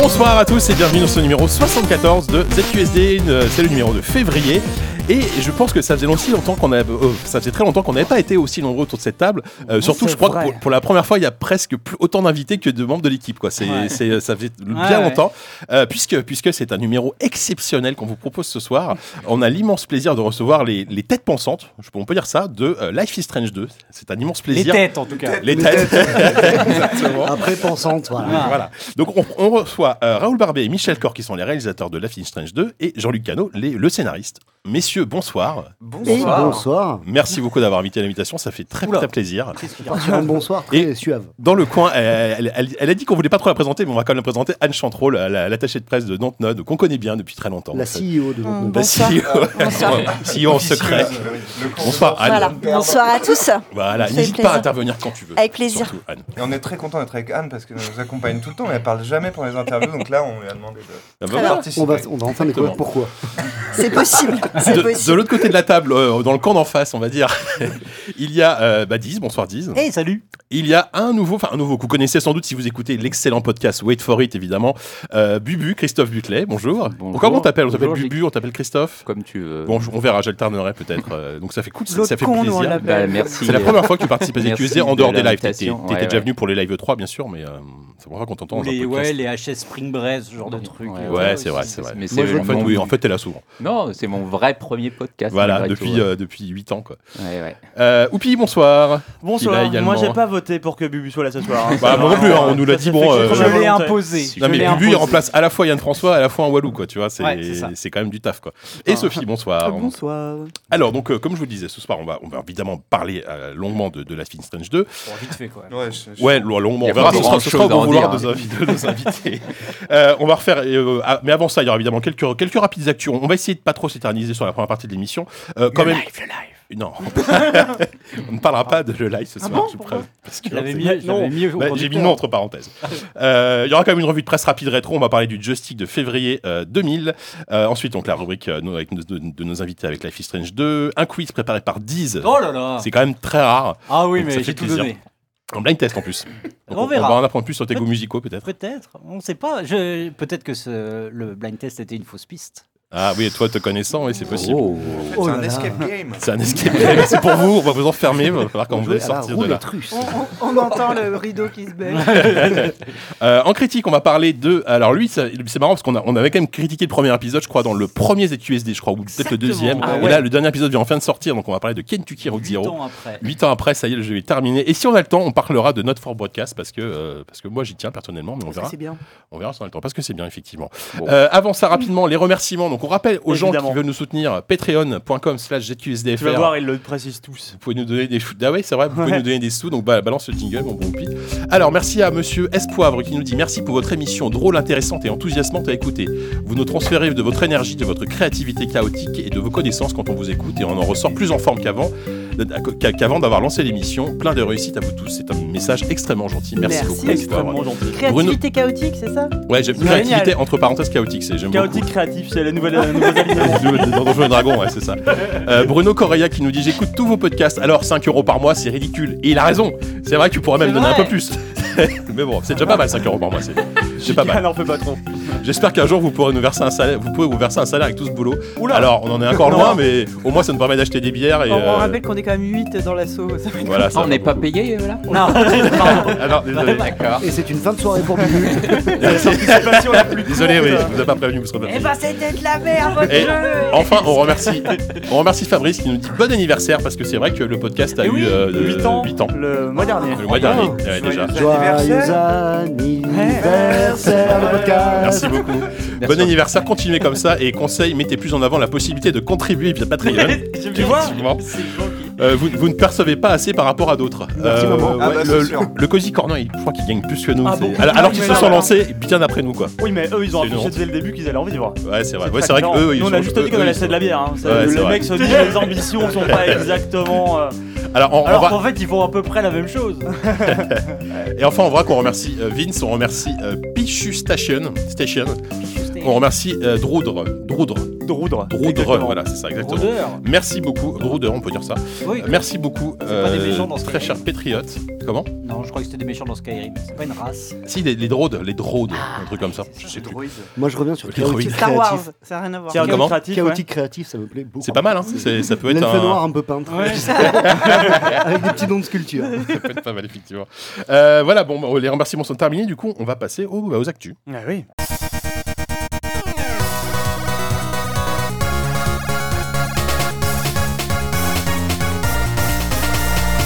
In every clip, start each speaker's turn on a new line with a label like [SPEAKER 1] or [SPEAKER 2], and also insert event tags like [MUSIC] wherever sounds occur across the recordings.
[SPEAKER 1] Bonsoir à tous et bienvenue dans ce numéro 74 de ZQSD. une- C'est le numéro de février. Et je pense que ça faisait longtemps- si longtemps qu'on avait, euh, ça faisait très longtemps qu'on n'avait pas été aussi nombreux autour de cette table. Euh, surtout,
[SPEAKER 2] c'est
[SPEAKER 1] je crois
[SPEAKER 2] vrai.
[SPEAKER 1] que pour, pour la première fois, il y a presque plus- autant d'invités que de membres de l'équipe. Quoi, c'est,
[SPEAKER 2] Ouais.
[SPEAKER 1] c'est- ça fait
[SPEAKER 2] Ouais,
[SPEAKER 1] bien
[SPEAKER 2] ouais.
[SPEAKER 1] longtemps. Euh, puisque, puisque c'est un numéro exceptionnel qu'on vous propose
[SPEAKER 2] [LAUGHS]
[SPEAKER 1] ce soir. On a l'immense plaisir de recevoir les, les têtes pensantes. Je peux- on peut dire ça de euh, Life is Strange 2. C'est un immense
[SPEAKER 2] Les
[SPEAKER 1] plaisir.
[SPEAKER 2] têtes, en tout cas.
[SPEAKER 1] Les têtes. [LAUGHS]
[SPEAKER 3] Après pensante, voilà.
[SPEAKER 2] Ah.
[SPEAKER 1] Voilà. Donc on, on reçoit euh, Raoul Barbet et Michel Cor qui sont les réalisateurs de La Fine Strange 2 et Jean-Luc Cano, les- le scénariste. Messieurs, bonsoir.
[SPEAKER 3] Et
[SPEAKER 4] Bonsoir.
[SPEAKER 3] bonsoir.
[SPEAKER 1] Merci beaucoup d'avoir invité à l'invitation, ça fait très
[SPEAKER 2] Oula.
[SPEAKER 1] très plaisir.
[SPEAKER 3] Sur un bonsoir très
[SPEAKER 1] Et-
[SPEAKER 3] suave.
[SPEAKER 1] Dans le coin, euh, elle, elle- elle a dit qu'on voulait pas trop la présenter, mais on va quand même la présenter. Anne Chantreau, la- la- l'attachée de presse de Dontnod, qu'on connaît bien depuis très longtemps.
[SPEAKER 3] La
[SPEAKER 1] en fait.
[SPEAKER 3] CEO de
[SPEAKER 4] Hum,
[SPEAKER 3] notre
[SPEAKER 1] La
[SPEAKER 4] bonsoir.
[SPEAKER 1] CEO,
[SPEAKER 4] Bonsoir.
[SPEAKER 1] [LAUGHS] CEO en secret. Bonsoir Anne.
[SPEAKER 4] Voilà.
[SPEAKER 1] Voilà,
[SPEAKER 4] Bonsoir à tous. fait
[SPEAKER 1] n'hésite pas
[SPEAKER 4] plaisir.
[SPEAKER 1] à intervenir quand tu veux.
[SPEAKER 4] Avec plaisir.
[SPEAKER 1] Surtout, Anne.
[SPEAKER 5] Et on est très content d'être avec Anne parce qu'elle nous accompagne tout le temps, mais elle parle jamais pour les interviews. Donc là, on lui a demandé de
[SPEAKER 1] Ah bah,
[SPEAKER 4] Très
[SPEAKER 1] voilà.
[SPEAKER 4] bien.
[SPEAKER 5] participer.
[SPEAKER 3] on va, on va enfin découvrir
[SPEAKER 1] Exactement.
[SPEAKER 3] pourquoi.
[SPEAKER 4] C'est possible. C'est
[SPEAKER 1] De, de
[SPEAKER 4] possible.
[SPEAKER 1] l'autre côté de la table, euh, dans le camp d'en face, on va dire, [LAUGHS] il y a euh, bah, Diz, bonsoir Diz.
[SPEAKER 2] Hey, Eh, salut.
[SPEAKER 1] Il y a un nouveau, enfin un nouveau que vous connaissez sans doute si vous écoutez l'excellent podcast Wait for It évidemment. Euh, Bubu, Christophe Butlet, bonjour.
[SPEAKER 6] Bonjour.
[SPEAKER 1] Comment on t'appelle On t'appelle
[SPEAKER 6] Bonjour,
[SPEAKER 1] Bubu, on t'appelle Christophe
[SPEAKER 6] Comme tu veux.
[SPEAKER 1] Bon, je- on verra, j'alternerai peut-être. euh, donc ça fait cool, ça
[SPEAKER 2] L'autre
[SPEAKER 1] ça fait
[SPEAKER 2] con, nous, on
[SPEAKER 1] plaisir.
[SPEAKER 2] l'appelle.
[SPEAKER 6] Bah, merci.
[SPEAKER 1] C'est la première fois que tu
[SPEAKER 6] [LAUGHS]
[SPEAKER 1] participes à
[SPEAKER 6] Merci
[SPEAKER 1] ZQSD en
[SPEAKER 6] de
[SPEAKER 1] dehors des lives. T'étais
[SPEAKER 6] l'invitation.
[SPEAKER 1] t'étais
[SPEAKER 6] Ouais,
[SPEAKER 1] déjà
[SPEAKER 6] ouais.
[SPEAKER 1] venu pour les lives 3 bien sûr, mais euh, c'est la première fois qu'on t'entend
[SPEAKER 2] Ou
[SPEAKER 1] dans un
[SPEAKER 2] les, ouais,
[SPEAKER 1] podcast.
[SPEAKER 2] les HS Spring Breath, ce genre de
[SPEAKER 6] Ouais,
[SPEAKER 2] trucs.
[SPEAKER 6] ouais,
[SPEAKER 1] Ouais, c'est vrai, c'est vrai.
[SPEAKER 6] Mais c'est
[SPEAKER 3] Moi, je
[SPEAKER 1] En fait,
[SPEAKER 6] mon-
[SPEAKER 1] oui, en fait, t'es là souvent.
[SPEAKER 6] Non, c'est mon vrai premier podcast.
[SPEAKER 1] Voilà,
[SPEAKER 6] malgré
[SPEAKER 1] depuis,
[SPEAKER 6] tout.
[SPEAKER 1] euh, depuis 8 ans, quoi.
[SPEAKER 6] Ouais, ouais.
[SPEAKER 1] Euh, Oupi, bonsoir. Il a
[SPEAKER 7] Bonsoir.
[SPEAKER 1] également-
[SPEAKER 7] Moi, j'ai pas voté pour que Bubu soit là ce soir. hein.
[SPEAKER 1] [LAUGHS] Bah,
[SPEAKER 7] Ça
[SPEAKER 1] moi
[SPEAKER 7] va,
[SPEAKER 1] non plus, hein,
[SPEAKER 7] euh,
[SPEAKER 1] on nous l'a
[SPEAKER 7] ça
[SPEAKER 1] dit,
[SPEAKER 7] s'est
[SPEAKER 1] bon,
[SPEAKER 7] fait
[SPEAKER 1] euh,
[SPEAKER 7] contre
[SPEAKER 2] Je
[SPEAKER 7] la
[SPEAKER 2] l'ai
[SPEAKER 7] volonté.
[SPEAKER 2] imposé.
[SPEAKER 1] Non,
[SPEAKER 2] Je
[SPEAKER 1] mais
[SPEAKER 2] l'ai
[SPEAKER 1] Bubu, il
[SPEAKER 2] imposé.
[SPEAKER 1] remplace à la fois Yann François, à la fois un Walou, quoi, tu vois. C'est
[SPEAKER 2] Ouais, c'est ça. euh,
[SPEAKER 1] c'est quand même du taf, quoi. Et Sophie, bonsoir.
[SPEAKER 7] Bonsoir.
[SPEAKER 1] Alors, donc, euh, comme je vous le disais, ce soir, on va, on va évidemment parler euh, longuement de, de la Fin Strange 2.
[SPEAKER 2] Bon, vite fait, quoi.
[SPEAKER 5] Ouais, je- je-
[SPEAKER 1] Ouais, lo- longuement,
[SPEAKER 6] Il y
[SPEAKER 1] on
[SPEAKER 6] a
[SPEAKER 1] verra,
[SPEAKER 6] pas
[SPEAKER 1] ce sera, ce sera au
[SPEAKER 6] grand-chose à
[SPEAKER 1] bon
[SPEAKER 6] en
[SPEAKER 1] vouloir de
[SPEAKER 6] dire,
[SPEAKER 1] nos invi- [LAUGHS] de nos invités. Euh, on va refaire, euh, ah, mais avant ça, il y aura évidemment quelques, quelques rapides actus. On va essayer de pas trop s'éterniser sur la première partie de l'émission. Euh, quand même. Non, [LAUGHS] on ne parlera pas de le live ce soir.
[SPEAKER 2] Ah bon,
[SPEAKER 1] je vous
[SPEAKER 2] pourquoi
[SPEAKER 1] préviens, parce que
[SPEAKER 2] Je l'avais
[SPEAKER 1] c'est-
[SPEAKER 2] mis, je l'avais mis au
[SPEAKER 1] bah, J'ai mis non entre parenthèses. Euh, Il y aura quand même une revue de presse rapide rétro. On va parler du joystick de février euh, 2000. Euh, ensuite, donc la rubrique euh, nos- avec nos- de, de nos invités avec Life is Strange 2. Un quiz préparé par Diz.
[SPEAKER 2] Oh là là
[SPEAKER 1] C'est quand même très rare.
[SPEAKER 2] Ah oui,
[SPEAKER 1] Donc, ça
[SPEAKER 2] mais
[SPEAKER 1] fait
[SPEAKER 2] j'ai tout
[SPEAKER 1] plaisir.
[SPEAKER 2] donné.
[SPEAKER 1] En blind test en plus.
[SPEAKER 2] On
[SPEAKER 1] Donc,
[SPEAKER 2] verra.
[SPEAKER 1] va en apprendre plus sur tes goûts musicaux peut-être.
[SPEAKER 2] Peut-être, on sait pas. Je... Peut-être que ce- le blind test était une fausse piste.
[SPEAKER 1] Ah oui, et toi te connaissant, oui, c'est possible.
[SPEAKER 6] Oh.
[SPEAKER 5] En fait,
[SPEAKER 3] Oh
[SPEAKER 5] c'est
[SPEAKER 3] là
[SPEAKER 5] un
[SPEAKER 3] là.
[SPEAKER 5] escape game.
[SPEAKER 1] C'est un escape game, c'est pour vous, on va vous enfermer, il va falloir quand vous allez sortir de là.
[SPEAKER 3] russe.
[SPEAKER 4] On, entend le rideau qui
[SPEAKER 1] [LAUGHS]
[SPEAKER 4] se baisse.
[SPEAKER 1] Euh, en critique, on va parler de. Alors lui, ça- c'est marrant parce qu'on a- on avait quand même critiqué le premier épisode, je crois, dans le premier ZQSD, je crois, ou peut-être le
[SPEAKER 2] Exactement.
[SPEAKER 1] deuxième.
[SPEAKER 2] Ah
[SPEAKER 1] Et
[SPEAKER 2] ouais.
[SPEAKER 1] là, le dernier épisode vient enfin de sortir, donc on va parler de Kentucky Road
[SPEAKER 2] Huit
[SPEAKER 1] Zero.
[SPEAKER 2] ans après.
[SPEAKER 1] 8 ans après, ça y est, le jeu est terminé. Et si on a le temps, on parlera de notre Fort Broadcast parce que, euh, parce que moi j'y tiens personnellement, mais on verra.
[SPEAKER 7] C'est bien.
[SPEAKER 1] On verra si on a le temps, parce que c'est bien, effectivement.
[SPEAKER 6] Bon.
[SPEAKER 1] Euh, avant ça, rapidement, les remerciements. Donc, on rappelle aux gens
[SPEAKER 7] Évidemment.
[SPEAKER 1] qui veulent nous soutenir, patreon.com slash
[SPEAKER 7] Tu vas
[SPEAKER 1] ZQSDFR.
[SPEAKER 7] voir, ils le précisent tous.
[SPEAKER 1] Vous pouvez nous donner des sous. Ah ouais, c'est vrai, vous pouvez
[SPEAKER 7] Ouais.
[SPEAKER 1] nous donner des sous. Donc, bah, balance le jingle, mon bon pi. Alors, merci à monsieur S. Poivre qui nous dit merci pour votre émission drôle, intéressante et enthousiasmante à écouter. Vous nous transférez de votre énergie, de votre créativité chaotique et de vos connaissances quand on vous écoute et on en ressort plus en forme qu'avant d'a- qu'avant d'avoir lancé l'émission. Plein de réussite à vous tous. C'est un message extrêmement gentil. Merci,
[SPEAKER 4] Merci.
[SPEAKER 1] beaucoup. S. Poivre.
[SPEAKER 7] Extrêmement gentil.
[SPEAKER 4] Créativité chaotique, c'est ça
[SPEAKER 1] Ouais, j'aime
[SPEAKER 7] Génial.
[SPEAKER 1] créativité entre parenthèses chaotique, c'est j'aime beaucoup.
[SPEAKER 7] Chaotique créatif, c'est la nouvelle. euh, la nouvelle alimentaire.
[SPEAKER 1] dans Donjons et Dragons, ouais, c'est ça. Euh, Bruno Correa qui nous dit J'écoute tous vos podcasts, alors 5 euros par mois, c'est ridicule. Et il a raison, c'est vrai que tu pourrais même
[SPEAKER 2] C'est
[SPEAKER 1] donner un
[SPEAKER 2] vrai.
[SPEAKER 1] peu plus. [LAUGHS] Mais bon, c'est déjà pas mal 5 euros par mois, c'est, c'est pas mal.
[SPEAKER 7] Alors, fais pas trop.
[SPEAKER 1] J'espère qu'un jour vous pourrez nous verser un salaire, vous pouvez vous verser un salaire avec tout ce boulot.
[SPEAKER 7] Oula.
[SPEAKER 1] Alors on en est encore loin, mais au moins ça nous permet d'acheter des bières et
[SPEAKER 4] on, on
[SPEAKER 1] euh,
[SPEAKER 4] rappelle qu'on est quand même 8 dans l'assaut. Ça fait-
[SPEAKER 1] voilà. Ça
[SPEAKER 6] Ah, on n'est pas
[SPEAKER 1] payé.
[SPEAKER 6] payé
[SPEAKER 1] [LAUGHS]
[SPEAKER 6] euh, là
[SPEAKER 2] Non,
[SPEAKER 4] [LAUGHS]
[SPEAKER 2] pardon.
[SPEAKER 1] Alors désolé,
[SPEAKER 6] D'accord.
[SPEAKER 3] Et c'est une fin de soirée pour Bibu.
[SPEAKER 1] [LAUGHS] désolé, oui, je vous ai pas prévenu, vous serez pas
[SPEAKER 4] [LAUGHS] Eh
[SPEAKER 1] payé.
[SPEAKER 4] ben, c'était de la merde, votre
[SPEAKER 1] Et-
[SPEAKER 4] jeu
[SPEAKER 1] Enfin, on remercie, on remercie Fabrice qui nous dit bon anniversaire parce que c'est vrai que le podcast a
[SPEAKER 7] Et
[SPEAKER 1] eu
[SPEAKER 7] Eh oui,
[SPEAKER 1] euh,
[SPEAKER 7] 8 ans.
[SPEAKER 1] 8 ans.
[SPEAKER 7] Le mois dernier. Ah,
[SPEAKER 1] Le mois dernier, ouais, déjà.
[SPEAKER 3] Joyeux anniversaire, le podcast.
[SPEAKER 1] Merci beaucoup. Bon anniversaire, continuez comme ça et conseil, mettez plus en avant la possibilité de contribuer via
[SPEAKER 7] [LAUGHS]
[SPEAKER 1] Patreon.
[SPEAKER 7] Tu vois
[SPEAKER 1] Effectivement. Euh, vous, vous ne percevez pas assez par rapport à d'autres. Euh,
[SPEAKER 3] Merci, maman.
[SPEAKER 1] ouais,
[SPEAKER 5] Ah bah,
[SPEAKER 1] le,
[SPEAKER 5] c'est sûr.
[SPEAKER 1] le Cozy Corner, il- je crois qu'il gagne plus que nous.
[SPEAKER 7] Ah
[SPEAKER 1] c'est-
[SPEAKER 7] bon
[SPEAKER 1] alors alors qu'ils se
[SPEAKER 7] Mais
[SPEAKER 1] sont
[SPEAKER 7] non.
[SPEAKER 1] lancés bien après nous, quoi.
[SPEAKER 7] Oui, mais eux, ils ont
[SPEAKER 1] C'est une
[SPEAKER 7] affiché
[SPEAKER 1] honte.
[SPEAKER 7] dès le début qu'ils allaient en vivre.
[SPEAKER 1] Ouais, c'est vrai. Ouais, c'est vrai que eux, ils
[SPEAKER 7] Nous, on a
[SPEAKER 1] sont-
[SPEAKER 7] juste dit
[SPEAKER 1] eux,
[SPEAKER 7] qu'on allait
[SPEAKER 1] eux,
[SPEAKER 7] acheter de la bière. hein. C'est-
[SPEAKER 1] Ouais, c'est
[SPEAKER 7] le
[SPEAKER 1] vrai.
[SPEAKER 7] mec se dit les ambitions
[SPEAKER 1] [LAUGHS]
[SPEAKER 7] sont pas exactement. euh,
[SPEAKER 1] ils sont- Alors, on- on
[SPEAKER 7] Alors
[SPEAKER 1] va-
[SPEAKER 7] qu'en fait, ils font à peu près la
[SPEAKER 1] [LAUGHS]
[SPEAKER 7] même chose.
[SPEAKER 1] et enfin, on voit qu'on remercie euh, Vince, on remercie euh, Pichu Station, Station On remercie euh, Droudre. Droudre.
[SPEAKER 7] Droudre.
[SPEAKER 1] Droudre,
[SPEAKER 7] Exactement.
[SPEAKER 1] voilà, c'est ça, exactement.
[SPEAKER 7] Droudeur.
[SPEAKER 1] Merci beaucoup, Droudre, on peut dire ça.
[SPEAKER 2] Oui.
[SPEAKER 1] Euh, Merci beaucoup, euh,
[SPEAKER 2] pas des méchants dans ce
[SPEAKER 1] très
[SPEAKER 2] cas-là.
[SPEAKER 1] cher patriote. Comment
[SPEAKER 2] Non, je crois que c'était des méchants dans Skyrim. C'est pas une race.
[SPEAKER 1] Si, les, les drodes, les drodes, un truc comme ça. Je sais plus.
[SPEAKER 3] Moi, je reviens sur
[SPEAKER 1] Ok,
[SPEAKER 3] chaotique
[SPEAKER 1] oui.
[SPEAKER 4] Ah, Star Wars,
[SPEAKER 3] créatif.
[SPEAKER 4] ça n'a rien à voir.
[SPEAKER 7] Tiens,
[SPEAKER 1] Comment
[SPEAKER 7] créatif, ouais.
[SPEAKER 3] Chaotique créatif, ça me plaît beaucoup.
[SPEAKER 1] C'est pas mal, hein c'est- Ça peut être
[SPEAKER 3] L'elfe
[SPEAKER 1] un.
[SPEAKER 3] noir un peu peintre. [LAUGHS] Avec des petits noms de sculpture.
[SPEAKER 1] [LAUGHS] Ça peut être pas mal, effectivement. Euh, voilà, bon, bah, les remerciements sont terminés. Du coup, on va passer au- bah, aux actus.
[SPEAKER 7] Ah oui.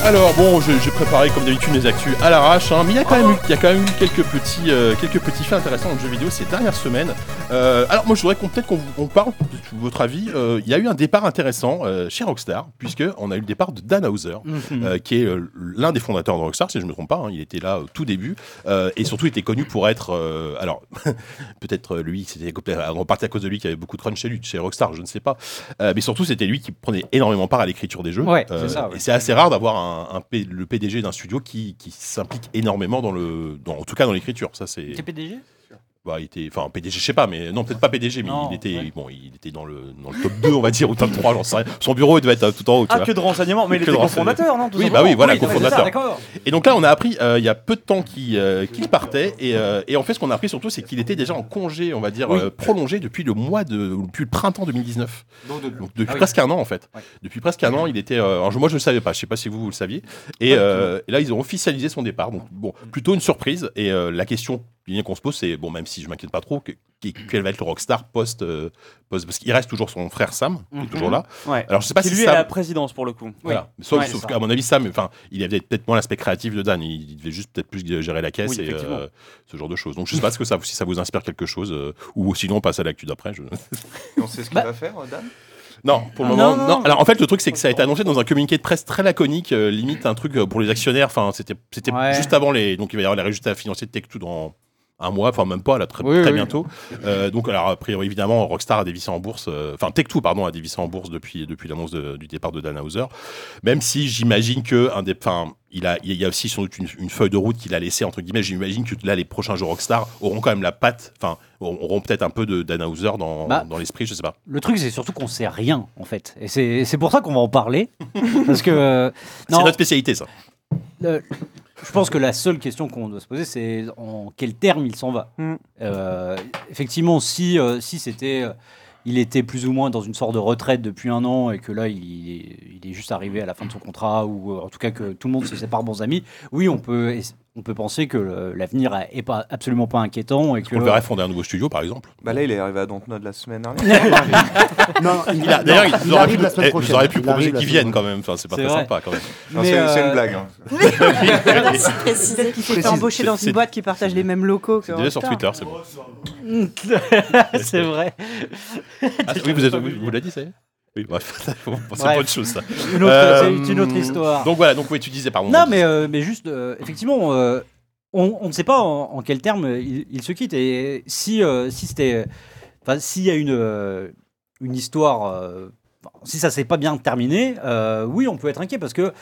[SPEAKER 1] Alors bon, je- j'ai préparé comme d'habitude mes actus à l'arrache, hein, mais il y a quand même eu, il y a quand même eu quelques petits, euh, quelques petits faits intéressants dans le jeu vidéo ces dernières semaines. Euh, alors moi, je voudrais qu'on peut-être qu'on vous- on parle de votre avis. Euh, Il y a eu un départ intéressant euh, chez Rockstar, puisque on a eu le départ de Dan Hauser,
[SPEAKER 2] Mhm.
[SPEAKER 1] euh, qui est euh, l'un des fondateurs de Rockstar, si je ne me trompe pas. hein, il était là au tout début, euh, et surtout il était connu pour être, euh, alors [LAUGHS] peut-être euh, lui, c'était en partie à cause de lui qu'il y avait beaucoup de crunch chez lui, chez Rockstar, je ne sais pas. Euh, mais surtout, c'était lui qui prenait énormément part à l'écriture des jeux. Euh,
[SPEAKER 2] Ouais, c'est ça, ouais.
[SPEAKER 1] Et c'est assez rare d'avoir un, un P- le PDG d'un studio qui, qui s'implique énormément dans le, dans, en tout cas dans l'écriture. Ça c'est,
[SPEAKER 2] T'es PDG
[SPEAKER 1] bah, il était, enfin PDG, je sais pas, mais non peut-être pas PDG, mais
[SPEAKER 7] Non,
[SPEAKER 1] il était,
[SPEAKER 7] ouais.
[SPEAKER 1] bon, il était dans le, dans le top 2 on va dire ou top 3 j'en sais rien. Son bureau il devait être euh, tout en haut. tu
[SPEAKER 7] Ah,
[SPEAKER 1] vois.
[SPEAKER 7] que de renseignements. Mais il
[SPEAKER 1] Que
[SPEAKER 7] était
[SPEAKER 1] de renseignements.
[SPEAKER 7] cofondateur, non tout
[SPEAKER 1] Oui,
[SPEAKER 7] simplement.
[SPEAKER 1] bah oui, voilà,
[SPEAKER 7] non, mais c'est ça,
[SPEAKER 1] cofondateur.
[SPEAKER 7] D'accord.
[SPEAKER 1] Et donc là, on a appris euh, il y a peu de temps qu'il euh, qu'il partait. Et, euh, et en fait, ce qu'on a appris surtout, c'est qu'il était déjà en congé, on va dire,
[SPEAKER 2] Oui.
[SPEAKER 1] euh, prolongé depuis le mois de, depuis le printemps 2019. Donc depuis
[SPEAKER 2] Ah oui.
[SPEAKER 1] presque un an, en fait.
[SPEAKER 2] Ouais.
[SPEAKER 1] Depuis presque un an, il était. euh, alors, je- moi, je ne le savais pas. Je ne sais pas si vous, vous le saviez. Et, euh, et là, ils ont officialisé son départ. Donc, bon,
[SPEAKER 7] Mm.
[SPEAKER 1] plutôt une surprise. Et euh, la question bien qu'on se pose, c'est, bon, même si je m'inquiète pas trop, que- que- quel va être le rockstar post. euh, post- parce qu'il reste toujours son frère Sam, qui est
[SPEAKER 7] Mhm.
[SPEAKER 1] toujours là.
[SPEAKER 7] Ouais.
[SPEAKER 1] Alors, je sais pas
[SPEAKER 7] Qui
[SPEAKER 1] si
[SPEAKER 7] lui est
[SPEAKER 1] Sam-
[SPEAKER 7] à la présidence pour le coup.
[SPEAKER 1] voilà. Sauf,
[SPEAKER 7] Ouais,
[SPEAKER 1] sauf
[SPEAKER 7] c'est
[SPEAKER 1] qu'à mon avis, Sam, enfin, il avait peut-être moins l'aspect créatif de Dan. Il, il devait juste peut-être plus gérer la caisse
[SPEAKER 7] Oui,
[SPEAKER 1] et
[SPEAKER 7] effectivement.
[SPEAKER 1] euh, ce genre de choses. Donc je sais pas ce que ça, si ça vous inspire quelque chose euh, ou sinon on passe à l'actu d'après. je- [LAUGHS]
[SPEAKER 5] Et On sait ce qu'il
[SPEAKER 2] Bah.
[SPEAKER 5] va faire, euh, Dan
[SPEAKER 1] Non, pour le
[SPEAKER 7] Ah,
[SPEAKER 1] moment.
[SPEAKER 7] non,
[SPEAKER 1] Non,
[SPEAKER 7] non.
[SPEAKER 1] Alors en fait, le truc c'est que ça a été annoncé dans un communiqué de presse très laconique, euh, limite un truc euh, pour les actionnaires. Enfin, c'était c'était
[SPEAKER 2] Ouais.
[SPEAKER 1] juste avant les. Donc il va y avoir les résultats financiers de Tech2 dans un mois, enfin même pas là très,
[SPEAKER 2] Oui,
[SPEAKER 1] très
[SPEAKER 2] oui.
[SPEAKER 1] bientôt. Euh, donc alors a priori évidemment Rockstar a dévissé en bourse, euh, enfin Tech2 pardon a dévissé en bourse depuis depuis l'annonce de- du départ de Dan Hauser. Même si j'imagine que un des, enfin il a il y a aussi sans doute une, une feuille de route qu'il a laissée entre guillemets. J'imagine que là les prochains jeux Rockstar auront quand même la patte, enfin auront peut-être un peu de Dan Hauser dans
[SPEAKER 2] Bah.
[SPEAKER 1] dans l'esprit, je sais pas.
[SPEAKER 2] Le truc, c'est surtout qu'on sait rien, en fait. Et c'est c'est pour ça qu'on va en parler. [LAUGHS] parce que. euh,
[SPEAKER 1] C'est
[SPEAKER 2] non,
[SPEAKER 1] notre spécialité ça.
[SPEAKER 2] le- je pense que la seule question qu'on doit se poser, c'est en quels termes il s'en va.
[SPEAKER 4] Mm.
[SPEAKER 2] Euh, effectivement, si, euh, si c'était. euh, il était plus ou moins dans une sorte de retraite depuis un an et que là, il, il est juste arrivé à la fin de son contrat ou euh, en tout cas que tout le monde se sépare bons amis. Oui, on peut, es- on peut penser que euh, l'avenir n'est pas, absolument pas inquiétant et que.
[SPEAKER 1] On le verrait fonder un nouveau studio, par exemple.
[SPEAKER 5] Bah là, il est arrivé à Dontnod la semaine dernière.
[SPEAKER 3] Non, il,
[SPEAKER 1] Il a- D'ailleurs,
[SPEAKER 3] non,
[SPEAKER 1] ils auraient
[SPEAKER 3] arrive
[SPEAKER 1] pu-
[SPEAKER 3] la semaine
[SPEAKER 1] eh,
[SPEAKER 3] prochaine.
[SPEAKER 1] ils auraient
[SPEAKER 3] Il
[SPEAKER 1] pu
[SPEAKER 3] arrive
[SPEAKER 1] proposer
[SPEAKER 3] la
[SPEAKER 1] qu'ils
[SPEAKER 3] semaine
[SPEAKER 1] viennent quand même. Enfin, c'est pas
[SPEAKER 2] C'est
[SPEAKER 1] très
[SPEAKER 2] vrai.
[SPEAKER 1] sympa quand même.
[SPEAKER 5] Non,
[SPEAKER 2] Mais,
[SPEAKER 5] C'est c'est
[SPEAKER 2] euh,
[SPEAKER 4] [LAUGHS]
[SPEAKER 5] une blague. hein.
[SPEAKER 1] [LAUGHS]
[SPEAKER 4] Peut-être qu'il s'est fait
[SPEAKER 3] Précise.
[SPEAKER 4] embaucher dans
[SPEAKER 1] C'est-
[SPEAKER 4] une boîte qui partage les mêmes locaux. que
[SPEAKER 1] C'est déjà sur
[SPEAKER 4] Rockstar.
[SPEAKER 1] Twitter, c'est bon.
[SPEAKER 4] [LAUGHS]
[SPEAKER 2] [LAUGHS] c'est vrai.
[SPEAKER 1] Ah, oui, vous, êtes- vous- vous l'avez dit, ça y est Oui, bref, [LAUGHS] bon, c'est
[SPEAKER 2] Bref.
[SPEAKER 1] pas autre chose ça.
[SPEAKER 2] Une autre-
[SPEAKER 1] Euh,
[SPEAKER 2] c'est une autre histoire.
[SPEAKER 1] Donc voilà, donc oui, tu disais, pardon.
[SPEAKER 2] Non, mais, euh, mais juste, euh, effectivement, euh, on, on ne sait pas en, en quels termes euh, il, il se quitte. Et si, euh, si c'était. Enfin, s'il y a une, euh, une histoire. euh, enfin, si ça s'est pas bien terminé, euh, oui, on peut être inquiet parce que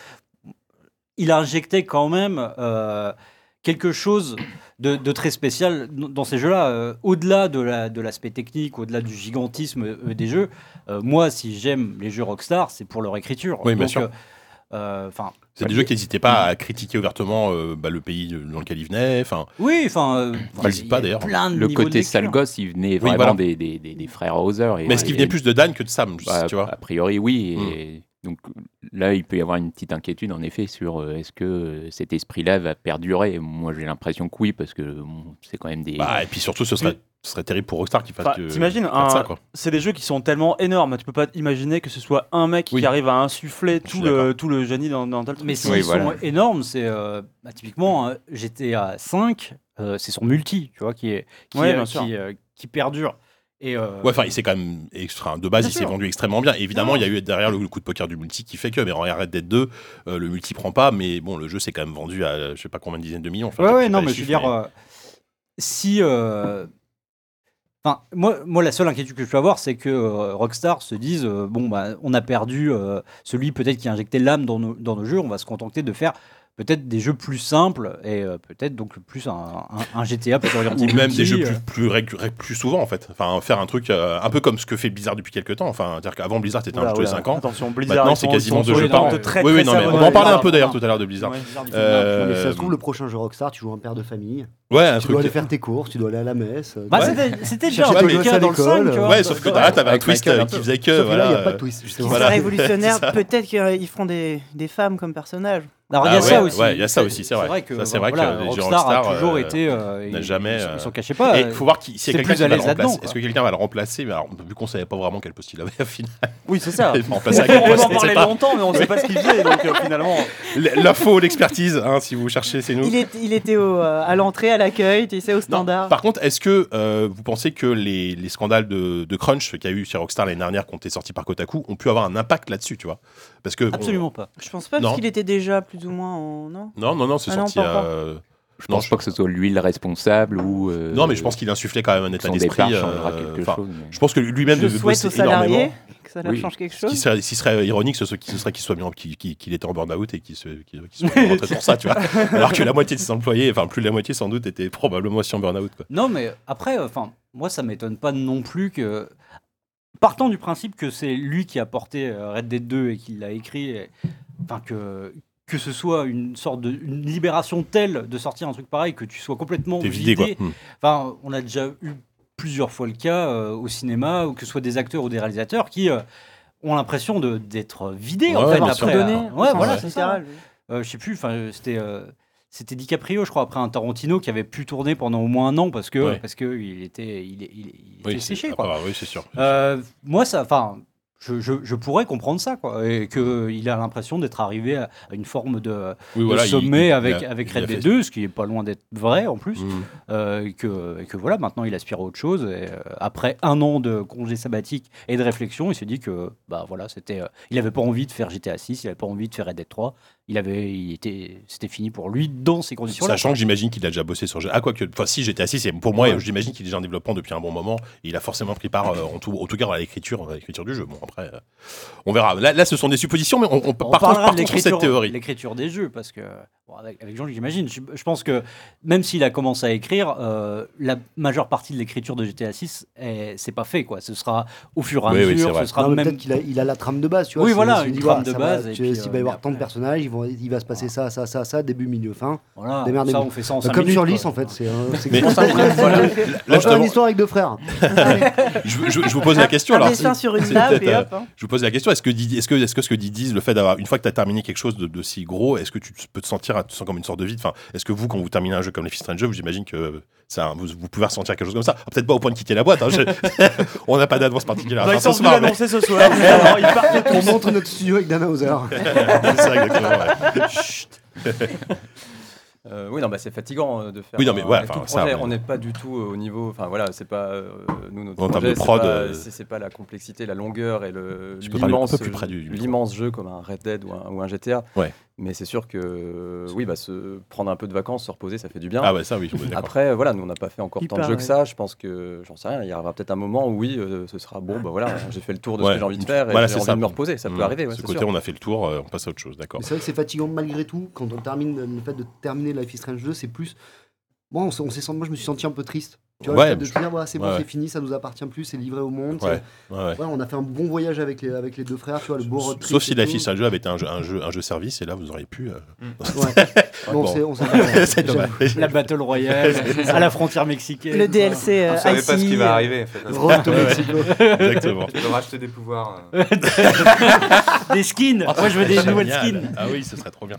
[SPEAKER 2] il a injecté quand même euh, quelque chose de, de très spécial dans dans ces jeux-là. Euh, au-delà de, la, de l'aspect technique, au-delà du gigantisme euh, des jeux, euh, moi, si j'aime les jeux Rockstar, c'est pour leur écriture.
[SPEAKER 1] Oui, bien
[SPEAKER 2] Donc,
[SPEAKER 1] sûr.
[SPEAKER 2] euh, euh, 'fin,
[SPEAKER 1] C'est des jeux qui n'hésitaient pas
[SPEAKER 2] Mm.
[SPEAKER 1] à critiquer ouvertement euh, bah, le pays dans lequel ils venaient. Enfin,
[SPEAKER 2] Oui, enfin. euh, enfin,
[SPEAKER 1] n'hésite pas,
[SPEAKER 2] il y a
[SPEAKER 1] d'ailleurs.
[SPEAKER 2] plein de
[SPEAKER 6] Le
[SPEAKER 2] niveaux de
[SPEAKER 6] côté sale
[SPEAKER 2] lecture.
[SPEAKER 6] gosse, il venait vraiment
[SPEAKER 1] voilà.
[SPEAKER 6] des, des, des, des frères Hauser. Et,
[SPEAKER 1] mais est-ce
[SPEAKER 6] et-
[SPEAKER 1] qu'il venait plus de Dan que de Sam,
[SPEAKER 6] bah,
[SPEAKER 1] tu vois Hmm.
[SPEAKER 6] A priori, oui. et Donc là, il peut y avoir une petite inquiétude, en effet, sur euh, est-ce que euh, cet esprit-là va perdurer. Moi, j'ai l'impression que oui, parce que bon, c'est quand même des.
[SPEAKER 1] Bah, et puis surtout, ce serait, ce serait terrible pour Rockstar qu'ils fassent
[SPEAKER 7] Enfin,
[SPEAKER 1] que-
[SPEAKER 7] t'imagines,
[SPEAKER 1] qu'ils fassent
[SPEAKER 7] un-
[SPEAKER 1] ça, quoi.
[SPEAKER 7] C'est des jeux qui sont tellement énormes. Tu peux pas imaginer que ce soit un mec
[SPEAKER 1] Oui.
[SPEAKER 7] qui arrive à insuffler
[SPEAKER 1] suis
[SPEAKER 7] tout le, tout le génie dans, dans tel truc.
[SPEAKER 2] Mais
[SPEAKER 7] tu
[SPEAKER 2] s'ils
[SPEAKER 7] vois.
[SPEAKER 6] Oui,
[SPEAKER 2] sont
[SPEAKER 6] voilà.
[SPEAKER 2] énormes, c'est euh, bah, typiquement euh, GTA 5, euh, c'est son multi, tu vois, qui, est, qui,
[SPEAKER 7] Ouais,
[SPEAKER 2] euh,
[SPEAKER 7] bien sûr.
[SPEAKER 2] qui, euh, qui perdure. Et, euh,
[SPEAKER 1] Ouais, enfin, il s'est quand même extra. De base,
[SPEAKER 7] Bien
[SPEAKER 1] il s'est
[SPEAKER 7] sûr.
[SPEAKER 1] vendu extrêmement bien. Évidemment, il y a eu derrière le coup de poker du multi qui fait que, mais en Red Dead 2, euh, le multi prend pas, mais bon, le jeu s'est quand même vendu à euh, je sais pas combien de dizaines de millions. Enfin,
[SPEAKER 2] ouais,
[SPEAKER 1] j'ai-
[SPEAKER 2] ouais,
[SPEAKER 1] j'ai
[SPEAKER 2] non,
[SPEAKER 1] pas les
[SPEAKER 2] mais je veux
[SPEAKER 1] chiffres,
[SPEAKER 2] dire, euh, si. euh, Enfin, moi, moi, la seule inquiétude que je peux avoir, c'est que euh, Rockstar se dise euh, bon, bah, on a perdu euh, celui peut-être qui a injecté l'âme dans nos, dans nos jeux, on va se contenter de faire peut-être des jeux plus simples et euh, peut-être donc plus un, un- un GTA
[SPEAKER 1] [LAUGHS]
[SPEAKER 2] peut-être orienté
[SPEAKER 1] Ou même
[SPEAKER 2] multi,
[SPEAKER 1] des jeux
[SPEAKER 2] euh,
[SPEAKER 1] plus, plus, rég- rég- plus souvent en fait. Enfin, faire un truc euh, un peu comme ce que fait Blizzard depuis quelques temps. Enfin, dire qu'avant Blizzard c'était un
[SPEAKER 2] Oula,
[SPEAKER 1] jeu tous les
[SPEAKER 2] oula.
[SPEAKER 1] 5 ans.
[SPEAKER 7] Attention, Blizzard.
[SPEAKER 1] Maintenant
[SPEAKER 7] ils
[SPEAKER 1] c'est
[SPEAKER 7] sont-
[SPEAKER 1] quasiment
[SPEAKER 7] ils sont
[SPEAKER 1] deux jeux
[SPEAKER 7] sur
[SPEAKER 1] par an.
[SPEAKER 7] une
[SPEAKER 1] Oui,
[SPEAKER 7] pente très,
[SPEAKER 1] oui,
[SPEAKER 7] très
[SPEAKER 1] non, mais on en
[SPEAKER 7] savonneuse.
[SPEAKER 1] parlait un peu
[SPEAKER 2] Pardon.
[SPEAKER 1] d'ailleurs tout à l'heure de Blizzard.
[SPEAKER 7] Ouais, Blizzard, ils font bien.
[SPEAKER 1] Euh,
[SPEAKER 3] Mais ça se trouve, le prochain jeu Rockstar, tu joues un père de famille,
[SPEAKER 1] Ouais, un
[SPEAKER 3] tu dois
[SPEAKER 1] truc.
[SPEAKER 3] aller faire tes courses, tu dois aller à la messe.
[SPEAKER 2] Bah,
[SPEAKER 1] Ouais.
[SPEAKER 2] c'était- C'était déjà
[SPEAKER 3] Chercher
[SPEAKER 2] un
[SPEAKER 1] ton
[SPEAKER 2] peu le
[SPEAKER 3] gosse
[SPEAKER 2] cas
[SPEAKER 3] à
[SPEAKER 2] dans le
[SPEAKER 3] l'école,
[SPEAKER 2] 5, tu
[SPEAKER 3] euh.
[SPEAKER 2] vois.
[SPEAKER 1] Ouais, sauf que là, t'avais un
[SPEAKER 6] Avec
[SPEAKER 1] twist
[SPEAKER 6] Michael
[SPEAKER 1] euh,
[SPEAKER 6] un
[SPEAKER 1] qui
[SPEAKER 6] peu.
[SPEAKER 1] faisait que.
[SPEAKER 3] Sauf que là, il n'y
[SPEAKER 1] voilà,
[SPEAKER 3] a pas de twist, justement.
[SPEAKER 1] Voilà.
[SPEAKER 4] C'est
[SPEAKER 1] [LAUGHS]
[SPEAKER 4] révolutionnaire.
[SPEAKER 1] C'est ça.
[SPEAKER 4] Peut-être qu'ils feront des, des femmes comme personnage.
[SPEAKER 2] Alors, il y
[SPEAKER 1] Ah
[SPEAKER 2] a ça
[SPEAKER 1] ouais,
[SPEAKER 2] aussi.
[SPEAKER 1] ouais, il y a ça aussi, c'est vrai.
[SPEAKER 2] que,
[SPEAKER 1] Ça, c'est
[SPEAKER 2] voilà,
[SPEAKER 1] vrai que les jeux
[SPEAKER 2] Rockstar,
[SPEAKER 1] Rockstar,
[SPEAKER 2] a toujours
[SPEAKER 1] euh,
[SPEAKER 2] été. euh,
[SPEAKER 1] n'a
[SPEAKER 2] ils-
[SPEAKER 1] jamais,
[SPEAKER 2] Ils s'en-
[SPEAKER 1] euh,
[SPEAKER 2] ils s'en cachaient pas.
[SPEAKER 1] Et il faut voir qui- s'il y a
[SPEAKER 2] c'est
[SPEAKER 1] quelqu'un
[SPEAKER 2] plus
[SPEAKER 1] qui
[SPEAKER 2] à
[SPEAKER 1] va le
[SPEAKER 2] l'aise là-dedans,
[SPEAKER 1] remplacer.
[SPEAKER 2] quoi.
[SPEAKER 1] Est-ce que quelqu'un va le remplacer Mais alors, Vu qu'on savait pas vraiment quel poste il avait, au final,
[SPEAKER 7] Oui, c'est ça.
[SPEAKER 1] il va
[SPEAKER 7] On
[SPEAKER 1] remplacer
[SPEAKER 7] [LAUGHS]
[SPEAKER 1] à quel
[SPEAKER 7] peut
[SPEAKER 1] poste
[SPEAKER 7] en
[SPEAKER 1] on sait
[SPEAKER 7] parler
[SPEAKER 1] pas.
[SPEAKER 7] longtemps, mais on ne sait pas ce qu'il faisait, donc euh, finalement.
[SPEAKER 1] L'info, l'expertise, hein, si vous cherchez, c'est nous.
[SPEAKER 4] Il, est, il était au, euh, à l'entrée, à l'accueil, tu sais, au
[SPEAKER 1] Non.
[SPEAKER 4] standard.
[SPEAKER 1] Par contre, est-ce que euh, vous pensez que les, les scandales de, de crunch qu'il y a eu chez Rockstar l'année dernière, qui ont été sortis par Kotaku, ont pu avoir un impact là-dessus, tu vois Parce que bon,
[SPEAKER 2] Absolument pas.
[SPEAKER 4] Je pense pas,
[SPEAKER 1] Non.
[SPEAKER 4] parce qu'il était déjà plus ou moins en. Non
[SPEAKER 1] euh, non, non, non, c'est
[SPEAKER 4] Ah non,
[SPEAKER 1] sorti.
[SPEAKER 4] pas encore.
[SPEAKER 1] euh,
[SPEAKER 6] Je
[SPEAKER 1] Non,
[SPEAKER 6] pense
[SPEAKER 1] je-
[SPEAKER 6] pas que ce soit lui le responsable ou. euh,
[SPEAKER 1] Non, mais je pense qu'il insufflait quand même un état
[SPEAKER 6] son
[SPEAKER 1] d'esprit.
[SPEAKER 6] départ
[SPEAKER 1] euh,
[SPEAKER 6] changera quelque
[SPEAKER 1] enfin,
[SPEAKER 6] chose. mais-
[SPEAKER 1] Je pense que lui-même
[SPEAKER 4] Je
[SPEAKER 1] devait
[SPEAKER 4] souhaite
[SPEAKER 1] bosser
[SPEAKER 4] aux salariés
[SPEAKER 1] énormément.
[SPEAKER 4] que ça leur
[SPEAKER 6] Oui.
[SPEAKER 4] change quelque
[SPEAKER 1] Ce qui
[SPEAKER 4] chose.
[SPEAKER 1] serait, ce qui serait ironique, ce serait ce serait qu'il soit mis en- qu'il qu'il- qu'il était en burn-out et qu'il se- qu'il- qu'il soit rentré pour ça, tu
[SPEAKER 4] [LAUGHS]
[SPEAKER 1] vois. Alors que la moitié de ses employés, enfin plus de la moitié sans doute, était probablement aussi en burn-out. quoi.
[SPEAKER 2] Non, mais après, enfin, moi, ça m'étonne pas non plus que. Partant du principe que c'est lui qui a porté euh, Red Dead 2 et qui l'a écrit, et- enfin que que ce soit une sorte de une libération telle de sortir un truc pareil que tu sois complètement
[SPEAKER 1] T'es vidé, quoi. Hmm.
[SPEAKER 2] Enfin, on a déjà eu plusieurs fois le cas euh, au cinéma, ou que ce soit des acteurs ou des réalisateurs qui euh, ont l'impression de- d'être vidés en
[SPEAKER 1] Ouais,
[SPEAKER 2] fait
[SPEAKER 1] ouais,
[SPEAKER 2] après.
[SPEAKER 1] bien sûr.
[SPEAKER 2] euh, Ouais, voilà,
[SPEAKER 1] ouais.
[SPEAKER 2] c'est ça. Euh, je sais plus, enfin, euh, c'était. euh, C'était DiCaprio, je crois, après un Tarantino qui avait pu tourner pendant au moins un an parce que
[SPEAKER 1] Ouais.
[SPEAKER 2] parce que il était il, il- il était
[SPEAKER 1] Oui, c'est-
[SPEAKER 2] séché
[SPEAKER 1] ah,
[SPEAKER 2] quoi.
[SPEAKER 1] bah, oui, c'est sûr.
[SPEAKER 2] Euh, moi ça, enfin, je, je- je pourrais comprendre ça quoi et que il a l'impression d'être arrivé à, à une forme de,
[SPEAKER 1] Oui,
[SPEAKER 2] de
[SPEAKER 1] voilà, il-
[SPEAKER 2] sommet
[SPEAKER 1] il a-
[SPEAKER 2] avec
[SPEAKER 1] il a
[SPEAKER 2] avec
[SPEAKER 1] fait
[SPEAKER 2] Red Dead
[SPEAKER 1] ça.
[SPEAKER 2] 2, ce qui est pas loin d'être vrai en plus.
[SPEAKER 1] Hmm.
[SPEAKER 2] Euh, et, que, et que voilà, maintenant il aspire à autre chose. Et, euh, après un an de congé sabbatique et de réflexion, il s'est dit que bah voilà, c'était, euh, il n'avait pas envie de faire GTA 6, il n'avait pas envie de faire Red Dead 3. Il avait, il était, c'était fini pour lui dans ces conditions-là.
[SPEAKER 1] Sachant que j'imagine qu'il a déjà bossé sur. Ah, quoi que. Enfin, si j'étais assis, c'est pour moi, j'imagine qu'il est déjà en développement depuis un bon moment. Et il a forcément pris part, euh, en, tout, en tout cas, à l'écriture, à l'écriture du jeu. Bon, après, euh, on verra. Là, là, ce sont des suppositions, mais on, on- par
[SPEAKER 2] On
[SPEAKER 1] contre,
[SPEAKER 2] parlera
[SPEAKER 1] partons sur cette théorie.
[SPEAKER 2] l'écriture des jeux, parce que bon, avec, avec Jean, j'imagine, je, je pense que même s'il a commencé à écrire, euh, la majeure partie de l'écriture de GTA 6, eh, c'est pas fait quoi. Ce sera au fur et à
[SPEAKER 1] Oui, oui, c'est
[SPEAKER 2] mesure,
[SPEAKER 1] vrai.
[SPEAKER 2] ce sera
[SPEAKER 3] Non, mais
[SPEAKER 2] même
[SPEAKER 3] Peut-être qu'il a, il a la trame de base, tu vois.
[SPEAKER 2] Oui,
[SPEAKER 3] c'est-
[SPEAKER 2] voilà,
[SPEAKER 3] c'est-
[SPEAKER 2] une
[SPEAKER 3] il
[SPEAKER 2] trame
[SPEAKER 3] va,
[SPEAKER 2] de
[SPEAKER 3] ça
[SPEAKER 2] base,
[SPEAKER 3] va,
[SPEAKER 2] et
[SPEAKER 3] tu-
[SPEAKER 2] puis,
[SPEAKER 3] S'il
[SPEAKER 2] euh,
[SPEAKER 3] va y avoir
[SPEAKER 2] mais
[SPEAKER 3] tant de
[SPEAKER 2] après-
[SPEAKER 3] personnages, ils vont, il va se passer ça, ça, ça, ça, début, milieu, fin.
[SPEAKER 2] Voilà,
[SPEAKER 3] Démerdez-vous.
[SPEAKER 2] ça on fait ça en
[SPEAKER 3] Bah,
[SPEAKER 2] cinq
[SPEAKER 3] comme
[SPEAKER 2] minutes,
[SPEAKER 3] sur
[SPEAKER 2] quoi.
[SPEAKER 3] Lys, en fait. C'est un-
[SPEAKER 2] [LAUGHS]
[SPEAKER 3] c'est
[SPEAKER 1] Mais-
[SPEAKER 3] exactement ça. [LAUGHS]
[SPEAKER 1] Voilà. Là,
[SPEAKER 3] Encore
[SPEAKER 1] justement,
[SPEAKER 3] une histoire avec deux frères.
[SPEAKER 1] [LAUGHS]
[SPEAKER 3] Ah,
[SPEAKER 1] je, je- je vous pose la question.
[SPEAKER 4] Un
[SPEAKER 1] alors,
[SPEAKER 4] dessin sur une
[SPEAKER 1] c'est
[SPEAKER 4] table
[SPEAKER 1] peut-être,
[SPEAKER 4] et
[SPEAKER 1] euh,
[SPEAKER 4] hop. hein.
[SPEAKER 1] je vous pose la question. Est-ce que, Didi- est-ce que, est-ce que ce que dit disent, le fait d'avoir, une fois que tu as terminé quelque chose de, de si gros, est-ce que tu te- peux te sentir à- tu te sens comme une sorte de vide Enfin, est-ce que vous, quand vous terminez un jeu comme les Fist Jeux, j'imagine que ça, vous, vous pouvez ressentir quelque chose comme ça. Ah, Peut-être pas au point de quitter la boîte. hein, je- [LAUGHS] on n'a pas d'avance particulière. à
[SPEAKER 7] Bah,
[SPEAKER 1] faire ce
[SPEAKER 7] ils sont venus
[SPEAKER 1] soir, mais-
[SPEAKER 7] l'annoncer ce soir.
[SPEAKER 1] [LAUGHS]
[SPEAKER 7] Alors, ils partent
[SPEAKER 3] On montre notre studio avec Dana Hauser.
[SPEAKER 8] [LAUGHS]
[SPEAKER 1] C'est ça, exactement, ouais.
[SPEAKER 8] Euh, oui, non, bah, c'est fatigant euh, de faire.
[SPEAKER 1] Oui, non, mais
[SPEAKER 8] un-
[SPEAKER 1] ouais,
[SPEAKER 8] un
[SPEAKER 1] enfin,
[SPEAKER 8] tout
[SPEAKER 1] ça,
[SPEAKER 8] projet.
[SPEAKER 1] mais-
[SPEAKER 8] On n'est pas du tout euh, au niveau. Enfin, voilà, c'est pas. euh, nous, notre
[SPEAKER 1] En termes
[SPEAKER 8] projet,
[SPEAKER 1] de
[SPEAKER 8] c'est
[SPEAKER 1] prod,
[SPEAKER 8] pas-
[SPEAKER 1] euh,
[SPEAKER 8] C'est c'est pas la complexité, la longueur et le.
[SPEAKER 1] Tu peux parler un
[SPEAKER 8] l'immense
[SPEAKER 1] peu plus
[SPEAKER 8] jeu-
[SPEAKER 1] près du- du micro.
[SPEAKER 8] L'immense jeu comme un Red Dead ou un, ou un GTA.
[SPEAKER 1] Ouais.
[SPEAKER 8] Mais c'est sûr que. euh, Oui, bah, se prendre un peu de vacances, se reposer, ça fait du bien.
[SPEAKER 1] Ah ouais, ça oui, je suis d'accord.
[SPEAKER 8] Après, voilà, nous, on n'a pas fait encore
[SPEAKER 4] Il
[SPEAKER 8] tant de jeux
[SPEAKER 4] paraît.
[SPEAKER 8] que ça. Je pense que, j'en sais rien, il y aura peut-être un moment où, oui, euh, ce sera bon, bah voilà, j'ai fait le tour de ce
[SPEAKER 1] Ouais.
[SPEAKER 8] que j'ai envie de faire et
[SPEAKER 1] Voilà,
[SPEAKER 8] j'ai
[SPEAKER 1] c'est
[SPEAKER 8] envie
[SPEAKER 1] ça.
[SPEAKER 8] de me reposer. Ça
[SPEAKER 1] Mmh.
[SPEAKER 8] peut arriver, ouais,
[SPEAKER 1] Ce
[SPEAKER 8] c'est
[SPEAKER 1] côté,
[SPEAKER 8] sûr.
[SPEAKER 1] on a fait le tour, euh, on passe à autre chose, d'accord.
[SPEAKER 3] Mais C'est vrai que c'est fatigant malgré tout. Quand on termine le fait de terminer Life is Strange 2, c'est plus. Moi, on s'est- on s'est senti- moi, je me suis senti un peu triste. Tu vois,
[SPEAKER 1] Ouais,
[SPEAKER 3] le fait de
[SPEAKER 1] je-
[SPEAKER 3] te dire, voilà, c'est bon,
[SPEAKER 1] ouais.
[SPEAKER 3] c'est fini, ça nous appartient plus, c'est livré au monde.
[SPEAKER 1] Ouais,
[SPEAKER 3] c'est-
[SPEAKER 1] Ouais, ouais.
[SPEAKER 3] Voilà, on a fait un bon voyage avec les, avec les deux frères, tu vois, le beau road trip.
[SPEAKER 1] Sauf si
[SPEAKER 3] et
[SPEAKER 1] la
[SPEAKER 3] tout.
[SPEAKER 1] fiche à jeu avait été un jeu, un jeu, un jeu service, et là vous auriez pu. euh,
[SPEAKER 2] Hmm.
[SPEAKER 3] Ouais.
[SPEAKER 1] [LAUGHS]
[SPEAKER 3] Bon,
[SPEAKER 1] Bon.
[SPEAKER 3] c'est-
[SPEAKER 1] [LAUGHS]
[SPEAKER 3] on s'est-
[SPEAKER 1] c'est dommage.
[SPEAKER 2] [LAUGHS] La
[SPEAKER 3] [LAUGHS]
[SPEAKER 2] Battle
[SPEAKER 1] [LAUGHS]
[SPEAKER 2] Royale à la frontière mexicaine.
[SPEAKER 4] Le DLC.
[SPEAKER 5] On
[SPEAKER 4] euh,
[SPEAKER 5] savait pas ce
[SPEAKER 4] ICI,
[SPEAKER 5] qui
[SPEAKER 4] euh,
[SPEAKER 5] va arriver. en fait.
[SPEAKER 3] Road to Mexico.
[SPEAKER 1] Exactement.
[SPEAKER 5] Tu peux racheter des pouvoirs. euh.
[SPEAKER 2] [LAUGHS] Des skins. Moi, je veux des
[SPEAKER 1] Ah, Génial.
[SPEAKER 2] nouvelles skins.
[SPEAKER 1] Ah oui, ce serait trop bien.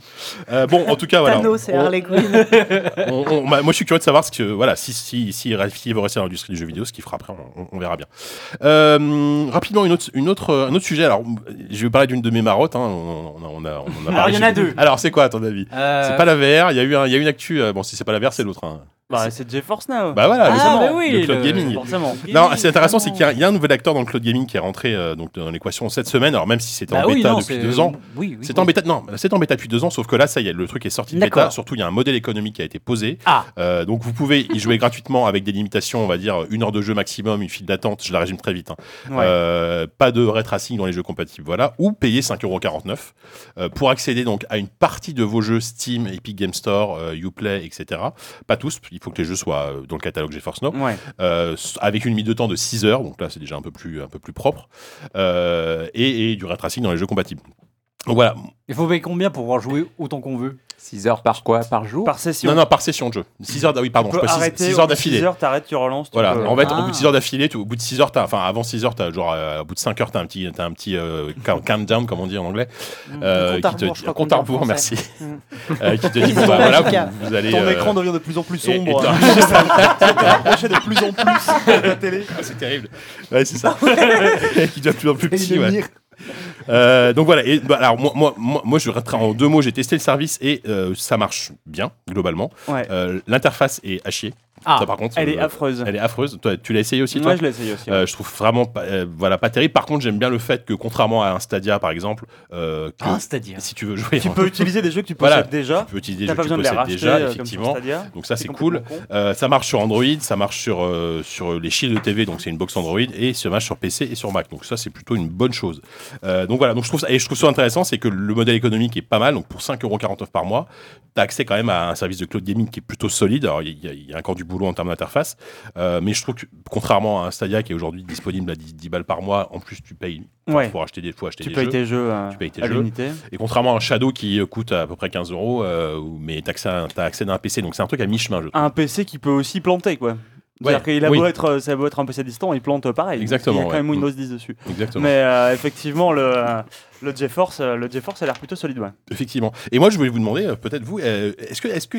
[SPEAKER 1] Euh, bon, en tout cas, voilà.
[SPEAKER 4] Thanos et
[SPEAKER 1] On-
[SPEAKER 4] Harley Quinn.
[SPEAKER 1] [LAUGHS] on- on- bah, moi, je suis curieux de savoir ce que, voilà, si, si, si Ralphie veut rester dans l'industrie du jeu vidéo, ce qu'il fera après, on, on verra bien. Euh, rapidement, une autre, une autre, un autre sujet. Alors, je vais parler d'une de mes marottes. hein. On, on a, on a- on a
[SPEAKER 2] Alors,
[SPEAKER 1] parlé
[SPEAKER 2] il y en a
[SPEAKER 1] chez-
[SPEAKER 2] deux.
[SPEAKER 1] euh, Alors, c'est quoi, à ton avis C'est pas la VR. Il y a eu, un- il y a eu une actu. euh, bon, si c'est pas la VR, c'est l'autre. hein.
[SPEAKER 7] Bah, c'est GeForce Now.
[SPEAKER 1] Bah voilà,
[SPEAKER 7] ah,
[SPEAKER 1] justement,
[SPEAKER 7] bah oui,
[SPEAKER 1] le cloud gaming.
[SPEAKER 7] Forcément.
[SPEAKER 1] Non, c'est intéressant, c'est qu'il y, a- il y a un nouvel acteur dans le cloud gaming qui est rentré euh, donc, dans l'équation cette semaine. Alors, même si c'était en
[SPEAKER 2] Bah oui,
[SPEAKER 1] bêta
[SPEAKER 2] non,
[SPEAKER 1] depuis
[SPEAKER 2] c'est-
[SPEAKER 1] deux ans,
[SPEAKER 2] Oui, oui,
[SPEAKER 1] c'est
[SPEAKER 2] oui.
[SPEAKER 1] en bêta. Non, bah, c'est en bêta depuis deux ans, sauf que là, ça y est, le truc est sorti de
[SPEAKER 2] D'accord.
[SPEAKER 1] bêta. Surtout, il y a un modèle économique qui a été posé.
[SPEAKER 2] Ah.
[SPEAKER 1] Euh, donc, vous pouvez y jouer [LAUGHS] gratuitement avec des limitations, on va dire une heure de jeu maximum, une file d'attente. Je la résume très vite. hein.
[SPEAKER 7] Ouais.
[SPEAKER 1] Euh, pas de ray tracing dans les jeux compatibles, voilà. Ou payer 5,49€ euh, pour accéder donc à une partie de vos jeux Steam, Epic Game Store, euh, Uplay, etc. Pas tous, il faut que les jeux soient euh, dans le catalogue GeForce Now.
[SPEAKER 7] Ouais.
[SPEAKER 1] Euh, s- avec une limite de temps de 6 heures, donc là c'est déjà un peu plus, un peu plus propre, euh, et, et du ray tracing dans les jeux compatibles. Donc voilà,
[SPEAKER 2] Il faut payer combien pour pouvoir jouer autant qu'on veut
[SPEAKER 6] 6 heures par quoi Par jour
[SPEAKER 7] Par session.
[SPEAKER 1] non, non, par session de jeu. 6 heures, d- oui, pardon, Ah
[SPEAKER 7] Tu
[SPEAKER 1] je
[SPEAKER 7] peux
[SPEAKER 1] précise,
[SPEAKER 7] arrêter
[SPEAKER 1] 6
[SPEAKER 7] au
[SPEAKER 1] heures
[SPEAKER 7] bout de six
[SPEAKER 1] d'affilée.
[SPEAKER 7] heures, t'arrêtes, tu relances. tu
[SPEAKER 1] Voilà,
[SPEAKER 7] peux-
[SPEAKER 1] en fait, au
[SPEAKER 2] Ah.
[SPEAKER 1] bout de 6 heures d'affilée, tu- au bout de 6 heures, t'as- enfin, avant 6 heures, t'as genre, euh, au bout de 5 heures, t'as un petit, t'as un petit euh, ca- countdown, comme on dit en anglais, euh,
[SPEAKER 4] Mm. compte à
[SPEAKER 1] qui te
[SPEAKER 4] rebours, je
[SPEAKER 1] dit,
[SPEAKER 4] crois qu'on
[SPEAKER 1] compte
[SPEAKER 4] dit
[SPEAKER 1] à
[SPEAKER 4] en
[SPEAKER 1] rebours,
[SPEAKER 4] français. Mm.
[SPEAKER 1] merci, [LAUGHS] Euh, qui te dit,
[SPEAKER 4] [LAUGHS]
[SPEAKER 1] bon, bah, voilà, vous, vous allez.
[SPEAKER 7] Ton
[SPEAKER 1] euh,
[SPEAKER 7] écran devient de plus en plus
[SPEAKER 1] et- et
[SPEAKER 7] sombre. [LAUGHS]
[SPEAKER 1] t'as-
[SPEAKER 7] rapproché de plus
[SPEAKER 1] [LAUGHS]
[SPEAKER 7] en plus de la télé.
[SPEAKER 1] Ah, c'est terrible. Ouais, c'est
[SPEAKER 4] [LAUGHS]
[SPEAKER 1] ça. [LAUGHS] qui devient de plus en plus
[SPEAKER 3] Et
[SPEAKER 1] petit,
[SPEAKER 3] le
[SPEAKER 1] ouais.
[SPEAKER 3] mire.
[SPEAKER 1] Euh, donc voilà, et, bah, alors moi, moi, moi, moi, je rattrape en deux mots, j'ai testé le service et euh, ça marche bien, globalement.
[SPEAKER 7] Ouais.
[SPEAKER 1] Euh, L'interface est à chier.
[SPEAKER 2] Ah,
[SPEAKER 1] Ça, par contre,
[SPEAKER 7] Elle
[SPEAKER 1] euh,
[SPEAKER 7] est affreuse.
[SPEAKER 1] elle est affreuse. Toi, tu l'as essayé aussi, toi
[SPEAKER 7] Moi, je l'ai essayé aussi.
[SPEAKER 1] Euh, je trouve vraiment pas, euh, voilà, pas terrible. Par contre, j'aime bien le fait que, contrairement à un Stadia, par exemple, euh, que
[SPEAKER 2] Ah, c'est-à-dire.
[SPEAKER 1] si tu veux jouer,
[SPEAKER 7] Tu
[SPEAKER 1] en-
[SPEAKER 7] peux utiliser des jeux que tu
[SPEAKER 1] Voilà.
[SPEAKER 7] possèdes déjà.
[SPEAKER 1] tu peux utiliser des
[SPEAKER 7] T'as
[SPEAKER 1] jeux que
[SPEAKER 7] pas
[SPEAKER 1] tu
[SPEAKER 7] besoin de les
[SPEAKER 1] possèdes
[SPEAKER 7] racheter,
[SPEAKER 1] déjà,
[SPEAKER 7] euh, comme sur
[SPEAKER 1] effectivement.
[SPEAKER 7] Stadia.
[SPEAKER 1] Donc ça, c'est cool.
[SPEAKER 7] complètement con.
[SPEAKER 1] Euh, ça marche sur Android, ça marche sur, euh, sur les shields de TV, donc c'est une box Android, et ça marche sur PC et sur Mac. Donc ça, c'est plutôt une bonne chose. Euh, donc voilà, donc je trouve ça, et je trouve ça intéressant, c'est que le modèle économique est pas mal. Donc pour 5,49€ par mois, tu as accès quand même à un service de cloud gaming qui est plutôt solide. Alors il y, a- il y a encore du boulot en termes d'interface, euh, mais je trouve que contrairement à un Stadia qui est aujourd'hui disponible à 10, 10 balles par mois, en plus tu payes
[SPEAKER 7] Ouais.
[SPEAKER 1] pour acheter des, faut acheter
[SPEAKER 7] Tu
[SPEAKER 1] des
[SPEAKER 7] payes
[SPEAKER 1] jeux.
[SPEAKER 7] tes jeux euh,
[SPEAKER 1] Tu payes tes
[SPEAKER 7] à
[SPEAKER 1] jeux.
[SPEAKER 7] l'unité.
[SPEAKER 1] Et contrairement à un Shadow qui euh, coûte à peu près 15 euros, euh, mais t'as accès, à- t'as accès à un PC, donc c'est un truc à mi-chemin, je trouve.
[SPEAKER 7] Ah. Un PC qui peut aussi planter, quoi. C'est-à-dire
[SPEAKER 1] Ouais,
[SPEAKER 7] qu'il a
[SPEAKER 1] oui.
[SPEAKER 7] beau être, euh, ça a beau être un PC distant, il plante euh, pareil.
[SPEAKER 1] Exactement,
[SPEAKER 7] Il y a quand
[SPEAKER 1] ouais. Mm.
[SPEAKER 7] même Windows 10 dessus.
[SPEAKER 1] Exactement.
[SPEAKER 7] Mais euh, effectivement, le, euh, le GeForce, euh, le GeForce a l'air plutôt solide, ouais.
[SPEAKER 1] Effectivement. Et moi, je voulais vous demander, euh, peut-être vous, euh, est-ce que, est-ce que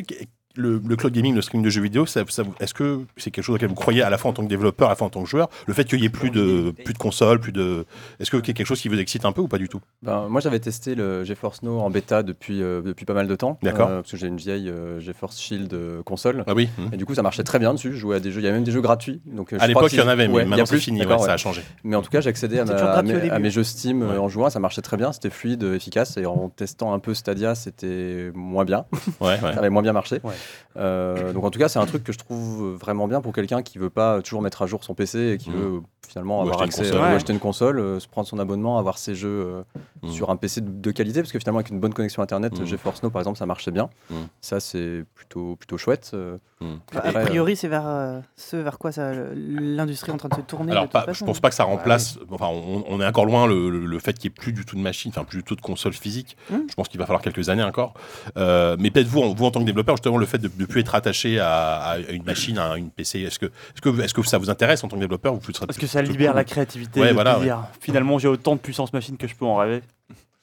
[SPEAKER 1] le, le cloud gaming, le streaming de jeux vidéo, ça, ça vous- est-ce que c'est quelque chose auquel vous croyez à la fois en tant que développeur, à la fois en tant que joueur Le fait qu'il y ait plus de, plus de consoles, plus de. Est-ce que c'est quelque chose qui vous excite un peu ou pas du tout
[SPEAKER 8] Ben, moi, j'avais testé le GeForce Now en bêta depuis, euh, depuis pas mal de temps.
[SPEAKER 1] D'accord.
[SPEAKER 8] Euh, parce que j'ai une vieille euh, GeForce Shield euh, console.
[SPEAKER 1] Ah oui. mhm.
[SPEAKER 8] Et du coup, ça marchait très bien dessus. Je jouais à des jeux. Il y avait même des jeux gratuits. Donc, euh, je crois
[SPEAKER 1] À l'époque, il
[SPEAKER 8] qu'ils-
[SPEAKER 1] y en avait, mais
[SPEAKER 8] Ouais, il y a
[SPEAKER 1] maintenant c'est
[SPEAKER 8] plus,
[SPEAKER 1] fini, ouais,
[SPEAKER 8] d'accord,
[SPEAKER 1] ça
[SPEAKER 8] ouais.
[SPEAKER 1] a changé.
[SPEAKER 8] Mais en tout cas, j'accédais à,
[SPEAKER 4] C'est
[SPEAKER 8] ma-
[SPEAKER 4] toujours
[SPEAKER 8] à
[SPEAKER 4] gratuit au
[SPEAKER 8] mes, à
[SPEAKER 4] début.
[SPEAKER 8] mes jeux Steam euh,
[SPEAKER 1] Ouais.
[SPEAKER 8] en jouant. Ça marchait très bien. C'était fluide, euh, efficace. Et en testant un peu Stadia, c'était moins bien.
[SPEAKER 1] [LAUGHS] Ouais, ouais.
[SPEAKER 8] Ça avait moins bien marché.
[SPEAKER 7] Ouais.
[SPEAKER 8] Euh, donc, en tout cas, c'est un truc que je trouve vraiment bien pour quelqu'un qui veut pas toujours mettre à jour son PC et qui
[SPEAKER 1] Mhm.
[SPEAKER 8] veut euh, finalement
[SPEAKER 1] Ou
[SPEAKER 8] avoir
[SPEAKER 1] acheter
[SPEAKER 8] accès
[SPEAKER 1] une console.
[SPEAKER 8] à
[SPEAKER 7] Ouais.
[SPEAKER 8] acheter une console, euh, se prendre son abonnement, avoir ses jeux. euh,
[SPEAKER 1] Mhm.
[SPEAKER 8] sur un PC de, de qualité, parce que finalement avec une bonne connexion internet,
[SPEAKER 1] Mm.
[SPEAKER 8] GeForce Now par exemple, ça marchait bien.
[SPEAKER 1] Mm.
[SPEAKER 8] Ça c'est plutôt plutôt chouette. euh.
[SPEAKER 1] Mm.
[SPEAKER 4] A
[SPEAKER 8] Après,
[SPEAKER 4] priori, c'est vers euh, ce vers quoi ça l'industrie est en train de se tourner.
[SPEAKER 1] Alors,
[SPEAKER 4] de toute
[SPEAKER 1] pas- je
[SPEAKER 4] façon.
[SPEAKER 1] pense pas que ça remplace. Enfin, on, on est encore loin le, le- le fait qu'il n'y ait plus du tout de machines, enfin plus du tout de consoles physiques.
[SPEAKER 4] Hmm.
[SPEAKER 1] Je pense qu'il va falloir quelques années encore. Euh, mais peut-être vous, en- vous en tant que développeur, justement, le fait de ne plus être attaché à, à une machine, à une PC, est-ce que, est-ce que, est-ce que ça vous intéresse en tant que développeur vous serez
[SPEAKER 7] Parce que
[SPEAKER 1] plutôt-
[SPEAKER 7] ça
[SPEAKER 1] plutôt
[SPEAKER 7] libère
[SPEAKER 1] cool.
[SPEAKER 7] la créativité.
[SPEAKER 1] Ouais,
[SPEAKER 7] le
[SPEAKER 1] voilà,
[SPEAKER 7] plaisir. Finalement, j'ai autant de puissance machine que je peux en rêver.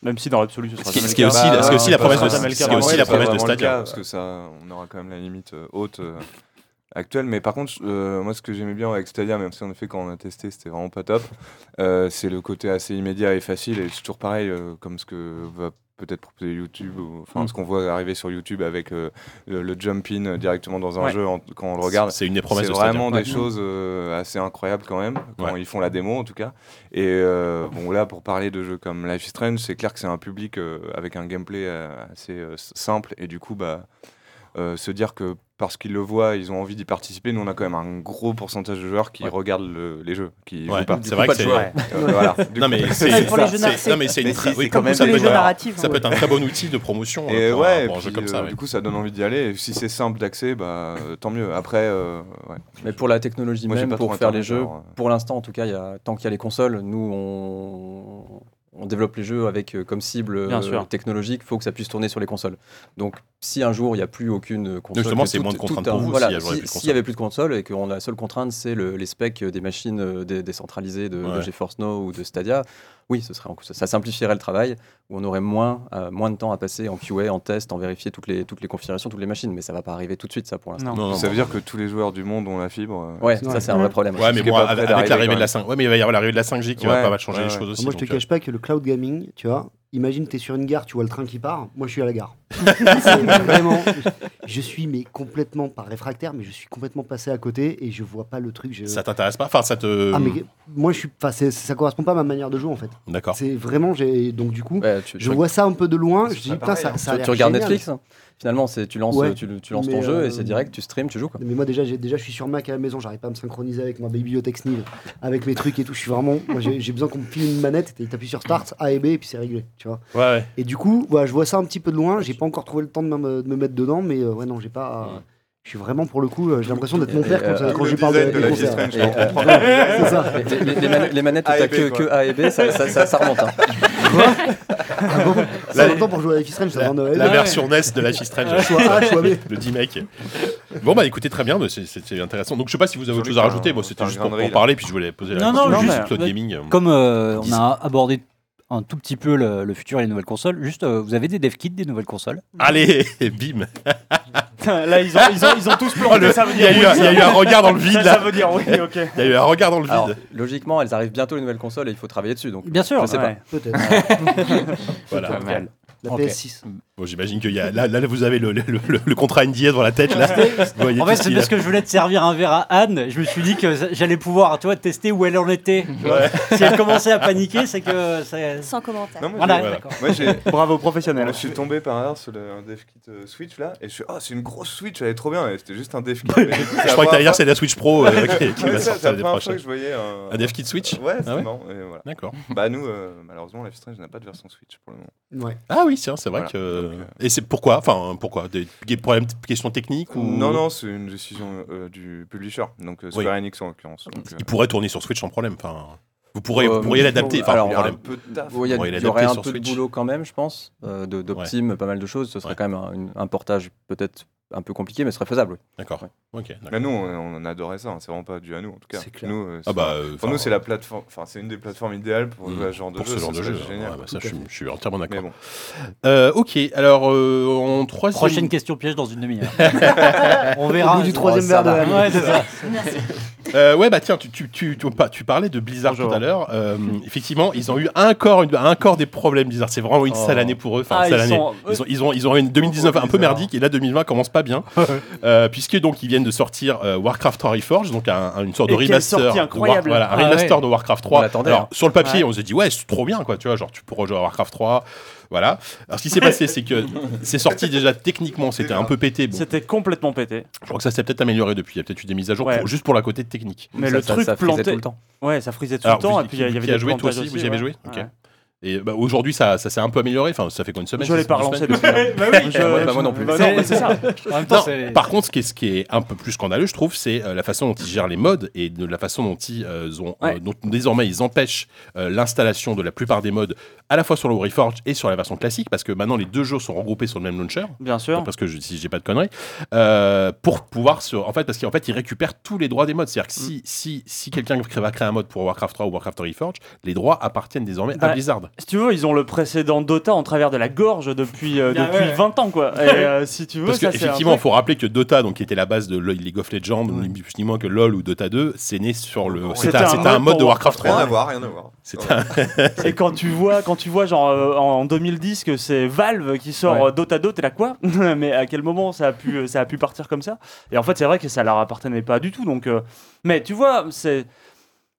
[SPEAKER 7] Même si dans l'absolu, ce sera
[SPEAKER 1] Ce qui,
[SPEAKER 7] jamais
[SPEAKER 1] ce
[SPEAKER 7] le
[SPEAKER 1] qui est
[SPEAKER 7] cas.
[SPEAKER 1] aussi,
[SPEAKER 5] Bah,
[SPEAKER 1] ce qui est aussi la
[SPEAKER 5] ouais,
[SPEAKER 1] promesse de,
[SPEAKER 5] ouais,
[SPEAKER 7] ça, ça,
[SPEAKER 1] ce qui est
[SPEAKER 7] ça,
[SPEAKER 1] aussi
[SPEAKER 7] ouais,
[SPEAKER 1] la
[SPEAKER 5] c'est
[SPEAKER 1] promesse de
[SPEAKER 5] vraiment le
[SPEAKER 1] Stadia.
[SPEAKER 5] cas, parce que ça, on aura quand même la limite euh, haute euh, actuelle. Mais par contre, euh, moi, ce que j'aimais bien avec Stadia, même si en effet, quand on a testé, c'était vraiment pas top, euh, c'est le côté assez immédiat et facile. Et c'est toujours pareil, euh, comme ce que va peut-être proposer YouTube, ou- enfin,
[SPEAKER 7] Mm.
[SPEAKER 5] ce qu'on voit arriver sur YouTube avec euh, le, le jump in euh, directement dans un
[SPEAKER 7] Ouais.
[SPEAKER 5] jeu en- quand on le regarde.
[SPEAKER 1] C'est une des promesses
[SPEAKER 5] C'est
[SPEAKER 1] de Stadia.
[SPEAKER 5] vraiment des choses euh, assez incroyables quand même, quand
[SPEAKER 1] Ouais.
[SPEAKER 5] ils font la démo en tout cas. Et euh, bon là, pour parler de jeux comme Life is Strange, c'est clair que c'est un public euh, avec un gameplay euh, assez euh, s- simple et du coup, bah, euh, se dire que parce qu'ils le voient, ils ont envie d'y participer, nous on a quand même un gros pourcentage de joueurs qui
[SPEAKER 1] Ouais.
[SPEAKER 5] regardent le- les jeux, qui
[SPEAKER 1] Ouais.
[SPEAKER 5] jouent pas.
[SPEAKER 1] C'est vrai que c'est-
[SPEAKER 5] Euh, voilà. Du
[SPEAKER 1] Non
[SPEAKER 5] coup- [LAUGHS]
[SPEAKER 1] mais
[SPEAKER 4] Ouais,
[SPEAKER 1] c'est
[SPEAKER 4] pour les jeux
[SPEAKER 1] c'est- non, mais c'est une
[SPEAKER 5] Mais
[SPEAKER 1] très-
[SPEAKER 5] si,
[SPEAKER 1] oui,
[SPEAKER 5] c'est quand
[SPEAKER 1] comme
[SPEAKER 5] même
[SPEAKER 1] ça
[SPEAKER 4] Comme
[SPEAKER 1] peut
[SPEAKER 4] les
[SPEAKER 1] être
[SPEAKER 4] jeux
[SPEAKER 1] un-
[SPEAKER 4] narratifs.
[SPEAKER 1] ça peut être un très bon outil de promotion
[SPEAKER 5] Et
[SPEAKER 1] euh, pour
[SPEAKER 5] ouais,
[SPEAKER 1] un
[SPEAKER 5] et
[SPEAKER 1] pour un jeu
[SPEAKER 5] puis,
[SPEAKER 1] comme
[SPEAKER 5] euh,
[SPEAKER 1] ça. ouais.
[SPEAKER 5] du coup ça donne envie d'y aller. Et si c'est simple d'accès, bah euh, tant mieux. Après, euh, ouais.
[SPEAKER 8] Mais pour la technologie
[SPEAKER 5] Moi, j'ai
[SPEAKER 8] même,
[SPEAKER 5] pas
[SPEAKER 8] pour
[SPEAKER 5] trop
[SPEAKER 8] faire les
[SPEAKER 5] Internet,
[SPEAKER 8] jeux,
[SPEAKER 5] alors, euh.
[SPEAKER 8] pour l'instant en tout cas, il y a, tant qu'il y a les consoles, nous on, on développe les jeux avec euh, comme cible euh,
[SPEAKER 7] Bien sûr.
[SPEAKER 8] technologique, faut que ça puisse tourner sur les consoles. Donc si un jour il n'y a plus aucune console,
[SPEAKER 1] Justement,
[SPEAKER 8] que
[SPEAKER 1] c'est
[SPEAKER 8] tout-
[SPEAKER 1] moins de
[SPEAKER 8] tout
[SPEAKER 1] contraintes
[SPEAKER 8] un-
[SPEAKER 1] pour vous
[SPEAKER 8] voilà,
[SPEAKER 1] s'il y avait plus de
[SPEAKER 8] si- s'il
[SPEAKER 1] consoles.
[SPEAKER 8] n'y avait plus de consoles et que la seule contrainte c'est le- les specs des machines euh, dé- décentralisées de, de
[SPEAKER 1] Ouais.
[SPEAKER 8] GeForce Now ou de Stadia, oui, ce serait en- ça, ça simplifierait le travail où on aurait moins, euh, moins de temps à passer en QA, en test, en vérifier toutes les, toutes les configurations, toutes les machines, mais ça va pas arriver tout de suite ça pour l'instant.
[SPEAKER 7] Non.
[SPEAKER 1] Non, non,
[SPEAKER 5] ça
[SPEAKER 1] non.
[SPEAKER 5] veut dire que tous les joueurs du monde ont la fibre. euh,
[SPEAKER 8] Ouais, ça c'est un vrai
[SPEAKER 4] Mhm.
[SPEAKER 8] problème.
[SPEAKER 1] Ouais, mais
[SPEAKER 5] Ce qui est
[SPEAKER 1] bon,
[SPEAKER 5] pas
[SPEAKER 1] avec,
[SPEAKER 5] près
[SPEAKER 1] avec l'arrivée
[SPEAKER 5] d'arriver quand
[SPEAKER 1] de la 5 Ouais, mais il va y avoir l'arrivée de la 5G qui va
[SPEAKER 5] Ouais,
[SPEAKER 1] pas mal changer
[SPEAKER 5] ouais,
[SPEAKER 1] les
[SPEAKER 5] ouais.
[SPEAKER 1] choses aussi. euh.
[SPEAKER 3] Moi, je te
[SPEAKER 1] donc, [LAUGHS]
[SPEAKER 3] cache pas que le cloud gaming, tu vois, imagine, tu es sur une gare, tu vois le train qui part. Moi, je suis à la gare. C'est vraiment. Je suis mais complètement pas réfractaire, mais je suis complètement passé à côté et je vois pas le truc. Je...
[SPEAKER 1] euh, Ça t'intéresse pas Enfin, ça te.
[SPEAKER 3] Ah, mais moi je suis. Enfin, c'est- ça correspond pas à ma manière de jouer en fait.
[SPEAKER 1] D'accord.
[SPEAKER 3] C'est vraiment j'ai donc du coup.
[SPEAKER 8] Ouais, tu,
[SPEAKER 3] Je
[SPEAKER 8] tu-
[SPEAKER 3] vois ça un peu de loin, je
[SPEAKER 5] C'est
[SPEAKER 3] dis
[SPEAKER 5] pas
[SPEAKER 3] putain,
[SPEAKER 5] pareil,
[SPEAKER 3] ça,
[SPEAKER 5] hein.
[SPEAKER 3] ça a
[SPEAKER 8] tu-
[SPEAKER 3] l'air
[SPEAKER 8] tu regardes
[SPEAKER 3] génial.
[SPEAKER 8] Netflix. hein. Finalement, c'est tu lances,
[SPEAKER 3] Ouais.
[SPEAKER 8] tu, le- tu lances
[SPEAKER 3] Mais,
[SPEAKER 8] ton jeu
[SPEAKER 3] euh,
[SPEAKER 8] et c'est direct, tu streams, tu joues quoi.
[SPEAKER 3] Mais moi déjà, j'ai- déjà, je suis sur Mac à la maison, j'arrive pas à me synchroniser avec ma bibliothèque Sniv, avec mes trucs et tout. Je suis vraiment, moi, j'ai j'ai besoin qu'on me file une manette. et T'appuies sur Start, A et B, et puis c'est réglé, tu vois.
[SPEAKER 1] Ouais, ouais.
[SPEAKER 3] Et du coup, voilà, je vois ça un petit peu de loin. J'ai pas encore trouvé le temps de me, de me mettre dedans, mais euh, ouais, non, j'ai pas. euh, je suis vraiment pour le coup, euh, j'ai l'impression d'être mon père
[SPEAKER 8] Et,
[SPEAKER 3] quand,
[SPEAKER 8] euh,
[SPEAKER 3] quand
[SPEAKER 5] le
[SPEAKER 3] je parle
[SPEAKER 5] design
[SPEAKER 3] de,
[SPEAKER 5] de
[SPEAKER 3] des
[SPEAKER 5] la
[SPEAKER 3] concerts.
[SPEAKER 5] G-Strange,
[SPEAKER 8] Et,
[SPEAKER 5] là, on
[SPEAKER 8] euh,
[SPEAKER 5] comprend.
[SPEAKER 3] C'est ça.
[SPEAKER 8] Les, les- les manettes- les manettes où
[SPEAKER 5] A et
[SPEAKER 8] t'as
[SPEAKER 5] B,
[SPEAKER 8] que,
[SPEAKER 5] quoi.
[SPEAKER 8] que A et B, ça, ça, ça- ça remonte. hein.
[SPEAKER 3] Ça longtemps pour jouer à Life is Strange, ça demande
[SPEAKER 1] La
[SPEAKER 3] euh,
[SPEAKER 1] version NES de la Strange,
[SPEAKER 3] soit A, soit B.
[SPEAKER 1] [LAUGHS] le 10 mec. Bon, bah écoutez, très bien, mais c'est- c'est c'est intéressant. Donc, je sais pas si vous avez autre chose à
[SPEAKER 5] Sur hein. les-
[SPEAKER 1] rajouter. Moi,
[SPEAKER 5] sur
[SPEAKER 1] c'était
[SPEAKER 5] les
[SPEAKER 1] juste pour,
[SPEAKER 5] graineries,
[SPEAKER 1] pour
[SPEAKER 5] là.
[SPEAKER 1] parler, puis je voulais poser la
[SPEAKER 2] Non,
[SPEAKER 1] question.
[SPEAKER 2] non,
[SPEAKER 1] juste
[SPEAKER 7] mais-
[SPEAKER 1] Cloud
[SPEAKER 2] ouais.
[SPEAKER 1] Gaming. euh,
[SPEAKER 2] Comme euh, on
[SPEAKER 1] Disque.
[SPEAKER 2] a abordé un tout petit peu le, le futur et les nouvelles consoles, juste euh, vous avez des dev kits des nouvelles consoles
[SPEAKER 1] Allez, [LAUGHS]
[SPEAKER 2] [LAUGHS]
[SPEAKER 1] bim
[SPEAKER 7] Là, ils ont, ils ont, ils ont tous
[SPEAKER 1] [LAUGHS] Oh,
[SPEAKER 7] planté.
[SPEAKER 1] le-
[SPEAKER 7] ça veut
[SPEAKER 1] Il y
[SPEAKER 7] dire
[SPEAKER 1] a eu un-
[SPEAKER 7] oui,
[SPEAKER 1] il y a eu un regard dans le
[SPEAKER 7] Ça,
[SPEAKER 1] vide, là.
[SPEAKER 7] ça veut dire oui, ok.
[SPEAKER 1] Il y a eu un regard dans le
[SPEAKER 8] Alors,
[SPEAKER 1] vide.
[SPEAKER 8] logiquement, elles arrivent bientôt les nouvelles consoles et il faut travailler dessus. Donc,
[SPEAKER 2] Bien sûr.
[SPEAKER 8] je sais
[SPEAKER 7] Ouais.
[SPEAKER 8] pas. [LAUGHS]
[SPEAKER 5] [LAUGHS]
[SPEAKER 3] Peut-être.
[SPEAKER 1] Voilà.
[SPEAKER 6] mal.
[SPEAKER 3] La
[SPEAKER 2] Ok.
[SPEAKER 3] PS6.
[SPEAKER 1] Bon, j'imagine que y a, là, là, vous avez le, le, le- le contrat NDA devant la tête. Là. Vous voyez
[SPEAKER 2] En
[SPEAKER 1] tout
[SPEAKER 2] fait,
[SPEAKER 1] ce
[SPEAKER 2] c'est
[SPEAKER 1] qu'il y a.
[SPEAKER 2] parce que je voulais te servir un verre à Anne. Je me suis dit que ça- j'allais pouvoir, tu vois, tester où elle en était. Si elle commençait à paniquer, c'est que ça-
[SPEAKER 9] Sans commentaire.
[SPEAKER 5] Non, moi,
[SPEAKER 2] Voilà,
[SPEAKER 1] Voilà.
[SPEAKER 2] d'accord.
[SPEAKER 5] j'ai- moi, j'ai-
[SPEAKER 7] [LAUGHS] Bravo,
[SPEAKER 5] je
[SPEAKER 7] professionnel.
[SPEAKER 5] suis tombé par hasard sur le un dev kit euh, Switch là et je suis oh c'est une grosse Switch elle est trop bien et c'était juste un dev kit.
[SPEAKER 1] [LAUGHS] Je crois que t'allais dire c'est la Switch Pro
[SPEAKER 5] [LAUGHS]
[SPEAKER 1] euh, qui, qui va
[SPEAKER 5] c'est la
[SPEAKER 1] sortir l'année
[SPEAKER 5] première fois
[SPEAKER 1] prochaine.
[SPEAKER 5] que je voyais un,
[SPEAKER 1] Un dev kit Switch
[SPEAKER 5] Ouais, c'est
[SPEAKER 1] Ah ouais
[SPEAKER 5] marrant, et voilà.
[SPEAKER 1] D'accord.
[SPEAKER 5] Bah nous euh, malheureusement la Strange n'a pas de version Switch pour le moment.
[SPEAKER 3] Ouais.
[SPEAKER 1] Ah oui, tiens, c'est vrai
[SPEAKER 5] Voilà.
[SPEAKER 1] que.
[SPEAKER 5] Donc, euh,
[SPEAKER 1] Et c'est pourquoi Enfin, pourquoi Des des problèmes, des questions techniques ou...
[SPEAKER 5] Non non, c'est une décision euh, du publisher donc euh, Square
[SPEAKER 1] Oui.
[SPEAKER 5] Enix en l'occurrence. Donc, euh,
[SPEAKER 1] Il pourrait tourner sur Switch sans problème. Enfin, vous pourriez,
[SPEAKER 8] Euh,
[SPEAKER 1] vous pourriez l'adapter. Enfin,
[SPEAKER 8] alors,
[SPEAKER 1] sans
[SPEAKER 5] il y a un
[SPEAKER 1] problème.
[SPEAKER 5] peu de taf.
[SPEAKER 8] Bon, Il y, a-
[SPEAKER 1] Bon, il est
[SPEAKER 8] il y aurait
[SPEAKER 1] adapté
[SPEAKER 8] un
[SPEAKER 1] sur
[SPEAKER 8] peu de
[SPEAKER 1] Switch.
[SPEAKER 8] boulot quand même, je pense, euh, de- d'optime, pas mal de choses. Ce serait
[SPEAKER 1] Ouais.
[SPEAKER 8] quand même un, une- un portage peut-être un peu compliqué, mais ce serait faisable. oui.
[SPEAKER 1] D'accord.
[SPEAKER 8] Ouais.
[SPEAKER 1] Ok. d'accord.
[SPEAKER 5] Mais Bah, nous on, on adorait ça, hein, c'est vraiment pas dû à nous en tout cas.
[SPEAKER 3] C'est clair.
[SPEAKER 5] Nous, euh,
[SPEAKER 1] Ah
[SPEAKER 5] c'est-
[SPEAKER 1] bah, euh,
[SPEAKER 5] pour
[SPEAKER 1] enfin,
[SPEAKER 5] nous c'est la plateforme, enfin c'est une des plateformes idéales pour
[SPEAKER 1] Mm.
[SPEAKER 5] jouer à ce genre de
[SPEAKER 1] pour
[SPEAKER 5] jeu.
[SPEAKER 1] ce genre de
[SPEAKER 5] serait
[SPEAKER 1] jeu.
[SPEAKER 5] génial.
[SPEAKER 1] ouais, bah, ça,
[SPEAKER 3] Tout
[SPEAKER 1] je,
[SPEAKER 3] à
[SPEAKER 1] suis- je suis entièrement
[SPEAKER 5] Mais
[SPEAKER 1] d'accord.
[SPEAKER 5] bon.
[SPEAKER 1] Euh, ok. Alors, euh, en troisième.
[SPEAKER 2] Prochaine question piège dans une
[SPEAKER 3] [LAUGHS]
[SPEAKER 2] demi-heure. On verra.
[SPEAKER 3] Au bout du troisième
[SPEAKER 8] ça
[SPEAKER 3] verre de
[SPEAKER 8] va.
[SPEAKER 3] la
[SPEAKER 2] Ouais, c'est ça.
[SPEAKER 9] Merci.
[SPEAKER 1] Euh, ouais, bah tiens, tu, tu, tu, tu, pas- tu parlais de Blizzard
[SPEAKER 7] Bonjour.
[SPEAKER 1] tout à l'heure. Euh, effectivement, ils ont eu encore, une- encore des problèmes, Blizzard. C'est vraiment une sale
[SPEAKER 2] Oh.
[SPEAKER 1] année pour eux. Enfin,
[SPEAKER 7] Ah,
[SPEAKER 1] sale
[SPEAKER 7] ils
[SPEAKER 1] année.
[SPEAKER 7] sont.
[SPEAKER 1] Ils ont, ils, ont, ils ont eu une 2019 un peu
[SPEAKER 7] Bizarre.
[SPEAKER 1] merdique et là 2020 commence pas bien. euh, puisque donc ils viennent de sortir euh, Warcraft 3 Reforged, donc un- un- une sorte de
[SPEAKER 7] Et quelle
[SPEAKER 1] remaster.
[SPEAKER 7] sortie
[SPEAKER 1] de War-
[SPEAKER 7] incroyable.
[SPEAKER 1] voilà, un
[SPEAKER 2] Ah
[SPEAKER 1] remaster
[SPEAKER 2] ouais.
[SPEAKER 1] de Warcraft 3.
[SPEAKER 8] On l'attendait,
[SPEAKER 1] Alors,
[SPEAKER 8] hein.
[SPEAKER 1] sur le papier,
[SPEAKER 2] Ouais.
[SPEAKER 1] on s'est dit, ouais, c'est trop bien, quoi, tu vois, genre tu pourras jouer à Warcraft 3. Voilà. Alors, ce qui s'est passé,
[SPEAKER 8] [LAUGHS]
[SPEAKER 1] c'est que c'est sorti déjà techniquement, c'était un peu pété. Bon,
[SPEAKER 7] C'était complètement pété.
[SPEAKER 1] je crois que ça s'est peut-être amélioré depuis. Il y a peut-être eu des mises à jour
[SPEAKER 7] Ouais.
[SPEAKER 1] pour- juste pour la côté technique.
[SPEAKER 7] Mais
[SPEAKER 8] Ça-
[SPEAKER 7] le
[SPEAKER 8] ça-
[SPEAKER 7] truc
[SPEAKER 8] ça frisait
[SPEAKER 7] planté.
[SPEAKER 8] tout le temps.
[SPEAKER 7] Ouais, ça frisait tout
[SPEAKER 1] Alors,
[SPEAKER 7] le temps.
[SPEAKER 1] qui-
[SPEAKER 7] Et puis il
[SPEAKER 1] qui-
[SPEAKER 7] y avait
[SPEAKER 1] qui a
[SPEAKER 7] des
[SPEAKER 1] joué, toi
[SPEAKER 7] plantages
[SPEAKER 1] aussi, vous y avez
[SPEAKER 7] ouais.
[SPEAKER 1] joué Ok.
[SPEAKER 7] Ouais.
[SPEAKER 1] Et bah, aujourd'hui, ça, ça s'est un peu amélioré. Enfin, ça fait quoi une semaine
[SPEAKER 7] Je l'ai
[SPEAKER 1] ça,
[SPEAKER 7] pas
[SPEAKER 1] deux
[SPEAKER 7] relancé
[SPEAKER 1] semaines
[SPEAKER 7] depuis. bah oui,
[SPEAKER 8] je- Bah, moi non plus.
[SPEAKER 7] Bah non, mais c'est ça.
[SPEAKER 2] En même
[SPEAKER 1] Non,
[SPEAKER 2] temps, c'est-
[SPEAKER 1] par contre, ce qui, est, ce qui est un peu plus scandaleux, je trouve, c'est euh, la façon dont ils gèrent les modes et de la façon dont ils euh, ont, euh,
[SPEAKER 7] Ouais.
[SPEAKER 1] dont désormais ils empêchent euh, l'installation de la plupart des modes, à la fois sur le Reforge et sur la version classique, parce que maintenant les deux jeux sont regroupés sur le même launcher.
[SPEAKER 7] Bien sûr.
[SPEAKER 1] Parce que je, si j'ai pas de conneries, euh, pour pouvoir se- en fait, parce qu'en fait, ils récupèrent tous les droits des modes. C'est-à-dire que si,
[SPEAKER 7] Mm.
[SPEAKER 1] si, si quelqu'un crée- va créer un mode pour Warcraft 3 ou Warcraft Reforge, les droits appartiennent désormais à
[SPEAKER 7] Bah,
[SPEAKER 1] Blizzard.
[SPEAKER 7] Si tu veux, ils ont le précédent Dota en travers de la gorge depuis, euh,
[SPEAKER 2] Ah
[SPEAKER 7] depuis
[SPEAKER 2] ouais.
[SPEAKER 7] 20 ans, quoi. Et euh, si tu veux,
[SPEAKER 1] Parce
[SPEAKER 7] ça, c'est un
[SPEAKER 1] qu'effectivement, il
[SPEAKER 7] truc-
[SPEAKER 1] faut rappeler que Dota, donc, qui était la base de LoL, League of Legends,
[SPEAKER 3] Ouais.
[SPEAKER 1] ni plus ni moins que LoL ou Dota 2, c'est né sur le.
[SPEAKER 5] C'était
[SPEAKER 1] C'était
[SPEAKER 7] un
[SPEAKER 1] un, c'était un
[SPEAKER 7] mode
[SPEAKER 1] mode de
[SPEAKER 7] pour
[SPEAKER 1] Warcraft
[SPEAKER 5] Rien à
[SPEAKER 1] 3.
[SPEAKER 5] voir, rien à voir.
[SPEAKER 1] C'était un- [LAUGHS]
[SPEAKER 7] Et quand tu vois, quand tu vois genre euh, en 2010 que c'est Valve qui sort
[SPEAKER 8] Ouais.
[SPEAKER 7] euh, Dota 2, t'es là quoi [LAUGHS] Mais à quel moment ça a pu, euh, ça a pu partir comme ça Et en fait, c'est vrai que ça leur appartenait pas du tout. Donc, euh, mais tu vois, c'est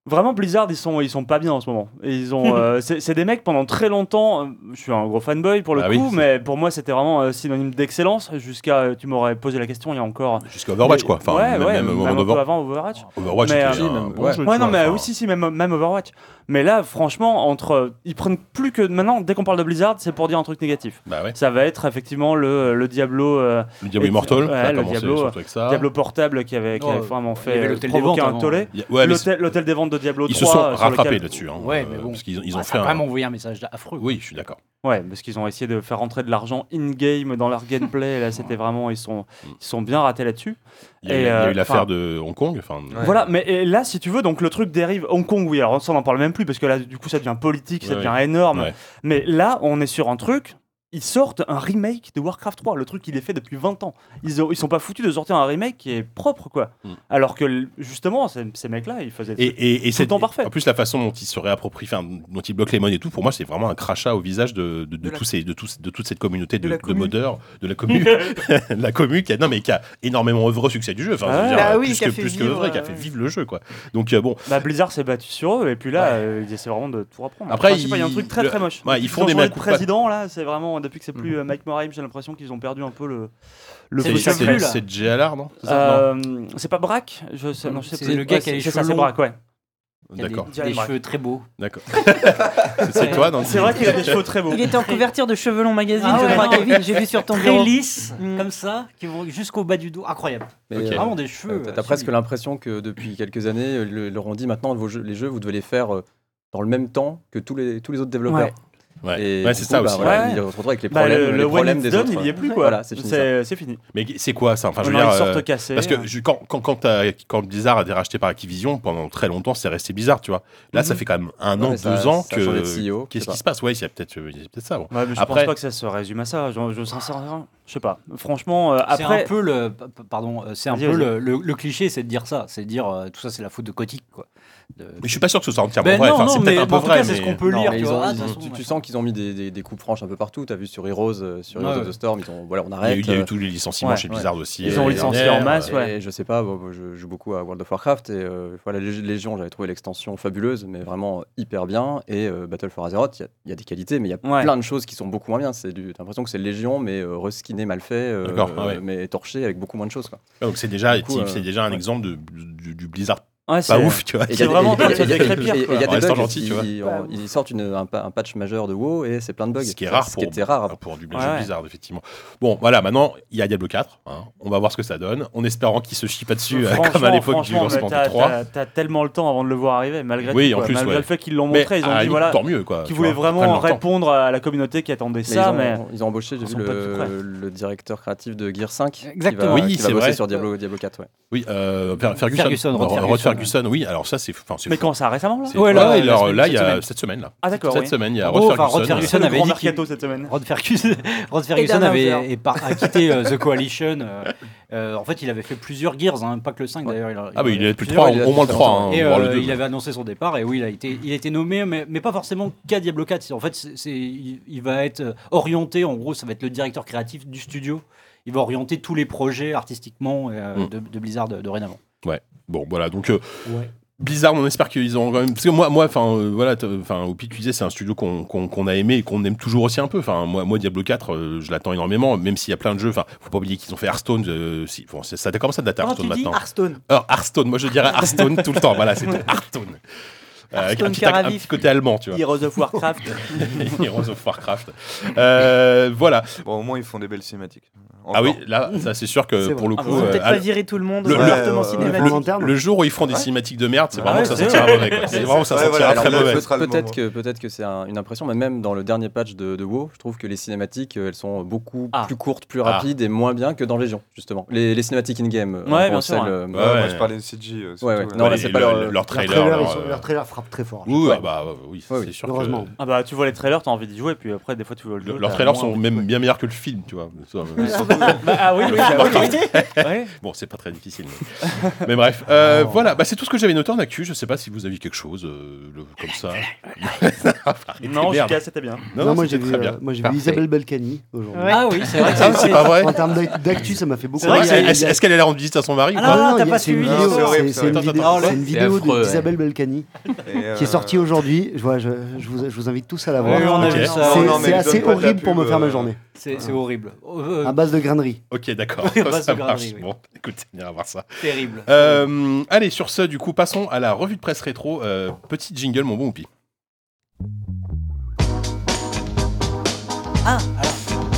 [SPEAKER 7] vraiment Blizzard, ils sont, ils sont pas bien en ce moment. Et ils
[SPEAKER 1] [LAUGHS]
[SPEAKER 7] ont, euh, c'est c'est des mecs pendant très longtemps. euh, Je suis un gros fanboy pour le
[SPEAKER 1] Ah oui,
[SPEAKER 7] coup,
[SPEAKER 1] c'est-
[SPEAKER 7] mais pour moi, c'était vraiment euh, synonyme d'excellence. Jusqu'à, euh, tu m'aurais posé la question il y a encore.
[SPEAKER 1] Jusqu'à Overwatch, quoi. Enfin,
[SPEAKER 7] ouais,
[SPEAKER 1] même,
[SPEAKER 7] ouais,
[SPEAKER 1] même,
[SPEAKER 7] même
[SPEAKER 1] moment
[SPEAKER 7] un peu
[SPEAKER 1] d'avant.
[SPEAKER 7] avant Overwatch.
[SPEAKER 1] Overwatch,
[SPEAKER 7] Mais,
[SPEAKER 1] c'était
[SPEAKER 8] euh,
[SPEAKER 1] un
[SPEAKER 8] oui,
[SPEAKER 1] bon
[SPEAKER 8] ouais.
[SPEAKER 1] jeu, tu
[SPEAKER 7] Ouais, non,
[SPEAKER 1] vois,
[SPEAKER 7] mais
[SPEAKER 1] enfin.
[SPEAKER 7] oui, si, si, même, même Overwatch. Mais là, franchement, entre. Ils prennent plus que. Maintenant, dès qu'on parle de Blizzard, c'est pour dire un truc négatif.
[SPEAKER 1] Bah ouais.
[SPEAKER 7] Ça va être effectivement le, le Diablo, euh,
[SPEAKER 1] Le Diablo
[SPEAKER 7] Et-
[SPEAKER 1] Immortal,
[SPEAKER 7] ouais,
[SPEAKER 1] ça a
[SPEAKER 7] le
[SPEAKER 1] commencé
[SPEAKER 7] Diablo, euh,
[SPEAKER 1] surtout avec ça.
[SPEAKER 7] Diablo portable qui avait, qui
[SPEAKER 2] Non,
[SPEAKER 7] avait
[SPEAKER 2] euh,
[SPEAKER 7] vraiment
[SPEAKER 2] il
[SPEAKER 7] fait
[SPEAKER 2] y avait
[SPEAKER 7] euh,
[SPEAKER 2] l'hôtel des
[SPEAKER 7] provoquer
[SPEAKER 2] ventes
[SPEAKER 7] un
[SPEAKER 2] avant.
[SPEAKER 7] tollé.
[SPEAKER 1] Il y a- ouais, mais c'est-
[SPEAKER 7] L'hôtel l'hôtel des ventes de Diablo
[SPEAKER 1] ils
[SPEAKER 7] 3.
[SPEAKER 1] se sont
[SPEAKER 7] euh, sur
[SPEAKER 1] rattrapés
[SPEAKER 7] lequel-
[SPEAKER 1] là-dessus. hein,
[SPEAKER 2] Ouais,
[SPEAKER 1] euh,
[SPEAKER 2] mais bon.
[SPEAKER 1] Parce qu'ils ont- ils ont
[SPEAKER 2] Ah, ça
[SPEAKER 1] fait
[SPEAKER 2] a quand même
[SPEAKER 1] un.
[SPEAKER 2] envoyé un message affreux.
[SPEAKER 1] Oui, je suis d'accord.
[SPEAKER 7] Ouais, parce qu'ils ont essayé de faire rentrer de l'argent in-game dans leur gameplay. Et là, c'était vraiment. Ils sont, ils sont bien ratés là-dessus.
[SPEAKER 1] Mm. Il y a eu-
[SPEAKER 7] Et,
[SPEAKER 1] il y a
[SPEAKER 7] euh,
[SPEAKER 1] eu l'affaire
[SPEAKER 7] enfin-
[SPEAKER 1] de Hong Kong. enfin,
[SPEAKER 7] Voilà, mais et là, si tu veux, donc le truc dérive Hong Kong, oui, alors ça, on n'en parle même plus, parce que là, du coup, ça devient politique, ça
[SPEAKER 1] Ouais,
[SPEAKER 7] devient énorme.
[SPEAKER 1] Ouais.
[SPEAKER 7] Mais là, on est sur un truc. ils sortent un remake de Warcraft 3, le truc qu'il est fait depuis 20 ans. Ils, ont- ils sont pas foutus de sortir un remake qui est propre, quoi.
[SPEAKER 1] Mm.
[SPEAKER 7] Alors que l- justement, ces, ces mecs-là, ils faisaient.
[SPEAKER 1] Et, et, et
[SPEAKER 7] Tout le temps parfait.
[SPEAKER 1] En plus, la façon dont il se réapproprie, enfin, dont il bloque les modes et tout, pour moi, c'est vraiment un crachat au visage de, de, de
[SPEAKER 4] De la-
[SPEAKER 1] tous ces, de, tous, de toute cette communauté de,
[SPEAKER 4] De la
[SPEAKER 1] de
[SPEAKER 4] commu.
[SPEAKER 1] modeurs, de la
[SPEAKER 4] [LAUGHS]
[SPEAKER 1] commu, [LAUGHS] de la commu qui a, non, mais qui a énormément œuvré au succès du jeu. Enfin, je veux
[SPEAKER 7] Ah ouais.
[SPEAKER 1] dire, euh,
[SPEAKER 4] Bah oui,
[SPEAKER 1] plus
[SPEAKER 4] qui a
[SPEAKER 1] que,
[SPEAKER 4] fait
[SPEAKER 1] plus que
[SPEAKER 4] vivre,
[SPEAKER 1] œuvré, qui a
[SPEAKER 4] euh,
[SPEAKER 1] fait vivre le jeu, quoi. Donc, euh, bon,
[SPEAKER 7] Bah, Blizzard s'est battu sur eux, et puis là, euh, ils essaient vraiment de tout reprendre.
[SPEAKER 1] Après,
[SPEAKER 7] je sais pas, il y a un
[SPEAKER 1] ils-
[SPEAKER 7] truc très
[SPEAKER 1] le-
[SPEAKER 7] très moche.
[SPEAKER 1] ouais, ils
[SPEAKER 7] Depuis
[SPEAKER 1] font
[SPEAKER 7] qu'ils ont
[SPEAKER 1] des
[SPEAKER 7] changé
[SPEAKER 1] mea
[SPEAKER 7] de
[SPEAKER 1] culpa.
[SPEAKER 7] président, là, c'est vraiment. Depuis que c'est
[SPEAKER 1] Mm.
[SPEAKER 7] plus euh, Mike Moraim, j'ai l'impression qu'ils ont perdu un peu le. Le
[SPEAKER 2] C'est
[SPEAKER 1] c'est-
[SPEAKER 2] le
[SPEAKER 7] possible.
[SPEAKER 2] chevelu,
[SPEAKER 1] c'est
[SPEAKER 2] là.
[SPEAKER 1] c'est JLR, non C'est ça
[SPEAKER 7] Euh, c'est pas Braque je sais, non, je sais
[SPEAKER 2] C'est
[SPEAKER 7] plus.
[SPEAKER 2] le gars
[SPEAKER 7] Ouais,
[SPEAKER 2] qui a les
[SPEAKER 7] c'est ça,
[SPEAKER 2] cheveux
[SPEAKER 7] c'est
[SPEAKER 2] longs.
[SPEAKER 7] Braque, ouais.
[SPEAKER 1] Non D'accord,
[SPEAKER 2] Des, des cheveux très beaux.
[SPEAKER 1] d'accord. [LAUGHS] C'est- c'est toi, non
[SPEAKER 7] C'est vrai qu'il
[SPEAKER 1] [LAUGHS]
[SPEAKER 7] a des cheveux très beaux.
[SPEAKER 4] Il était en couverture de Chevelon Magazine,
[SPEAKER 2] Ah
[SPEAKER 4] je
[SPEAKER 2] ouais,
[SPEAKER 4] crois,
[SPEAKER 2] non.
[SPEAKER 4] Kevin. J'ai vu
[SPEAKER 2] [LAUGHS]
[SPEAKER 4] sur ton
[SPEAKER 2] Très
[SPEAKER 4] bureau.
[SPEAKER 2] lisses,
[SPEAKER 4] Mm.
[SPEAKER 2] comme ça, qui vont jusqu'au bas du dos. Incroyable.
[SPEAKER 8] Mais,
[SPEAKER 1] Ok.
[SPEAKER 8] euh,
[SPEAKER 2] Vraiment des cheveux.
[SPEAKER 8] Euh, T'as
[SPEAKER 2] euh,
[SPEAKER 8] t'as presque
[SPEAKER 2] sublimes.
[SPEAKER 8] l'impression que depuis quelques années, euh, le, leur ont dit maintenant vos jeux- les jeux, vous devez les faire euh, dans le même temps que tous les, tous les autres développeurs.
[SPEAKER 4] Ouais.
[SPEAKER 1] Ouais,
[SPEAKER 8] Et
[SPEAKER 1] Ouais,
[SPEAKER 8] du
[SPEAKER 1] c'est
[SPEAKER 8] coup,
[SPEAKER 1] ça
[SPEAKER 8] bah,
[SPEAKER 1] aussi.
[SPEAKER 8] voilà,
[SPEAKER 7] Ouais.
[SPEAKER 8] Ils se retrouvent avec les
[SPEAKER 7] Bah,
[SPEAKER 8] problèmes,
[SPEAKER 7] le,
[SPEAKER 8] Euh, les
[SPEAKER 7] le
[SPEAKER 8] problèmes
[SPEAKER 7] When
[SPEAKER 8] des
[SPEAKER 7] It's Done,
[SPEAKER 8] autres.
[SPEAKER 7] il y est plus quoi.
[SPEAKER 8] Voilà, c'est fini. ça.
[SPEAKER 7] c'est c'est fini.
[SPEAKER 1] Mais c'est quoi ça Enfin, je veux
[SPEAKER 7] Maintenant,
[SPEAKER 1] dire.
[SPEAKER 7] ils sortent
[SPEAKER 1] euh,
[SPEAKER 7] cassés.
[SPEAKER 1] Parce que je- quand, quand, quand, t'as- quand Blizzard a été racheté par Activision, pendant très longtemps, c'est resté bizarre, tu vois. Là, ça fait quand même un
[SPEAKER 8] Mhm. Ouais,
[SPEAKER 1] an,
[SPEAKER 8] mais ça-
[SPEAKER 1] deux ans
[SPEAKER 8] ça a changé de
[SPEAKER 1] que.
[SPEAKER 8] CEO, je
[SPEAKER 1] Qu'est-ce
[SPEAKER 8] sais
[SPEAKER 1] qui se passe Ouais, il y a peut-être il y a peut-être ça. bon.
[SPEAKER 7] Ouais, mais je
[SPEAKER 1] Après-
[SPEAKER 7] pense pas que ça se résume à ça. Je, je sincèrement, je sais pas. Franchement, euh,
[SPEAKER 2] C'est
[SPEAKER 7] après,
[SPEAKER 2] un peu le, p- p- pardon, euh, c'est un
[SPEAKER 7] Vas-y,
[SPEAKER 2] peu
[SPEAKER 7] vas-y.
[SPEAKER 2] le, le- le cliché, c'est de dire ça, c'est de dire euh, tout ça, c'est la faute de Kotick, quoi. De-
[SPEAKER 1] Mais je suis pas sûr que ce soit entièrement
[SPEAKER 2] Ben
[SPEAKER 1] vrai.
[SPEAKER 2] non,
[SPEAKER 1] Enfin,
[SPEAKER 2] non,
[SPEAKER 1] c'est
[SPEAKER 2] mais
[SPEAKER 1] peut-être un
[SPEAKER 2] en
[SPEAKER 1] peu
[SPEAKER 2] tout
[SPEAKER 1] vrai.
[SPEAKER 2] cas, c'est ce
[SPEAKER 1] mais-
[SPEAKER 2] qu'on peut
[SPEAKER 8] Non,
[SPEAKER 2] lire.
[SPEAKER 8] mais
[SPEAKER 2] tu
[SPEAKER 8] ils
[SPEAKER 2] vois.
[SPEAKER 8] ont-
[SPEAKER 2] Ah,
[SPEAKER 8] ils
[SPEAKER 2] de
[SPEAKER 8] ont-
[SPEAKER 2] toute façon,
[SPEAKER 8] tu, tu
[SPEAKER 2] ouais.
[SPEAKER 8] sens qu'ils ont mis des, des- des coups franches un peu partout. T'as vu sur Heroes, euh, sur
[SPEAKER 2] Ouais,
[SPEAKER 8] Heroes of
[SPEAKER 2] ouais.
[SPEAKER 8] the Storm, ils ont, voilà, on
[SPEAKER 1] Il y a
[SPEAKER 8] arrête.
[SPEAKER 1] eu, il y a eu
[SPEAKER 8] euh,
[SPEAKER 1] tous les licenciements
[SPEAKER 7] Ouais,
[SPEAKER 1] chez
[SPEAKER 8] ouais.
[SPEAKER 1] Bizarre aussi.
[SPEAKER 7] Ils
[SPEAKER 1] euh,
[SPEAKER 7] ont
[SPEAKER 1] l'année
[SPEAKER 7] licencié
[SPEAKER 1] dernière,
[SPEAKER 7] en masse,
[SPEAKER 1] euh,
[SPEAKER 8] Et
[SPEAKER 7] ouais.
[SPEAKER 8] je sais pas, bon, bon, je joue beaucoup à World of Warcraft et euh, voilà, Lég- Légion, j'avais trouvé l'extension fabuleuse, mais vraiment hyper bien. Et euh, Battle for Azeroth, il y a- il y, a des qualités, mais il y a
[SPEAKER 7] Ouais.
[SPEAKER 8] plein de choses qui sont beaucoup moins bien. C'est du- T'as l'impression que c'est Légion, mais euh, reskiné, mal fait, euh,
[SPEAKER 1] D'accord, ah ouais.
[SPEAKER 8] mais torché avec beaucoup moins de choses. quoi.
[SPEAKER 1] ouais, Donc c'est déjà,
[SPEAKER 8] Du coup,
[SPEAKER 1] c'est
[SPEAKER 8] euh,
[SPEAKER 1] déjà un
[SPEAKER 8] ouais.
[SPEAKER 1] exemple de, du, du Blizzard
[SPEAKER 7] ouais,
[SPEAKER 1] pas
[SPEAKER 7] c'est-
[SPEAKER 1] Bah, ouf, tu vois.
[SPEAKER 8] Et
[SPEAKER 7] C'est
[SPEAKER 8] il y a des-
[SPEAKER 7] vraiment
[SPEAKER 8] et il y a-
[SPEAKER 7] pas-
[SPEAKER 8] il y a-
[SPEAKER 7] c'est crépire,
[SPEAKER 8] et il y a
[SPEAKER 1] quoi. En
[SPEAKER 8] des
[SPEAKER 1] restant
[SPEAKER 8] bugs.
[SPEAKER 1] gentil, tu vois.
[SPEAKER 8] ils, ils- en- ils sortent une- un, pa- un patch majeur de WoW et c'est plein de bugs.
[SPEAKER 1] Ce qui est rare
[SPEAKER 8] Ce
[SPEAKER 1] pour,
[SPEAKER 8] qui était rare.
[SPEAKER 1] pour du jeu
[SPEAKER 7] Ouais, ouais.
[SPEAKER 1] Blizzard, effectivement. Bon, voilà, maintenant, il y a Diablo 4. hein. On va voir ce que ça donne. En espérant qu'il se chie pas dessus, euh,
[SPEAKER 7] Franchement,
[SPEAKER 1] [LAUGHS] comme à l'époque du
[SPEAKER 7] franchement,
[SPEAKER 1] lancement
[SPEAKER 7] mais t'as-
[SPEAKER 1] de 3.
[SPEAKER 7] t'as- T'as tellement le temps avant de le voir arriver, malgré
[SPEAKER 1] Oui,
[SPEAKER 7] tout,
[SPEAKER 1] en
[SPEAKER 7] quoi.
[SPEAKER 1] plus,
[SPEAKER 7] malgré
[SPEAKER 1] ouais.
[SPEAKER 7] le fait qu'ils l'ont
[SPEAKER 1] Mais
[SPEAKER 7] montré, ils
[SPEAKER 1] à
[SPEAKER 7] ont
[SPEAKER 1] la
[SPEAKER 7] dit
[SPEAKER 1] limite,
[SPEAKER 7] voilà,
[SPEAKER 1] tant mieux, quoi. tu
[SPEAKER 7] qu'ils voulaient
[SPEAKER 1] vois, prennent
[SPEAKER 7] vraiment
[SPEAKER 1] leur temps.
[SPEAKER 7] répondre à la communauté qui attendait
[SPEAKER 8] Mais
[SPEAKER 7] ça,
[SPEAKER 8] ils, ont,
[SPEAKER 7] mais
[SPEAKER 8] ils ont embauché, j'ai
[SPEAKER 7] ils
[SPEAKER 8] vu
[SPEAKER 7] sont pas tout prêts.
[SPEAKER 8] le, le directeur créatif de Gear 5
[SPEAKER 2] Exactement.
[SPEAKER 8] qui va,
[SPEAKER 1] Oui,
[SPEAKER 8] qui va
[SPEAKER 1] c'est
[SPEAKER 8] bosser
[SPEAKER 1] vrai.
[SPEAKER 8] sur Diablo, Diablo 4. Ouais.
[SPEAKER 1] Oui, euh, Fer- Ferguson.
[SPEAKER 2] Ferguson, Rod
[SPEAKER 1] Non, Rod
[SPEAKER 2] Ferguson.
[SPEAKER 1] Ferguson, oui. Alors ça, c'est enfin, c'est
[SPEAKER 7] mais
[SPEAKER 1] fou.
[SPEAKER 7] quand ça récemment là
[SPEAKER 1] C'est-
[SPEAKER 2] Ouais, là,
[SPEAKER 1] ouais,
[SPEAKER 2] la
[SPEAKER 1] alors,
[SPEAKER 2] semaine-
[SPEAKER 1] là,
[SPEAKER 2] cette
[SPEAKER 1] il y a
[SPEAKER 2] semaine.
[SPEAKER 1] cette semaine là.
[SPEAKER 7] Ah d'accord.
[SPEAKER 1] cette
[SPEAKER 7] oui.
[SPEAKER 1] semaine, il y a
[SPEAKER 2] En
[SPEAKER 1] Rod
[SPEAKER 2] gros, enfin,
[SPEAKER 1] Ferguson.
[SPEAKER 2] Rod Ferguson
[SPEAKER 7] C'est le
[SPEAKER 2] avait
[SPEAKER 7] grand
[SPEAKER 2] dit
[SPEAKER 7] mercato
[SPEAKER 2] qu'il-
[SPEAKER 7] cette semaine.
[SPEAKER 2] Rod Ferguson, [LAUGHS] Rod Ferguson
[SPEAKER 4] Dana
[SPEAKER 2] avait
[SPEAKER 4] Hauser.
[SPEAKER 2] est par- a quitté euh,
[SPEAKER 1] [LAUGHS]
[SPEAKER 2] The Coalition. euh, euh, en fait, il avait fait plusieurs Gears, hein, pas que le 5
[SPEAKER 8] Ouais.
[SPEAKER 2] d'ailleurs. a-
[SPEAKER 1] Ah, bah, il est
[SPEAKER 2] avait
[SPEAKER 1] depuis le
[SPEAKER 2] plusieurs,
[SPEAKER 1] 3,
[SPEAKER 8] il a
[SPEAKER 1] au moins le
[SPEAKER 8] fait
[SPEAKER 1] 3,
[SPEAKER 8] longtemps.
[SPEAKER 1] hein,
[SPEAKER 2] Et
[SPEAKER 1] voire
[SPEAKER 2] euh,
[SPEAKER 1] le 2.
[SPEAKER 2] il avait annoncé son départ et oui, il a été, il a été nommé, mais, mais pas forcément qu'à Diablo 4. En fait, c'est, c'est- il, il va être euh, orienté, en gros, ça va être le directeur créatif du studio. Il va orienter tous les projets artistiquement euh,
[SPEAKER 1] Mm.
[SPEAKER 2] de, de Blizzard euh, dorénavant.
[SPEAKER 1] Bon, voilà, donc euh,
[SPEAKER 3] Ouais.
[SPEAKER 1] Blizzard, on espère qu'ils ont quand même. Parce que moi, moi, enfin, euh, voilà, t- enfin, au tu disais, c'est un studio qu'on qu'on- qu'on a aimé et qu'on aime toujours aussi un peu. Enfin, moi, moi, Diablo 4, euh, je l'attends énormément, même s'il y a plein de jeux. Enfin, faut pas oublier qu'ils ont fait Hearthstone. euh, si- bon, c'est- ça commence à dater
[SPEAKER 4] Quand
[SPEAKER 1] Hearthstone
[SPEAKER 4] tu dis
[SPEAKER 1] maintenant.
[SPEAKER 4] Hearthstone,
[SPEAKER 1] Alors, Euh, Hearthstone, moi, je dirais Hearthstone tout le temps. Voilà, c'est tout, Hearthstone. Euh, avec un
[SPEAKER 4] Hearthstone,
[SPEAKER 1] petit, ac-
[SPEAKER 4] cœur à
[SPEAKER 1] un
[SPEAKER 4] vif.
[SPEAKER 1] petit côté allemand, tu vois.
[SPEAKER 7] Heroes of Warcraft.
[SPEAKER 1] [LAUGHS] Heroes of Warcraft. Euh, voilà.
[SPEAKER 5] Bon, au moins, ils font des belles cinématiques.
[SPEAKER 1] Ah oui,
[SPEAKER 5] Encore.
[SPEAKER 1] là, ça c'est sûr que
[SPEAKER 3] C'est
[SPEAKER 1] pour le
[SPEAKER 7] Ah,
[SPEAKER 1] coup,
[SPEAKER 4] ils ont
[SPEAKER 1] euh,
[SPEAKER 4] peut-être
[SPEAKER 1] à-
[SPEAKER 4] pas viré tout le monde
[SPEAKER 1] le-
[SPEAKER 4] au
[SPEAKER 1] le-
[SPEAKER 4] département
[SPEAKER 5] euh,
[SPEAKER 3] Le-
[SPEAKER 4] cinématique.
[SPEAKER 3] interne.
[SPEAKER 1] le jour où ils feront des cinématiques de merde, c'est
[SPEAKER 5] Ah
[SPEAKER 1] vraiment
[SPEAKER 5] ouais,
[SPEAKER 1] que ça
[SPEAKER 7] c'est
[SPEAKER 1] sentira
[SPEAKER 7] vrai.
[SPEAKER 1] mauvais. quoi. C'est
[SPEAKER 5] Ouais,
[SPEAKER 1] vraiment que ça
[SPEAKER 5] ouais,
[SPEAKER 1] sentira
[SPEAKER 5] voilà,
[SPEAKER 1] très
[SPEAKER 5] là, ce
[SPEAKER 1] mauvais.
[SPEAKER 5] sera le
[SPEAKER 8] Peut-être
[SPEAKER 5] moment.
[SPEAKER 8] que, peut que c'est un- une impression, mais même dans le dernier patch de, de WoW, je trouve que les cinématiques, euh, elles sont beaucoup
[SPEAKER 7] Ah.
[SPEAKER 8] plus courtes, plus
[SPEAKER 1] Ah.
[SPEAKER 8] rapides et moins bien que dans Légion, justement. Les, les cinématiques in-game. euh,
[SPEAKER 7] Ouais,
[SPEAKER 8] en
[SPEAKER 7] bien
[SPEAKER 8] gros,
[SPEAKER 7] sûr,
[SPEAKER 8] celles,
[SPEAKER 7] ouais.
[SPEAKER 8] euh,
[SPEAKER 1] Ouais,
[SPEAKER 5] Moi, je parlais de CG. euh, surtout,
[SPEAKER 8] ouais.
[SPEAKER 5] là.
[SPEAKER 8] Non,
[SPEAKER 1] Ouais,
[SPEAKER 8] là,
[SPEAKER 1] et
[SPEAKER 8] c'est
[SPEAKER 1] le-
[SPEAKER 8] pas leur-
[SPEAKER 1] leur
[SPEAKER 3] Leur
[SPEAKER 1] trailer.
[SPEAKER 3] trailer,
[SPEAKER 1] leur,
[SPEAKER 3] ils sont-
[SPEAKER 1] euh,
[SPEAKER 3] leur trailer frappe très fort.
[SPEAKER 1] Ouh,
[SPEAKER 8] Ouais.
[SPEAKER 1] ah bah oui,
[SPEAKER 8] Ouais,
[SPEAKER 1] c'est
[SPEAKER 8] oui,
[SPEAKER 1] sûr.
[SPEAKER 3] Heureusement.
[SPEAKER 1] Que...
[SPEAKER 7] Ah bah tu vois les trailers, t'as envie d'y jouer, puis après des fois tu veux le
[SPEAKER 1] le-
[SPEAKER 7] jeu,
[SPEAKER 1] leurs
[SPEAKER 7] t'as
[SPEAKER 1] trailers
[SPEAKER 7] moins
[SPEAKER 1] sont
[SPEAKER 7] envie.
[SPEAKER 1] même bien meilleurs que le film,
[SPEAKER 3] [LAUGHS]
[SPEAKER 1] tu vois. Ça, euh,
[SPEAKER 5] Surtout,
[SPEAKER 7] Ah oui, oui, ah oui,
[SPEAKER 1] [LAUGHS]
[SPEAKER 7] oui. Ouais.
[SPEAKER 1] Bon, c'est pas très difficile. Mais, mais bref,
[SPEAKER 3] [LAUGHS]
[SPEAKER 1] Euh, voilà, bah, c'est tout ce que j'avais noté en actu. Je sais pas si vous aviez quelque chose euh, le- comme ça. Arrêtez,
[SPEAKER 7] Non,
[SPEAKER 1] [LAUGHS] merde.
[SPEAKER 7] Jika, c'était bien.
[SPEAKER 1] non,
[SPEAKER 3] Non, moi j'ai
[SPEAKER 1] c'était
[SPEAKER 3] vu,
[SPEAKER 1] très
[SPEAKER 3] euh,
[SPEAKER 1] bien.
[SPEAKER 3] moi, j'ai vu
[SPEAKER 6] Parfait.
[SPEAKER 3] Isabelle Balkany aujourd'hui.
[SPEAKER 4] Ouais.
[SPEAKER 2] Ah oui, c'est vrai.
[SPEAKER 1] Ah, c'est pas vrai.
[SPEAKER 3] En termes d'act- d'actu, ça m'a fait beaucoup
[SPEAKER 1] C'est vrai que
[SPEAKER 3] rire.
[SPEAKER 1] c'est-
[SPEAKER 3] Il y a-
[SPEAKER 1] Est-ce est-ce qu'elle allait rendre visite à son mari ou
[SPEAKER 2] Ah
[SPEAKER 1] pas
[SPEAKER 2] non,
[SPEAKER 3] Ah non,
[SPEAKER 2] t'as
[SPEAKER 3] il y a-
[SPEAKER 2] pas
[SPEAKER 3] c'est une
[SPEAKER 2] suivi.
[SPEAKER 3] vidéo,
[SPEAKER 5] Ah, c'est horrible,
[SPEAKER 3] c'est-
[SPEAKER 5] ça.
[SPEAKER 3] c'est une
[SPEAKER 1] Attends,
[SPEAKER 3] vidéo,
[SPEAKER 1] attends,
[SPEAKER 3] c'est une
[SPEAKER 6] c'est
[SPEAKER 3] vidéo
[SPEAKER 6] affreux,
[SPEAKER 3] d'Isabelle Balkany
[SPEAKER 5] et, euh,
[SPEAKER 3] qui est sortie aujourd'hui. Je, vois, je, je vous, je vous invite tous à la voir.
[SPEAKER 2] Oui, on a
[SPEAKER 1] Ok.
[SPEAKER 2] vu ça.
[SPEAKER 3] C'est
[SPEAKER 5] Non, non, mais
[SPEAKER 3] c'est
[SPEAKER 5] donne
[SPEAKER 3] assez
[SPEAKER 5] pas de la
[SPEAKER 3] horrible pour
[SPEAKER 5] pub,
[SPEAKER 3] me faire ma
[SPEAKER 5] euh,
[SPEAKER 3] journée.
[SPEAKER 2] C'est, c'est horrible. Euh,
[SPEAKER 3] À base de grainerie.
[SPEAKER 2] [LAUGHS]
[SPEAKER 1] Ok,
[SPEAKER 4] [LAUGHS]
[SPEAKER 1] d'accord.
[SPEAKER 2] Oui, on va
[SPEAKER 1] ça
[SPEAKER 2] se
[SPEAKER 1] marche.
[SPEAKER 2] garder, oui.
[SPEAKER 1] Bon, écoutez, on ira voir ça.
[SPEAKER 2] terrible.
[SPEAKER 1] Euh, allez, sur ce, du coup, passons à la revue de presse rétro. Euh, petit jingle, mon bon Oupi.
[SPEAKER 4] Ah,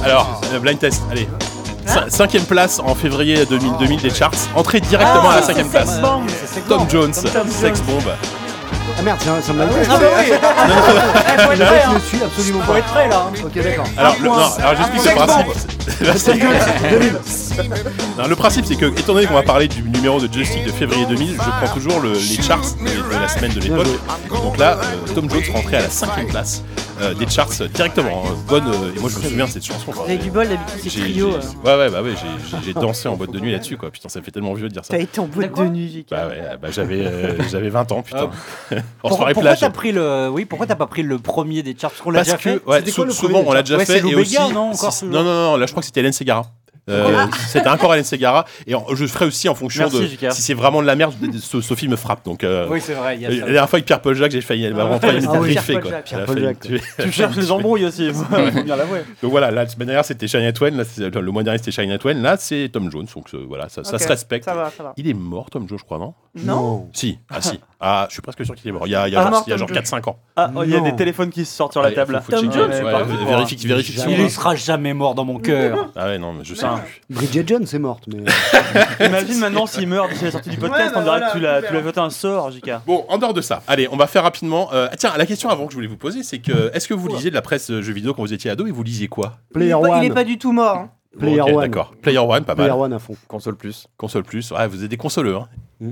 [SPEAKER 1] alors. euh, blind test, allez.
[SPEAKER 4] Hein
[SPEAKER 1] Cin- Cinquième place en février 2000, 2000 des charts. Entrée directement à la
[SPEAKER 4] Ah, c'est
[SPEAKER 1] cinquième
[SPEAKER 4] Sex
[SPEAKER 1] place.
[SPEAKER 4] Bomb.
[SPEAKER 1] Tom Jones,
[SPEAKER 4] Tom
[SPEAKER 1] Sex Bomb.
[SPEAKER 3] Ah merde, c'est un- c'est un blind
[SPEAKER 4] Ah bah oui
[SPEAKER 3] [LAUGHS]
[SPEAKER 4] Eh, faut être prêt,
[SPEAKER 3] Je
[SPEAKER 4] hein.
[SPEAKER 3] ne suis absolument
[SPEAKER 4] Faut
[SPEAKER 3] pas.
[SPEAKER 4] être prêt, là hein.
[SPEAKER 3] Ok, d'accord.
[SPEAKER 1] Alors, le, non, alors j'explique le
[SPEAKER 3] [LAUGHS]
[SPEAKER 4] Sex
[SPEAKER 1] principe. [LAUGHS] Là, c'est- Non, le principe, c'est que, étant donné qu'on va parler du numéro de joystick de février 2000, je prends toujours le- les charts de, de la semaine de l'époque. Donc là, euh, Tom Jones rentrait à la cinquième place. euh, des charts directement. hein. Bonne, euh, et moi je me souviens de cette chanson. quoi.
[SPEAKER 4] Avec du bol, d'habitude, c'est
[SPEAKER 1] J'ai-
[SPEAKER 4] trio.
[SPEAKER 1] j'ai-
[SPEAKER 4] euh.
[SPEAKER 1] Ouais, ouais, bah ouais, j'ai- j'ai- j'ai dansé en boîte de nuit là-dessus, quoi. Putain, ça fait tellement vieux de dire ça.
[SPEAKER 4] T'as été en hein. Ah. boîte de nuit, JK.
[SPEAKER 1] Bah ouais, bah j'avais euh, j'avais 20 ans, [LAUGHS] putain. en
[SPEAKER 2] Pourquoi,
[SPEAKER 1] soirée
[SPEAKER 2] pourquoi
[SPEAKER 1] plage.
[SPEAKER 2] t'as pris le, oui, pourquoi t'as pas pris le premier des charts qu'on l'a
[SPEAKER 1] Parce
[SPEAKER 2] déjà
[SPEAKER 1] que
[SPEAKER 2] fait
[SPEAKER 1] ouais,
[SPEAKER 2] C'était
[SPEAKER 1] sou-
[SPEAKER 2] quoi le
[SPEAKER 1] souvent on l'a déjà
[SPEAKER 2] Ouais, c'est
[SPEAKER 1] fait et aussi
[SPEAKER 2] Loubega, non, encore
[SPEAKER 1] si-
[SPEAKER 2] ce-
[SPEAKER 1] non, non non là je crois que c'était Hélène Segara. Euh, [LAUGHS] c'était encore Hélène Segara et en- je ferai aussi en fonction
[SPEAKER 7] Merci,
[SPEAKER 1] de
[SPEAKER 7] Jika.
[SPEAKER 1] si c'est vraiment de la merde de- de- ce, ce film me frappe donc euh,
[SPEAKER 2] Oui, c'est vrai. il y a
[SPEAKER 1] la
[SPEAKER 2] ça.
[SPEAKER 1] dernière fois avec Pierre Paul Jacques j'ai failli bah, elle m'a vraiment failli
[SPEAKER 3] Ah oui,
[SPEAKER 1] griffer,
[SPEAKER 4] Pierre-Paul
[SPEAKER 1] quoi.
[SPEAKER 4] Jacques.
[SPEAKER 1] Elle a
[SPEAKER 3] Pierre-Paul
[SPEAKER 1] failli
[SPEAKER 3] Jacques,
[SPEAKER 1] me tuer.
[SPEAKER 7] Tu cherches les
[SPEAKER 1] [LAUGHS]
[SPEAKER 7] embrouilles aussi. faut bien l'avouer.
[SPEAKER 1] donc voilà la semaine dernière c'était Shania Twain là, c'est- le mois dernier c'était Shania Twain là c'est Tom Jones donc euh, voilà ça, ça
[SPEAKER 4] Ok,
[SPEAKER 1] se respecte
[SPEAKER 4] Ça va, ça va.
[SPEAKER 1] il est mort Tom Jones je crois non
[SPEAKER 4] Non
[SPEAKER 1] si ah si ah je suis presque sûr qu'il est mort il y a, il y a
[SPEAKER 4] Ah,
[SPEAKER 1] genre,
[SPEAKER 4] mort,
[SPEAKER 1] il y a
[SPEAKER 4] Tom
[SPEAKER 1] genre
[SPEAKER 4] Jones.
[SPEAKER 1] 4-5 ans
[SPEAKER 7] Ah, oh, il y a
[SPEAKER 3] Non.
[SPEAKER 7] des téléphones qui sortent sur la
[SPEAKER 1] Ouais,
[SPEAKER 7] table.
[SPEAKER 1] faut- faut
[SPEAKER 4] Tom
[SPEAKER 1] checker,
[SPEAKER 4] Jones,
[SPEAKER 1] ouais,
[SPEAKER 7] par
[SPEAKER 1] ouais,
[SPEAKER 7] contre.
[SPEAKER 1] vérifie vérifie que c'est
[SPEAKER 2] Il ne
[SPEAKER 1] mort.
[SPEAKER 2] sera jamais mort dans mon cœur.
[SPEAKER 1] ah ouais non mais je sais plus.
[SPEAKER 3] Bridget Jones est morte, mais.
[SPEAKER 4] [LAUGHS]
[SPEAKER 7] Imagine maintenant s'il meurt d'ici la sortie du podcast,
[SPEAKER 4] Ouais, bah
[SPEAKER 7] on dirait
[SPEAKER 4] voilà,
[SPEAKER 7] que tu l'as-
[SPEAKER 4] super.
[SPEAKER 7] tu l'as voté un sort, JK.
[SPEAKER 1] Bon, en dehors de ça, allez, on va faire rapidement. euh, ah tiens, la question avant que je voulais vous poser, c'est que est-ce que vous lisiez de la presse euh, jeux vidéo quand vous étiez ado et vous lisiez quoi
[SPEAKER 3] Player
[SPEAKER 4] il, est pas, il est
[SPEAKER 3] One.
[SPEAKER 4] pas du tout mort. hein.
[SPEAKER 1] Bon,
[SPEAKER 3] Player
[SPEAKER 1] ok,
[SPEAKER 3] One.
[SPEAKER 1] D'accord. Player One, pas
[SPEAKER 3] Player
[SPEAKER 1] mal.
[SPEAKER 3] One à fond.
[SPEAKER 8] Console plus.
[SPEAKER 1] Console Plus. Ouais, vous êtes des consoleux. Hein.
[SPEAKER 6] Mm-hmm.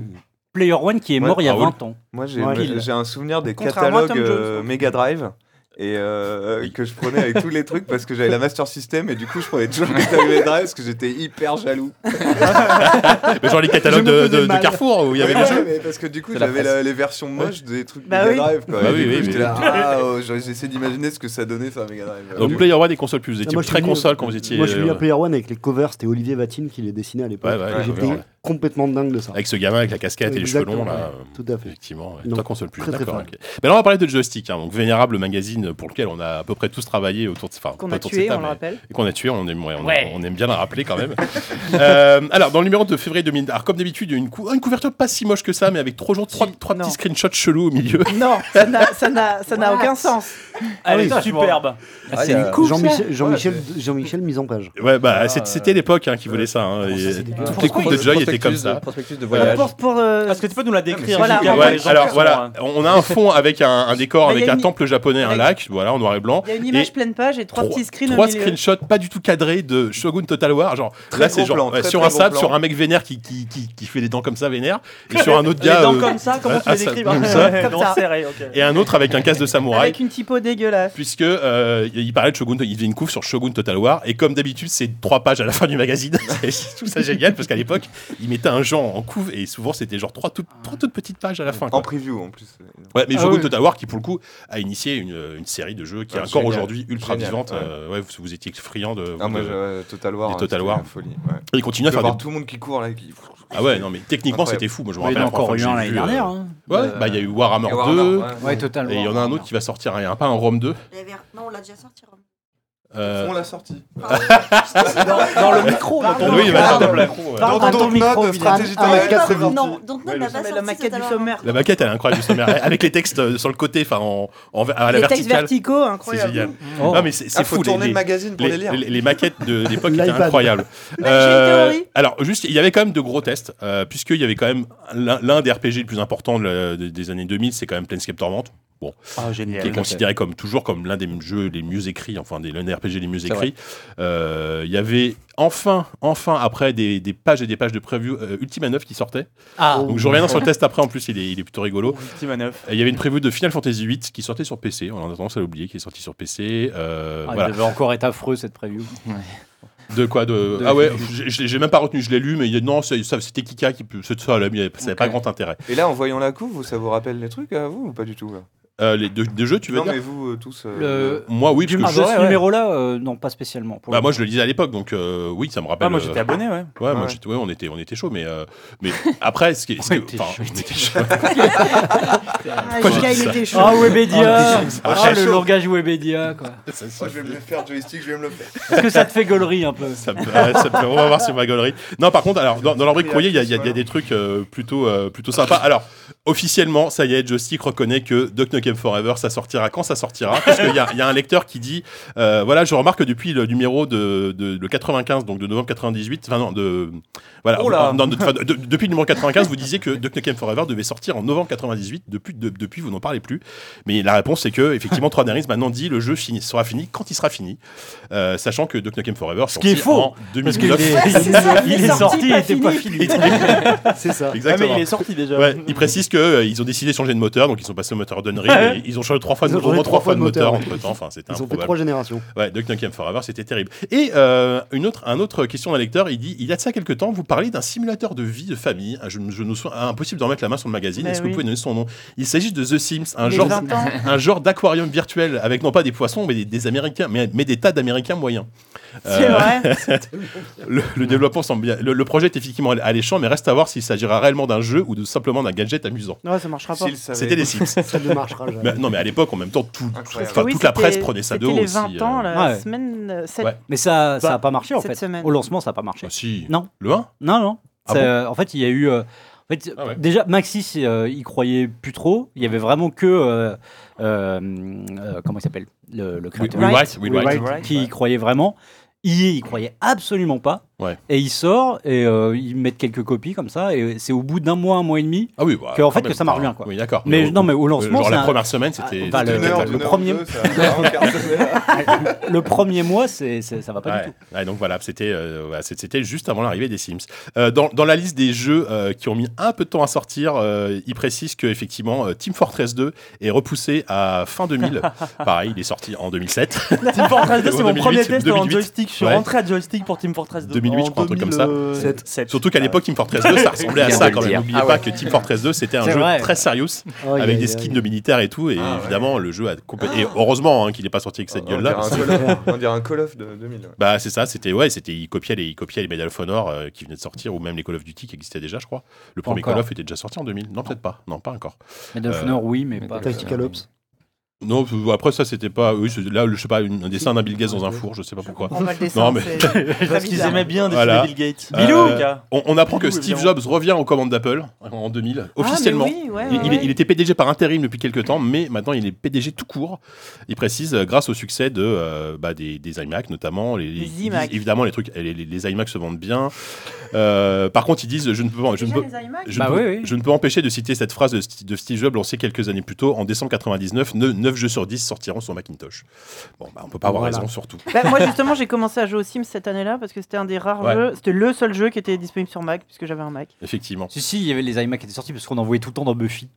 [SPEAKER 2] Player One qui est
[SPEAKER 5] Ouais,
[SPEAKER 2] mort il y a
[SPEAKER 1] Raoul.
[SPEAKER 2] 20 ans.
[SPEAKER 5] Moi, j'ai
[SPEAKER 3] Ouais,
[SPEAKER 5] j'ai-
[SPEAKER 3] il-
[SPEAKER 5] j'ai un souvenir des
[SPEAKER 4] Contrairement à Tom
[SPEAKER 5] catalogues
[SPEAKER 4] Jones,
[SPEAKER 5] euh, Mega Drive et euh,
[SPEAKER 1] Oui.
[SPEAKER 5] que je prenais avec tous les trucs parce que j'avais la Master System et du coup, je prenais [LAUGHS] toujours les catalogues Mega Drive parce que j'étais hyper jaloux.
[SPEAKER 1] [LAUGHS] Mais genre les catalogues
[SPEAKER 3] Je me
[SPEAKER 1] de,
[SPEAKER 3] faisais
[SPEAKER 1] de- de
[SPEAKER 3] mal.
[SPEAKER 1] Carrefour où il y avait
[SPEAKER 5] Ouais,
[SPEAKER 1] des jeux.
[SPEAKER 5] mais parce que du coup,
[SPEAKER 8] C'est la
[SPEAKER 5] j'avais
[SPEAKER 8] presse.
[SPEAKER 5] la- les versions moches des trucs
[SPEAKER 4] Bah
[SPEAKER 5] Mega
[SPEAKER 4] oui.
[SPEAKER 5] Drive. Quoi.
[SPEAKER 1] Bah
[SPEAKER 5] Et du
[SPEAKER 1] oui,
[SPEAKER 5] coup,
[SPEAKER 1] oui,
[SPEAKER 5] j'étais
[SPEAKER 1] mais-
[SPEAKER 5] là, ah, oh, j'ai essayé d'imaginer ce que ça donnait sur un Mega Drive.
[SPEAKER 1] Donc Player One et Console
[SPEAKER 2] Ah,
[SPEAKER 1] Plus. Vous étiez
[SPEAKER 3] moi, je
[SPEAKER 1] très
[SPEAKER 3] suis
[SPEAKER 1] console quand vous étiez.
[SPEAKER 3] Moi, je suis mis à
[SPEAKER 1] euh,
[SPEAKER 3] Player One avec les covers. C'était Olivier Vatine qui les dessinait à l'époque.
[SPEAKER 1] Ouais, ouais,
[SPEAKER 3] Et
[SPEAKER 1] ouais,
[SPEAKER 3] J'étais
[SPEAKER 1] ouais.
[SPEAKER 3] complètement dingue de ça.
[SPEAKER 1] avec ce gamin avec la casquette et les cheveux longs
[SPEAKER 3] Exactement,
[SPEAKER 1] là.
[SPEAKER 3] ouais.
[SPEAKER 1] euh,
[SPEAKER 3] Tout à fait.
[SPEAKER 1] Effectivement, ouais.
[SPEAKER 3] Non.
[SPEAKER 1] toi console plus.
[SPEAKER 3] Très, très
[SPEAKER 1] D'accord.
[SPEAKER 3] fan.
[SPEAKER 1] ok. Mais alors on va parler de joystick, hein, donc vénérable magazine pour lequel on a à peu près tous travaillé autour de, enfin
[SPEAKER 4] Qu'on
[SPEAKER 1] pas
[SPEAKER 4] a
[SPEAKER 1] autour de
[SPEAKER 4] tué,
[SPEAKER 1] cette
[SPEAKER 4] on
[SPEAKER 1] table,
[SPEAKER 4] le
[SPEAKER 1] mais-
[SPEAKER 4] rappelle.
[SPEAKER 1] et qu'on a tué, on aime, ouais, on,
[SPEAKER 6] Ouais.
[SPEAKER 1] on aime bien la rappeler quand même. [LAUGHS] Euh, alors, dans le numéro de février 2000, alors, comme d'habitude, une, cou- une couverture pas si moche que ça, mais avec trois, jours, trois,
[SPEAKER 4] Si,
[SPEAKER 1] trois
[SPEAKER 4] non.
[SPEAKER 1] petits screenshots chelous au milieu.
[SPEAKER 4] [LAUGHS] Non, ça n'a- ça n'a ça n'a aucun sens.
[SPEAKER 7] Elle
[SPEAKER 3] Ah
[SPEAKER 2] oui,
[SPEAKER 7] est
[SPEAKER 2] ça, je vois.
[SPEAKER 7] superbe.
[SPEAKER 8] Ah, il y a-
[SPEAKER 3] Jean-Michel Jean-Michel Jean-Michel mise en page.
[SPEAKER 1] [LAUGHS] Ouais, bah,
[SPEAKER 8] Ah,
[SPEAKER 1] c'est-
[SPEAKER 8] euh,
[SPEAKER 1] c'était l'époque hein, qui voulait ça. hein, et toutes les
[SPEAKER 8] Pourquoi
[SPEAKER 1] coupes de
[SPEAKER 8] le
[SPEAKER 1] Joy
[SPEAKER 8] prospectus
[SPEAKER 1] étaient comme
[SPEAKER 8] de-
[SPEAKER 1] ça.
[SPEAKER 8] Prospectus de
[SPEAKER 1] Voilà.
[SPEAKER 8] voyage.
[SPEAKER 4] Pour, pour, euh,
[SPEAKER 7] Est-ce que tu peux nous la décrire
[SPEAKER 4] Voilà,
[SPEAKER 7] Jika,
[SPEAKER 4] Ouais,
[SPEAKER 7] pour les
[SPEAKER 1] Ouais,
[SPEAKER 7] gens
[SPEAKER 1] alors
[SPEAKER 7] qui sont,
[SPEAKER 1] voilà,
[SPEAKER 8] hein.
[SPEAKER 1] on a un fond avec un, un décor,
[SPEAKER 4] Bah, il y
[SPEAKER 1] avec
[SPEAKER 4] a
[SPEAKER 1] un
[SPEAKER 4] une-
[SPEAKER 1] temple japonais, un
[SPEAKER 4] Ouais.
[SPEAKER 1] lac, voilà, en noir et blanc.
[SPEAKER 4] il y a une
[SPEAKER 1] Et-
[SPEAKER 4] image pleine page et trois petits screens
[SPEAKER 1] trois
[SPEAKER 4] au milieu.
[SPEAKER 1] screenshots pas du tout cadrés de Shogun Total War. Genre,
[SPEAKER 5] Très
[SPEAKER 1] là, c'est
[SPEAKER 5] gros
[SPEAKER 1] genre
[SPEAKER 5] plan,
[SPEAKER 1] ouais,
[SPEAKER 5] très,
[SPEAKER 1] sur
[SPEAKER 5] très
[SPEAKER 1] un
[SPEAKER 5] gros
[SPEAKER 1] sable,
[SPEAKER 5] plan.
[SPEAKER 1] sur un mec vénère qui, qui, qui, qui fait des dents comme ça, vénère, et sur un autre
[SPEAKER 7] Les
[SPEAKER 1] gars.
[SPEAKER 7] dents
[SPEAKER 1] euh,
[SPEAKER 7] comme ça, comment tu
[SPEAKER 1] ah,
[SPEAKER 7] les
[SPEAKER 1] ça,
[SPEAKER 7] décrives
[SPEAKER 1] comme ça.
[SPEAKER 7] Ouais,
[SPEAKER 4] Comme ça.
[SPEAKER 7] dents serrées, ok.
[SPEAKER 1] et un autre avec un casque de samouraï.
[SPEAKER 4] Avec une typo dégueulasse.
[SPEAKER 1] puisque euh, il parlait de Shogun, il faisait une couve sur Shogun Total War et comme d'habitude c'est trois pages à la fin du magazine [LAUGHS] C'est tout ça génial parce qu'à l'époque il mettait un genre en couve et souvent c'était genre trois, tout- trois toutes petites pages à la fin quoi.
[SPEAKER 5] En preview en plus.
[SPEAKER 1] Ouais, mais
[SPEAKER 7] Ah
[SPEAKER 1] Shogun
[SPEAKER 7] oui.
[SPEAKER 1] Total War qui pour le coup a initié une, une série de jeux qui est
[SPEAKER 5] Ah,
[SPEAKER 1] encore
[SPEAKER 5] génial.
[SPEAKER 1] aujourd'hui ultra
[SPEAKER 5] Génial,
[SPEAKER 1] vivante
[SPEAKER 5] ouais.
[SPEAKER 1] Euh, ouais, vous, vous étiez friand de,
[SPEAKER 5] Ah, moi,
[SPEAKER 1] de-
[SPEAKER 5] j'ai- ouais, Total War.
[SPEAKER 1] des
[SPEAKER 5] hein,
[SPEAKER 1] Total
[SPEAKER 5] c'était
[SPEAKER 1] War.
[SPEAKER 5] la folie. ouais.
[SPEAKER 1] il continue à
[SPEAKER 5] De
[SPEAKER 1] faire
[SPEAKER 5] voir
[SPEAKER 1] des
[SPEAKER 5] tout le monde qui court là. Qui...
[SPEAKER 1] ah ouais non mais techniquement
[SPEAKER 5] Incroyable.
[SPEAKER 1] c'était fou moi je me
[SPEAKER 2] Il y
[SPEAKER 1] rappelle
[SPEAKER 2] en a
[SPEAKER 1] la
[SPEAKER 2] encore
[SPEAKER 1] première fois
[SPEAKER 2] eu
[SPEAKER 1] que j'ai
[SPEAKER 2] un l'année
[SPEAKER 1] vu,
[SPEAKER 2] dernière.
[SPEAKER 1] euh,
[SPEAKER 2] hein.
[SPEAKER 1] ouais
[SPEAKER 2] Euh,
[SPEAKER 1] bah il y a eu Warhammer
[SPEAKER 5] Et Warhammer,
[SPEAKER 1] 2
[SPEAKER 5] ouais.
[SPEAKER 2] Ouais, totalement.
[SPEAKER 1] et il y en a un autre qui va sortir il y en a pas un Rome 2
[SPEAKER 9] Non, on l'a déjà sorti, Rome.
[SPEAKER 1] euh,
[SPEAKER 5] On l'a sorti.
[SPEAKER 2] Ah, [LAUGHS] Dans le micro, dans ton
[SPEAKER 1] Ah, oui il va
[SPEAKER 2] micro.
[SPEAKER 1] sortir dans
[SPEAKER 4] Pardon.
[SPEAKER 1] le micro, ouais.
[SPEAKER 4] Parle
[SPEAKER 5] Dans
[SPEAKER 4] à ton
[SPEAKER 5] Dontnod,
[SPEAKER 4] micro, Vidal.
[SPEAKER 5] stratégie
[SPEAKER 3] Ah, ouais,
[SPEAKER 5] totale,
[SPEAKER 3] quatre
[SPEAKER 5] c'est parti.
[SPEAKER 9] Non, donc non,
[SPEAKER 5] Ouais,
[SPEAKER 9] on
[SPEAKER 5] le
[SPEAKER 9] n'a pas
[SPEAKER 4] sommet,
[SPEAKER 9] sorti
[SPEAKER 4] la maquette
[SPEAKER 9] cet
[SPEAKER 4] du
[SPEAKER 9] album.
[SPEAKER 4] sommaire.
[SPEAKER 1] La maquette, elle est incroyable du sommaire, avec les textes euh, sur le côté, enfin, en, en- à la
[SPEAKER 4] Les textes
[SPEAKER 1] verticale.
[SPEAKER 4] verticaux,
[SPEAKER 1] C'est
[SPEAKER 4] incroyable.
[SPEAKER 1] génial.
[SPEAKER 2] Oh.
[SPEAKER 1] Non, mais c'est c'est
[SPEAKER 5] Ah,
[SPEAKER 1] fou.
[SPEAKER 5] faut
[SPEAKER 1] les-
[SPEAKER 5] tourner
[SPEAKER 1] les,
[SPEAKER 5] le magazine pour les
[SPEAKER 1] les,
[SPEAKER 5] lire.
[SPEAKER 1] les- les maquettes de l'époque étaient
[SPEAKER 3] L'iPad.
[SPEAKER 1] incroyables. Euh,
[SPEAKER 4] Magic Theory.
[SPEAKER 1] alors, juste, il y avait quand même de gros tests, euh, puisqu'il y avait quand même l'un l'un des RPG les plus importants de la- de- des années 2000, c'est quand même Planescape Torment,
[SPEAKER 7] Ah,
[SPEAKER 1] qui
[SPEAKER 7] génial.
[SPEAKER 1] est considéré comme toujours comme l'un des jeux les mieux écrits, enfin, des- l'un des RPG les mieux
[SPEAKER 8] C'est
[SPEAKER 1] écrits. Euh, Il y avait enfin, enfin, après des, des pages et des pages de preview, euh, Ultima 9 qui sortait.
[SPEAKER 2] Ah,
[SPEAKER 1] Donc, je reviendrai sur le test après, en plus, il est, il est plutôt rigolo.
[SPEAKER 7] Petit manœuvre.
[SPEAKER 1] Et Il y avait une preview de Final Fantasy VIII qui sortait sur PC. On a tendance à l'oublier, qui est sorti sur PC. Euh,
[SPEAKER 2] Ah,
[SPEAKER 1] voilà.
[SPEAKER 2] Elle devait encore être affreux cette preview.
[SPEAKER 1] De quoi de...
[SPEAKER 8] de-
[SPEAKER 1] Ah ouais, j'ai- j'ai j'ai même pas retenu, je l'ai lu, mais il y a- non, c'est- ça- c'était Kika qui. peut- c'est Ça, là, mais ça n'avait pas
[SPEAKER 6] Ok.
[SPEAKER 1] grand intérêt.
[SPEAKER 5] Et là, en voyant la couve, ça vous rappelle les trucs à vous ou pas du tout là
[SPEAKER 1] Euh, les deux, deux jeux, tu veux
[SPEAKER 5] Non,
[SPEAKER 1] dire
[SPEAKER 5] mais vous euh, tous. euh,
[SPEAKER 2] Le...
[SPEAKER 1] Moi, oui,
[SPEAKER 2] Ah,
[SPEAKER 1] parce que
[SPEAKER 2] bah,
[SPEAKER 1] je...
[SPEAKER 2] ce numéro-là, euh, non, pas spécialement. pour
[SPEAKER 1] bah,
[SPEAKER 2] le
[SPEAKER 1] moi
[SPEAKER 2] coup.
[SPEAKER 1] je le lisais à l'époque, donc euh, oui, ça me rappelle.
[SPEAKER 7] Ah, moi
[SPEAKER 1] euh,
[SPEAKER 7] j'étais abonné, ouais.
[SPEAKER 1] Ouais, moi
[SPEAKER 5] Ouais.
[SPEAKER 1] j'étais, ouais, on était, on était chaud, mais euh, mais après, ce qui, est- ce
[SPEAKER 2] On
[SPEAKER 1] qui-
[SPEAKER 2] était
[SPEAKER 1] enfin,
[SPEAKER 2] chaud.
[SPEAKER 1] on était chaud.
[SPEAKER 4] Ah,
[SPEAKER 1] Pourquoi
[SPEAKER 4] Jika,
[SPEAKER 1] j'ai dit
[SPEAKER 4] il
[SPEAKER 1] ça
[SPEAKER 4] était chaud.
[SPEAKER 2] Ah, Webedia Ah, le
[SPEAKER 5] chaud.
[SPEAKER 2] langage Webedia,
[SPEAKER 1] [LAUGHS]
[SPEAKER 2] quoi.
[SPEAKER 1] Ça- ça-
[SPEAKER 5] Oh, je vais me le faire, joystick, je vais me le faire.
[SPEAKER 2] Est-ce que ça te fait gaulerie un peu
[SPEAKER 1] [LAUGHS] Ça me, ouais, ça me fait vraiment voir sur ma gaulerie. Non, par contre, alors dans, dans la rubrique courrier, il y, a- il y a il y a des trucs euh, plutôt, euh, plutôt sympas. Alors, officiellement, ça y est, Joystick reconnaît que Duck Nukem Forever, ça sortira quand ça sortira. Parce qu'il y, a- il y a un lecteur qui dit euh, voilà, je remarque que depuis le numéro de, de- le 95, donc de novembre 98, enfin non, de. Voilà,
[SPEAKER 7] Oh là.
[SPEAKER 1] en- dans- de- enfin, de- depuis le numéro 95, vous disiez que Duck Nukem Forever devait sortir en novembre 98. Depuis, de- depuis vous n'en parlez plus. Mais la réponse, c'est que, effectivement, 3 maintenant dit le jeu fini, sera fini quand il sera fini. Euh, sachant que Duck Nukem Forever
[SPEAKER 2] Ce qui est
[SPEAKER 1] sorti
[SPEAKER 2] faux,
[SPEAKER 1] en
[SPEAKER 2] Parce qu'il
[SPEAKER 1] 2009.
[SPEAKER 2] est,
[SPEAKER 4] Ouais, c'est ça,
[SPEAKER 2] il
[SPEAKER 4] il
[SPEAKER 2] est
[SPEAKER 4] est
[SPEAKER 2] sorti, il
[SPEAKER 4] pas
[SPEAKER 2] était pas
[SPEAKER 4] fini.
[SPEAKER 2] fini.
[SPEAKER 3] C'est ça.
[SPEAKER 7] Ah, mais
[SPEAKER 1] Exactement.
[SPEAKER 7] il est sorti déjà.
[SPEAKER 1] Ouais, il précise que euh, ils ont décidé de changer de moteur, donc ils sont passés au moteur d'Unreal.
[SPEAKER 2] Ah
[SPEAKER 1] mais ils ont changé trois fois de
[SPEAKER 3] Ils ont
[SPEAKER 1] moteur,
[SPEAKER 3] changé
[SPEAKER 1] au moins trois fois de moteur
[SPEAKER 3] ouais.
[SPEAKER 1] entre temps. Enfin, c'était
[SPEAKER 3] Ils ont fait
[SPEAKER 1] improbable.
[SPEAKER 3] trois générations.
[SPEAKER 1] Ouais, Duck Nukem Forever, c'était terrible. Et euh, une autre, un autre question d'un lecteur, il dit il y a de ça quelques temps, vous parlez d'un simulateur de vie de famille. Ah, Je, je nous sou- impossible d'en mettre la main sur le magazine.
[SPEAKER 4] Mais
[SPEAKER 1] Est-ce que
[SPEAKER 4] Bah oui.
[SPEAKER 1] vous pouvez donner son nom Il s'agit de The Sims, un
[SPEAKER 4] Les
[SPEAKER 1] genre,
[SPEAKER 4] 20 ans.
[SPEAKER 1] un genre d'aquarium virtuel avec non pas des poissons, mais des, des américains, mais, mais des tas d'américains moyens.
[SPEAKER 4] C'est
[SPEAKER 1] Euh,
[SPEAKER 4] [LAUGHS] vrai.
[SPEAKER 1] [LAUGHS] le, le développement semble bien. Le, le projet est effectivement alléchant, mais reste à voir s'il s'agira réellement d'un jeu ou de simplement d'un gadget amusant.
[SPEAKER 4] Non, ça marchera pas.
[SPEAKER 5] S'ils savaient-
[SPEAKER 1] C'était des
[SPEAKER 4] [LAUGHS]
[SPEAKER 1] Sims.
[SPEAKER 3] Ça ne marchera jamais.
[SPEAKER 1] Mais- non, mais à l'époque, en même temps, tout-
[SPEAKER 5] Incroyable.
[SPEAKER 1] enfin,
[SPEAKER 4] Oui,
[SPEAKER 1] toute la
[SPEAKER 4] c'était-
[SPEAKER 1] presse prenait ça de haut.
[SPEAKER 4] C'était les
[SPEAKER 1] aussi,
[SPEAKER 4] 20 ans,
[SPEAKER 1] euh.
[SPEAKER 4] la
[SPEAKER 2] Ouais.
[SPEAKER 4] semaine euh, sept-
[SPEAKER 1] Ouais.
[SPEAKER 2] Mais ça, ça a pas marché en
[SPEAKER 4] cette
[SPEAKER 2] fait.
[SPEAKER 4] semaine.
[SPEAKER 2] Au lancement, ça a pas marché.
[SPEAKER 1] Ah, si.
[SPEAKER 2] Non.
[SPEAKER 1] Le 1
[SPEAKER 2] Non, non.
[SPEAKER 1] Ah
[SPEAKER 2] C'est,
[SPEAKER 1] bon
[SPEAKER 2] euh, en fait, il y a eu. euh, en fait,
[SPEAKER 1] Ah ouais.
[SPEAKER 2] Déjà, Maxis, euh, il croyait plus trop. Il y avait vraiment que. euh, euh, euh, comment il s'appelle le, le créateur
[SPEAKER 4] Will
[SPEAKER 1] Wright, Will Wright.
[SPEAKER 2] Qui y croyait vraiment. EA, il croyait absolument pas.
[SPEAKER 1] Ouais.
[SPEAKER 2] Et il sort et euh, ils mettent quelques copies comme ça. Et c'est au bout d'un mois, un mois et demi.
[SPEAKER 1] Ah oui, bah,
[SPEAKER 2] Que, en
[SPEAKER 1] quand
[SPEAKER 2] fait,
[SPEAKER 1] même,
[SPEAKER 2] que ça marche
[SPEAKER 1] enfin,
[SPEAKER 2] bien, quoi.
[SPEAKER 1] Oui, d'accord.
[SPEAKER 2] Mais,
[SPEAKER 1] au-
[SPEAKER 2] non, mais au
[SPEAKER 1] euh,
[SPEAKER 2] lancement,
[SPEAKER 1] genre
[SPEAKER 2] c'est
[SPEAKER 1] la
[SPEAKER 2] un-
[SPEAKER 1] première semaine, c'était.
[SPEAKER 2] Ah, bah,
[SPEAKER 1] c'était
[SPEAKER 2] le-
[SPEAKER 5] D'une heure,
[SPEAKER 1] catastrophique.
[SPEAKER 5] d'une
[SPEAKER 2] le
[SPEAKER 5] heure,
[SPEAKER 2] [LAUGHS] premier-
[SPEAKER 5] deux, ça a encartonné.
[SPEAKER 2] [LAUGHS] le premier mois, c'est, c'est- ça va pas
[SPEAKER 1] Ouais.
[SPEAKER 2] du tout.
[SPEAKER 1] Ouais, donc voilà, c'était euh, ouais, c'est- c'était juste avant l'arrivée des Sims. Euh, dans, dans la liste des jeux euh, qui ont mis un peu de temps à sortir, euh, il précise que effectivement euh, Team Fortress 2 est repoussé à fin
[SPEAKER 2] [LAUGHS]
[SPEAKER 1] 2000. Pareil, il est sorti en 2007.
[SPEAKER 7] Team Fortress
[SPEAKER 1] [LAUGHS]
[SPEAKER 7] 2,
[SPEAKER 1] En
[SPEAKER 7] c'est mon
[SPEAKER 1] 2008,
[SPEAKER 7] premier test en
[SPEAKER 1] 2008.
[SPEAKER 7] joystick. Je suis
[SPEAKER 1] Ouais.
[SPEAKER 7] rentré à joystick pour Team Fortress 2.
[SPEAKER 1] 2008,
[SPEAKER 7] en euh,
[SPEAKER 1] je crois, un truc comme ça.
[SPEAKER 7] 2007.
[SPEAKER 1] Surtout qu'à l'époque Team Fortress 2
[SPEAKER 5] [LAUGHS]
[SPEAKER 1] ça ressemblait à
[SPEAKER 6] Bien
[SPEAKER 1] ça
[SPEAKER 6] de le
[SPEAKER 1] quand même.
[SPEAKER 6] dire.
[SPEAKER 1] N'oubliez
[SPEAKER 8] Ah
[SPEAKER 1] pas
[SPEAKER 8] ouais.
[SPEAKER 1] que Team Fortress 2 c'était un
[SPEAKER 2] C'est
[SPEAKER 1] jeu
[SPEAKER 2] vrai.
[SPEAKER 1] très sérieux
[SPEAKER 5] Oh,
[SPEAKER 3] Aïe,
[SPEAKER 1] avec
[SPEAKER 3] aïe,
[SPEAKER 1] des
[SPEAKER 3] aïe.
[SPEAKER 1] skins de militaires et tout et
[SPEAKER 5] Ah ouais. Ah,
[SPEAKER 1] évidemment le jeu a complè- et heureusement hein, qu'il n'est pas sorti avec cette
[SPEAKER 5] On
[SPEAKER 1] gueule
[SPEAKER 5] dirait
[SPEAKER 1] là.
[SPEAKER 5] un Call of- On dirait un Call of de 2000. ouais.
[SPEAKER 1] Bah c'est ça, c'était ouais, c'était il copiait les il copiait les Medal of Honor euh, qui venaient de sortir ou même les Call of Duty qui existaient déjà, je crois. Le premier
[SPEAKER 2] encore.
[SPEAKER 1] Call of était déjà sorti en 2000. Non, peut-être pas. Non, pas encore.
[SPEAKER 2] Medal
[SPEAKER 1] Euh,
[SPEAKER 2] of Honor, oui, mais pas.
[SPEAKER 6] Medal of
[SPEAKER 3] Tactical Ops.
[SPEAKER 1] Non, euh, après ça c'était pas oui, c'est- là je sais pas une- un dessin d'un Bill Gates dans un four, je sais pas pourquoi.
[SPEAKER 4] On va le
[SPEAKER 1] Non,
[SPEAKER 4] descendre.
[SPEAKER 1] mais- [LAUGHS]
[SPEAKER 4] c'est-
[SPEAKER 7] Parce qu'ils aimaient bien dessiner
[SPEAKER 1] Voilà.
[SPEAKER 7] Bill Gates.
[SPEAKER 1] Euh,
[SPEAKER 7] Bilou, les gars.
[SPEAKER 1] On, on apprend que
[SPEAKER 7] Bilou,
[SPEAKER 1] Steve
[SPEAKER 7] évidemment.
[SPEAKER 1] Jobs revient aux commandes d'Apple euh, en 2000
[SPEAKER 4] Ah, mais
[SPEAKER 1] officiellement.
[SPEAKER 4] oui, ouais,
[SPEAKER 1] Il,
[SPEAKER 4] ouais,
[SPEAKER 1] il est-
[SPEAKER 4] ouais.
[SPEAKER 1] il était PDG par intérim depuis quelques temps, mais maintenant il est PDG tout court. Il précise euh, grâce au succès de euh, bah, des, des iMac notamment. Les, ils disent-
[SPEAKER 4] iMac.
[SPEAKER 1] Évidemment les trucs, les, les- les iMac se vendent bien. Euh, par contre ils disent je ne peux, je ne
[SPEAKER 4] Déjà,
[SPEAKER 1] peux,
[SPEAKER 4] les iMac
[SPEAKER 1] Je,
[SPEAKER 2] Bah
[SPEAKER 1] ne peux,
[SPEAKER 2] oui, oui.
[SPEAKER 1] je ne peux empêcher de citer cette phrase de, Sti- de Steve Jobs lancée quelques années plus tôt. En décembre 99, 9 jeux sur 10 sortiront sur Macintosh. Bon, bah, on peut pas avoir
[SPEAKER 3] Voilà.
[SPEAKER 1] raison surtout.
[SPEAKER 4] Bah, moi justement j'ai commencé à jouer aux Sims cette année-là parce que c'était un des rares
[SPEAKER 1] Ouais.
[SPEAKER 4] jeux, c'était le seul jeu qui était disponible sur Mac puisque j'avais un Mac.
[SPEAKER 1] Effectivement.
[SPEAKER 2] Si, si, il y avait les iMac qui étaient sortis parce qu'on en voyait tout le temps dans Buffy.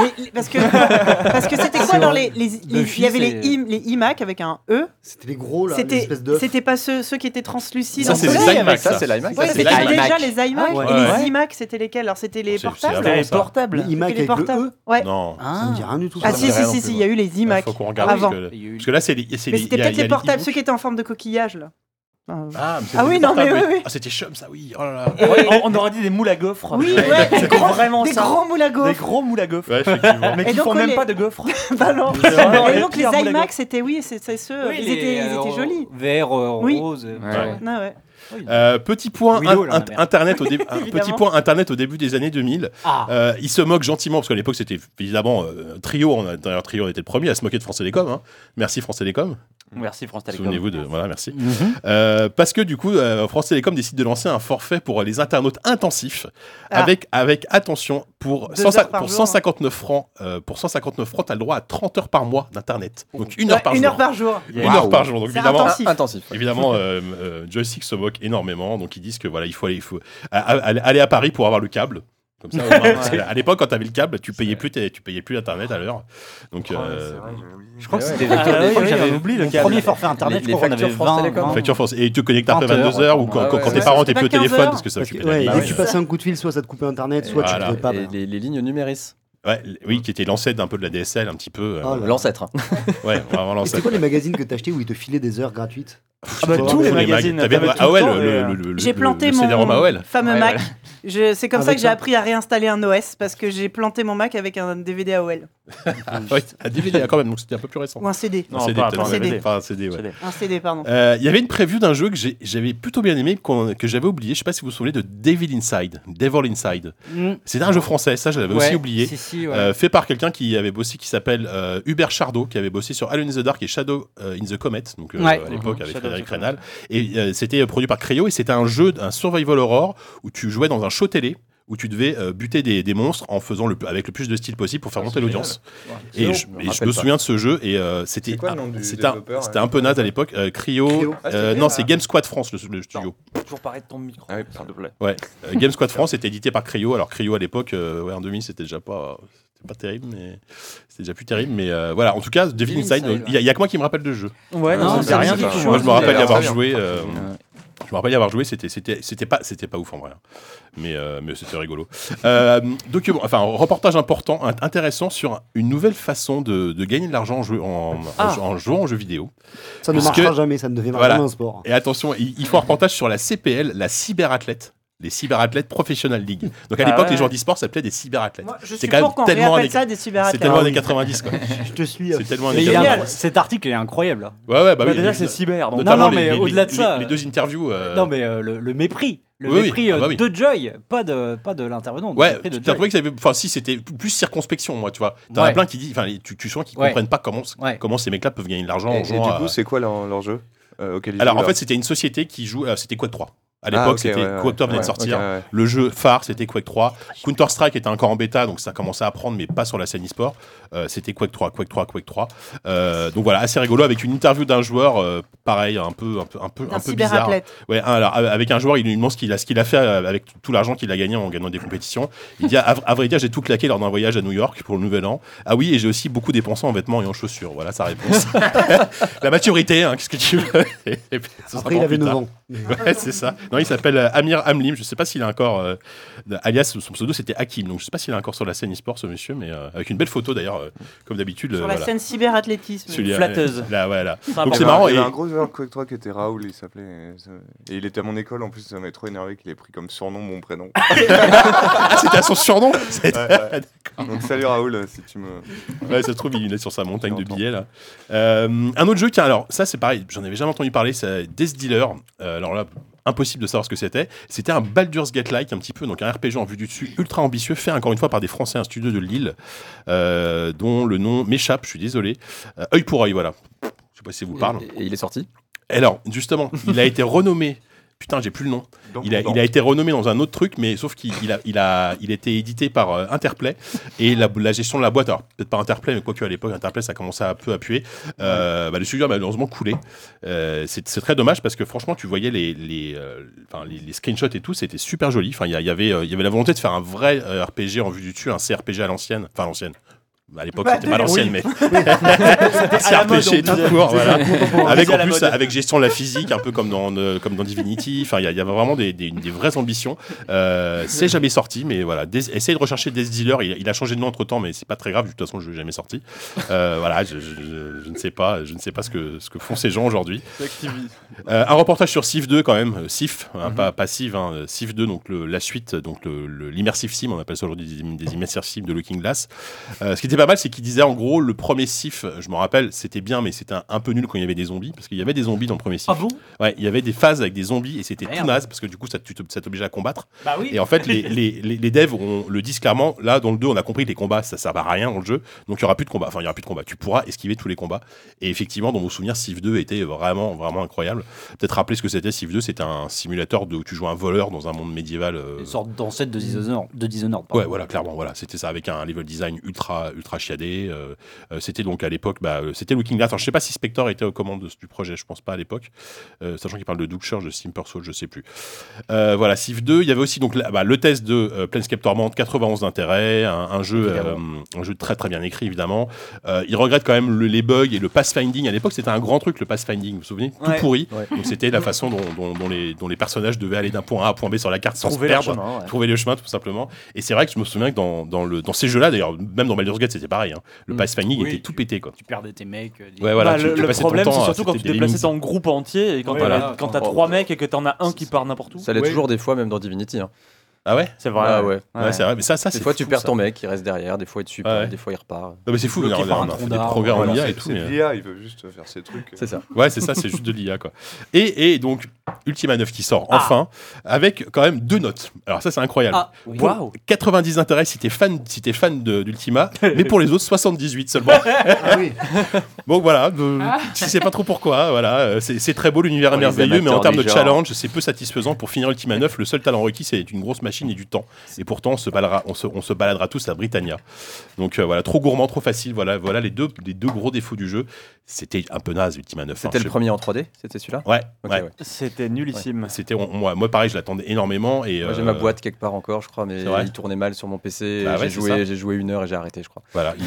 [SPEAKER 4] Mais parce que parce que c'était quoi dans les, les, les- il
[SPEAKER 2] Buffy,
[SPEAKER 4] y avait les
[SPEAKER 2] c'est-
[SPEAKER 4] im- les iMac avec un E,
[SPEAKER 3] C'était les gros, là,
[SPEAKER 4] c'était
[SPEAKER 3] l'espèce d'œuf.
[SPEAKER 4] c'était pas ceux, ceux qui étaient translucides.
[SPEAKER 1] Ça,
[SPEAKER 4] en
[SPEAKER 1] c'est
[SPEAKER 4] bleu.
[SPEAKER 1] les iMac.
[SPEAKER 8] Ça,
[SPEAKER 1] Ça,
[SPEAKER 8] c'est l'iMac.
[SPEAKER 4] Ouais,
[SPEAKER 1] Ça,
[SPEAKER 4] c'était
[SPEAKER 1] c'est
[SPEAKER 4] déjà
[SPEAKER 1] l'iMac.
[SPEAKER 4] les iMac
[SPEAKER 2] Ah ouais.
[SPEAKER 4] et
[SPEAKER 1] Ouais.
[SPEAKER 4] les iMac c'était lesquels Alors c'était les
[SPEAKER 1] C'est-
[SPEAKER 4] portables.
[SPEAKER 1] c'est avant ça.
[SPEAKER 7] portables.
[SPEAKER 3] Les iMac
[SPEAKER 4] C'était les
[SPEAKER 3] avec le
[SPEAKER 4] portables.
[SPEAKER 3] E.
[SPEAKER 4] Ouais.
[SPEAKER 1] Non.
[SPEAKER 3] Ça me dit rien du tout.
[SPEAKER 4] Ah
[SPEAKER 3] ça.
[SPEAKER 4] si si si si, il y a eu les
[SPEAKER 1] Il
[SPEAKER 4] iMac.
[SPEAKER 1] faut qu'on regarde.
[SPEAKER 4] Avant.
[SPEAKER 1] Parce que,
[SPEAKER 2] Il y a eu-
[SPEAKER 1] parce que là, c'est les. c'est
[SPEAKER 4] Mais
[SPEAKER 1] les-
[SPEAKER 4] c'était
[SPEAKER 1] il y a-
[SPEAKER 4] peut-être
[SPEAKER 1] il y a
[SPEAKER 4] les portables,
[SPEAKER 1] e-books.
[SPEAKER 4] ceux qui étaient en forme de coquillage là. Euh,
[SPEAKER 1] Ah, mais c'est
[SPEAKER 4] Ah
[SPEAKER 1] les
[SPEAKER 4] oui, non,
[SPEAKER 1] portables,
[SPEAKER 4] mais oui, oui.
[SPEAKER 1] Ah, c'était chum, ça, oui. Oh là là.
[SPEAKER 7] Ouais, on, on aurait dit des moules à gaufres.
[SPEAKER 4] Oui, ouais, des
[SPEAKER 7] C'était
[SPEAKER 4] grands-
[SPEAKER 7] vraiment
[SPEAKER 4] Des
[SPEAKER 7] ça.
[SPEAKER 4] grands moules à
[SPEAKER 7] Des
[SPEAKER 4] gaufres.
[SPEAKER 7] grands moules à gaufres.
[SPEAKER 1] Ouais, effectivement.
[SPEAKER 7] Mais
[SPEAKER 4] Et
[SPEAKER 7] qui
[SPEAKER 4] donc,
[SPEAKER 7] font
[SPEAKER 4] on
[SPEAKER 7] même
[SPEAKER 4] les-
[SPEAKER 7] pas de gaufres.
[SPEAKER 4] [LAUGHS] Bah non.
[SPEAKER 7] C'est vraiment
[SPEAKER 4] Et donc
[SPEAKER 7] pires
[SPEAKER 4] les
[SPEAKER 7] moules à
[SPEAKER 4] iMac
[SPEAKER 7] gaufres.
[SPEAKER 4] c'était oui, c'est c'est ceux, ils étaient ils étaient jolis.
[SPEAKER 2] Vert, euh,
[SPEAKER 4] Oui.
[SPEAKER 2] rose. euh,
[SPEAKER 6] Ouais.
[SPEAKER 2] ouais.
[SPEAKER 4] Ah ouais.
[SPEAKER 1] Euh, petit point,
[SPEAKER 2] Willow,
[SPEAKER 1] in-
[SPEAKER 2] là, on a
[SPEAKER 1] in-
[SPEAKER 2] bien.
[SPEAKER 1] internet au
[SPEAKER 4] [LAUGHS]
[SPEAKER 1] dé- un petit
[SPEAKER 4] Évidemment.
[SPEAKER 1] point internet au début des années 2000.
[SPEAKER 2] Ah.
[SPEAKER 1] Euh, il se moque gentiment parce qu'à l'époque c'était évidemment euh, trio. On a- D'ailleurs, trio on était le premier à se moquer de France Télécom. hein. Merci France Télécom.
[SPEAKER 7] Merci France Télécom.
[SPEAKER 1] Souvenez-vous de voilà, merci.
[SPEAKER 2] Mhm.
[SPEAKER 1] Euh, parce que du coup, euh, France Télécom décide de lancer un forfait pour les internautes intensifs,
[SPEAKER 4] Ah.
[SPEAKER 1] avec, avec attention, pour,
[SPEAKER 4] Deux
[SPEAKER 1] 100
[SPEAKER 4] heures par
[SPEAKER 1] pour
[SPEAKER 4] jour,
[SPEAKER 1] 159 francs, euh, pour 159 francs, t'as le droit à 30 heures par mois d'internet. Donc une heure
[SPEAKER 4] Oh. Ouais,
[SPEAKER 1] par
[SPEAKER 4] une
[SPEAKER 1] jour.
[SPEAKER 4] heure par jour.
[SPEAKER 1] Une
[SPEAKER 6] Waouh.
[SPEAKER 1] heure par jour. Donc
[SPEAKER 4] C'est
[SPEAKER 1] évidemment,
[SPEAKER 4] intensif.
[SPEAKER 8] Intensif. ouais.
[SPEAKER 1] Évidemment, euh, euh, Joystick se moque énormément, donc ils disent que voilà, il faut aller, il faut a- a- aller aller à Paris pour avoir le câble. Comme ça, au moins, parce que à l'époque, quand tu avais le câble, tu payais plus, tes- tu payais plus internet à l'heure. Donc, euh,
[SPEAKER 2] Je crois que
[SPEAKER 8] Ouais.
[SPEAKER 2] c'était
[SPEAKER 7] Ah,
[SPEAKER 2] Vector
[SPEAKER 7] oui,
[SPEAKER 2] Télécom,
[SPEAKER 7] oui,
[SPEAKER 2] j'avais
[SPEAKER 7] on oublie le
[SPEAKER 2] mon
[SPEAKER 7] câble.
[SPEAKER 2] premier forfait internet,
[SPEAKER 8] Les-
[SPEAKER 2] je crois qu'on avait
[SPEAKER 8] les factures France
[SPEAKER 2] 20
[SPEAKER 8] Télécom.
[SPEAKER 1] facture France. Et tu te connectes après
[SPEAKER 2] 20 heures,
[SPEAKER 1] 22 heures ou quand,
[SPEAKER 8] ouais,
[SPEAKER 1] quand
[SPEAKER 8] ouais,
[SPEAKER 1] tes
[SPEAKER 8] ouais.
[SPEAKER 1] parents t'es
[SPEAKER 4] C'était
[SPEAKER 1] plus au
[SPEAKER 4] pas 15
[SPEAKER 1] téléphone
[SPEAKER 4] heures.
[SPEAKER 1] parce que ça
[SPEAKER 3] Parce que,
[SPEAKER 1] occupait
[SPEAKER 3] ouais,
[SPEAKER 1] la
[SPEAKER 3] dès
[SPEAKER 1] vie. Bah
[SPEAKER 3] que tu
[SPEAKER 1] Ouais.
[SPEAKER 3] passais un coup de fil, soit ça te coupait internet, soit tu
[SPEAKER 1] Voilà.
[SPEAKER 3] pouvais pas.
[SPEAKER 8] Et les, les lignes numéris.
[SPEAKER 1] Ouais, l- oui, qui était l'ancêtre un peu de la DSL, un petit peu. euh,
[SPEAKER 3] Ah, là.
[SPEAKER 8] L'ancêtre. hein.
[SPEAKER 1] ouais, vraiment
[SPEAKER 3] Et
[SPEAKER 1] l'ancêtre.
[SPEAKER 3] C'était quoi les magazines que t'achetais où ils te filaient des heures gratuites
[SPEAKER 7] Ah bah,
[SPEAKER 3] Tous
[SPEAKER 7] tous les
[SPEAKER 3] les
[SPEAKER 7] magazines.
[SPEAKER 1] T'avais-
[SPEAKER 7] t'avais tout
[SPEAKER 1] Ah
[SPEAKER 7] le
[SPEAKER 1] ouais,
[SPEAKER 7] temps,
[SPEAKER 1] le-
[SPEAKER 7] et,
[SPEAKER 1] le-
[SPEAKER 7] euh,
[SPEAKER 1] le- le-
[SPEAKER 4] J'ai
[SPEAKER 1] le-
[SPEAKER 4] planté
[SPEAKER 1] le CD-ROM
[SPEAKER 4] mon
[SPEAKER 1] AOL.
[SPEAKER 4] fameux
[SPEAKER 6] Ouais,
[SPEAKER 4] Mac. Je- C'est comme ça
[SPEAKER 3] Avec
[SPEAKER 4] que j'ai
[SPEAKER 3] ça.
[SPEAKER 4] appris à réinstaller un OS parce que j'ai planté mon Mac avec un DVD AOL
[SPEAKER 1] Ah ouais, un DVD quand même, donc c'était un peu plus récent.
[SPEAKER 4] ou un CD.
[SPEAKER 7] Non,
[SPEAKER 1] Un CD,
[SPEAKER 7] pas-
[SPEAKER 1] peut-être.
[SPEAKER 7] pas un DVD.
[SPEAKER 1] Enfin, un CD, ouais.
[SPEAKER 4] Un CD, pardon.
[SPEAKER 1] Euh, Il y avait une preview d'un jeu que j'ai- j'avais plutôt bien aimé, qu'on- que j'avais oublié. Je sais pas si vous vous souvenez de Devil Inside. Devil Inside.
[SPEAKER 2] Mm.
[SPEAKER 1] C'était un jeu français, ça je l'avais
[SPEAKER 2] Ouais,
[SPEAKER 1] aussi oublié.
[SPEAKER 2] Si, si, ouais.
[SPEAKER 1] Euh, fait par quelqu'un qui avait bossé, qui s'appelle euh, Hubert Chardot, qui avait bossé sur Alone in the Dark et Shadow euh, in the Comet, donc euh,
[SPEAKER 2] Ouais.
[SPEAKER 1] à l'époque avec
[SPEAKER 7] Shadow
[SPEAKER 1] Frédéric
[SPEAKER 7] of the
[SPEAKER 1] Renal. Et euh, c'était euh, produit par Creo et c'était un jeu, un survival horror où tu jouais dans un show télé où tu devais euh, buter des, des monstres en faisant le, avec le plus de style possible pour faire
[SPEAKER 5] Ah,
[SPEAKER 1] monter
[SPEAKER 5] c'est
[SPEAKER 1] l'audience.
[SPEAKER 8] génial.
[SPEAKER 1] Et, je,
[SPEAKER 8] me
[SPEAKER 1] et je
[SPEAKER 8] rappelle
[SPEAKER 1] me
[SPEAKER 8] pas.
[SPEAKER 1] souviens de ce jeu et euh, c'était
[SPEAKER 5] C'est quoi le
[SPEAKER 1] un-
[SPEAKER 5] nom du
[SPEAKER 1] c'était un,
[SPEAKER 5] développeur,
[SPEAKER 1] c'était
[SPEAKER 5] hein
[SPEAKER 1] un peu naze à l'époque. Euh, Creo,
[SPEAKER 3] Creo.
[SPEAKER 5] Ah,
[SPEAKER 1] euh,
[SPEAKER 5] c'était
[SPEAKER 1] non
[SPEAKER 5] ça.
[SPEAKER 1] c'est Game Squad France le, le studio.
[SPEAKER 7] Toujours pareil de ton micro.
[SPEAKER 5] Ah oui,
[SPEAKER 7] s'il te plaît.
[SPEAKER 1] Euh, Game Squad France était édité par Creo. Alors Creo à l'époque, euh, ouais, en 2000 c'était déjà pas, C'est pas terrible, mais c'est déjà plus terrible. Mais euh, voilà, en tout cas, Devil
[SPEAKER 4] Devil
[SPEAKER 1] Inside,
[SPEAKER 4] Inside,
[SPEAKER 1] il y, a- il y a que moi qui me rappelle le jeu. Euh,
[SPEAKER 4] Ouais,
[SPEAKER 5] non,
[SPEAKER 4] non,
[SPEAKER 5] ça
[SPEAKER 4] c'est
[SPEAKER 5] me
[SPEAKER 4] rien
[SPEAKER 5] dit
[SPEAKER 4] du
[SPEAKER 5] pas.
[SPEAKER 4] tout.
[SPEAKER 5] Ouais,
[SPEAKER 1] Moi,
[SPEAKER 4] hein.
[SPEAKER 1] je me rappelle y
[SPEAKER 5] l'air
[SPEAKER 1] avoir
[SPEAKER 5] très bien.
[SPEAKER 1] joué. euh, Je me rappelle y avoir joué, c'était, c'était, c'était pas, c'était pas ouf en vrai, hein. mais, euh, mais c'était rigolo. Euh, document, enfin, reportage important, int- intéressant sur une nouvelle façon de, de gagner de l'argent en, jeu- en- en-
[SPEAKER 7] Ah.
[SPEAKER 1] en jouant aux jeux vidéo.
[SPEAKER 3] Ça ne
[SPEAKER 1] Parce
[SPEAKER 3] marchera
[SPEAKER 1] que-
[SPEAKER 3] jamais, ça ne deviendra
[SPEAKER 1] Voilà.
[SPEAKER 3] jamais un sport.
[SPEAKER 1] Et attention, ils ils font un reportage sur la CPL, la cyberathlète, les cyberathlètes professional league. Donc à
[SPEAKER 7] Ah
[SPEAKER 1] l'époque,
[SPEAKER 7] ouais.
[SPEAKER 1] les joueurs d'e-sport s'appelaient des cyberathlètes.
[SPEAKER 4] Moi, je
[SPEAKER 1] C'est
[SPEAKER 4] suis
[SPEAKER 1] quand
[SPEAKER 4] pour
[SPEAKER 1] même
[SPEAKER 4] qu'on
[SPEAKER 1] tellement
[SPEAKER 4] réappelle
[SPEAKER 1] un-
[SPEAKER 4] ça des
[SPEAKER 1] C'est
[SPEAKER 4] cyberathlètes.
[SPEAKER 2] Ah
[SPEAKER 1] tellement années 90 quoi.
[SPEAKER 4] [LAUGHS] Je te suis. hein.
[SPEAKER 1] C'est tellement
[SPEAKER 2] Mais
[SPEAKER 1] années
[SPEAKER 2] il est
[SPEAKER 1] 90.
[SPEAKER 2] incroyable. euh, cet article est incroyable. hein.
[SPEAKER 1] Ouais, ouais, bah
[SPEAKER 7] Bah,
[SPEAKER 1] oui,
[SPEAKER 7] déjà,
[SPEAKER 1] les-
[SPEAKER 7] c'est cyber. Donc,
[SPEAKER 2] Non,
[SPEAKER 1] notamment
[SPEAKER 2] non, mais
[SPEAKER 1] les- les-
[SPEAKER 2] au-delà de
[SPEAKER 1] les-
[SPEAKER 2] ça,
[SPEAKER 1] Les, deux interviews. euh,
[SPEAKER 2] Non, mais euh, le, le mépris. Le
[SPEAKER 1] Oui, oui.
[SPEAKER 2] mépris
[SPEAKER 1] Ah bah
[SPEAKER 2] euh,
[SPEAKER 1] oui.
[SPEAKER 2] de Joy, pas de, pas de l'intervenant. le
[SPEAKER 1] Ouais,
[SPEAKER 2] mépris de
[SPEAKER 1] t'as
[SPEAKER 2] Joy.
[SPEAKER 1] trouvé que ça avait. Enfin, si, c'était plus circonspection, moi, tu vois. T'en as
[SPEAKER 2] Ouais.
[SPEAKER 1] plein qui disent. Enfin, les- tu, tu sens qu'ils
[SPEAKER 2] Ouais.
[SPEAKER 1] comprennent pas comment,
[SPEAKER 2] Ouais.
[SPEAKER 1] comment ces mecs-là peuvent gagner de l'argent
[SPEAKER 5] Et,
[SPEAKER 1] en
[SPEAKER 5] et du
[SPEAKER 1] jouant à-
[SPEAKER 5] coup, c'est quoi leur, leur jeu euh, auquel ils
[SPEAKER 1] Alors,
[SPEAKER 5] jouent,
[SPEAKER 1] en fait,
[SPEAKER 5] là
[SPEAKER 1] c'était une société qui joue. euh, c'était Quake 3. À l'époque,
[SPEAKER 5] Ah, ok,
[SPEAKER 1] c'était
[SPEAKER 5] ouais, ouais,
[SPEAKER 1] Quake 3 venait
[SPEAKER 5] ouais,
[SPEAKER 1] de sortir.
[SPEAKER 5] ok, ouais.
[SPEAKER 1] Le jeu phare, c'était Quake 3. Counter-Strike était encore en bêta, donc ça commençait à prendre, mais pas sur la scène e-sport. Euh, c'était Quake 3, Quake 3, Quake 3. Euh, donc voilà, assez rigolo avec une interview d'un joueur, euh, pareil, un peu, un peu, un peu,
[SPEAKER 4] Un
[SPEAKER 1] un peu bizarre.
[SPEAKER 4] cyberathlète.
[SPEAKER 1] Ouais, un- alors euh, avec un joueur, il lui demande ce qu'il a, ce qu'il a fait euh, avec t- tout l'argent qu'il a gagné en gagnant des compétitions. Il dit à, à vrai dire, j'ai tout claqué lors d'un voyage à New York pour le Nouvel An. Ah oui, et j'ai aussi beaucoup dépensé en vêtements et en chaussures. Voilà sa
[SPEAKER 5] [LAUGHS]
[SPEAKER 1] réponse. [LAUGHS] La maturité, hein, qu'est-ce que tu veux [LAUGHS] Et- et puis, ce sera
[SPEAKER 3] Après, il
[SPEAKER 1] pour
[SPEAKER 3] avait
[SPEAKER 1] plus
[SPEAKER 3] 9
[SPEAKER 1] tard.
[SPEAKER 3] ans.
[SPEAKER 1] [LAUGHS] Ouais, c'est ça. Non, il s'appelle euh, Amir Amlim. Je sais pas s'il a encore. euh, alias, son pseudo c'était Hakim. Donc je sais pas s'il a encore sur la scène e-sport, ce monsieur, mais euh, avec une belle photo d'ailleurs, euh, comme d'habitude. euh,
[SPEAKER 4] Sur la
[SPEAKER 1] voilà.
[SPEAKER 4] scène cyberathlétisme.
[SPEAKER 1] Celui-là,
[SPEAKER 7] flatteuse.
[SPEAKER 1] euh, Là, voilà.
[SPEAKER 7] Sympa.
[SPEAKER 1] Donc
[SPEAKER 5] Il y
[SPEAKER 1] c'est
[SPEAKER 5] avait un-
[SPEAKER 1] marrant.
[SPEAKER 5] Il y
[SPEAKER 1] Et,
[SPEAKER 5] avait un gros joueur Quake 3 qui était Raoul, il s'appelait. et ça- Et il était à mon école, en plus, ça m'avait trop énervé qu'il ait pris comme surnom mon prénom.
[SPEAKER 1] ah, [LAUGHS] c'était à son surnom. C'était- [LAUGHS]
[SPEAKER 5] Donc salut Raoul, si tu me.
[SPEAKER 1] Ouais, ça se trouve, il est sur sa montagne de billets, là. Euh, un autre jeu, tiens, alors, ça, c'est pareil, j'en avais jamais entendu parler, c'est Death Dealer. Euh, alors là, impossible de savoir ce que c'était. C'était un Baldur's Gate-like, un petit peu, donc un RPG en vue du dessus, ultra ambitieux, fait encore une fois par des Français, un studio de Lille, euh, dont le nom m'échappe, je suis désolé. Euh, œil pour œil, voilà. Je sais pas si ça vous parle.
[SPEAKER 8] Et, et il est sorti.
[SPEAKER 1] Alors, justement, il a été renommé. Putain, j'ai plus le nom.
[SPEAKER 5] Donc,
[SPEAKER 1] Il a,
[SPEAKER 5] bon.
[SPEAKER 1] il a été renommé dans un autre truc, mais sauf qu'il il a, il a, il était édité par euh, Interplay et la, la gestion de la boîte, alors peut-être pas Interplay, mais quoique à l'époque Interplay ça commençait à peu appuyer. Euh, bah, le studio a malheureusement coulé. Euh, c'est c'est très dommage parce que franchement, tu voyais les, les, euh, enfin, les, les screenshots et tout, c'était super joli. Enfin, il y, a- il y avait, euh, il y avait la volonté de faire un vrai euh, RPG en vue du dessus, un CRPG à l'ancienne, enfin à l'ancienne. À l'époque,
[SPEAKER 4] Bah,
[SPEAKER 1] c'était pas
[SPEAKER 4] oui.
[SPEAKER 1] l'ancienne, mais [LAUGHS]
[SPEAKER 7] à la mode, on
[SPEAKER 1] CRPG tout
[SPEAKER 7] disait.
[SPEAKER 1] court. Voilà avec
[SPEAKER 7] Mise à
[SPEAKER 1] en
[SPEAKER 7] la
[SPEAKER 1] plus
[SPEAKER 7] mode.
[SPEAKER 1] avec gestion de la physique un peu comme dans euh, comme dans Divinity enfin il y, a- il y avait vraiment des, des, des vraies ambitions Euh, c'est jamais sorti mais voilà Des- essayez de rechercher Death Dealer il, il a changé de nom entre temps mais c'est pas très grave de toute façon je l'ai jamais sorti Euh, voilà je, je- je- je ne sais pas je ne sais pas ce que ce que font ces gens aujourd'hui euh, un reportage sur Civ 2 quand même, euh, Cif,
[SPEAKER 2] Mhm.
[SPEAKER 1] hein, pas, pas Civ, hein, euh, Civ 2, donc le- la suite, donc le- le- l'immersive sim, on appelle ça aujourd'hui des,
[SPEAKER 2] Mhm.
[SPEAKER 1] des immersive sim de Looking Glass. Euh, ce qui était pas mal, c'est qu'il disait en gros le premier Cif, je m'en rappelle, c'était bien, mais c'était un, un peu nul quand il y avait des zombies, parce qu'il y avait des zombies dans le premier Cif.
[SPEAKER 2] Ah bon
[SPEAKER 1] ouais, il y avait des phases avec des zombies et c'était tout
[SPEAKER 2] Merde.
[SPEAKER 1] naze, parce que du coup ça tu te- ça t'obligeait à combattre.
[SPEAKER 2] Bah oui.
[SPEAKER 1] Et en fait,
[SPEAKER 2] [LAUGHS]
[SPEAKER 1] les, les, les, les devs on le disent clairement. Là, dans le 2, on a compris que les combats, ça sert à rien dans le jeu. Donc, il n'y aura plus de combats. Enfin, il n'y aura plus de combats. Tu pourras esquiver tous les combats. Et effectivement, dans mon souvenir, Civ 2 était vraiment, vraiment incroyable. Peut-être rappeler ce que c'était Civ 2. C'était un simulateur de, où tu joues un voleur dans un monde médiéval. euh,
[SPEAKER 2] Une sorte d'ancêtre de Dishonored. De Dishonored pardon.
[SPEAKER 1] Ouais, voilà, clairement, voilà, c'était ça, avec un level design ultra, ultra chiadé. euh, euh, c'était donc à l'époque, bah, euh, c'était Looking Glass. Alors, je sais pas si Spector était aux commandes de- du projet, je pense pas à l'époque, Euh, sachant qu'il parle de Duke Church, de Simper Soul, je sais plus. Euh, voilà, Civ 2, il y avait aussi donc la- bah, le test de euh, Planescape Torment, 91 d'intérêt, un, un jeu, euh, un jeu très très bien écrit évidemment. Euh, il regrette quand même le- les bugs et le pathfinding. À l'époque, c'était un grand truc, le pathfinding, vous vous souvenez Tout
[SPEAKER 7] Ouais.
[SPEAKER 1] pourri.
[SPEAKER 8] Ouais.
[SPEAKER 1] Donc c'était la façon dont, dont- dont les, dont les personnages devaient aller d'un point A à un point B sur la carte sans se
[SPEAKER 7] Trouver leur
[SPEAKER 1] perdre
[SPEAKER 7] chemin, ouais.
[SPEAKER 1] trouver le chemin tout simplement. Et c'est vrai que je me souviens que dans, dans le, dans ces jeux-là, d'ailleurs, même dans Baldur's Gate, c'était pareil. hein. Le
[SPEAKER 2] Mm.
[SPEAKER 1] pathfinding
[SPEAKER 2] Oui,
[SPEAKER 1] était tout pété. Quoi.
[SPEAKER 2] Tu perdais tes mecs. euh, des-
[SPEAKER 1] Ouais, voilà,
[SPEAKER 7] Bah,
[SPEAKER 1] tu-
[SPEAKER 7] le
[SPEAKER 1] tu
[SPEAKER 7] le
[SPEAKER 1] passais ton
[SPEAKER 7] problème,
[SPEAKER 1] temps
[SPEAKER 7] c'est
[SPEAKER 1] à-
[SPEAKER 7] surtout quand
[SPEAKER 1] c'était
[SPEAKER 7] tu
[SPEAKER 1] des
[SPEAKER 7] te déplaçais
[SPEAKER 1] lemmings.
[SPEAKER 7] en groupe entier et quand
[SPEAKER 2] Ouais,
[SPEAKER 7] t'as-
[SPEAKER 2] voilà.
[SPEAKER 7] quand t'as
[SPEAKER 1] Oh,
[SPEAKER 7] trois mecs et que t'en as un qui
[SPEAKER 8] Ça-
[SPEAKER 7] part n'importe où.
[SPEAKER 8] Ça l'est toujours des fois, même dans Divinity. hein.
[SPEAKER 1] Ah ouais,
[SPEAKER 7] C'est vrai.
[SPEAKER 8] Ah ouais.
[SPEAKER 1] ouais. c'est vrai. Mais ça, ça
[SPEAKER 8] Des
[SPEAKER 1] c'est
[SPEAKER 8] fois, tu
[SPEAKER 1] fou,
[SPEAKER 8] perds
[SPEAKER 1] ça.
[SPEAKER 8] ton mec, il reste derrière. Des fois, il te suit
[SPEAKER 1] Ouais.
[SPEAKER 8] pas. Des fois, il repart.
[SPEAKER 1] Non, mais c'est fou, on
[SPEAKER 2] Bloqué
[SPEAKER 1] a, on
[SPEAKER 2] par
[SPEAKER 1] a
[SPEAKER 2] un
[SPEAKER 1] fait
[SPEAKER 2] tronc
[SPEAKER 1] des
[SPEAKER 2] d'arbre.
[SPEAKER 1] progrès en
[SPEAKER 5] Voilà,
[SPEAKER 1] IA
[SPEAKER 5] c'est-
[SPEAKER 1] et tout.
[SPEAKER 5] C'est
[SPEAKER 1] mais- euh,
[SPEAKER 5] de l'IA, il veut juste faire ses trucs.
[SPEAKER 8] C'est ça.
[SPEAKER 1] Ouais, c'est ça, c'est juste de l'IA, quoi. Et, et donc, Ultima 9 qui sort enfin, avec quand même deux notes. Alors, ça, c'est incroyable.
[SPEAKER 2] Ah, oui.
[SPEAKER 1] Pour
[SPEAKER 2] waouh.
[SPEAKER 1] 90 d'intérêt si t'es fan, si t'es fan de- d'Ultima, mais pour les autres, 78 seulement.
[SPEAKER 3] Ah
[SPEAKER 1] [LAUGHS]
[SPEAKER 3] oui,
[SPEAKER 1] Bon voilà, euh, je sais pas trop pourquoi, voilà, euh, c'est c'est très beau l'univers est
[SPEAKER 6] Pour les
[SPEAKER 1] merveilleux, mais en
[SPEAKER 6] amateurs
[SPEAKER 1] termes
[SPEAKER 6] du
[SPEAKER 1] de
[SPEAKER 6] genre.
[SPEAKER 1] challenge, c'est peu satisfaisant pour finir Ultima 9. Le seul talent requis, c'est une grosse machine et du temps. Et pourtant, on se baladera, on se, on se baladera tous à Britannia. Donc euh, voilà, trop gourmand, trop facile, voilà, voilà les deux, les deux gros défauts du jeu. C'était un peu naze Ultima 9.
[SPEAKER 8] C'était
[SPEAKER 1] hein,
[SPEAKER 8] le
[SPEAKER 1] je-
[SPEAKER 8] premier en 3D C'était celui-là
[SPEAKER 1] Ouais,
[SPEAKER 8] Ok,
[SPEAKER 1] ouais.
[SPEAKER 8] ouais.
[SPEAKER 7] C'était nullissime.
[SPEAKER 1] C'était on- moi, moi pareil, je l'attendais énormément et
[SPEAKER 8] Moi, j'ai
[SPEAKER 1] euh,
[SPEAKER 8] ma boîte quelque part encore, je crois, mais
[SPEAKER 1] c'est vrai
[SPEAKER 8] il tournait mal sur mon PC.
[SPEAKER 1] Bah
[SPEAKER 8] j'ai
[SPEAKER 1] ouais, c'est ça.
[SPEAKER 8] joué, j'ai joué une heure et j'ai arrêté, je crois.
[SPEAKER 1] Voilà, il-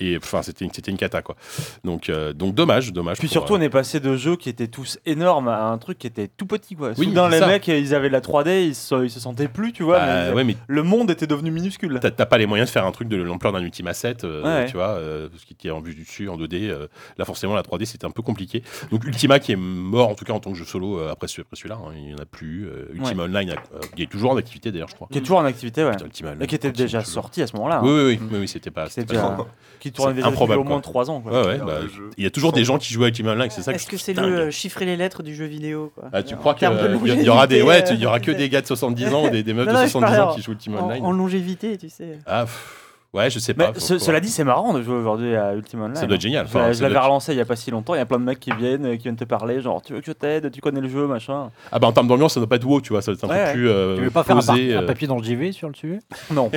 [SPEAKER 1] et enfin c'était une, c'était une cata quoi. Donc euh, donc dommage, dommage.
[SPEAKER 7] Puis
[SPEAKER 1] pour,
[SPEAKER 7] surtout,
[SPEAKER 1] euh,
[SPEAKER 7] on est passé de jeux qui étaient tous énormes à un truc qui était tout petit. Quoi.
[SPEAKER 1] Oui,
[SPEAKER 7] Soudain,
[SPEAKER 1] c'est
[SPEAKER 7] les
[SPEAKER 1] ça.
[SPEAKER 7] mecs, ils avaient de la 3D, ils se, ils se sentaient plus, tu vois.
[SPEAKER 1] bah,
[SPEAKER 7] mais-
[SPEAKER 1] ouais, mais
[SPEAKER 7] Le monde était devenu minuscule.
[SPEAKER 1] T'as- T'as pas les moyens de faire un truc de l'ampleur d'un Ultima 7, euh,
[SPEAKER 7] Ouais.
[SPEAKER 1] tu vois, euh, ce qui qui est en vue du dessus, en 2D. euh, là, forcément, la 3D, c'était un peu compliqué. Donc, Ultima qui est mort, en tout cas, en tant que jeu solo, euh, après, ce- après celui-là, hein, il n'y en a plus. euh, Ultima Online, euh, il est toujours en activité, d'ailleurs, je crois.
[SPEAKER 7] Qui est toujours en activité, ouais.
[SPEAKER 1] Putain, Ultima Online,
[SPEAKER 7] Et qui était
[SPEAKER 1] continue
[SPEAKER 7] déjà
[SPEAKER 1] toujours.
[SPEAKER 7] sorti à ce moment-là. hein.
[SPEAKER 1] Oui, oui, oui, oui, oui, c'était pas.
[SPEAKER 7] Qui était
[SPEAKER 1] c'était
[SPEAKER 7] déjà-
[SPEAKER 1] pas-
[SPEAKER 7] Qui tournait
[SPEAKER 1] C'est
[SPEAKER 7] déjà depuis
[SPEAKER 1] improbable,
[SPEAKER 7] au moins
[SPEAKER 1] quoi.
[SPEAKER 7] 3 ans. Quoi. Euh,
[SPEAKER 1] Ouais, ouais, bah, il y a toujours des gens qui jouent à Ultima Online, c'est ça que
[SPEAKER 4] Est-ce
[SPEAKER 1] je
[SPEAKER 4] que
[SPEAKER 1] trouve
[SPEAKER 4] c'est
[SPEAKER 1] dingue.
[SPEAKER 4] le euh, chiffrer les lettres du jeu vidéo quoi
[SPEAKER 1] Ah, tu
[SPEAKER 4] En
[SPEAKER 1] crois qu'il
[SPEAKER 4] termes de
[SPEAKER 1] y, y aura des ouais,
[SPEAKER 4] longévité,
[SPEAKER 1] tu- il y aura que
[SPEAKER 4] euh,
[SPEAKER 1] des gars
[SPEAKER 4] [LAUGHS]
[SPEAKER 1] de 70 ans ou des, des meufs
[SPEAKER 4] Non, non,
[SPEAKER 1] de
[SPEAKER 4] je
[SPEAKER 1] 70 ans
[SPEAKER 4] parle
[SPEAKER 1] qui jouent à Ultima
[SPEAKER 4] en,
[SPEAKER 1] Online.
[SPEAKER 4] en longévité, tu sais.
[SPEAKER 1] Ah, pff, ouais, je sais
[SPEAKER 7] Mais
[SPEAKER 1] pas. Ah, faut-
[SPEAKER 7] ce-
[SPEAKER 1] faut-
[SPEAKER 7] cela dit, c'est marrant de jouer aujourd'hui à Ultima Online. hein.
[SPEAKER 1] ça doit être génial.
[SPEAKER 7] Je-
[SPEAKER 1] Enfin,
[SPEAKER 7] je
[SPEAKER 1] ça
[SPEAKER 7] l'avais
[SPEAKER 1] doit être-
[SPEAKER 7] relancé il y a pas si longtemps, il y a plein de mecs qui viennent, euh, qui viennent te parler, genre tu veux que je t'aide, tu connais le jeu, machin.
[SPEAKER 1] Ah bah en termes d'ambiance, ça doit pas être wow, tu vois, ça doit être un
[SPEAKER 7] Ouais,
[SPEAKER 1] peu
[SPEAKER 7] ouais.
[SPEAKER 1] plus euh,
[SPEAKER 2] Tu veux pas faire un, par-
[SPEAKER 1] posé,
[SPEAKER 2] un
[SPEAKER 1] euh,
[SPEAKER 2] papier dans le JV sur le sujet
[SPEAKER 7] Non,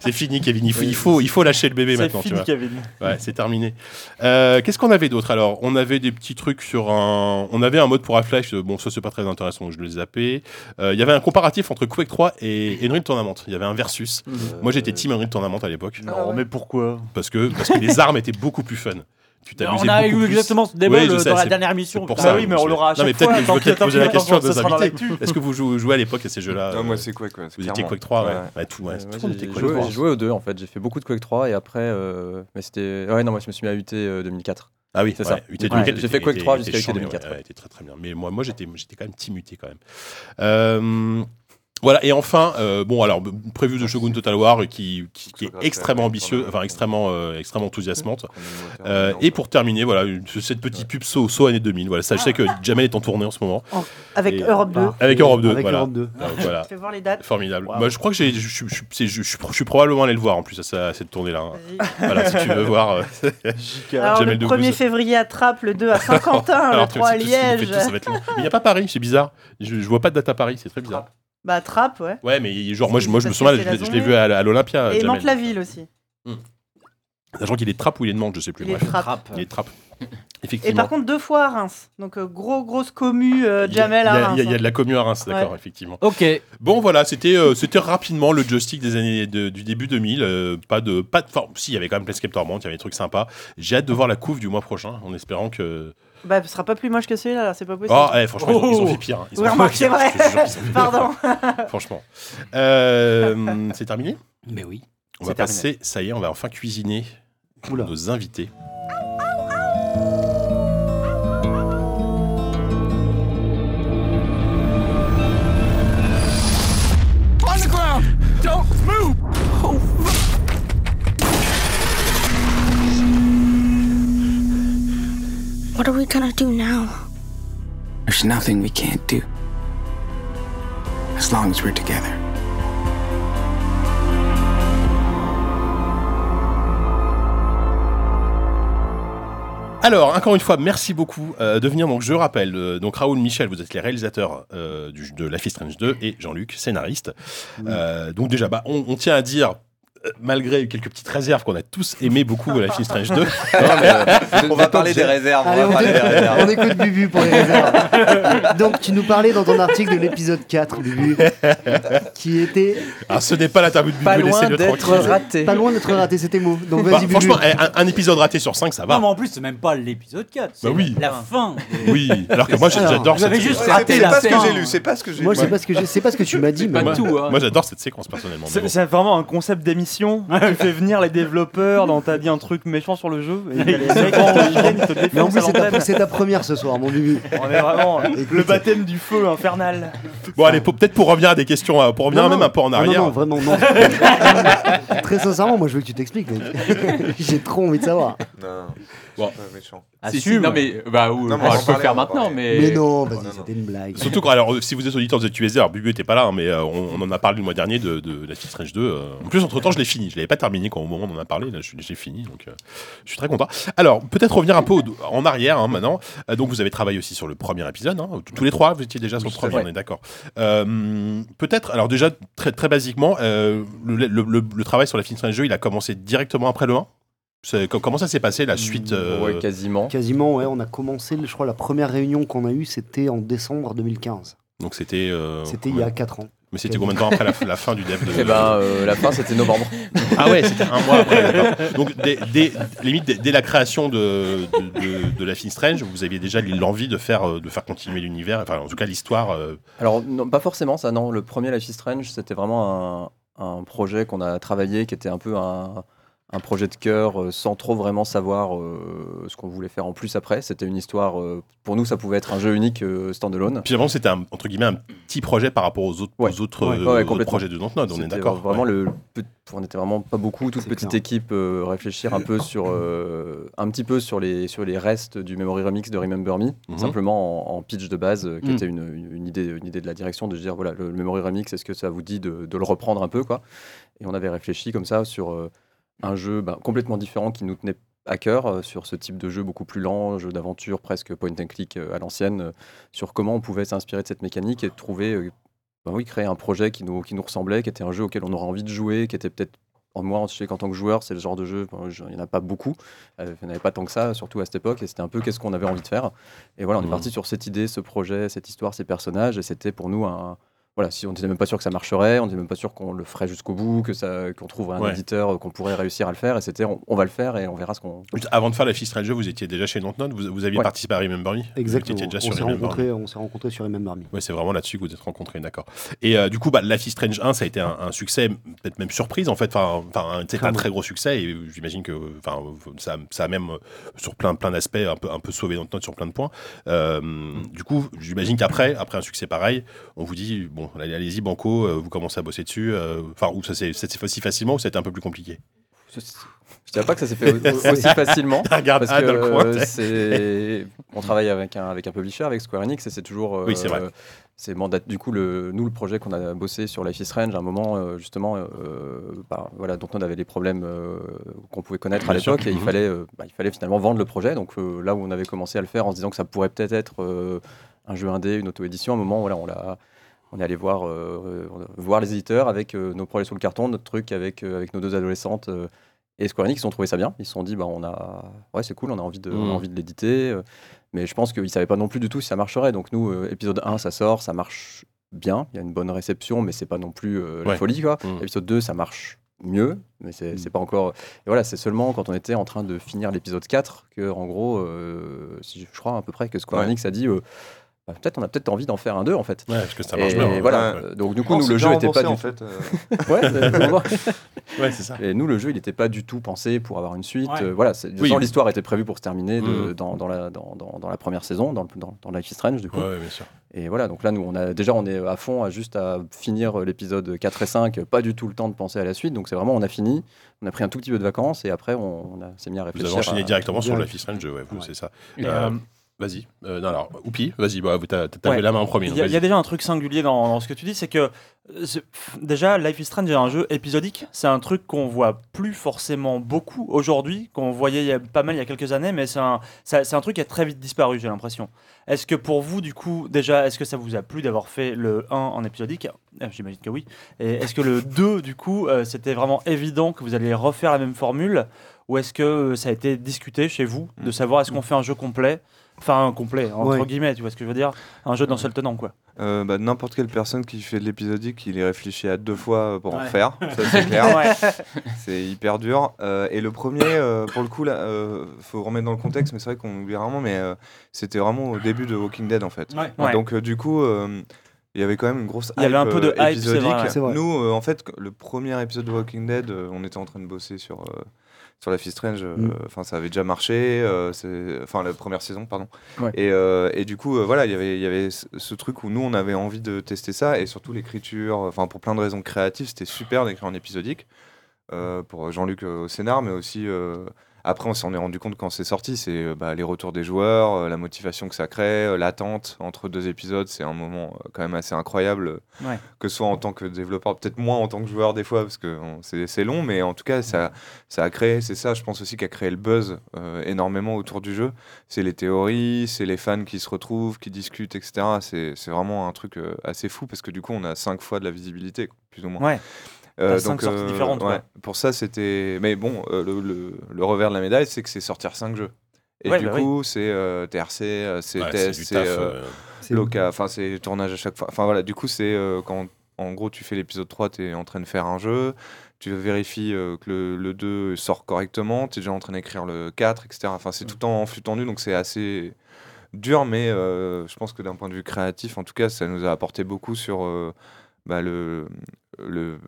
[SPEAKER 1] C'est fini, Kevin. Il faut, il faut, il faut lâcher le bébé
[SPEAKER 7] c'est
[SPEAKER 1] maintenant. tu
[SPEAKER 7] fini
[SPEAKER 1] vois.
[SPEAKER 7] Kevin.
[SPEAKER 1] Ouais, c'est terminé. Euh, Qu'est-ce qu'on avait d'autre alors On avait des petits trucs sur un. On avait un mode pour Half-Life. euh, Bon, ça c'est pas très intéressant, donc je l'ai zappé. Euh, Il y avait un comparatif entre Quake 3 et Unreal Tournament. Il y avait un versus. Moi, j'étais team Unreal Tournament à l'époque
[SPEAKER 7] Euh, Non, mais pourquoi
[SPEAKER 1] parce que parce que les armes étaient beaucoup plus fun. Tu t'amusais
[SPEAKER 2] On a
[SPEAKER 1] beaucoup
[SPEAKER 2] eu
[SPEAKER 1] plus.
[SPEAKER 2] exactement ce
[SPEAKER 1] Oui,
[SPEAKER 2] débat
[SPEAKER 1] je
[SPEAKER 2] le-
[SPEAKER 1] sais,
[SPEAKER 2] dans la
[SPEAKER 1] c'est-
[SPEAKER 2] dernière
[SPEAKER 1] c'est
[SPEAKER 2] mission.
[SPEAKER 1] pour
[SPEAKER 2] putain.
[SPEAKER 1] ça.
[SPEAKER 7] Bah oui, mais on l'aura à
[SPEAKER 1] Non, mais
[SPEAKER 7] chaque
[SPEAKER 1] peut-être
[SPEAKER 7] fois,
[SPEAKER 1] que je
[SPEAKER 7] tant
[SPEAKER 1] vais
[SPEAKER 7] qu'il y a-
[SPEAKER 1] peut-être
[SPEAKER 7] tant
[SPEAKER 1] poser
[SPEAKER 7] qu'il
[SPEAKER 1] la
[SPEAKER 7] y a-
[SPEAKER 1] question à
[SPEAKER 7] tant que ça
[SPEAKER 1] nos
[SPEAKER 7] sera dans
[SPEAKER 1] invités.
[SPEAKER 7] l'actu.
[SPEAKER 1] Est-ce que vous jouez, jouez à l'époque à ces jeux-là
[SPEAKER 5] Non,
[SPEAKER 1] euh,
[SPEAKER 5] moi, c'est Quake, ouais.
[SPEAKER 1] Vous étiez
[SPEAKER 5] clairement.
[SPEAKER 1] Quake 3, ouais.
[SPEAKER 5] Ouais.
[SPEAKER 1] Ouais, tout, ouais,
[SPEAKER 8] Ouais,
[SPEAKER 1] tout
[SPEAKER 8] moi,
[SPEAKER 1] le monde était
[SPEAKER 8] j'ai-
[SPEAKER 1] Quake
[SPEAKER 8] j'ai joué-
[SPEAKER 1] 3.
[SPEAKER 8] J'ai joué aux deux, en fait. J'ai fait beaucoup de Quake 3 et après. euh, mais c'était. Ouais, non, moi, je me suis mis à UT euh, 2004.
[SPEAKER 1] Ah oui,
[SPEAKER 8] C'est ça.
[SPEAKER 1] UT
[SPEAKER 8] Ouais,
[SPEAKER 1] 2004,
[SPEAKER 8] j'ai fait
[SPEAKER 1] était-
[SPEAKER 8] Quake 3
[SPEAKER 1] était
[SPEAKER 8] jusqu'à UT
[SPEAKER 1] chambé,
[SPEAKER 8] 2004,
[SPEAKER 1] Ouais, ouais, était très très bien. Mais moi, moi j'étais, j'étais quand même team UT quand même. Euh, voilà. Et enfin, euh, bon, alors b- preview de Shogun Total War qui, qui, qui est
[SPEAKER 8] euh,
[SPEAKER 1] extrêmement ambitieux, enfin extrêmement, euh, extrêmement enthousiasmante. Euh, et pour terminer, voilà, une- cette petite pub saut saut année 2000. Voilà, ça, je sais que Jamel est en tournée en ce moment.
[SPEAKER 4] Avec
[SPEAKER 1] Et- bah,
[SPEAKER 4] Europe 2. [LAUGHS]
[SPEAKER 1] Avec Europe 2,
[SPEAKER 3] Avec
[SPEAKER 1] voilà.
[SPEAKER 3] Europe 2.
[SPEAKER 1] Donc, voilà.
[SPEAKER 4] Fais voir les dates.
[SPEAKER 1] Formidable. Bah, je crois que j'ai- je suis- je suis- c'est- je suis je suis probablement allé le voir en plus à, sa- à cette tournée-là. hein.
[SPEAKER 4] Vas-y.
[SPEAKER 1] Voilà, si tu veux voir. euh,
[SPEAKER 4] Alors, le
[SPEAKER 1] Jamel Debbouze.
[SPEAKER 4] 1er février à Trappes,
[SPEAKER 1] [LAUGHS]
[SPEAKER 4] le 2 à Saint-Quentin, le
[SPEAKER 1] Alors,
[SPEAKER 4] 3 à
[SPEAKER 1] tout- tout- tout- tout-
[SPEAKER 4] Liège.
[SPEAKER 1] tout- ça va être long. Mais il n'y a pas Paris, c'est bizarre. Je, je vois pas de date à Paris, c'est très bizarre.
[SPEAKER 4] Bah, Trappes, ouais.
[SPEAKER 1] Ouais, mais genre, moi, je, moi, je me
[SPEAKER 4] Parce
[SPEAKER 1] souviens,
[SPEAKER 4] que c'est la
[SPEAKER 1] je, je l'ai
[SPEAKER 4] journée.
[SPEAKER 1] vu à, à l'Olympia.
[SPEAKER 4] Et
[SPEAKER 1] Jamel.
[SPEAKER 4] Mantes-la-Ville aussi.
[SPEAKER 1] Sachant qu'il est trappe ou il est de Mantes, je sais plus.
[SPEAKER 4] Il est
[SPEAKER 1] bref.
[SPEAKER 4] Trappes.
[SPEAKER 2] Trappe.
[SPEAKER 1] Il est trappe.
[SPEAKER 4] Et
[SPEAKER 1] Effectivement.
[SPEAKER 4] par contre, deux fois à Reims. Donc, euh, gros, grosse commu euh,
[SPEAKER 1] Il y a-
[SPEAKER 4] Jamel
[SPEAKER 1] il y
[SPEAKER 4] à
[SPEAKER 1] a-
[SPEAKER 4] Reims. hein.
[SPEAKER 1] Il y, a- il y a de la commune à Reims, d'accord,
[SPEAKER 4] Ouais.
[SPEAKER 1] effectivement.
[SPEAKER 2] Ok,
[SPEAKER 1] Bon, voilà, c'était euh, c'était rapidement le joystick des années de- du début 2000. euh, pas de pas de forme. Si, il y avait quand même Planescape Torment, il y avait des trucs sympas. J'ai hâte de voir la couve du mois prochain, en espérant que.
[SPEAKER 4] hein. Bah, ce sera pas plus moche que celui-là, là, c'est pas possible.
[SPEAKER 1] Oh, eh, franchement, ils ont- ils ont fait pire. hein. Ils ont
[SPEAKER 4] Oui,
[SPEAKER 1] fait
[SPEAKER 4] remarque,
[SPEAKER 1] pire,
[SPEAKER 4] c'est
[SPEAKER 1] je te jure, ils ont fait pire.
[SPEAKER 4] Pardon.
[SPEAKER 1] Franchement. Euh, c'est terminé
[SPEAKER 2] mais oui.
[SPEAKER 1] On
[SPEAKER 7] C'est
[SPEAKER 1] va passer, ça y est, on va enfin cuisiner
[SPEAKER 3] Oula.
[SPEAKER 1] nos invités.
[SPEAKER 9] What are we gonna do now?
[SPEAKER 10] There's nothing we can't do. As long as we're together.
[SPEAKER 1] Alors, encore une fois, merci beaucoup euh, de venir. Donc, je rappelle, euh, donc Raoul Michel, vous êtes les réalisateurs euh, du- de Life is Strange 2 et Jean-Luc, scénariste. Euh, donc, déjà, bah, on, on tient à dire. euh, Malgré quelques petites réserves qu'on a tous aimé beaucoup Life is Strange 2, [LAUGHS]
[SPEAKER 8] on va parler des réserves.
[SPEAKER 3] Allez,
[SPEAKER 8] on va parler des
[SPEAKER 3] on,
[SPEAKER 8] réserves.
[SPEAKER 3] écoute- on écoute Bubu pour les réserves.
[SPEAKER 1] [LAUGHS]
[SPEAKER 3] Donc, tu nous parlais dans ton article de l'épisode 4, Bubu, qui était
[SPEAKER 1] ah, ce n'est pas la tabou de
[SPEAKER 8] Pas
[SPEAKER 1] Bible,
[SPEAKER 8] loin
[SPEAKER 1] laissez-le
[SPEAKER 8] d'être
[SPEAKER 1] tranquille.
[SPEAKER 8] raté.
[SPEAKER 3] pas loin d'être raté, c'était mots. Donc,
[SPEAKER 1] Bah,
[SPEAKER 3] vas-y, Bubu.
[SPEAKER 1] franchement, eh, un, un épisode raté sur 5, ça
[SPEAKER 2] Non, mais
[SPEAKER 1] va.
[SPEAKER 2] en plus, c'est même pas l'épisode 4. C'est
[SPEAKER 1] Bah oui.
[SPEAKER 2] la fin.
[SPEAKER 1] Oui, alors que moi j'-
[SPEAKER 3] Alors,
[SPEAKER 1] j'adore
[SPEAKER 2] Vous avez
[SPEAKER 1] cette
[SPEAKER 2] juste
[SPEAKER 5] C'est
[SPEAKER 2] raté la
[SPEAKER 5] pas ce que
[SPEAKER 2] fin.
[SPEAKER 5] j'ai lu, c'est pas ce que j'ai lu.
[SPEAKER 3] Moi, je sais pas ce que j'ai- c'est pas ce que tu m'as dit, mais moi,
[SPEAKER 1] Moi-
[SPEAKER 2] tout, hein.
[SPEAKER 1] Moi j'adore cette séquence personnellement. mais
[SPEAKER 7] C'est
[SPEAKER 1] bon.
[SPEAKER 7] c'est vraiment un
[SPEAKER 3] [LAUGHS]
[SPEAKER 7] concept d'émission. tu fais venir les développeurs, dont t'as dit un truc méchant sur le jeu. Et les mecs, ils viennent, ils te
[SPEAKER 3] mais en
[SPEAKER 7] défoncent
[SPEAKER 3] plus,
[SPEAKER 7] à
[SPEAKER 3] c'est ta,
[SPEAKER 7] l'antenne.
[SPEAKER 3] c'est ta première ce soir, mon Bubu.
[SPEAKER 7] On est vraiment euh, le baptême du feu infernal.
[SPEAKER 1] Bon allez, pour- peut-être pour revenir à des questions, euh, pour revenir
[SPEAKER 3] Non,
[SPEAKER 1] même
[SPEAKER 3] non.
[SPEAKER 1] un peu en
[SPEAKER 3] Ah, non,
[SPEAKER 1] arrière.
[SPEAKER 3] non, vraiment, non.
[SPEAKER 5] [LAUGHS]
[SPEAKER 3] Très sincèrement, moi, je veux que tu t'expliques, mec. J'ai trop envie de savoir.
[SPEAKER 5] Non, non,
[SPEAKER 1] Bon.
[SPEAKER 5] c'est pas méchant.
[SPEAKER 6] Si, si,
[SPEAKER 2] Assume.
[SPEAKER 6] non, mais bah, ou-
[SPEAKER 5] Non, mais
[SPEAKER 6] bah,
[SPEAKER 5] on
[SPEAKER 6] je peux
[SPEAKER 5] parlait,
[SPEAKER 6] le
[SPEAKER 5] on
[SPEAKER 6] faire maintenant,
[SPEAKER 5] parlait.
[SPEAKER 6] mais.
[SPEAKER 3] Mais non, vas-y,
[SPEAKER 5] non, non.
[SPEAKER 3] c'était une blague.
[SPEAKER 1] Surtout que, alors, euh, si vous êtes auditeur, vous êtes QSD. Alors, Bubu était pas là, hein, mais euh, on, on en a parlé le mois dernier de, de la Street Strange 2. euh. En plus, entre temps, je l'ai fini. Je l'avais pas terminé quand au moment où on en a parlé. Là, je- j'ai fini, donc euh, je suis très content. Alors, peut-être revenir un peu au- en arrière hein, maintenant. Euh, donc, vous avez travaillé aussi sur le premier épisode. hein. Tous- Tous les trois, vous étiez déjà sur le premier, on est d'accord. Euh, peut-être, alors déjà, très, très basiquement, euh, le, le- le- le travail sur la Street Strange 2, il a commencé directement après le 1 C'est- co- Comment ça s'est passé la suite euh,
[SPEAKER 8] Ouais, quasiment.
[SPEAKER 3] Quasiment, ouais. On a commencé, je crois, la première réunion qu'on a eue, c'était en décembre 2015.
[SPEAKER 1] Donc c'était. euh,
[SPEAKER 3] C'était il y a 4 ans.
[SPEAKER 1] Mais c'était combien de temps après la, la fin du dev de...
[SPEAKER 8] Eh ben, euh, la fin, c'était novembre.
[SPEAKER 1] Ah ouais, c'était un mois après. d'accord. Donc, dès, dès- limite, dès, dès la création de, de, de- de la Fin Strange, vous aviez déjà l'envie de faire, euh, de faire continuer l'univers, enfin, en tout cas, l'histoire. euh,
[SPEAKER 8] Alors, non, pas forcément ça, non. Le premier Life is Strange, c'était vraiment un, un projet qu'on a travaillé, qui était un peu un, un projet de cœur, euh, sans trop vraiment savoir euh, ce qu'on voulait faire en plus après. C'était une histoire, euh, pour nous, ça pouvait être un jeu unique euh, standalone.
[SPEAKER 1] Puis avant, c'était un- entre guillemets un petit projet par rapport aux autres,
[SPEAKER 8] Ouais.
[SPEAKER 1] aux autres,
[SPEAKER 8] Ouais,
[SPEAKER 1] euh,
[SPEAKER 8] ouais,
[SPEAKER 1] aux autres
[SPEAKER 8] complètement.
[SPEAKER 1] projets de Dontnod, on est
[SPEAKER 8] C'était
[SPEAKER 1] d'accord.
[SPEAKER 8] Vraiment,
[SPEAKER 1] ouais.
[SPEAKER 8] le, le pe- on était vraiment pas beaucoup, toute
[SPEAKER 3] C'est
[SPEAKER 8] petite
[SPEAKER 3] clair.
[SPEAKER 8] équipe, euh, réfléchir un peu sur, euh, un petit peu sur les, sur les restes du Memory Remix de Remember Me,
[SPEAKER 1] Mhm.
[SPEAKER 8] simplement en, en pitch de base, euh,
[SPEAKER 3] Mmh.
[SPEAKER 8] qui
[SPEAKER 2] Mm.
[SPEAKER 8] était une, une- une idée, une idée de la direction de se dire voilà, le, le Memory Remix, est-ce que ça vous dit de, de le reprendre un peu quoi Et on avait réfléchi comme ça sur euh, un jeu ben, complètement différent qui nous tenait à cœur euh, sur ce type de jeu beaucoup plus lent, jeu d'aventure presque point and click euh, à l'ancienne, euh, sur comment on pouvait s'inspirer de cette mécanique et trouver, euh, ben oui, créer un projet qui nous, qui nous ressemblait, qui était un jeu auquel on aurait envie de jouer, qui était peut-être en moi, je sais qu'en tant que joueur, c'est le genre de jeu, ben, je- il n'y en a pas beaucoup, euh, il n'y en avait pas tant que ça, surtout à cette époque, et c'était un peu qu'est-ce qu'on avait envie de faire. Et voilà, on est
[SPEAKER 1] Mhm.
[SPEAKER 8] parti sur cette idée, ce projet, cette histoire, ces personnages, et c'était pour nous un... Voilà, si on n'était même pas sûr que ça marcherait, on n'était même pas sûr qu'on le ferait jusqu'au bout, que ça- qu'on trouverait un
[SPEAKER 1] Ouais.
[SPEAKER 8] éditeur, euh, qu'on pourrait réussir à le faire, et c'était on, on va le faire et on verra ce qu'on...
[SPEAKER 1] Juste Euh, Avant de faire la Fin Strange, vous étiez déjà chez Dontnod, vous, vous aviez
[SPEAKER 8] Ouais.
[SPEAKER 1] participé à Remember Me
[SPEAKER 3] Exactement.
[SPEAKER 1] Vous étiez déjà
[SPEAKER 3] on
[SPEAKER 1] sur
[SPEAKER 3] s'est
[SPEAKER 1] Remember Me.
[SPEAKER 3] rencontrés, on s'est rencontrés sur les mêmes armées.
[SPEAKER 1] Ouais, c'est vraiment là-dessus que vous êtes rencontrés, d'accord. Et euh, du coup, bah, Life is Strange 1, ça a été un, un succès, peut-être même surprise en fait. Enfin, enfin, un- c'est un
[SPEAKER 3] Clairement.
[SPEAKER 1] très gros succès et j'imagine que enfin, ça, ça a même euh, sur plein, plein d'aspects un peu, un peu sauvé notre note sur plein de points. Euh, Du coup, j'imagine qu'après, après un succès pareil, on vous dit bon, allez- allez-y Banco, euh, vous commencez à bosser dessus. euh, Enfin, ou ça s'est ça s'est fait si facilement ou ça a été un peu plus compliqué.
[SPEAKER 8] Je ne dirais pas que ça s'est fait au-
[SPEAKER 1] [LAUGHS]
[SPEAKER 8] aussi facilement.
[SPEAKER 1] Regarde,
[SPEAKER 8] Parce
[SPEAKER 1] ah,
[SPEAKER 8] que
[SPEAKER 1] dans le coin.
[SPEAKER 8] euh,
[SPEAKER 1] t'es-
[SPEAKER 8] c'est- on travaille avec un, avec un publisher, avec Square Enix, et c'est toujours. euh,
[SPEAKER 1] Oui, c'est vrai.
[SPEAKER 8] c'est mandat. Du coup, le, nous, le projet qu'on a bossé sur Life is Strange, à un moment, euh, justement, euh, bah, voilà, donc on avait les problèmes euh, qu'on pouvait connaître à
[SPEAKER 1] Bien sûr.
[SPEAKER 8] l'époque, et il
[SPEAKER 1] Mhm.
[SPEAKER 8] fallait, euh, bah, il fallait finalement vendre le projet. Donc euh, là où on avait commencé à le faire en se disant que ça pourrait peut-être être euh, un jeu indé, une auto-édition, à un moment, voilà, on l'a. On est allé voir, euh, euh, voir les éditeurs avec euh, nos projets sur le carton, notre truc avec, euh, avec nos deux adolescentes euh, et Square Enix, ils ont trouvé ça bien. Ils se sont dit, bah, on a... ouais, c'est cool, on a envie de, on a
[SPEAKER 6] Mm.
[SPEAKER 8] envie de l'éditer. euh, Mais je pense qu'ils ne savaient pas non plus du tout si ça marcherait. Donc, nous, euh, épisode 1, ça sort, ça marche bien. Il y a une bonne réception, mais c'est pas non plus euh, la
[SPEAKER 1] Ouais.
[SPEAKER 8] folie. Quoi.
[SPEAKER 1] Mm.
[SPEAKER 8] Épisode 2, ça marche mieux, mais c'est c'est pas encore. Et voilà, c'est seulement quand on était en train de finir l'épisode 4 que, en gros, euh, si je je crois à peu près que Square
[SPEAKER 5] Ouais.
[SPEAKER 8] Enix a dit. euh, bah, peut-être on a peut-être envie d'en faire un 2 en fait.
[SPEAKER 1] Ouais, parce que ça
[SPEAKER 8] Et
[SPEAKER 1] marche bien. ouais.
[SPEAKER 8] voilà.
[SPEAKER 1] Ouais.
[SPEAKER 8] Donc du coup nous le jeu était pas du
[SPEAKER 5] en fait. euh,
[SPEAKER 8] [LAUGHS] Ouais, c'est-
[SPEAKER 1] Ouais, c'est ça.
[SPEAKER 8] et nous, le jeu, il n'était pas du tout pensé pour avoir une suite.
[SPEAKER 7] Ouais.
[SPEAKER 8] Euh, voilà, c'est-
[SPEAKER 1] Oui.
[SPEAKER 8] genre, l'histoire était prévue pour se terminer de-
[SPEAKER 1] Mm.
[SPEAKER 8] dans, dans la, dans, dans- dans la première saison, dans, le- dans, dans Life is Strange, du coup.
[SPEAKER 1] Ouais, ouais, bien sûr.
[SPEAKER 8] Et voilà, donc là, nous, on a, déjà, on est à fond, à juste à finir l'épisode 4 et 5, pas du tout le temps de penser à la suite. Donc c'est vraiment, on a fini, on a pris un tout petit peu de vacances et après, on, on a- s'est mis à
[SPEAKER 1] Vous
[SPEAKER 8] réfléchir.
[SPEAKER 1] avez enchaîné
[SPEAKER 8] à-
[SPEAKER 1] directement sur
[SPEAKER 3] bien.
[SPEAKER 1] Life is Strange, ouais, vous,
[SPEAKER 3] Ouais.
[SPEAKER 1] c'est ça.
[SPEAKER 6] Et,
[SPEAKER 1] Euh, Vas-y. Euh, non, alors, Oupi, vas-y, bah, t'as- t'avais
[SPEAKER 7] Ouais.
[SPEAKER 1] la main en premier.
[SPEAKER 7] Il y, a- il y a
[SPEAKER 1] [LAUGHS] vas-y.
[SPEAKER 7] déjà un truc singulier dans, dans ce que tu dis, c'est que euh, c'est- pff, déjà Life is Strange est un jeu épisodique. C'est un truc qu'on voit plus forcément beaucoup aujourd'hui, qu'on voyait il y a pas mal il y a quelques années, mais c'est un, ça- c'est un truc qui a très vite disparu, j'ai l'impression. Est-ce que pour vous, du coup, déjà, est-ce que ça vous a plu d'avoir fait le 1 en épisodique Euh, J'imagine que oui. Et est-ce que le 2, du coup, euh, c'était vraiment évident que vous alliez refaire la même formule ou est-ce que euh, ça a été discuté chez vous de savoir est-ce qu'on fait un jeu complet Enfin, un complet, entre
[SPEAKER 3] Ouais.
[SPEAKER 7] guillemets, tu vois ce que je veux dire Un jeu d'un seul tenant, quoi.
[SPEAKER 5] euh, bah, N'importe quelle personne qui fait de l'épisodique, il y réfléchit à deux fois pour en
[SPEAKER 7] Ouais.
[SPEAKER 5] faire. Ça,
[SPEAKER 7] [LAUGHS]
[SPEAKER 5] c'est clair.
[SPEAKER 7] Ouais.
[SPEAKER 5] C'est hyper dur. Euh, et le premier, euh, pour le coup, là, euh, faut remettre dans le contexte, mais c'est vrai qu'on oublie rarement, mais euh, c'était vraiment au début de Walking Dead en fait.
[SPEAKER 7] Ouais.
[SPEAKER 5] Donc euh, du coup, euh, il y avait quand même une grosse hype,
[SPEAKER 7] Il y avait un peu de
[SPEAKER 5] euh,
[SPEAKER 7] hype, c'est vrai,
[SPEAKER 5] épisodique.
[SPEAKER 7] ouais.
[SPEAKER 3] C'est vrai.
[SPEAKER 5] Nous, euh, en fait, qu- le premier épisode de Walking Dead, euh, on était en train de bosser sur euh, sur la Fist Strange. euh,
[SPEAKER 3] Mm.
[SPEAKER 5] Enfin, ça avait déjà marché. euh, c'est- Enfin, la première saison, pardon.
[SPEAKER 8] Ouais.
[SPEAKER 5] Et, euh, et du coup, euh, voilà, il y avait il y avait ce- ce truc où nous, on avait envie de tester ça et surtout l'écriture. Enfin, pour plein de raisons créatives, c'était super d'écrire en épisodique euh, pour Jean-Luc euh, au scénar, mais aussi euh, après, on s'en est rendu compte quand c'est sorti, c'est euh, bah, les retours des joueurs, euh, la motivation que ça crée, euh, l'attente entre deux épisodes, c'est un moment euh, quand même assez incroyable, euh,
[SPEAKER 7] Ouais.
[SPEAKER 5] que ce soit en tant que développeur, peut-être moins en tant que joueur des fois, parce que on- c'est c'est long, mais en tout cas, ça, ça a créé, c'est ça, je pense aussi, qui a créé le buzz euh, énormément autour du jeu. C'est les théories, c'est les fans qui se retrouvent, qui discutent, etc. C'est c'est vraiment un truc euh, assez fou, parce que du coup, on a cinq fois de la visibilité, quoi, plus ou moins.
[SPEAKER 7] Ouais.
[SPEAKER 5] Euh,
[SPEAKER 11] T'as cinq sorties différentes, quoi.
[SPEAKER 5] Pour ça, c'était. Mais bon, euh, le, le- le revers de la médaille, c'est que c'est sortir 5 jeux. Et
[SPEAKER 11] Ouais,
[SPEAKER 5] du
[SPEAKER 11] bah oui.
[SPEAKER 5] coup, c'est euh, TRC, euh, c'est
[SPEAKER 11] Ouais, c'est
[SPEAKER 5] test,
[SPEAKER 11] du
[SPEAKER 5] c'est
[SPEAKER 11] taf,
[SPEAKER 5] euh,
[SPEAKER 11] euh.
[SPEAKER 3] C'est-
[SPEAKER 5] loca, enfin, c'est tournage à chaque fois. Enfin voilà, du coup, c'est euh, quand en gros tu fais l'épisode 3, tu es en train de faire un jeu, tu vérifies euh, que le, le 2 sort correctement, tu es déjà en train d'écrire le 4, etc. Enfin, c'est tout le temps en flux tendu, donc c'est assez dur, mais euh, je pense que d'un point de vue créatif, en tout cas, ça nous a apporté beaucoup sur euh, bah, le, le,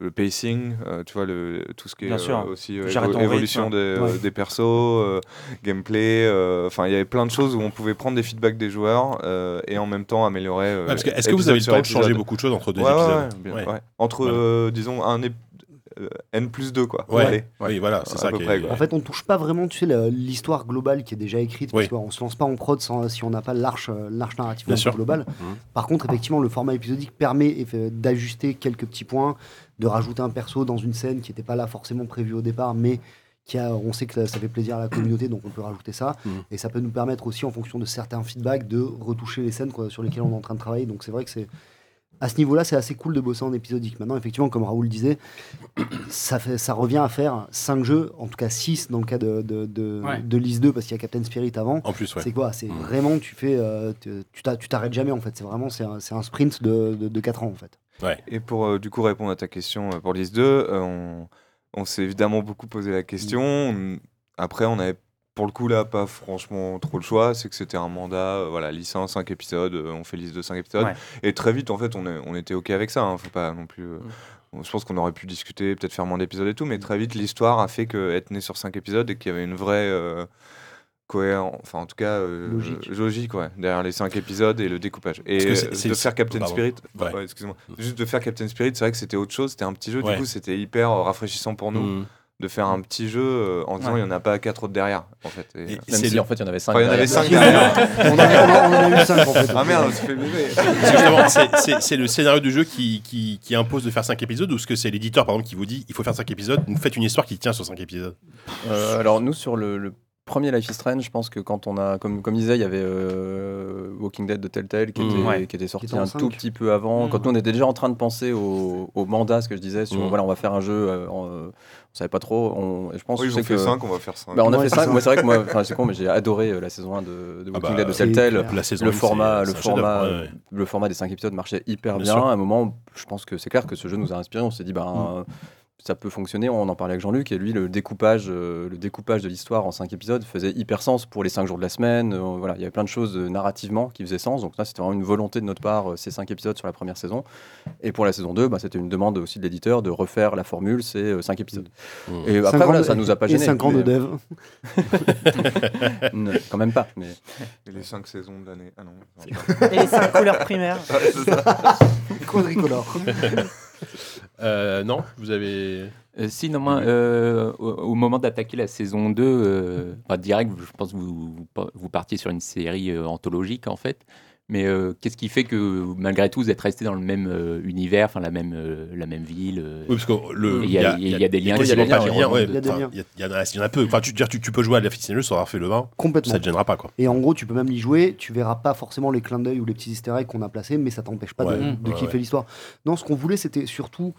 [SPEAKER 5] le pacing, euh, tu vois, le, tout ce qui est
[SPEAKER 11] Bien sûr.
[SPEAKER 5] euh, aussi euh,
[SPEAKER 11] Gérer
[SPEAKER 5] évo-
[SPEAKER 11] ton
[SPEAKER 5] évolution
[SPEAKER 11] rythme.
[SPEAKER 5] des, euh,
[SPEAKER 11] Ouais.
[SPEAKER 5] des persos, euh, gameplay, euh, enfin, il y avait plein de choses où on pouvait prendre des feedbacks des joueurs euh, et en même temps améliorer. euh,
[SPEAKER 1] Ouais, parce que est-ce que vous avez le
[SPEAKER 5] épisode
[SPEAKER 1] temps de
[SPEAKER 5] sur
[SPEAKER 1] changer
[SPEAKER 5] épisode
[SPEAKER 1] beaucoup de choses entre deux
[SPEAKER 5] Ouais, ouais,
[SPEAKER 1] épisodes
[SPEAKER 5] ouais, bien-
[SPEAKER 1] Ouais.
[SPEAKER 5] ouais. Entre,
[SPEAKER 1] Voilà.
[SPEAKER 5] euh, disons, un ép- euh, N plus 2, quoi.
[SPEAKER 1] Ouais.
[SPEAKER 5] Allez.
[SPEAKER 1] Oui, voilà, c'est
[SPEAKER 5] À
[SPEAKER 1] ça
[SPEAKER 5] peu
[SPEAKER 1] qui est-
[SPEAKER 5] près, quoi.
[SPEAKER 1] En
[SPEAKER 3] En fait, on touche pas vraiment, tu sais, la- l'histoire globale qui est déjà écrite.
[SPEAKER 1] Oui.
[SPEAKER 3] Parce que bah, on se lance pas en prod sans- si on n'a pas l'arche, euh, l'arche narrative
[SPEAKER 1] Bien
[SPEAKER 3] un peu
[SPEAKER 1] sûr.
[SPEAKER 3] globale.
[SPEAKER 2] Mm.
[SPEAKER 1] Mhm.
[SPEAKER 3] Par contre, effectivement, le format épisodique permet eff- d'ajuster quelques petits points, de rajouter un perso dans une scène qui n'était pas là forcément prévue au départ, mais qui a, on sait que ça fait plaisir à la communauté, donc on peut rajouter ça.
[SPEAKER 1] Mhm.
[SPEAKER 3] Et ça peut nous permettre aussi, en fonction de certains feedbacks, de retoucher les scènes quoi, sur lesquelles on est en train de travailler. Donc c'est vrai que c'est à ce niveau-là, c'est assez cool de bosser en épisodique. Maintenant, effectivement, comme Raoul disait, ça, fait, ça revient à faire 5 jeux, en tout cas 6 dans le cas de, de, de,
[SPEAKER 1] Ouais.
[SPEAKER 3] de Lys 2, parce qu'il y a Captain Spirit avant.
[SPEAKER 1] En plus, ouais.
[SPEAKER 3] C'est quoi C'est
[SPEAKER 1] Mm.
[SPEAKER 3] vraiment, tu fais, euh, tu tu t'a- tu t'arrêtes jamais en fait. C'est vraiment, c'est un, c'est un sprint de, de, 4 ans en fait.
[SPEAKER 5] Et pour euh, du coup répondre à ta question euh, pour Lise 2, euh, on, on s'est évidemment beaucoup posé la
[SPEAKER 11] Mm.
[SPEAKER 5] question. On- Après, on avait pour le coup là pas franchement trop le choix. C'est que c'était un mandat, euh, voilà, licence 5 épisodes, euh, on fait liste de 5 épisodes.
[SPEAKER 11] Ouais.
[SPEAKER 5] Et très vite, en fait, on, est- on était OK avec ça. hein, faut pas non plus. euh,
[SPEAKER 11] Mm.
[SPEAKER 5] bon, Je pense qu'on aurait pu discuter, peut-être faire moins d'épisodes et tout, mais très vite, l'histoire a fait que être né sur 5 épisodes et qu'il y avait une vraie. euh, cohérence, enfin en tout cas euh,
[SPEAKER 11] Logique.
[SPEAKER 5] logique, ouais, derrière les 5 épisodes et le découpage. Et
[SPEAKER 11] Parce que
[SPEAKER 5] euh,
[SPEAKER 11] c'est- c'est
[SPEAKER 5] de
[SPEAKER 11] le-
[SPEAKER 5] faire Captain
[SPEAKER 11] pardon.
[SPEAKER 5] Spirit,
[SPEAKER 11] Ouais.
[SPEAKER 5] ouais, excuse-moi. Juste de faire Captain Spirit, c'est vrai que c'était autre chose, c'était un petit jeu,
[SPEAKER 11] Ouais.
[SPEAKER 5] du coup c'était hyper euh, rafraîchissant pour nous
[SPEAKER 11] Mm.
[SPEAKER 5] de faire un petit jeu euh, en disant il
[SPEAKER 11] Ouais.
[SPEAKER 5] n'y en a pas quatre autres derrière en fait. Et, euh,
[SPEAKER 8] Même c'est si, le- en fait, il y en avait cinq
[SPEAKER 5] Enfin, il y en avait
[SPEAKER 8] derrière.
[SPEAKER 5] cinq
[SPEAKER 8] [LAUGHS]
[SPEAKER 5] derrière.
[SPEAKER 8] On en a- on en a eu cinq, en fait.
[SPEAKER 5] [LAUGHS] Ah merde, tu fais bébé.
[SPEAKER 1] Parce que justement, c'est- [LAUGHS] c'est- C'est le scénario du jeu qui, qui, qui impose de faire 5 épisodes ou est-ce que c'est l'éditeur par exemple qui vous dit il faut faire 5 épisodes, donc faites une histoire qui tient sur 5 épisodes
[SPEAKER 8] Euh, alors nous sur le, le premier Life is Strange, je pense que quand on a, comme, comme disait, il y avait euh, Walking Dead de Telltale qui,
[SPEAKER 11] Mm.
[SPEAKER 8] était,
[SPEAKER 11] Ouais.
[SPEAKER 8] qui était sorti
[SPEAKER 11] Qui était en
[SPEAKER 8] un
[SPEAKER 11] cinq.
[SPEAKER 8] tout petit peu avant.
[SPEAKER 11] Mm.
[SPEAKER 8] Quand nous on était déjà en train de penser au, au mandat, ce que je disais, sur
[SPEAKER 11] Mm.
[SPEAKER 8] voilà on va faire un jeu, euh, en- euh, on savait pas trop. On, et je pense
[SPEAKER 5] Oui,
[SPEAKER 8] je
[SPEAKER 5] ils
[SPEAKER 8] sais
[SPEAKER 5] ont fait
[SPEAKER 8] que-
[SPEAKER 5] cinq, on va faire cinq.
[SPEAKER 8] Bah, on a
[SPEAKER 5] Ouais,
[SPEAKER 8] fait
[SPEAKER 5] c'est
[SPEAKER 8] 5,
[SPEAKER 5] ça.
[SPEAKER 8] moi c'est vrai que moi, enfin, c'est con, mais j'ai adoré euh, la saison 1 de, de Walking
[SPEAKER 1] bah,
[SPEAKER 8] Dead de
[SPEAKER 1] c'est
[SPEAKER 8] Telltale.
[SPEAKER 1] clair. La saison
[SPEAKER 8] le
[SPEAKER 1] un,
[SPEAKER 8] format,
[SPEAKER 1] c'est-
[SPEAKER 8] le
[SPEAKER 1] c'est un chef-d'œuvre,
[SPEAKER 8] format,
[SPEAKER 1] ouais, ouais.
[SPEAKER 8] le format des 5 épisodes marchait hyper
[SPEAKER 1] Bien
[SPEAKER 8] bien.
[SPEAKER 1] sûr.
[SPEAKER 8] À un moment, je pense que c'est clair que ce jeu nous a inspiré. On s'est dit, ben,
[SPEAKER 1] Mm.
[SPEAKER 8] ça peut fonctionner. On en parlait avec Jean-Luc et lui, le découpage, euh, le découpage de l'histoire en 5 épisodes faisait hyper sens pour les 5 jours de la semaine. Euh, voilà, il y avait plein de choses euh, narrativement qui faisaient sens. Donc là, c'était vraiment une volonté de notre part euh, ces 5 épisodes sur la première saison. Et pour la saison 2, bah, c'était une demande aussi de l'éditeur de refaire la formule, c'est 5 épisodes.
[SPEAKER 1] Mm.
[SPEAKER 8] Et après,
[SPEAKER 3] Cinq ans
[SPEAKER 8] voilà,
[SPEAKER 3] de-
[SPEAKER 8] ça nous a pas euh,
[SPEAKER 3] et
[SPEAKER 8] gêné.
[SPEAKER 3] cinq ans de dev.
[SPEAKER 8] [LAUGHS] Non, quand même pas. Mais...
[SPEAKER 5] Et les 5 saisons de l'année. Ah non.
[SPEAKER 4] Et les cinq couleurs primaires.
[SPEAKER 5] [LAUGHS] Ouais, c'est ça. [LAUGHS]
[SPEAKER 3] Quadricolore.
[SPEAKER 1] [LAUGHS] Euh, non, vous avez.
[SPEAKER 6] Euh, si, non, moi, euh, au, au moment d'attaquer la saison 2, euh, enfin, direct, je pense que vous, vous par- vous partiez sur une série euh, anthologique, en fait. Mais euh, qu'est-ce qui fait que, malgré tout, vous êtes resté dans le même euh, univers, enfin, la même, euh, la même ville euh,
[SPEAKER 1] Oui, parce que le-
[SPEAKER 6] et il y, a- il y a des liens qui
[SPEAKER 1] quasiment
[SPEAKER 6] sont
[SPEAKER 1] pas
[SPEAKER 6] pas
[SPEAKER 1] de liens, ouais.
[SPEAKER 6] redondants.
[SPEAKER 1] Enfin, Il y, a- il y en a- il y en a peu. Enfin, tu, dire, tu, tu peux jouer à la fictionnelle sans avoir fait le 20.
[SPEAKER 3] Complètement.
[SPEAKER 1] Ça ne te gênera pas, quoi.
[SPEAKER 3] Et en gros, tu peux même l'y jouer, tu verras pas forcément les clins d'œil ou les petits easter eggs qu'on a placés, mais ça t'empêche pas de-
[SPEAKER 1] Ouais,
[SPEAKER 3] de,
[SPEAKER 1] ouais,
[SPEAKER 3] kiffer
[SPEAKER 1] ouais.
[SPEAKER 3] l'histoire. Non, ce qu'on voulait, c'était surtout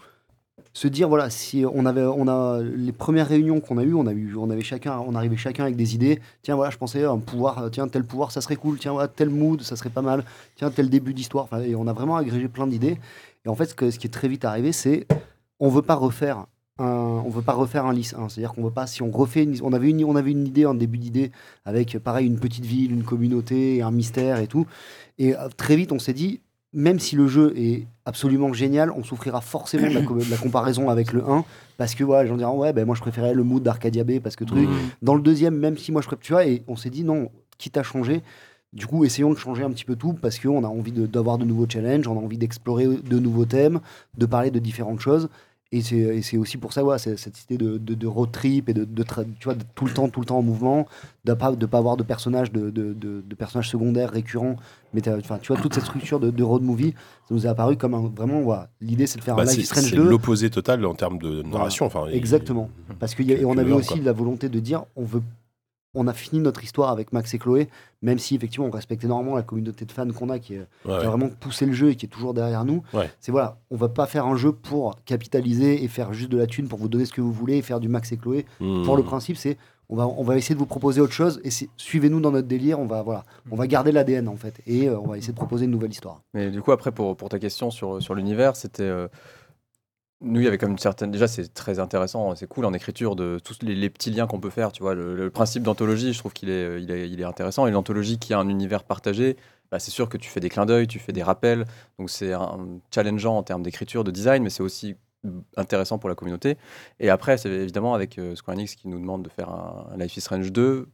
[SPEAKER 3] se dire voilà, si on avait, on a les premières réunions qu'on a eues, on a eu, on avait chacun, on arrivait chacun avec des idées. Tiens, voilà, je pensais un pouvoir, euh, tiens tel pouvoir, ça serait cool. Tiens, voilà, tel mood, ça serait pas mal. Tiens, tel début d'histoire. Enfin, et on a vraiment agrégé plein d'idées. Et en fait, ce, que- ce qui est très vite arrivé, c'est on veut pas refaire un, on veut pas refaire un lice 1. C'est-à-dire qu'on veut pas, si on refait une, on avait une, on avait une idée, un début d'idée avec, euh, pareil, une petite ville, une communauté, un mystère et tout. Et euh, très vite, on s'est dit, même si le jeu est absolument génial, on souffrira forcément de la, co- de la comparaison avec le 1 parce que voilà, les gens diront ouais, ben moi je préférais le mood d'Arcadia Bay parce que truc.
[SPEAKER 11] Mhm.
[SPEAKER 3] Mm. Dans le deuxième, même si moi je préfère, tu vois, et on s'est dit non, quitte à changer. Du coup, essayons de changer un petit peu tout parce qu'on a envie de- d'avoir de, nouveaux challenges, on a envie d'explorer de nouveaux thèmes, de parler de différentes choses. Et c'est et c'est aussi pour ça, ouais, c'est- cette idée de, de- de road trip et de, de tra- tu vois, de tout le temps, tout le temps en mouvement, de pas de pas avoir de personnages de, de- de- de personnages secondaires récurrents. Mais t'as- enfin, tu vois, toute cette structure de, de road movie, ça nous est apparu comme un- vraiment, ouais, l'idée, c'est de faire
[SPEAKER 1] Bah,
[SPEAKER 3] un
[SPEAKER 1] c'est
[SPEAKER 3] Life is Strange
[SPEAKER 1] c'est
[SPEAKER 3] 2.
[SPEAKER 1] l'opposé total en termes de
[SPEAKER 3] Voilà.
[SPEAKER 1] narration. Enfin, il-
[SPEAKER 3] Exactement. Parce qu'on
[SPEAKER 1] que
[SPEAKER 3] avait
[SPEAKER 1] le un,
[SPEAKER 3] aussi
[SPEAKER 1] quoi.
[SPEAKER 3] la volonté de dire on veut on a fini notre histoire avec Max et Chloé, même si effectivement on respecte énormément la communauté de fans qu'on a qui, est-
[SPEAKER 1] Ouais,
[SPEAKER 3] qui
[SPEAKER 1] ouais.
[SPEAKER 3] a vraiment poussé le jeu et qui est toujours derrière nous.
[SPEAKER 1] Ouais.
[SPEAKER 3] C'est voilà, on va pas faire un jeu pour capitaliser et faire juste de la thune pour vous donner ce que vous voulez et faire du Max et Chloé.
[SPEAKER 1] Hmm.
[SPEAKER 3] Pour le principe, c'est on va, on va essayer de vous proposer autre chose et c'est- suivez-nous dans notre délire. On va voilà, on va garder l'ADN en fait et euh, on va essayer de proposer une nouvelle histoire.
[SPEAKER 8] Mais du coup, après, pour, pour ta question sur, sur l'univers, c'était. euh, nous, il y avait comme une certaine. Déjà, c'est très intéressant, c'est cool en écriture de tous les, les petits liens qu'on peut faire. Tu vois, le, le principe d'anthologie, je trouve qu'il est, euh, il est, il est intéressant. Et l'anthologie qui a un univers partagé, bah, c'est sûr que tu fais des clins d'œil, tu fais des rappels. Donc, c'est un- challengeant en termes d'écriture, de design, mais c'est aussi mm, intéressant pour la communauté. Et après, c'est évidemment avec euh, Square Enix qui nous demande de faire un, un Life is Strange 2.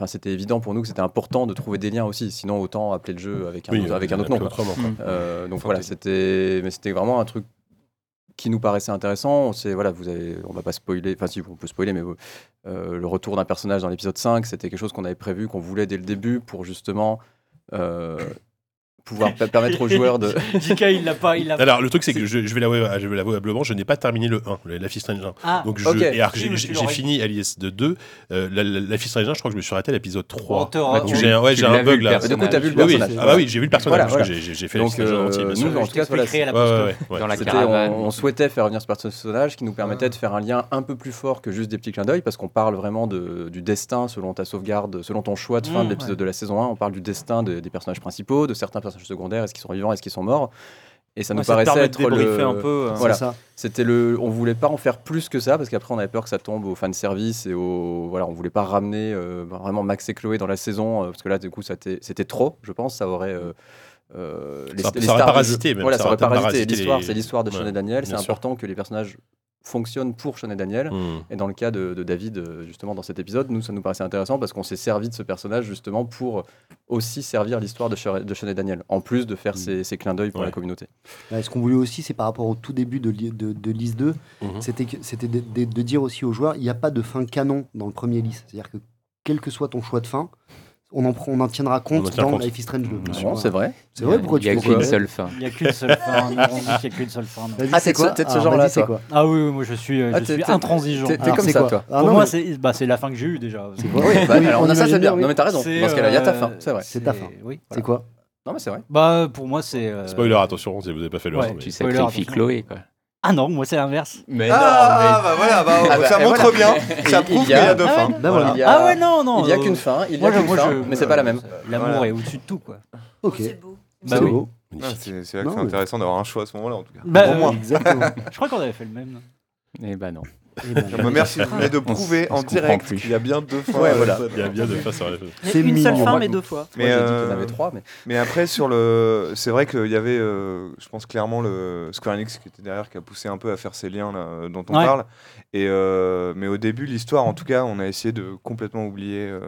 [SPEAKER 8] Enfin, c'était évident pour nous que c'était important de trouver des liens aussi. Sinon, autant appeler le jeu avec un,
[SPEAKER 1] Oui,
[SPEAKER 8] autre- avec un autre nom. quoi.
[SPEAKER 1] autrement, quoi.
[SPEAKER 6] Mm.
[SPEAKER 8] Euh, donc voilà, c'était, mais c'était vraiment un truc qui nous paraissait intéressant. On sait, voilà, vous avez, on va pas spoiler, enfin si on peut spoiler, mais euh, le retour d'un personnage dans l'épisode 5, c'était quelque chose qu'on avait prévu, qu'on voulait dès le début pour justement euh,
[SPEAKER 6] [LAUGHS]
[SPEAKER 8] pouvoir pa- permettre aux
[SPEAKER 2] [LAUGHS]
[SPEAKER 8] joueurs
[SPEAKER 1] [LAUGHS]
[SPEAKER 8] de.
[SPEAKER 2] JK, il l'a pas. Il l'a...
[SPEAKER 1] Alors, le truc, c'est que je, je vais l'avouer euh, je vais l'avouablement, je n'ai pas terminé le 1, le Life is Strange 1.
[SPEAKER 2] Ah,
[SPEAKER 1] Donc, je,
[SPEAKER 8] ok.
[SPEAKER 1] et alors,
[SPEAKER 2] Oui,
[SPEAKER 1] j'ai,
[SPEAKER 2] mais tu
[SPEAKER 1] j'ai- j'ai
[SPEAKER 2] l'aurais-
[SPEAKER 1] fini Alias de 2. Euh, la, la- Life is Strange 1, je crois que je me suis arrêté à l'épisode 3.
[SPEAKER 2] Oh, t'auras-
[SPEAKER 1] Donc,
[SPEAKER 6] tu-
[SPEAKER 1] Bah, j'ai un, ouais,
[SPEAKER 6] tu
[SPEAKER 1] j'ai un
[SPEAKER 6] l'as vu,
[SPEAKER 1] bug
[SPEAKER 6] le
[SPEAKER 1] là.
[SPEAKER 8] Mais du coup,
[SPEAKER 6] personnage.
[SPEAKER 8] t'as vu le
[SPEAKER 1] Oui, oui.
[SPEAKER 8] personnage.
[SPEAKER 1] Ah bah oui, j'ai vu le personnage
[SPEAKER 8] Voilà,
[SPEAKER 1] parce que
[SPEAKER 8] voilà.
[SPEAKER 1] j'ai, j'ai- j'ai fait
[SPEAKER 8] Donc,
[SPEAKER 1] le
[SPEAKER 8] euh,
[SPEAKER 1] entier, bien sûr.
[SPEAKER 8] nous, en tout cas, voilà,
[SPEAKER 2] créer la
[SPEAKER 1] Ouais, ouais, ouais, ouais.
[SPEAKER 6] dans la
[SPEAKER 8] C'était-
[SPEAKER 6] caravane.
[SPEAKER 8] on, on souhaitait faire venir ce perso- personnage qui nous permettait de faire un lien un peu plus fort que juste des petits clins d'œil, parce qu'on parle vraiment de- du destin selon ta sauvegarde, selon ton choix de fin
[SPEAKER 2] Mmh,
[SPEAKER 8] de l'épisode de la saison 1. On parle du destin de- des personnages principaux, de certains personnages secondaires, est-ce qu'ils sont vivants, est-ce qu'ils sont morts. Et ça nous
[SPEAKER 7] Ouais, ça te
[SPEAKER 8] paraissait
[SPEAKER 7] permet de
[SPEAKER 8] être
[SPEAKER 7] débriefer
[SPEAKER 8] le...
[SPEAKER 7] un peu. euh,
[SPEAKER 8] Voilà.
[SPEAKER 3] C'est ça.
[SPEAKER 8] C'était le, on voulait pas en faire plus que ça parce qu'après on avait peur que ça tombe au fan service et au, voilà, on voulait pas ramener euh, vraiment Max et Chloé dans la saison euh, parce que là du coup ça était- c'était trop, je pense, ça aurait euh, euh, les,
[SPEAKER 1] Ça-
[SPEAKER 8] les
[SPEAKER 1] ça
[SPEAKER 8] stars
[SPEAKER 1] aurait
[SPEAKER 8] du
[SPEAKER 1] parasité,
[SPEAKER 8] jeu-
[SPEAKER 1] même,
[SPEAKER 8] Voilà,
[SPEAKER 1] ça
[SPEAKER 8] ça,
[SPEAKER 1] aurait
[SPEAKER 8] aurait parasité.
[SPEAKER 1] parasité
[SPEAKER 8] L'histoire,
[SPEAKER 1] les-
[SPEAKER 8] c'est l'histoire de Sean
[SPEAKER 1] Ouais,
[SPEAKER 8] et Daniel. C'est
[SPEAKER 1] bien sûr.
[SPEAKER 8] important que les personnages fonctionnent pour Sean et Daniel.
[SPEAKER 1] Hmm.
[SPEAKER 8] Et dans le cas de, de David, euh, justement, dans cet épisode, nous, ça nous paraissait intéressant parce qu'on s'est servi de ce personnage justement pour aussi servir l'histoire de, Sean- de Sean et Daniel, en plus de faire ces ces clins d'œil pour
[SPEAKER 1] Mm. Ouais.
[SPEAKER 8] la communauté.
[SPEAKER 3] Là, ce qu'on voulait aussi, c'est par rapport au tout début de, li- de, de Lys 2,
[SPEAKER 1] Mhm.
[SPEAKER 3] c'était que- c'était de, de- de dire aussi aux joueurs, il n'y a pas de fin canon dans le premier Lys. C'est-à-dire que quel que soit ton choix de fin, on en, prend- on en tiendra compte
[SPEAKER 1] en tient
[SPEAKER 3] dans
[SPEAKER 1] compte.
[SPEAKER 3] Life is Strange 2.
[SPEAKER 1] Bien
[SPEAKER 8] Ah
[SPEAKER 1] sûr.
[SPEAKER 8] bon, c'est vrai.
[SPEAKER 3] C'est vrai, pourquoi
[SPEAKER 6] Il n'y
[SPEAKER 3] tu
[SPEAKER 6] a
[SPEAKER 3] fais
[SPEAKER 6] qu'une
[SPEAKER 3] ça
[SPEAKER 6] seule fin.
[SPEAKER 2] Il n'y a qu'une seule
[SPEAKER 5] [LAUGHS]
[SPEAKER 2] fin. non, on dit qu'il n'y a qu'une seule fin. non.
[SPEAKER 3] Vas-y,
[SPEAKER 8] Ah,
[SPEAKER 3] c'est
[SPEAKER 8] t'es
[SPEAKER 3] quoi
[SPEAKER 8] de- t'es de ce
[SPEAKER 3] Alors,
[SPEAKER 8] genre-là,
[SPEAKER 3] vas-y, c'est
[SPEAKER 8] toi.
[SPEAKER 3] quoi
[SPEAKER 2] Ah oui, oui, moi je suis, euh,
[SPEAKER 8] Ah,
[SPEAKER 2] je
[SPEAKER 8] t'es-
[SPEAKER 2] suis
[SPEAKER 8] t'es-
[SPEAKER 2] intransigeant.
[SPEAKER 8] t'es- t'es
[SPEAKER 2] Alors,
[SPEAKER 8] comme
[SPEAKER 3] c'est
[SPEAKER 8] ça,
[SPEAKER 3] quoi
[SPEAKER 8] toi.
[SPEAKER 3] Ah,
[SPEAKER 2] Pour
[SPEAKER 3] non,
[SPEAKER 2] moi,
[SPEAKER 3] mais
[SPEAKER 2] c'est, bah, c'est la fin que j'ai eue déjà.
[SPEAKER 3] C'est quoi
[SPEAKER 8] Oui, bah,
[SPEAKER 3] Oui,
[SPEAKER 8] alors
[SPEAKER 3] on
[SPEAKER 8] on a ça,
[SPEAKER 3] imagine
[SPEAKER 8] c'est bien.
[SPEAKER 3] bien, oui.
[SPEAKER 8] Non, mais t'as raison.
[SPEAKER 2] C'est,
[SPEAKER 8] Dans ce cas-là, il y a ta fin.
[SPEAKER 2] euh,
[SPEAKER 8] C'est vrai.
[SPEAKER 3] C'est ta fin.
[SPEAKER 2] Oui.
[SPEAKER 3] C'est
[SPEAKER 2] voilà.
[SPEAKER 3] quoi
[SPEAKER 8] Non, mais c'est vrai.
[SPEAKER 2] Bah, pour moi, c'est. euh,
[SPEAKER 1] Spoiler, attention, si vous n'avez pas fait le
[SPEAKER 2] Ouais,
[SPEAKER 1] 1. mais-
[SPEAKER 6] Tu
[SPEAKER 2] Spoiler,
[SPEAKER 6] sacrifies
[SPEAKER 2] attention.
[SPEAKER 6] Chloé, quoi.
[SPEAKER 2] Ah non, moi c'est l'inverse.
[SPEAKER 6] Mais
[SPEAKER 5] Ah, bah voilà, bah,
[SPEAKER 8] Ah bah,
[SPEAKER 5] ça
[SPEAKER 8] et
[SPEAKER 5] montre
[SPEAKER 8] voilà.
[SPEAKER 5] bien, ça
[SPEAKER 8] Il- il
[SPEAKER 5] prouve qu'il
[SPEAKER 8] y
[SPEAKER 5] y
[SPEAKER 8] a-
[SPEAKER 5] a deux
[SPEAKER 8] Ah
[SPEAKER 5] fins.
[SPEAKER 3] ouais, Bah voilà.
[SPEAKER 8] Il y a-
[SPEAKER 2] Ah ouais, non, non.
[SPEAKER 8] Il n'y a
[SPEAKER 2] euh,
[SPEAKER 8] qu'une fin, il y
[SPEAKER 2] moi,
[SPEAKER 8] a
[SPEAKER 2] je-
[SPEAKER 8] qu'une
[SPEAKER 2] moi,
[SPEAKER 8] fin,
[SPEAKER 2] je-
[SPEAKER 8] mais c'est pas la même.
[SPEAKER 2] euh, L'amour
[SPEAKER 5] Voilà.
[SPEAKER 2] est au-dessus de tout, quoi.
[SPEAKER 3] Ok.
[SPEAKER 11] C'est beau.
[SPEAKER 2] Bah
[SPEAKER 3] C'est
[SPEAKER 2] oui.
[SPEAKER 3] beau.
[SPEAKER 5] Ah,
[SPEAKER 1] Magnifique.
[SPEAKER 5] C'est c'est là que
[SPEAKER 3] Non,
[SPEAKER 5] c'est
[SPEAKER 3] mais-
[SPEAKER 5] intéressant d'avoir un choix à ce moment-là, en tout cas.
[SPEAKER 2] Bah,
[SPEAKER 3] Pour moi, [LAUGHS]
[SPEAKER 2] euh, [LAUGHS]
[SPEAKER 3] exactement.
[SPEAKER 2] Je crois qu'on avait fait le même.
[SPEAKER 6] Eh ben non.
[SPEAKER 3] Eh ben,
[SPEAKER 5] Je me remercie de
[SPEAKER 6] On s-
[SPEAKER 5] prouver
[SPEAKER 6] on
[SPEAKER 5] en
[SPEAKER 6] se comprend
[SPEAKER 5] direct
[SPEAKER 6] plus.
[SPEAKER 5] qu'il y a bien deux fins.
[SPEAKER 8] Ouais, voilà.
[SPEAKER 1] Il y a bien de face à la chose.
[SPEAKER 4] Il y
[SPEAKER 3] C'est
[SPEAKER 4] a une seule
[SPEAKER 3] mignon.
[SPEAKER 4] fin, mais deux fois.
[SPEAKER 8] Mais
[SPEAKER 5] Mais,
[SPEAKER 8] j'ai dit qu'il y en
[SPEAKER 5] euh,
[SPEAKER 8] avait trois, mais
[SPEAKER 5] Mais après, sur le, c'est vrai qu'il y avait, euh, je pense clairement le Square Enix qui était derrière, qui a poussé un peu à faire ces liens là, euh, dont on
[SPEAKER 2] Ouais.
[SPEAKER 5] parle. Et euh, mais au début, l'histoire, en tout cas, on a essayé de complètement oublier. euh,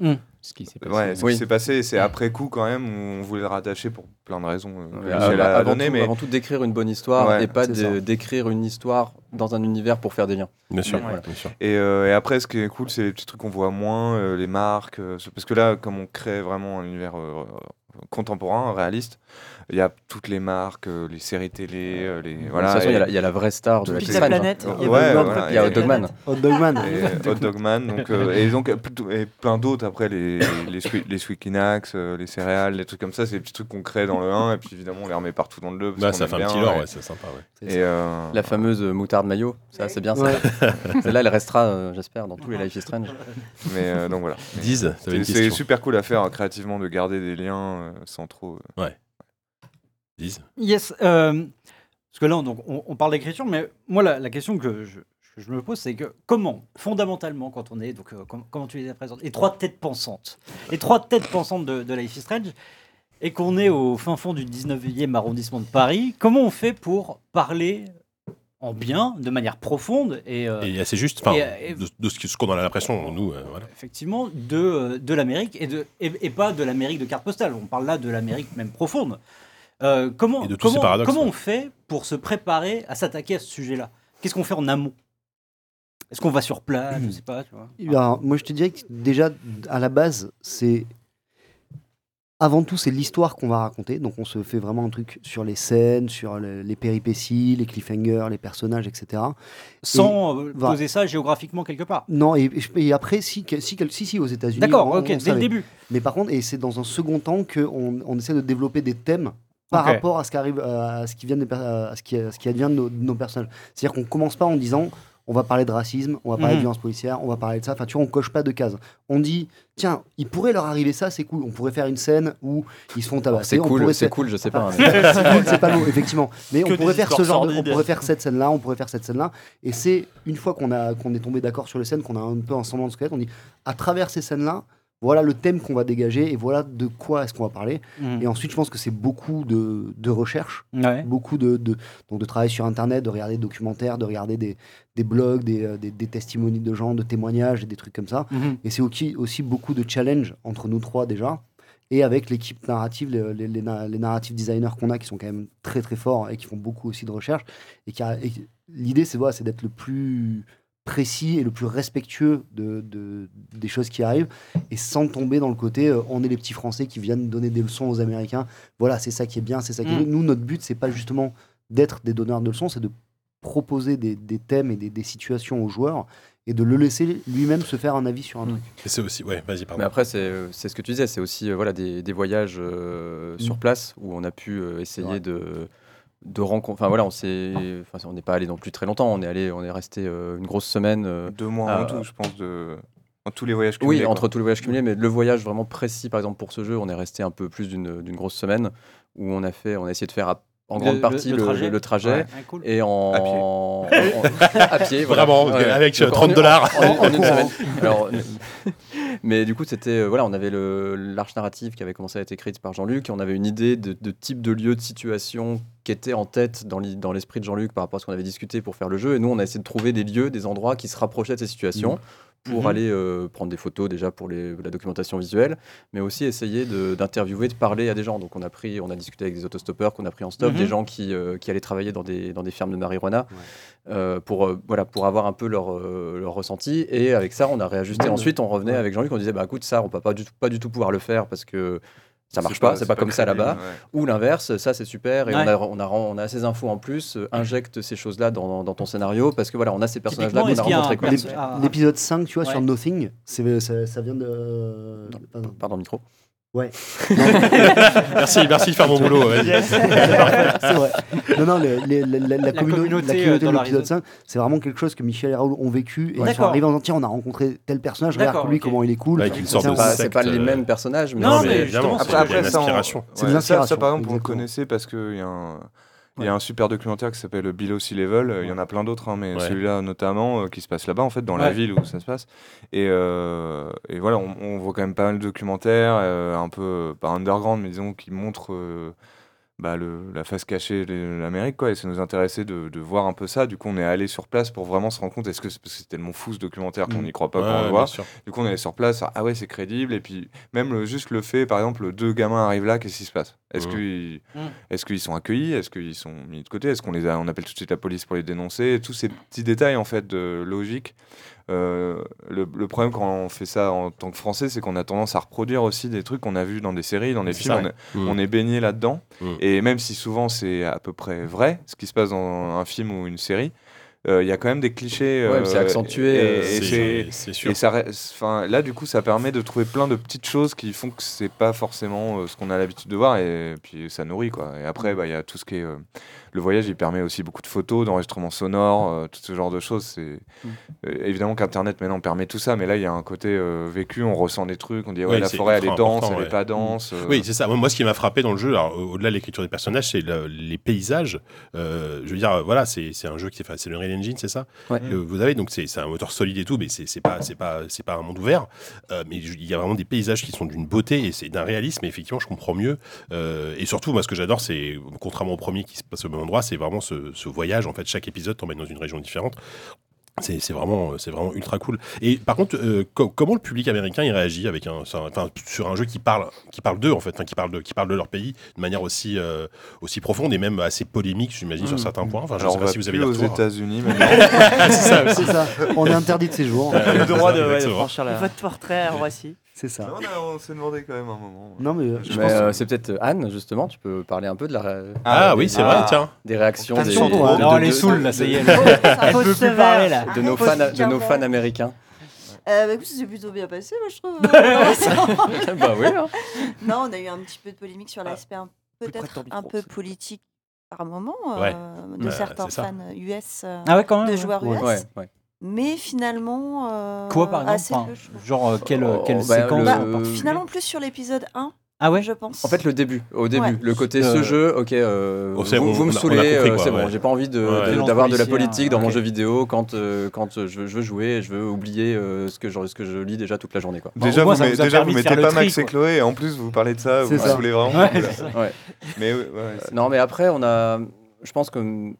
[SPEAKER 2] Mm.
[SPEAKER 6] Ce qui s'est passé.
[SPEAKER 5] ouais, ce
[SPEAKER 8] Oui.
[SPEAKER 5] qui s'est passé. Et c'est après coup quand même où on voulait le rattacher pour plein de raisons. euh, que
[SPEAKER 8] euh,
[SPEAKER 5] Michel a
[SPEAKER 8] avant,
[SPEAKER 5] donné,
[SPEAKER 8] tout,
[SPEAKER 5] mais
[SPEAKER 8] avant tout d'écrire une bonne histoire
[SPEAKER 5] Ouais,
[SPEAKER 8] et pas
[SPEAKER 3] c'est
[SPEAKER 8] de-
[SPEAKER 3] ça.
[SPEAKER 8] d'écrire une histoire dans un univers pour faire des liens.
[SPEAKER 1] Bien sûr,
[SPEAKER 8] Voilà.
[SPEAKER 1] bien sûr.
[SPEAKER 5] Et, euh, et après, ce qui est cool, c'est les petits trucs qu'on voit moins, euh, les marques. euh, ce- parce que là, comme on crée vraiment un univers euh, euh, contemporain, réaliste, il y a toutes les marques, euh, les séries télé, euh, les. Voilà.
[SPEAKER 8] de toute façon, il y a
[SPEAKER 5] et-
[SPEAKER 8] la- il y, a la vraie star de la Oh,
[SPEAKER 5] Pizza
[SPEAKER 4] Pizza
[SPEAKER 8] Kingsman.
[SPEAKER 4] Planet. il
[SPEAKER 5] Ouais,
[SPEAKER 4] y avait
[SPEAKER 5] ouais,
[SPEAKER 4] Dog
[SPEAKER 5] voilà,
[SPEAKER 4] Planet.
[SPEAKER 8] Il y a Hot Dog Man.
[SPEAKER 3] Hot Dog Man.
[SPEAKER 5] et Hot Dog Man, donc, euh, et donc euh, plutôt- et plein d'autres après, les, les, swi- les Swikinax, euh, les céréales, les trucs comme ça, c'est des petits trucs qu'on crée dans le 1, et puis évidemment on les remet partout dans le 2. parce
[SPEAKER 1] Bah,
[SPEAKER 5] qu'on
[SPEAKER 1] ça
[SPEAKER 5] aime
[SPEAKER 1] fait un
[SPEAKER 5] bien,
[SPEAKER 1] petit lore,
[SPEAKER 5] et-
[SPEAKER 1] ouais, c'est sympa. ouais.
[SPEAKER 5] et, euh,
[SPEAKER 8] La fameuse euh, moutarde maillot, ça c'est bien ça. [LAUGHS]
[SPEAKER 3] Ouais.
[SPEAKER 8] Celle-là elle restera, euh, j'espère, dans tous les Life is Strange.
[SPEAKER 5] mais euh, donc voilà. Mais
[SPEAKER 1] Diz, t'avais une
[SPEAKER 5] c'est- C'est
[SPEAKER 1] question.
[SPEAKER 5] super cool à faire euh, créativement de garder des liens euh, sans trop. euh,
[SPEAKER 1] Diz.
[SPEAKER 2] Yes. euh, parce que là, on- donc, on, on parle d'écriture, mais moi, la, la question que je, que je me pose, c'est que comment, fondamentalement, quand on est, donc, euh, com- comment tu les as présentes, les trois têtes pensantes, les trois têtes pensantes de, de Life is Strange, et qu'on est au fin fond du 19e arrondissement de Paris, comment on fait pour parler en bien, de manière profonde et, euh,
[SPEAKER 1] Et c'est juste, enfin,
[SPEAKER 2] et- et-
[SPEAKER 1] de, de ce que- ce qu'on a l'impression, nous, euh, voilà.
[SPEAKER 2] effectivement, de, euh, de l'Amérique et, de- et, et pas de l'Amérique de carte postale. On parle là de l'Amérique même profonde. Euh, comment,
[SPEAKER 1] Et de tous ces
[SPEAKER 2] comment,
[SPEAKER 1] paradoxes,
[SPEAKER 2] comment
[SPEAKER 1] ouais.
[SPEAKER 2] on fait pour se préparer à s'attaquer à ce sujet-là Qu'est-ce qu'on fait en amont Est-ce qu'on va sur
[SPEAKER 11] Ah,
[SPEAKER 2] place Je sais
[SPEAKER 3] Eh
[SPEAKER 2] pas. Tu vois.
[SPEAKER 3] Alors, moi, je te dirais que déjà, à la base, c'est avant tout, c'est l'histoire qu'on va raconter. Donc, on se fait vraiment un truc sur les scènes, sur le- les péripéties, les cliffhangers, les personnages, etc.
[SPEAKER 2] Sans euh,
[SPEAKER 3] va-
[SPEAKER 2] poser ça géographiquement quelque part.
[SPEAKER 3] Non, et, et je- et après, si, que- si, quel- si, si, aux États-Unis.
[SPEAKER 2] D'accord,
[SPEAKER 3] on- on
[SPEAKER 2] ok, dès le
[SPEAKER 3] savait.
[SPEAKER 2] début.
[SPEAKER 3] Mais par contre, et c'est dans un second temps qu'on on essaie de développer des thèmes par
[SPEAKER 2] Ok.
[SPEAKER 3] rapport à ce qui arrive, à ce qui vient des per- à ce qui, à ce qui advient de nos, de nos personnages. C'est-à-dire qu'on commence pas en disant on va parler de racisme, on va parler
[SPEAKER 2] Mhm.
[SPEAKER 3] de violence policière, on va parler de ça. Enfin, tu vois, on coche pas de cases. On dit tiens, il pourrait leur arriver ça, c'est cool. On pourrait faire une scène où ils se font tabasser.
[SPEAKER 8] C'est
[SPEAKER 3] Ah bah, on pourrait
[SPEAKER 8] cool, c'est
[SPEAKER 3] faire- Ah,
[SPEAKER 8] cool, je sais pas. hein, mais-
[SPEAKER 3] [LAUGHS] c'est cool, c'est pas long, effectivement. Mais
[SPEAKER 7] Que
[SPEAKER 3] on pourrait
[SPEAKER 7] des
[SPEAKER 3] faire ce
[SPEAKER 7] histoires
[SPEAKER 3] genre de, on
[SPEAKER 7] sordides.
[SPEAKER 3] pourrait faire cette scène-là, on pourrait faire cette scène-là. Et c'est une fois qu'on a qu'on est tombé d'accord sur les scènes, qu'on a un peu un semblant de squelette, on dit à travers ces scènes-là, voilà le thème qu'on va dégager et voilà de quoi est-ce qu'on va parler.
[SPEAKER 2] Mhm.
[SPEAKER 7] Mm.
[SPEAKER 3] Et ensuite, je pense que c'est beaucoup de, de recherche,
[SPEAKER 2] Ouais.
[SPEAKER 3] beaucoup de, de, donc de travail sur Internet, de regarder des documentaires, de regarder des, des blogs, des, euh, des, des testimonies de gens, de témoignages et des trucs comme ça.
[SPEAKER 7] Mm-hmm.
[SPEAKER 2] Mhm.
[SPEAKER 3] Et c'est aussi, aussi beaucoup de challenge entre nous trois déjà. Et avec l'équipe narrative, les, les, les na- les narrative designers qu'on a, qui sont quand même très très forts et qui font beaucoup aussi de recherche. Et, qui a- et l'idée, c'est voilà, c'est d'être le plus précis et le plus respectueux de, de- des choses qui arrivent et sans tomber dans le côté euh, on est les petits français qui viennent donner des leçons aux américains voilà c'est ça qui est bien c'est ça qui est
[SPEAKER 2] Mm.
[SPEAKER 3] nous notre but c'est pas justement d'être des donneurs de leçons c'est de proposer des, des thèmes et des, des situations aux joueurs et de le laisser lui-même se faire un avis sur un truc
[SPEAKER 1] Et c'est aussi. Ouais, vas-y,
[SPEAKER 8] Mais
[SPEAKER 1] pardon.
[SPEAKER 8] après, c'est euh, c'est ce que tu disais, c'est aussi euh, voilà, des, des voyages euh,
[SPEAKER 1] Mm.
[SPEAKER 8] sur place où on a pu euh, essayer
[SPEAKER 3] Ouais.
[SPEAKER 8] de, de rencontrer. Enfin voilà, on s'est- enfin, on n'est pas allé non plus très longtemps, on est, allé, on est resté euh, une grosse semaine. euh,
[SPEAKER 5] Deux mois en
[SPEAKER 8] euh,
[SPEAKER 5] tout, je pense, de... en tous les voyages que
[SPEAKER 8] oui, entre tous les voyages
[SPEAKER 1] Mm.
[SPEAKER 8] cumulés, mais le voyage vraiment précis, par exemple pour ce jeu, on est resté un peu plus d'une d'une grosse semaine où on a, fait, on a essayé de faire à- en
[SPEAKER 2] Le-
[SPEAKER 8] grande
[SPEAKER 2] le-
[SPEAKER 8] partie
[SPEAKER 2] le
[SPEAKER 8] le,
[SPEAKER 2] trajet.
[SPEAKER 8] le trajet
[SPEAKER 2] Ouais, cool.
[SPEAKER 8] et en
[SPEAKER 5] À pied.
[SPEAKER 8] en-
[SPEAKER 1] [LAUGHS]
[SPEAKER 8] à pied, voilà.
[SPEAKER 1] Vraiment,
[SPEAKER 8] Ouais.
[SPEAKER 1] avec euh,
[SPEAKER 8] Donc, en-
[SPEAKER 1] 30 dollars.
[SPEAKER 8] en- en une
[SPEAKER 1] [LAUGHS]
[SPEAKER 8] semaine. Alors, [LAUGHS] euh, mais du coup, c'était euh, voilà, on avait le- l'arche narrative qui avait commencé à être écrite par Jean-Luc, et on avait une idée de, de type de lieu, de situation qui était en tête dans l'i- dans l'esprit de Jean-Luc par rapport à ce qu'on avait discuté pour faire le jeu. Et nous, on a essayé de trouver des lieux, des endroits qui se rapprochaient de ces situations.
[SPEAKER 1] Mm.
[SPEAKER 8] Pour
[SPEAKER 2] Mhm.
[SPEAKER 1] Mm-hmm.
[SPEAKER 8] aller euh, prendre des photos déjà pour les- la documentation visuelle, mais aussi essayer de- d'interviewer, de, parler à des gens. Donc on a pris, on a discuté avec des autostoppeurs qu'on a pris en stop,
[SPEAKER 2] Mhm.
[SPEAKER 8] des gens qui, euh, qui allaient travailler dans des, dans des fermes de marijuana euh, pour, euh, voilà, pour avoir un peu leur, euh, leur ressenti. Et avec ça, on a réajusté. Ensuite, on revenait avec Jean-Luc, on disait, bah écoute, ça, on ne va pas du, tout, pas du tout pouvoir le faire parce que ça marche pas, c'est pas, comme ça là-bas. Ou l'inverse, ça c'est super, et
[SPEAKER 2] Ouais.
[SPEAKER 8] on, a, on, a, on a ces infos en plus, euh, injecte ces choses-là dans, dans ton scénario parce que voilà, on a ces personnages-là
[SPEAKER 2] Typiquement, est-ce
[SPEAKER 8] qu'on a
[SPEAKER 2] qu'il y a un
[SPEAKER 8] rencontrés. quoi.
[SPEAKER 2] perso-
[SPEAKER 3] L'ép-
[SPEAKER 2] ah, ah.
[SPEAKER 3] l'épisode 5 tu vois
[SPEAKER 2] Ouais.
[SPEAKER 3] sur Nothing c'est- ça, ça vient de pardon.
[SPEAKER 8] Pardon, micro. [LAUGHS]
[SPEAKER 1] Merci, merci de faire mon boulot. ouais.
[SPEAKER 3] c'est vrai. Non, non, le- le- le- la, la communo-
[SPEAKER 2] communauté,
[SPEAKER 3] la
[SPEAKER 2] euh,
[SPEAKER 3] communauté
[SPEAKER 2] dans
[SPEAKER 3] de
[SPEAKER 2] la
[SPEAKER 3] l'épisode
[SPEAKER 2] raison.
[SPEAKER 3] 5, c'est vraiment quelque chose que Michel et Raoul ont vécu. Et ils sont
[SPEAKER 2] D'accord.
[SPEAKER 3] arrivés en disant tiens, on a rencontré tel personnage, regarde
[SPEAKER 2] D'accord,
[SPEAKER 3] lui
[SPEAKER 2] ok.
[SPEAKER 3] comment il est cool.
[SPEAKER 1] Avec une sorte
[SPEAKER 8] C'est
[SPEAKER 1] de
[SPEAKER 8] pas,
[SPEAKER 1] secte,
[SPEAKER 8] c'est pas les
[SPEAKER 1] euh,
[SPEAKER 8] mêmes personnages, mais,
[SPEAKER 2] Non,
[SPEAKER 1] mais
[SPEAKER 2] mais
[SPEAKER 1] évidemment,
[SPEAKER 2] justement,
[SPEAKER 1] c'est
[SPEAKER 2] c'est-
[SPEAKER 1] de la même
[SPEAKER 5] ça, on-
[SPEAKER 1] inspiration.
[SPEAKER 3] C'est
[SPEAKER 5] ouais,
[SPEAKER 3] des
[SPEAKER 5] ça, ça,
[SPEAKER 3] inspirations,
[SPEAKER 5] par exemple, vous le
[SPEAKER 3] exactement.
[SPEAKER 5] connaissez parce qu'il y a un. Il y a un super documentaire qui s'appelle Below Sea Level. euh, Il y en a plein d'autres, hein, mais
[SPEAKER 1] Ouais.
[SPEAKER 5] celui-là notamment, euh, qui se passe là-bas, en fait, dans la
[SPEAKER 2] Ouais.
[SPEAKER 5] ville où ça se passe. Et, euh, et voilà, on, on voit quand même pas mal de documentaires, euh, un peu, euh, pas underground, mais disons, qui montrent euh, bah, le- la face cachée de l'Amérique, quoi. Et ça nous intéressait de, de voir un peu ça. Du coup, on est allé sur place pour vraiment se rendre compte. Est-ce que c'est parce que c'est tellement fou ce documentaire qu'on n'y croit pas quand on le
[SPEAKER 1] Mm. Ouais,
[SPEAKER 5] voit
[SPEAKER 1] bien sûr.
[SPEAKER 5] du coup, on est sur place. Ah ouais, c'est crédible. Et puis, même le- juste le fait, par exemple, deux gamins arrivent là, qu'est-ce qui se passe Est-ce
[SPEAKER 1] Mhm.
[SPEAKER 5] qu'ils
[SPEAKER 2] Mhm.
[SPEAKER 5] est-ce qu'ils sont accueillis Est-ce qu'ils sont mis de côté Est-ce qu'on les a- on appelle tout de suite la police pour les dénoncer Tous ces petits détails, en fait, de logique. Euh, le, le problème quand on fait ça en tant que Français, c'est qu'on a tendance à reproduire aussi des trucs qu'on a vus dans des séries, dans des
[SPEAKER 1] C'est
[SPEAKER 5] films.
[SPEAKER 1] ça,
[SPEAKER 5] On est-
[SPEAKER 1] Mhm.
[SPEAKER 5] on est baigné là-dedans.
[SPEAKER 1] Mm.
[SPEAKER 5] Et même si souvent c'est à peu près vrai, ce qui se passe dans un film ou une série, euh, il y a quand même des clichés.
[SPEAKER 8] Ouais,
[SPEAKER 5] euh,
[SPEAKER 8] c'est accentué,
[SPEAKER 5] et-
[SPEAKER 8] euh,
[SPEAKER 5] et
[SPEAKER 1] C'est-
[SPEAKER 5] c'est-
[SPEAKER 1] C'est sûr.
[SPEAKER 5] et ça, re- enfin, là, du coup, ça permet de trouver plein de petites choses qui font que c'est pas forcément euh, ce qu'on a l'habitude de voir, et, puis ça nourrit quoi. Et après, bah, il y a tout ce qui est euh, le voyage, il permet aussi beaucoup de photos, d'enregistrements sonores, euh, tout ce genre de choses. C'est
[SPEAKER 1] Mm.
[SPEAKER 5] Euh, évidemment qu'Internet maintenant permet tout ça, mais là, il y a un côté euh, vécu, on ressent des trucs, on dit ouais,
[SPEAKER 1] Oui,
[SPEAKER 5] la
[SPEAKER 1] c'est
[SPEAKER 5] forêt, elle est
[SPEAKER 1] ultra
[SPEAKER 5] dense,
[SPEAKER 1] important,
[SPEAKER 5] elle
[SPEAKER 1] ouais.
[SPEAKER 5] est pas dense. euh,
[SPEAKER 1] Oui, c'est ça. Moi, moi, ce qui m'a frappé dans le jeu, alors, au- au-delà de l'écriture des personnages, c'est le- les paysages. Euh, je veux dire, euh, voilà, c'est c'est un jeu qui est, fa- c'est le Real Engine, c'est ça
[SPEAKER 8] Ouais.
[SPEAKER 1] Que Vous avez donc c'est c'est un moteur solide et tout, mais c'est c'est pas c'est pas c'est pas un monde ouvert. Euh, mais je- il y a vraiment des paysages qui sont d'une beauté et c'est d'un réalisme. Et effectivement, je comprends mieux. Euh, et surtout, moi, ce que j'adore, c'est contrairement au premier qui se passe au même endroit, c'est vraiment ce, ce voyage. En fait, chaque épisode t'emmène dans une région différente. C'est c'est vraiment, euh, c'est vraiment ultra cool. Et par contre, euh, co- comment le public américain il réagit avec un, sur un- enfin, sur un jeu qui parle, qui parle d'eux en fait, hein, qui parle de, qui parle de leur pays de manière aussi, euh, aussi profonde et même assez polémique, j'imagine, sur certains points. Enfin, je
[SPEAKER 5] Mmh. Alors,
[SPEAKER 1] sais
[SPEAKER 5] on
[SPEAKER 1] pas
[SPEAKER 5] va
[SPEAKER 1] si vous avez
[SPEAKER 5] plus aux
[SPEAKER 1] des retours. [LAUGHS]
[SPEAKER 5] États-Unis maintenant.
[SPEAKER 3] C'est ça, on est interdit de séjour.
[SPEAKER 1] Euh,
[SPEAKER 7] Le droit de, ouais, de
[SPEAKER 1] exactement.
[SPEAKER 7] franchir la.
[SPEAKER 4] Votre portrait, voici.
[SPEAKER 3] C'est ça.
[SPEAKER 5] On, a- on s'est demandé quand même un moment.
[SPEAKER 3] Non, mais euh,
[SPEAKER 5] Je
[SPEAKER 3] je
[SPEAKER 8] Mais
[SPEAKER 3] pense-
[SPEAKER 8] euh, c'est peut-être euh, Anne, justement, tu peux parler un peu de la. ré-
[SPEAKER 1] Ah,
[SPEAKER 8] des-
[SPEAKER 1] oui, c'est
[SPEAKER 8] des-
[SPEAKER 1] vrai, tiens.
[SPEAKER 8] Des réactions des,
[SPEAKER 3] Attention, toi,
[SPEAKER 8] de-
[SPEAKER 2] Non,
[SPEAKER 8] de-
[SPEAKER 2] les
[SPEAKER 8] de-
[SPEAKER 2] saouls,
[SPEAKER 8] de-
[SPEAKER 2] là, ça y est.
[SPEAKER 8] [LAUGHS] de-
[SPEAKER 2] Elle
[SPEAKER 11] Pause
[SPEAKER 2] veut plus
[SPEAKER 11] sévère.
[SPEAKER 2] parler, là.
[SPEAKER 8] De nos
[SPEAKER 11] Pause
[SPEAKER 8] fans, de nos
[SPEAKER 11] sévère.
[SPEAKER 8] fans américains.
[SPEAKER 11] Euh, bah, écoute, ça s'est plutôt bien passé, moi, je
[SPEAKER 1] [LAUGHS]
[SPEAKER 11] trouve. euh,
[SPEAKER 8] bah oui. hein.
[SPEAKER 11] non, on a eu un petit peu de polémique
[SPEAKER 1] Ah.
[SPEAKER 11] sur l'aspect un-
[SPEAKER 4] près de
[SPEAKER 11] peut-être
[SPEAKER 4] ton
[SPEAKER 11] un
[SPEAKER 4] micro,
[SPEAKER 11] peu
[SPEAKER 4] s'il te plaît.
[SPEAKER 11] politique par moment
[SPEAKER 1] Ouais.
[SPEAKER 11] euh, de
[SPEAKER 1] Bah,
[SPEAKER 11] certains
[SPEAKER 1] c'est ça.
[SPEAKER 11] fans US, euh,
[SPEAKER 2] Ah ouais, quand même.
[SPEAKER 11] de
[SPEAKER 2] ouais.
[SPEAKER 11] joueurs US.
[SPEAKER 8] Ouais, ouais.
[SPEAKER 11] Mais finalement, euh,
[SPEAKER 2] Quoi, par exemple
[SPEAKER 11] assez
[SPEAKER 2] Enfin,
[SPEAKER 11] peu, je trouve.
[SPEAKER 2] Genre, euh, quelle,
[SPEAKER 8] Oh,
[SPEAKER 2] quelle
[SPEAKER 8] bah,
[SPEAKER 2] séquence
[SPEAKER 8] le-
[SPEAKER 2] en particulier
[SPEAKER 11] Finalement, plus sur l'épisode 1,
[SPEAKER 2] Ah ouais
[SPEAKER 11] je pense.
[SPEAKER 8] En fait, le début, au début,
[SPEAKER 11] Ouais.
[SPEAKER 8] le côté
[SPEAKER 2] Euh,
[SPEAKER 8] ce jeu, ok, euh,
[SPEAKER 1] Oh, c'est
[SPEAKER 8] vous,
[SPEAKER 1] bon,
[SPEAKER 8] vous me
[SPEAKER 1] on a- on a
[SPEAKER 8] saoulez,
[SPEAKER 1] compris,
[SPEAKER 8] euh,
[SPEAKER 1] quoi,
[SPEAKER 8] c'est bon,
[SPEAKER 1] ouais.
[SPEAKER 8] j'ai pas envie de-
[SPEAKER 1] Ouais.
[SPEAKER 8] de- d'avoir de, la
[SPEAKER 2] Violence
[SPEAKER 8] politique dans mon
[SPEAKER 2] policière,
[SPEAKER 8] jeu vidéo quand, euh, quand euh, je, veux, je veux jouer, je veux oublier euh, ce, que je, ce que je lis déjà toute la journée. Quoi.
[SPEAKER 2] Bon,
[SPEAKER 5] déjà,
[SPEAKER 2] Bah, au moins,
[SPEAKER 5] vous,
[SPEAKER 2] ça
[SPEAKER 5] met-
[SPEAKER 2] vous a
[SPEAKER 5] déjà,
[SPEAKER 2] permis de
[SPEAKER 5] vous mettez
[SPEAKER 2] faire le
[SPEAKER 5] pas
[SPEAKER 2] tri,
[SPEAKER 5] Max et
[SPEAKER 2] quoi.
[SPEAKER 5] Chloé, et en plus, vous parlez de ça, vous
[SPEAKER 3] C'est
[SPEAKER 5] me
[SPEAKER 3] ça.
[SPEAKER 5] saoulez vraiment.
[SPEAKER 2] Ouais, c'est ça.
[SPEAKER 5] [LAUGHS] Mais oui, ouais, c'est-
[SPEAKER 8] Non, mais après, on a, je pense qu'on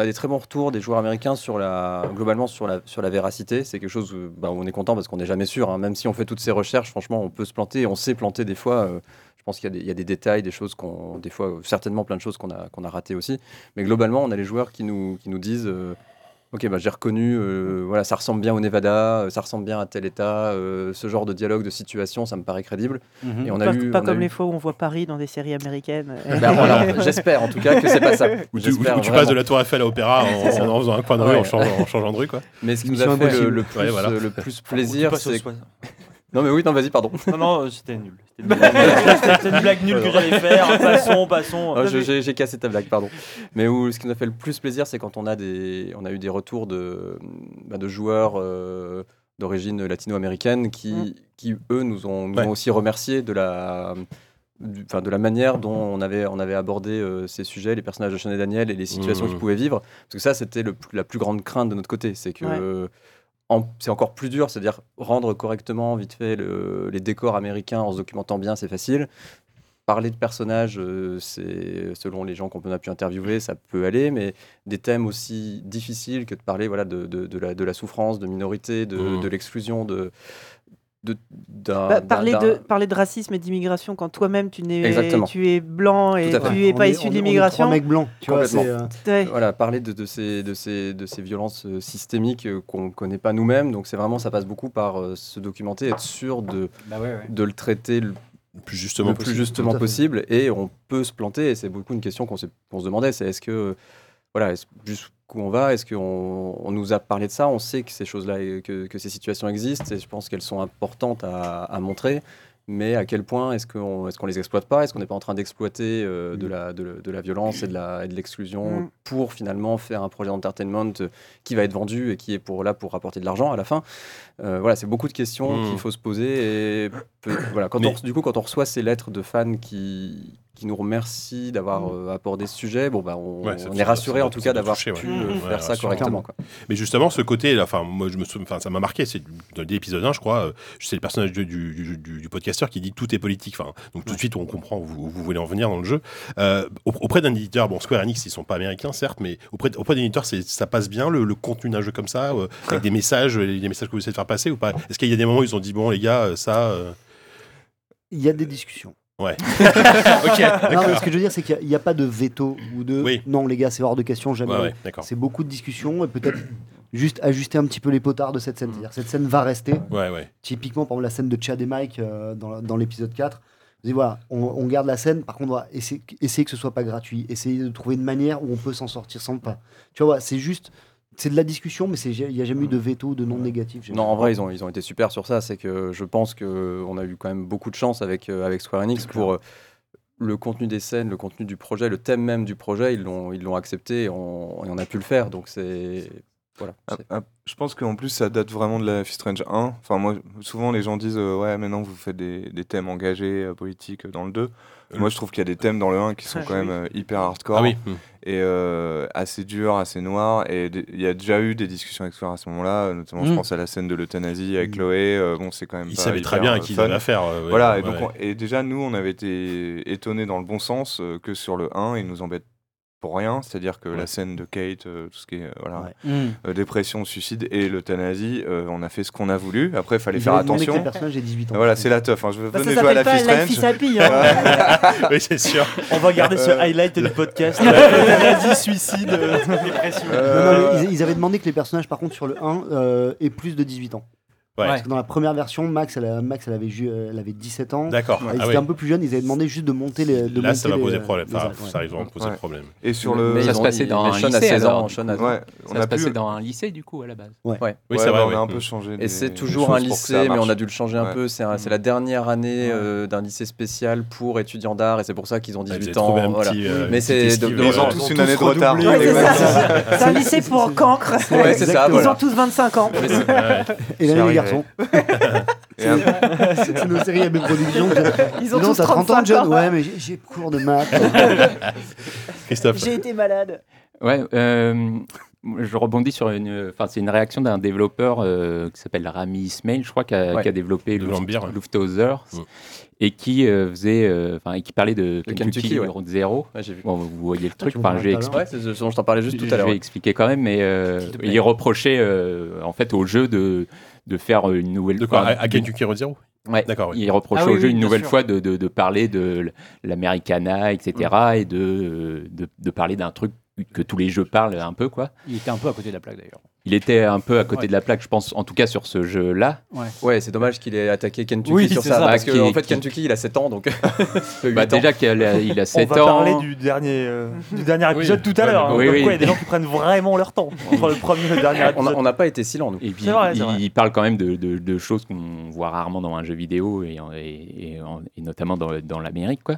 [SPEAKER 8] a des très bons retours des joueurs américains sur la, globalement sur la, sur la véracité. C'est quelque chose où bah, on est content parce qu'on n'est jamais sûr. hein. Même si on fait toutes ces recherches, franchement, on peut se planter et on s'est planté des fois. euh, je pense qu'il y, a des- il y a des détails, des choses qu'on, des fois, euh, certainement plein de choses qu'on a, qu'on a ratées aussi. Mais globalement, on a les joueurs qui nous, qui nous disent. euh, Ok, bah, j'ai reconnu, euh, voilà, ça ressemble bien au Nevada, euh, ça ressemble bien à tel État, euh, ce genre de dialogue, de situation, ça me paraît crédible.
[SPEAKER 2] Mhm.
[SPEAKER 8] Et on a
[SPEAKER 4] Pas,
[SPEAKER 8] eu,
[SPEAKER 4] pas
[SPEAKER 8] on a
[SPEAKER 4] comme
[SPEAKER 8] eu-
[SPEAKER 4] les fois où on voit Paris dans des séries
[SPEAKER 8] [LAUGHS]
[SPEAKER 4] américaines.
[SPEAKER 3] Eh
[SPEAKER 4] Bah,
[SPEAKER 3] [LAUGHS]
[SPEAKER 8] Bah,
[SPEAKER 4] [LAUGHS]
[SPEAKER 8] voilà, j'espère en tout cas que c'est pas ça.
[SPEAKER 1] Ou tu, ou-
[SPEAKER 8] J'espère
[SPEAKER 1] ou tu passes
[SPEAKER 8] vraiment.
[SPEAKER 1] de la Tour Eiffel à Opéra en, en, en faisant un coin de rue,
[SPEAKER 8] Ouais.
[SPEAKER 1] en, changeant, en changeant de rue, quoi.
[SPEAKER 8] Mais ce qui nous
[SPEAKER 3] Mission
[SPEAKER 8] a fait le,
[SPEAKER 3] impossible.
[SPEAKER 8] le plus,
[SPEAKER 1] Ouais, voilà.
[SPEAKER 8] euh, le plus
[SPEAKER 7] Tu
[SPEAKER 8] plaisir,
[SPEAKER 7] passes au
[SPEAKER 8] c'est.
[SPEAKER 7] soin.
[SPEAKER 8] Non, mais oui, non, vas-y, pardon.
[SPEAKER 7] Non, non, euh, c'était nul.
[SPEAKER 8] [LAUGHS]
[SPEAKER 7] C'était une blague- C'était une blague nulle que j'allais faire. Passons, passons.
[SPEAKER 8] Ah, je- J'ai j'ai cassé ta blague, pardon. Mais où, ce qui nous a fait le plus plaisir, c'est quand on a, des, on a eu des retours de, bah, de joueurs euh, d'origine latino-américaine qui, qui, eux, nous ont, nous
[SPEAKER 1] Ouais.
[SPEAKER 8] ont aussi remerciés de la. du- enfin, de la manière dont on avait, on avait abordé euh, ces sujets, les personnages de Sean et Daniel et les situations
[SPEAKER 1] Mhm.
[SPEAKER 8] qu'ils pouvaient vivre. Parce que ça, c'était le plus- la plus grande crainte de notre côté. C'est que
[SPEAKER 4] Ouais.
[SPEAKER 8] euh, en- c'est encore plus dur, c'est-à-dire rendre correctement, vite fait, le- les décors américains en se documentant bien, c'est facile. Parler de personnages, euh, c'est selon les gens qu'on a pu interviewer, ça peut aller, mais des thèmes aussi difficiles que de parler voilà, de, de- de la, de la souffrance, de minorité, de,
[SPEAKER 1] Mhm.
[SPEAKER 8] de l'exclusion, de, de, d'un-
[SPEAKER 4] Bah,
[SPEAKER 8] d'un-
[SPEAKER 4] parler,
[SPEAKER 8] d'un-
[SPEAKER 4] de, parler de racisme et d'immigration quand toi-même tu, n'es-
[SPEAKER 8] Exactement.
[SPEAKER 4] tu es blanc et
[SPEAKER 8] Tout à fait.
[SPEAKER 4] tu n'es
[SPEAKER 3] on
[SPEAKER 4] pas
[SPEAKER 3] est- on
[SPEAKER 4] issu
[SPEAKER 3] est- on
[SPEAKER 4] de
[SPEAKER 3] est
[SPEAKER 4] l'immigration.
[SPEAKER 3] trois mecs blancs, tu vois.
[SPEAKER 8] Complètement.
[SPEAKER 3] c'est, euh,
[SPEAKER 4] Ouais.
[SPEAKER 8] Voilà, parler de, de ces, de, ces, de ces violences euh, systémiques euh, qu'on ne connaît pas nous-mêmes. Donc, c'est vraiment, ça passe beaucoup par euh, se documenter, être sûr de,
[SPEAKER 2] Bah ouais, ouais.
[SPEAKER 8] de le traiter le,
[SPEAKER 1] Plus justement.
[SPEAKER 8] le plus
[SPEAKER 1] possible.
[SPEAKER 8] justement
[SPEAKER 3] Tout à fait.
[SPEAKER 8] possible. Et on peut se planter. Et c'est beaucoup une question qu'on s'est- qu'on se demandait c'est est-ce que, euh, voilà, est-ce- jusqu'où on va Est-ce qu'on on nous a parlé de ça On sait que ces choses-là, euh, que, que ces situations existent. Et je pense qu'elles sont importantes à, à montrer. Mais à quel point est-ce qu'on est qu'on les exploite pas Est-ce qu'on n'est pas en train d'exploiter euh, de, la, de, le- de la violence et de la- et de l'exclusion
[SPEAKER 4] Mm.
[SPEAKER 8] pour finalement faire un projet d'entertainment euh, qui va être vendu et qui est pour là pour apporter de l'argent à la fin Euh, Voilà, c'est beaucoup de questions
[SPEAKER 1] Mm.
[SPEAKER 8] qu'il faut se poser. Et peut- voilà, quand
[SPEAKER 1] Mais-
[SPEAKER 8] on reç- du coup, quand on reçoit ces lettres de fans qui, qui nous remercient
[SPEAKER 1] Mm.
[SPEAKER 8] d'avoir euh, abordé ce sujet, bon, bah, on,
[SPEAKER 1] Ouais, ça
[SPEAKER 8] on
[SPEAKER 1] doit-
[SPEAKER 8] est rassuré
[SPEAKER 1] ça
[SPEAKER 8] en
[SPEAKER 1] doit-
[SPEAKER 8] tout
[SPEAKER 1] ça
[SPEAKER 8] cas
[SPEAKER 1] doit
[SPEAKER 8] d'avoir pu
[SPEAKER 1] toucher, ouais.
[SPEAKER 8] euh, faire
[SPEAKER 1] Mm. Ouais,
[SPEAKER 8] ça
[SPEAKER 1] rassurant.
[SPEAKER 8] correctement. quoi.
[SPEAKER 1] Mais justement, ce côté, là, enfin, moi, je me souviens, enfin, ça m'a marqué. C'est du- dans l'épisode 1, je crois. euh, C'est le personnage du, du, du- du- du podcasteur qui dit tout est politique. Enfin, donc tout de suite, on comprend où vous, où vous voulez en venir dans le jeu. Euh, aup- auprès d'un éditeur, bon, Square Enix, ils sont pas américains, certes, mais auprès, d- auprès d'un éditeur, c'est- ça passe bien le, le contenu d'un jeu comme ça, euh, avec des messages, euh, les messages que vous essayez de faire passer ou pas Est-ce qu'il y a des moments où ils ont dit bon, les gars, euh, ça. euh,
[SPEAKER 3] Il y a des discussions. [LAUGHS]
[SPEAKER 1] Ok.
[SPEAKER 3] Non, mais ce que je veux dire, c'est qu'il n'y a, pas de veto ou de
[SPEAKER 1] Oui.
[SPEAKER 3] non, les gars, c'est hors de question, jamais.
[SPEAKER 1] Ouais, ouais, d'accord.
[SPEAKER 3] C'est beaucoup de discussions et peut-être juste ajuster un petit peu les potards de cette scène. C'est-à-dire, cette scène va rester.
[SPEAKER 1] Mm. Ouais, ouais.
[SPEAKER 3] Typiquement, par exemple, la scène de Chad et Mike euh, dans, dans l'épisode 4. Vous dites, voilà, on, on garde la scène, par contre, on va essayer, essayer que ce soit pas gratuit, essayer de trouver une manière où on peut s'en sortir sans le pas. Tu vois, voilà, c'est juste, c'est de la discussion, mais c'est- il n'y a jamais eu de veto ou de non négatif. j'aime
[SPEAKER 8] Non,
[SPEAKER 3] bien.
[SPEAKER 8] en vrai, ils ont, ils ont été super sur ça. C'est que je pense qu'on a eu quand même beaucoup de chance avec, euh, avec Square Enix pour euh, le contenu des scènes, le contenu du projet, le thème même du projet. Ils l'ont ils l'ont accepté et on, et on a pu le faire. Donc, c'est. Voilà.
[SPEAKER 5] Ah,
[SPEAKER 8] c'est-
[SPEAKER 5] ah, je pense qu'en plus ça date vraiment de la Life is Strange 1. Enfin moi souvent les gens disent euh, ouais maintenant vous faites des, des thèmes engagés euh, politiques euh, dans le 2. Moi je trouve qu'il y a des thèmes dans le 1 qui sont
[SPEAKER 4] Ah,
[SPEAKER 5] quand
[SPEAKER 4] oui.
[SPEAKER 5] même euh, hyper hardcore
[SPEAKER 1] Ah oui.
[SPEAKER 5] et euh, assez durs, assez noirs et des- il y a déjà eu des discussions avec Square à ce moment-là, euh, notamment je
[SPEAKER 2] Mm.
[SPEAKER 5] pense à la scène de l'euthanasie avec
[SPEAKER 3] Mm.
[SPEAKER 5] Chloé, euh, bon c'est quand même
[SPEAKER 1] Mmh. Ils
[SPEAKER 5] pas
[SPEAKER 1] savaient très
[SPEAKER 5] hyper,
[SPEAKER 1] bien à
[SPEAKER 5] euh,
[SPEAKER 1] qui ils
[SPEAKER 5] fun.
[SPEAKER 1] avaient affaire. euh, ouais,
[SPEAKER 5] Voilà, et,
[SPEAKER 1] ouais,
[SPEAKER 5] donc
[SPEAKER 1] ouais.
[SPEAKER 5] on- et déjà, nous, on avait été étonnés dans le bon sens euh, que sur le 1, ils nous embêtent pour rien, c'est-à-dire que la scène de Kate, euh, tout ce qui est euh, voilà,
[SPEAKER 3] Ouais.
[SPEAKER 4] Mm.
[SPEAKER 2] Mhm.
[SPEAKER 5] euh, dépression, suicide et l'euthanasie, euh, on a fait ce qu'on a voulu. Après, il fallait
[SPEAKER 3] Ils
[SPEAKER 5] faire
[SPEAKER 3] avaient demandé que
[SPEAKER 5] attention.
[SPEAKER 3] les personnages aient 18 ans.
[SPEAKER 5] Voilà, c'est la teuf. hein, Je veux
[SPEAKER 4] Bah, ça
[SPEAKER 5] venez jouer à
[SPEAKER 4] s'appelle
[SPEAKER 5] la
[SPEAKER 4] pas Life
[SPEAKER 5] Fist
[SPEAKER 4] is
[SPEAKER 5] Range.
[SPEAKER 4] Happy. hein.
[SPEAKER 5] [LAUGHS]
[SPEAKER 1] oui, c'est sûr.
[SPEAKER 7] On va garder ce
[SPEAKER 5] Euh,
[SPEAKER 7] highlight
[SPEAKER 5] [LAUGHS]
[SPEAKER 7] du podcast.
[SPEAKER 1] [LAUGHS]
[SPEAKER 7] Vas-y, suicide. euh, dépression.
[SPEAKER 3] Non, non, mais
[SPEAKER 5] Euh,
[SPEAKER 3] ils, ils avaient demandé que les personnages, par contre, sur le 1, euh, aient plus de 18 ans.
[SPEAKER 1] Ouais.
[SPEAKER 3] Parce que dans la première version, Max, elle, a- Max, elle avait, ju- euh, elle avait 17 ans.
[SPEAKER 1] D'accord.
[SPEAKER 3] Elle
[SPEAKER 1] Ah
[SPEAKER 3] était
[SPEAKER 1] ouais.
[SPEAKER 3] un peu plus jeune, ils avaient demandé juste de monter les. De
[SPEAKER 1] Là, ça
[SPEAKER 3] monter
[SPEAKER 1] va
[SPEAKER 3] les-
[SPEAKER 1] poser problème.
[SPEAKER 3] les
[SPEAKER 1] Enfin,
[SPEAKER 3] âges, ouais.
[SPEAKER 1] ça, ils ont posé problème.
[SPEAKER 5] Et sur le.
[SPEAKER 6] ça
[SPEAKER 5] ils
[SPEAKER 6] se
[SPEAKER 5] ont-
[SPEAKER 6] passait
[SPEAKER 5] ils-
[SPEAKER 6] dans
[SPEAKER 5] mais
[SPEAKER 6] un
[SPEAKER 5] Sean
[SPEAKER 6] lycée,
[SPEAKER 5] a 16
[SPEAKER 6] alors,
[SPEAKER 5] ans,
[SPEAKER 6] du
[SPEAKER 5] Sean
[SPEAKER 6] coup.
[SPEAKER 5] a- Ouais, on
[SPEAKER 6] ça
[SPEAKER 5] a
[SPEAKER 6] se passait
[SPEAKER 5] plus-
[SPEAKER 6] dans un lycée, du coup, à la base.
[SPEAKER 5] Ouais.
[SPEAKER 1] Oui, c'est
[SPEAKER 5] Ouais,
[SPEAKER 1] vrai,
[SPEAKER 5] bah, on
[SPEAKER 1] ouais.
[SPEAKER 5] a un peu changé
[SPEAKER 8] Et
[SPEAKER 5] des-
[SPEAKER 8] c'est
[SPEAKER 5] des
[SPEAKER 8] toujours
[SPEAKER 5] choses
[SPEAKER 8] un
[SPEAKER 5] pour que ça
[SPEAKER 8] lycée, mais on a
[SPEAKER 5] marche.
[SPEAKER 8] dû le changer un
[SPEAKER 5] Ouais.
[SPEAKER 8] peu. C'est un- c'est la dernière année euh, d'un lycée spécial pour étudiants d'art, et c'est pour ça qu'ils ont
[SPEAKER 1] ils
[SPEAKER 8] 18
[SPEAKER 1] avaient
[SPEAKER 8] ans.
[SPEAKER 1] trouvé un
[SPEAKER 8] voilà.
[SPEAKER 1] petit, euh,
[SPEAKER 8] mais
[SPEAKER 1] une
[SPEAKER 8] c'est
[SPEAKER 1] petite esquive, Ils ont euh, tous
[SPEAKER 8] ils
[SPEAKER 5] une année de
[SPEAKER 8] redoublé.
[SPEAKER 5] retard.
[SPEAKER 4] Ouais, c'est ça.
[SPEAKER 8] Exactement.
[SPEAKER 4] C'est un lycée pour cancre.
[SPEAKER 8] Ouais, c'est ça,
[SPEAKER 4] Ils
[SPEAKER 8] voilà.
[SPEAKER 4] ont tous 25 ans.
[SPEAKER 8] Mais c'est-
[SPEAKER 3] Et là,
[SPEAKER 5] C'est
[SPEAKER 3] les
[SPEAKER 5] arrivé.
[SPEAKER 3] garçons.
[SPEAKER 5] Et un-
[SPEAKER 3] [LAUGHS] C'est nos séries à mes productions.
[SPEAKER 4] Ils ont
[SPEAKER 3] non,
[SPEAKER 4] tous
[SPEAKER 3] t'as 30 ans,
[SPEAKER 4] 35
[SPEAKER 3] John
[SPEAKER 4] ans.
[SPEAKER 3] Ouais, mais j'ai- j'ai cours de maths.
[SPEAKER 1] Christophe.
[SPEAKER 4] J'ai été malade.
[SPEAKER 6] Ouais, euh, je rebondis sur une. Enfin, c'est une réaction d'un développeur euh, qui s'appelle Rami Ismail, je crois, qui a,
[SPEAKER 8] Ouais.
[SPEAKER 6] qui a développé
[SPEAKER 1] De
[SPEAKER 6] Luft-
[SPEAKER 1] Lambir, ouais.
[SPEAKER 6] Lufthansa
[SPEAKER 1] Mm.
[SPEAKER 6] et qui euh, faisait. euh, Enfin, et qui parlait de
[SPEAKER 8] Le
[SPEAKER 6] Kentucky,
[SPEAKER 8] Kentucky, ouais.
[SPEAKER 6] Route Zero.
[SPEAKER 8] Ouais, j'ai vu. Ah,
[SPEAKER 6] Bon, vous voyez le truc.
[SPEAKER 3] tu
[SPEAKER 6] Enfin,
[SPEAKER 3] m'en
[SPEAKER 6] j'ai
[SPEAKER 3] parles tout à
[SPEAKER 6] expliqué.
[SPEAKER 8] Ouais, c'est ce dont je t'en parlais juste tout à
[SPEAKER 6] Je
[SPEAKER 8] l'heure.
[SPEAKER 6] vais
[SPEAKER 8] ouais.
[SPEAKER 6] expliquer quand même, mais euh,
[SPEAKER 8] S'il te plaît.
[SPEAKER 6] il reprochait euh, en fait au jeu de, de faire euh, une nouvelle.
[SPEAKER 1] De quoi
[SPEAKER 6] enfin,
[SPEAKER 1] À à Kentucky Road Zero
[SPEAKER 6] Ouais.
[SPEAKER 1] D'accord, oui.
[SPEAKER 6] Il reprochait
[SPEAKER 2] Ah oui,
[SPEAKER 6] au jeu
[SPEAKER 2] oui,
[SPEAKER 6] une
[SPEAKER 2] bien
[SPEAKER 6] nouvelle
[SPEAKER 2] sûr.
[SPEAKER 6] fois de, de- de parler de l'Americana, etc. et de, de, de parler d'un truc que tous les jeux parlent un peu, quoi.
[SPEAKER 2] Il était un peu à côté de la plaque d'ailleurs.
[SPEAKER 6] Il était un peu à côté
[SPEAKER 2] Ouais.
[SPEAKER 6] de la plaque, je pense, en tout cas sur ce jeu-là.
[SPEAKER 8] Ouais, c'est dommage qu'il ait attaqué Kentucky
[SPEAKER 2] Oui,
[SPEAKER 8] sur
[SPEAKER 2] c'est
[SPEAKER 8] ça,
[SPEAKER 2] ça.
[SPEAKER 8] parce
[SPEAKER 6] Bah,
[SPEAKER 8] qu'en
[SPEAKER 6] qui-
[SPEAKER 8] fait,
[SPEAKER 6] qui-
[SPEAKER 8] Kentucky, il a 7 ans,
[SPEAKER 6] [LAUGHS]
[SPEAKER 8] donc. [LAUGHS]
[SPEAKER 6] Bah, déjà qu'il a, il a 7
[SPEAKER 7] on va
[SPEAKER 6] ans.
[SPEAKER 7] parler du dernier, euh,
[SPEAKER 1] [LAUGHS]
[SPEAKER 7] du dernier épisode tout à
[SPEAKER 1] Ouais,
[SPEAKER 7] l'heure. hein,
[SPEAKER 6] oui,
[SPEAKER 7] comme
[SPEAKER 6] oui.
[SPEAKER 7] quoi, il y a des gens qui prennent vraiment leur temps entre le premier et
[SPEAKER 6] [LAUGHS]
[SPEAKER 7] le dernier
[SPEAKER 8] On a-
[SPEAKER 7] épisode.
[SPEAKER 8] on n'a pas été si lents, nous.
[SPEAKER 6] Et puis,
[SPEAKER 7] C'est vrai, c'est
[SPEAKER 6] il,
[SPEAKER 7] vrai.
[SPEAKER 6] il parle quand même de, de- de choses qu'on voit rarement dans un jeu vidéo et, en- et- et en- et notamment dans, dans l'Amérique. Quoi.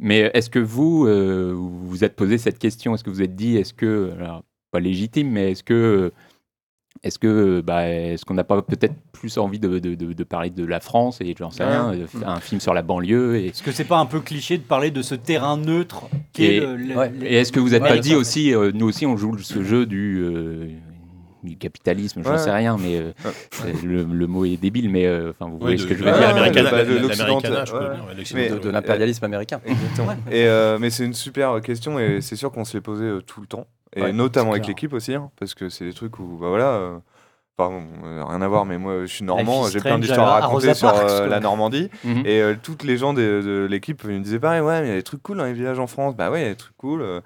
[SPEAKER 6] Mais est-ce que vous euh, vous vous êtes posé cette question Est-ce que vous vous êtes dit, est-ce que, alors, pas légitime, mais est-ce que. Est-ce que bah, est-ce qu'on n'a pas peut-être plus envie de, de- de- de parler de la France et j'en sais rien, euh, un film sur la banlieue et,
[SPEAKER 2] Est-ce que c'est pas un peu cliché de parler de ce terrain neutre qui est
[SPEAKER 6] Et-
[SPEAKER 2] le- le-
[SPEAKER 8] ouais.
[SPEAKER 2] le-
[SPEAKER 6] Et est-ce que vous n'êtes
[SPEAKER 2] Ouais,
[SPEAKER 6] pas
[SPEAKER 2] le-
[SPEAKER 6] dit aussi, euh, nous aussi on joue ce jeu du, euh, du capitalisme, j'en
[SPEAKER 5] Ouais.
[SPEAKER 6] sais rien, mais euh, euh, le, le mot est débile, mais euh, enfin vous voyez ce que je veux
[SPEAKER 5] ouais,
[SPEAKER 6] dire.
[SPEAKER 5] ouais,
[SPEAKER 1] L'américaine,
[SPEAKER 5] bah, de [LAUGHS]
[SPEAKER 1] l'américaine,
[SPEAKER 5] l'Occident,
[SPEAKER 1] je peux
[SPEAKER 5] ouais.
[SPEAKER 1] dire, ouais,
[SPEAKER 5] Mais- euh,
[SPEAKER 8] de,
[SPEAKER 1] l'Occident,
[SPEAKER 8] de
[SPEAKER 1] ouais.
[SPEAKER 8] l'impérialisme américain.
[SPEAKER 5] Exactement. Et, euh, mais c'est une super question et c'est sûr qu'on se l'est posé euh, tout le temps. Et
[SPEAKER 8] Ouais,
[SPEAKER 3] c'est
[SPEAKER 5] notamment avec
[SPEAKER 3] clair.
[SPEAKER 5] l'équipe aussi, hein, parce que c'est des trucs où, bah voilà, euh, pardon, euh, rien à voir, mais moi je suis normand,
[SPEAKER 2] is
[SPEAKER 5] j'ai plein
[SPEAKER 2] strange
[SPEAKER 5] d'histoires
[SPEAKER 2] à- à
[SPEAKER 5] à raconter
[SPEAKER 2] Rosa
[SPEAKER 5] sur
[SPEAKER 2] Parks,
[SPEAKER 5] euh,
[SPEAKER 2] quoi.
[SPEAKER 5] la Normandie.
[SPEAKER 6] Mhm.
[SPEAKER 5] Et euh, toutes les gens de, de l'équipe ils me disaient pareil, ouais, mais il y a des trucs cool dans les villages en France. Bah ouais, il y a des trucs cool. euh.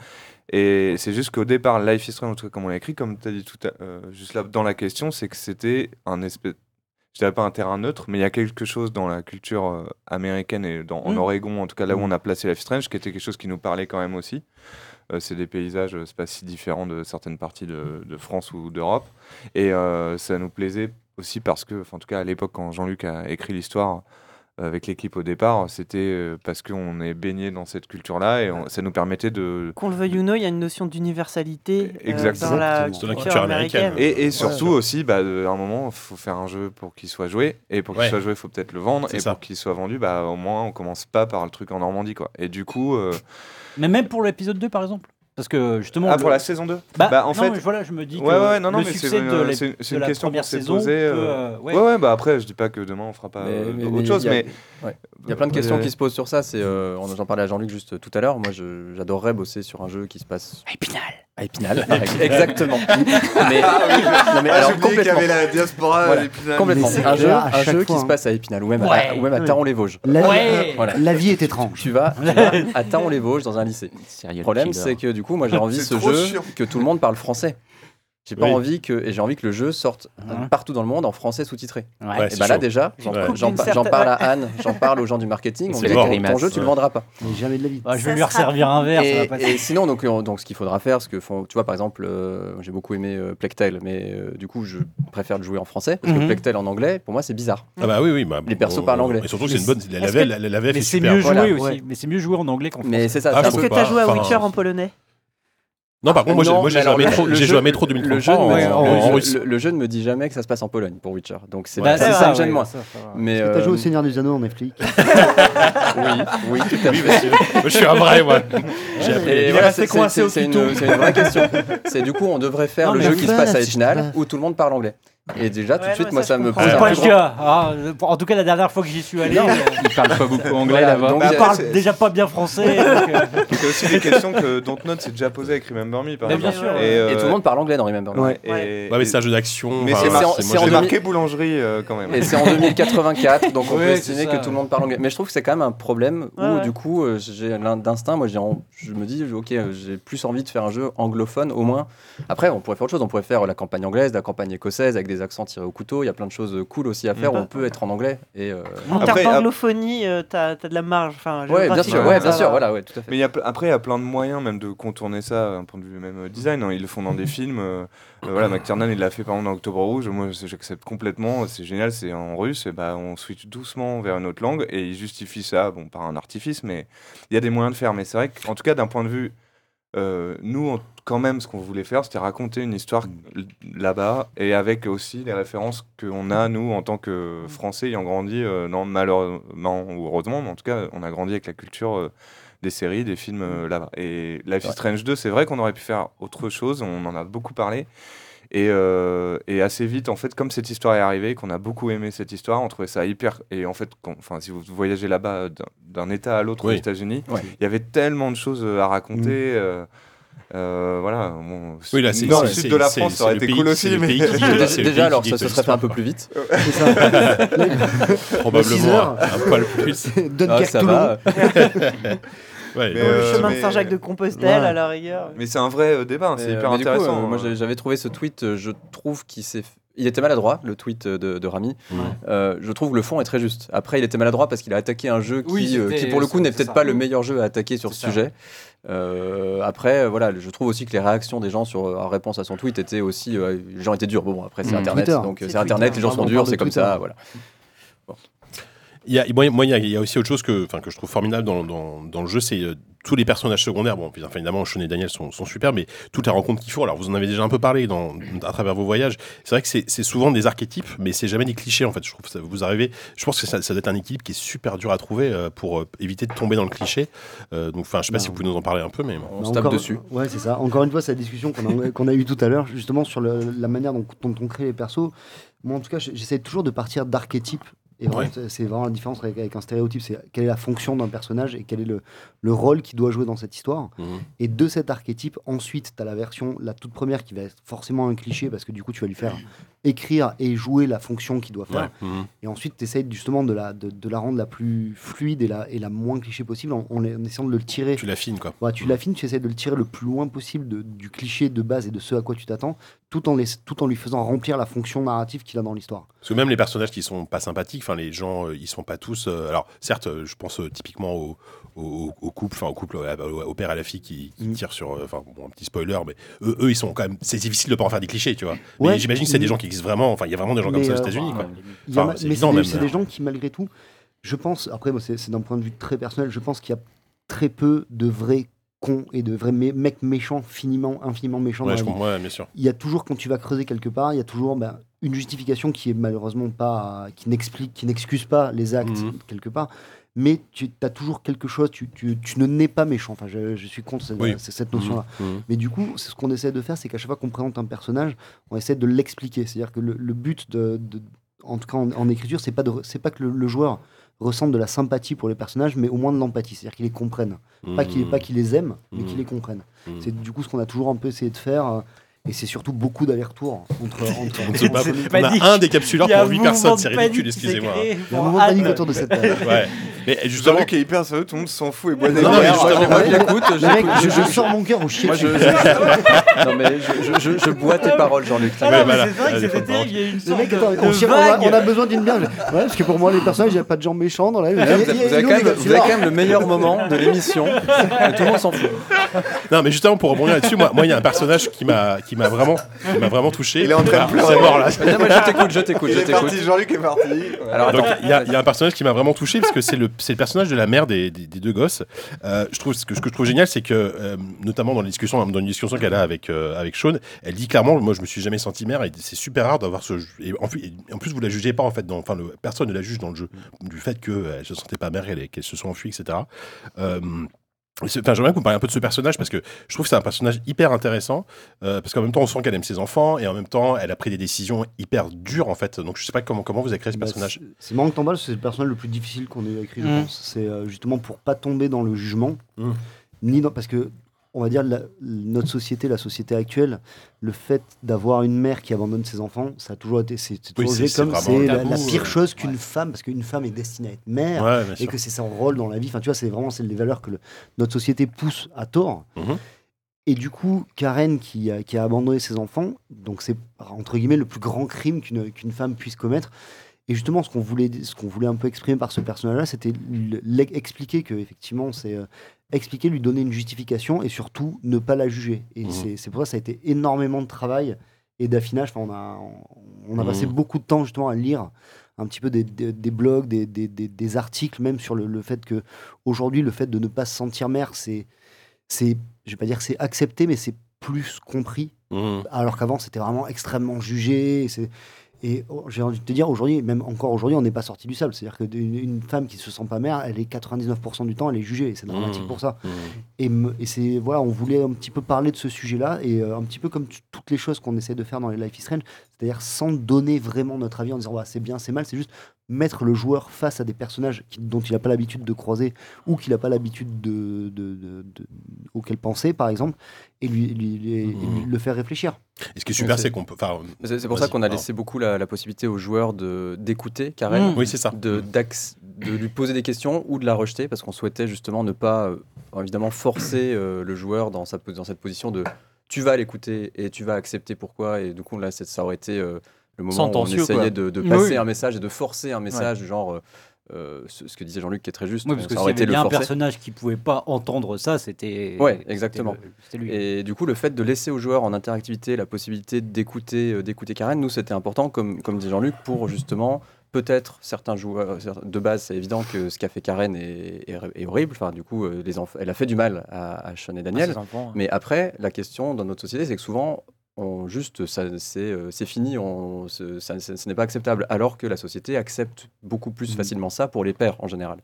[SPEAKER 5] Et c'est juste qu'au départ, Life is Strange, en tout cas, comme on l'a écrit, comme tu as dit tout à, euh, juste là dans la question, c'est que c'était un espèce. Je dirais pas un terrain neutre, mais il y a quelque chose dans la culture euh, américaine et dans, en
[SPEAKER 4] Mm.
[SPEAKER 5] Oregon, en tout cas là où
[SPEAKER 6] Mm.
[SPEAKER 5] on a placé Life is Strange, qui était quelque chose qui nous parlait quand même aussi. Euh, c'est des paysages, euh, c'est pas si différent de certaines parties de, de France ou d'Europe. Et euh, ça nous plaisait aussi parce que, enfin, en tout cas à l'époque, quand Jean-Luc a écrit l'histoire, euh, avec l'équipe au départ, c'était euh, parce qu'on est baigné dans cette culture-là et on- ça nous permettait de.
[SPEAKER 4] Qu'on le veuille ou non, il y a une notion d'universalité euh,
[SPEAKER 5] Exactement.
[SPEAKER 4] dans la
[SPEAKER 3] Dans
[SPEAKER 1] la
[SPEAKER 4] culture
[SPEAKER 1] culture américaine.
[SPEAKER 4] américaine.
[SPEAKER 5] Et, et surtout aussi, bah, de- à un moment, faut faire un jeu pour qu'il soit joué. Et pour qu'il
[SPEAKER 1] Ouais.
[SPEAKER 5] soit joué, faut peut-être le vendre.
[SPEAKER 1] C'est
[SPEAKER 5] Et
[SPEAKER 1] ça.
[SPEAKER 5] pour qu'il soit vendu, bah, au moins, on commence pas par le truc en Normandie. quoi. Et du coup. euh,
[SPEAKER 2] Mais même pour l'épisode 2 par exemple. Parce que justement.
[SPEAKER 5] Ah,
[SPEAKER 2] le-
[SPEAKER 5] pour la saison 2
[SPEAKER 2] Bah,
[SPEAKER 5] Bah, en
[SPEAKER 2] en
[SPEAKER 5] fait-
[SPEAKER 2] fait, voilà, je me dis que
[SPEAKER 5] Ouais, ouais, non, non,
[SPEAKER 2] le
[SPEAKER 5] mais c'est
[SPEAKER 2] succès
[SPEAKER 5] une-
[SPEAKER 2] de la-
[SPEAKER 5] c'est une- c'est
[SPEAKER 2] de
[SPEAKER 5] une
[SPEAKER 2] la
[SPEAKER 5] question qu'on
[SPEAKER 2] première
[SPEAKER 5] s'est
[SPEAKER 2] saison
[SPEAKER 5] posée,
[SPEAKER 2] peut,
[SPEAKER 5] euh,
[SPEAKER 2] euh,
[SPEAKER 5] Ouais.
[SPEAKER 2] ouais.
[SPEAKER 5] ouais, bah après, je dis pas que demain, on fera pas
[SPEAKER 8] Mais-
[SPEAKER 5] euh,
[SPEAKER 8] mais-
[SPEAKER 5] autre
[SPEAKER 8] mais
[SPEAKER 5] chose,
[SPEAKER 8] il y a-
[SPEAKER 5] mais.
[SPEAKER 8] ouais. Il y a plein de questions qui se posent sur ça. C'est, euh, on- j'en parlais à Jean-Luc juste tout à l'heure. Moi, je- j'adorerais bosser sur un jeu qui se passe
[SPEAKER 6] Ah, et puis, là,
[SPEAKER 8] à Épinal. Exactement. mais, non, mais alors, complètement.
[SPEAKER 5] la diaspora.
[SPEAKER 8] Voilà. complètement.
[SPEAKER 3] Mais c'est
[SPEAKER 8] Un jeu,
[SPEAKER 3] clair, à
[SPEAKER 8] un
[SPEAKER 3] chaque
[SPEAKER 8] jeu
[SPEAKER 3] fois,
[SPEAKER 8] qui se
[SPEAKER 3] hein.
[SPEAKER 8] passe à Épinal ou même
[SPEAKER 2] Ouais.
[SPEAKER 8] à, ou même à Taron-les-Vosges.
[SPEAKER 3] La,
[SPEAKER 2] Ouais.
[SPEAKER 8] Voilà.
[SPEAKER 3] la vie est étrange.
[SPEAKER 8] Tu vas,
[SPEAKER 3] [LAUGHS]
[SPEAKER 8] tu [LAUGHS] vas à Taron-les-Vosges dans un lycée.
[SPEAKER 6] serial
[SPEAKER 8] Le problème,
[SPEAKER 6] killer.
[SPEAKER 8] c'est que du coup, moi,
[SPEAKER 1] [LAUGHS]
[SPEAKER 8] j'ai envie ce
[SPEAKER 5] C'est trop
[SPEAKER 8] jeu
[SPEAKER 5] chiant.
[SPEAKER 8] que tout le monde parle français. J'ai pas
[SPEAKER 1] Oui.
[SPEAKER 8] envie que et j'ai envie que le jeu sorte
[SPEAKER 2] Ouais.
[SPEAKER 8] partout dans le monde en français sous-titré.
[SPEAKER 2] Ouais.
[SPEAKER 1] Ouais,
[SPEAKER 8] et
[SPEAKER 1] c'est
[SPEAKER 8] bah là
[SPEAKER 1] chaud.
[SPEAKER 8] déjà, j'en
[SPEAKER 1] Ouais.
[SPEAKER 8] j'en
[SPEAKER 4] Une
[SPEAKER 8] par- j'en
[SPEAKER 2] [LAUGHS]
[SPEAKER 4] certaine-
[SPEAKER 8] parle à Anne, j'en parle aux gens du marketing. On
[SPEAKER 6] C'est
[SPEAKER 8] me dit
[SPEAKER 6] mort.
[SPEAKER 8] ton, ton jeu, tu
[SPEAKER 1] Ouais.
[SPEAKER 8] le vendras pas.
[SPEAKER 3] Mais jamais de la vie.
[SPEAKER 2] Ouais, Ah, Bah, je vais
[SPEAKER 11] Ça
[SPEAKER 2] lui
[SPEAKER 11] sera-
[SPEAKER 2] resservir un verre, ça va
[SPEAKER 8] Et,
[SPEAKER 2] pas
[SPEAKER 8] et sinon, donc, on- donc, ce qu'il faudra faire, ce que font, tu vois, par exemple, euh, j'ai beaucoup aimé euh, Plectel, mais euh, du coup, je préfère le jouer en français parce que
[SPEAKER 4] Mhm.
[SPEAKER 8] Plectel en anglais, pour moi, c'est bizarre.
[SPEAKER 1] Ah bah oui, oui. bah,
[SPEAKER 8] Les persos
[SPEAKER 1] bon,
[SPEAKER 8] parlent
[SPEAKER 1] bon,
[SPEAKER 8] anglais.
[SPEAKER 1] Et surtout,
[SPEAKER 8] Mais
[SPEAKER 1] c'est une bonne. La,
[SPEAKER 4] est-ce
[SPEAKER 1] VF, la, la VF
[SPEAKER 2] Mais
[SPEAKER 1] est
[SPEAKER 2] c'est
[SPEAKER 1] super.
[SPEAKER 2] mieux
[SPEAKER 8] Voilà,
[SPEAKER 2] joué aussi.
[SPEAKER 8] ouais.
[SPEAKER 2] Mais c'est mieux joué en anglais qu'en français.
[SPEAKER 8] Mais c'est ça.
[SPEAKER 1] Ah,
[SPEAKER 8] c'est un
[SPEAKER 1] faut
[SPEAKER 4] Est-ce
[SPEAKER 8] peu-
[SPEAKER 4] que tu as
[SPEAKER 1] pas-
[SPEAKER 4] joué à
[SPEAKER 1] enfin,
[SPEAKER 4] Witcher en polonais
[SPEAKER 1] Non, par contre, moi, j'ai-
[SPEAKER 8] Non,
[SPEAKER 1] moi, j'ai
[SPEAKER 8] mais
[SPEAKER 1] joué à
[SPEAKER 8] alors, le-
[SPEAKER 1] Métro-
[SPEAKER 8] le
[SPEAKER 1] j'ai
[SPEAKER 8] jeu-
[SPEAKER 1] joué à Métro
[SPEAKER 8] Le jeu,
[SPEAKER 1] 2033
[SPEAKER 8] ne me dit-
[SPEAKER 1] en- en en
[SPEAKER 8] le-
[SPEAKER 1] russe.
[SPEAKER 8] le- le jeu ne me dit jamais que ça se passe en Pologne pour Witcher. Donc c'est
[SPEAKER 1] Ouais.
[SPEAKER 8] ça,
[SPEAKER 2] Bah,
[SPEAKER 8] ça
[SPEAKER 2] ça,
[SPEAKER 8] me gêne
[SPEAKER 2] ouais,
[SPEAKER 8] moins.
[SPEAKER 2] ça, ça va.
[SPEAKER 8] Mais
[SPEAKER 3] T'as joué au
[SPEAKER 8] euh,
[SPEAKER 3] Seigneur des Anneaux en Netflix.
[SPEAKER 8] [LAUGHS] oui, oui, tout à
[SPEAKER 1] Oui,
[SPEAKER 8] fait.
[SPEAKER 1] monsieur. Moi, je suis un
[SPEAKER 8] [LAUGHS]
[SPEAKER 1] vrai, moi. J'ai appris.
[SPEAKER 8] Et
[SPEAKER 7] est
[SPEAKER 8] voilà,
[SPEAKER 7] resté
[SPEAKER 8] c'est- c'est-
[SPEAKER 7] coincé au
[SPEAKER 8] C'est une,
[SPEAKER 7] Python.
[SPEAKER 8] c'est une vraie question. C'est du coup, on devrait faire
[SPEAKER 3] Non,
[SPEAKER 8] le
[SPEAKER 3] mais
[SPEAKER 8] jeu
[SPEAKER 3] en
[SPEAKER 8] qui
[SPEAKER 3] fait,
[SPEAKER 8] se passe à
[SPEAKER 3] c'est-
[SPEAKER 8] Épinal
[SPEAKER 3] ouais.
[SPEAKER 8] où tout le monde parle anglais. Et déjà, tout de
[SPEAKER 4] Ouais,
[SPEAKER 8] suite,
[SPEAKER 4] ouais,
[SPEAKER 8] moi,
[SPEAKER 4] ça,
[SPEAKER 8] ça
[SPEAKER 4] je
[SPEAKER 8] me
[SPEAKER 4] comprends.
[SPEAKER 8] pose
[SPEAKER 2] C'est
[SPEAKER 8] un
[SPEAKER 2] pas
[SPEAKER 8] plus
[SPEAKER 2] le
[SPEAKER 8] gros-
[SPEAKER 2] cas. Ah, pour- en tout cas, la dernière fois que j'y suis allé, euh,
[SPEAKER 6] Il parle pas beaucoup anglais
[SPEAKER 8] Voilà,
[SPEAKER 6] là-bas.
[SPEAKER 8] donc,
[SPEAKER 5] Bah,
[SPEAKER 2] il parle déjà pas bien [LAUGHS] français. donc, euh,
[SPEAKER 5] C'est aussi des questions que Dontnod s'est déjà posé avec Remember Me, par
[SPEAKER 2] Mais
[SPEAKER 5] exemple.
[SPEAKER 2] bien sûr.
[SPEAKER 5] Et,
[SPEAKER 8] Et
[SPEAKER 5] euh,
[SPEAKER 8] tout le monde parle anglais dans Remember.
[SPEAKER 3] Ouais.
[SPEAKER 5] et-
[SPEAKER 4] Ouais.
[SPEAKER 1] Ouais, Bah, mais
[SPEAKER 5] et-
[SPEAKER 1] c'est un jeu d'action.
[SPEAKER 5] Mais
[SPEAKER 1] enfin,
[SPEAKER 5] c'est mar-
[SPEAKER 1] c'est-
[SPEAKER 8] c'est
[SPEAKER 1] moi,
[SPEAKER 8] en
[SPEAKER 5] j'ai
[SPEAKER 1] j'ai-
[SPEAKER 8] deux-
[SPEAKER 5] marqué boulangerie euh, quand même.
[SPEAKER 8] Et c'est en 2084, donc
[SPEAKER 2] [LAUGHS] Ouais,
[SPEAKER 8] on peut
[SPEAKER 2] c'est
[SPEAKER 8] estimer
[SPEAKER 2] ça.
[SPEAKER 8] que tout le monde parle anglais. Mais je trouve que c'est quand même un problème où,
[SPEAKER 4] Ouais, ouais.
[SPEAKER 8] du coup, euh, j'ai l'in- d'instinct, moi, j'ai en- je me dis, ok, euh, j'ai plus envie de faire un jeu anglophone, au moins. Après, on pourrait faire autre chose, on pourrait faire euh, la campagne anglaise, la campagne écossaise, avec des des accents tirés au couteau. Il y a plein de choses cool aussi à faire.
[SPEAKER 4] Mhm.
[SPEAKER 8] où on peut être en anglais. Et, euh,
[SPEAKER 4] En
[SPEAKER 8] après,
[SPEAKER 4] termes
[SPEAKER 8] ap-
[SPEAKER 4] d'anglophonie, euh, t'as t'as de la marge. Enfin,
[SPEAKER 8] Ouais, bien sûr,
[SPEAKER 4] géographiquement,
[SPEAKER 8] ouais, bien
[SPEAKER 4] ça
[SPEAKER 8] sûr,
[SPEAKER 4] va.
[SPEAKER 8] voilà, ouais, tout à fait.
[SPEAKER 5] Mais il y a ple- après, il y a plein de moyens même de contourner ça d'un point de vue même euh, design. hein. Ils le font
[SPEAKER 4] [LAUGHS]
[SPEAKER 5] dans des films. euh, euh, voilà, McTiernan, il l'a fait par exemple dans Octobre Rouge. Moi, c'est- j'accepte complètement. C'est génial, c'est en russe. Et bah, on switch doucement vers une autre langue et il justifie ça bon, par un artifice. Mais il y a des moyens de faire. Mais c'est vrai qu'en tout cas, d'un point de vue. euh, nous, on- quand même, ce qu'on voulait faire, c'était raconter une histoire l- là-bas et avec aussi les références qu'on a, nous, en tant que Français ayant grandi, euh, non, malheureusement ou heureusement, mais en tout cas, on a grandi avec la culture euh, des séries, des films euh, là-bas. Et Life is
[SPEAKER 8] Ouais.
[SPEAKER 5] Strange 2, c'est vrai qu'on aurait pu faire autre chose, on en a beaucoup parlé. Et, euh, et assez vite, en fait, comme cette histoire est arrivée, qu'on a beaucoup aimé cette histoire, on trouvait ça hyper. Et en fait, quand- enfin, si vous voyagez là-bas euh, d'un- d'un État à l'autre aux
[SPEAKER 1] Oui.
[SPEAKER 5] États-Unis,
[SPEAKER 1] Ouais.
[SPEAKER 5] il y avait tellement de choses euh, à raconter.
[SPEAKER 8] Mm.
[SPEAKER 5] euh, euh, voilà. Bon,
[SPEAKER 1] Oui, là, c'est-
[SPEAKER 5] Nord,
[SPEAKER 1] c'est-
[SPEAKER 5] sud
[SPEAKER 1] c'est-
[SPEAKER 5] de la
[SPEAKER 1] c'est-
[SPEAKER 5] France, ça aurait
[SPEAKER 1] c'est
[SPEAKER 5] été
[SPEAKER 1] le
[SPEAKER 5] cool
[SPEAKER 1] pays-
[SPEAKER 5] aussi.
[SPEAKER 1] c'est le
[SPEAKER 5] mais-
[SPEAKER 1] pays
[SPEAKER 5] [LAUGHS]
[SPEAKER 1] qui dit- euh,
[SPEAKER 8] Déjà-
[SPEAKER 1] c'est le pays
[SPEAKER 8] Déjà,
[SPEAKER 1] qui
[SPEAKER 8] alors,
[SPEAKER 1] dit
[SPEAKER 8] ça
[SPEAKER 1] de
[SPEAKER 8] se serait fait un peu
[SPEAKER 1] l'histoire.
[SPEAKER 8] plus vite.
[SPEAKER 3] C'est
[SPEAKER 1] [LAUGHS]
[SPEAKER 3] ça.
[SPEAKER 1] Probablement,
[SPEAKER 3] Le Caesar.
[SPEAKER 1] un, un poil plus.
[SPEAKER 8] [LAUGHS]
[SPEAKER 1] Ah,
[SPEAKER 3] Dunkerque,
[SPEAKER 8] ça
[SPEAKER 3] Toulon.
[SPEAKER 8] va.
[SPEAKER 1] Ouais,
[SPEAKER 5] Mais,
[SPEAKER 1] non,
[SPEAKER 5] euh,
[SPEAKER 1] je-
[SPEAKER 4] Chemin de
[SPEAKER 5] mais-
[SPEAKER 4] Saint-Jacques de Compostelle,
[SPEAKER 3] Ouais.
[SPEAKER 4] à la rigueur.
[SPEAKER 5] Mais c'est un vrai euh, débat, c'est
[SPEAKER 8] Mais, euh,
[SPEAKER 5] hyper
[SPEAKER 8] mais du coup, euh,
[SPEAKER 5] intéressant. hein.
[SPEAKER 8] moi, j'avais- j'avais trouvé ce tweet, euh, je trouve qu'il s'est. Il était maladroit, le tweet euh, de, de Rami.
[SPEAKER 1] Ouais.
[SPEAKER 8] Euh, je trouve que le fond est très juste. Après, il était maladroit parce qu'il a attaqué un jeu qui,
[SPEAKER 2] Oui,
[SPEAKER 8] euh, qui
[SPEAKER 2] c'était-
[SPEAKER 8] pour le coup, n'est
[SPEAKER 2] c'est
[SPEAKER 8] peut-être
[SPEAKER 2] ça.
[SPEAKER 8] pas le meilleur jeu à attaquer sur ce
[SPEAKER 2] C'est ça.
[SPEAKER 8] sujet. Euh, après, euh, voilà, je trouve aussi que les réactions des gens sur, euh, en réponse à son tweet étaient aussi. euh, les gens étaient durs. Bon, bon, après, c'est
[SPEAKER 5] Mhm.
[SPEAKER 8] Internet.
[SPEAKER 3] Mm. Twitter.
[SPEAKER 8] Donc, euh,
[SPEAKER 4] C'est
[SPEAKER 8] c'est Internet,
[SPEAKER 4] Twitter,
[SPEAKER 8] les gens sont
[SPEAKER 3] vraiment, on
[SPEAKER 8] durs,
[SPEAKER 3] parle de
[SPEAKER 8] c'est comme
[SPEAKER 3] Twitter.
[SPEAKER 8] ça. Voilà.
[SPEAKER 1] Il y a, moi, moi, il y a- il y a aussi autre chose que, enfin, que je trouve formidable dans, dans- dans le jeu, c'est euh, tous les personnages secondaires. Bon, enfin, évidemment, Sean et Daniel sont, sont super, mais toutes les rencontres qu'ils font, alors vous en avez déjà un peu parlé dans, à travers vos voyages. C'est vrai que c'est c'est souvent des archétypes, mais c'est jamais des clichés, en fait. Je trouve ça, vous arrivez, je pense que ça, ça doit être un équilibre qui est super dur à trouver euh, pour euh, éviter de tomber dans le cliché. Euh, donc, enfin, je sais pas
[SPEAKER 3] Non.
[SPEAKER 1] si vous pouvez nous en parler un peu, mais.
[SPEAKER 8] On
[SPEAKER 3] Bah,
[SPEAKER 8] se tape
[SPEAKER 3] encore-
[SPEAKER 8] dessus.
[SPEAKER 3] Ouais, c'est ça. Encore une fois, c'est la discussion qu'on a, qu'on a eue tout à l'heure, justement sur le- la manière dont, dont on crée les persos. Moi, en tout cas, j- j'essaie toujours de partir d'archétypes. Et vraiment,
[SPEAKER 1] Ouais.
[SPEAKER 3] c'est- c'est vraiment la différence avec, avec un stéréotype. C'est quelle est la fonction d'un personnage et quel est le, le rôle qu'il doit jouer dans cette histoire.
[SPEAKER 8] Mm.
[SPEAKER 1] Mhm.
[SPEAKER 3] Et de cet archétype, ensuite, tu as la version, la toute première, qui va être forcément un cliché parce que du coup, tu vas lui faire écrire et jouer la fonction qu'il doit faire.
[SPEAKER 1] Ouais. Mhm.
[SPEAKER 3] Et ensuite, tu essayes justement de la, de, de la rendre la plus fluide et la, et la moins cliché possible en, en- en essayant de le tirer.
[SPEAKER 1] Tu l'affines, quoi.
[SPEAKER 3] Ouais, tu l'affines, tu essaies de le tirer le plus loin possible de- du cliché de base et de ce à quoi tu t'attends, tout, en laiss- tout en lui faisant remplir la fonction narrative qu'il a dans l'histoire.
[SPEAKER 1] Parce que même les personnages qui sont pas sympathiques, enfin les gens, euh, ils sont pas tous. euh, alors certes, euh, je pense euh, typiquement au, au- au couple, enfin au couple, euh, au, au père et à la fille qui, qui
[SPEAKER 3] Mm.
[SPEAKER 1] tirent sur. euh, Enfin bon, un petit spoiler, mais eux, eux, ils sont quand même. C'est difficile de pas en faire des clichés, tu vois. mais
[SPEAKER 3] Ouais,
[SPEAKER 1] j'imagine que c'est des
[SPEAKER 3] mais-
[SPEAKER 1] gens qui existent vraiment. Enfin, il y a vraiment des gens comme
[SPEAKER 3] Mais,
[SPEAKER 1] ça aux
[SPEAKER 3] euh,
[SPEAKER 1] États-Unis, quoi.
[SPEAKER 3] Il y en a-
[SPEAKER 1] Enfin, c'est
[SPEAKER 3] mais
[SPEAKER 1] évident,
[SPEAKER 3] c'est
[SPEAKER 1] même. euh.
[SPEAKER 3] des, c'est des gens qui, malgré tout, je pense, après, moi, c'est c'est d'un point de vue très personnel, je pense qu'il y a très peu de vrais cons et de vrais mé- mecs méchants, finiment, infiniment méchants.
[SPEAKER 1] Ouais,
[SPEAKER 3] dans
[SPEAKER 1] je
[SPEAKER 3] la vie.
[SPEAKER 1] comprends, ouais, bien sûr.
[SPEAKER 3] il y a toujours, quand tu vas creuser quelque part, il y a toujours ben, une justification qui est malheureusement pas, qui n'explique, qui n'excuse pas les actes
[SPEAKER 1] Mhm.
[SPEAKER 3] quelque part. Mais tu as toujours quelque chose, tu, tu- tu ne n'es pas méchant. Enfin, je, je suis contre cette,
[SPEAKER 1] Oui.
[SPEAKER 3] c'est cette notion-là.
[SPEAKER 1] Mhm.
[SPEAKER 3] Mais du coup, c'est ce qu'on essaie de faire, c'est qu'à chaque fois qu'on présente un personnage, on essaie de l'expliquer. C'est-à-dire que le, le but, de, de- en tout cas en, en écriture, c'est pas, de re- c'est pas que le, le joueur ressente de la sympathie pour les personnages, mais au moins de l'empathie. C'est-à-dire qu'il les comprenne. Pas
[SPEAKER 1] Mmh.
[SPEAKER 3] qu'il pas qu'il les aime, mais qu'il les comprenne.
[SPEAKER 1] Mhm.
[SPEAKER 3] C'est du coup ce qu'on a toujours un peu essayé de faire. euh, Et c'est surtout beaucoup d'aller-retour entre. entre,
[SPEAKER 1] [LAUGHS] C'est pas-
[SPEAKER 3] entre-
[SPEAKER 1] On
[SPEAKER 2] Panique.
[SPEAKER 1] a un décapsuleur
[SPEAKER 2] Il y a un
[SPEAKER 1] pour 8
[SPEAKER 2] mouvement
[SPEAKER 1] personnes,
[SPEAKER 2] de
[SPEAKER 1] c'est
[SPEAKER 2] panique
[SPEAKER 1] ridicule,
[SPEAKER 2] qui s'est
[SPEAKER 1] excusez-moi.
[SPEAKER 3] Il y
[SPEAKER 2] créé
[SPEAKER 3] a un
[SPEAKER 2] pour
[SPEAKER 3] moment de panique
[SPEAKER 2] Anne.
[SPEAKER 3] autour de cette table.
[SPEAKER 1] Ouais. Mais justement,
[SPEAKER 5] qui est hyper sérieux, tout le monde s'en fout et boit
[SPEAKER 1] Non, mais
[SPEAKER 8] moi,
[SPEAKER 1] justement-
[SPEAKER 8] moi, je
[SPEAKER 5] [LAUGHS]
[SPEAKER 8] l'écoute,
[SPEAKER 3] Le mec,
[SPEAKER 8] j'écoute,
[SPEAKER 3] je,
[SPEAKER 8] je-
[SPEAKER 3] je sors mon cœur au chien.
[SPEAKER 8] Moi,
[SPEAKER 3] [LAUGHS]
[SPEAKER 8] je, je- [LAUGHS] non, mais je, je- je- je bois tes paroles, Jean-Luc. ça
[SPEAKER 2] Ah
[SPEAKER 8] va.
[SPEAKER 2] non,
[SPEAKER 1] Ouais,
[SPEAKER 2] mais
[SPEAKER 1] voilà.
[SPEAKER 2] c'est vrai que
[SPEAKER 1] Allez,
[SPEAKER 2] cet été,
[SPEAKER 1] on
[SPEAKER 2] il y a eu une
[SPEAKER 3] Le
[SPEAKER 2] sorte
[SPEAKER 3] mec,
[SPEAKER 2] de,
[SPEAKER 3] attends,
[SPEAKER 2] de
[SPEAKER 3] on, tire- on a, on a
[SPEAKER 2] vague.
[SPEAKER 3] besoin d'une bière. Ouais, parce que pour moi, les personnages, il n'y a pas de gens méchants dans la vie.
[SPEAKER 8] Vous avez, vous avez quand même, vous avez quand même le meilleur moment
[SPEAKER 3] [LAUGHS]
[SPEAKER 8] de l'émission. Et Tout le monde s'en fout.
[SPEAKER 1] Non, mais justement, pour rebondir là-dessus, moi, moi, il y a un personnage qui m'a, qui m'a vraiment, qui m'a vraiment touché.
[SPEAKER 5] Il est en train de
[SPEAKER 1] Ah,
[SPEAKER 5] pleurer.
[SPEAKER 1] C'est mort, là.
[SPEAKER 8] Mais non, moi,
[SPEAKER 1] [LAUGHS]
[SPEAKER 8] je t'écoute, je t'écoute, je t'écoute.
[SPEAKER 5] Jean-Luc est parti.
[SPEAKER 8] Alors,
[SPEAKER 1] Donc,
[SPEAKER 8] attends.
[SPEAKER 1] il y, a il y a un personnage qui m'a vraiment touché parce que c'est le, c'est le personnage de la mère des, des- des deux gosses. Euh, je trouve ce que, ce que je trouve génial, c'est que euh, notamment dans les discussions, dans une discussion qu'elle a avec euh, avec Sean, elle dit clairement, moi je me suis jamais senti mère et c'est super rare d'avoir ce. ju- Et en, plus- et en plus, vous la jugez pas en fait, dans, enfin le- personne ne la juge dans le jeu du fait que euh, elle se sentait pas mère, elle est- qu'elle se soit enfuie, etc. Euh, c'est- Enfin, j'aimerais que vous parliez un peu de ce personnage parce que je trouve que c'est un personnage hyper intéressant euh, parce qu'en même temps on sent qu'elle aime ses enfants et en même temps elle a pris des décisions hyper dures en fait. Donc je sais pas comment comment vous avez créé
[SPEAKER 3] Bah,
[SPEAKER 1] ce [LAUGHS] personnage.
[SPEAKER 3] C'est marrant que t'en parles, c'est le personnage le plus difficile qu'on ait écrit, je
[SPEAKER 4] Mm.
[SPEAKER 3] pense. C'est euh, justement pour pas tomber dans le jugement,
[SPEAKER 1] Mm.
[SPEAKER 3] ni dans, parce que on va dire la- notre société, la société actuelle, le fait d'avoir une mère qui abandonne ses enfants, ça a toujours été, c'est c'est
[SPEAKER 1] Oui,
[SPEAKER 3] toujours
[SPEAKER 1] c'est-
[SPEAKER 3] jugé
[SPEAKER 1] c'est
[SPEAKER 3] comme
[SPEAKER 1] vraiment
[SPEAKER 3] c'est la,
[SPEAKER 1] tabou,
[SPEAKER 3] la
[SPEAKER 1] euh,
[SPEAKER 3] pire chose qu'une femme, parce qu'une femme est destinée à être mère.
[SPEAKER 1] Ouais, bien
[SPEAKER 3] et
[SPEAKER 1] sûr.
[SPEAKER 3] que c'est son rôle dans la vie. Enfin, tu vois, c'est vraiment c'est les valeurs que le- notre société pousse à tort.
[SPEAKER 1] Mhm.
[SPEAKER 3] Et du coup, Karen, qui a, qui a abandonné ses enfants, donc c'est entre guillemets le plus grand crime qu'une qu'une femme puisse commettre. Et justement, ce qu'on voulait, ce qu'on voulait un peu exprimer par ce personnage-là, c'était l- l'ex- expliquer que effectivement, c'est euh, expliquer, lui donner une justification et surtout ne pas la juger. Et
[SPEAKER 12] Mhm.
[SPEAKER 3] c'est- c'est pour ça que ça a été énormément de travail et d'affinage. Enfin, on a, on, on a passé
[SPEAKER 12] Mhm.
[SPEAKER 3] beaucoup de temps justement à lire un petit peu des, des- des blogs, des, des- des- des articles, même sur le, le fait que aujourd'hui, le fait de ne pas se sentir mère, c'est, c'est, je vais pas dire que c'est accepté, mais c'est plus compris.
[SPEAKER 1] Mhm.
[SPEAKER 3] Alors qu'avant, c'était vraiment extrêmement jugé. Et, c'est- et, oh, j'ai envie de te dire, aujourd'hui, même encore aujourd'hui, on n'est pas sorti du sable. C'est-à-dire qu'une une femme qui se sent pas mère, elle est 99% du temps, elle est jugée. Et C'est dramatique
[SPEAKER 12] Mhm.
[SPEAKER 3] pour ça.
[SPEAKER 1] Mmh.
[SPEAKER 12] Mhm.
[SPEAKER 3] Et, me- et c'est voilà, on voulait un petit peu parler de ce sujet-là et euh, un petit peu comme t- toutes les choses qu'on essaie de faire dans les Life is Strange, c'est-à-dire sans donner vraiment notre avis en disant Ouais, c'est bien, c'est mal, c'est juste mettre le joueur face à des personnages qui- dont il n'a pas l'habitude de croiser ou qu'il n'a pas l'habitude de, de, de- de- auquel penser, par exemple, et lui, lui- lui- et lui- le faire réfléchir.
[SPEAKER 1] Mmh. Et ce qui est super, c'est qu'on peut. enfin,
[SPEAKER 8] C'est c'est pour ça
[SPEAKER 1] vas-y,
[SPEAKER 8] qu'on a
[SPEAKER 1] pardon.
[SPEAKER 8] laissé beaucoup la, la possibilité aux joueurs de- d'écouter Karen,
[SPEAKER 1] Mm. Oui, c'est ça.
[SPEAKER 8] de, d'acc- de lui poser des questions ou de la rejeter, parce qu'on souhaitait justement ne pas, euh, évidemment, forcer euh, le joueur dans, sa, po- dans cette position de tu vas l'écouter et tu vas accepter pourquoi. Et du coup, là, c'est- ça aurait été euh, le moment
[SPEAKER 7] Sentencieux,
[SPEAKER 8] où on essayait
[SPEAKER 7] quoi.
[SPEAKER 8] de, de
[SPEAKER 7] Oui.
[SPEAKER 8] passer un message et de forcer un message, genre euh, euh, ce, ce que disait Jean-Luc qui est très juste.
[SPEAKER 2] Oui, parce
[SPEAKER 8] on-
[SPEAKER 2] que
[SPEAKER 8] ça
[SPEAKER 2] s'il y
[SPEAKER 8] aurait été
[SPEAKER 2] avait
[SPEAKER 8] le
[SPEAKER 2] bien un
[SPEAKER 8] forcer.
[SPEAKER 2] personnage qui pouvait pas entendre ça, c'était.
[SPEAKER 8] Ouais,
[SPEAKER 2] c'était
[SPEAKER 8] exactement.
[SPEAKER 2] le-
[SPEAKER 8] Et du coup, le fait de laisser aux joueurs en interactivité la possibilité d'écouter euh, d'écouter Karen, nous, c'était important, comme, comme disait Jean-Luc,
[SPEAKER 2] [LAUGHS]
[SPEAKER 8] pour justement, peut-être certains joueurs. certains- De base, c'est évident que ce qu'a fait Karen est, est- est horrible. Enfin, du coup, euh, les enf- elle a fait du mal à, à Sean et
[SPEAKER 2] Ah,
[SPEAKER 8] Daniel.
[SPEAKER 7] ses
[SPEAKER 2] hein.
[SPEAKER 7] enfants, ouais.
[SPEAKER 8] Mais après, la question dans notre société, c'est que souvent, on juste, ça, c'est, euh, c'est fini, on, ce- ça- ça- ce n'est pas acceptable. Alors que la société accepte beaucoup
[SPEAKER 1] Mmh.
[SPEAKER 8] plus facilement ça pour les pères en général.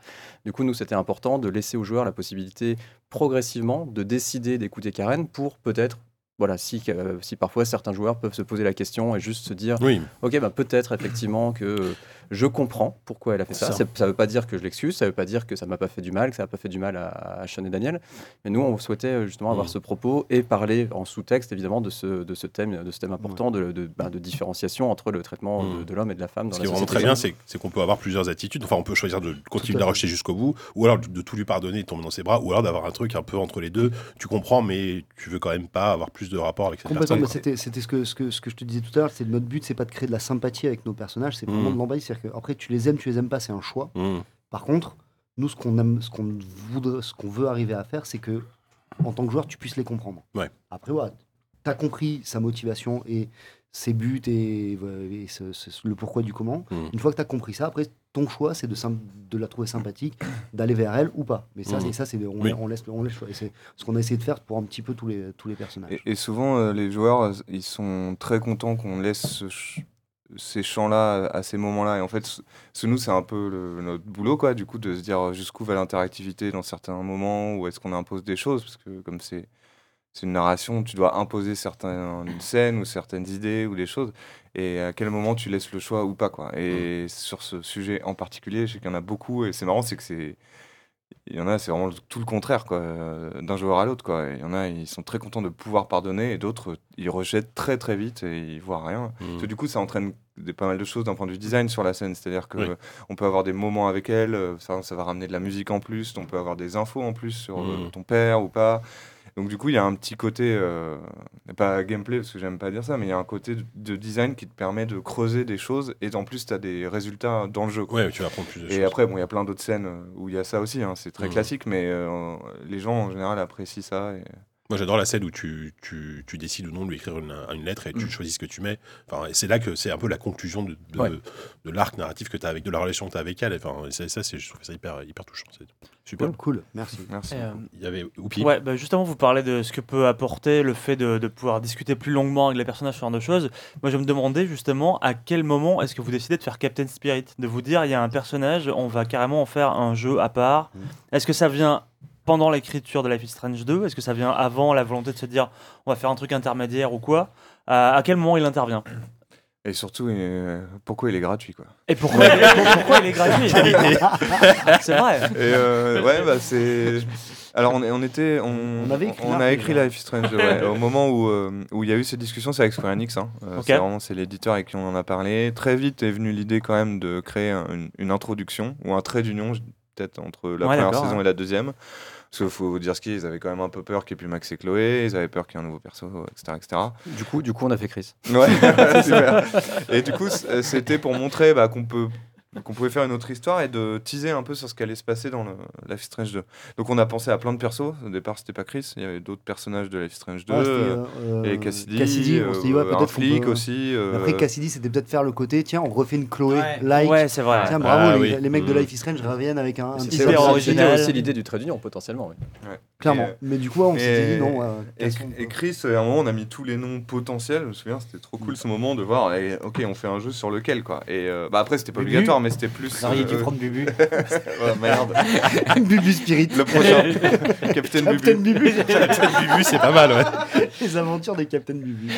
[SPEAKER 8] Du coup, nous, c'était important de laisser aux joueurs la possibilité progressivement de décider d'écouter Karen pour peut-être. Voilà, si, euh, si parfois certains joueurs peuvent se poser la question et juste se dire,
[SPEAKER 1] Oui.
[SPEAKER 8] ok, ben peut-être effectivement que euh, je comprends pourquoi elle a fait ça.
[SPEAKER 1] Ça.
[SPEAKER 8] C'est- ça ne veut pas dire que je l'excuse, ça ne veut pas dire que ça m'a pas fait du mal, que ça n'a pas fait du mal à, à Sean et Daniel. Mais nous, on souhaitait euh, justement avoir
[SPEAKER 1] Mm.
[SPEAKER 8] ce propos et parler en sous-texte, évidemment, de ce, de ce, thème, de ce thème important de, de- bah, de différenciation entre le traitement de, de l'homme et de la femme. Dans
[SPEAKER 1] Mm. Ce
[SPEAKER 8] la
[SPEAKER 1] qui est vraiment
[SPEAKER 8] société.
[SPEAKER 1] très bien, c'est c'est qu'on peut avoir plusieurs attitudes. Enfin, on peut choisir de continuer
[SPEAKER 8] à
[SPEAKER 1] de la
[SPEAKER 8] fait.
[SPEAKER 1] rejeter jusqu'au bout, ou alors de- de tout lui pardonner et de tomber dans ses bras, ou alors d'avoir un truc un peu entre les deux. Tu comprends, mais tu veux quand même pas avoir plus de rapport avec cette
[SPEAKER 3] Complètement,
[SPEAKER 1] personne.
[SPEAKER 3] mais
[SPEAKER 1] quoi.
[SPEAKER 3] c'était c'était ce que, ce, que, ce que je te disais tout à l'heure, c'est notre but, c'est pas de créer de la sympathie avec nos personnages, c'est vraiment
[SPEAKER 1] Mhm.
[SPEAKER 3] de l'empathie. C'est-à-dire que après, tu les aimes, tu les aimes pas, c'est un choix.
[SPEAKER 1] Mhm.
[SPEAKER 3] Par contre, nous, ce qu'on aime, ce qu'on voudrait, ce qu'on veut arriver à faire, c'est que en tant que joueur, tu puisses les comprendre.
[SPEAKER 1] Ouais.
[SPEAKER 3] Après, voilà, t'as compris sa motivation et ses buts et, et ce- ce- le pourquoi du comment.
[SPEAKER 1] Mhm.
[SPEAKER 3] Une fois que t'as compris ça, après, ton choix, c'est de, sym- de la trouver sympathique, d'aller vers elle ou pas. Mais ça,
[SPEAKER 5] Mhm.
[SPEAKER 3] c'est ça, c'est on,
[SPEAKER 5] Oui.
[SPEAKER 3] on laisse, on laisse le choix. Et c'est ce qu'on a essayé de faire pour un petit peu tous les tous les personnages.
[SPEAKER 5] Et, et souvent, euh, les joueurs, euh, ils sont très contents qu'on laisse ce ch- ces champs-là à à ces moments-là. Et en fait, ce- ce nous, c'est un peu le- notre boulot, quoi, du coup, de se dire euh, jusqu'où va l'interactivité dans certains moments, où est-ce qu'on impose des choses, parce que comme c'est. C'est une narration, tu dois imposer certaines scènes ou certaines idées ou des choses, et à quel moment tu laisses le choix ou pas. Quoi. Et sur ce sujet en particulier, je sais qu'il y en a beaucoup, et c'est marrant, c'est que c'est, il y en a, c'est vraiment le- tout le contraire, quoi, euh, d'un joueur à l'autre, quoi. Il y en a, ils sont très contents de pouvoir pardonner, et d'autres, ils rejettent très très vite et ils voient rien.
[SPEAKER 1] Mmh.
[SPEAKER 5] Parce que du coup, ça entraîne des, pas mal de choses d'un point de vue design sur la scène, c'est-à-dire que
[SPEAKER 1] Oui.
[SPEAKER 5] euh, on peut avoir des moments avec elle, euh, ça, ça va ramener de la musique en plus,
[SPEAKER 1] Mmh.
[SPEAKER 5] on peut avoir des infos en plus sur euh,
[SPEAKER 1] Mm.
[SPEAKER 5] ton père ou pas. Donc du coup, il y a un petit côté, euh, pas gameplay parce que j'aime pas dire ça, mais il y a un côté de, de design qui te permet de creuser des choses et en plus, tu as des résultats dans le jeu. quoi.
[SPEAKER 1] Ouais, tu apprends plus de
[SPEAKER 5] Et
[SPEAKER 1] choses.
[SPEAKER 5] après, bon, il y a plein d'autres scènes euh, où il y a ça aussi, hein, c'est très
[SPEAKER 1] Mhm.
[SPEAKER 5] classique, mais euh, les gens en général apprécient ça. et-
[SPEAKER 1] Moi, j'adore la scène où tu, tu, tu décides ou non de lui écrire une, une lettre et tu choisis ce que tu mets. Enfin, et c'est là que c'est un peu la conclusion de, de,
[SPEAKER 8] Ouais.
[SPEAKER 1] de l'arc narratif que tu as avec, de la relation que tu as avec elle. Enfin, et ça, ça, c'est- je trouve ça hyper, hyper touchant. C'est super.
[SPEAKER 3] Cool, cool. Merci.
[SPEAKER 5] Merci.
[SPEAKER 7] Et, euh,
[SPEAKER 1] Il y avait Oupi.
[SPEAKER 7] Ouais, bah justement, vous parlez de ce que peut apporter le fait de, de pouvoir discuter plus longuement avec les personnages, ce genre de choses. Moi, je me demandais justement à quel moment est-ce que vous décidez de faire Captain Spirit De vous dire, il y a un personnage, on va carrément en faire un jeu à part.
[SPEAKER 1] Mm.
[SPEAKER 7] Est-ce que ça vient pendant l'écriture de Life is Strange 2 Est-ce que ça vient avant la volonté de se dire, on va faire un truc intermédiaire ou quoi à, à quel moment il intervient
[SPEAKER 5] Et surtout, euh, pourquoi il est gratuit, quoi.
[SPEAKER 7] Et pourquoi il est- [LAUGHS] pourquoi il est gratuit Quelle idée. [LAUGHS] C'est vrai.
[SPEAKER 5] Et euh, ouais, bah c'est. Alors on, est- on était, on,
[SPEAKER 7] On avait écrit
[SPEAKER 5] on a
[SPEAKER 7] l'article,
[SPEAKER 5] écrit
[SPEAKER 7] hein.
[SPEAKER 5] Life is Strange. ouais. au moment où euh, où il y a eu cette discussion, c'est avec Square Enix. hein. Euh,
[SPEAKER 7] Ok.
[SPEAKER 5] C'est vraiment c'est l'éditeur avec qui on en a parlé. Très vite est venue l'idée quand même de créer un- une, une introduction ou un trait d'union, je- peut-être entre la
[SPEAKER 7] Ouais,
[SPEAKER 5] première
[SPEAKER 7] d'accord,
[SPEAKER 5] saison
[SPEAKER 7] ouais.
[SPEAKER 5] et la deuxième. Parce qu'il faut dire ce qu'il y a, ils avaient quand même un peu peur qu'il n'y ait plus Max et Chloé, ils avaient peur qu'il y ait un nouveau perso, etc. etc.
[SPEAKER 8] Du coup, du coup, on a fait Chris.
[SPEAKER 1] [LAUGHS]
[SPEAKER 5] Ouais,
[SPEAKER 8] [LAUGHS]
[SPEAKER 5] [LAUGHS] super. Et du coup, c- euh, c'était pour montrer bah, qu'on peut qu'on pouvait faire une autre histoire et de teaser un peu sur ce qu'allait se passer dans le Life is Strange 2. Donc on a pensé à plein de persos. Au départ, c'était pas Chris, il y avait d'autres personnages de Life is Strange 2.
[SPEAKER 3] Ouais, c'était,
[SPEAKER 5] euh,
[SPEAKER 3] euh,
[SPEAKER 5] et Cassidy,
[SPEAKER 3] Cassidy, on s'est dit, ouais,
[SPEAKER 5] euh,
[SPEAKER 3] peut-être
[SPEAKER 5] un
[SPEAKER 3] qu'on
[SPEAKER 5] flic
[SPEAKER 3] peut- hein.
[SPEAKER 5] aussi. euh,
[SPEAKER 3] Après, Cassidy, c'était peut-être faire le côté, tiens, on refait une Chloé,
[SPEAKER 7] Ouais.
[SPEAKER 3] like.
[SPEAKER 7] Ouais, c'est vrai.
[SPEAKER 3] Tiens, bravo,
[SPEAKER 7] Ah
[SPEAKER 3] les,
[SPEAKER 7] oui.
[SPEAKER 3] les mecs de
[SPEAKER 7] Mm.
[SPEAKER 3] Life is Strange reviennent avec un, un
[SPEAKER 7] C'était
[SPEAKER 3] petit
[SPEAKER 8] C'était
[SPEAKER 3] truc.
[SPEAKER 8] c'était
[SPEAKER 3] [LAUGHS]
[SPEAKER 8] aussi l'idée du trait d'union potentiellement. oui.
[SPEAKER 3] Clairement.
[SPEAKER 5] Et- euh,
[SPEAKER 3] Mais du coup, on s'était
[SPEAKER 5] et-
[SPEAKER 3] dit, non, euh,
[SPEAKER 5] et, et Chris, à un moment, on a mis tous les noms potentiels. Je me souviens, c'était trop
[SPEAKER 3] Mm.
[SPEAKER 5] cool ce moment de voir. eh, ok, on fait un jeu sur lequel quoi. Et euh, bah après, c'était pas
[SPEAKER 3] Bubu.
[SPEAKER 5] obligatoire, mais c'était plus.
[SPEAKER 3] Variety from
[SPEAKER 5] [LAUGHS]
[SPEAKER 2] Bubu.
[SPEAKER 5] Ouais, merde.
[SPEAKER 3] [LAUGHS] Bubu Spirit.
[SPEAKER 5] Le
[SPEAKER 3] [LAUGHS]
[SPEAKER 5] prochain. Captain Bubu.
[SPEAKER 3] Captain Bubu.
[SPEAKER 5] Captain Bubu, c'est pas mal, ouais.
[SPEAKER 3] [LAUGHS] Les aventures de Captain Bubu.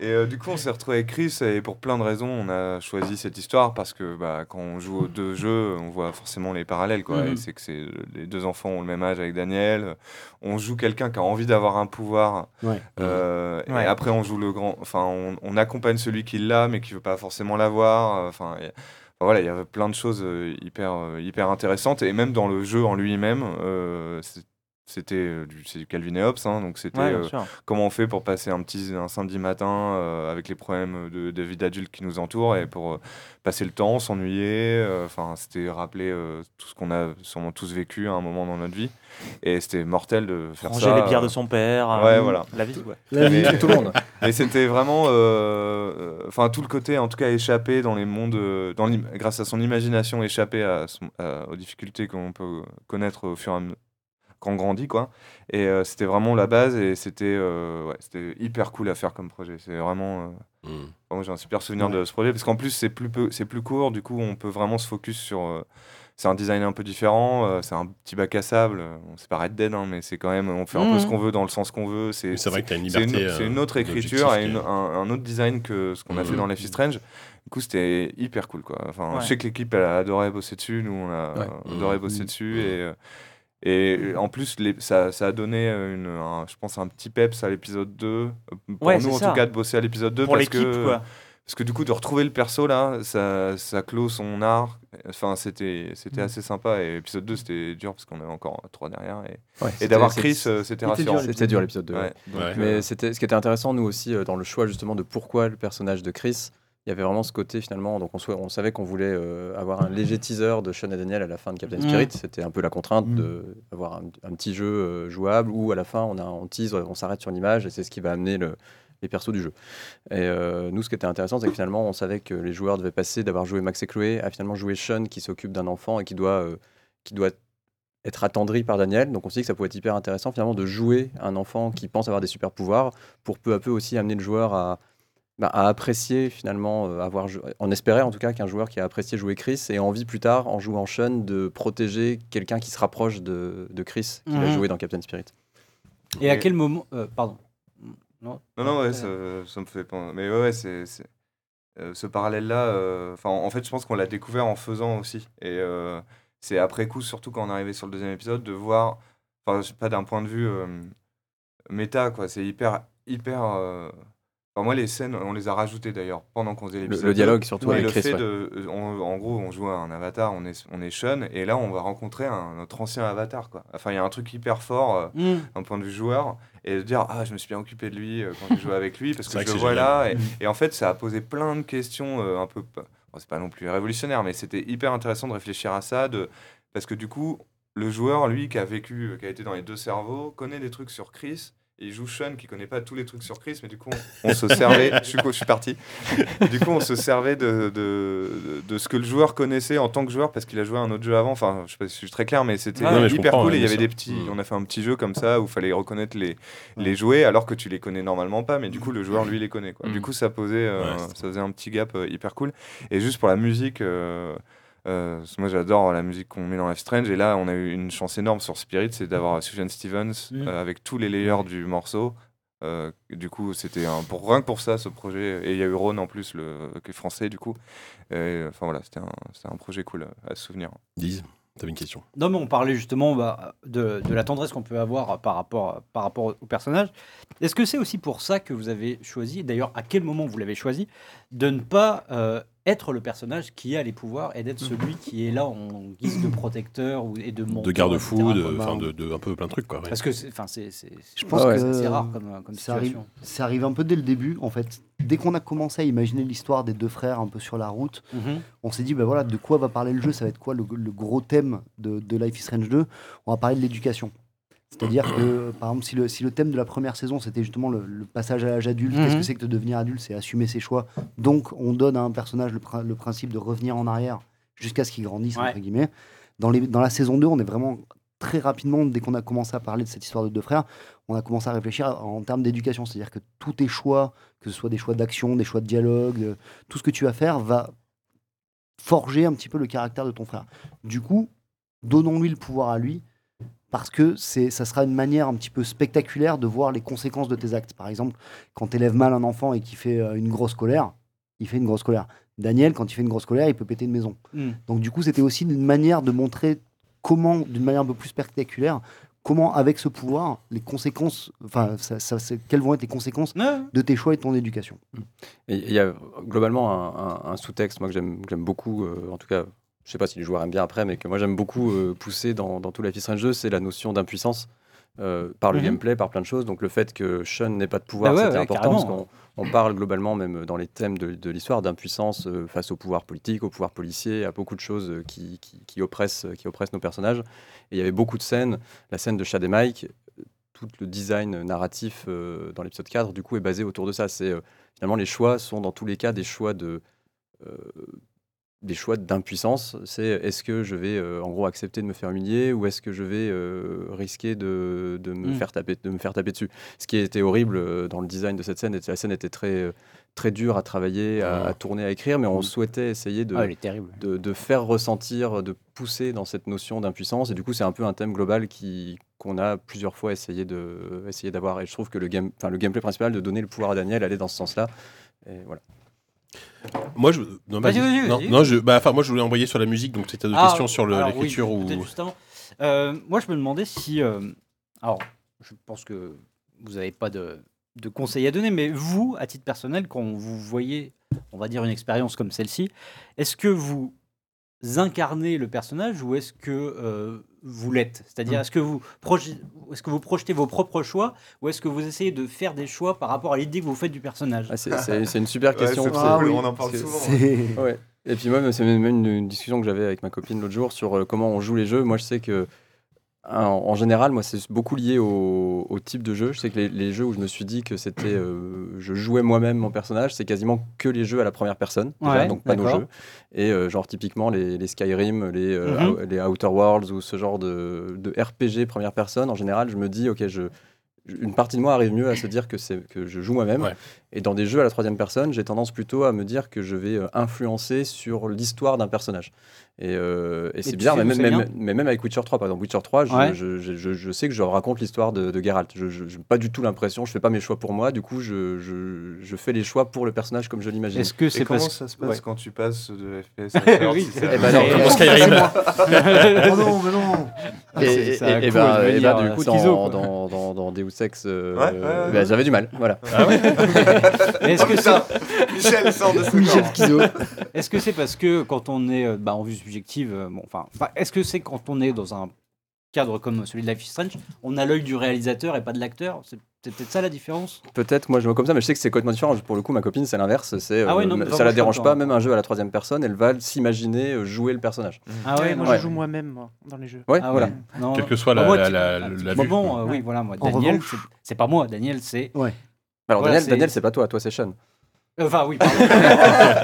[SPEAKER 5] Et euh, du coup, on s'est retrouvé avec Chris et pour plein de raisons, on a choisi cette histoire parce que bah, quand on joue aux deux jeux, on voit forcément les parallèles. Quoi.
[SPEAKER 8] Mhm.
[SPEAKER 5] Et C'est que c'est- les deux enfants ont le même âge avec Daniel. On joue quelqu'un qui a envie d'avoir un pouvoir.
[SPEAKER 3] Ouais.
[SPEAKER 5] Euh,
[SPEAKER 7] Ouais.
[SPEAKER 5] Et après, on joue le grand. Enfin, on, on accompagne celui qui l'a mais qui veut pas forcément l'avoir. euh, Enfin. et- enfin, voilà, il y avait plein de choses euh, hyper, euh, hyper intéressantes. Et même dans le jeu en lui-même, euh, c'est- c'était euh, du, c'est du Calvin et Hobbes. hein, donc c'était
[SPEAKER 7] Ouais, bien
[SPEAKER 5] euh,
[SPEAKER 7] sûr.
[SPEAKER 5] comment on fait pour passer un petit un samedi matin euh, avec les problèmes de, de vie d'adulte qui nous entourent et pour euh, passer le temps, s'ennuyer. euh, Enfin, c'était rappeler euh, tout ce qu'on a sûrement tous vécu à un moment dans notre vie. Et c'était mortel de faire
[SPEAKER 7] Ranger
[SPEAKER 5] ça.
[SPEAKER 7] les bières
[SPEAKER 5] euh,
[SPEAKER 7] de son père,
[SPEAKER 5] Ouais,
[SPEAKER 7] euh,
[SPEAKER 5] voilà.
[SPEAKER 7] la vie, ouais.
[SPEAKER 5] Mais-
[SPEAKER 7] La vie, tout le monde.
[SPEAKER 5] [LAUGHS] Mais c'était vraiment, euh, euh, enfin tout le côté, en tout cas échappé dans les mondes, euh, dans l'im- grâce à son imagination, échappé à son- à- aux difficultés qu'on peut connaître au fur et à mesure qu'on grandit quoi et euh, c'était vraiment la base et c'était euh, ouais, c'était hyper cool à faire comme projet c'est vraiment euh,
[SPEAKER 1] Mm.
[SPEAKER 5] enfin, moi j'ai un super souvenir
[SPEAKER 1] Ouais.
[SPEAKER 5] de ce projet parce qu'en plus c'est plus peu- c'est plus court du coup on peut vraiment se focus sur euh, c'est un design un peu différent euh, c'est un petit bac à sable euh, bon, c'est pas Red Dead hein, mais c'est quand même on fait un peu
[SPEAKER 1] Mhm.
[SPEAKER 5] ce qu'on veut dans le sens qu'on veut c'est
[SPEAKER 1] Oui, c'est vrai que t'as une
[SPEAKER 5] c'est
[SPEAKER 1] liberté,
[SPEAKER 5] c'est une
[SPEAKER 1] euh,
[SPEAKER 5] autre écriture
[SPEAKER 1] d'objectif
[SPEAKER 5] et
[SPEAKER 1] qui
[SPEAKER 5] une-
[SPEAKER 1] est-
[SPEAKER 5] un, un autre design que ce qu'on
[SPEAKER 1] Mhm.
[SPEAKER 5] a
[SPEAKER 7] Mm.
[SPEAKER 5] fait dans Life is Strange du coup c'était hyper cool quoi enfin
[SPEAKER 1] Ouais.
[SPEAKER 5] je sais que l'équipe elle a adoré bosser dessus nous on a
[SPEAKER 1] Ouais.
[SPEAKER 5] euh, adoré
[SPEAKER 1] Mhm.
[SPEAKER 5] bosser dessus et euh, et euh, en plus, les- ça, ça a donné, euh, une, un- je pense, un petit peps à l'épisode 2. euh, Pour
[SPEAKER 7] Ouais, c'est
[SPEAKER 5] nous, en
[SPEAKER 7] ça.
[SPEAKER 5] tout cas, de bosser à l'épisode 2.
[SPEAKER 7] Pour
[SPEAKER 5] parce que-
[SPEAKER 7] l'équipe, quoi.
[SPEAKER 5] Parce que du coup, de retrouver le perso, là, ça, ça clôt son art. Enfin, c'était c'était
[SPEAKER 8] Mm.
[SPEAKER 5] assez sympa. Et l'épisode 2, c'était dur parce qu'on avait encore 3 derrière. Et,
[SPEAKER 8] Ouais,
[SPEAKER 5] et
[SPEAKER 8] c'était-
[SPEAKER 5] d'avoir
[SPEAKER 8] c'est-
[SPEAKER 5] Chris, euh, c'était rassurant.
[SPEAKER 8] C'était dur l'épisode 2.
[SPEAKER 5] Ouais. Donc,
[SPEAKER 8] Mais
[SPEAKER 5] euh,
[SPEAKER 8] c'était ce qui était intéressant, nous aussi, euh, dans le choix justement de pourquoi le personnage de Chris, il y avait vraiment ce côté finalement. Donc on, sou- on savait qu'on voulait euh, avoir un léger teaser de Sean et Daniel à la fin de Captain
[SPEAKER 2] Mm.
[SPEAKER 8] Spirit. C'était un peu la contrainte
[SPEAKER 2] Mm.
[SPEAKER 8] d'avoir un, un petit jeu euh, jouable où à la fin on, a, on tease, on s'arrête sur une image et c'est ce qui va amener le- les persos du jeu. Et euh, nous, ce qui était intéressant, c'est que finalement, on savait que les joueurs devaient passer d'avoir joué Max et Chloé à finalement jouer Sean qui s'occupe d'un enfant et qui doit, euh, qui doit être attendri par Daniel. Donc on s'est dit que ça pouvait être hyper intéressant finalement de jouer un enfant qui pense avoir des super pouvoirs pour peu à peu aussi amener le joueur à, bah, à apprécier finalement, euh, avoir jou- en espérant en tout cas qu'un joueur qui a apprécié jouer Chris ait envie plus tard en jouant Sean de protéger quelqu'un qui se rapproche de, de Chris qu'il a
[SPEAKER 2] Mhm.
[SPEAKER 8] joué dans Captain Spirit.
[SPEAKER 2] Et à
[SPEAKER 5] Et-
[SPEAKER 2] quel moment. euh, pardon. Non,
[SPEAKER 5] Non, non, ouais, ça, ça me fait penser. Mais ouais, ouais, c'est. c'est- euh, ce parallèle-là, euh, enfin, en fait, je pense qu'on l'a découvert en faisant aussi. Et euh, c'est après coup, surtout quand on est arrivé sur le deuxième épisode, de voir, enfin, je sais pas d'un point de vue euh, méta, quoi. C'est hyper, hyper. euh, Enfin, moi, les scènes, on les a rajoutées d'ailleurs pendant qu'on faisait l'épisode.
[SPEAKER 8] le dialogue,
[SPEAKER 5] deux.
[SPEAKER 8] surtout,
[SPEAKER 5] Ouais,
[SPEAKER 8] avec
[SPEAKER 5] le
[SPEAKER 8] Chris,
[SPEAKER 5] fait
[SPEAKER 8] ouais.
[SPEAKER 5] de- euh, on- en gros, on joue à un avatar, on est, on est Sean, et là, on va rencontrer un, notre ancien avatar, quoi. Enfin, il y a un truc hyper fort euh,
[SPEAKER 7] Mm.
[SPEAKER 5] d'un point de vue joueur et de dire ah je me suis bien occupé de lui euh, quand j'ai joué avec lui parce
[SPEAKER 1] C'est
[SPEAKER 5] que
[SPEAKER 1] vrai
[SPEAKER 5] je
[SPEAKER 1] que
[SPEAKER 5] le
[SPEAKER 1] c'est
[SPEAKER 5] vois là
[SPEAKER 1] génial.
[SPEAKER 5] et, et en fait ça a posé plein de questions euh, un peu p- bon, c'est pas non plus révolutionnaire mais c'était hyper intéressant de réfléchir à ça de parce que du coup le joueur lui qui a vécu euh, qui a été dans les deux cerveaux connaît des trucs sur Chris et il joue Sean qui connaît pas tous les trucs sur Chris mais du coup on, on se
[SPEAKER 1] [LAUGHS]
[SPEAKER 5] servait je suis co- je suis parti du coup on se servait de, de, de ce que le joueur connaissait en tant que joueur parce qu'il a joué à un autre jeu avant enfin je sais pas si je suis très clair mais c'était
[SPEAKER 1] Ouais, mais je
[SPEAKER 5] hyper
[SPEAKER 1] comprends,
[SPEAKER 5] cool et
[SPEAKER 1] ouais,
[SPEAKER 5] il y avait
[SPEAKER 1] bien
[SPEAKER 5] des
[SPEAKER 1] sûr.
[SPEAKER 5] petits on a fait un petit jeu comme ça où il fallait reconnaître les, les jouets alors que tu les connais normalement pas, mais du coup le joueur lui les connaît.
[SPEAKER 1] Mm.
[SPEAKER 5] Quoi. Du coup ça posait, euh, ça faisait un petit gap euh, hyper cool. Et juste pour la musique, euh, euh, parce que moi j'adore la musique qu'on met dans Life is Strange et là on a eu une chance énorme sur Spirit, c'est d'avoir Sufjan Stevens
[SPEAKER 1] Mm.
[SPEAKER 5] euh, avec tous les layers du morceau. Euh, du coup, c'était un pour rien que pour ça ce projet. Et il y a eu Ron en plus, le qui est français du coup. Et, Enfin voilà, c'était un, c'était un projet cool euh, à se souvenir.
[SPEAKER 1] Lise, t'avais une question.
[SPEAKER 2] Non, mais on parlait justement bah, de, de la tendresse qu'on peut avoir par rapport, par rapport au personnage. Est-ce que c'est aussi pour ça que vous avez choisi, d'ailleurs à quel moment vous l'avez choisi, de ne pas euh, être le personnage qui a les pouvoirs et d'être
[SPEAKER 3] Mhm.
[SPEAKER 2] celui qui est là en, en guise de protecteur ou, et de mentor,
[SPEAKER 1] De garde-fou,
[SPEAKER 2] etc.,
[SPEAKER 1] de,
[SPEAKER 2] quoi.
[SPEAKER 1] enfin, de- de- un peu plein de trucs, quoi. ouais.
[SPEAKER 2] Parce que c'est- enfin, c'est c'est-
[SPEAKER 3] Je pense
[SPEAKER 2] c'est-
[SPEAKER 3] que
[SPEAKER 2] c'est rare comme, comme
[SPEAKER 3] Ah ça arrive,
[SPEAKER 2] situation.
[SPEAKER 3] ça arrive un peu dès le début, en fait. Dès qu'on a commencé à imaginer l'histoire des deux frères un peu sur la route,
[SPEAKER 2] Mhm.
[SPEAKER 3] on s'est dit, ben voilà, de quoi va parler le jeu Ça va être quoi le, le gros thème de, de Life is Strange 2 On va parler de l'éducation. C'est-à-dire que, par exemple, si le, si le thème de la première saison, c'était justement le, le passage à l'âge adulte, qu'est-ce
[SPEAKER 2] Mhm.
[SPEAKER 3] que c'est que de devenir adulte C'est assumer ses choix. Donc, on donne à un personnage le, prin- le principe de revenir en arrière jusqu'à ce qu'il grandisse, entre guillemets. Dans, les, dans la saison 2, on est vraiment très rapidement, dès qu'on a commencé à parler de cette histoire de deux frères, on a commencé à réfléchir à- en termes d'éducation. C'est-à-dire que tous tes choix, que ce soit des choix d'action, des choix de dialogue, de- tout ce que tu vas faire va forger un petit peu le caractère de ton frère. Du coup, donnons-lui le pouvoir à lui, parce que c'est, ça sera une manière un petit peu spectaculaire de voir les conséquences de tes actes. Par exemple, quand tu élèves mal un enfant et qu'il fait euh, une grosse colère, il fait une grosse colère. Daniel, quand il fait une grosse colère, il peut péter une maison.
[SPEAKER 5] Hmm.
[SPEAKER 2] Mm.
[SPEAKER 3] Donc du coup, c'était aussi une manière de montrer comment, d'une manière un peu plus spectaculaire, comment avec ce pouvoir, les conséquences, enfin, ça, ça- c'est- quelles vont être les conséquences de tes choix et de ton éducation.
[SPEAKER 8] Et il y a globalement un, un- un sous-texte, moi, que j'aime que j'aime beaucoup, euh, en tout cas, je sais pas si les joueurs aiment bien après, mais que moi, j'aime beaucoup euh, pousser dans, dans tout la is Strange 2, c'est la notion d'impuissance. euh, par le
[SPEAKER 2] Mhm.
[SPEAKER 8] gameplay, par plein de choses. Donc le fait que Sean n'ait pas de pouvoir,
[SPEAKER 2] Bah ouais,
[SPEAKER 8] c'était
[SPEAKER 2] ouais,
[SPEAKER 8] important
[SPEAKER 2] carrément.
[SPEAKER 8] parce qu'on on parle globalement, même dans les thèmes de, de l'histoire, d'impuissance euh, face au pouvoir politique, au pouvoir policier, à beaucoup de choses euh, qui, qui- qui oppressent, euh, qui oppressent nos personnages. Et il y avait beaucoup de scènes. La scène de Chad et Mike, euh, tout le design narratif euh, dans l'épisode 4, du coup, est basé autour de ça. C'est euh, finalement les choix sont dans tous les cas des choix de euh, des choix d'impuissance. C'est est-ce que je vais euh, en gros accepter de me faire humilier ou est-ce que je vais euh, risquer de, de me
[SPEAKER 2] Mm.
[SPEAKER 8] faire taper de me faire taper dessus. Ce qui était horrible euh, dans le design de cette scène, et la scène était très euh, très dure à travailler, à, à tourner, à écrire, mais on souhaitait essayer de
[SPEAKER 6] Mm. Ah, elle est terrible.
[SPEAKER 8] de, de faire ressentir, de pousser dans cette notion d'impuissance. Et du coup, c'est un peu un thème global qui qu'on a plusieurs fois essayé de essayé d'avoir. Et je trouve que le game, enfin le gameplay principal de donner le pouvoir à Daniel allait dans ce sens-là. Et voilà.
[SPEAKER 1] Moi, je. Non,
[SPEAKER 8] Vas-y,
[SPEAKER 1] vas-y.
[SPEAKER 8] vas-y,
[SPEAKER 1] Non,
[SPEAKER 8] vas-y.
[SPEAKER 1] non, je. Bah, enfin, moi, je voulais embrayer sur la musique, donc c'était deux
[SPEAKER 2] Ah,
[SPEAKER 1] questions sur le-
[SPEAKER 2] alors oui,
[SPEAKER 1] l'écriture
[SPEAKER 2] peut-être
[SPEAKER 1] ou.
[SPEAKER 2] juste avant. Euh, moi, je me demandais si. euh, alors, je pense que vous n'avez pas de, de conseils à donner, mais vous, à titre personnel, quand vous voyez, on va dire, une expérience comme celle-ci, est-ce que vous incarnez le personnage ou est-ce que euh, vous l'êtes C'est-à-dire,
[SPEAKER 1] Mm.
[SPEAKER 2] est-ce que, vous proje- est-ce que vous projetez vos propres choix ou est-ce que vous essayez de faire des choix par rapport à l'idée que vous faites du personnage
[SPEAKER 8] Ah, c'est- c'est c'est une super
[SPEAKER 5] [LAUGHS] Ouais,
[SPEAKER 8] question.
[SPEAKER 5] c'est
[SPEAKER 8] parce
[SPEAKER 5] cool,
[SPEAKER 8] que-
[SPEAKER 5] on en
[SPEAKER 8] parce
[SPEAKER 5] parle
[SPEAKER 8] que
[SPEAKER 5] souvent,
[SPEAKER 8] c'est-
[SPEAKER 5] ouais.
[SPEAKER 8] [LAUGHS] Ouais. Et puis moi, c'est même une, une discussion que j'avais avec ma copine l'autre jour sur euh, comment on joue les jeux. Moi, je sais que en, en général, moi, c'est beaucoup lié au, au type de jeu. Je sais que les, les jeux où je me suis dit que c'était, euh, je jouais moi-même mon personnage, c'est quasiment que les jeux à la première personne, déjà,
[SPEAKER 2] Ouais,
[SPEAKER 8] donc pas nos
[SPEAKER 2] d'accord.
[SPEAKER 8] jeux. Et euh, genre typiquement les, les Skyrim, les, euh,
[SPEAKER 2] Mhm.
[SPEAKER 8] Ou- les Outer Worlds ou ce genre de, de RPG première personne, en général, je me dis, ok, je, je- une partie de moi arrive mieux à se dire que, c'est, que je joue moi-même. Et dans des jeux à la troisième personne, j'ai tendance plutôt à me dire que je vais euh, influencer sur l'histoire d'un personnage. Et, euh, et c'est
[SPEAKER 2] tu
[SPEAKER 8] bizarre,
[SPEAKER 2] sais
[SPEAKER 8] mais
[SPEAKER 2] d'où
[SPEAKER 8] même,
[SPEAKER 2] ça
[SPEAKER 8] même-
[SPEAKER 2] vient
[SPEAKER 8] mais même avec Witcher 3, par exemple, Witcher 3, je,
[SPEAKER 2] Ouais.
[SPEAKER 8] je- je- je- je sais que je raconte l'histoire de, de Geralt. Je n'ai pas du tout l'impression, je fais pas mes choix pour moi, du coup, je, je- je fais les choix pour le personnage comme je l'imagine.
[SPEAKER 5] Et comment ça se passe
[SPEAKER 8] Ouais.
[SPEAKER 5] quand tu passes
[SPEAKER 8] [LAUGHS]
[SPEAKER 5] de FPS à Fallout,
[SPEAKER 8] Oui,
[SPEAKER 5] si ça-
[SPEAKER 8] eh ben non, Dans Skyrim. [LAUGHS] Ah,
[SPEAKER 2] Ah
[SPEAKER 3] Oh non, mais
[SPEAKER 5] [LAUGHS]
[SPEAKER 3] non
[SPEAKER 8] Et,
[SPEAKER 3] C'est-
[SPEAKER 8] et-
[SPEAKER 3] ça a
[SPEAKER 8] et- et
[SPEAKER 3] cool,
[SPEAKER 8] ben-
[SPEAKER 3] je
[SPEAKER 5] euh,
[SPEAKER 3] veux
[SPEAKER 8] et ben,
[SPEAKER 3] dire,
[SPEAKER 8] du coup,
[SPEAKER 3] schizo,
[SPEAKER 8] dans,
[SPEAKER 3] quoi.
[SPEAKER 8] dans, dans, dans Deus Ex, euh,
[SPEAKER 5] Ouais, ouais, ouais,
[SPEAKER 8] ben,
[SPEAKER 5] ouais.
[SPEAKER 8] j'avais du mal. Voilà. [LAUGHS]
[SPEAKER 5] Ah [LAUGHS] ouais
[SPEAKER 2] Mais est-ce
[SPEAKER 5] Oh
[SPEAKER 2] que
[SPEAKER 5] putain,
[SPEAKER 2] c'est-
[SPEAKER 5] Michel sort de ce Michel corps. Schizo.
[SPEAKER 2] [LAUGHS] Est-ce que c'est parce que quand on est euh, bah, en vue subjective, euh, bon, enfin, enfin, est-ce que c'est quand on est dans un cadre comme celui de Life is Strange, on a l'œil du réalisateur et pas de l'acteur C'est c'est peut-être ça la différence
[SPEAKER 8] Peut-être, moi je vois comme ça, mais je sais que c'est complètement différent. Pour le coup, ma copine, c'est l'inverse. C'est,
[SPEAKER 2] Ah ouais,
[SPEAKER 8] euh,
[SPEAKER 2] non, mais
[SPEAKER 8] ça
[SPEAKER 2] moi,
[SPEAKER 8] la
[SPEAKER 2] je
[SPEAKER 8] dérange
[SPEAKER 2] comprends.
[SPEAKER 8] pas, même un jeu à la troisième personne, elle va s'imaginer euh, jouer le personnage.
[SPEAKER 2] Ah ouais,
[SPEAKER 4] moi
[SPEAKER 8] Ouais.
[SPEAKER 4] je joue moi-même moi, dans les jeux.
[SPEAKER 8] Ouais, Ah
[SPEAKER 2] Ah, voilà. Non, non. Bah, moi, tu- à tout moment, euh, oui, voilà, moi,
[SPEAKER 8] En
[SPEAKER 2] Daniel,
[SPEAKER 8] revanche-
[SPEAKER 2] c'est- c'est pas moi, Daniel, c'est.
[SPEAKER 8] Bah, Alors
[SPEAKER 2] Voilà,
[SPEAKER 8] Daniel, Daniel, c'est pas toi, toi c'est Sean.
[SPEAKER 2] Euh, Enfin, oui, [LAUGHS]
[SPEAKER 8] [LAUGHS]
[SPEAKER 2] pardon.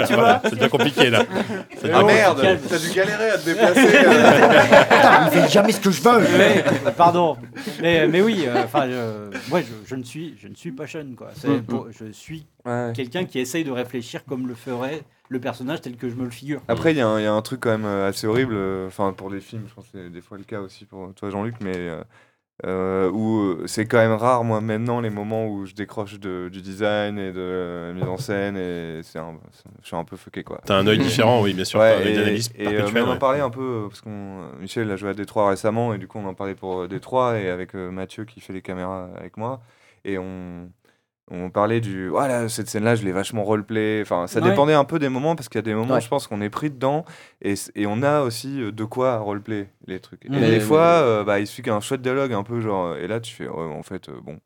[SPEAKER 2] Tu vois
[SPEAKER 1] c'est bien compliqué, là.
[SPEAKER 2] [LAUGHS] C'est Ah, bon, merde, calme.
[SPEAKER 5] t'as dû galérer à te
[SPEAKER 2] déplacer, [LAUGHS] euh.
[SPEAKER 3] Putain, il fait jamais ce que je veux.
[SPEAKER 2] Mais, pardon. Mais, mais oui, euh, enfin, euh, moi, je, je ne suis, je ne suis pas Sean, quoi. C'est
[SPEAKER 8] Mm.
[SPEAKER 2] pour- je suis
[SPEAKER 5] Ouais.
[SPEAKER 2] quelqu'un qui essaye de réfléchir comme le ferait le personnage tel que je me le figure.
[SPEAKER 5] Après, il y, a un- il y a un truc quand même euh, assez horrible, euh, enfin pour les films, je pense que c'est des fois le cas aussi pour toi Jean-Luc, mais euh, euh, où euh, c'est quand même rare, moi maintenant, les moments où je décroche de- du design et de la mise en scène, et c'est un- c'est- je suis un peu fucké quoi.
[SPEAKER 1] T'as un œil différent, Oh oui, bien sûr,
[SPEAKER 5] Ouais,
[SPEAKER 1] avec
[SPEAKER 5] et-
[SPEAKER 1] des analyses
[SPEAKER 5] Et euh,
[SPEAKER 1] perpétuelles,
[SPEAKER 5] même en
[SPEAKER 1] ouais.
[SPEAKER 5] parler un peu, euh, parce que Michel a joué à Détroit récemment, et du coup on en parlait pour euh, Détroit, et avec euh, Mathieu qui fait les caméras avec moi, et on On parlait du. Voilà, cette scène-là, je l'ai vachement roleplay. Enfin, ça
[SPEAKER 7] Ouais.
[SPEAKER 5] dépendait un peu des moments, parce qu'il y a des moments,
[SPEAKER 7] Ouais.
[SPEAKER 5] je pense, qu'on est pris dedans et, s- et on a aussi euh, de quoi roleplay les trucs. Et
[SPEAKER 8] Mais-
[SPEAKER 5] des
[SPEAKER 8] mais-
[SPEAKER 5] fois, euh, bah, il suffit qu'un chouette dialogue, un peu genre. Et là, tu fais, ouais, en fait, euh, bon.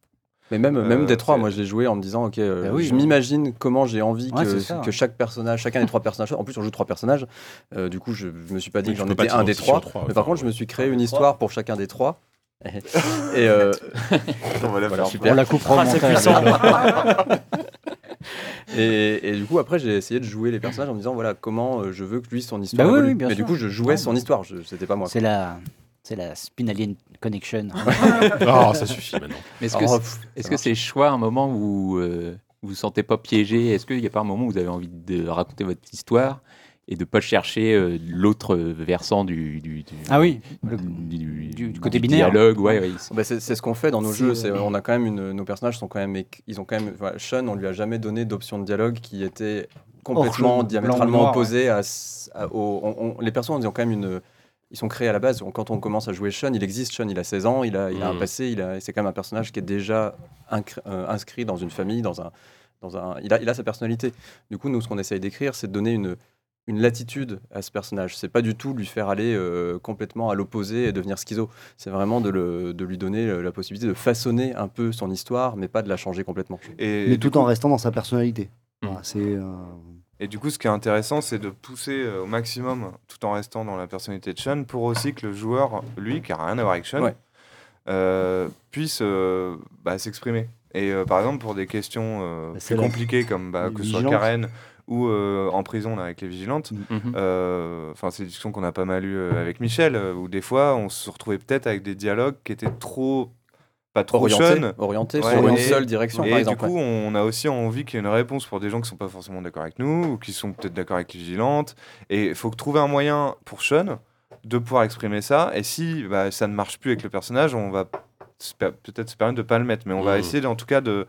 [SPEAKER 8] Mais même,
[SPEAKER 5] Euh,
[SPEAKER 8] même Détroit,
[SPEAKER 5] c'est-
[SPEAKER 8] moi je l'ai joué en me disant, ok, euh,
[SPEAKER 5] Bah
[SPEAKER 7] Ah
[SPEAKER 5] oui.
[SPEAKER 8] je m'imagine comment j'ai envie
[SPEAKER 5] Ouais, c'est ça.
[SPEAKER 8] que, que chaque personnage, chacun des trois personnages, en plus on joue trois personnages, euh, du coup je, je me suis pas dit
[SPEAKER 5] Oui,
[SPEAKER 8] que
[SPEAKER 5] tu
[SPEAKER 8] j'en
[SPEAKER 5] peux pas
[SPEAKER 8] étais un des
[SPEAKER 5] t'identifier aux
[SPEAKER 8] trois,
[SPEAKER 5] trois,
[SPEAKER 8] mais
[SPEAKER 5] enfin,
[SPEAKER 8] par contre je me suis créé une histoire pour chacun des trois. [LAUGHS] Et
[SPEAKER 5] [LAUGHS]
[SPEAKER 8] euh,
[SPEAKER 5] On va la
[SPEAKER 8] voilà,
[SPEAKER 5] faire.
[SPEAKER 8] super.
[SPEAKER 5] On la coupera au Ah, c'est montage. puissant.
[SPEAKER 8] [LAUGHS] et, et du coup après j'ai essayé de jouer les personnages en me disant voilà comment euh, je veux que lui son histoire
[SPEAKER 5] Bah
[SPEAKER 2] oui,
[SPEAKER 8] évolue.
[SPEAKER 2] oui, bien
[SPEAKER 8] mais du
[SPEAKER 2] sûr.
[SPEAKER 8] coup je jouais son histoire je- c'était pas moi
[SPEAKER 2] C'est la, c'est la Spinalian Connection.
[SPEAKER 6] Oh,
[SPEAKER 2] Ah,
[SPEAKER 6] [LAUGHS] Mais est-ce que
[SPEAKER 8] Oh,
[SPEAKER 6] c'est-
[SPEAKER 8] pff,
[SPEAKER 6] est-ce
[SPEAKER 8] ça
[SPEAKER 6] que c'est choix un moment où euh, vous vous sentez pas piégé Est-ce qu'il n'y a pas un moment où vous avez envie de raconter votre histoire et de pas chercher euh, l'autre versant du, du, du-
[SPEAKER 2] Ah oui,
[SPEAKER 6] du,
[SPEAKER 8] mm.
[SPEAKER 6] du- du dialogue
[SPEAKER 8] dialogue,
[SPEAKER 6] ouais, ouais.
[SPEAKER 8] Bah, c'est c'est ce qu'on fait dans nos
[SPEAKER 6] C'est- euh,
[SPEAKER 8] jeux. c'est- On a quand même une, nos personnages sont quand même, éc- ils ont quand même. voilà, Sean, on lui a jamais donné d'option de dialogue qui était
[SPEAKER 2] Or,
[SPEAKER 8] complètement
[SPEAKER 2] blanc,
[SPEAKER 8] diamétralement
[SPEAKER 2] noir,
[SPEAKER 8] opposée à, s- à- au- on- on- les personnages. Ils ont quand même une. Ils sont créés à la base. Quand on commence à jouer Sean, il existe. Sean, il a 16 ans, il a, il a un
[SPEAKER 6] Mm.
[SPEAKER 8] passé. Il a, c'est quand même un personnage qui est déjà incr- euh, inscrit dans une famille, dans un, dans un. Il a, il a sa personnalité. Du coup, nous, ce qu'on essaye d'écrire, c'est de donner une une latitude à ce personnage. C'est pas du tout lui faire aller euh, complètement à l'opposé et devenir schizo. C'est vraiment de, le- de lui donner euh, la possibilité de façonner un peu son histoire, mais pas de la changer complètement.
[SPEAKER 5] Et
[SPEAKER 3] mais
[SPEAKER 5] du
[SPEAKER 3] tout en restant dans sa personnalité. Voilà, c'est. euh,
[SPEAKER 5] Et du coup, ce qui est intéressant, c'est de pousser euh, au maximum, tout en restant dans la personnalité de Sean, pour aussi que le joueur, lui, qui a rien à voir avec Sean,
[SPEAKER 8] Ouais.
[SPEAKER 5] euh, puisse euh, bah, s'exprimer. Et euh, par exemple, pour des questions euh,
[SPEAKER 8] Bah, c'est
[SPEAKER 5] plus
[SPEAKER 8] la-
[SPEAKER 5] compliquées, comme bah,
[SPEAKER 8] les
[SPEAKER 5] que ce soit
[SPEAKER 8] vigilantes.
[SPEAKER 5] Karen ou euh, en prison là, avec les vigilantes,
[SPEAKER 8] Mm-hmm.
[SPEAKER 5] euh, enfin, c'est des discussions qu'on a pas mal eues euh, avec Michel, euh, où des fois, on se retrouvait peut-être avec des dialogues qui étaient trop. Pas trop
[SPEAKER 8] Orientés-
[SPEAKER 5] Sean.
[SPEAKER 8] orientés sur une seule direction,
[SPEAKER 5] et
[SPEAKER 8] par
[SPEAKER 5] du
[SPEAKER 8] exemple,
[SPEAKER 5] coup, on a aussi envie qu'il y ait une réponse pour des gens qui sont pas forcément d'accord avec nous ou qui sont peut-être d'accord avec les vigilantes. Et il faut que trouver un moyen pour Sean de pouvoir exprimer ça. Et si bah, ça ne marche plus avec le personnage, on va se per- peut-être se permettre de pas le mettre. Mais on va
[SPEAKER 8] Mhm.
[SPEAKER 5] essayer en tout cas de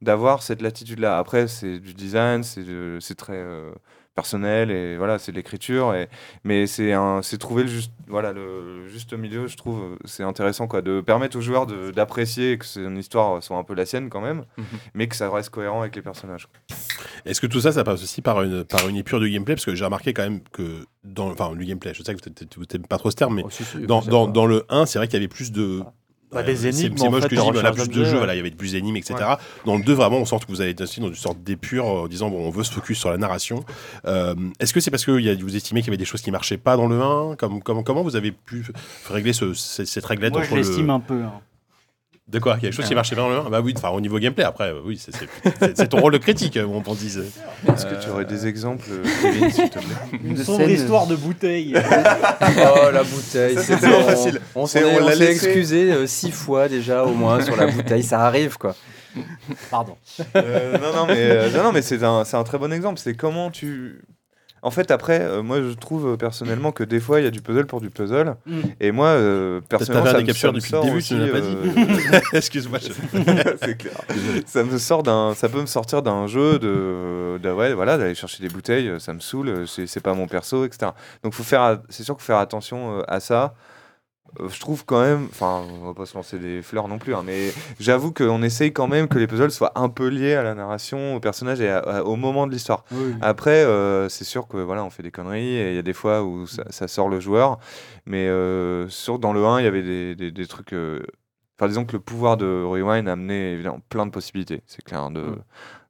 [SPEAKER 5] d'avoir cette latitude-là. Après, c'est du design, c'est de- c'est très euh, personnel et voilà, c'est de l'écriture. Et mais c'est un, c'est trouver le juste, voilà, le, le juste milieu. Je trouve, euh, c'est intéressant quoi, de permettre aux joueurs de- d'apprécier que son histoire soit un peu la sienne quand même, mais que ça reste cohérent avec les personnages.
[SPEAKER 1] Est-ce que tout ça, ça passe aussi par une, par une épure de gameplay Parce que j'ai remarqué quand même que dans. Enfin, du gameplay, je sais que peut-être- vous n'aimez pas trop ce terme, mais dans,
[SPEAKER 7] c'est
[SPEAKER 1] dans, dans le 1, c'est vrai qu'il y avait plus de.
[SPEAKER 7] Bah,
[SPEAKER 1] euh,
[SPEAKER 7] des
[SPEAKER 1] c'est-
[SPEAKER 7] énigmes,
[SPEAKER 1] C'est
[SPEAKER 7] en
[SPEAKER 1] moche
[SPEAKER 7] fait,
[SPEAKER 1] que
[SPEAKER 7] de
[SPEAKER 1] je dis, mais voilà,
[SPEAKER 7] recherche
[SPEAKER 1] plus
[SPEAKER 7] de
[SPEAKER 1] de
[SPEAKER 7] jeu,
[SPEAKER 1] jeux,
[SPEAKER 7] ouais.
[SPEAKER 1] voilà, il y avait plus d'énigmes, etc. Dans le 2, vraiment, on sent que vous avez été aussi dans une sorte d'épure euh, en disant, bon, on veut se focus sur la narration. Euh, Est-ce que c'est parce que il y a- vous estimez qu'il y avait des choses qui marchaient pas dans le 1 comme, comme- Comment vous avez pu régler ce, cette cette réglette
[SPEAKER 2] Moi,
[SPEAKER 1] entre
[SPEAKER 2] je
[SPEAKER 1] le-
[SPEAKER 2] l'estime un peu. hein.
[SPEAKER 1] de quoi Quelque
[SPEAKER 8] Ah.
[SPEAKER 1] chose qui marchait bien dans le 1 Bah oui, enfin au niveau gameplay, après, euh, oui, c'est- c'est- c'est c'est ton rôle de critique, euh, on pense. Est-ce
[SPEAKER 5] que tu aurais des exemples, euh,
[SPEAKER 1] [LAUGHS]
[SPEAKER 5] Kevin, s'il te plaît
[SPEAKER 2] Une sombre histoire de bouteille.
[SPEAKER 1] Ah,
[SPEAKER 8] Oh la bouteille,
[SPEAKER 2] Ça,
[SPEAKER 8] c'est
[SPEAKER 2] c'est
[SPEAKER 8] bon.
[SPEAKER 2] facile.
[SPEAKER 8] On
[SPEAKER 2] C'est-
[SPEAKER 8] s'est
[SPEAKER 2] on
[SPEAKER 8] on
[SPEAKER 2] l'a
[SPEAKER 8] s'est
[SPEAKER 2] laissé.
[SPEAKER 8] excusé euh, six fois déjà
[SPEAKER 2] [LAUGHS]
[SPEAKER 8] au moins
[SPEAKER 5] [LAUGHS]
[SPEAKER 8] sur la bouteille, ça arrive quoi.
[SPEAKER 2] Pardon.
[SPEAKER 5] Euh, non, non, mais, euh, non, non, mais c'est un, c'est un très bon exemple. C'est comment tu. En fait, après, euh, moi, je trouve euh, personnellement que des fois, il y a du puzzle pour du puzzle.
[SPEAKER 1] Mm.
[SPEAKER 5] Et moi, euh, personnellement,
[SPEAKER 1] t'avais
[SPEAKER 5] ça
[SPEAKER 1] un
[SPEAKER 5] me-
[SPEAKER 1] décapteur
[SPEAKER 5] ça me
[SPEAKER 1] depuis le
[SPEAKER 5] sort
[SPEAKER 1] début, tu
[SPEAKER 5] aussi,
[SPEAKER 1] l'as pas
[SPEAKER 5] euh,
[SPEAKER 1] dit. [LAUGHS] Excuse-moi, je-
[SPEAKER 5] [LAUGHS] c'est clair. Ça me sort d'un, ça peut me sortir d'un jeu de, de- ouais, voilà, d'aller chercher des bouteilles. euh, Ça me saoule. euh, C'est, c'est pas mon perso, etc. Donc, faut faire, a- c'est sûr qu'il faut faire attention euh, à ça. Euh, je trouve quand même, enfin, on va pas se lancer des fleurs non plus, hein, mais j'avoue qu'on essaye quand même que les puzzles soient un peu liés à la narration, au personnage et à- à- au moment de l'histoire. Après, euh, c'est sûr que voilà, on fait des conneries et il y a des fois où ça, ça sort le joueur, mais euh, sur dans le 1, il y avait des, des- des trucs. euh, Enfin, disons que le pouvoir de Rewind amenait évidemment plein de possibilités, c'est clair, de,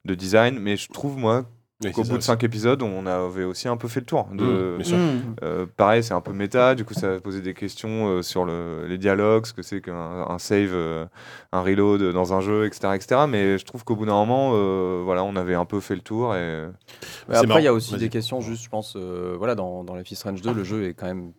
[SPEAKER 5] de design, mais je trouve, moi,
[SPEAKER 1] Oui,
[SPEAKER 5] qu'au
[SPEAKER 1] Mm. c'est
[SPEAKER 5] bout
[SPEAKER 1] ça
[SPEAKER 5] de 5 épisodes, on avait aussi un peu fait le tour. De,
[SPEAKER 1] Mm, bien sûr. Mm.
[SPEAKER 5] euh, pareil, c'est un peu méta, du coup ça va poser des questions euh, sur le- les dialogues, ce que c'est qu'un un save, euh, un reload dans un jeu, etc. etc. mais je trouve qu'au bout d'un moment, euh, voilà, on avait un peu fait le tour. Et...
[SPEAKER 8] Mais après, il y a aussi des questions, juste, je pense, euh, voilà, dans, dans Life is Strange 2, le jeu est quand même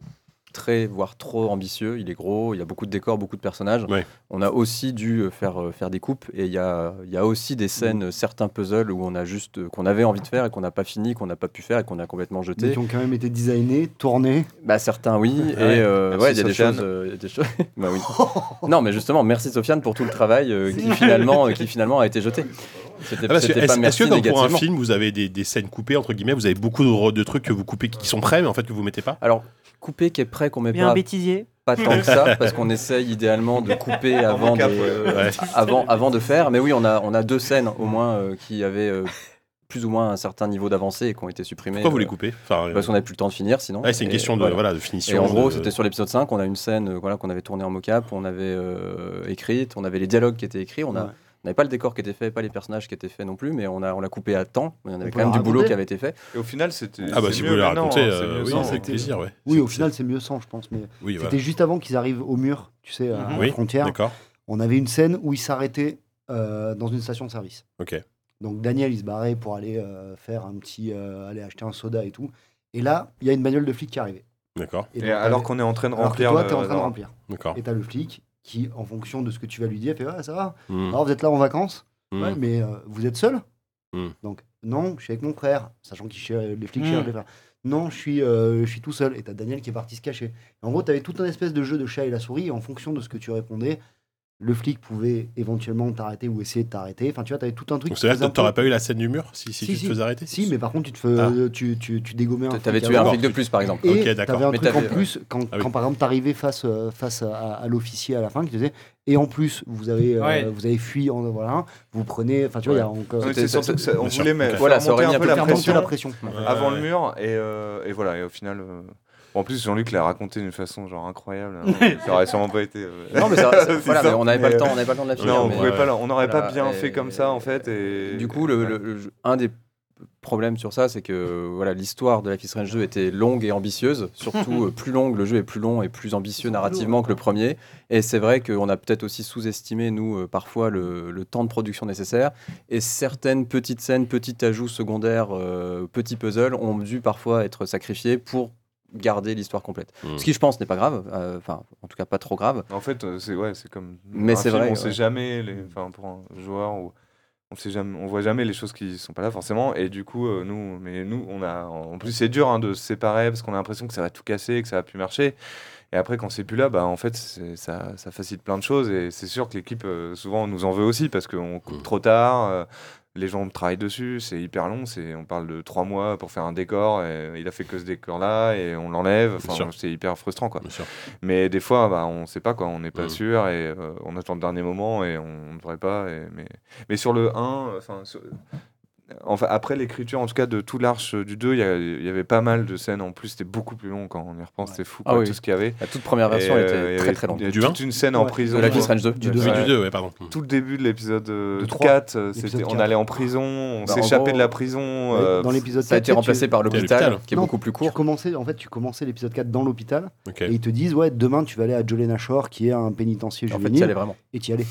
[SPEAKER 8] très, voire trop ambitieux. Il est gros, il y a beaucoup de décors, beaucoup de personnages.
[SPEAKER 1] Ouais.
[SPEAKER 8] On a aussi dû euh, faire, euh, faire des coupes et il y a, il y a aussi des
[SPEAKER 2] Mm.
[SPEAKER 8] scènes, euh, certains puzzles où on a juste, euh, qu'on avait envie de faire et qu'on n'a pas fini, qu'on n'a pas pu faire et qu'on a complètement
[SPEAKER 3] mais
[SPEAKER 8] jeté.
[SPEAKER 3] qui ont quand même été designés, tournés.
[SPEAKER 8] Bah certains oui, et euh,
[SPEAKER 3] Merci,
[SPEAKER 8] ouais, il y a des
[SPEAKER 3] Sofiane.
[SPEAKER 8] choses, euh, il y a des
[SPEAKER 1] [LAUGHS]
[SPEAKER 8] choses. [LAUGHS] bah oui. non, mais justement, merci Sofiane pour tout le travail euh, qui finalement, euh, qui finalement a été jeté. C'était-
[SPEAKER 1] Ah parce que
[SPEAKER 8] c'était
[SPEAKER 1] Est-ce
[SPEAKER 8] pas merci
[SPEAKER 1] est-ce que dans- pour un
[SPEAKER 8] négativement.
[SPEAKER 1] film, vous avez des, des scènes coupées, entre guillemets, vous avez beaucoup de, de trucs que vous coupez qui sont prêts, mais en fait que vous mettez pas
[SPEAKER 8] Alors, coupé qui est prêt, qu'on met
[SPEAKER 4] Il y a
[SPEAKER 8] pas.
[SPEAKER 4] un bêtisier.
[SPEAKER 8] Pas tant que ça, parce qu'on essaye idéalement de couper avant,
[SPEAKER 4] manque un
[SPEAKER 8] de,
[SPEAKER 4] peu.
[SPEAKER 8] euh,
[SPEAKER 4] Ouais.
[SPEAKER 8] [LAUGHS] avant, avant de faire. Mais oui, on a, on a deux scènes au moins euh, qui avaient euh, plus ou moins un certain niveau d'avancée et qui ont été supprimées.
[SPEAKER 1] Pourquoi vous
[SPEAKER 8] euh,
[SPEAKER 1] les coupez Enfin, euh,
[SPEAKER 8] Parce qu'on n'avait plus le temps de finir sinon.
[SPEAKER 1] Ouais, c'est une
[SPEAKER 8] Et
[SPEAKER 1] question de- voilà, de finition,
[SPEAKER 8] Et en gros,
[SPEAKER 1] de-
[SPEAKER 8] c'était sur l'épisode 5, on a une scène euh, voilà, qu'on avait tournée en mocap, on avait euh, écrite, on avait les dialogues qui étaient écrits, on a-
[SPEAKER 3] Ouais.
[SPEAKER 8] on n'avait pas le décor qui était fait, pas les personnages qui étaient faits non plus, mais on a on l'a coupé à temps. Il y en avait
[SPEAKER 3] On
[SPEAKER 8] quand
[SPEAKER 3] peut
[SPEAKER 8] même
[SPEAKER 3] la
[SPEAKER 8] du boulot
[SPEAKER 3] raconter
[SPEAKER 8] qui avait été fait.
[SPEAKER 5] Et au final, c'était.
[SPEAKER 1] Ah bah,
[SPEAKER 5] c'est
[SPEAKER 1] si vous
[SPEAKER 5] mieux
[SPEAKER 1] voulez la
[SPEAKER 5] maintenant,
[SPEAKER 1] raconter,
[SPEAKER 5] hein,
[SPEAKER 1] euh,
[SPEAKER 5] c'est mieux
[SPEAKER 1] oui,
[SPEAKER 5] sans,
[SPEAKER 1] avec
[SPEAKER 5] hein.
[SPEAKER 1] plaisir, ouais.
[SPEAKER 3] Oui, au final, c'est mieux sans, je pense. Mais
[SPEAKER 1] Oui, voilà.
[SPEAKER 3] c'était juste avant qu'ils arrivent au mur, tu sais, à
[SPEAKER 1] Mhm.
[SPEAKER 3] la
[SPEAKER 1] Oui,
[SPEAKER 3] frontière.
[SPEAKER 1] d'accord.
[SPEAKER 3] On avait une scène où ils s'arrêtaient euh, dans une station de service.
[SPEAKER 1] Ok.
[SPEAKER 3] Donc Daniel, il se barrait pour aller euh, faire un petit, euh, aller acheter un soda et tout. Et là, il y a une bagnole de flic qui est arrivée.
[SPEAKER 1] D'accord.
[SPEAKER 5] Et
[SPEAKER 3] donc,
[SPEAKER 5] alors
[SPEAKER 3] t'as-
[SPEAKER 5] qu'on est en train de
[SPEAKER 3] alors
[SPEAKER 5] remplir
[SPEAKER 3] que toi,
[SPEAKER 5] le-
[SPEAKER 3] t'es en train de
[SPEAKER 5] alors-
[SPEAKER 3] remplir.
[SPEAKER 1] D'accord.
[SPEAKER 3] Et t'as le flic qui, en fonction de ce que tu vas lui dire, fait ah, ça va.
[SPEAKER 1] Mhm.
[SPEAKER 3] Alors vous êtes là en vacances.
[SPEAKER 1] Mhm.
[SPEAKER 3] Ouais, mais euh, vous êtes seul.
[SPEAKER 1] Mhm.
[SPEAKER 6] Mm-hmm.
[SPEAKER 3] Donc non, je suis avec mon frère, sachant que les flics
[SPEAKER 2] Mhm.
[SPEAKER 8] Hmm.
[SPEAKER 3] cherchent les frères. Non, je suis, euh, je suis tout seul. Et t'as Daniel qui est parti se cacher. En gros, t'avais tout un espèce de jeu de chat et la souris. Et en fonction de ce que tu répondais, le flic pouvait éventuellement t'arrêter ou essayer de t'arrêter. Enfin, tu vois, t'avais tout un truc.
[SPEAKER 1] Donc
[SPEAKER 3] qui
[SPEAKER 1] c'est-à-dire
[SPEAKER 3] faisait
[SPEAKER 1] que
[SPEAKER 3] un peu-
[SPEAKER 1] t'aurais pas eu la scène du mur si, si, tu te faisais arrêter
[SPEAKER 3] si, mais par contre, tu te fais, euh,
[SPEAKER 1] Ah.
[SPEAKER 3] tu, tu, tu dégommais un
[SPEAKER 8] T-
[SPEAKER 3] flic
[SPEAKER 8] t'avais tué un
[SPEAKER 3] avant.
[SPEAKER 8] flic de plus, par exemple.
[SPEAKER 3] Et
[SPEAKER 1] Ok, d'accord.
[SPEAKER 3] t'avais un
[SPEAKER 1] Mais
[SPEAKER 3] truc en
[SPEAKER 1] t'avais-
[SPEAKER 3] plus, quand,
[SPEAKER 1] Ah oui.
[SPEAKER 3] quand, par exemple t'arrivais face, euh, face à, à l'officier à la fin qui te disait et en plus vous avez, euh,
[SPEAKER 2] Ouais.
[SPEAKER 3] vous avez fui en voilà, vous prenez. Enfin, tu vois, il y a
[SPEAKER 8] Ouais.
[SPEAKER 3] encore.
[SPEAKER 5] Non, mais
[SPEAKER 8] C'était-
[SPEAKER 5] c'est surtout que ça- on
[SPEAKER 1] Bien sûr.
[SPEAKER 5] voulait
[SPEAKER 1] Ok.
[SPEAKER 5] mettre
[SPEAKER 8] Voilà, ça aurait
[SPEAKER 5] un
[SPEAKER 8] mis un
[SPEAKER 5] peu
[SPEAKER 8] peu
[SPEAKER 5] la
[SPEAKER 8] de
[SPEAKER 3] Faire monter
[SPEAKER 5] pression
[SPEAKER 3] la pression.
[SPEAKER 1] Ouais,
[SPEAKER 5] avant
[SPEAKER 1] ouais.
[SPEAKER 5] le mur et, euh, et voilà et au final euh, bon, en plus Jean-Luc l'a raconté d'une façon genre incroyable
[SPEAKER 8] [LAUGHS]
[SPEAKER 5] hein. ça aurait sûrement pas été euh,
[SPEAKER 8] Non,
[SPEAKER 5] [LAUGHS]
[SPEAKER 8] mais ça- ça-
[SPEAKER 5] c'est
[SPEAKER 8] voilà, mais on n'avait pas le temps, on n'avait pas le temps de la finir,
[SPEAKER 5] non, on
[SPEAKER 8] mais-
[SPEAKER 5] pouvait pas la- on n'aurait pas
[SPEAKER 8] Voilà,
[SPEAKER 5] bien
[SPEAKER 8] et-
[SPEAKER 5] fait comme ça en fait et
[SPEAKER 8] Du coup, le- le- le jeu- un des problèmes sur ça, c'est que voilà, l'histoire de Life is Strange 2 était longue et ambitieuse, surtout euh, plus longue, le jeu est plus long et plus ambitieux narrativement que le premier. Et c'est vrai qu'on a peut-être aussi sous-estimé, nous, euh, parfois, le, le temps de production nécessaire. Et certaines petites scènes, petits ajouts secondaires, euh, petits puzzles ont dû parfois être sacrifiés pour garder l'histoire complète.
[SPEAKER 1] Mhm.
[SPEAKER 8] Ce qui, je pense, n'est pas grave, euh, enfin, en tout cas, pas trop grave.
[SPEAKER 5] en fait euh, c'est ouais c'est comme
[SPEAKER 8] Mais
[SPEAKER 5] un
[SPEAKER 8] c'est
[SPEAKER 5] film,
[SPEAKER 8] vrai,
[SPEAKER 5] on
[SPEAKER 8] ouais. Mm.
[SPEAKER 5] sait jamais les enfin pour un joueur ou on sait jamais on voit jamais les choses qui sont pas là forcément et du coup euh, nous mais nous on a en plus c'est dur hein, de se séparer parce qu'on a l'impression que ça va tout casser que ça va plus marcher et après quand c'est plus là bah en fait c'est- ça, ça facilite plein de choses et c'est sûr que l'équipe euh, souvent on nous en veut aussi parce qu'on coupe
[SPEAKER 8] Mm.
[SPEAKER 5] trop tard euh, les gens travaillent dessus, c'est hyper long, c'est on parle de trois mois pour faire un décor, et il a fait que ce décor-là et on l'enlève,
[SPEAKER 1] Bien
[SPEAKER 5] Enfin,
[SPEAKER 1] sûr.
[SPEAKER 5] c'est hyper frustrant quoi.
[SPEAKER 1] Bien sûr.
[SPEAKER 5] Mais des fois, bah, on sait pas quoi, on n'est pas
[SPEAKER 8] Mm.
[SPEAKER 1] Mhm.
[SPEAKER 5] sûr et euh, on attend le dernier moment et on ne devrait pas. et- mais, mais sur le 1, enfin, sur- enfin, après l'écriture en tout cas de tout l'arche du 2, il y a- il y, avait pas mal de scènes en plus, c'était beaucoup plus long quand on y repense, c'était fou
[SPEAKER 8] Ah
[SPEAKER 5] quoi,
[SPEAKER 8] oui.
[SPEAKER 5] tout ce qu'il y avait.
[SPEAKER 8] La toute première version
[SPEAKER 5] Et,
[SPEAKER 8] était
[SPEAKER 5] euh, il y
[SPEAKER 8] très
[SPEAKER 5] avait-
[SPEAKER 8] très longue.
[SPEAKER 5] Il y a
[SPEAKER 1] Du
[SPEAKER 5] toute une scène en
[SPEAKER 3] Ouais.
[SPEAKER 5] prison.
[SPEAKER 8] De Life is Strange 2
[SPEAKER 3] Du
[SPEAKER 5] Ouais.
[SPEAKER 3] deux.
[SPEAKER 1] Oui, du
[SPEAKER 5] Ouais.
[SPEAKER 1] 2, ouais, pardon.
[SPEAKER 5] Tout le début de l'épisode euh,
[SPEAKER 3] De trois.
[SPEAKER 5] 4, euh,
[SPEAKER 3] L'épisode
[SPEAKER 5] c'était- on
[SPEAKER 3] 4.
[SPEAKER 5] allait en prison, on
[SPEAKER 8] Bah, en
[SPEAKER 5] s'échappait
[SPEAKER 8] gros,
[SPEAKER 5] de la prison. euh,
[SPEAKER 3] dans l'épisode
[SPEAKER 8] Ça a
[SPEAKER 3] 4,
[SPEAKER 8] été remplacé par
[SPEAKER 1] à
[SPEAKER 8] l'hôpital,
[SPEAKER 1] l'hôpital.
[SPEAKER 8] qui est
[SPEAKER 3] Non,
[SPEAKER 8] beaucoup plus
[SPEAKER 3] tu
[SPEAKER 8] court.
[SPEAKER 3] commençais, en fait, tu commençais l'épisode 4 dans l'hôpital
[SPEAKER 1] Ok.
[SPEAKER 3] et ils te disent ouais demain tu vas aller à Jolene Ashore qui est un pénitencier
[SPEAKER 8] En fait,
[SPEAKER 3] juvénile
[SPEAKER 8] ça allait vraiment.
[SPEAKER 3] et tu y allais.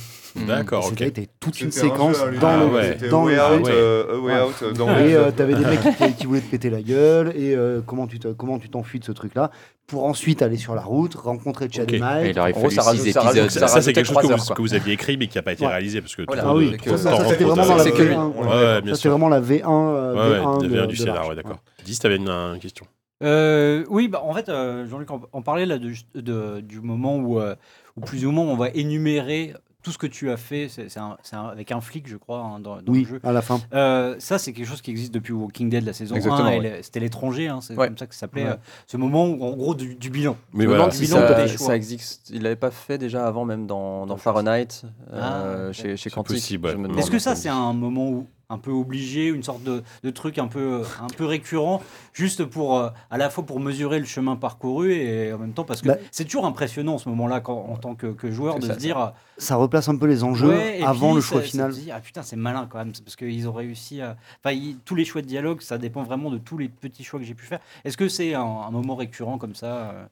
[SPEAKER 1] D'accord,
[SPEAKER 3] Et
[SPEAKER 1] ok.
[SPEAKER 3] Hmm. c'était t'avais toute une
[SPEAKER 5] C'était un
[SPEAKER 3] séquence
[SPEAKER 5] jeu à lui.
[SPEAKER 3] dans
[SPEAKER 1] Ah
[SPEAKER 3] le
[SPEAKER 1] ouais.
[SPEAKER 5] C'était
[SPEAKER 3] dans
[SPEAKER 5] Way
[SPEAKER 3] le
[SPEAKER 5] Out,
[SPEAKER 1] ouais.
[SPEAKER 5] euh, A Way
[SPEAKER 3] [LAUGHS] Ouais.
[SPEAKER 5] Out, euh, dans
[SPEAKER 3] Et
[SPEAKER 5] le-
[SPEAKER 3] euh, t'avais des mecs qui, t- qui voulaient te péter la gueule et euh, comment tu te- comment tu t'enfuis de ce truc-là pour ensuite aller sur la route rencontrer Chad
[SPEAKER 1] Ok.
[SPEAKER 3] et Mike.
[SPEAKER 6] Et il aurait
[SPEAKER 8] En gros,
[SPEAKER 6] fallu
[SPEAKER 8] ça rajoute-
[SPEAKER 6] 6
[SPEAKER 8] ça rajoute-
[SPEAKER 6] épisodes.
[SPEAKER 1] Ça, ça, c'est quelque chose
[SPEAKER 8] trois
[SPEAKER 1] que vous,
[SPEAKER 8] heures, quoi.
[SPEAKER 1] que vous aviez écrit mais qui n'a pas été
[SPEAKER 3] Ouais.
[SPEAKER 1] réalisé parce que.
[SPEAKER 8] Voilà.
[SPEAKER 1] tout le
[SPEAKER 3] Ah oui,
[SPEAKER 1] monde,
[SPEAKER 8] que-
[SPEAKER 1] euh,
[SPEAKER 3] ça,
[SPEAKER 1] t'en
[SPEAKER 3] ça, c'était
[SPEAKER 1] rencontre,
[SPEAKER 3] vraiment dans
[SPEAKER 1] euh,
[SPEAKER 3] la
[SPEAKER 8] C'est
[SPEAKER 3] V1.
[SPEAKER 8] que lui.
[SPEAKER 1] Ouais,
[SPEAKER 3] ouais.
[SPEAKER 1] ouais, bien
[SPEAKER 3] Ça, c'était
[SPEAKER 1] sûr.
[SPEAKER 3] vraiment la V1, euh,
[SPEAKER 1] Ouais,
[SPEAKER 3] V1
[SPEAKER 1] ouais,
[SPEAKER 3] de-
[SPEAKER 1] devient
[SPEAKER 3] de
[SPEAKER 1] du
[SPEAKER 3] l'arche.
[SPEAKER 1] scénar, ouais, d'accord. Dis, t'avais une, une question.
[SPEAKER 2] Euh, oui, bah, en fait, euh, Jean-Luc en, en parlait là de, juste- de- du moment où, euh, où plus ou moins on va énumérer tout ce que tu as fait. C'est c'est un- c'est un- avec un flic, je crois, hein, dans, dans
[SPEAKER 3] Oui,
[SPEAKER 2] le jeu.
[SPEAKER 3] à la fin.
[SPEAKER 2] Euh, ça, c'est quelque chose qui existe depuis Walking Dead, la saison
[SPEAKER 8] Exactement,
[SPEAKER 2] 1. et
[SPEAKER 8] ouais.
[SPEAKER 2] le- C'était l'étranger, hein, c'est
[SPEAKER 8] Ouais.
[SPEAKER 2] comme ça que ça s'appelait.
[SPEAKER 8] Ouais.
[SPEAKER 2] euh, ce moment, où, en gros, du, du bilan.
[SPEAKER 1] Mais
[SPEAKER 8] Je me
[SPEAKER 1] voilà.
[SPEAKER 8] demande si
[SPEAKER 2] Bilan
[SPEAKER 8] ça,
[SPEAKER 2] des choix.
[SPEAKER 8] ça existe. Il l'avait pas fait déjà avant, même dans, dans Fahrenheit, euh,
[SPEAKER 2] Ah,
[SPEAKER 8] chez, chez
[SPEAKER 1] C'est
[SPEAKER 8] Quantic.
[SPEAKER 1] possible, ouais.
[SPEAKER 8] Je me
[SPEAKER 1] Est-ce
[SPEAKER 8] demande.
[SPEAKER 2] Est-ce que ça, c'est un moment où- un peu obligé, une sorte de, de truc un peu, euh, un peu récurrent, juste pour, euh, à la fois pour mesurer le chemin parcouru et en même temps, parce que
[SPEAKER 3] Bah.
[SPEAKER 2] c'est toujours impressionnant en ce moment-là, quand, en tant que, que joueur,
[SPEAKER 8] C'est
[SPEAKER 2] de
[SPEAKER 8] ça,
[SPEAKER 2] se
[SPEAKER 8] ça.
[SPEAKER 2] dire, euh,
[SPEAKER 3] Ça replace un peu les enjeux
[SPEAKER 2] Ouais, et
[SPEAKER 3] avant
[SPEAKER 2] puis,
[SPEAKER 3] le
[SPEAKER 2] ça-
[SPEAKER 3] choix
[SPEAKER 2] ça
[SPEAKER 3] final.
[SPEAKER 2] te dit, ah putain, c'est malin quand même, c'est parce qu'ils ont réussi à. Enfin, ils- tous les choix de dialogue, ça dépend vraiment de tous les petits choix que j'ai pu faire. Est-ce que c'est un, un moment récurrent comme ça euh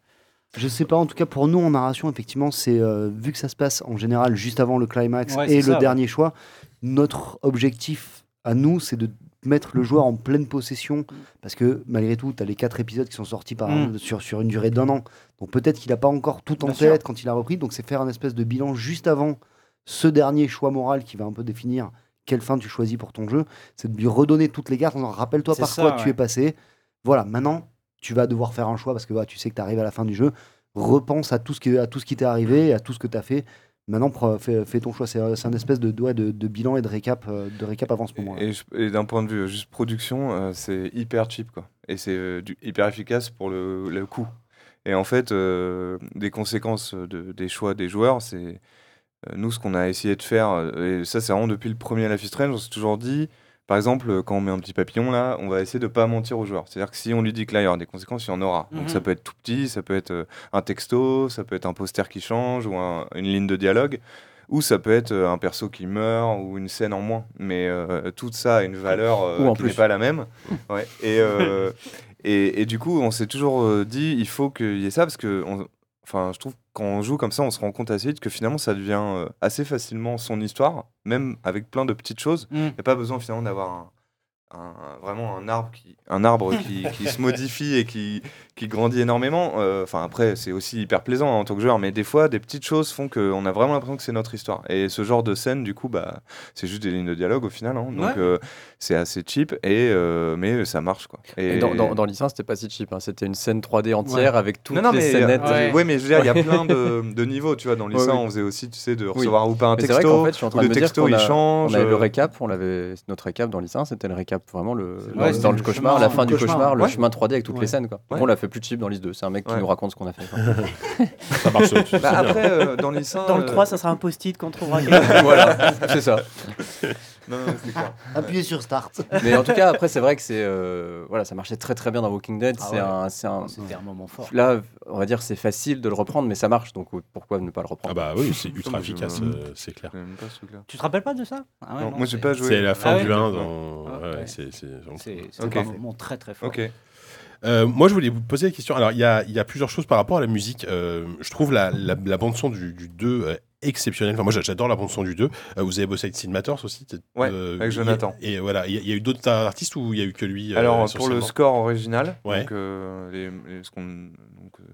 [SPEAKER 3] Je sais pas, en tout cas pour nous en narration, effectivement, c'est euh, vu que ça se passe en général juste avant le climax
[SPEAKER 2] Ouais, c'est
[SPEAKER 3] et le
[SPEAKER 2] ça, ouais.
[SPEAKER 3] dernier choix, notre objectif à nous, c'est de mettre le joueur en pleine possession parce que malgré tout, tu as les quatre épisodes qui sont sortis par
[SPEAKER 2] Mm.
[SPEAKER 3] sur, sur une durée d'un an. Donc peut-être qu'il n'a pas encore tout en
[SPEAKER 2] Bien
[SPEAKER 3] tête
[SPEAKER 2] sûr.
[SPEAKER 3] quand il a repris, donc c'est faire un espèce de bilan juste avant ce dernier choix moral qui va un peu définir quelle fin tu choisis pour ton jeu, c'est de lui redonner toutes les cartes en disant rappelle-toi
[SPEAKER 2] C'est
[SPEAKER 3] par
[SPEAKER 2] ça,
[SPEAKER 3] quoi tu
[SPEAKER 2] ouais.
[SPEAKER 3] es passé. Voilà, maintenant tu vas devoir faire un choix parce que voilà, tu sais que tu arrives à la fin du jeu. Repense à tout ce qui, à tout ce qui t'est arrivé, et à tout ce que tu as fait. Maintenant, pre- fais, fais ton choix. C'est euh, c'est un espèce de, doigt de, de bilan et de récap, euh, de récap avant ce moment.
[SPEAKER 5] Et, je- et d'un point de vue euh, juste production, euh, c'est hyper cheap quoi. Et c'est euh, du- hyper efficace pour le, le coût. Et en fait, euh, des conséquences de- des choix des joueurs, c'est euh, nous ce qu'on a essayé de faire. euh, Et ça, c'est vraiment depuis le premier Life is Strange, on s'est toujours dit, par exemple, euh, quand on met un petit papillon là, on va essayer de pas mentir aux joueurs. C'est-à-dire que si on lui dit que là il y aura des conséquences, il y en aura.
[SPEAKER 7] Mhm.
[SPEAKER 5] Donc ça peut être tout petit, ça peut être euh, un texto, ça peut être un poster qui change ou un- une ligne de dialogue ou ça peut être euh, un perso qui meurt ou une scène en moins. Mais euh, tout ça a une valeur euh,
[SPEAKER 8] Ou en
[SPEAKER 5] qui n'est
[SPEAKER 8] plus.
[SPEAKER 5] pas la même. Ouais. Et, euh, et, et du coup, on s'est toujours euh, dit, il faut qu'il y ait ça parce que, on- enfin, je trouve que quand on joue comme ça, on se rend compte assez vite que finalement, ça devient euh, assez facilement son histoire, même avec plein de petites choses.
[SPEAKER 7] Mm.
[SPEAKER 5] Il n'y a pas besoin finalement d'avoir un- un- vraiment un arbre qui un arbre qui, qui se modifie et qui, qui grandit énormément. Euh, Enfin, après, c'est aussi hyper plaisant hein, en tant que joueur, mais des fois, des petites choses font qu'on a vraiment l'impression que c'est notre histoire. Et ce genre de scène, du coup, bah, c'est juste des lignes de dialogue au final. hein. donc,
[SPEAKER 8] Ouais.
[SPEAKER 5] euh, c'est assez cheap, et, euh, mais ça marche. Quoi.
[SPEAKER 8] Et dans, dans, dans Lycin, c'était pas si cheap. hein. C'était une scène 3D entière
[SPEAKER 5] Ouais.
[SPEAKER 8] avec toutes
[SPEAKER 5] Non, non,
[SPEAKER 8] les
[SPEAKER 5] mais,
[SPEAKER 8] scénettes.
[SPEAKER 5] euh, ouais. Ouais, mais je veux dire, il y a
[SPEAKER 8] [LAUGHS]
[SPEAKER 5] plein [LAUGHS] de- de niveaux, tu vois, dans Lycin,
[SPEAKER 8] Lycin,
[SPEAKER 5] on faisait aussi, tu sais, de recevoir ou pas un
[SPEAKER 8] C'est
[SPEAKER 5] texto,
[SPEAKER 8] vrai qu'en fait, je suis en train
[SPEAKER 5] ou
[SPEAKER 8] de
[SPEAKER 5] le
[SPEAKER 8] me dire
[SPEAKER 5] texto,
[SPEAKER 8] qu'on
[SPEAKER 5] il
[SPEAKER 8] a-
[SPEAKER 5] change,
[SPEAKER 8] On avait
[SPEAKER 5] euh,
[SPEAKER 8] le récap, on l'avait notre récap dans Lycin, c'était le récap vraiment le dans,
[SPEAKER 5] vrai,
[SPEAKER 8] dans
[SPEAKER 5] c'était
[SPEAKER 8] le
[SPEAKER 5] le
[SPEAKER 8] cauchemar,
[SPEAKER 5] chemin,
[SPEAKER 8] la fin
[SPEAKER 5] le
[SPEAKER 8] du
[SPEAKER 5] cauchemar.
[SPEAKER 8] cauchemar, le
[SPEAKER 5] Ouais.
[SPEAKER 8] chemin 3D avec toutes
[SPEAKER 5] Ouais.
[SPEAKER 8] les scènes quoi.
[SPEAKER 5] Ouais.
[SPEAKER 8] On l'a fait plus cheap dans Lys 2, c'est un mec qui nous raconte ce qu'on a fait. quoi.
[SPEAKER 1] [LAUGHS] Ça marche, c'est- c'est
[SPEAKER 8] Bah,
[SPEAKER 1] bien.
[SPEAKER 8] après, euh,
[SPEAKER 5] dans Lycin,
[SPEAKER 4] Dans le
[SPEAKER 5] euh,
[SPEAKER 4] 3, ça sera un post-it qu'on
[SPEAKER 8] [LAUGHS]
[SPEAKER 4] trouvera. [LAUGHS]
[SPEAKER 8] voilà, c'est ça.
[SPEAKER 5] Non, non, c'est clair.
[SPEAKER 3] [LAUGHS] Appuyez sur Start.
[SPEAKER 8] [LAUGHS] Mais en tout cas, après, c'est vrai que c'est euh, voilà, ça marchait très très bien dans Walking Dead.
[SPEAKER 2] Ah
[SPEAKER 8] c'est
[SPEAKER 2] ouais.
[SPEAKER 8] un, c'est un,
[SPEAKER 2] C'était un moment fort.
[SPEAKER 8] Là, on va dire, c'est facile de le reprendre, mais ça marche. Donc euh, pourquoi ne pas le reprendre
[SPEAKER 1] Ah bah oui,
[SPEAKER 8] [LAUGHS]
[SPEAKER 1] c'est ultra efficace,
[SPEAKER 5] me-
[SPEAKER 1] euh, c'est clair.
[SPEAKER 2] Tu te rappelles pas de ça Ah ouais,
[SPEAKER 5] Non,
[SPEAKER 2] non,
[SPEAKER 5] moi, j'ai
[SPEAKER 2] c'est-
[SPEAKER 5] pas joué.
[SPEAKER 1] C'est la fin
[SPEAKER 2] Ah ouais
[SPEAKER 1] du 1 dans.
[SPEAKER 2] Ah,
[SPEAKER 1] ouais,
[SPEAKER 2] ouais.
[SPEAKER 1] c'est- c'est-
[SPEAKER 2] C'est c'est
[SPEAKER 5] Ok.
[SPEAKER 2] un moment très très fort.
[SPEAKER 5] Ok.
[SPEAKER 1] Euh, moi, je voulais vous poser la question. Alors, il y a, il y a plusieurs choses par rapport à la musique. Euh, je trouve la, la, la bande-son du, du 2 euh, exceptionnelle. Enfin, moi, j'a- j'adore la bande-son du 2. Euh, vous avez bossé avec Sid Matters aussi t'es-
[SPEAKER 5] Ouais,
[SPEAKER 1] euh,
[SPEAKER 5] avec Jonathan.
[SPEAKER 1] Et, et voilà, il y, a- il y a eu d'autres artistes ou il y a eu que lui euh,
[SPEAKER 5] Alors, pour
[SPEAKER 1] essentiellement
[SPEAKER 5] le score original,
[SPEAKER 1] Ouais.
[SPEAKER 5] donc, euh, les, les- ce qu'on- donc, euh,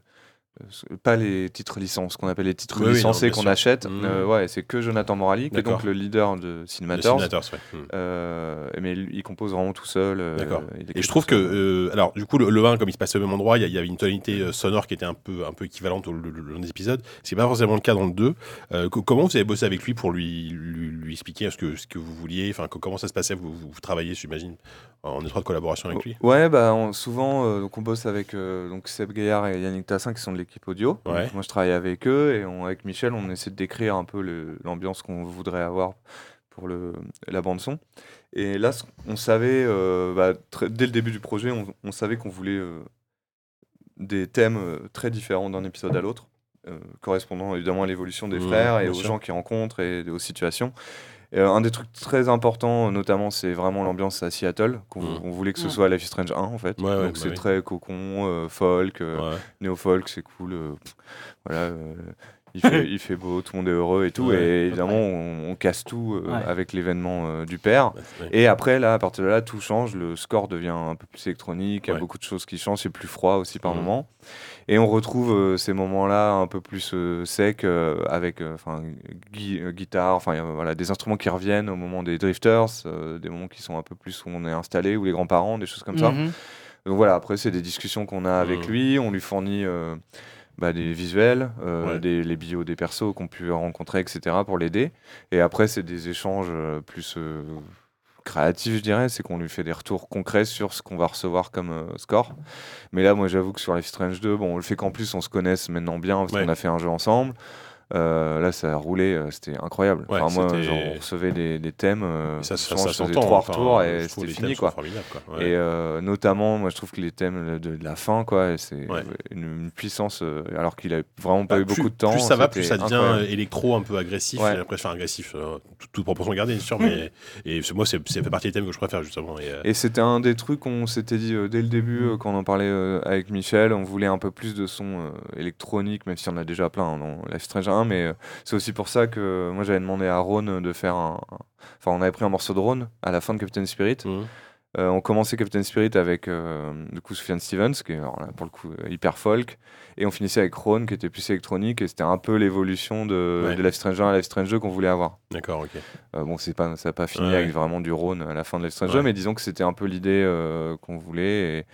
[SPEAKER 5] euh, ce- pas les titres licences, ce qu'on appelle les titres
[SPEAKER 1] Oui, oui,
[SPEAKER 5] licencés
[SPEAKER 1] non, bien
[SPEAKER 5] qu'on
[SPEAKER 1] sûr.
[SPEAKER 5] achète,
[SPEAKER 1] Mhm.
[SPEAKER 5] euh, ouais, c'est que Jonathan Morali, qui est
[SPEAKER 1] D'accord.
[SPEAKER 5] donc le leader de
[SPEAKER 1] De Sid
[SPEAKER 5] Cinemators.
[SPEAKER 1] Matters, ouais. Hmm.
[SPEAKER 5] Euh, mais il il compose vraiment tout seul. euh,
[SPEAKER 1] D'accord.
[SPEAKER 5] il écrit
[SPEAKER 1] Et je trouve
[SPEAKER 5] tout
[SPEAKER 1] que,
[SPEAKER 5] seul.
[SPEAKER 1] euh, alors, du coup, le, le 1, comme il se passe au même endroit, il y a- il y, avait une tonalité euh, sonore qui était un peu, un peu équivalente au le- le- le- des épisodes. C'est pas forcément le cas dans le 2. Euh, co- comment vous avez bossé avec lui pour lui, lui, lui expliquer euh, ce que, ce que vous vouliez Enfin, co- comment ça se passait Vous, vous, vous travaillez, j'imagine, en étroite collaboration avec lui
[SPEAKER 5] Ouais, bah on- souvent euh, donc on bosse avec euh, donc Seb Gaillard et Yannick Tassin qui sont de l'équipe audio. Donc,
[SPEAKER 1] Ouais.
[SPEAKER 5] moi je travaille avec eux et on- avec Michel on essaie de décrire un peu le- l'ambiance qu'on voudrait avoir pour le, la bande son. Et là ce- on savait euh, bah, très- dès le début du projet on, on savait qu'on voulait euh, des thèmes euh, très différents d'un épisode à l'autre, euh, correspondant évidemment à l'évolution des
[SPEAKER 1] Mmh,
[SPEAKER 5] frères et
[SPEAKER 1] bien
[SPEAKER 5] aux
[SPEAKER 1] sûr.
[SPEAKER 5] gens qu'ils rencontrent et aux situations. Et, euh, un des trucs très importants, euh, notamment, c'est vraiment l'ambiance à Seattle. qu'on
[SPEAKER 1] Mmh.
[SPEAKER 5] On voulait que ce
[SPEAKER 11] Mmh.
[SPEAKER 5] soit Life is Strange 1, en fait.
[SPEAKER 1] Ouais, ouais,
[SPEAKER 5] Donc
[SPEAKER 1] bah
[SPEAKER 5] c'est
[SPEAKER 1] oui.
[SPEAKER 5] très cocon, euh, folk, euh,
[SPEAKER 1] Ouais.
[SPEAKER 5] néo-folk, c'est cool. euh, pff, voilà, euh, il,
[SPEAKER 1] [LAUGHS]
[SPEAKER 5] fait, il fait beau, tout le monde est heureux et tout.
[SPEAKER 1] Ouais,
[SPEAKER 5] et évidemment, on, on casse tout euh,
[SPEAKER 2] Ouais.
[SPEAKER 5] avec l'événement euh, du père.
[SPEAKER 1] Bah, ouais.
[SPEAKER 5] Et après, là, à partir de là, tout change. Le score devient un peu plus électronique. Il y
[SPEAKER 1] Ouais.
[SPEAKER 5] a beaucoup de choses qui changent. C'est plus froid aussi par
[SPEAKER 1] Mhm.
[SPEAKER 5] moment. Et on retrouve euh, ces moments-là un peu plus euh, secs euh, avec euh, 'fin, gui- euh, guitare, enfin euh, voilà, des instruments qui reviennent au moment des drifters, euh, des moments qui sont un peu plus où on est installé, ou les grands-parents, des choses comme ça.
[SPEAKER 1] Mmh.
[SPEAKER 4] Mhm.
[SPEAKER 5] Donc voilà, après, c'est des discussions qu'on a avec
[SPEAKER 1] Mhm.
[SPEAKER 5] lui. On lui fournit euh, bah, des visuels, euh,
[SPEAKER 1] Ouais.
[SPEAKER 5] des, les bios des persos qu'on peut rencontrer, etc., pour l'aider. Et après, c'est des échanges euh, plus euh, créatifs, je dirais. C'est qu'on lui fait des retours concrets sur ce qu'on va recevoir comme euh, score. Mais là, moi, j'avoue que sur Life is Strange 2, bon, le fait qu'en plus, on se connaisse maintenant bien, parce
[SPEAKER 1] Ouais.
[SPEAKER 5] qu'on a fait un jeu ensemble. euh, là, ça a roulé, euh, c'était incroyable.
[SPEAKER 1] Ouais,
[SPEAKER 5] Enfin, moi,
[SPEAKER 1] c'était-
[SPEAKER 5] genre, on recevait des, des thèmes, euh,
[SPEAKER 1] Et Ça, ça,
[SPEAKER 5] souvent,
[SPEAKER 1] ça
[SPEAKER 5] je faisais
[SPEAKER 1] s'entend.
[SPEAKER 5] trois
[SPEAKER 1] enfin,
[SPEAKER 5] retours
[SPEAKER 1] je
[SPEAKER 5] et
[SPEAKER 1] trouve
[SPEAKER 5] c'était
[SPEAKER 1] les
[SPEAKER 5] fini,
[SPEAKER 1] thèmes
[SPEAKER 5] quoi.
[SPEAKER 1] sont formidables, quoi. Ouais.
[SPEAKER 5] Et euh, notamment, moi je trouve que les thèmes de, de la fin, quoi, et c'est
[SPEAKER 1] Ouais.
[SPEAKER 5] une, une puissance, euh, alors qu'il a vraiment pas
[SPEAKER 1] Bah,
[SPEAKER 5] eu beaucoup
[SPEAKER 1] plus-
[SPEAKER 5] de temps.
[SPEAKER 1] Plus ça va, plus
[SPEAKER 5] c'était
[SPEAKER 1] ça devient euh,
[SPEAKER 5] incroyable.
[SPEAKER 1] électro, un peu agressif.
[SPEAKER 5] Ouais.
[SPEAKER 1] J'ai l'impression, enfin, agressif, euh, toute, toute proportion gardée, bien
[SPEAKER 5] [LAUGHS]
[SPEAKER 1] sûr, mais et c'est- moi, c'est ça fait partie des thèmes que je préfère, justement. Et, euh,
[SPEAKER 5] Et c'était un des trucs qu'on s'était dit euh, dès le début, euh, quand on en parlait euh, avec Michel, on voulait un peu plus de son euh, électronique, même si on a déjà plein hein, dans Life is Strange 1, mais euh, c'est aussi pour ça que euh, moi j'avais demandé à Ron de faire un. un- Enfin, on avait pris un morceau de Ron à la fin de Captain Spirit.
[SPEAKER 1] Mhm.
[SPEAKER 5] Euh, on commençait Captain Spirit avec euh, du coup Sufjan Stevens, qui est alors là, pour le coup euh, hyper folk, et on finissait avec Ron qui était plus électronique, et c'était un peu l'évolution de,
[SPEAKER 1] Ouais.
[SPEAKER 5] de Life is Strange 1 à Life is Strange 2 qu'on voulait avoir.
[SPEAKER 1] D'accord, ok.
[SPEAKER 5] Euh, bon, c'est pas, ça n'a pas fini
[SPEAKER 1] Ouais.
[SPEAKER 5] avec vraiment du Rhône à la fin de Life is Strange
[SPEAKER 1] Ouais.
[SPEAKER 5] 2, mais disons que c'était un peu l'idée euh, qu'on voulait. Et,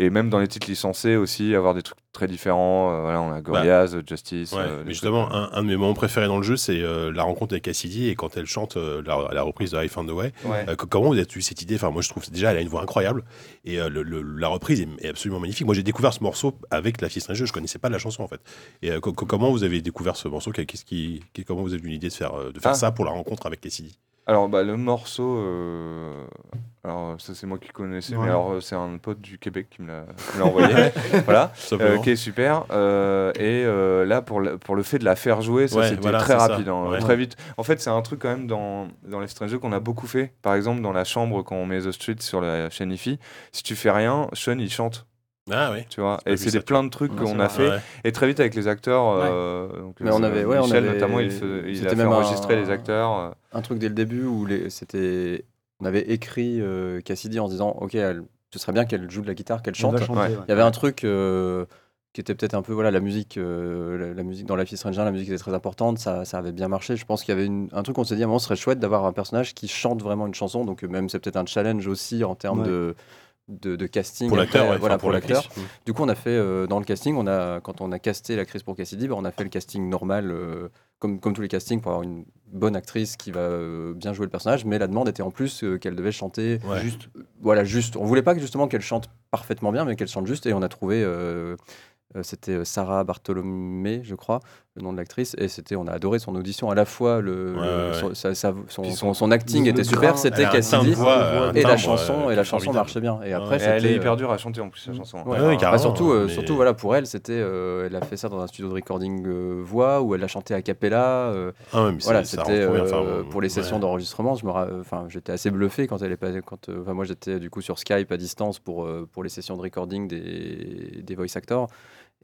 [SPEAKER 5] Et même dans les titres licenciés aussi, avoir des trucs très différents. Euh, voilà, on a Gorillaz, Justice.
[SPEAKER 1] Bah. Ouais,
[SPEAKER 5] euh, des
[SPEAKER 1] mais
[SPEAKER 5] trucs-
[SPEAKER 1] justement, un, un de mes moments préférés dans le jeu, c'est euh, la rencontre avec Cassidy et quand elle chante euh, la, la reprise de I Found the Way.
[SPEAKER 5] Ouais.
[SPEAKER 1] Euh, co- comment vous avez eu cette idée Enfin, moi, je trouve déjà, elle a une voix incroyable et euh, le- le- la reprise est, est absolument magnifique. Moi, j'ai découvert ce morceau avec la fiche d'un jeu. Je connaissais pas la chanson en fait. Et euh, co- co- comment vous avez découvert ce morceau Qu'est-ce qui, qui- comment vous avez eu l'idée de faire euh, de faire
[SPEAKER 5] Ah.
[SPEAKER 1] ça pour la rencontre avec Cassidy
[SPEAKER 5] Alors, bah, le morceau, euh, alors ça c'est moi qui connaissais,
[SPEAKER 1] Ouais.
[SPEAKER 5] mais alors euh, c'est un pote du Québec qui me l'a- qui me l'a envoyé, [LAUGHS] voilà,
[SPEAKER 1] Simplement.
[SPEAKER 5] euh, qui est super. euh, et euh, là, pour le, pour le fait de la faire jouer, ça
[SPEAKER 1] Ouais,
[SPEAKER 5] c'était
[SPEAKER 1] voilà,
[SPEAKER 5] très
[SPEAKER 1] c'est ça,
[SPEAKER 5] rapide, hein,
[SPEAKER 1] ouais.
[SPEAKER 5] très vite. En fait, c'est un truc quand même dans, dans les Strange Jeux qu'on a beaucoup fait. Par exemple, dans la chambre, quand on met The Street sur la chaîne IFI, si tu fais rien, Sean il chante.
[SPEAKER 1] Ah oui.
[SPEAKER 5] Tu vois,
[SPEAKER 1] J'ai pas
[SPEAKER 5] et
[SPEAKER 1] vu
[SPEAKER 5] c'est
[SPEAKER 1] ça,
[SPEAKER 5] des- plein de trucs
[SPEAKER 1] Ouais,
[SPEAKER 5] qu'on
[SPEAKER 1] c'est
[SPEAKER 5] a
[SPEAKER 1] vrai.
[SPEAKER 5] fait.
[SPEAKER 1] Ouais.
[SPEAKER 5] Et très vite avec les acteurs. euh, donc,
[SPEAKER 8] Mais on
[SPEAKER 5] euh,
[SPEAKER 8] avait, ouais, on
[SPEAKER 5] Michel
[SPEAKER 8] avait-
[SPEAKER 5] notamment, il, se- il
[SPEAKER 8] c'était
[SPEAKER 5] a fait
[SPEAKER 8] même un-
[SPEAKER 5] enregistrer les acteurs. euh,
[SPEAKER 8] Un truc dès le début où les, c'était, on avait écrit euh, Cassidy en se disant, ok, elle- ce serait bien qu'elle joue de la guitare, qu'elle
[SPEAKER 3] Elle va
[SPEAKER 8] chante.
[SPEAKER 3] chanter, Ouais. ouais.
[SPEAKER 8] Il y avait un truc euh, qui était peut-être un peu, voilà, la musique, euh, la, la musique dans Life is Strange 1, la musique était très importante, ça, ça avait bien marché. Je pense qu'il y avait une- un truc on s'est dit, à un moment, ce serait chouette d'avoir un personnage qui chante vraiment une chanson. Donc euh, même c'est peut-être un challenge aussi en termes
[SPEAKER 1] Ouais.
[SPEAKER 8] de, de, de casting.
[SPEAKER 1] Pour
[SPEAKER 8] Après,
[SPEAKER 1] l'acteur, ouais,
[SPEAKER 8] voilà,
[SPEAKER 1] enfin, pour
[SPEAKER 8] pour l'acteur.
[SPEAKER 1] l'actrice. Mm.
[SPEAKER 8] Mm. Du coup, on a fait euh, dans le casting, on a, quand on a casté l'actrice pour Cassidy, bah, on a fait le casting normal, euh, comme, comme tous les castings, pour avoir une bonne actrice qui va euh, bien jouer le personnage. Mais la demande était en plus euh, qu'elle devait chanter
[SPEAKER 1] Ouais.
[SPEAKER 8] juste. Voilà, juste. On voulait pas que justement qu'elle chante parfaitement bien, mais qu'elle chante juste. Et on a trouvé. euh, euh, c'était euh, Sarah Bartholomé, je crois, le nom de l'actrice, et c'était, on a adoré son audition à la fois le, le-
[SPEAKER 1] Ouais, ouais, ouais.
[SPEAKER 8] son, sa- sa- son-
[SPEAKER 1] Puis
[SPEAKER 8] son-
[SPEAKER 1] son-
[SPEAKER 8] son acting
[SPEAKER 1] le
[SPEAKER 8] était
[SPEAKER 1] grain,
[SPEAKER 8] super,
[SPEAKER 1] elle
[SPEAKER 8] c'était
[SPEAKER 1] a un
[SPEAKER 8] Cassidy
[SPEAKER 1] timbre, euh, un
[SPEAKER 8] et la
[SPEAKER 1] timbre,
[SPEAKER 8] chanson
[SPEAKER 1] euh,
[SPEAKER 8] et la
[SPEAKER 1] qui est
[SPEAKER 8] chanson
[SPEAKER 1] formidable. Ah
[SPEAKER 8] marchait bien. Et après,
[SPEAKER 5] Et elle est
[SPEAKER 8] c'était, euh,
[SPEAKER 5] hyper dure à chanter en plus la chanson.
[SPEAKER 8] Ouais,
[SPEAKER 5] Enfin,
[SPEAKER 8] ouais,
[SPEAKER 5] enfin,
[SPEAKER 8] bah, surtout, euh,
[SPEAKER 5] mais-
[SPEAKER 8] surtout voilà, pour elle, c'était, euh, elle a fait ça dans un studio de recording euh, voix où elle a chanté a cappella. euh,
[SPEAKER 1] Ah ouais, mais c'est-
[SPEAKER 8] voilà,
[SPEAKER 1] ça
[SPEAKER 8] c'était
[SPEAKER 1] rend trop bien,
[SPEAKER 8] euh,
[SPEAKER 1] enfin, bon,
[SPEAKER 8] pour les sessions
[SPEAKER 1] ouais.
[SPEAKER 8] d'enregistrement. Je me, ra- enfin, j'étais assez bluffé quand elle est pas, quand, euh, enfin, moi j'étais du coup sur Skype à distance pour euh, pour les sessions de recording des, des voice actors.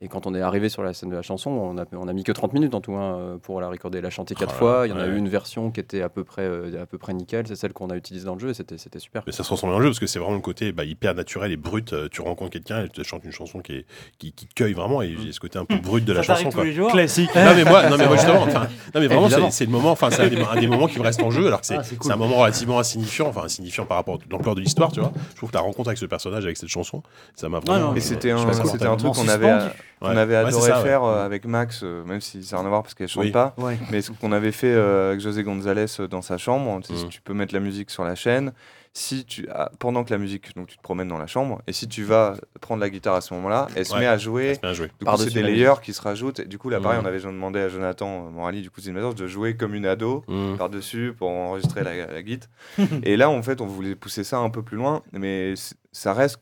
[SPEAKER 8] Et quand on est arrivé sur la scène de la chanson, on a, on a mis que 30 minutes en tout hein, pour la recorder, la chanter quatre
[SPEAKER 1] Oh là,
[SPEAKER 8] fois. Il y en a
[SPEAKER 1] ouais.
[SPEAKER 8] eu une version qui était à peu près, euh, à peu près nickel. C'est celle qu'on a utilisée dans le jeu et c'était, c'était super.
[SPEAKER 1] Mais ça se ressemble dans le jeu parce que c'est vraiment le côté bah, hyper naturel et brut. Euh, Tu rencontres quelqu'un, elle te chante une chanson qui, est, qui, qui te cueille vraiment et
[SPEAKER 8] Mm.
[SPEAKER 1] j'ai ce côté un peu brut de la
[SPEAKER 2] Ça t'arrive
[SPEAKER 1] chanson.
[SPEAKER 2] tous
[SPEAKER 1] quoi.
[SPEAKER 2] les jours Classique.
[SPEAKER 5] [LAUGHS]
[SPEAKER 1] Non mais moi, non, mais moi,
[SPEAKER 2] C'est
[SPEAKER 1] justement,
[SPEAKER 2] vrai.
[SPEAKER 1] enfin, non, mais vraiment,
[SPEAKER 2] Évidemment.
[SPEAKER 1] c'est- c'est le moment, enfin, c'est un, des- un des moments qui me reste en jeu alors que c'est
[SPEAKER 2] Ah, c'est cool.
[SPEAKER 1] c'est un moment relativement insignifiant, enfin insignifiant par rapport à l'ampleur de l'histoire, tu vois. Je trouve que la rencontre avec ce personnage, avec cette chanson, ça m'a vraiment. euh,
[SPEAKER 5] Et Ah, c'était
[SPEAKER 1] je sais
[SPEAKER 5] un,
[SPEAKER 1] pas comment
[SPEAKER 5] c'était
[SPEAKER 1] t'as-
[SPEAKER 5] un truc qu'on avait, euh,
[SPEAKER 1] Ouais.
[SPEAKER 5] qu'on avait
[SPEAKER 1] Ouais, c'est
[SPEAKER 5] adoré
[SPEAKER 1] ça, ouais.
[SPEAKER 5] faire euh, avec Max, euh, même si ça n'a rien à voir parce qu'elle chante
[SPEAKER 1] Oui.
[SPEAKER 5] pas.
[SPEAKER 1] Ouais.
[SPEAKER 5] Mais ce qu'on avait fait euh, avec José González euh, dans sa chambre, on
[SPEAKER 1] Mm.
[SPEAKER 5] disait, si tu peux mettre la musique sur la chaîne, si tu, ah, pendant que la musique, donc tu te promènes dans la chambre, et si tu vas prendre la guitare à ce moment-là, elle se
[SPEAKER 1] Ouais,
[SPEAKER 5] met à jouer.
[SPEAKER 1] elle se met à jouer.
[SPEAKER 5] Du coup,
[SPEAKER 1] Par-dessus
[SPEAKER 5] c'est des
[SPEAKER 1] la
[SPEAKER 5] layers
[SPEAKER 1] musique.
[SPEAKER 5] qui se rajoutent. Et du coup, là, pareil,
[SPEAKER 1] Mhm.
[SPEAKER 5] on avait demandé à Jonathan euh, Morali, du coup, Zinnemaster, de jouer comme une ado
[SPEAKER 1] Mm.
[SPEAKER 5] par-dessus pour enregistrer la, la guitare. [LAUGHS] et là, en fait, on voulait pousser ça un peu plus loin, mais c- ça reste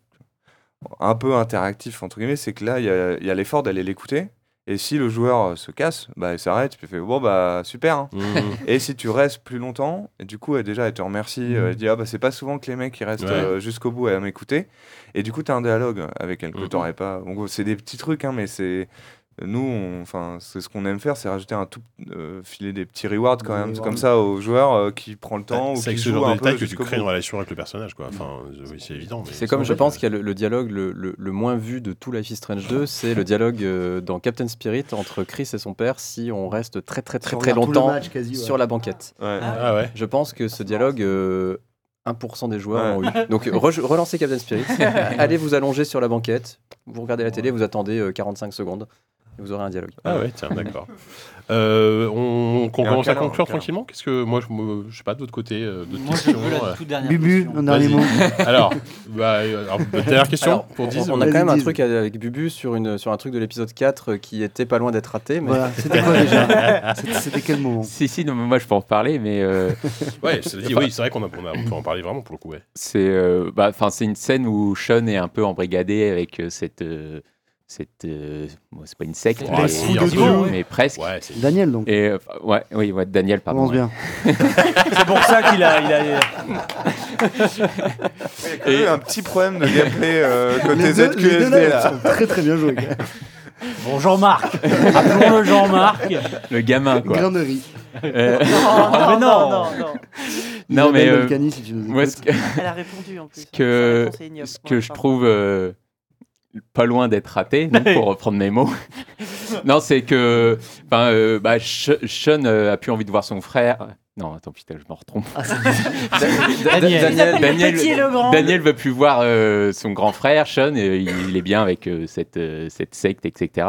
[SPEAKER 5] un peu interactif, entre guillemets. C'est que là, il y a, il y a l'effort d'aller l'écouter. Et si le joueur euh, se casse, bah, il s'arrête, puis il fait bon, bah super. hein.
[SPEAKER 1] Mmh.
[SPEAKER 5] et si tu restes plus longtemps, et du coup, elle, déjà, elle te remercie. euh, Elle dit ah, bah c'est pas souvent que les mecs ils restent
[SPEAKER 1] Mmh. Ouais.
[SPEAKER 5] euh, jusqu'au bout à m'écouter. Et du coup, tu as un dialogue avec elle
[SPEAKER 1] Mmh.
[SPEAKER 5] que t'aurais pas. Bon, c'est des petits trucs, hein, mais c'est. Nous, on- enfin, c'est ce qu'on aime faire, c'est rajouter un tout euh, filer des petits rewards quand
[SPEAKER 1] Des
[SPEAKER 5] même,
[SPEAKER 1] rewards.
[SPEAKER 5] comme ça aux joueurs euh, qui prend le temps ou
[SPEAKER 1] Bah, C'est
[SPEAKER 5] qui
[SPEAKER 1] avec ce
[SPEAKER 5] joue
[SPEAKER 1] genre
[SPEAKER 5] un
[SPEAKER 1] de
[SPEAKER 5] peu
[SPEAKER 1] détail que tu
[SPEAKER 5] jusqu'au
[SPEAKER 1] crées une
[SPEAKER 5] bout.
[SPEAKER 1] relation avec le personnage, quoi. Enfin, euh, oui, c'est évident. mais
[SPEAKER 8] C'est comme,
[SPEAKER 1] ça, euh,
[SPEAKER 8] je
[SPEAKER 1] ouais.
[SPEAKER 8] pense qu'il y a le, le dialogue, le, le- le moins vu de tout Life is Strange 2, c'est le dialogue euh, dans Captain Spirit entre Chris et son père si on reste très très très
[SPEAKER 3] on
[SPEAKER 8] très
[SPEAKER 3] regarde tout le
[SPEAKER 8] longtemps
[SPEAKER 3] match quasi, ouais.
[SPEAKER 8] sur la banquette.
[SPEAKER 5] Ouais.
[SPEAKER 1] Ah ouais.
[SPEAKER 8] Je pense que ce dialogue, euh, 1% des joueurs
[SPEAKER 5] Ouais.
[SPEAKER 8] l'ont eu. Donc euh, re- relancez Captain
[SPEAKER 3] [LAUGHS]
[SPEAKER 8] Spirit, allez vous allonger sur la banquette, vous regardez la télé, vous attendez euh, 45 secondes, et vous aurez un dialogue.
[SPEAKER 1] Ah ouais, tiens, d'accord. Euh, on on
[SPEAKER 8] Et un
[SPEAKER 1] commence à
[SPEAKER 8] câlin, un
[SPEAKER 1] conclure
[SPEAKER 8] câlin.
[SPEAKER 1] tranquillement. Qu'est-ce que moi, je, me- je sais pas de votre côté, euh, d'autres
[SPEAKER 2] Moi, je
[SPEAKER 1] questions.
[SPEAKER 2] veux la
[SPEAKER 1] euh,
[SPEAKER 2] toute dernière
[SPEAKER 3] Bubu, question. un dernier
[SPEAKER 1] Vas-y.
[SPEAKER 3] mot.
[SPEAKER 1] [LAUGHS] Alors, bah, euh, alors, bah,
[SPEAKER 8] [LAUGHS]
[SPEAKER 1] dernière question
[SPEAKER 8] Alors,
[SPEAKER 1] pour
[SPEAKER 8] on-
[SPEAKER 1] 10.
[SPEAKER 8] On, a quand même un truc avec Bubu sur, une, sur un truc de l'épisode 4 euh, qui était pas loin d'être raté. Mais...
[SPEAKER 3] Voilà, c'était quoi
[SPEAKER 8] [LAUGHS]
[SPEAKER 3] déjà C'était- C'était quel moment
[SPEAKER 6] Si, si, non, mais moi je peux en parler, mais. euh,
[SPEAKER 1] Ouais, je te dis,
[SPEAKER 6] enfin,
[SPEAKER 1] oui, c'est vrai qu'on a- on a- on peut en parler vraiment pour le coup. Ouais.
[SPEAKER 6] C'est euh, bah, 'fin, c'est une scène où Sean est un peu embrigadé avec euh, cette. euh, cette euh, bon, c'est pas une secte,
[SPEAKER 3] Les
[SPEAKER 6] mais,
[SPEAKER 3] fous de Dieu.
[SPEAKER 6] mais presque.
[SPEAKER 3] Daniel, donc.
[SPEAKER 6] Et, euh, ouais, oui, ouais, Daniel, pardon.
[SPEAKER 3] Commence
[SPEAKER 6] ouais.
[SPEAKER 3] bien.
[SPEAKER 6] [LAUGHS]
[SPEAKER 7] C'est pour ça qu'il a. Il a...
[SPEAKER 5] Il y a quand même un petit problème de gameplay euh, côté
[SPEAKER 3] les deux, les deux
[SPEAKER 5] ZQSD
[SPEAKER 3] lives
[SPEAKER 5] là.
[SPEAKER 3] sont très très bien joués. [LAUGHS] gars.
[SPEAKER 2] Bon,
[SPEAKER 1] [LAUGHS]
[SPEAKER 2] Jean-Marc. Appelons-le Jean-Marc.
[SPEAKER 6] Le gamin, quoi.
[SPEAKER 3] Grain de riz.
[SPEAKER 6] Euh, [LAUGHS]
[SPEAKER 2] mais non.
[SPEAKER 6] non, mais.
[SPEAKER 3] Isabelle
[SPEAKER 6] euh,
[SPEAKER 3] Balkany, si tu nous
[SPEAKER 6] moi,
[SPEAKER 3] écoutes.
[SPEAKER 6] ce que-
[SPEAKER 11] Elle a répondu en plus.
[SPEAKER 6] Ce que,
[SPEAKER 11] Sa réponse est ignoble.
[SPEAKER 6] ce que je trouve euh, pas loin d'être
[SPEAKER 11] [LAUGHS]
[SPEAKER 6] raté, donc, pour reprendre mes mots. [LAUGHS] non, c'est que ben, euh, bah, Sh- Sean euh, a plus envie de voir son frère Non, attends, putain, je m'en retrompe.
[SPEAKER 3] Ah,
[SPEAKER 6] [LAUGHS]
[SPEAKER 3] c'est-
[SPEAKER 11] Daniel. Il s'appelle le petit et le grand.
[SPEAKER 6] Daniel veut plus voir euh, son grand frère, Sean, et il, il est bien avec euh, cette, euh, cette secte, etc.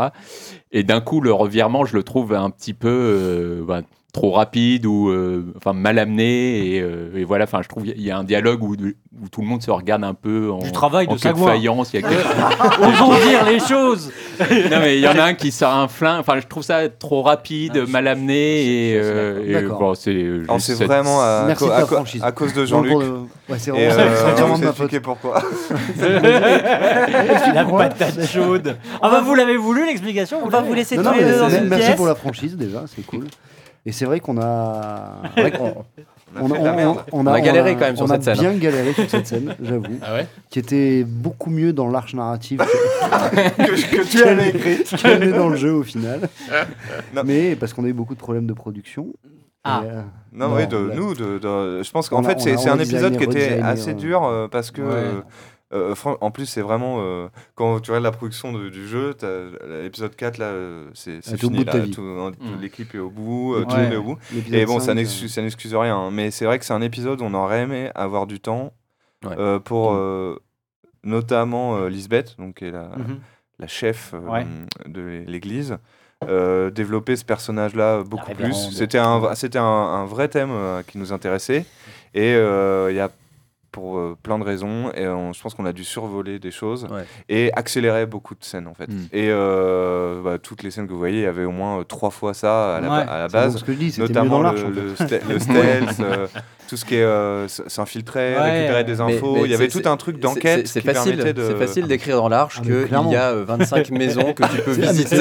[SPEAKER 6] Et d'un coup, le revirement, je le trouve un petit peu euh, bah, trop rapide ou euh, enfin, mal amené. Et, euh, et voilà, enfin, je trouve qu'il y a un dialogue où, où tout le monde se regarde un peu en,
[SPEAKER 2] Du travail de
[SPEAKER 6] en queue de
[SPEAKER 2] Sagouin.
[SPEAKER 6] faïence. Il y a que-
[SPEAKER 2] [LAUGHS] Osons dire les choses
[SPEAKER 6] non, mais il y en a un qui sort un flingue. Enfin, je trouve ça trop rapide, mal amené. Et, euh, et,
[SPEAKER 3] D'accord.
[SPEAKER 6] bon, c'est euh,
[SPEAKER 5] Alors,
[SPEAKER 6] juste
[SPEAKER 5] c'est
[SPEAKER 6] cette-
[SPEAKER 5] vraiment à,
[SPEAKER 3] Merci
[SPEAKER 5] co-
[SPEAKER 3] de
[SPEAKER 5] à
[SPEAKER 3] ta
[SPEAKER 5] co-
[SPEAKER 3] franchise.
[SPEAKER 5] à cause de
[SPEAKER 3] Non,
[SPEAKER 5] Jean-Luc.
[SPEAKER 3] pour le- Ouais, c'est
[SPEAKER 5] Et,
[SPEAKER 3] vraiment,
[SPEAKER 5] euh,
[SPEAKER 3] c'est
[SPEAKER 5] on
[SPEAKER 3] vraiment
[SPEAKER 5] vous
[SPEAKER 3] de ma faute.
[SPEAKER 5] expliquer pourquoi.
[SPEAKER 3] [LAUGHS]
[SPEAKER 2] La patate chaude. Ah bah vous l'avez voulu l'explication
[SPEAKER 11] On
[SPEAKER 2] vous
[SPEAKER 11] va
[SPEAKER 2] l'avez.
[SPEAKER 11] vous laisser
[SPEAKER 3] Non,
[SPEAKER 11] tous
[SPEAKER 3] non,
[SPEAKER 11] les
[SPEAKER 3] mais
[SPEAKER 11] deux dans
[SPEAKER 3] c'est-
[SPEAKER 11] une
[SPEAKER 3] merci
[SPEAKER 11] pièce.
[SPEAKER 3] pour la franchise déjà, c'est cool. Et c'est vrai qu'on a. ouais, qu'on-
[SPEAKER 5] [LAUGHS] On a fait de la merde.
[SPEAKER 8] On a galéré quand même sur
[SPEAKER 3] on
[SPEAKER 8] cette scène,
[SPEAKER 5] hein.
[SPEAKER 3] a bien galéré sur cette
[SPEAKER 5] [LAUGHS]
[SPEAKER 3] scène, j'avoue.
[SPEAKER 1] Ah ouais
[SPEAKER 3] Qui était beaucoup mieux dans l'arche narrative
[SPEAKER 5] [LAUGHS] que,
[SPEAKER 3] [LAUGHS]
[SPEAKER 5] que tu
[SPEAKER 3] qu'elle
[SPEAKER 5] avais
[SPEAKER 3] est-
[SPEAKER 5] écrite.
[SPEAKER 3] qu'elle est dans le jeu au final.
[SPEAKER 5] [LAUGHS] Non.
[SPEAKER 3] Mais parce qu'on a eu beaucoup de problèmes de production.
[SPEAKER 2] Ah.
[SPEAKER 3] Et, euh,
[SPEAKER 5] Non,
[SPEAKER 3] Non,
[SPEAKER 5] oui, de,
[SPEAKER 3] on l'a-
[SPEAKER 5] nous, de, de- je pense
[SPEAKER 3] On
[SPEAKER 5] qu'en
[SPEAKER 3] a-
[SPEAKER 5] fait,
[SPEAKER 3] on
[SPEAKER 5] c'est
[SPEAKER 3] a
[SPEAKER 5] c'est un
[SPEAKER 3] redesigné,
[SPEAKER 5] épisode qui était
[SPEAKER 3] redesigné,
[SPEAKER 5] assez
[SPEAKER 3] euh,
[SPEAKER 5] dur euh, parce que.
[SPEAKER 1] Ouais.
[SPEAKER 5] euh, euh, fran- en plus, c'est vraiment euh, quand tu regardes la production de- du jeu, t'as- l'épisode 4, là, euh, c'est c'est
[SPEAKER 3] tout au
[SPEAKER 5] fini.
[SPEAKER 3] bout de ta
[SPEAKER 5] là,
[SPEAKER 3] vie.
[SPEAKER 5] tout- hein, toute
[SPEAKER 6] Mm.
[SPEAKER 5] L'équipe est au bout, euh, tout le
[SPEAKER 2] Ouais.
[SPEAKER 5] monde est au bout.
[SPEAKER 3] l'épisode euh.
[SPEAKER 5] Et bon, ça
[SPEAKER 3] 5,
[SPEAKER 5] n'excuse, ça n'excuse rien, hein, mais c'est vrai que c'est un épisode où on aurait aimé avoir du temps
[SPEAKER 6] Ouais.
[SPEAKER 5] euh, pour
[SPEAKER 3] Mm.
[SPEAKER 5] euh, notamment euh, Lisbeth, donc, qui est la,
[SPEAKER 3] Mm-hmm.
[SPEAKER 2] Mhm.
[SPEAKER 5] la chef euh,
[SPEAKER 2] Ouais.
[SPEAKER 5] de l'église, euh, développer ce personnage-là euh,
[SPEAKER 3] Eh
[SPEAKER 5] beaucoup plus.
[SPEAKER 2] révérende.
[SPEAKER 5] C'était un, v- c'était un, un vrai thème euh, qui nous intéressait. Et euh, il y a pour euh, plein de raisons, et on- je pense qu'on a dû survoler des choses
[SPEAKER 8] Ouais.
[SPEAKER 5] et accélérer beaucoup de scènes en fait.
[SPEAKER 3] Hmm.
[SPEAKER 6] Mm.
[SPEAKER 5] Et euh, bah, toutes les scènes que vous voyez, il y avait au moins euh, trois fois ça à la, ba-
[SPEAKER 2] Ouais.
[SPEAKER 5] à la
[SPEAKER 3] euh, c'est bon,
[SPEAKER 5] base
[SPEAKER 3] ce que je dis, c'était mieux
[SPEAKER 5] notamment
[SPEAKER 3] dans l'arche.
[SPEAKER 5] le,
[SPEAKER 3] en fait.
[SPEAKER 5] le ste-
[SPEAKER 3] [LAUGHS]
[SPEAKER 5] le stealth, euh, tout ce qui est euh, s- s'infiltrer,
[SPEAKER 2] Ouais,
[SPEAKER 5] récupérer des
[SPEAKER 8] Mais-
[SPEAKER 5] infos.
[SPEAKER 8] mais
[SPEAKER 5] Il y avait
[SPEAKER 8] c'est-
[SPEAKER 5] tout un truc
[SPEAKER 8] c'est-
[SPEAKER 5] d'enquête
[SPEAKER 8] c'est- C'est
[SPEAKER 5] qui
[SPEAKER 8] facile,
[SPEAKER 5] permettait de.
[SPEAKER 8] c'est facile d'écrire dans l'arche
[SPEAKER 3] Ah, mais
[SPEAKER 8] qu'il
[SPEAKER 3] clairement.
[SPEAKER 8] y a euh,
[SPEAKER 3] [LAUGHS]
[SPEAKER 8] 25 maisons que tu peux
[SPEAKER 3] C'est-
[SPEAKER 8] visiter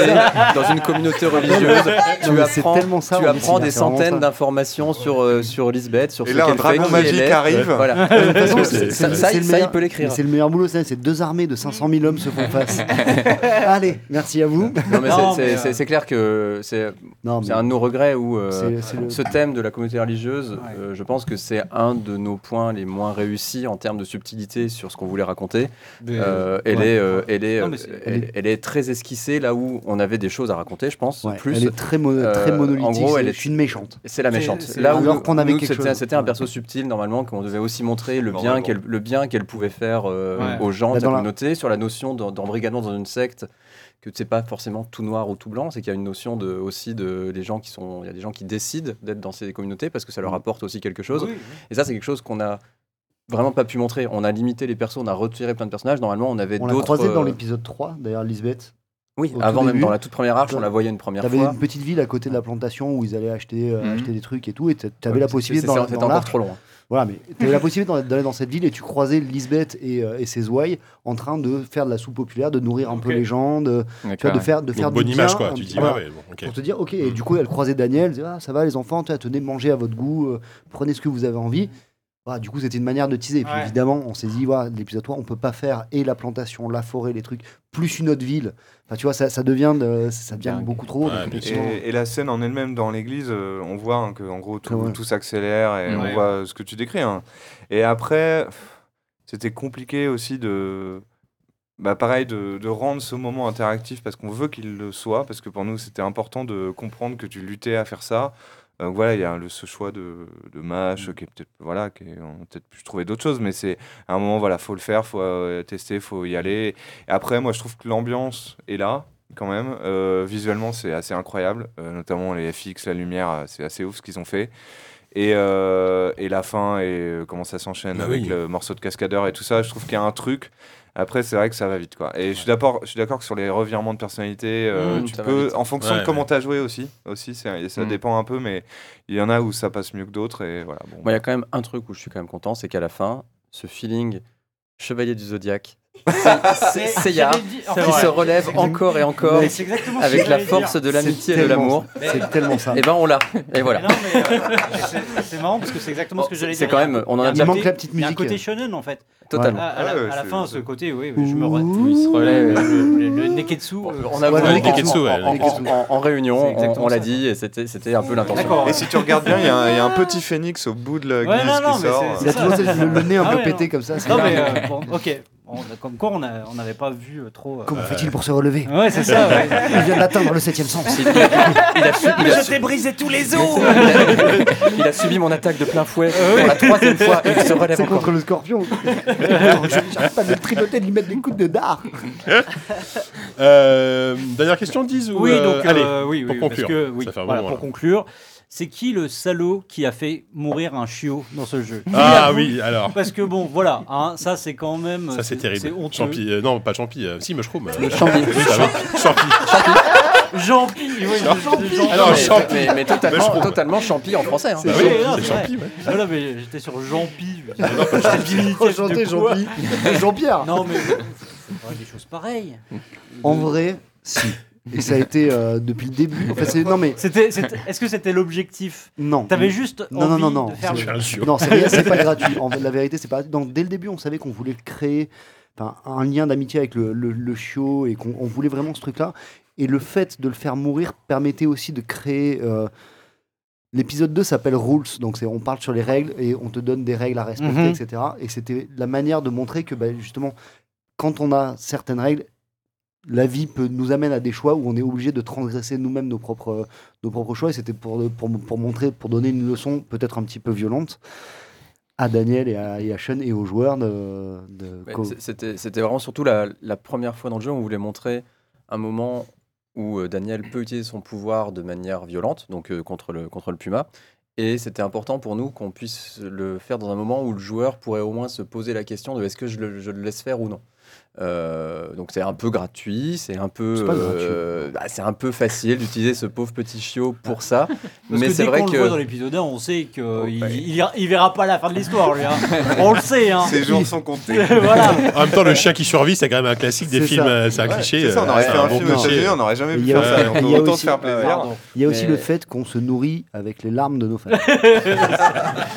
[SPEAKER 8] dans une communauté religieuse.
[SPEAKER 3] Non,
[SPEAKER 8] tu
[SPEAKER 3] mais c'est
[SPEAKER 8] apprends,
[SPEAKER 3] tellement ça,
[SPEAKER 8] tu
[SPEAKER 3] en
[SPEAKER 8] apprends
[SPEAKER 3] Messenger,
[SPEAKER 8] des
[SPEAKER 3] c'est vraiment ça.
[SPEAKER 8] centaines d'informations sur, euh, sur Lisbeth, sur
[SPEAKER 5] Et
[SPEAKER 8] ce
[SPEAKER 5] là, un
[SPEAKER 8] qu'elle fait,
[SPEAKER 5] dragon
[SPEAKER 8] qui elle
[SPEAKER 5] magique
[SPEAKER 8] est. Euh,
[SPEAKER 5] arrive.
[SPEAKER 3] [LAUGHS]
[SPEAKER 8] Voilà.
[SPEAKER 3] De toute façon, c'est-
[SPEAKER 8] C'est- ça-
[SPEAKER 3] c'est-
[SPEAKER 8] ça,
[SPEAKER 3] c'est le
[SPEAKER 8] ça,
[SPEAKER 3] meilleur-
[SPEAKER 8] il peut l'écrire.
[SPEAKER 3] mais C'est le meilleur boulot, ça. C'est deux armées de 500 000 hommes se font
[SPEAKER 8] [LAUGHS]
[SPEAKER 3] face. Allez, merci à vous.
[SPEAKER 8] Non, mais
[SPEAKER 2] Non,
[SPEAKER 8] c'est- c'est
[SPEAKER 2] mais, euh,
[SPEAKER 8] c'est- c'est clair que c'est
[SPEAKER 3] Non, mais
[SPEAKER 8] c'est un de nos regrets où euh,
[SPEAKER 3] c'est- c'est le-
[SPEAKER 8] ce thème de la communauté religieuse, euh, je pense que c'est un de nos points les moins réussis en termes de subtilité sur ce qu'on voulait raconter. Euh, elle,
[SPEAKER 3] ouais.
[SPEAKER 8] est, euh, elle, est,
[SPEAKER 2] Non,
[SPEAKER 8] euh,
[SPEAKER 2] mais c'est-
[SPEAKER 8] elle, elle est très esquissée là où on avait des choses à raconter, je pense.
[SPEAKER 3] Ouais,
[SPEAKER 8] plus,
[SPEAKER 3] elle est très, mo-
[SPEAKER 8] euh,
[SPEAKER 3] très monolithique.
[SPEAKER 8] en gros, elle
[SPEAKER 3] c'est-
[SPEAKER 8] est-
[SPEAKER 3] je suis une méchante.
[SPEAKER 8] c'est la méchante.
[SPEAKER 2] c'est-
[SPEAKER 8] là où
[SPEAKER 3] alors qu'on avait
[SPEAKER 8] nous,
[SPEAKER 3] quelque
[SPEAKER 8] c'était,
[SPEAKER 3] chose.
[SPEAKER 8] c'était un perso subtil normalement qu'on devait aussi montrer le
[SPEAKER 5] Bon,
[SPEAKER 8] bien,
[SPEAKER 5] ouais, bon.
[SPEAKER 8] qu'elle, le bien qu'elle pouvait faire euh,
[SPEAKER 2] Ouais.
[SPEAKER 8] aux gens
[SPEAKER 3] Bah,
[SPEAKER 8] de la
[SPEAKER 3] dans la-
[SPEAKER 8] communauté sur la notion d'en- d'embrigadement dans une secte que c'est pas forcément tout noir ou tout blanc, c'est qu'il y a une notion de, aussi de des gens qui sont il y a des gens qui décident d'être dans ces communautés parce que ça
[SPEAKER 5] Mm.
[SPEAKER 8] leur apporte aussi quelque chose. Et ça, c'est quelque chose qu'on a vraiment pas pu montrer. On a limité les persos, on a retiré plein de personnages. Normalement, on avait
[SPEAKER 3] On l'a
[SPEAKER 8] d'autres.
[SPEAKER 3] croisée dans
[SPEAKER 8] euh,
[SPEAKER 3] l'épisode 3, d'ailleurs, Lisbeth.
[SPEAKER 8] Oui,
[SPEAKER 3] au tout
[SPEAKER 8] avant même
[SPEAKER 3] début.
[SPEAKER 8] dans la toute première arche, on la voyait une première
[SPEAKER 3] T'avais
[SPEAKER 8] fois.
[SPEAKER 3] une petite ville à côté de la plantation où ils allaient acheter, euh,
[SPEAKER 6] Mhm.
[SPEAKER 3] acheter des trucs et tout, et t'a- t'avais
[SPEAKER 8] Ouais,
[SPEAKER 3] la
[SPEAKER 8] c'est-
[SPEAKER 3] possibilité
[SPEAKER 8] c'est-
[SPEAKER 3] dans,
[SPEAKER 8] c'était
[SPEAKER 3] dans
[SPEAKER 8] encore
[SPEAKER 3] l'arche.
[SPEAKER 8] trop loin.
[SPEAKER 3] Voilà, mais
[SPEAKER 8] [LAUGHS]
[SPEAKER 3] t'avais la possibilité d'en- d'aller dans cette ville et tu croisais Lisbeth et, euh, et ses ouailles en train de faire de la soupe populaire, de nourrir un peu les gens, de, tu vois, de faire, de faire
[SPEAKER 1] Donc, bonne
[SPEAKER 3] du
[SPEAKER 1] image,
[SPEAKER 3] bien,
[SPEAKER 1] quoi.
[SPEAKER 3] un
[SPEAKER 1] Tu
[SPEAKER 3] petit-
[SPEAKER 1] dis, ouais,
[SPEAKER 3] voilà.
[SPEAKER 1] ouais, bon, ok.
[SPEAKER 3] Pour te dire, ok, et du coup, elle croisait Daniel, elle disait, ah, ça va les enfants, tiens, tenez, mangez à votre goût, euh, prenez ce que vous avez envie. Voilà, du coup, c'était une manière de teaser. Et puis
[SPEAKER 2] Ouais.
[SPEAKER 3] évidemment, on s'est dit, voilà, l'épisode 3, on peut pas faire et la plantation, la forêt, les trucs, plus une autre ville. Enfin, tu vois, ça, ça devient, de- ça devient
[SPEAKER 6] Dingue.
[SPEAKER 3] beaucoup trop.
[SPEAKER 1] Ouais,
[SPEAKER 3] donc,
[SPEAKER 1] bien
[SPEAKER 5] Et,
[SPEAKER 3] effectivement,
[SPEAKER 5] et la scène en elle-même dans l'église, euh, on voit hein, que en gros tout,
[SPEAKER 3] Ah Ouais.
[SPEAKER 5] tout s'accélère et on
[SPEAKER 6] Ouais.
[SPEAKER 5] voit euh, ce que tu décris. hein. Et après, pff, c'était compliqué aussi de, bah pareil, de, de rendre ce moment interactif parce qu'on veut qu'il le soit, parce que pour nous c'était important de comprendre que tu luttais à faire ça. Euh, voilà, il y a le, ce choix de, de match qui est peut-être voilà, qui est- on a peut-être pu trouver d'autres choses, mais c'est à un moment voilà, faut le faire, faut euh, tester, faut y aller. Et après, moi je trouve que l'ambiance est là quand même. Euh, visuellement, c'est assez incroyable, euh, notamment les FX, la lumière, euh, c'est assez ouf ce qu'ils ont fait. Et, euh, et la fin et euh, comment ça s'enchaîne
[SPEAKER 1] Bah
[SPEAKER 5] avec
[SPEAKER 1] oui.
[SPEAKER 5] le morceau de cascadeur et tout ça, je trouve qu'il y a un truc. Après, c'est vrai que ça va vite, quoi. Et je suis d'accord, je suis d'accord que sur les revirements de personnalité, euh,
[SPEAKER 8] Mmh,
[SPEAKER 5] tu
[SPEAKER 8] ça va
[SPEAKER 5] peux,
[SPEAKER 8] vite.
[SPEAKER 5] en fonction
[SPEAKER 1] Ouais,
[SPEAKER 5] de comment t'as joué aussi, aussi, c'est- ça
[SPEAKER 8] Mm.
[SPEAKER 6] Mmh.
[SPEAKER 5] dépend un peu, mais il y en a où ça passe mieux que d'autres et voilà. Bon.
[SPEAKER 8] Moi, il y a quand même un truc où je suis quand même content, c'est qu'à la fin, ce feeling Chevalier du Zodiac,
[SPEAKER 2] [LAUGHS]
[SPEAKER 8] c'est Seiya
[SPEAKER 4] J'avais dit- en
[SPEAKER 2] C'est
[SPEAKER 4] fait,
[SPEAKER 8] qui
[SPEAKER 2] vrai.
[SPEAKER 8] se relève encore et encore
[SPEAKER 3] Mais
[SPEAKER 2] C'est exactement ce
[SPEAKER 8] avec
[SPEAKER 2] que
[SPEAKER 8] la
[SPEAKER 2] j'allais
[SPEAKER 8] force
[SPEAKER 2] dire.
[SPEAKER 8] de l'amitié et
[SPEAKER 3] c'est
[SPEAKER 8] de l'amour.
[SPEAKER 3] tellement- C'est tellement ça.
[SPEAKER 8] Et ben on l'a. Et voilà.
[SPEAKER 2] Mais non, mais, euh, c'est- c'est marrant parce que c'est exactement ce que
[SPEAKER 8] Bon,
[SPEAKER 2] j'allais
[SPEAKER 8] c'est
[SPEAKER 2] dire.
[SPEAKER 8] quand même- on en a
[SPEAKER 3] Il
[SPEAKER 8] déjà
[SPEAKER 3] manque la petite
[SPEAKER 2] Il y a un
[SPEAKER 3] musique.
[SPEAKER 2] côté shonen en fait.
[SPEAKER 8] Totalement.
[SPEAKER 2] À, à la,
[SPEAKER 5] Ouais, ouais,
[SPEAKER 2] à la
[SPEAKER 5] c'est-
[SPEAKER 2] fin, ce côté, oui, je me relève.
[SPEAKER 3] Ouh.
[SPEAKER 6] Oui, il se relève.
[SPEAKER 2] Le, le- le Neketsu. euh,
[SPEAKER 8] On a
[SPEAKER 3] Voilà,
[SPEAKER 8] voulu-
[SPEAKER 3] les Neketsu,
[SPEAKER 8] en-
[SPEAKER 1] ouais,
[SPEAKER 8] en-
[SPEAKER 1] les
[SPEAKER 8] en-
[SPEAKER 3] Neketsu.
[SPEAKER 8] en- en
[SPEAKER 2] C'est
[SPEAKER 8] réunion, on- on,
[SPEAKER 2] exactement
[SPEAKER 8] l'a
[SPEAKER 2] ça.
[SPEAKER 8] dit et c'était c'était un peu l'intention.
[SPEAKER 2] D'accord.
[SPEAKER 5] Et si tu regardes bien, il y, a un- il y a un petit phénix au bout de la
[SPEAKER 2] Ouais,
[SPEAKER 5] glisse
[SPEAKER 2] non, non,
[SPEAKER 5] qui
[SPEAKER 2] mais
[SPEAKER 5] sort.
[SPEAKER 2] c'est-
[SPEAKER 3] Il a toujours le, le nez un
[SPEAKER 2] Ah
[SPEAKER 3] peu
[SPEAKER 2] ouais,
[SPEAKER 3] pété comme ça. c'est
[SPEAKER 2] Non,
[SPEAKER 3] marrant.
[SPEAKER 2] mais euh, bon, ok. on- comme quoi, on a- on n'avait pas vu euh, trop. euh,
[SPEAKER 3] Comment
[SPEAKER 2] euh,
[SPEAKER 3] fait-il pour se relever
[SPEAKER 2] Ouais, c'est ça. ouais.
[SPEAKER 3] [LAUGHS] Il vient d'atteindre le septième sens.
[SPEAKER 2] Il a- il a su-
[SPEAKER 8] il a
[SPEAKER 2] Je
[SPEAKER 8] su-
[SPEAKER 7] [LAUGHS]
[SPEAKER 2] t'ai brisé tous les os
[SPEAKER 8] Il a subi mon attaque de plein fouet
[SPEAKER 2] Euh,
[SPEAKER 8] pour la troisième fois. et Il se relève
[SPEAKER 3] C'est
[SPEAKER 8] encore.
[SPEAKER 3] contre le
[SPEAKER 1] [LAUGHS]
[SPEAKER 3] scorpion. Je- J'arrive pas de le tripoter, de lui mettre des coups de dard.
[SPEAKER 1] [LAUGHS] Euh, dernière question, 10 ou [LAUGHS]
[SPEAKER 2] Oui,
[SPEAKER 1] euh,
[SPEAKER 2] donc, euh,
[SPEAKER 1] allez,
[SPEAKER 2] oui,
[SPEAKER 1] pour
[SPEAKER 2] oui, parce
[SPEAKER 1] conclure.
[SPEAKER 2] que, oui,
[SPEAKER 1] Ça fait un
[SPEAKER 2] voilà,
[SPEAKER 1] moment,
[SPEAKER 2] pour
[SPEAKER 1] là.
[SPEAKER 2] conclure, c'est qui le salaud qui a fait mourir un chiot dans ce jeu
[SPEAKER 1] Ah
[SPEAKER 2] Qui
[SPEAKER 1] oui,
[SPEAKER 2] l'avoue
[SPEAKER 1] alors.
[SPEAKER 2] Parce que bon, voilà, hein, ça c'est quand même.
[SPEAKER 1] Ça c'est
[SPEAKER 2] C'est
[SPEAKER 1] terrible.
[SPEAKER 2] honteux.
[SPEAKER 1] Champi, euh, non pas Champi, euh, si Mushroom. euh,
[SPEAKER 2] Le Champi.
[SPEAKER 1] Oui, ça va. Champi.
[SPEAKER 2] Jean-Pi, oui,
[SPEAKER 1] Jean-Pi.
[SPEAKER 2] Jean-Pi.
[SPEAKER 1] Alors,
[SPEAKER 2] Mais-
[SPEAKER 1] Champi.
[SPEAKER 8] mais- mais totalement-
[SPEAKER 1] Mushroom.
[SPEAKER 8] totalement Champi en français, hein.
[SPEAKER 1] Bah
[SPEAKER 2] C'est
[SPEAKER 1] oui,
[SPEAKER 2] vrai,
[SPEAKER 1] c'est
[SPEAKER 2] c'est vrai.
[SPEAKER 1] Champi, ouais.
[SPEAKER 2] Voilà, mais j'étais sur Jean-Pi.
[SPEAKER 3] Enchanté, Jean-Pi. Jean-Pierre.
[SPEAKER 2] Non, mais c'est vrai, des choses pareilles.
[SPEAKER 3] En vrai, si. Et ça a été euh, depuis le début. Enfin, c'est- non mais
[SPEAKER 2] C'était, c'était- est-ce que c'était l'objectif
[SPEAKER 3] non. Mm.
[SPEAKER 2] T'avais juste
[SPEAKER 3] non non
[SPEAKER 2] envie
[SPEAKER 3] non non.
[SPEAKER 2] de faire
[SPEAKER 3] C'est-
[SPEAKER 2] le-
[SPEAKER 3] Non, c'est rien-
[SPEAKER 2] [LAUGHS]
[SPEAKER 3] c'est pas gratuit. En fait, la vérité, c'est pas. Donc, dès le début, on savait qu'on voulait créer enfin, un lien d'amitié avec le, le, le chiot et qu'on on voulait vraiment ce truc-là. Et le fait de le faire mourir permettait aussi de créer. euh, L'épisode 2 s'appelle Rules, donc c'est on parle sur les règles et on te donne des règles à respecter,
[SPEAKER 2] Mhm.
[SPEAKER 3] etc. Et c'était la manière de montrer que bah, justement, quand on a certaines règles, la vie peut, nous amène à des choix où on est obligé de transgresser nous-mêmes nos propres, nos propres choix. Et c'était pour, pour, pour montrer, pour donner une leçon peut-être un petit peu violente à Daniel et à, et à Sean et aux joueurs de. de-
[SPEAKER 8] Ouais,
[SPEAKER 3] co-
[SPEAKER 8] c'est- C'était c'était vraiment surtout la, la première fois dans le jeu où on voulait montrer un moment où euh, Daniel peut utiliser son pouvoir de manière violente, donc euh, contre, le, contre le puma. Et c'était important pour nous qu'on puisse le faire dans un moment où le joueur pourrait au moins se poser la question de est-ce que je le, je le laisse faire ou non. Euh, donc c'est un peu gratuit, c'est un peu,
[SPEAKER 3] C'est pas
[SPEAKER 8] euh, bah, c'est un peu facile d'utiliser ce pauvre petit chiot pour ça.
[SPEAKER 2] Parce
[SPEAKER 8] mais
[SPEAKER 2] que
[SPEAKER 8] c'est
[SPEAKER 2] dès
[SPEAKER 8] vrai
[SPEAKER 2] qu'on
[SPEAKER 8] que Oh,
[SPEAKER 2] le voit dans l'épisode 1, on sait qu'il il, il verra pas la fin de l'histoire,
[SPEAKER 8] [LAUGHS]
[SPEAKER 2] lui. hein. On le sait. Hein.
[SPEAKER 5] Ces jours sont comptés.
[SPEAKER 2] [LAUGHS] voilà.
[SPEAKER 1] En même temps, le chien qui survit, c'est quand même un classique des
[SPEAKER 3] C'est
[SPEAKER 1] films,
[SPEAKER 3] ça.
[SPEAKER 1] euh, c'est un cliché.
[SPEAKER 5] C'est ça, on aurait
[SPEAKER 1] euh,
[SPEAKER 5] fait un
[SPEAKER 1] bon
[SPEAKER 5] film aux
[SPEAKER 1] cliché.
[SPEAKER 5] États-Unis, on n'aurait jamais
[SPEAKER 3] Il
[SPEAKER 5] pu
[SPEAKER 3] y a
[SPEAKER 5] faire
[SPEAKER 3] aussi-
[SPEAKER 5] ça.
[SPEAKER 3] il
[SPEAKER 5] On
[SPEAKER 3] y a
[SPEAKER 5] peut autant
[SPEAKER 3] aussi-
[SPEAKER 5] se faire plaisir.
[SPEAKER 8] Pardon.
[SPEAKER 3] Il y a aussi
[SPEAKER 8] Mais-
[SPEAKER 3] le fait qu'on se nourrit avec les larmes de nos femmes. [LAUGHS]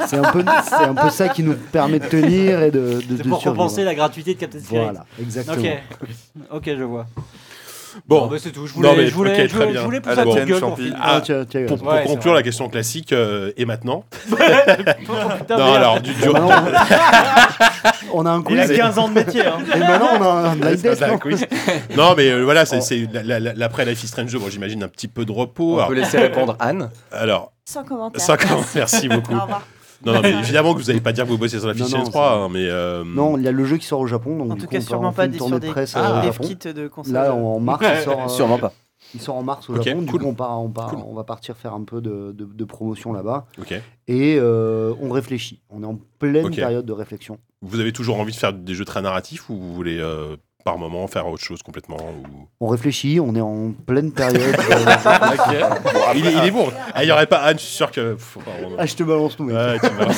[SPEAKER 3] c'est un peu, c'est un peu ça qui nous permet de tenir et de, de, de
[SPEAKER 2] C'est pour
[SPEAKER 3] survivre.
[SPEAKER 2] compenser la gratuité de Captain Spirit.
[SPEAKER 3] Voilà, exactement.
[SPEAKER 2] Ok. Ok, je vois.
[SPEAKER 1] Bon,
[SPEAKER 2] bah, c'est tout. Je
[SPEAKER 1] Non,
[SPEAKER 2] voulais,
[SPEAKER 1] mais-
[SPEAKER 2] je voulais,
[SPEAKER 1] ok,
[SPEAKER 2] je
[SPEAKER 1] très
[SPEAKER 2] voulais-
[SPEAKER 1] bien.
[SPEAKER 2] je voulais
[SPEAKER 5] À
[SPEAKER 2] pousser
[SPEAKER 5] la
[SPEAKER 2] un coup de
[SPEAKER 5] tienne,
[SPEAKER 2] gueule.
[SPEAKER 5] champi.
[SPEAKER 1] Ah,
[SPEAKER 3] Ah, tu as- tu as raison.
[SPEAKER 1] pour, pour
[SPEAKER 2] Ouais, c'est
[SPEAKER 1] conclure
[SPEAKER 2] vrai.
[SPEAKER 1] la question classique, euh, et
[SPEAKER 2] [LAUGHS]
[SPEAKER 1] maintenant
[SPEAKER 2] pour- Bah, putain,
[SPEAKER 1] Non,
[SPEAKER 2] merde.
[SPEAKER 1] alors, du, du-
[SPEAKER 3] Bon,
[SPEAKER 1] [LAUGHS]
[SPEAKER 3] maintenant, on- on a un
[SPEAKER 7] Il
[SPEAKER 3] quiz.
[SPEAKER 7] a 15 ans de métier. hein.
[SPEAKER 3] [LAUGHS] Et maintenant, on a un blind
[SPEAKER 1] C'est
[SPEAKER 3] test. hein.
[SPEAKER 1] un
[SPEAKER 3] non [LAUGHS]
[SPEAKER 1] quiz. Non, mais euh, voilà, c'est c'est la- la- la- l'après Life is Strange, bon, j'imagine un petit peu de
[SPEAKER 8] on
[SPEAKER 1] repos.
[SPEAKER 8] peut
[SPEAKER 1] Alors,
[SPEAKER 8] laisser répondre Anne.
[SPEAKER 1] alors,
[SPEAKER 11] Sans commentaire.
[SPEAKER 1] ça, quand- [LAUGHS] merci beaucoup.
[SPEAKER 11] Au revoir.
[SPEAKER 1] Non, non, mais évidemment que vous n'allez pas dire que vous bossez sur la
[SPEAKER 3] Non,
[SPEAKER 1] Life is
[SPEAKER 3] non,
[SPEAKER 1] Strange 3, hein, mais. euh,
[SPEAKER 3] Non, il y a le jeu qui sort au Japon. Donc
[SPEAKER 4] En
[SPEAKER 3] du
[SPEAKER 4] tout
[SPEAKER 3] coup,
[SPEAKER 4] cas,
[SPEAKER 3] on peut-
[SPEAKER 4] sûrement
[SPEAKER 3] on fait
[SPEAKER 4] pas
[SPEAKER 3] une
[SPEAKER 4] des-
[SPEAKER 3] tournée
[SPEAKER 4] sur
[SPEAKER 3] de
[SPEAKER 4] des
[SPEAKER 3] presse
[SPEAKER 1] Ah,
[SPEAKER 3] euh, au
[SPEAKER 4] dev
[SPEAKER 3] Japon.
[SPEAKER 4] kits de console.
[SPEAKER 3] Là, en mars, il sort, euh,
[SPEAKER 8] Sûrement pas.
[SPEAKER 3] il sort en mars au
[SPEAKER 1] Ok,
[SPEAKER 3] Japon. Du
[SPEAKER 1] cool.
[SPEAKER 3] coup, on, part, on, part,
[SPEAKER 1] Cool.
[SPEAKER 3] on va partir faire un peu de, de- de promotion là-bas.
[SPEAKER 1] Ok.
[SPEAKER 3] Et euh, on réfléchit. On est en pleine
[SPEAKER 1] Ok.
[SPEAKER 3] période de réflexion.
[SPEAKER 1] Vous avez toujours envie de faire des jeux très narratifs ou vous voulez euh, par moment faire autre chose complètement ou...
[SPEAKER 3] On réfléchit, on est en pleine
[SPEAKER 1] [LAUGHS]
[SPEAKER 3] période. euh, [LAUGHS]
[SPEAKER 1] il, est, il est bon. Ah, Il n'y aurait pas Anne, je suis sûr que. Pff, on-
[SPEAKER 3] ah, je te balance tout, mec.
[SPEAKER 1] Ouais, tu vois.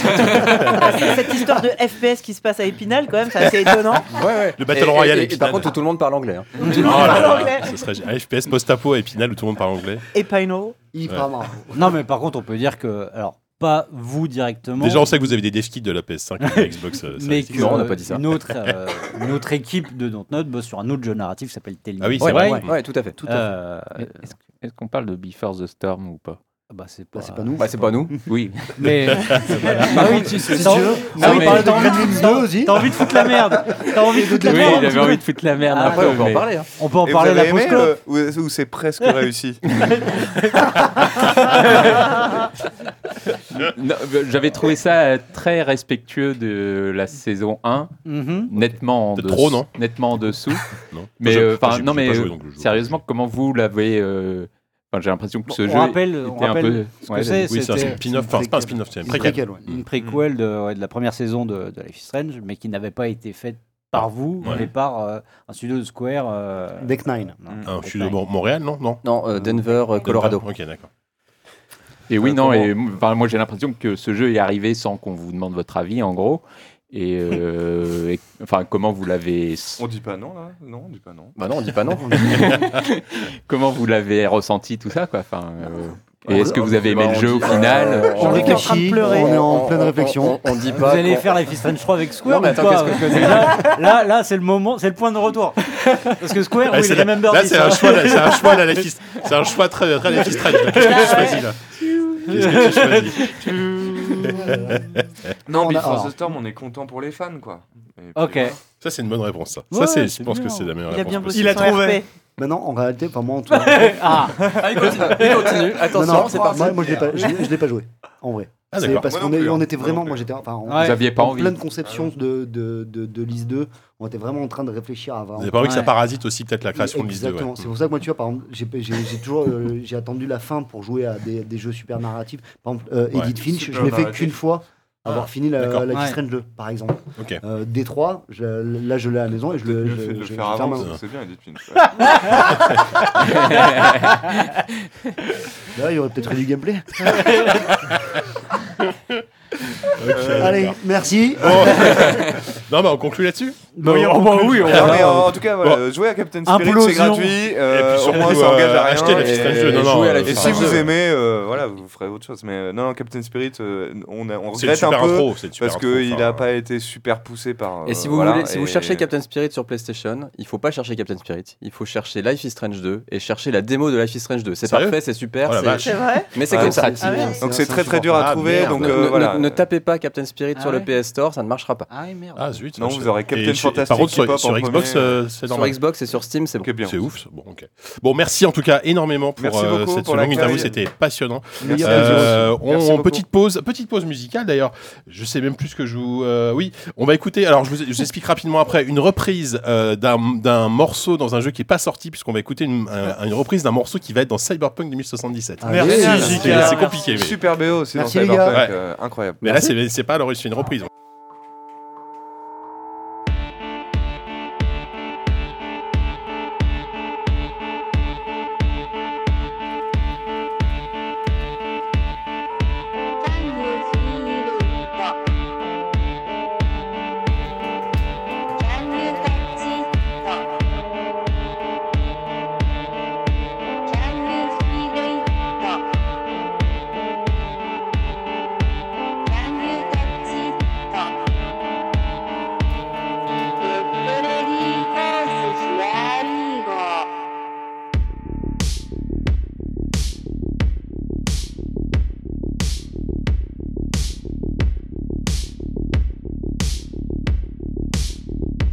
[SPEAKER 4] Cette histoire de FPS qui se passe à Épinal, quand même, c'est assez étonnant.
[SPEAKER 8] [LAUGHS] Ouais, ouais.
[SPEAKER 1] Le Battle
[SPEAKER 8] Et- et-
[SPEAKER 1] Royale
[SPEAKER 8] et- et
[SPEAKER 1] Epinal.
[SPEAKER 8] par contre, où tout le monde parle anglais. hein.
[SPEAKER 1] Oh là là,
[SPEAKER 4] anglais.
[SPEAKER 1] ce serait génial. FPS post-apo à Épinal où tout le monde parle anglais.
[SPEAKER 4] Epinal.
[SPEAKER 3] Hyper
[SPEAKER 1] Ouais.
[SPEAKER 3] marrant.
[SPEAKER 2] Non, mais par contre, on peut dire que. Alors, pas vous directement.
[SPEAKER 1] Déjà, on sait que vous avez des dev kits de la PS5 et
[SPEAKER 2] [LAUGHS]
[SPEAKER 1] de la Xbox. euh, ça
[SPEAKER 2] mais
[SPEAKER 1] existe.
[SPEAKER 2] que
[SPEAKER 8] Non, on n'a pas dit ça.
[SPEAKER 2] Une,
[SPEAKER 8] [LAUGHS]
[SPEAKER 2] autre, euh, une autre équipe de Dontnod bosse sur un autre jeu narratif qui s'appelle Tell Me
[SPEAKER 1] Ah oui,
[SPEAKER 2] Why.
[SPEAKER 1] c'est
[SPEAKER 8] Ouais,
[SPEAKER 1] vrai.
[SPEAKER 8] ouais, ouais, tout à fait.
[SPEAKER 2] Euh,
[SPEAKER 6] Mais Est-ce est-ce qu'on parle de Before the Storm ou pas
[SPEAKER 2] bah, c'est pas,
[SPEAKER 3] Bah, c'est pas nous.
[SPEAKER 8] Bah, c'est pas nous.
[SPEAKER 6] Oui.
[SPEAKER 1] [LAUGHS]
[SPEAKER 2] Mais. ah oui, tu sais.
[SPEAKER 3] Si tu veux, on
[SPEAKER 2] Non,
[SPEAKER 3] peut
[SPEAKER 2] mais
[SPEAKER 3] parler de
[SPEAKER 2] t'as envie de-
[SPEAKER 3] Gremlins 2 aussi.
[SPEAKER 2] T'as envie de foutre la merde T'as envie de foutre la
[SPEAKER 6] oui,
[SPEAKER 2] merde
[SPEAKER 6] j'avais envie de foutre la merde.
[SPEAKER 2] Ah,
[SPEAKER 8] Après, on peut en
[SPEAKER 6] mais-
[SPEAKER 8] parler. hein.
[SPEAKER 2] On peut en
[SPEAKER 5] Et vous euh,
[SPEAKER 2] parler à la
[SPEAKER 5] avez aimé
[SPEAKER 2] pause club.
[SPEAKER 5] le- ou- ou
[SPEAKER 2] [LAUGHS]
[SPEAKER 5] c'est presque réussi
[SPEAKER 6] Mm.
[SPEAKER 5] [LAUGHS]
[SPEAKER 6] Non, bah, J'avais trouvé ça euh, très respectueux de la saison 1,
[SPEAKER 2] Mhm.
[SPEAKER 6] nettement en
[SPEAKER 1] Peut-être
[SPEAKER 6] dessous.
[SPEAKER 1] trop, non
[SPEAKER 6] Nettement en dessous.
[SPEAKER 1] Non.
[SPEAKER 6] Mais,
[SPEAKER 1] J'ai-
[SPEAKER 6] euh,
[SPEAKER 1] enfin,
[SPEAKER 6] enfin,
[SPEAKER 1] j'ai-
[SPEAKER 6] non,
[SPEAKER 1] j'ai pas
[SPEAKER 6] mais,
[SPEAKER 1] joué, donc je joue.
[SPEAKER 6] Sérieusement, comment vous l'avez. euh, Enfin, j'ai l'impression que ce
[SPEAKER 2] Bon,
[SPEAKER 6] jeu.
[SPEAKER 2] on rappelle, on
[SPEAKER 6] était un
[SPEAKER 2] rappelle
[SPEAKER 6] peu-
[SPEAKER 2] ce que
[SPEAKER 6] ouais,
[SPEAKER 2] c'est.
[SPEAKER 1] Oui, c'est un
[SPEAKER 2] c'était-
[SPEAKER 1] spin-off. Enfin, c'est pas un spin-off, c'est un
[SPEAKER 3] Une
[SPEAKER 1] préquel. Mm.
[SPEAKER 3] préquelle, ouais. Mm.
[SPEAKER 2] une préquel de, ouais, de la première saison de, de Life is Strange, mais qui n'avait pas été faite par vous,
[SPEAKER 1] Ah. Ouais.
[SPEAKER 2] mais par euh, un studio de Square. euh,
[SPEAKER 3] Deck Nine.
[SPEAKER 2] non,
[SPEAKER 1] Ah, je
[SPEAKER 2] Deck
[SPEAKER 1] suis de
[SPEAKER 2] Nine.
[SPEAKER 1] Mont- Montréal, non Non.
[SPEAKER 8] Non, euh, Denver, euh, Colorado.
[SPEAKER 1] Ok, d'accord.
[SPEAKER 6] Et
[SPEAKER 8] Euh,
[SPEAKER 6] oui, non,
[SPEAKER 8] comment-
[SPEAKER 6] et m- enfin, moi j'ai l'impression que ce jeu est arrivé sans qu'on vous demande votre avis, en gros. Et, euh, et- enfin, comment vous l'avez,
[SPEAKER 5] On dit pas non là Non, on dit pas non.
[SPEAKER 8] Bah non, on dit pas
[SPEAKER 5] [LAUGHS]
[SPEAKER 8] non.
[SPEAKER 6] [LAUGHS] comment vous l'avez ressenti tout ça, quoi. Enfin, euh, et est-ce que vous avez aimé
[SPEAKER 8] Bah,
[SPEAKER 6] le
[SPEAKER 8] on
[SPEAKER 6] jeu au
[SPEAKER 8] dit-
[SPEAKER 6] final
[SPEAKER 8] euh,
[SPEAKER 4] Jean-Luc est en train de
[SPEAKER 3] réfléchit,
[SPEAKER 4] pleurer.
[SPEAKER 3] On est
[SPEAKER 8] on-
[SPEAKER 3] en pleine
[SPEAKER 8] on-
[SPEAKER 3] réflexion.
[SPEAKER 8] On, on dit
[SPEAKER 2] Vous
[SPEAKER 8] pas.
[SPEAKER 2] allez
[SPEAKER 8] qu'on-
[SPEAKER 2] faire Life is Strange 3 avec Square
[SPEAKER 8] Non, mais
[SPEAKER 2] ou
[SPEAKER 8] attends,
[SPEAKER 2] pas
[SPEAKER 8] qu'est-ce
[SPEAKER 2] Parce que là, là, là, c'est le moment, c'est le point de retour. Parce que
[SPEAKER 1] [LAUGHS]
[SPEAKER 2] Square,
[SPEAKER 1] Ah,
[SPEAKER 2] oui,
[SPEAKER 1] c'est
[SPEAKER 2] il
[SPEAKER 1] la-
[SPEAKER 2] remember
[SPEAKER 1] là,
[SPEAKER 2] this,
[SPEAKER 1] c'est
[SPEAKER 2] hein.
[SPEAKER 1] un choix, là,
[SPEAKER 2] [LAUGHS]
[SPEAKER 8] [LAUGHS]
[SPEAKER 1] c'est un choix, là, la fils- c'est un choix très, très, la fils- très, là. Qu'est-ce que tu choisis, là Qu'est-ce que tu choisis
[SPEAKER 8] [LAUGHS]
[SPEAKER 5] Non,
[SPEAKER 3] On a-
[SPEAKER 5] Before
[SPEAKER 3] alors.
[SPEAKER 5] the Storm, on est content pour les fans, quoi. Et puis,
[SPEAKER 2] Ok.
[SPEAKER 5] voilà.
[SPEAKER 1] Ça, c'est une bonne réponse. Ça,
[SPEAKER 2] Ouais,
[SPEAKER 1] ça c'est, je
[SPEAKER 2] c'est
[SPEAKER 1] pense
[SPEAKER 2] bien.
[SPEAKER 1] que c'est la meilleure
[SPEAKER 4] Il a
[SPEAKER 1] réponse.
[SPEAKER 4] bien
[SPEAKER 1] possible.
[SPEAKER 4] bossé. Il a trouvé.
[SPEAKER 3] Maintenant, en réalité, enfin
[SPEAKER 4] [LAUGHS]
[SPEAKER 3] moi en tout cas.
[SPEAKER 2] Ah,
[SPEAKER 8] il continue, il continue. Attention,
[SPEAKER 3] Non, non,
[SPEAKER 8] c'est parti.
[SPEAKER 3] Moi, moi, je l'ai pas- je l'ai je l'ai pas joué, en vrai.
[SPEAKER 1] Ah,
[SPEAKER 3] C'est
[SPEAKER 1] d'accord.
[SPEAKER 3] parce
[SPEAKER 5] Moi
[SPEAKER 3] qu'on
[SPEAKER 5] non
[SPEAKER 3] est-
[SPEAKER 5] plus,
[SPEAKER 3] on
[SPEAKER 5] hein.
[SPEAKER 3] était
[SPEAKER 5] Moi
[SPEAKER 3] vraiment,
[SPEAKER 5] non plus.
[SPEAKER 3] moi j'étais enfin, en,
[SPEAKER 6] Vous aviez pas
[SPEAKER 3] en
[SPEAKER 6] envie.
[SPEAKER 3] pleine conception de, de, de, de Lys 2, on était vraiment en train de réfléchir à.
[SPEAKER 1] Vous n'avez pas envie que ça
[SPEAKER 2] Ouais.
[SPEAKER 1] parasite aussi peut-être la création de liste de.
[SPEAKER 3] Exactement, c'est pour ça que moi, tu vois, par exemple, j'ai- j'ai j'ai toujours euh, j'ai attendu la fin pour jouer à des, des jeux super narratifs. Par exemple, euh,
[SPEAKER 1] Ouais.
[SPEAKER 3] Edith Finch,
[SPEAKER 5] Super
[SPEAKER 3] je l'ai fait
[SPEAKER 5] narratif.
[SPEAKER 3] qu'une fois avoir
[SPEAKER 1] Ah,
[SPEAKER 3] fini la,
[SPEAKER 1] d'accord.
[SPEAKER 3] la
[SPEAKER 2] Ouais.
[SPEAKER 3] Kiss Range 2, par exemple.
[SPEAKER 1] Ok.
[SPEAKER 3] Euh, Détroit, je- là, je l'ai à la maison et je
[SPEAKER 5] Peut-être
[SPEAKER 3] le.
[SPEAKER 5] mieux
[SPEAKER 3] je-
[SPEAKER 5] fait de le
[SPEAKER 3] je-
[SPEAKER 5] faire
[SPEAKER 3] je ferme
[SPEAKER 5] avant,
[SPEAKER 3] un-
[SPEAKER 5] parce que c'est bien, Edith
[SPEAKER 3] [LAUGHS]
[SPEAKER 5] Finch.
[SPEAKER 3] Là, il y aurait peut-être eu du
[SPEAKER 1] [LAUGHS]
[SPEAKER 3] gameplay.
[SPEAKER 1] Ok,
[SPEAKER 3] Euh, Allez,
[SPEAKER 1] d'accord.
[SPEAKER 3] merci.
[SPEAKER 1] Bon. Oh. [LAUGHS] non, mais on conclut là-dessus.
[SPEAKER 7] Oui, oh, bah oui,
[SPEAKER 1] Ah,
[SPEAKER 5] Non,
[SPEAKER 7] on verra.
[SPEAKER 5] mais euh, en, en tout cas, voilà, jouez à Captain Spirit, c'est
[SPEAKER 7] Implosion.
[SPEAKER 5] gratuit. euh,
[SPEAKER 1] et puis
[SPEAKER 5] au moins,
[SPEAKER 1] surtout,
[SPEAKER 5] ça engage
[SPEAKER 1] euh,
[SPEAKER 5] à rien.
[SPEAKER 1] achetez la
[SPEAKER 5] et-
[SPEAKER 1] fiche de jeu. Non,
[SPEAKER 8] et
[SPEAKER 1] non.
[SPEAKER 8] jouez à la
[SPEAKER 1] euh,
[SPEAKER 5] Et
[SPEAKER 8] fiche
[SPEAKER 5] si
[SPEAKER 8] Enfin,
[SPEAKER 5] vous
[SPEAKER 8] je-
[SPEAKER 5] aimez, euh, voilà, vous ferez autre chose. Mais euh, non, non, Captain Spirit, euh, on, a- on
[SPEAKER 1] C'est une
[SPEAKER 5] regrette
[SPEAKER 1] super
[SPEAKER 5] un peu
[SPEAKER 1] intro. C'est une super
[SPEAKER 5] parce
[SPEAKER 1] intro,
[SPEAKER 5] qu'il
[SPEAKER 1] enfin, euh.
[SPEAKER 5] n'a pas été super poussé par. euh,
[SPEAKER 8] Et si vous
[SPEAKER 5] voilà,
[SPEAKER 8] voulez, si vous
[SPEAKER 5] et-
[SPEAKER 8] cherchez Captain Spirit sur PlayStation, il faut pas chercher Captain Spirit, il faut chercher Life is Strange 2 et chercher la démo de Life is Strange 2. C'est
[SPEAKER 1] Sérieux
[SPEAKER 8] parfait, c'est super,
[SPEAKER 1] Oh la
[SPEAKER 8] c'est-
[SPEAKER 1] vache.
[SPEAKER 4] C'est vrai
[SPEAKER 8] mais c'est
[SPEAKER 5] Ah,
[SPEAKER 8] comme
[SPEAKER 5] c'est-
[SPEAKER 8] ça.
[SPEAKER 4] Ah ouais.
[SPEAKER 5] Donc c'est très très dur
[SPEAKER 1] Ah,
[SPEAKER 5] à trouver.
[SPEAKER 1] merde.
[SPEAKER 5] Donc
[SPEAKER 8] Ne,
[SPEAKER 5] euh,
[SPEAKER 8] ne-
[SPEAKER 5] voilà.
[SPEAKER 8] ne- ne tapez pas Captain Spirit
[SPEAKER 2] Ah
[SPEAKER 8] sur
[SPEAKER 2] ouais.
[SPEAKER 8] le PS Store, ça ne marchera pas.
[SPEAKER 2] Ah, merde.
[SPEAKER 1] Ah zut.
[SPEAKER 5] Non,
[SPEAKER 1] vache.
[SPEAKER 5] vous aurez Captain
[SPEAKER 1] Et chez-
[SPEAKER 5] Fantastic
[SPEAKER 1] Par contre, sur,
[SPEAKER 5] qui pop
[SPEAKER 1] sur
[SPEAKER 5] en
[SPEAKER 1] Xbox,
[SPEAKER 5] premier.
[SPEAKER 1] euh, c'est
[SPEAKER 8] Sur
[SPEAKER 1] normal.
[SPEAKER 8] Xbox et sur Steam, c'est bon.
[SPEAKER 5] Que bien.
[SPEAKER 1] C'est ouf. ça. Bon, ok. Bon, merci en tout cas énormément pour
[SPEAKER 5] Merci
[SPEAKER 1] euh,
[SPEAKER 5] beaucoup
[SPEAKER 1] cette
[SPEAKER 5] pour
[SPEAKER 1] longue interview.
[SPEAKER 5] l'accueil.
[SPEAKER 1] C'était passionnant.
[SPEAKER 5] Merci à vous aussi.
[SPEAKER 1] Euh, on-
[SPEAKER 5] Merci beaucoup.
[SPEAKER 1] petite pause, petite pause musicale d'ailleurs. Je sais même plus ce que je vous. euh, oui, on va écouter. Alors je vous, je vous explique rapidement après une reprise euh, d'un d'un morceau dans un jeu qui est pas sorti puisqu'on va écouter une, un- une reprise d'un morceau qui va être dans Cyberpunk 2077.
[SPEAKER 3] Allez.
[SPEAKER 7] Merci,
[SPEAKER 1] C'est
[SPEAKER 7] Jika.
[SPEAKER 1] c'est compliqué. Mais,
[SPEAKER 5] Ah, Super BO, c'est dans
[SPEAKER 3] Merci, les gars.
[SPEAKER 5] Cyberpunk.
[SPEAKER 1] Ouais.
[SPEAKER 5] euh, Incroyable.
[SPEAKER 1] mais là c'est c'est pas l'origine, c'est une reprise.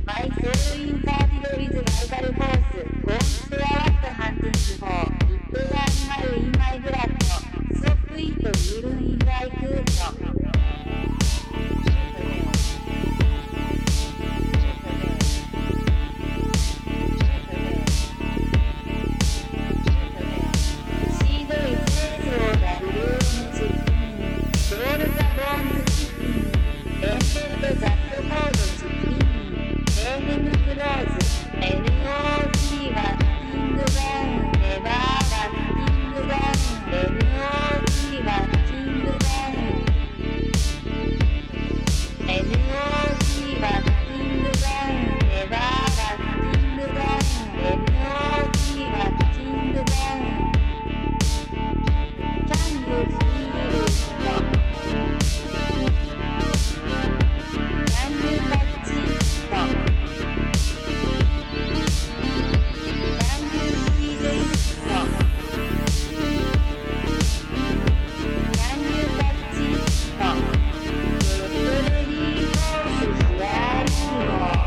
[SPEAKER 9] My theory is that there is an alcohol force. Goes to all of the hunting before. People are my in my grasp. So free to will he try to stop. See the reflection of that room. There is a bone to Thank you.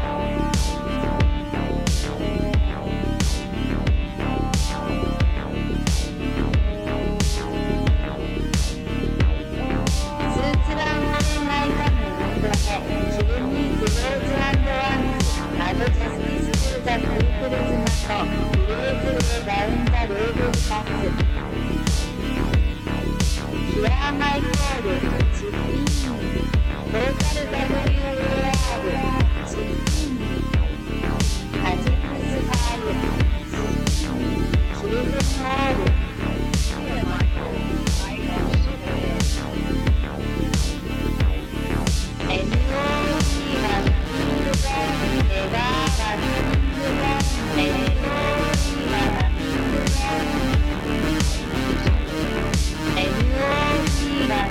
[SPEAKER 9] Thank Thank you. Yeah, my God, it's a thing. Both of the devil you love, it's a thing. I did crucify you, it's a thing. She lives in hell. Yeah, my God, I got shivers. And you all see that thing around, and I got things around, and you all see that thing around. And you'll see that.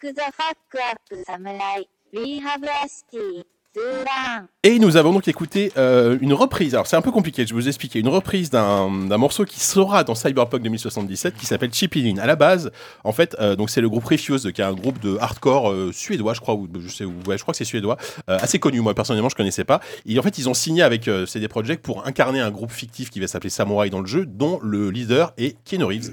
[SPEAKER 9] the fuck up, samurai. We have ST. Zuran.
[SPEAKER 1] Et nous avons donc écouté euh, une reprise, alors c'est un peu compliqué, je vais vous expliquer, une reprise d'un d'un morceau qui sera dans Cyberpunk 2077 qui s'appelle Chipping In. À la base, en fait, euh, donc c'est le groupe Refused qui est un groupe de hardcore euh, suédois, je crois, ou je sais, ou- ouais, je crois que c'est suédois, euh, assez connu, moi personnellement je connaissais pas. Et en fait, ils ont signé avec euh, CD Projekt pour incarner un groupe fictif qui va s'appeler Samurai dans le jeu, dont le leader est Keanu Reeves.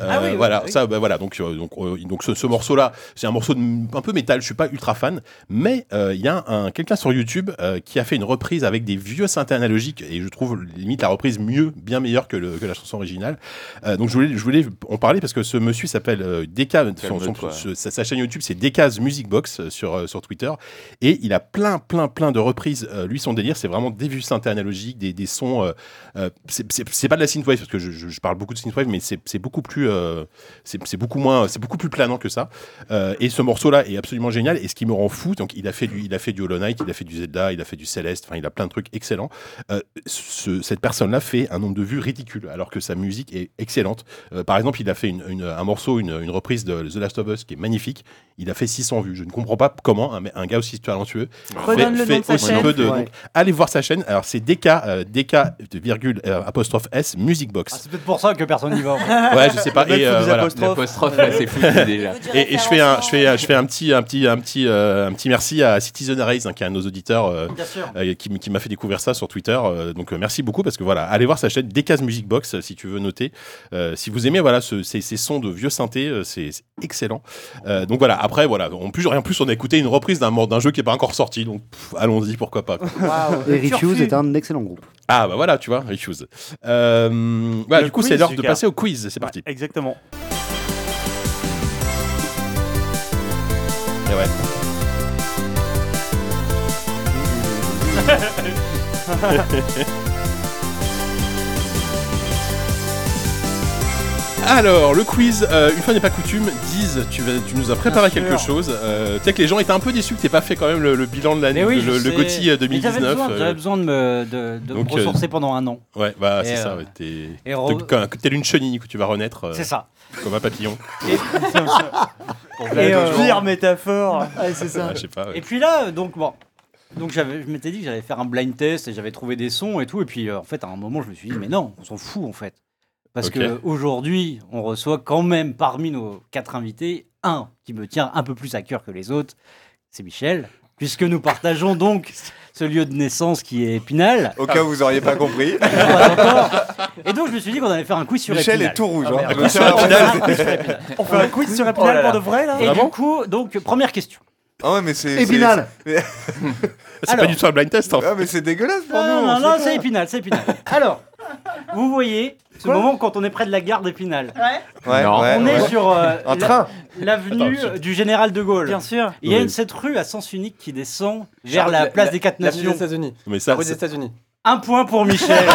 [SPEAKER 1] Euh,
[SPEAKER 12] Ah oui, oui,
[SPEAKER 1] voilà,
[SPEAKER 12] oui.
[SPEAKER 1] ça, bah, voilà. Donc, euh, donc, euh, donc ce, ce morceau-là, c'est un morceau de- un peu métal. Je suis pas ultra fan, mais euh, il y a un quelqu'un sur YouTube euh, qui a fait une reprise avec des vieux synthés analogiques et je trouve limite la reprise mieux, bien meilleure que, le- que la chanson originale. Euh, donc je voulais, je voulais en parler parce que ce monsieur s'appelle euh, Deka. son- son-
[SPEAKER 5] Calme-toi.
[SPEAKER 1] ce- sa, sa chaîne YouTube, c'est Deka's Music Box euh, sur, euh, sur Twitter et il a plein, plein, plein de reprises. Euh, lui, son délire, c'est vraiment des vieux synthés analogiques, des, des sons. euh, euh, c'est- c'est c'est pas de la synthwave parce que je, je- je parle beaucoup de synthwave, mais c'est c'est beaucoup plus, euh, c'est c'est beaucoup moins, c'est beaucoup plus planant que ça. Euh, et ce morceau-là est absolument génial. Et ce qui me rend fou, donc il a fait du, il a fait du Hollow Knight, il a fait du Zelda, il a fait du Celeste. Enfin, il a plein de trucs excellents. Euh, ce- cette personne-là fait un nombre de vues ridicule, alors que sa musique est excellente. Euh, par exemple, il a fait une- une- un morceau, une, une reprise de The Last of Us qui est magnifique. Il a fait 600 vues. Je ne comprends pas comment un, un gars aussi talentueux
[SPEAKER 4] Redonne le nom de sa
[SPEAKER 1] aussi
[SPEAKER 4] chaîne.
[SPEAKER 1] peu de.
[SPEAKER 4] Ouais.
[SPEAKER 1] donc, allez voir sa chaîne. Alors c'est DK, euh, DK de virgule euh, apostrophe S Music Box.
[SPEAKER 2] C'est peut-être pour ça que personne n'y va.
[SPEAKER 1] Ouais, je sais pas. Et euh, voilà.
[SPEAKER 6] L'apostrophe, là, c'est foutu, déjà.
[SPEAKER 1] Et, et je fais un, je fais, je fais un petit, un petit, un petit, euh, un petit merci à Citizen Race, hein, qui est un de nos auditeurs, euh,
[SPEAKER 2] Bien sûr.
[SPEAKER 1] euh, qui, m- qui m'a fait découvrir ça sur Twitter. euh, donc euh, merci beaucoup parce que voilà, allez voir sa chaîne Decaz Music Box euh, si tu veux noter. Euh, si vous aimez voilà ce- ces, ces sons de vieux synthé, euh, c'est c'est excellent. Euh, donc voilà. Après voilà, en plus, en plus on a écouté une reprise d'un mor- d'un jeu qui est pas encore sorti. Donc pff, allons-y, pourquoi pas. quoi.
[SPEAKER 3] Et Refuse est un excellent groupe.
[SPEAKER 1] Ah bah voilà, tu vois, Refuse. Euh, voilà,
[SPEAKER 7] Le
[SPEAKER 1] du coup,
[SPEAKER 7] quiz,
[SPEAKER 1] c'est l'heure de
[SPEAKER 7] Lucas.
[SPEAKER 1] passer au quiz. C'est parti.
[SPEAKER 7] Exactement.
[SPEAKER 1] Et
[SPEAKER 7] [LAUGHS]
[SPEAKER 1] ouais. Alors, le quiz, euh, une fois n'est pas coutume, disent tu, vas- tu nous as préparé
[SPEAKER 7] Bien
[SPEAKER 1] quelque
[SPEAKER 7] sûr.
[SPEAKER 1] chose. Euh, tu sais que les gens étaient un peu déçus que t'aies pas fait quand même le, le bilan de l'année,
[SPEAKER 2] Mais Eh oui,
[SPEAKER 1] de- le,
[SPEAKER 2] je
[SPEAKER 1] le
[SPEAKER 2] sais.
[SPEAKER 1] GOTY euh,
[SPEAKER 2] Mais
[SPEAKER 1] 2019.
[SPEAKER 2] J'avais besoin,
[SPEAKER 1] euh,
[SPEAKER 2] j'avais besoin de me, de, de me
[SPEAKER 1] donc, euh,
[SPEAKER 2] ressourcer pendant un an.
[SPEAKER 1] Ouais, bah
[SPEAKER 2] Et,
[SPEAKER 1] c'est ça,
[SPEAKER 2] euh,
[SPEAKER 1] ouais, t'es
[SPEAKER 2] et re- [LAUGHS]
[SPEAKER 1] t'es comme- t'es une chenille que tu vas renaître. euh,
[SPEAKER 2] C'est ça.
[SPEAKER 1] Comme un papillon.
[SPEAKER 7] La
[SPEAKER 2] euh,
[SPEAKER 7] pire métaphore.
[SPEAKER 2] [LAUGHS] Ouais, c'est ça.
[SPEAKER 1] Ouais, Ah, je sais pas, ouais.
[SPEAKER 2] Et puis là, euh, donc bon. Donc j'avais, je m'étais dit que j'allais faire un blind test et j'avais trouvé des sons et tout. Et puis euh, en fait, à un moment, je me suis dit, mais non, on s'en fout en fait. Parce
[SPEAKER 1] Ok.
[SPEAKER 2] que qu'aujourd'hui, on reçoit quand même parmi nos quatre invités un qui me tient un peu plus à cœur que les autres, c'est Michel, puisque nous partageons
[SPEAKER 5] [LAUGHS]
[SPEAKER 2] donc ce lieu de naissance qui est Épinal.
[SPEAKER 5] Au cas où
[SPEAKER 8] [LAUGHS]
[SPEAKER 5] vous auriez pas compris.
[SPEAKER 2] Pas encore. Et donc je me suis dit qu'on allait faire un quiz sur
[SPEAKER 5] Michel
[SPEAKER 2] Épinal.
[SPEAKER 5] est tout rouge,
[SPEAKER 2] Ah,
[SPEAKER 5] hein.
[SPEAKER 2] merde.
[SPEAKER 5] Un quiz sur Épinal.
[SPEAKER 2] Un quiz sur Épinal.
[SPEAKER 7] On fait un quiz
[SPEAKER 5] [LAUGHS]
[SPEAKER 7] sur Épinal
[SPEAKER 2] Oh là
[SPEAKER 7] pour
[SPEAKER 2] là.
[SPEAKER 7] de vrai, là
[SPEAKER 2] Et
[SPEAKER 1] Vraiment
[SPEAKER 2] du coup, donc première question.
[SPEAKER 5] Ah ouais, mais c'est.
[SPEAKER 2] Épinal.
[SPEAKER 5] C'est
[SPEAKER 1] [LAUGHS] C'est pas du tout un blind test. hein.
[SPEAKER 5] Ah, mais c'est dégueulasse pour
[SPEAKER 2] Non,
[SPEAKER 5] nous.
[SPEAKER 2] non, non,
[SPEAKER 5] on sait
[SPEAKER 2] non,
[SPEAKER 5] pas.
[SPEAKER 2] c'est Épinal, c'est Épinal. [LAUGHS] Alors, vous voyez ce moment quand on est près de la gare d'Épinal.
[SPEAKER 5] Ouais,
[SPEAKER 6] Non.
[SPEAKER 5] ouais,
[SPEAKER 2] on est
[SPEAKER 5] ouais.
[SPEAKER 2] sur euh,
[SPEAKER 5] Un
[SPEAKER 2] la-
[SPEAKER 5] train.
[SPEAKER 2] l'avenue
[SPEAKER 1] Attends,
[SPEAKER 2] du Général de Gaulle.
[SPEAKER 4] Bien sûr.
[SPEAKER 2] Il y a
[SPEAKER 6] Oui.
[SPEAKER 2] une, cette rue à sens unique qui descend vers la, place des Quatre Nations.
[SPEAKER 8] des États-Unis.
[SPEAKER 1] Mais ça,
[SPEAKER 8] La rue des
[SPEAKER 1] c'est-
[SPEAKER 8] États-Unis.
[SPEAKER 2] Un point pour [LAUGHS] Michel.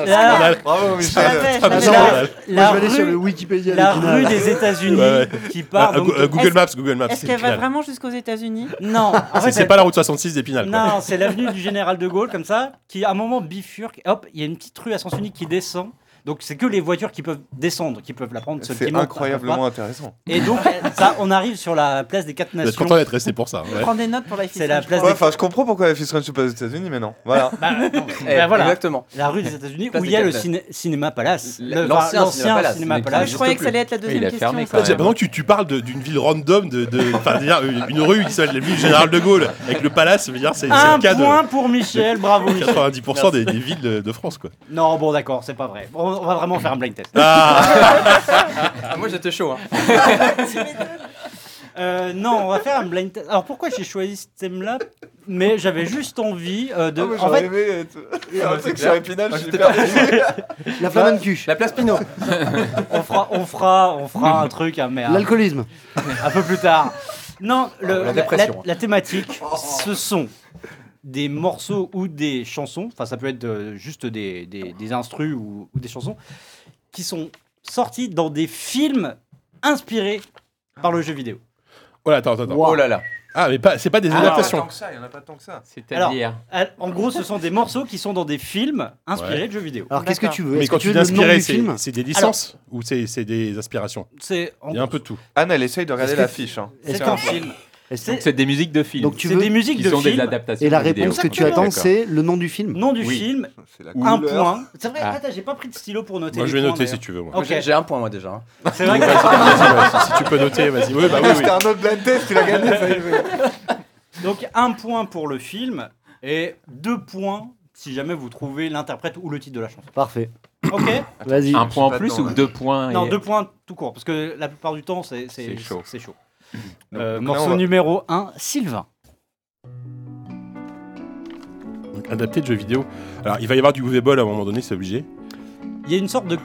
[SPEAKER 1] on
[SPEAKER 2] la,
[SPEAKER 1] a-
[SPEAKER 5] Bravo,
[SPEAKER 4] Je
[SPEAKER 5] Michel.
[SPEAKER 4] l'avais, je
[SPEAKER 1] Ah,
[SPEAKER 4] l'avais.
[SPEAKER 1] ça, on a-
[SPEAKER 2] la
[SPEAKER 3] je vais aller sur le
[SPEAKER 2] rue,
[SPEAKER 3] Wikipédia.
[SPEAKER 2] la
[SPEAKER 3] d'Épinal.
[SPEAKER 2] rue des États-Unis
[SPEAKER 1] Ouais,
[SPEAKER 2] qui part.
[SPEAKER 1] Euh,
[SPEAKER 2] donc
[SPEAKER 1] Go- euh,
[SPEAKER 2] de-
[SPEAKER 1] Google
[SPEAKER 4] est-ce-
[SPEAKER 1] Maps, Google Maps.
[SPEAKER 4] Est-ce
[SPEAKER 1] c'est
[SPEAKER 4] qu'elle va
[SPEAKER 1] génial.
[SPEAKER 4] vraiment
[SPEAKER 11] [LAUGHS]
[SPEAKER 4] jusqu'aux États-Unis
[SPEAKER 2] Non, en fait,
[SPEAKER 1] C'est- C'est
[SPEAKER 2] elle-
[SPEAKER 1] pas la route 66 d'Épinal. quoi.
[SPEAKER 8] [LAUGHS]
[SPEAKER 2] Non, c'est l'avenue du Général de Gaulle, comme ça, qui à un moment bifurque. Hop, il y a une petite rue à sens unique qui descend. Donc c'est que les voitures qui peuvent descendre, qui peuvent la prendre. celles qui
[SPEAKER 5] C'est
[SPEAKER 2] montent,
[SPEAKER 5] incroyablement intéressant.
[SPEAKER 2] peuvent pas. Et donc ça, on arrive sur la place des Quatre
[SPEAKER 1] Vous êtes
[SPEAKER 2] Nations.
[SPEAKER 1] content d'être resté pour ça. ouais.
[SPEAKER 4] Prends des notes pour la
[SPEAKER 2] C'est la place
[SPEAKER 5] Ouais,
[SPEAKER 2] des...
[SPEAKER 5] enfin, je comprends pourquoi la Fist Ranch n'est pas aux États-Unis, mais non. Voilà.
[SPEAKER 2] [LAUGHS] Bah, non,
[SPEAKER 8] Eh,
[SPEAKER 2] bah, voilà,
[SPEAKER 8] Exactement.
[SPEAKER 2] la rue des États-Unis
[SPEAKER 8] Place
[SPEAKER 2] où
[SPEAKER 8] des
[SPEAKER 2] il y a
[SPEAKER 8] Quatre
[SPEAKER 2] le
[SPEAKER 8] Nations.
[SPEAKER 2] ciné- cinéma palace,
[SPEAKER 8] Le-
[SPEAKER 2] Le-
[SPEAKER 8] l'ancien cinéma palace,
[SPEAKER 2] cinéma
[SPEAKER 8] mais qui
[SPEAKER 4] Ah,
[SPEAKER 2] palace.
[SPEAKER 4] Je
[SPEAKER 8] n'existe
[SPEAKER 4] croyais que
[SPEAKER 8] plus.
[SPEAKER 4] ça allait être la deuxième
[SPEAKER 6] il a
[SPEAKER 4] question.
[SPEAKER 6] fermé,
[SPEAKER 4] ça.
[SPEAKER 6] quand même.
[SPEAKER 1] Pendant que tu, tu parles de- d'une ville random, de, de- enfin, je veux dire, une une rue qui s'appelle la ville Général de Gaulle, avec le palace, je veux dire, c'est c'est
[SPEAKER 2] Un
[SPEAKER 1] le cas de
[SPEAKER 2] point pour Michel, bravo Michel.
[SPEAKER 1] 90% des, des villes de, de France. Quoi.
[SPEAKER 2] Non, bon d'accord, c'est pas vrai. Bon, on va vraiment faire un blind test.
[SPEAKER 8] Ah, [LAUGHS] moi j'étais chaud. Hein.
[SPEAKER 2] [LAUGHS] Euh, non, on va faire un blind test. Alors pourquoi j'ai choisi ce thème-là Mais j'avais juste envie euh, de.
[SPEAKER 5] Ah, moi,
[SPEAKER 2] en
[SPEAKER 5] j'aurais
[SPEAKER 2] fait,
[SPEAKER 5] aimé
[SPEAKER 8] [LAUGHS]
[SPEAKER 5] être- faire un
[SPEAKER 8] c'est
[SPEAKER 5] truc
[SPEAKER 8] clair.
[SPEAKER 5] sur Épinal, je suis
[SPEAKER 8] J'étais pas-
[SPEAKER 5] hyper- [LAUGHS]
[SPEAKER 3] La flamencuche.
[SPEAKER 8] La place Pinot.
[SPEAKER 2] on fera, on fera, on fera un truc, hein, mais un,
[SPEAKER 3] L'alcoolisme.
[SPEAKER 2] un peu plus tard. Non, le-
[SPEAKER 8] La
[SPEAKER 2] Oh, la,
[SPEAKER 8] dépression.
[SPEAKER 2] la- la thématique, ce sont des morceaux ou des chansons. Enfin, ça peut être euh, juste des, des, des instrus ou, ou des chansons qui sont sortis dans des films inspirés par le jeu vidéo.
[SPEAKER 1] Oh là, attends, attends. attends.
[SPEAKER 3] Wow.
[SPEAKER 8] Oh là là.
[SPEAKER 1] Ah, mais pas, c'est pas des
[SPEAKER 5] Ah,
[SPEAKER 1] adaptations.
[SPEAKER 5] tant que ça, il y en a pas tant que ça.
[SPEAKER 2] Alors, à- en gros, ce sont des morceaux qui sont dans des films inspirés de jeux vidéo.
[SPEAKER 3] Alors, qu'est-ce que tu veux
[SPEAKER 1] Mais
[SPEAKER 3] Est-ce
[SPEAKER 1] quand
[SPEAKER 3] que tu
[SPEAKER 1] tu
[SPEAKER 3] veux le nom
[SPEAKER 1] t'inspirais,
[SPEAKER 3] du
[SPEAKER 1] c'est
[SPEAKER 3] film
[SPEAKER 1] c'est des licences ou c'est c'est des aspirations
[SPEAKER 2] C'est en
[SPEAKER 1] Il y a un peu de tout.
[SPEAKER 5] Anne, elle essaye de regarder
[SPEAKER 2] Est-ce que-
[SPEAKER 5] l'affiche. hein.
[SPEAKER 2] C'est
[SPEAKER 5] C'est
[SPEAKER 2] un
[SPEAKER 5] un-
[SPEAKER 2] film.
[SPEAKER 6] Donc c'est des musiques de films.
[SPEAKER 3] Donc tu
[SPEAKER 2] C'est
[SPEAKER 3] veux
[SPEAKER 2] des musiques
[SPEAKER 6] qui
[SPEAKER 2] de
[SPEAKER 6] sont des
[SPEAKER 2] films.
[SPEAKER 6] adaptations.
[SPEAKER 3] Et la
[SPEAKER 6] de vidéos.
[SPEAKER 3] réponse que tu
[SPEAKER 2] Exactement.
[SPEAKER 3] attends, c'est le nom du film.
[SPEAKER 2] Nom du
[SPEAKER 6] Oui.
[SPEAKER 2] film,
[SPEAKER 5] C'est la
[SPEAKER 2] un
[SPEAKER 5] couleur.
[SPEAKER 2] point. C'est vrai,
[SPEAKER 6] Ah.
[SPEAKER 2] attends, j'ai pas pris de stylo pour noter.
[SPEAKER 1] Moi,
[SPEAKER 2] les
[SPEAKER 1] je vais
[SPEAKER 2] points,
[SPEAKER 1] noter
[SPEAKER 2] d'ailleurs.
[SPEAKER 1] si tu veux. moi.
[SPEAKER 2] Ok.
[SPEAKER 8] J'ai- J'ai un point, moi,
[SPEAKER 5] [LAUGHS]
[SPEAKER 8] déjà. hein.
[SPEAKER 2] C'est vrai que-
[SPEAKER 1] si tu peux noter, vas-y. Oui, bah oui, oui.
[SPEAKER 5] C'était Ah, un autre blind test, il a
[SPEAKER 8] [LAUGHS]
[SPEAKER 5] gagné. ça y est.
[SPEAKER 2] [LAUGHS] Donc un point pour le film et deux points si jamais vous trouvez l'interprète ou le titre de la chanson.
[SPEAKER 3] Parfait.
[SPEAKER 2] Ok
[SPEAKER 3] [COUGHS] Vas-y.
[SPEAKER 6] Un
[SPEAKER 5] Je
[SPEAKER 6] point en
[SPEAKER 5] suis pas
[SPEAKER 6] plus
[SPEAKER 5] dedans,
[SPEAKER 6] ou
[SPEAKER 5] là.
[SPEAKER 6] deux points
[SPEAKER 2] Non,
[SPEAKER 6] et-
[SPEAKER 2] deux points tout court, parce que la plupart du temps, c'est c'est-
[SPEAKER 6] C'est chaud.
[SPEAKER 2] c'est chaud.
[SPEAKER 5] [COUGHS] Donc,
[SPEAKER 2] Euh,
[SPEAKER 5] donc là,
[SPEAKER 2] morceau
[SPEAKER 5] on va-
[SPEAKER 2] numéro 1, Sylvain.
[SPEAKER 1] Adapté de jeux vidéo. Alors, il va y avoir du Groovy Ball à un moment donné, c'est obligé.
[SPEAKER 2] Il y a une sorte de,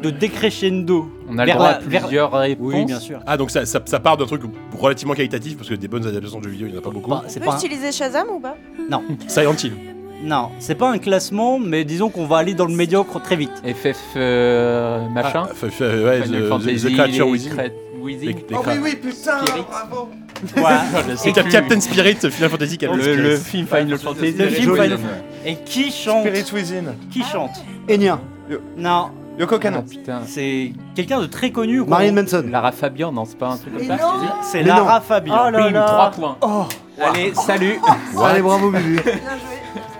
[SPEAKER 2] de décrescendo.
[SPEAKER 6] On a le
[SPEAKER 2] Vers
[SPEAKER 6] droit
[SPEAKER 2] la-
[SPEAKER 6] à
[SPEAKER 2] vers-
[SPEAKER 6] plusieurs réponses.
[SPEAKER 2] Oui, bien sûr.
[SPEAKER 1] Ah, donc ça, ça, ça part d'un truc relativement qualitatif parce que des bonnes adaptations de jeux vidéo, il n'y en a pas beaucoup.
[SPEAKER 2] Bah, c'est
[SPEAKER 11] On
[SPEAKER 2] pas
[SPEAKER 11] peut
[SPEAKER 2] un-
[SPEAKER 11] utiliser Shazam ou pas
[SPEAKER 1] Silent Hill.
[SPEAKER 2] Non, c'est pas un classement, mais disons qu'on va aller dans le médiocre très vite.
[SPEAKER 6] FF euh, machin.
[SPEAKER 1] Ah, f- f- euh, ouais,
[SPEAKER 6] Final
[SPEAKER 1] the-
[SPEAKER 6] Fantasy,
[SPEAKER 1] the, the Creature
[SPEAKER 6] les
[SPEAKER 1] Within.
[SPEAKER 6] cra-
[SPEAKER 1] Les-
[SPEAKER 6] Within.
[SPEAKER 1] les
[SPEAKER 5] Oh
[SPEAKER 1] cra-
[SPEAKER 5] oui, oui, putain,
[SPEAKER 6] Spirit.
[SPEAKER 5] bravo.
[SPEAKER 2] Voilà.
[SPEAKER 6] Je sais
[SPEAKER 1] C'est Cap-
[SPEAKER 6] plus.
[SPEAKER 1] Captain Spirit, Final Fantasy Captain
[SPEAKER 6] Le, le
[SPEAKER 1] Spirit.
[SPEAKER 6] film Final Fantasy.
[SPEAKER 2] Le film
[SPEAKER 6] Joli.
[SPEAKER 2] Final Et qui chante
[SPEAKER 5] Spirit Within.
[SPEAKER 2] Qui chante
[SPEAKER 3] Enya,
[SPEAKER 2] Non,
[SPEAKER 5] Yoko
[SPEAKER 6] Ah,
[SPEAKER 5] Kano.
[SPEAKER 6] putain.
[SPEAKER 2] c'est quelqu'un de très connu. qu'on-
[SPEAKER 3] Marilyn Manson.
[SPEAKER 6] Lara Fabian, non, c'est pas un truc comme ça
[SPEAKER 2] C'est
[SPEAKER 3] Mais
[SPEAKER 2] Lara Fabian.
[SPEAKER 4] Oh là
[SPEAKER 6] Bim,
[SPEAKER 4] là.
[SPEAKER 6] 3 poins.
[SPEAKER 3] Oh,
[SPEAKER 6] Allez, salut.
[SPEAKER 3] allez, bravo, Bubu.
[SPEAKER 11] Bien joué.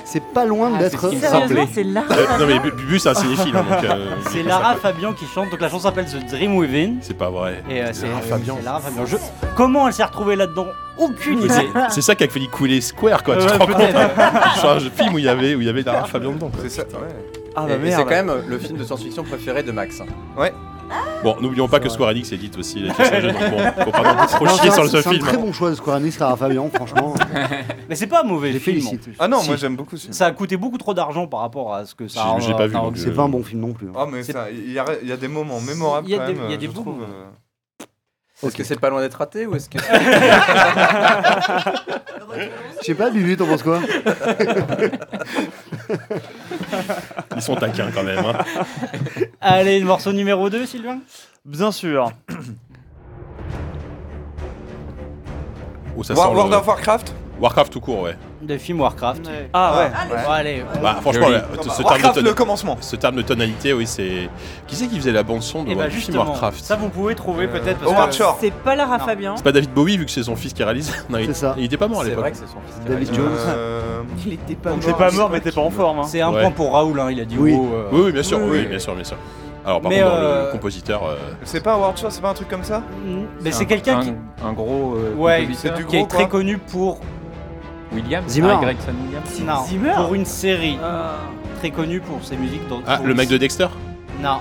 [SPEAKER 3] C'est pas loin
[SPEAKER 6] Ah,
[SPEAKER 3] d'être.
[SPEAKER 6] c'est ce qui me
[SPEAKER 4] Sérieusement,
[SPEAKER 6] semblait.
[SPEAKER 4] c'est là.
[SPEAKER 1] Euh, non, mais Bu-
[SPEAKER 2] [LAUGHS]
[SPEAKER 1] Bubu, c'est un cinéphile. hein, donc, euh,
[SPEAKER 2] C'est Lara Fabian qui chante, donc la chanson s'appelle The Dream Within.
[SPEAKER 1] C'est pas vrai.
[SPEAKER 2] Et euh, c'est
[SPEAKER 1] Lara
[SPEAKER 2] euh,
[SPEAKER 1] Fabian.
[SPEAKER 2] c'est Lara Fabian. Je- Comment elle s'est retrouvée là-dedans Aucune idée. [LAUGHS]
[SPEAKER 1] C'est ça qui a fait couler Square, quoi. Tu te
[SPEAKER 2] Ouais,
[SPEAKER 1] rends compte hein Sur un jeu- film où il y avait, où il y avait Lara Fabian dedans. quoi.
[SPEAKER 5] C'est ça, ouais.
[SPEAKER 7] Ah
[SPEAKER 8] Et- et c'est quand
[SPEAKER 1] euh,
[SPEAKER 8] même le film de science-fiction préféré de Max. hein.
[SPEAKER 1] Bon, n'oublions pas que Square Enix édite aussi les pièces à jeu, donc
[SPEAKER 5] [LAUGHS]
[SPEAKER 1] bon, faut pas non plus trop
[SPEAKER 3] Non,
[SPEAKER 1] chier
[SPEAKER 3] c'est
[SPEAKER 1] sur
[SPEAKER 3] un-
[SPEAKER 1] le
[SPEAKER 3] C'est un
[SPEAKER 1] film.
[SPEAKER 3] très
[SPEAKER 1] hein.
[SPEAKER 3] bon choix de Square Enix, Lara Fabian, franchement.
[SPEAKER 2] Mais c'est pas un
[SPEAKER 3] Je
[SPEAKER 2] mauvais
[SPEAKER 3] les
[SPEAKER 2] film.
[SPEAKER 3] félicite.
[SPEAKER 5] Ah non,
[SPEAKER 2] Si.
[SPEAKER 5] moi j'aime beaucoup ce film.
[SPEAKER 2] Ça a coûté beaucoup trop d'argent par rapport à ce que ça. euh,
[SPEAKER 1] J'ai- j'ai
[SPEAKER 2] en-
[SPEAKER 1] pas vu,
[SPEAKER 2] en-
[SPEAKER 1] donc,
[SPEAKER 3] C'est pas un bon film non plus. hein.
[SPEAKER 5] Oh, mais ça, il y a, il y a des moments mémorables
[SPEAKER 2] hein. Il y a
[SPEAKER 5] quand
[SPEAKER 2] des-
[SPEAKER 5] même.
[SPEAKER 2] il y a des
[SPEAKER 5] je
[SPEAKER 2] bons
[SPEAKER 5] trouve,
[SPEAKER 2] moments.
[SPEAKER 5] euh,
[SPEAKER 8] Est-ce que c'est pas loin d'être raté ou est-ce que.
[SPEAKER 3] Je sais pas, Bubu, t'en
[SPEAKER 8] [LAUGHS]
[SPEAKER 3] penses quoi
[SPEAKER 1] Ils sont taquins quand même. hein.
[SPEAKER 2] [LAUGHS] Allez, le morceau numéro 2, Sylvain
[SPEAKER 7] Bien sûr.
[SPEAKER 1] Oh, ça
[SPEAKER 5] War-
[SPEAKER 1] sent le-
[SPEAKER 5] World of Warcraft
[SPEAKER 1] Warcraft tout court, ouais.
[SPEAKER 2] De film Warcraft.
[SPEAKER 7] Ah ouais.
[SPEAKER 11] Ah, le
[SPEAKER 5] Ouais.
[SPEAKER 2] Bon, allez.
[SPEAKER 1] Bah, franchement,
[SPEAKER 6] Joli.
[SPEAKER 1] là,
[SPEAKER 5] Non,
[SPEAKER 1] ce,
[SPEAKER 5] bah,
[SPEAKER 1] terme
[SPEAKER 5] Warcraft,
[SPEAKER 1] de
[SPEAKER 5] le
[SPEAKER 1] ton-
[SPEAKER 5] commencé.
[SPEAKER 1] ce terme de tonalité, oui, c'est. Qui c'est qui faisait la bande-son de
[SPEAKER 2] Et bah
[SPEAKER 1] le film
[SPEAKER 2] justement,
[SPEAKER 1] Warcraft
[SPEAKER 2] ça vous pouvez trouver
[SPEAKER 5] Euh,
[SPEAKER 2] peut-être parce
[SPEAKER 5] Omar
[SPEAKER 2] que
[SPEAKER 5] Shore.
[SPEAKER 4] C'est pas Lara
[SPEAKER 2] Non.
[SPEAKER 4] [LAUGHS] Fabian.
[SPEAKER 1] C'est pas David Bowie, vu que c'est son fils qui réalise. [LAUGHS] Non, il,
[SPEAKER 3] C'est ça.
[SPEAKER 1] il était pas mort à
[SPEAKER 8] C'est vrai
[SPEAKER 1] l'époque.
[SPEAKER 8] que c'est son fils. qui
[SPEAKER 3] David
[SPEAKER 8] réalise.
[SPEAKER 3] Jones.
[SPEAKER 2] [LAUGHS]
[SPEAKER 5] Euh,
[SPEAKER 4] Il était pas
[SPEAKER 7] T'es pas mort, mais t'es pas en forme. hein.
[SPEAKER 2] c'est un
[SPEAKER 1] Ouais.
[SPEAKER 2] point pour Raoul, hein, il a dit
[SPEAKER 3] Oui.
[SPEAKER 2] oh, euh,
[SPEAKER 1] Oui, oui, bien sûr,
[SPEAKER 2] Oui,
[SPEAKER 1] oui,
[SPEAKER 2] oui.
[SPEAKER 1] bien sûr, bien sûr. Alors, par
[SPEAKER 2] Mais,
[SPEAKER 1] contre, dans le-
[SPEAKER 2] euh,
[SPEAKER 1] le compositeur. euh,
[SPEAKER 5] C'est pas World Shore, c'est pas un truc comme ça
[SPEAKER 8] Mm.
[SPEAKER 2] Mais c'est quelqu'un qui,
[SPEAKER 6] qui. Un gros. euh,
[SPEAKER 2] Ouais,
[SPEAKER 6] compositeur.
[SPEAKER 5] c'est du
[SPEAKER 2] qui est
[SPEAKER 5] gros, quoi.
[SPEAKER 2] très connu pour,
[SPEAKER 6] Williams.
[SPEAKER 3] Zimmer.
[SPEAKER 6] Ah, Gregson Williams.
[SPEAKER 2] non,
[SPEAKER 4] Zimmer.
[SPEAKER 2] pour une série. Très connue pour ses musiques dans.
[SPEAKER 1] Ah,
[SPEAKER 2] pour
[SPEAKER 1] le
[SPEAKER 2] une-
[SPEAKER 1] mec de Dexter
[SPEAKER 2] Non,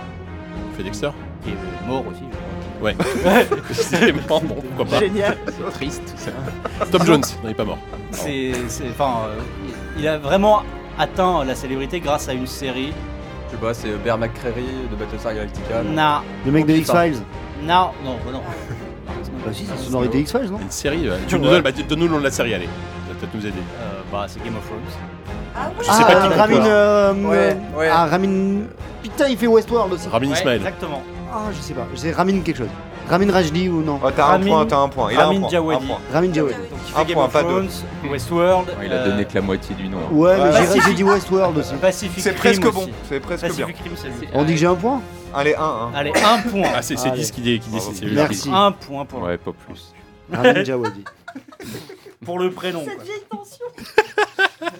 [SPEAKER 1] Il fait Dexter
[SPEAKER 2] qui est mort aussi. je crois.
[SPEAKER 1] [LAUGHS] [LAUGHS] C'est mort, bon, pourquoi pas.
[SPEAKER 4] Génial.
[SPEAKER 6] C'est triste tout ça.
[SPEAKER 1] Tom Jones Non, il est pas mort.
[SPEAKER 2] Ah, C'est, c'est- enfin, euh, il a vraiment atteint la célébrité grâce à une série.
[SPEAKER 8] Je sais pas, c'est Bear McCreary de Battlestar Galactica.
[SPEAKER 2] Non,
[SPEAKER 3] Le mec de X-Files.
[SPEAKER 2] non, non,
[SPEAKER 3] [LAUGHS]
[SPEAKER 2] bah non.
[SPEAKER 3] Bah si, c'est sonorité X-Files, non
[SPEAKER 1] Une série. euh, tu nous donnes- bah, Donne-nous le nom de la série, allez. Ça va peut-être nous aider.
[SPEAKER 2] Euh, bah, c'est Game of Thrones.
[SPEAKER 11] Ah, ouais.
[SPEAKER 1] Je sais pas
[SPEAKER 3] euh,
[SPEAKER 1] qui
[SPEAKER 3] Ramin.
[SPEAKER 1] peut,
[SPEAKER 3] euh,
[SPEAKER 8] Ouais,
[SPEAKER 3] euh,
[SPEAKER 8] ouais.
[SPEAKER 3] Ah, Ramin. Putain, il fait Westworld aussi.
[SPEAKER 1] Ramin
[SPEAKER 2] Ouais,
[SPEAKER 1] Ismail.
[SPEAKER 2] Exactement.
[SPEAKER 3] Ah, je sais pas. C'est Ramin quelque chose. Ramin Rajdi ou non
[SPEAKER 5] Oh, t'as un
[SPEAKER 2] Ramin-
[SPEAKER 5] point, t'as un point. Il a un
[SPEAKER 2] Ramin
[SPEAKER 5] point, un
[SPEAKER 2] Djawadi.
[SPEAKER 5] point.
[SPEAKER 3] Ramin Djawadi.
[SPEAKER 2] Donc, il fait
[SPEAKER 5] Un
[SPEAKER 2] Game
[SPEAKER 5] point,
[SPEAKER 2] of
[SPEAKER 5] pas deux.
[SPEAKER 2] Thrones, Westworld.
[SPEAKER 6] Ouais, il a
[SPEAKER 2] euh,
[SPEAKER 6] donné que la moitié du nom. hein.
[SPEAKER 3] Ouais, mais
[SPEAKER 5] Ouais.
[SPEAKER 2] bah,
[SPEAKER 3] j'ai- j'ai dit Westworld aussi.
[SPEAKER 2] Pacific
[SPEAKER 5] C'est
[SPEAKER 2] Rim
[SPEAKER 5] presque bon,
[SPEAKER 2] aussi.
[SPEAKER 5] c'est presque bien.
[SPEAKER 2] Pacific Rim, c'est lui.
[SPEAKER 3] On dit que j'ai un point
[SPEAKER 5] Allez, 1-1.
[SPEAKER 2] Allez, un point.
[SPEAKER 1] Ah, c'est c'est
[SPEAKER 3] Allez.
[SPEAKER 1] Dis qui dé- qui décide. c'est lui.
[SPEAKER 3] Merci.
[SPEAKER 2] Un point pour,
[SPEAKER 6] Ouais, pas plus.
[SPEAKER 3] Ramin Djawadi.
[SPEAKER 7] hein.
[SPEAKER 2] pour le prénom.
[SPEAKER 11] Cette
[SPEAKER 2] quoi. Euh,
[SPEAKER 11] vieille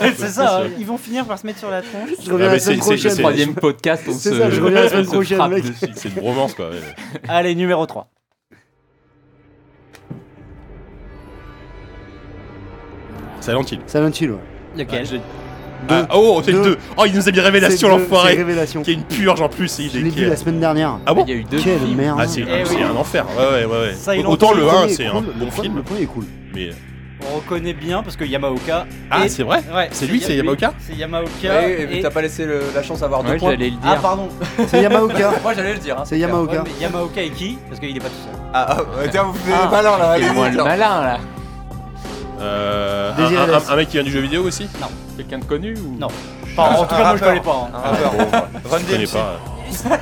[SPEAKER 11] tension.
[SPEAKER 2] c'est ça. hein.
[SPEAKER 4] Ils vont finir par se mettre sur la tronche.
[SPEAKER 3] Je reviens
[SPEAKER 1] Ah, mais
[SPEAKER 3] la semaine
[SPEAKER 1] c'est- c'est-
[SPEAKER 3] prochaine.
[SPEAKER 1] c'est-
[SPEAKER 6] Troisième podcast, on se.
[SPEAKER 3] C'est ça, je reviens la semaine
[SPEAKER 6] on se
[SPEAKER 3] prochaine,
[SPEAKER 6] frappe
[SPEAKER 3] mec.
[SPEAKER 6] dessus.
[SPEAKER 1] C'est une romance, quoi. ouais.
[SPEAKER 2] Allez, numéro 3.
[SPEAKER 1] Silent Hill.
[SPEAKER 3] Silent Hill, ouais.
[SPEAKER 2] Lequel
[SPEAKER 1] Ah, oh, c'est le
[SPEAKER 3] euh, Deux.
[SPEAKER 1] 2. Oh, il nous a mis
[SPEAKER 3] C'est
[SPEAKER 1] Révélation,
[SPEAKER 3] deux, c'est
[SPEAKER 1] l'enfoiré.
[SPEAKER 3] Révélation.
[SPEAKER 1] Qui est une purge en plus. Il
[SPEAKER 3] Je
[SPEAKER 1] est-
[SPEAKER 3] l'ai
[SPEAKER 1] qui
[SPEAKER 3] vu
[SPEAKER 1] est-
[SPEAKER 3] la semaine dernière.
[SPEAKER 1] Ah bon
[SPEAKER 6] Il y a eu deux
[SPEAKER 3] Quelle
[SPEAKER 6] films.
[SPEAKER 3] merde.
[SPEAKER 1] Ah, c'est
[SPEAKER 2] Eh
[SPEAKER 1] c'est
[SPEAKER 2] oui.
[SPEAKER 1] un enfer. Ouais, ouais, ouais. ouais.
[SPEAKER 2] Silent
[SPEAKER 1] Autant le
[SPEAKER 3] premier
[SPEAKER 1] 1,
[SPEAKER 3] est
[SPEAKER 1] c'est un
[SPEAKER 3] cool, le
[SPEAKER 1] bon
[SPEAKER 3] premier-
[SPEAKER 1] film,
[SPEAKER 3] Le premier est cool.
[SPEAKER 1] mais.
[SPEAKER 2] On reconnaît bien parce que Yamaoka.
[SPEAKER 1] Ah,
[SPEAKER 2] et-
[SPEAKER 1] c'est vrai
[SPEAKER 2] Ouais,
[SPEAKER 1] C'est lui, c'est
[SPEAKER 2] Ya-
[SPEAKER 1] Yamaoka
[SPEAKER 2] C'est Yamaoka.
[SPEAKER 8] Ouais, et puis
[SPEAKER 2] et-
[SPEAKER 8] t'as pas laissé le- la chance d'avoir deux
[SPEAKER 6] Ouais,
[SPEAKER 8] points.
[SPEAKER 6] j'allais le dire.
[SPEAKER 2] Ah, pardon.
[SPEAKER 3] [LAUGHS] C'est
[SPEAKER 2] [LAUGHS]
[SPEAKER 3] Yamaoka.
[SPEAKER 8] Moi j'allais le dire. hein.
[SPEAKER 3] C'est Yamaoka.
[SPEAKER 2] Ouais, mais Yamaoka et qui Parce qu'il est pas tout seul.
[SPEAKER 5] Ah, ah, tiens, vous faisiez
[SPEAKER 8] Ah.
[SPEAKER 5] les malins là.
[SPEAKER 6] Il est
[SPEAKER 5] allez-y,
[SPEAKER 6] moins le
[SPEAKER 5] tiens.
[SPEAKER 6] malin là.
[SPEAKER 1] Euh, un,
[SPEAKER 3] Désiré
[SPEAKER 1] un-
[SPEAKER 3] Laisse.
[SPEAKER 1] un mec qui vient du jeu vidéo aussi
[SPEAKER 6] Quelqu'un de connu ou
[SPEAKER 2] Non. Enfin, en tout cas, moi je hein.
[SPEAKER 5] rappeur.
[SPEAKER 1] Ah,
[SPEAKER 2] connais
[SPEAKER 1] bah,
[SPEAKER 5] bah.
[SPEAKER 2] pas. hein.
[SPEAKER 5] Un rappeur. Run
[SPEAKER 1] Je connais
[SPEAKER 5] DMC.
[SPEAKER 2] [LAUGHS]
[SPEAKER 1] pas.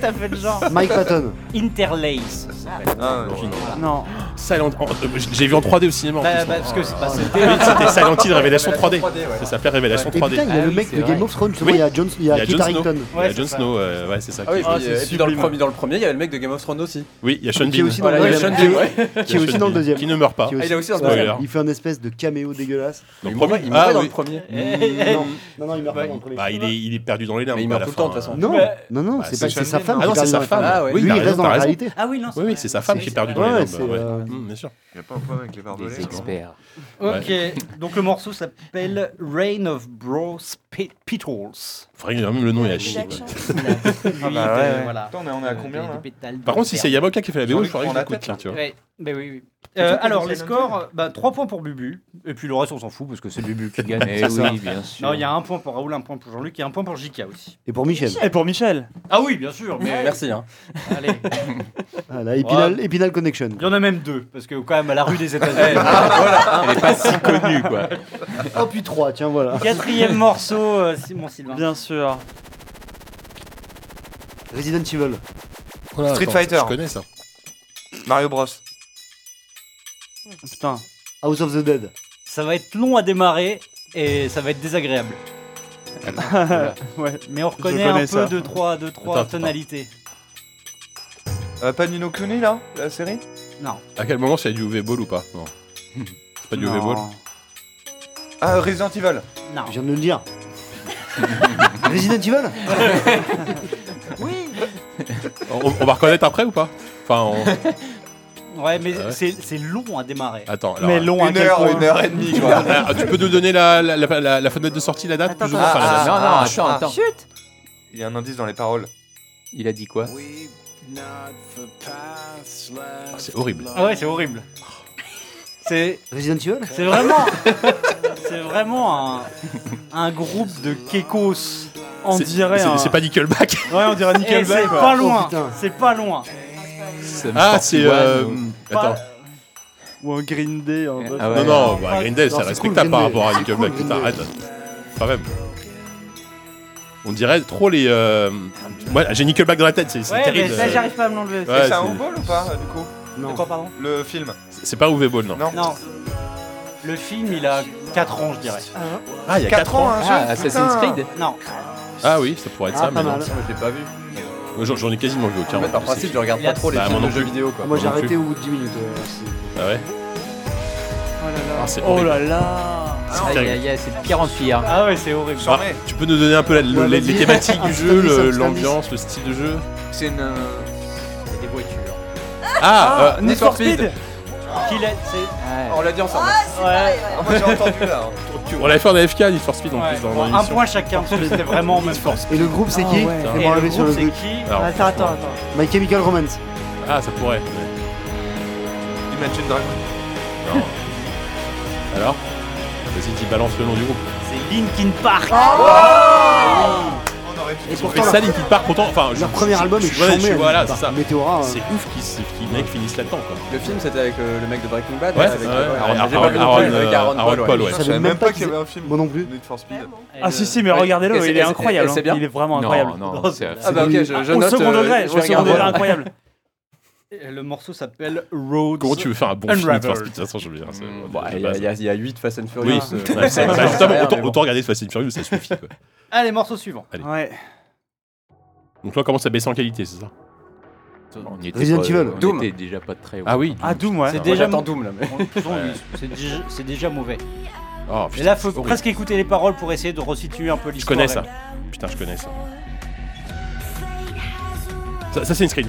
[SPEAKER 4] t'as fait le genre.
[SPEAKER 3] Mike Patton.
[SPEAKER 2] Interlace. ça s'appelle.
[SPEAKER 5] Ah, non,
[SPEAKER 4] Non.
[SPEAKER 1] Silent Hill, euh, j'ai vu en 3D au cinéma. en
[SPEAKER 2] Bah,
[SPEAKER 1] plus,
[SPEAKER 2] bah,
[SPEAKER 1] hein.
[SPEAKER 2] parce que c'est pas-
[SPEAKER 1] Oui,
[SPEAKER 2] c'était-
[SPEAKER 1] c'était Silent Hill Révélation 3D.
[SPEAKER 5] ouais.
[SPEAKER 1] Ça s'appelait Révélation
[SPEAKER 3] Et
[SPEAKER 1] 3D.
[SPEAKER 3] putain, il y a
[SPEAKER 6] Ah
[SPEAKER 3] le
[SPEAKER 6] oui,
[SPEAKER 3] mec
[SPEAKER 6] c'est
[SPEAKER 3] de Game
[SPEAKER 6] vrai.
[SPEAKER 3] of Thrones, tu vois,
[SPEAKER 1] Oui.
[SPEAKER 3] il y a John, il y
[SPEAKER 1] Il
[SPEAKER 3] a Kit Harington.
[SPEAKER 1] Il y a
[SPEAKER 2] Ouais,
[SPEAKER 1] Jon
[SPEAKER 2] c'est
[SPEAKER 1] Snow, euh, ouais, c'est ça.
[SPEAKER 8] Ah oui,
[SPEAKER 1] qui-
[SPEAKER 7] Ah,
[SPEAKER 8] puis,
[SPEAKER 7] c'est
[SPEAKER 8] euh, et puis dans le
[SPEAKER 7] sublime.
[SPEAKER 8] premier, dans le premier, il y a le mec de Game of Thrones aussi.
[SPEAKER 1] Oui, il y a Sean
[SPEAKER 3] Qui est
[SPEAKER 1] Bean.
[SPEAKER 3] aussi dans le
[SPEAKER 8] Voilà, il y a
[SPEAKER 3] deuxième.
[SPEAKER 8] Sean
[SPEAKER 3] Qui est-
[SPEAKER 8] Bean, ouais.
[SPEAKER 3] qui est aussi dans le deuxième.
[SPEAKER 1] Qui ne meurt pas.
[SPEAKER 3] Qui est
[SPEAKER 8] Ah, il est aussi dans le
[SPEAKER 1] Ouais,
[SPEAKER 8] deuxième.
[SPEAKER 1] alors.
[SPEAKER 3] Il fait un espèce de caméo dégueulasse.
[SPEAKER 1] Dans le
[SPEAKER 8] Il mourait
[SPEAKER 1] premier-
[SPEAKER 8] il
[SPEAKER 1] Ah,
[SPEAKER 8] mourait dans
[SPEAKER 1] oui. Mm.
[SPEAKER 8] le premier.
[SPEAKER 3] non. non, non, il meurt pas dans le premier.
[SPEAKER 1] Bah, il est, il est perdu dans les larmes.
[SPEAKER 8] Mais il
[SPEAKER 1] quoi, à
[SPEAKER 8] meurt
[SPEAKER 1] la
[SPEAKER 8] tout le
[SPEAKER 1] fin,
[SPEAKER 8] temps, de toute
[SPEAKER 1] hein.
[SPEAKER 8] façon.
[SPEAKER 3] Non,
[SPEAKER 7] Mais-
[SPEAKER 3] non, non,
[SPEAKER 1] Bah,
[SPEAKER 3] c'est pas-
[SPEAKER 5] c'est
[SPEAKER 3] c'est sa
[SPEAKER 5] Sean
[SPEAKER 3] femme
[SPEAKER 1] Ah
[SPEAKER 3] qui
[SPEAKER 1] non,
[SPEAKER 3] est perdue
[SPEAKER 1] c'est sa
[SPEAKER 3] dans la
[SPEAKER 1] femme.
[SPEAKER 8] Ah ouais.
[SPEAKER 1] Oui,
[SPEAKER 3] Lui,
[SPEAKER 1] t'as
[SPEAKER 3] il
[SPEAKER 1] raison,
[SPEAKER 3] reste dans
[SPEAKER 1] t'as
[SPEAKER 3] la
[SPEAKER 1] raison.
[SPEAKER 3] réalité.
[SPEAKER 4] Ah oui, non.
[SPEAKER 1] Oui, oui, c'est sa femme qui est perdue dans les
[SPEAKER 3] Ouais,
[SPEAKER 1] larmes.
[SPEAKER 3] c'est,
[SPEAKER 1] ouais.
[SPEAKER 3] euh,
[SPEAKER 1] Hum, Bien sûr.
[SPEAKER 5] Il n'y a pas un problème avec les barbelés.
[SPEAKER 6] Des experts.
[SPEAKER 2] Ok, donc le morceau s'appelle Rain of Bros Pit- Petals.
[SPEAKER 1] Faudrait que- même le nom est à chier.
[SPEAKER 11] Jacques
[SPEAKER 1] quoi.
[SPEAKER 11] Chance.
[SPEAKER 1] [LAUGHS]
[SPEAKER 5] Ah
[SPEAKER 2] Huit,
[SPEAKER 5] bah
[SPEAKER 2] euh,
[SPEAKER 5] ouais.
[SPEAKER 2] voilà.
[SPEAKER 5] Attends, on est- on est à combien, là
[SPEAKER 2] Des pétales de
[SPEAKER 1] Par contre, si
[SPEAKER 2] terre.
[SPEAKER 1] c'est Yamoka qui a fait la BO,
[SPEAKER 5] Jean-Luc
[SPEAKER 1] je crois que
[SPEAKER 5] prend
[SPEAKER 1] je
[SPEAKER 5] la
[SPEAKER 1] l'écoute,
[SPEAKER 5] tête,
[SPEAKER 1] tiens, tu vois.
[SPEAKER 2] Ouais, mais oui, oui.
[SPEAKER 5] C'est toi
[SPEAKER 2] Euh,
[SPEAKER 5] qui as
[SPEAKER 2] alors,
[SPEAKER 5] dit
[SPEAKER 2] les
[SPEAKER 5] Silent
[SPEAKER 2] scores, bah, 3 points pour Bubu, et puis le reste, on s'en fout parce que c'est Bubu
[SPEAKER 1] [LAUGHS]
[SPEAKER 2] qui gagne.
[SPEAKER 6] Mais oui, bien sûr.
[SPEAKER 2] non, il y a un point pour Raoul, un point pour Jean-Luc et un point pour Jika aussi.
[SPEAKER 3] Et pour Michel.
[SPEAKER 7] Et pour Michel
[SPEAKER 2] Ah oui, bien sûr, mais
[SPEAKER 8] Merci. Hein.
[SPEAKER 2] allez.
[SPEAKER 3] Voilà, Epinal, Epinal Connection.
[SPEAKER 2] Il y en a même deux, parce que quand même, à la rue des États-Unis.
[SPEAKER 6] Elle est pas si connue, quoi.
[SPEAKER 3] Oh, puis trois, tiens, voilà.
[SPEAKER 2] Quatrième morceau, euh, Simon Sylvain.
[SPEAKER 7] Bien sûr.
[SPEAKER 3] Resident Evil.
[SPEAKER 5] Street Fighter.
[SPEAKER 1] Oh Je connais ça.
[SPEAKER 5] Mario Bros.
[SPEAKER 7] Putain.
[SPEAKER 3] House of the Dead.
[SPEAKER 2] Ça va être long à démarrer et ça va être désagréable.
[SPEAKER 7] [LAUGHS] Ouais.
[SPEAKER 2] Mais on reconnaît
[SPEAKER 7] connais
[SPEAKER 2] un
[SPEAKER 7] ça.
[SPEAKER 2] peu deux, trois, deux, trois
[SPEAKER 1] Attends, attends.
[SPEAKER 2] tonalités.
[SPEAKER 5] Euh, pas Nino Kuni là, la série
[SPEAKER 1] À quel moment c'est du UV Ball ou pas Non. C'est pas du UV Ball.
[SPEAKER 5] Ah, euh, Resident Evil.
[SPEAKER 2] Non.
[SPEAKER 3] Je viens de le
[SPEAKER 2] [LAUGHS]
[SPEAKER 3] dire. Resident Evil
[SPEAKER 2] [LAUGHS]
[SPEAKER 1] On, on va reconnaître après ou pas Enfin, on-
[SPEAKER 2] Ouais, mais
[SPEAKER 1] Ah ouais.
[SPEAKER 2] c'est c'est long à démarrer.
[SPEAKER 1] attends. alors,
[SPEAKER 7] Mais long à
[SPEAKER 5] une
[SPEAKER 7] quel
[SPEAKER 5] heure,
[SPEAKER 7] point
[SPEAKER 5] une heure et demie, quoi.
[SPEAKER 1] Ah, tu peux nous donner la, la, la, la, la fenêtre de sortie, la date
[SPEAKER 4] Attends,
[SPEAKER 1] plus ou moins
[SPEAKER 5] attends.
[SPEAKER 1] Enfin, la date.
[SPEAKER 6] non,
[SPEAKER 5] ah,
[SPEAKER 6] non, attends,
[SPEAKER 5] ah.
[SPEAKER 6] attends.
[SPEAKER 4] Chut
[SPEAKER 5] Il y a un indice dans les paroles.
[SPEAKER 6] Il a dit quoi
[SPEAKER 1] Ah, C'est horrible.
[SPEAKER 2] Ah ouais, c'est horrible. [LAUGHS] C'est
[SPEAKER 3] Resident Evil
[SPEAKER 2] c'est vraiment c'est vraiment un, un groupe de kekos.
[SPEAKER 7] On
[SPEAKER 1] C'est-
[SPEAKER 7] dirait
[SPEAKER 1] c'est-
[SPEAKER 7] un-
[SPEAKER 1] C'est
[SPEAKER 2] [LAUGHS]
[SPEAKER 1] pas Nickelback.
[SPEAKER 7] Ouais, on dirait
[SPEAKER 2] Et
[SPEAKER 7] Nickelback.
[SPEAKER 2] c'est
[SPEAKER 7] quoi.
[SPEAKER 2] pas loin.
[SPEAKER 3] Oh, putain.
[SPEAKER 2] c'est pas loin.
[SPEAKER 6] Sum
[SPEAKER 1] Ah,
[SPEAKER 6] 41,
[SPEAKER 1] c'est. euh,
[SPEAKER 6] ou-
[SPEAKER 1] Attends.
[SPEAKER 7] Ou un Green Day. un peu.
[SPEAKER 6] Ah
[SPEAKER 1] Non,
[SPEAKER 6] ouais.
[SPEAKER 1] non, bah,
[SPEAKER 2] pas-
[SPEAKER 1] Green Day,
[SPEAKER 3] non,
[SPEAKER 1] c'est
[SPEAKER 3] c'est
[SPEAKER 1] respectable
[SPEAKER 3] cool,
[SPEAKER 1] par
[SPEAKER 3] Green Day.
[SPEAKER 1] rapport à
[SPEAKER 3] C'est
[SPEAKER 1] Nickelback.
[SPEAKER 3] cool, Green
[SPEAKER 1] Putain,
[SPEAKER 3] Day.
[SPEAKER 1] arrête. Quand même. On dirait trop les. euh, Moi, j'ai Nickelback dans la tête, c'est c'est
[SPEAKER 2] Ouais,
[SPEAKER 1] terrible.
[SPEAKER 4] Là, j'arrive pas à me l'enlever.
[SPEAKER 1] Ouais,
[SPEAKER 5] Et c'est un
[SPEAKER 1] c'est-
[SPEAKER 5] handball ou pas, euh, du coup
[SPEAKER 3] Non.
[SPEAKER 2] Quoi, pardon
[SPEAKER 5] Le film
[SPEAKER 1] C'est pas UV Ball, non.
[SPEAKER 5] Non.
[SPEAKER 2] Non. Le film, il a 4 ans, je dirais.
[SPEAKER 1] Ah, il y a
[SPEAKER 5] 4
[SPEAKER 1] 4
[SPEAKER 5] ans,
[SPEAKER 1] ans.
[SPEAKER 5] hein,
[SPEAKER 6] Ah,
[SPEAKER 5] je-
[SPEAKER 6] Assassin's
[SPEAKER 5] putain.
[SPEAKER 6] Creed
[SPEAKER 2] Non.
[SPEAKER 1] Ah oui, ça pourrait être
[SPEAKER 3] Ah,
[SPEAKER 1] ça,
[SPEAKER 3] pas
[SPEAKER 1] mais non.
[SPEAKER 3] mal.
[SPEAKER 8] Ça, moi, je l'ai pas vu.
[SPEAKER 1] Moi, J'en j'en ai quasiment vu aucun.
[SPEAKER 8] En fait, par principe, je regarde
[SPEAKER 2] Il y a-
[SPEAKER 8] pas trop les
[SPEAKER 1] Bah, moi
[SPEAKER 8] films de
[SPEAKER 1] non
[SPEAKER 8] jeux
[SPEAKER 1] plus.
[SPEAKER 8] vidéo, quoi.
[SPEAKER 3] Moi j'ai
[SPEAKER 1] non plus.
[SPEAKER 3] arrêté au bout de 10 minutes. euh, c'est-
[SPEAKER 1] Ah ouais Ah, c'est
[SPEAKER 7] Oh
[SPEAKER 1] horrible.
[SPEAKER 7] là là.
[SPEAKER 6] Aïe,
[SPEAKER 1] terrible.
[SPEAKER 6] aïe, aïe, C'est de pire en pire.
[SPEAKER 2] Ah ouais, c'est horrible.
[SPEAKER 1] Ah,
[SPEAKER 5] Charmé.
[SPEAKER 1] tu peux nous donner un peu la- le-
[SPEAKER 3] Ouais,
[SPEAKER 1] les,
[SPEAKER 3] vas-y.
[SPEAKER 1] les thématiques
[SPEAKER 3] Un
[SPEAKER 1] du
[SPEAKER 3] petit indice, un
[SPEAKER 1] jeu, le-
[SPEAKER 3] petit
[SPEAKER 1] l'ambiance, le style de jeu
[SPEAKER 6] C'est une. euh,
[SPEAKER 2] Des voitures.
[SPEAKER 1] Ah, euh,
[SPEAKER 7] Need for Speed.
[SPEAKER 2] Qu'il a- c'est-
[SPEAKER 6] ah,
[SPEAKER 8] On l'a dit ensemble.
[SPEAKER 2] Ouais.
[SPEAKER 5] Ah, moi j'ai
[SPEAKER 3] Oh
[SPEAKER 5] entendu là.
[SPEAKER 1] on l'avait fait en AFK, Need for Speed en
[SPEAKER 2] Ouais.
[SPEAKER 1] plus dans,
[SPEAKER 2] Bon,
[SPEAKER 1] dans
[SPEAKER 2] un
[SPEAKER 1] l'émission.
[SPEAKER 2] point chacun, parce que c'était vraiment en même temps.
[SPEAKER 3] Et le groupe c'est
[SPEAKER 4] Ah
[SPEAKER 3] qui
[SPEAKER 4] ouais.
[SPEAKER 3] Fais-moi
[SPEAKER 2] Et le
[SPEAKER 3] rêver sur
[SPEAKER 2] groupe,
[SPEAKER 3] le
[SPEAKER 2] c'est
[SPEAKER 3] truc.
[SPEAKER 2] qui
[SPEAKER 1] Alors,
[SPEAKER 4] Attends, attends, attends.
[SPEAKER 3] My Chemical Romance.
[SPEAKER 1] [LAUGHS] Ah, ça pourrait.
[SPEAKER 5] Imagine Dragon.
[SPEAKER 1] Alors Vas-y, dis balance le nom du groupe.
[SPEAKER 2] C'est Linkin Park.
[SPEAKER 5] On
[SPEAKER 7] Oh.
[SPEAKER 5] aurait pu.
[SPEAKER 3] Et
[SPEAKER 1] Mais
[SPEAKER 3] pourtant
[SPEAKER 1] ça,
[SPEAKER 3] leur,
[SPEAKER 1] Linkin Park, pourtant, enfin, je-
[SPEAKER 3] leur premier
[SPEAKER 1] je-
[SPEAKER 3] album
[SPEAKER 1] je-
[SPEAKER 3] est
[SPEAKER 1] je- je-
[SPEAKER 3] chambé.
[SPEAKER 8] hein,
[SPEAKER 3] hein.
[SPEAKER 1] Voilà, c'est ça.
[SPEAKER 3] Météora.
[SPEAKER 1] C'est ouf qu'ils qu'ils- les mecs finissent là-dedans, quoi.
[SPEAKER 8] Le film, c'était avec euh, le mec de Breaking Bad.
[SPEAKER 1] Ouais,
[SPEAKER 8] avec,
[SPEAKER 1] ouais,
[SPEAKER 8] euh, Aaron-
[SPEAKER 1] Aaron-
[SPEAKER 8] j'ai pas vu non
[SPEAKER 1] Aaron-
[SPEAKER 8] plus, avec Aaron
[SPEAKER 1] Aaron euh, Paul, ouais.
[SPEAKER 5] Je
[SPEAKER 3] savais
[SPEAKER 5] savais
[SPEAKER 3] même
[SPEAKER 5] même
[SPEAKER 3] pas
[SPEAKER 5] pas qu'il y
[SPEAKER 3] qu'ils-
[SPEAKER 5] avait un film.
[SPEAKER 3] Moi non plus.
[SPEAKER 5] Need for Speed.
[SPEAKER 7] Ah si si mais
[SPEAKER 8] Ouais.
[SPEAKER 7] regardez-le,
[SPEAKER 8] Et c'est- et
[SPEAKER 7] il est
[SPEAKER 8] c'est-
[SPEAKER 7] incroyable.
[SPEAKER 8] et c'est
[SPEAKER 7] hein.
[SPEAKER 8] bien
[SPEAKER 7] Il est vraiment
[SPEAKER 6] Non,
[SPEAKER 7] incroyable.
[SPEAKER 6] non, c'est-
[SPEAKER 7] Ah,
[SPEAKER 8] Ah bah ok, je, je
[SPEAKER 7] au
[SPEAKER 8] note.
[SPEAKER 7] second
[SPEAKER 8] euh,
[SPEAKER 7] degré,
[SPEAKER 8] je
[SPEAKER 7] au
[SPEAKER 8] vais
[SPEAKER 7] second
[SPEAKER 8] regarder.
[SPEAKER 7] degré incroyable.
[SPEAKER 2] Le morceau s'appelle Roads.
[SPEAKER 1] Comment tu veux faire un bon film Need for
[SPEAKER 2] Unraveled.
[SPEAKER 1] Speed De toute façon, je veux dire. c'est-
[SPEAKER 6] Mm,
[SPEAKER 1] de
[SPEAKER 8] Bon, Il y,
[SPEAKER 1] base.
[SPEAKER 8] a- il y a- il y a 8 Fast and
[SPEAKER 1] Oui,
[SPEAKER 8] Furious. euh,
[SPEAKER 1] Ouais, c'est-
[SPEAKER 8] ça
[SPEAKER 1] bah,
[SPEAKER 8] sert à rien,
[SPEAKER 1] justement,
[SPEAKER 8] mais
[SPEAKER 1] autant,
[SPEAKER 8] bon.
[SPEAKER 1] autant regarder Fast and Furious, ça suffit. Quoi.
[SPEAKER 2] Allez, morceau suivant. Ah,
[SPEAKER 1] Allez.
[SPEAKER 7] Ouais.
[SPEAKER 1] Donc là, on commence à baisser en qualité, c'est ça
[SPEAKER 6] On y était
[SPEAKER 3] Resident
[SPEAKER 6] pas-
[SPEAKER 3] Evil.
[SPEAKER 6] on
[SPEAKER 8] Doom.
[SPEAKER 6] était déjà pas très haut.
[SPEAKER 1] oui.
[SPEAKER 7] Ah Doom ouais.
[SPEAKER 2] C'est
[SPEAKER 8] Moi,
[SPEAKER 2] déjà,
[SPEAKER 8] J'attends Doom là. Mais...
[SPEAKER 2] Bon, de toute façon,
[SPEAKER 1] Ouais.
[SPEAKER 2] oui, [LAUGHS] c'est déjà, c'est déjà mauvais.
[SPEAKER 1] Oh,
[SPEAKER 2] Et
[SPEAKER 1] putain,
[SPEAKER 2] là, faut
[SPEAKER 1] c'est horrible.
[SPEAKER 2] presque écouter les paroles pour essayer de resituer un peu
[SPEAKER 1] Je
[SPEAKER 2] l'histoire.
[SPEAKER 1] connais ça. Putain, je connais ça. Ça, ça, c'est une screen.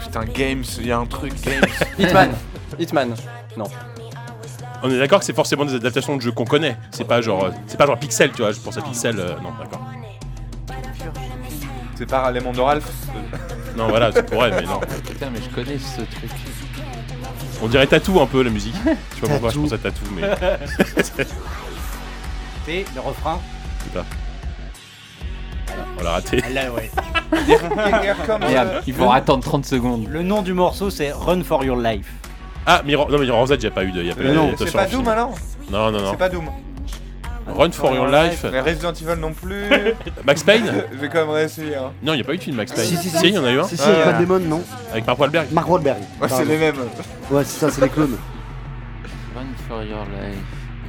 [SPEAKER 5] Putain, Games, il y a un truc. Games.
[SPEAKER 8] [LAUGHS] Hitman. Hitman. Non.
[SPEAKER 1] On est d'accord que c'est forcément des adaptations de jeux qu'on connaît. C'est pas genre, euh, c'est pas genre Pixel, tu vois. Je pense à Pixel, euh, non, d'accord.
[SPEAKER 5] C'est pas les mondes de Ralph.
[SPEAKER 1] Non, voilà, c'est pour elle, mais non.
[SPEAKER 6] Putain, mais je connais ce truc.
[SPEAKER 1] On dirait Tatou un peu la musique. Je sais pas pourquoi je
[SPEAKER 3] Tattoo.
[SPEAKER 1] pense à Tatou, mais [LAUGHS]
[SPEAKER 2] Et le refrain.
[SPEAKER 1] on l'a raté.
[SPEAKER 2] ah Là, ouais.
[SPEAKER 6] Merde, il faut attendre 30 secondes.
[SPEAKER 2] euh, Le nom du morceau, c'est Run for Your Life. Euh,
[SPEAKER 1] Ah, Mirror, non, mais Mirror Z, y a pas eu de. Y a pas eu
[SPEAKER 5] Mais
[SPEAKER 1] de-
[SPEAKER 5] non,
[SPEAKER 1] d'adaptation
[SPEAKER 5] c'est pas
[SPEAKER 1] en film.
[SPEAKER 5] Doom alors
[SPEAKER 1] Non, non, non.
[SPEAKER 5] C'est pas Doom.
[SPEAKER 1] Run for Your Life,
[SPEAKER 5] Mais Resident Evil non plus.
[SPEAKER 1] [LAUGHS] Max Payne
[SPEAKER 5] J'ai quand même réessayé. Hein.
[SPEAKER 1] Non, il n'y a pas eu de film Max Payne.
[SPEAKER 3] Si, si, si.
[SPEAKER 1] il y en a eu un
[SPEAKER 3] Si, si,
[SPEAKER 5] Ouais,
[SPEAKER 3] pas
[SPEAKER 5] ouais.
[SPEAKER 3] Damon, non
[SPEAKER 1] avec Mark Wahlberg.
[SPEAKER 3] Mark Wahlberg.
[SPEAKER 5] Ouais, c'est
[SPEAKER 3] Pardon.
[SPEAKER 5] les mêmes.
[SPEAKER 3] Ouais, c'est ça, c'est les clones.
[SPEAKER 6] Run for your life.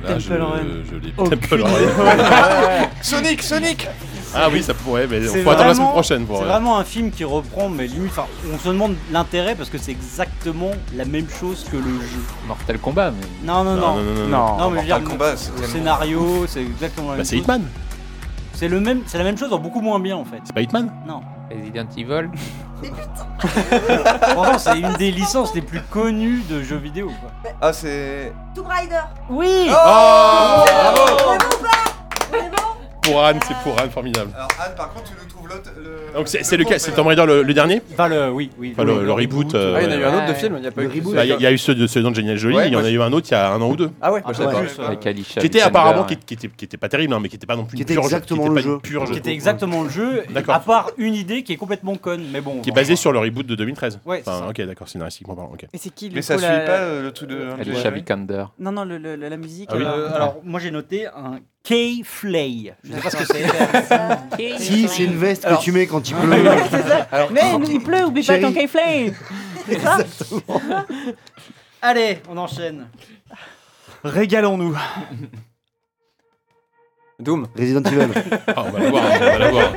[SPEAKER 1] Là, je,
[SPEAKER 7] Temple Run.
[SPEAKER 1] je l'ai.
[SPEAKER 2] Oh,
[SPEAKER 7] Aucune
[SPEAKER 1] Temple Run.
[SPEAKER 5] [LAUGHS] Sonic, Sonic
[SPEAKER 1] Ah oui, ça pourrait, mais
[SPEAKER 2] C'est
[SPEAKER 1] on faut attendre la semaine
[SPEAKER 2] vraiment-
[SPEAKER 1] prochaine
[SPEAKER 2] C'est
[SPEAKER 1] pour. euh,
[SPEAKER 2] vraiment un film qui reprend, mais limite, enfin, on se demande l'intérêt parce que c'est exactement la même chose que le jeu.
[SPEAKER 6] Mortal Kombat, mais.
[SPEAKER 2] Non, non, non.
[SPEAKER 1] Non, non, non, non.
[SPEAKER 7] Non.
[SPEAKER 2] Non, mais je veux
[SPEAKER 5] Mortal
[SPEAKER 2] dire,
[SPEAKER 5] Kombat, c'est
[SPEAKER 2] le
[SPEAKER 5] tellement-
[SPEAKER 2] scénario, c'est exactement la
[SPEAKER 1] Bah,
[SPEAKER 2] même
[SPEAKER 1] c'est
[SPEAKER 2] chose.
[SPEAKER 1] Hitman.
[SPEAKER 2] C'est le même, c'est la même chose en beaucoup moins bien en fait.
[SPEAKER 1] C'est pas Bah, Hitman
[SPEAKER 2] Non.
[SPEAKER 6] Resident Evil.
[SPEAKER 2] [LAUGHS] Vraiment, c'est une des licences les plus connues de jeux vidéo. Quoi.
[SPEAKER 5] Ah, c'est.
[SPEAKER 11] Tomb Raider
[SPEAKER 4] Oui
[SPEAKER 1] Oh Bravo
[SPEAKER 11] Mais bon
[SPEAKER 1] Pour Anne, c'est pour Anne, formidable.
[SPEAKER 5] Alors, Anne, par contre, tu nous trouves l'autre. Le...
[SPEAKER 1] Donc c'est c'est le cas, c'est Tomb Raider le, le dernier
[SPEAKER 2] Enfin, le, oui, oui.
[SPEAKER 1] Enfin, le, le reboot. euh,
[SPEAKER 8] Ah, il y en a eu
[SPEAKER 1] ouais.
[SPEAKER 8] un autre de
[SPEAKER 6] Ouais.
[SPEAKER 8] film, il n'y a pas
[SPEAKER 3] Le
[SPEAKER 8] eu que
[SPEAKER 3] reboot.
[SPEAKER 8] celui-là.
[SPEAKER 1] Bah, Il y, a- il y a eu ceux de, ceux d'Angelina Jolie,
[SPEAKER 5] Ouais,
[SPEAKER 1] il y en
[SPEAKER 5] moi,
[SPEAKER 1] a eu un autre il y a un an ou deux.
[SPEAKER 8] Ah ouais, moi je savais
[SPEAKER 3] Ouais.
[SPEAKER 8] pas.
[SPEAKER 3] Plus,
[SPEAKER 6] Avec Alicia.
[SPEAKER 1] Qui était
[SPEAKER 6] Vikander.
[SPEAKER 1] apparemment qui, qui était, qui était pas terrible, hein, mais qui était pas non plus
[SPEAKER 3] Qui
[SPEAKER 1] une
[SPEAKER 3] était
[SPEAKER 1] purge.
[SPEAKER 3] exactement
[SPEAKER 1] qui était
[SPEAKER 3] le
[SPEAKER 1] pas
[SPEAKER 3] jeu.
[SPEAKER 1] une purge.
[SPEAKER 2] Qui était exactement le jeu,
[SPEAKER 1] D'accord.
[SPEAKER 2] à part une idée qui est complètement conne, mais bon.
[SPEAKER 1] Qui est
[SPEAKER 2] voilà.
[SPEAKER 1] basé sur le reboot de 2013.
[SPEAKER 2] Ouais, c'est
[SPEAKER 1] Enfin,
[SPEAKER 2] ça.
[SPEAKER 1] ok, d'accord, scénaristiquement parlant. bah, ok.
[SPEAKER 4] Et c'est qui le
[SPEAKER 5] Mais ça
[SPEAKER 4] coup,
[SPEAKER 5] suit
[SPEAKER 4] la-
[SPEAKER 5] pas euh, le truc de.
[SPEAKER 6] Alicia Vikander.
[SPEAKER 4] Non, non, le- le- la musique.
[SPEAKER 1] Ah oui.
[SPEAKER 4] euh,
[SPEAKER 2] Euh, alors, moi j'ai noté un K-Flay. Je sais pas ce que c'est. [LAUGHS]
[SPEAKER 3] Si, c'est une veste que
[SPEAKER 8] Alors-
[SPEAKER 3] tu mets quand il pleut.
[SPEAKER 4] C'est ça. Mais il- il pleut, oublie pas
[SPEAKER 3] Chérie. [LAUGHS]
[SPEAKER 4] ton K-Flay C'est ça
[SPEAKER 2] Allez, on enchaîne.
[SPEAKER 7] Régalons-nous.
[SPEAKER 8] Doom.
[SPEAKER 3] Resident
[SPEAKER 7] [LAUGHS]
[SPEAKER 3] Evil. bah,
[SPEAKER 1] Ah, on va l'avoir, on va l'avoir.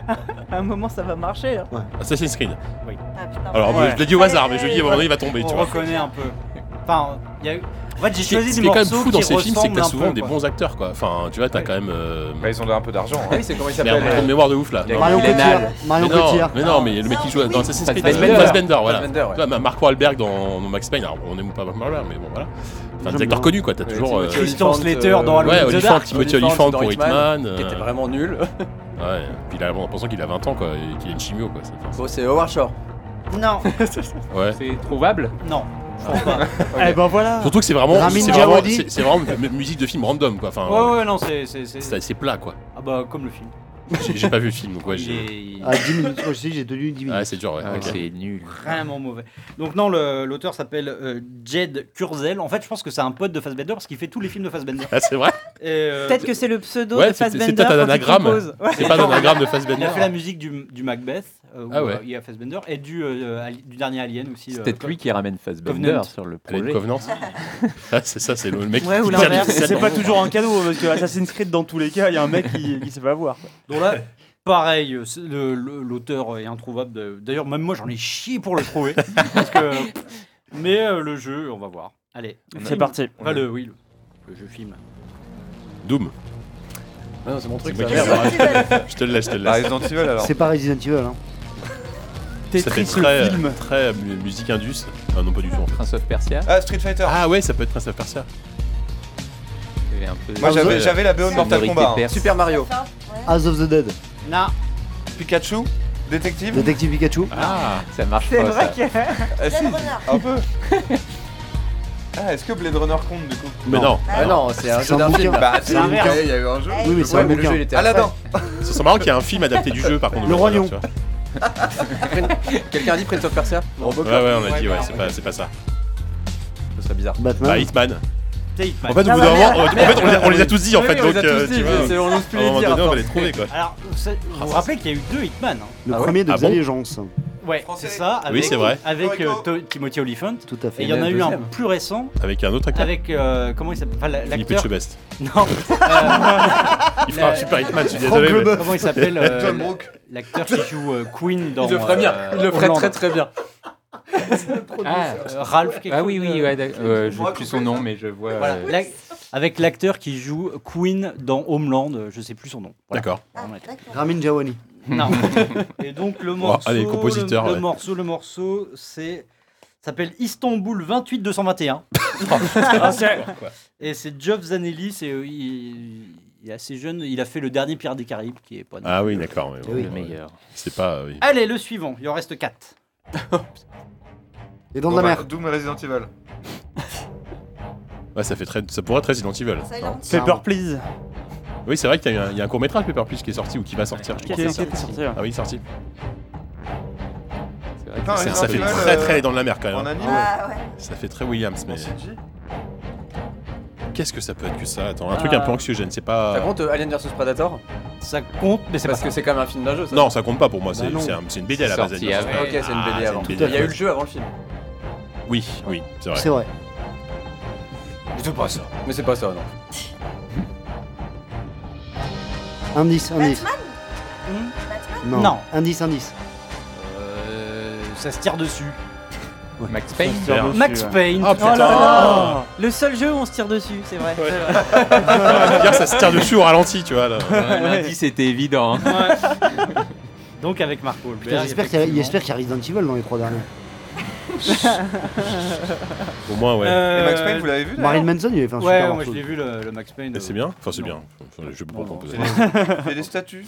[SPEAKER 4] [LAUGHS] À un moment, ça va marcher. hein. là.
[SPEAKER 1] Assassin's Creed.
[SPEAKER 11] Ah putain.
[SPEAKER 1] Alors,
[SPEAKER 7] Ouais.
[SPEAKER 1] je l'ai dit au hasard, mais je dis à un moment donné, il va tomber, tu
[SPEAKER 2] On
[SPEAKER 1] vois.
[SPEAKER 2] reconnaît un peu. Enfin, il y a eu. En fait, j'ai
[SPEAKER 1] Ce qui est
[SPEAKER 2] choisi
[SPEAKER 1] ce
[SPEAKER 2] des
[SPEAKER 1] qui est quand même
[SPEAKER 2] morceaux
[SPEAKER 1] fou dans
[SPEAKER 2] qui
[SPEAKER 1] ces films, c'est que
[SPEAKER 2] ressemblent
[SPEAKER 1] t'as
[SPEAKER 2] un
[SPEAKER 1] souvent
[SPEAKER 2] peu,
[SPEAKER 1] des
[SPEAKER 2] quoi.
[SPEAKER 1] bons acteurs, quoi. Enfin, tu vois, t'as quand même. euh,
[SPEAKER 5] Bah, ils ont un peu d'argent.
[SPEAKER 8] Ah oui, c'est comment il
[SPEAKER 1] Merde,
[SPEAKER 8] s'appelle
[SPEAKER 1] une mémoire de ouf là.
[SPEAKER 6] Il y a
[SPEAKER 3] Marion
[SPEAKER 6] Glenn Hall.
[SPEAKER 3] Cotillard. Marion
[SPEAKER 1] Mais non,
[SPEAKER 3] Cotillard.
[SPEAKER 1] mais non, mais le mec qui joue dans Assassin's Creed,
[SPEAKER 6] Fassbender.
[SPEAKER 1] Fassbender, voilà.
[SPEAKER 8] Fassbender, ouais.
[SPEAKER 1] Tu vois, ma- Mark Wahlberg dans, dans Max Payne, alors on n'aime pas Mark Wahlberg, mais bon voilà. Enfin,
[SPEAKER 3] J'aime
[SPEAKER 1] des acteurs
[SPEAKER 3] bien.
[SPEAKER 1] connus quoi, t'as
[SPEAKER 8] Ouais,
[SPEAKER 1] toujours. euh,
[SPEAKER 8] Timothy
[SPEAKER 2] Christian
[SPEAKER 8] Olyphant,
[SPEAKER 2] Slater
[SPEAKER 8] euh,
[SPEAKER 2] dans Alone
[SPEAKER 1] Ouais,
[SPEAKER 2] in the
[SPEAKER 1] Olyphant,
[SPEAKER 2] Dark.
[SPEAKER 1] Timothy
[SPEAKER 8] Olyphant
[SPEAKER 1] Olyphant pour
[SPEAKER 8] dans Hitman,
[SPEAKER 1] Hitman. euh,
[SPEAKER 8] Qui était vraiment nul.
[SPEAKER 1] Ouais, puis il a l'impression qu'il a 20 ans quoi, et qu'il a une chimio quoi. c'est-
[SPEAKER 8] Bon, c'est Howard Shore.
[SPEAKER 1] [LAUGHS]
[SPEAKER 2] Non,
[SPEAKER 1] Ouais.
[SPEAKER 6] C'est trouvable
[SPEAKER 2] non, je
[SPEAKER 3] [LAUGHS]
[SPEAKER 2] pense pas.
[SPEAKER 7] Eh ben voilà.
[SPEAKER 1] Surtout que c'est vraiment,
[SPEAKER 3] Ramin
[SPEAKER 1] c'est vraiment,
[SPEAKER 3] Djawadi.
[SPEAKER 1] c'est- c'est vraiment mu- musique de film random quoi. Enfin,
[SPEAKER 2] Ouais, ouais, non, c'est. c'est- c'est-
[SPEAKER 1] c'est c'est plat quoi.
[SPEAKER 2] Ah bah, comme le film.
[SPEAKER 1] J'ai j'ai pas vu le film donc ouais,
[SPEAKER 2] Il
[SPEAKER 1] j'ai.
[SPEAKER 2] est- il est
[SPEAKER 3] À 10 Ah, minutes, moi je sais, j'ai tenu 10
[SPEAKER 1] Ouais,
[SPEAKER 3] minutes.
[SPEAKER 1] c'est dur ouais.
[SPEAKER 6] Ah,
[SPEAKER 1] ok.
[SPEAKER 6] C'est nul.
[SPEAKER 2] Vraiment mauvais. Donc, non, le- l'auteur s'appelle euh, Jed Kurzel. En fait, je pense que c'est un pote de Fassbender parce qu'il fait tous les films de Fassbender.
[SPEAKER 1] Ah, c'est vrai.
[SPEAKER 2] Et, euh,
[SPEAKER 4] Peut-être que c'est le pseudo
[SPEAKER 1] Ouais,
[SPEAKER 4] de
[SPEAKER 1] c'est- c'est
[SPEAKER 4] Fassbender.
[SPEAKER 1] peut-être un
[SPEAKER 4] quand il
[SPEAKER 1] anagramme.
[SPEAKER 4] compose. Ouais.
[SPEAKER 1] C'est pas un anagramme de
[SPEAKER 2] Il
[SPEAKER 1] Fassbender.
[SPEAKER 2] a fait la musique du, du Macbeth, euh, où,
[SPEAKER 1] Ah ouais.
[SPEAKER 2] euh, il y a Fassbender, et du, euh, Ali- du dernier Alien aussi.
[SPEAKER 6] C'est
[SPEAKER 2] euh,
[SPEAKER 6] peut-être lui qui ramène Fassbender
[SPEAKER 2] Covenant.
[SPEAKER 6] sur le
[SPEAKER 1] Elle a une
[SPEAKER 2] [LAUGHS]
[SPEAKER 6] projet. [LAUGHS]
[SPEAKER 1] Covenant. Ah, c'est ça, c'est le mec.
[SPEAKER 4] Ouais,
[SPEAKER 1] qui-
[SPEAKER 4] ou l'inverse.
[SPEAKER 7] C'est pas toujours un cadeau parce que Assassin's Creed dans tous les cas, il y a un mec qui, qui sait pas voir.
[SPEAKER 2] Donc là, [LAUGHS] pareil, euh, c'est- le- le- l'auteur est introuvable. de- D'ailleurs, même moi, j'en ai chié pour le trouver. parce que... Mais euh, le jeu, on va voir. Allez,
[SPEAKER 7] C'est parti.
[SPEAKER 2] Enfin, le, oui, le, le jeu film.
[SPEAKER 1] Doom.
[SPEAKER 8] Ah non, c'est mon truc.
[SPEAKER 1] C'est
[SPEAKER 8] ça.
[SPEAKER 1] moi
[SPEAKER 8] Merde.
[SPEAKER 1] qui l'ai.
[SPEAKER 11] Resident Evil.
[SPEAKER 1] Je te le laisse, je te le
[SPEAKER 5] Bah,
[SPEAKER 1] laisse.
[SPEAKER 5] Resident Evil alors.
[SPEAKER 3] C'est pas Resident Evil. Hein.
[SPEAKER 1] Ça fait
[SPEAKER 7] Tetris le
[SPEAKER 1] très,
[SPEAKER 7] film.
[SPEAKER 1] très mu- musique indus. Ah non, pas du tout. en fait.
[SPEAKER 6] Prince of Persia.
[SPEAKER 5] Ah, Street Fighter.
[SPEAKER 1] Ah ouais, ça peut être Prince of Persia.
[SPEAKER 6] Il y avait un peu-
[SPEAKER 3] Ah,
[SPEAKER 5] Moi, j'avais
[SPEAKER 1] vous-
[SPEAKER 5] j'avais la BO de Mortal
[SPEAKER 6] Minorité
[SPEAKER 5] Kombat. hein.
[SPEAKER 6] perse.
[SPEAKER 8] Super Mario.
[SPEAKER 11] Enfin, ouais.
[SPEAKER 3] House of the Dead.
[SPEAKER 2] Non,
[SPEAKER 5] Pikachu, détective.
[SPEAKER 3] Détective Pikachu.
[SPEAKER 1] Ah,
[SPEAKER 6] Ça marche
[SPEAKER 4] C'est
[SPEAKER 6] pas.
[SPEAKER 4] vrai
[SPEAKER 6] ça.
[SPEAKER 4] que.
[SPEAKER 5] Ah, si,
[SPEAKER 11] Blade Runner.
[SPEAKER 5] un peu. Ah, est-ce que Blade Runner compte du coup
[SPEAKER 1] mais non.
[SPEAKER 8] Ah non, c'est un
[SPEAKER 3] C'est un
[SPEAKER 8] jeu d'un
[SPEAKER 3] bouquin.
[SPEAKER 8] film.
[SPEAKER 5] Bah, c'est
[SPEAKER 2] un
[SPEAKER 5] un
[SPEAKER 2] verre.
[SPEAKER 5] bouquin, il y a eu un jeu.
[SPEAKER 3] Oui, mais c'est
[SPEAKER 8] Ouais,
[SPEAKER 3] un
[SPEAKER 8] mais le jeu, il
[SPEAKER 3] bouquin.
[SPEAKER 8] était
[SPEAKER 5] Aladdin.
[SPEAKER 1] [LAUGHS] Ce serait marrant qu'il y ait un film adapté du jeu par contre.
[SPEAKER 3] Le Roi Lion.
[SPEAKER 1] tu vois. [LAUGHS]
[SPEAKER 8] après. Quelqu'un a dit Prince of Persia Robocop.
[SPEAKER 1] Ouais, ouais, on a dit, ouais, c'est pas, c'est pas ça.
[SPEAKER 8] Ce serait bizarre.
[SPEAKER 1] Bah,
[SPEAKER 3] Batman.
[SPEAKER 1] Hitman.
[SPEAKER 2] c'est Hitman.
[SPEAKER 1] En fait, au bout d'un
[SPEAKER 4] bah,
[SPEAKER 1] moment, on- en fait, on les a- on les a tous dit en fait, donc euh, tu vois.
[SPEAKER 8] C'est on n'ose plus
[SPEAKER 1] À un
[SPEAKER 8] les
[SPEAKER 1] moment
[SPEAKER 8] dire. à
[SPEAKER 1] donné, on va
[SPEAKER 5] hein.
[SPEAKER 8] force.
[SPEAKER 1] les trouver quoi.
[SPEAKER 2] Alors, ça- vous vous rappelez qu'il y a eu deux Hitman hein
[SPEAKER 3] Le
[SPEAKER 8] Ah ouais
[SPEAKER 3] premier de
[SPEAKER 1] Ah bon
[SPEAKER 3] Xavier Jans.
[SPEAKER 2] Ouais,
[SPEAKER 5] Français.
[SPEAKER 2] c'est ça.
[SPEAKER 1] Oui,
[SPEAKER 2] Avec,
[SPEAKER 1] c'est vrai.
[SPEAKER 2] Avec euh, To- Timothy Olyphant.
[SPEAKER 3] Tout à
[SPEAKER 2] Et
[SPEAKER 3] fait. euh,
[SPEAKER 2] il y en a
[SPEAKER 8] le
[SPEAKER 2] eu un
[SPEAKER 8] deuxième.
[SPEAKER 2] plus récent
[SPEAKER 1] Avec un autre acteur.
[SPEAKER 2] avec. euh, comment il s'appelle Enfin, la-
[SPEAKER 1] Philippe
[SPEAKER 2] l'acteur.
[SPEAKER 1] Etchebest.
[SPEAKER 2] [LAUGHS]
[SPEAKER 8] [LAUGHS]
[SPEAKER 2] Non.
[SPEAKER 1] Il fera un
[SPEAKER 2] la-
[SPEAKER 1] super Hitman, je suis
[SPEAKER 3] Franck
[SPEAKER 1] désolé. mais-
[SPEAKER 3] Leboeuf.
[SPEAKER 2] Comment il s'appelle
[SPEAKER 8] [LAUGHS]
[SPEAKER 2] euh,
[SPEAKER 5] John Brooke.
[SPEAKER 2] L'acteur qui joue euh, Queen dans.
[SPEAKER 8] Il le ferait bien.
[SPEAKER 2] euh,
[SPEAKER 8] Il le ferait
[SPEAKER 2] Homeland.
[SPEAKER 8] très
[SPEAKER 2] [LAUGHS]
[SPEAKER 8] très bien.
[SPEAKER 6] Ah,
[SPEAKER 2] Euh, Ralph. quelque
[SPEAKER 6] ah oui,
[SPEAKER 2] chose,
[SPEAKER 6] oui,
[SPEAKER 2] euh,
[SPEAKER 6] ouais, d'accord. Euh, je sais plus son nom, mais je vois.
[SPEAKER 2] Voilà.
[SPEAKER 6] euh,
[SPEAKER 2] L'ac- avec l'acteur qui joue Queen dans Homeland, euh, je sais plus son nom. Voilà.
[SPEAKER 1] D'accord.
[SPEAKER 11] Ah,
[SPEAKER 2] Voilà.
[SPEAKER 11] d'accord.
[SPEAKER 3] Ramin Djawani.
[SPEAKER 1] [LAUGHS]
[SPEAKER 2] Non. Et donc le
[SPEAKER 1] Bon,
[SPEAKER 2] morceau,
[SPEAKER 1] allez, compositeur,
[SPEAKER 2] le, le
[SPEAKER 1] ouais.
[SPEAKER 2] morceau, le morceau, c'est s'appelle Istanbul 28 221
[SPEAKER 1] Oh.
[SPEAKER 2] [LAUGHS] Ah, et c'est Geoff Zanelli, c'est euh, il, il est assez jeune, il a fait le dernier Pierre des Caraïbes qui est pas. euh,
[SPEAKER 1] Ah oui, d'accord. mais bon,
[SPEAKER 3] Oui.
[SPEAKER 1] ouais.
[SPEAKER 6] Le meilleur.
[SPEAKER 1] C'est pas. euh, oui.
[SPEAKER 2] Allez, le suivant, il en reste 4.
[SPEAKER 3] Les dents de la
[SPEAKER 5] Bon, bah,
[SPEAKER 3] mer.
[SPEAKER 5] Doom et Resident Evil.
[SPEAKER 1] Ouais, ça, fait très, ça pourrait être Resident Evil.
[SPEAKER 11] Silent Hill.
[SPEAKER 7] Paper Please.
[SPEAKER 1] Oui, c'est vrai qu'il y a eu un, il y a un court métrage Paper Please qui est sorti ou qui va sortir. je
[SPEAKER 7] Qui
[SPEAKER 1] crois.
[SPEAKER 7] était qui était sorti. ouais.
[SPEAKER 1] Ah oui, il est sorti.
[SPEAKER 6] C'est vrai que
[SPEAKER 5] Putain,
[SPEAKER 6] c'est-
[SPEAKER 1] Ça,
[SPEAKER 5] Resident
[SPEAKER 1] ça fait
[SPEAKER 5] Evil,
[SPEAKER 1] très
[SPEAKER 5] euh,
[SPEAKER 1] très dans de la mer quand
[SPEAKER 5] En
[SPEAKER 1] même.
[SPEAKER 5] anime
[SPEAKER 11] Ah ouais.
[SPEAKER 1] Ça fait très Williams, mais.
[SPEAKER 5] En CG
[SPEAKER 1] Qu'est-ce que ça peut être que ça Attends, un
[SPEAKER 3] Euh.
[SPEAKER 1] truc un peu anxiogène, c'est
[SPEAKER 8] Ça
[SPEAKER 1] pas.
[SPEAKER 8] compte euh, Alien vs Predator
[SPEAKER 2] Ça compte, mais c'est pas
[SPEAKER 8] Parce que c'est quand même un film d'un jeu. ça.
[SPEAKER 1] Non, ça compte pas pour moi, c'est
[SPEAKER 2] non.
[SPEAKER 1] c'est un- c'est une BD à la
[SPEAKER 6] C'est
[SPEAKER 1] base.
[SPEAKER 6] sorti
[SPEAKER 1] Alien
[SPEAKER 6] avant.
[SPEAKER 1] Force.
[SPEAKER 8] Ok, c'est une
[SPEAKER 1] Ah,
[SPEAKER 8] BD avant.
[SPEAKER 1] c'est
[SPEAKER 8] Il
[SPEAKER 1] une
[SPEAKER 8] y
[SPEAKER 1] BD.
[SPEAKER 8] a eu le jeu avant le film.
[SPEAKER 1] Oui, oui, c'est vrai.
[SPEAKER 3] C'est vrai.
[SPEAKER 8] C'est pas ça. Mais c'est pas ça, non.
[SPEAKER 3] Indice, indice. Hmm?
[SPEAKER 11] Batman
[SPEAKER 3] Non.
[SPEAKER 2] Non.
[SPEAKER 3] Indice, indice.
[SPEAKER 2] Euh, ça se tire dessus.
[SPEAKER 6] Max Payne
[SPEAKER 7] Sur
[SPEAKER 2] Max
[SPEAKER 7] dessus, ouais.
[SPEAKER 2] Payne.
[SPEAKER 1] Ah, putain.
[SPEAKER 4] Oh là là Le seul jeu où on se tire dessus, c'est vrai. C'est
[SPEAKER 1] [LAUGHS]
[SPEAKER 4] vrai.
[SPEAKER 1] Ah, bien, ça se tire dessus au ralenti, tu vois. Là.
[SPEAKER 6] Lundi, c'était évident. hein.
[SPEAKER 2] Donc avec Marco
[SPEAKER 3] Putain,
[SPEAKER 2] Holberg.
[SPEAKER 3] J'espère qu'il y, a- j'espère qu'il y a Resident Evil dans les trois derniers.
[SPEAKER 1] Au moins, ouais.
[SPEAKER 5] Et Max Payne, vous l'avez vu
[SPEAKER 3] Euh, Marilyn Manson, il avait fait un
[SPEAKER 2] Ouais,
[SPEAKER 3] super
[SPEAKER 2] moi je
[SPEAKER 3] morceau.
[SPEAKER 2] l'ai vu le, le Max Payne. euh,
[SPEAKER 1] Et C'est bien Enfin, c'est
[SPEAKER 2] Non.
[SPEAKER 1] bien. Enfin, je sais pas pourquoi on pose ça.
[SPEAKER 2] [LAUGHS]
[SPEAKER 1] [LAUGHS]
[SPEAKER 5] Il y a des statues.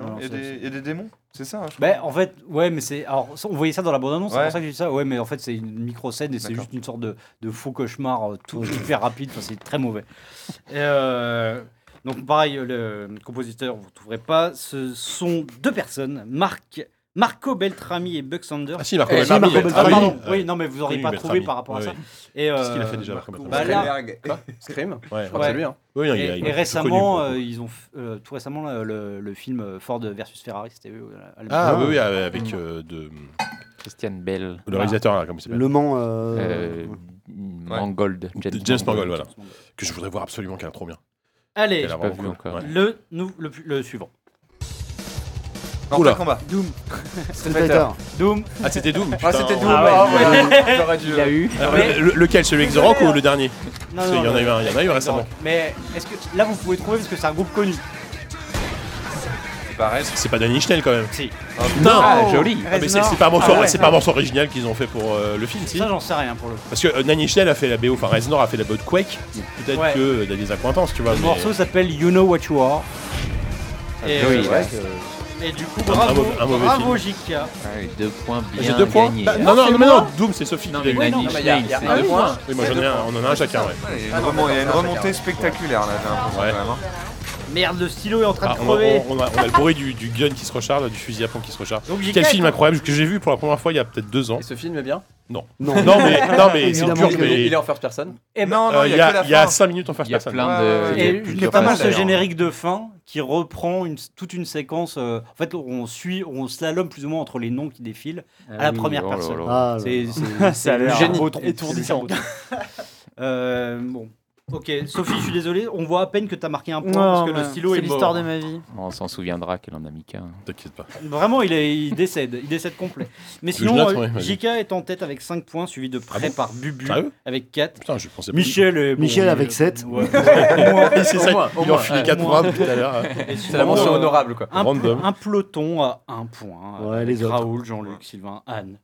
[SPEAKER 7] Non,
[SPEAKER 5] Il y a
[SPEAKER 7] c'est-
[SPEAKER 5] des- il y a des démons. C'est ça. hein, je
[SPEAKER 8] Bah,
[SPEAKER 2] Ben, en fait, ouais, mais c'est. Alors, ça, on voyait ça dans la bande-annonce, c'est
[SPEAKER 5] Ouais.
[SPEAKER 2] pour ça que j'ai dit ça. Ouais, mais en fait, c'est une micro-scène et c'est
[SPEAKER 5] D'accord.
[SPEAKER 2] juste une sorte de, de faux cauchemar euh, tout hyper rapide. Enfin, c'est très mauvais. Et, euh, donc, pareil, euh, le compositeur, vous ne trouverez pas. Ce sont deux personnes, Marc, Marco Beltrami et Buck Sanders.
[SPEAKER 1] Ah, si, Marco
[SPEAKER 8] Eh,
[SPEAKER 1] Beltrami.
[SPEAKER 8] si, Marco
[SPEAKER 1] il est-
[SPEAKER 2] Ah,
[SPEAKER 1] ah,
[SPEAKER 2] pardon,
[SPEAKER 1] oui.
[SPEAKER 2] oui, non, mais vous n'auriez
[SPEAKER 1] Oui,
[SPEAKER 2] pas
[SPEAKER 1] Beltrami.
[SPEAKER 2] trouvé par rapport à
[SPEAKER 1] Ouais,
[SPEAKER 2] ça.
[SPEAKER 1] oui.
[SPEAKER 2] Et,
[SPEAKER 1] Qu'est-ce qu'il a
[SPEAKER 2] euh,
[SPEAKER 1] fait déjà, Marco Beltrami
[SPEAKER 2] bah, là,
[SPEAKER 8] Scream
[SPEAKER 1] Ouais,
[SPEAKER 8] Je crois
[SPEAKER 2] Ouais.
[SPEAKER 8] que c'est lui, hein.
[SPEAKER 1] Oui, il
[SPEAKER 2] Et,
[SPEAKER 1] a- il
[SPEAKER 2] et
[SPEAKER 1] est
[SPEAKER 2] récemment,
[SPEAKER 1] connu,
[SPEAKER 2] euh, ils ont f- euh, tout récemment euh, le, le film euh, Ford versus Ferrari, c'était eux. euh, à la- Mmh.
[SPEAKER 1] Ah,
[SPEAKER 3] Ah.
[SPEAKER 1] oui, oui, avec euh, de,
[SPEAKER 6] Christian Bell.
[SPEAKER 1] le réalisateur, là, comme il s'appelle.
[SPEAKER 3] Le Mans. euh,
[SPEAKER 6] Euh, Mangold.
[SPEAKER 1] De James Mangold, voilà. Que je voudrais voir absolument, qui est trop bien.
[SPEAKER 2] Allez,
[SPEAKER 1] Elle a
[SPEAKER 6] pas
[SPEAKER 1] vraiment
[SPEAKER 6] vu
[SPEAKER 1] cool.
[SPEAKER 6] encore.
[SPEAKER 1] Ouais.
[SPEAKER 2] le, nou- le, pu- le suivant.
[SPEAKER 5] crois.
[SPEAKER 1] Oula.
[SPEAKER 5] Mortal Kombat.
[SPEAKER 3] Street Fighter.
[SPEAKER 2] Doom.
[SPEAKER 1] Ah, c'était Doom.
[SPEAKER 8] Ah,
[SPEAKER 1] putain.
[SPEAKER 8] c'était Doom.
[SPEAKER 7] Ah ouais,
[SPEAKER 8] ah,
[SPEAKER 7] il
[SPEAKER 8] ouais, [LAUGHS] J'aurais dû.
[SPEAKER 6] Il
[SPEAKER 5] euh,
[SPEAKER 6] a eu.
[SPEAKER 1] Ah, ouais, le- lequel Celui avec The Rock ou le dernier
[SPEAKER 2] Non,
[SPEAKER 1] Parce qu'il y en a eu un, il y en a eu récemment.
[SPEAKER 2] [LAUGHS] Mais est-ce que là vous pouvez trouver parce que c'est un groupe connu
[SPEAKER 5] C'est pareil.
[SPEAKER 1] C'est pas Danny Schnell quand même.
[SPEAKER 2] Si.
[SPEAKER 1] Non
[SPEAKER 6] Ah, joli.
[SPEAKER 1] Ah, mais c'est c'est pas un morceau, c'est pas un morceau original qu'ils ont fait pour euh, le film, si
[SPEAKER 2] Ça j'en sais rien pour le coup.
[SPEAKER 1] Parce que euh, Nanny Schnell a fait la BO, enfin Reznor a fait la BO de Quake. Peut-être
[SPEAKER 2] Ouais.
[SPEAKER 1] que euh, il y a des accointances, tu vois.
[SPEAKER 2] Le
[SPEAKER 1] mais- euh,
[SPEAKER 2] morceau s'appelle You Know What You Are.
[SPEAKER 8] Ah,
[SPEAKER 2] Et,
[SPEAKER 6] joli,
[SPEAKER 2] euh,
[SPEAKER 6] ouais.
[SPEAKER 2] et du coup,
[SPEAKER 1] Un- un
[SPEAKER 2] bravo,
[SPEAKER 1] mauvais- un mauvais
[SPEAKER 2] bravo JK.
[SPEAKER 6] Ah, Deux points bien
[SPEAKER 1] J'ai deux points.
[SPEAKER 6] gagnés.
[SPEAKER 1] Bah, non, non, non, mais non, Doom, c'est Sophie
[SPEAKER 6] Non,
[SPEAKER 1] qui l'a
[SPEAKER 6] mais Nanny
[SPEAKER 1] dit.
[SPEAKER 8] mais il y a-
[SPEAKER 6] Schnell,
[SPEAKER 8] il y a
[SPEAKER 6] c'est-
[SPEAKER 8] un
[SPEAKER 1] Ah, oui,
[SPEAKER 8] point.
[SPEAKER 1] Oui, moi j'en ai un, on en a un chacun, ouais.
[SPEAKER 5] Ouais, Il y a
[SPEAKER 8] Ah,
[SPEAKER 5] une
[SPEAKER 8] non,
[SPEAKER 5] remon- il y a une
[SPEAKER 8] d'accord,
[SPEAKER 5] remontée spectaculaire là, j'ai l'impression
[SPEAKER 1] Ouais.
[SPEAKER 5] quand même. hein.
[SPEAKER 2] Merde, le stylo est en train
[SPEAKER 1] Ah,
[SPEAKER 2] de
[SPEAKER 1] on, a,
[SPEAKER 2] crever.
[SPEAKER 1] on a- on a le bruit du, du gun qui se recharge, là, du fusil à pompe qui se recharge.
[SPEAKER 2] Donc
[SPEAKER 1] Quel
[SPEAKER 2] JK,
[SPEAKER 1] film incroyable que j'ai vu pour la première fois il y a peut-être deux ans.
[SPEAKER 8] Et ce film est bien
[SPEAKER 3] Non.
[SPEAKER 1] Non
[SPEAKER 3] [LAUGHS]
[SPEAKER 1] mais, non, mais c'est
[SPEAKER 3] Évidemment
[SPEAKER 1] dur,
[SPEAKER 3] que-
[SPEAKER 8] Il est-
[SPEAKER 1] mais
[SPEAKER 8] il est en first person
[SPEAKER 2] Eh ben,
[SPEAKER 5] Non, non,
[SPEAKER 1] euh,
[SPEAKER 5] il y a que la
[SPEAKER 1] il y a
[SPEAKER 5] fin.
[SPEAKER 1] 5 minutes en face
[SPEAKER 6] Il y a
[SPEAKER 1] personne.
[SPEAKER 6] plein
[SPEAKER 5] Ouais, ouais,
[SPEAKER 6] de. il y a
[SPEAKER 2] Et
[SPEAKER 6] plusieurs
[SPEAKER 2] notamment
[SPEAKER 5] façons
[SPEAKER 2] ce
[SPEAKER 5] d'ailleurs.
[SPEAKER 2] générique de fin qui reprend une- toute une séquence. euh, en fait, on suit, on slalom plus ou moins entre les noms qui défilent. à la première
[SPEAKER 6] Oh là
[SPEAKER 2] personne.
[SPEAKER 6] là.
[SPEAKER 3] Ah,
[SPEAKER 2] C'est
[SPEAKER 7] Ça a
[SPEAKER 2] le
[SPEAKER 7] l'air
[SPEAKER 2] génie.
[SPEAKER 7] étourdi.
[SPEAKER 2] étourdissant. Euh, bon. Ok, Sophie, je suis désolé, on voit à peine que t'as marqué un point
[SPEAKER 4] Non,
[SPEAKER 2] parce que le
[SPEAKER 4] mais
[SPEAKER 2] stylo est,
[SPEAKER 4] C'est l'histoire
[SPEAKER 2] mort.
[SPEAKER 4] de ma vie.
[SPEAKER 6] On s'en souviendra qu'elle en a mis qu'un.
[SPEAKER 1] T'inquiète pas.
[SPEAKER 2] Vraiment, il, est- il décède, il décède complet. Mais
[SPEAKER 1] Tu veux que
[SPEAKER 2] sinon,
[SPEAKER 1] je note,
[SPEAKER 2] euh,
[SPEAKER 1] ouais, vas-y.
[SPEAKER 2] JK est en tête avec 5 points, suivi de près
[SPEAKER 1] Ah bon
[SPEAKER 2] par Bubu
[SPEAKER 1] Sérieux
[SPEAKER 2] avec 4.
[SPEAKER 1] Putain, je pensais pas.
[SPEAKER 2] Michel est- bon,
[SPEAKER 3] Michel
[SPEAKER 2] il est-
[SPEAKER 3] avec sept.
[SPEAKER 2] Ouais.
[SPEAKER 3] [LAUGHS]
[SPEAKER 1] Et c'est ça,
[SPEAKER 8] moins, au
[SPEAKER 1] il en
[SPEAKER 8] moins.
[SPEAKER 1] file
[SPEAKER 8] Ouais.
[SPEAKER 1] 4
[SPEAKER 2] Au moins.
[SPEAKER 1] mois tout à l'heure.
[SPEAKER 2] Et
[SPEAKER 8] C'est la
[SPEAKER 2] sinon,
[SPEAKER 8] mention
[SPEAKER 2] euh,
[SPEAKER 8] honorable quoi.
[SPEAKER 2] un,
[SPEAKER 1] Random.
[SPEAKER 2] pl- un peloton à un point.
[SPEAKER 3] Ouais,
[SPEAKER 2] avec
[SPEAKER 3] les autres.
[SPEAKER 2] Raoul, Jean-Luc, Sylvain, Anne.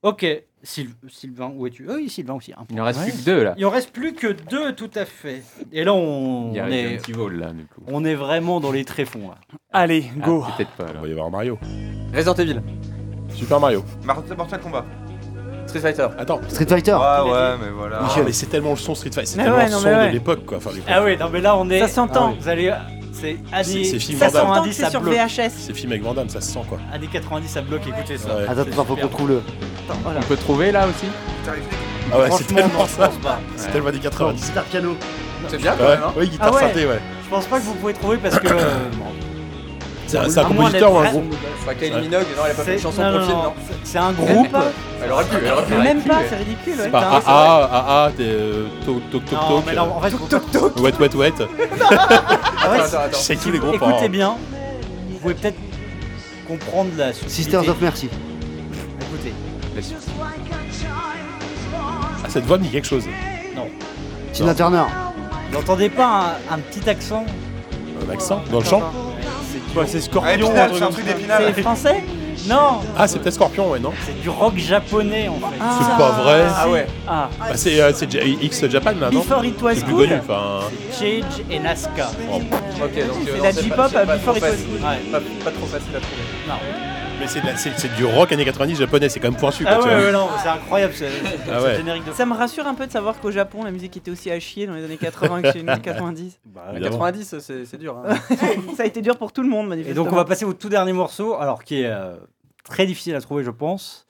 [SPEAKER 2] Ok, Syl- Sylvain, où es-tu Ah Oui, Sylvain aussi. Un point.
[SPEAKER 6] Il ne reste plus que deux là.
[SPEAKER 2] Il en reste plus que deux, tout à fait. Et là, on,
[SPEAKER 6] Il y a
[SPEAKER 2] on
[SPEAKER 6] un
[SPEAKER 2] est,
[SPEAKER 6] petit vol là du coup.
[SPEAKER 2] on est vraiment dans les tréfonds. Là.
[SPEAKER 7] Allez,
[SPEAKER 6] Ah,
[SPEAKER 7] go.
[SPEAKER 6] Peut-être pas
[SPEAKER 1] bah, Il
[SPEAKER 6] alors.
[SPEAKER 1] va y avoir Mario.
[SPEAKER 8] Resident Evil,
[SPEAKER 1] Super Mario.
[SPEAKER 5] Mar- Mortal Kombat.
[SPEAKER 8] Street Fighter,
[SPEAKER 1] Attends.
[SPEAKER 3] Street Fighter.
[SPEAKER 5] Ouais, ouais, mais voilà.
[SPEAKER 1] Ah, mais c'est tellement le son Street Fighter, c'est
[SPEAKER 4] Mais
[SPEAKER 1] tellement
[SPEAKER 4] ouais,
[SPEAKER 1] le
[SPEAKER 4] non,
[SPEAKER 1] son
[SPEAKER 4] mais ouais.
[SPEAKER 1] de l'époque quoi. Enfin, les-
[SPEAKER 2] Ah oui, non, mais là, on est. Ah
[SPEAKER 4] Ça s'entend.
[SPEAKER 2] Vous allez. C'est
[SPEAKER 1] C'est-
[SPEAKER 2] années
[SPEAKER 1] c'est film
[SPEAKER 4] Ça
[SPEAKER 1] Vandame.
[SPEAKER 4] s'entend que
[SPEAKER 2] 90
[SPEAKER 4] c'est
[SPEAKER 2] à
[SPEAKER 4] sur
[SPEAKER 2] bloc.
[SPEAKER 4] VHS.
[SPEAKER 1] Ces films avec Van Damme, ça se sent quoi.
[SPEAKER 2] Années 90 à bloc, écoutez ça.
[SPEAKER 1] Ouais.
[SPEAKER 3] Attends,
[SPEAKER 2] C'est
[SPEAKER 3] attends, faut qu'on
[SPEAKER 2] super.
[SPEAKER 3] trouve le.
[SPEAKER 6] On peut trouver là aussi
[SPEAKER 1] Ah ouais, c'est
[SPEAKER 2] Franchement, non,
[SPEAKER 1] tellement
[SPEAKER 2] je
[SPEAKER 1] ça.
[SPEAKER 2] pense pas.
[SPEAKER 1] C'est tellement des 90.
[SPEAKER 3] Guitar piano.
[SPEAKER 8] c'est bien quand
[SPEAKER 1] Ouais,
[SPEAKER 8] même hein
[SPEAKER 1] oui, guitare
[SPEAKER 2] Ah ouais.
[SPEAKER 1] synthé, ouais.
[SPEAKER 2] Je pense pas que vous pouvez trouver parce que. euh,
[SPEAKER 1] C'est un, c'est un
[SPEAKER 2] à moins
[SPEAKER 1] compositeur
[SPEAKER 2] d'être
[SPEAKER 1] ou un
[SPEAKER 2] très-
[SPEAKER 1] groupe
[SPEAKER 8] Je crois que Kylie
[SPEAKER 1] Ouais.
[SPEAKER 8] Minogue, non elle a pas fait
[SPEAKER 2] c'est-
[SPEAKER 8] de chanson
[SPEAKER 2] non,
[SPEAKER 8] pour le
[SPEAKER 2] non,
[SPEAKER 8] film
[SPEAKER 2] non,
[SPEAKER 8] non
[SPEAKER 2] c'est- C'est un groupe.
[SPEAKER 8] Elle aurait pu, elle aurait pu.
[SPEAKER 4] Même pas,
[SPEAKER 8] Ouais.
[SPEAKER 4] c'est ridicule. ouais.
[SPEAKER 1] Pas ah ah ah ah, t'es euh, toc toc toc
[SPEAKER 2] Non,
[SPEAKER 1] toc.
[SPEAKER 2] mais là, en fait,
[SPEAKER 1] euh, Wet wet wet.
[SPEAKER 2] Ah ouais,
[SPEAKER 8] Attends, attends,
[SPEAKER 1] Je
[SPEAKER 8] attends.
[SPEAKER 1] sais tous les groupes. hein.
[SPEAKER 2] écoutez bien. Vous pouvez peut-être comprendre la subtilité.
[SPEAKER 3] Sisters of Mercy.
[SPEAKER 2] Écoutez.
[SPEAKER 1] Ah, cette voix me dit quelque chose.
[SPEAKER 3] Tina Turner.
[SPEAKER 2] Vous n'entendez pas un, un petit accent
[SPEAKER 1] Un accent dans le chant.
[SPEAKER 7] Bah, c'est
[SPEAKER 5] Ah,
[SPEAKER 7] Scorpion.
[SPEAKER 5] Épinal,
[SPEAKER 7] un
[SPEAKER 5] c'est un
[SPEAKER 7] truc
[SPEAKER 5] truc
[SPEAKER 7] comme ça.
[SPEAKER 5] d'épinal.
[SPEAKER 4] C'est français
[SPEAKER 2] Non
[SPEAKER 1] Ah, c'est peut-être Scorpion, ouais, non
[SPEAKER 2] C'est du rock japonais en fait.
[SPEAKER 1] C'est pas vrai.
[SPEAKER 8] Ah ouais,
[SPEAKER 2] Ah,
[SPEAKER 1] Bah, c'est euh, c'est J- X Japan là, non
[SPEAKER 4] Before It Was
[SPEAKER 1] C'est plus
[SPEAKER 4] Cool.
[SPEAKER 1] connu, enfin.
[SPEAKER 2] Change et Nazca.
[SPEAKER 1] bon.
[SPEAKER 8] ok donc. euh,
[SPEAKER 4] C'est
[SPEAKER 8] non,
[SPEAKER 4] la
[SPEAKER 8] c'est
[SPEAKER 4] J-pop
[SPEAKER 8] pas- c'est
[SPEAKER 4] à
[SPEAKER 8] pas
[SPEAKER 4] Before
[SPEAKER 8] trop
[SPEAKER 4] It Was
[SPEAKER 8] facile.
[SPEAKER 2] Ouais.
[SPEAKER 8] Pas, pas trop facile à trouver.
[SPEAKER 1] Mais c'est de la- c'est c'est du rock années 90 japonais, c'est quand même pointu. quoi,
[SPEAKER 2] Ah ouais,
[SPEAKER 1] tu vois.
[SPEAKER 2] ouais, non, c'est incroyable ce, ce
[SPEAKER 1] Ah ouais.
[SPEAKER 2] générique de
[SPEAKER 4] Ça me rassure un peu de savoir qu'au Japon, la musique était aussi à chier dans les années 80 que chez
[SPEAKER 1] [LAUGHS]
[SPEAKER 4] nous, 90.
[SPEAKER 1] Bah,
[SPEAKER 2] Bah,
[SPEAKER 1] Évidemment.
[SPEAKER 8] 90 c'est c'est dur. hein.
[SPEAKER 4] [LAUGHS] Ça a été dur pour tout le monde,
[SPEAKER 2] Et
[SPEAKER 4] manifestement.
[SPEAKER 2] donc on va passer au tout dernier morceau, alors qui est euh, très difficile à trouver je pense.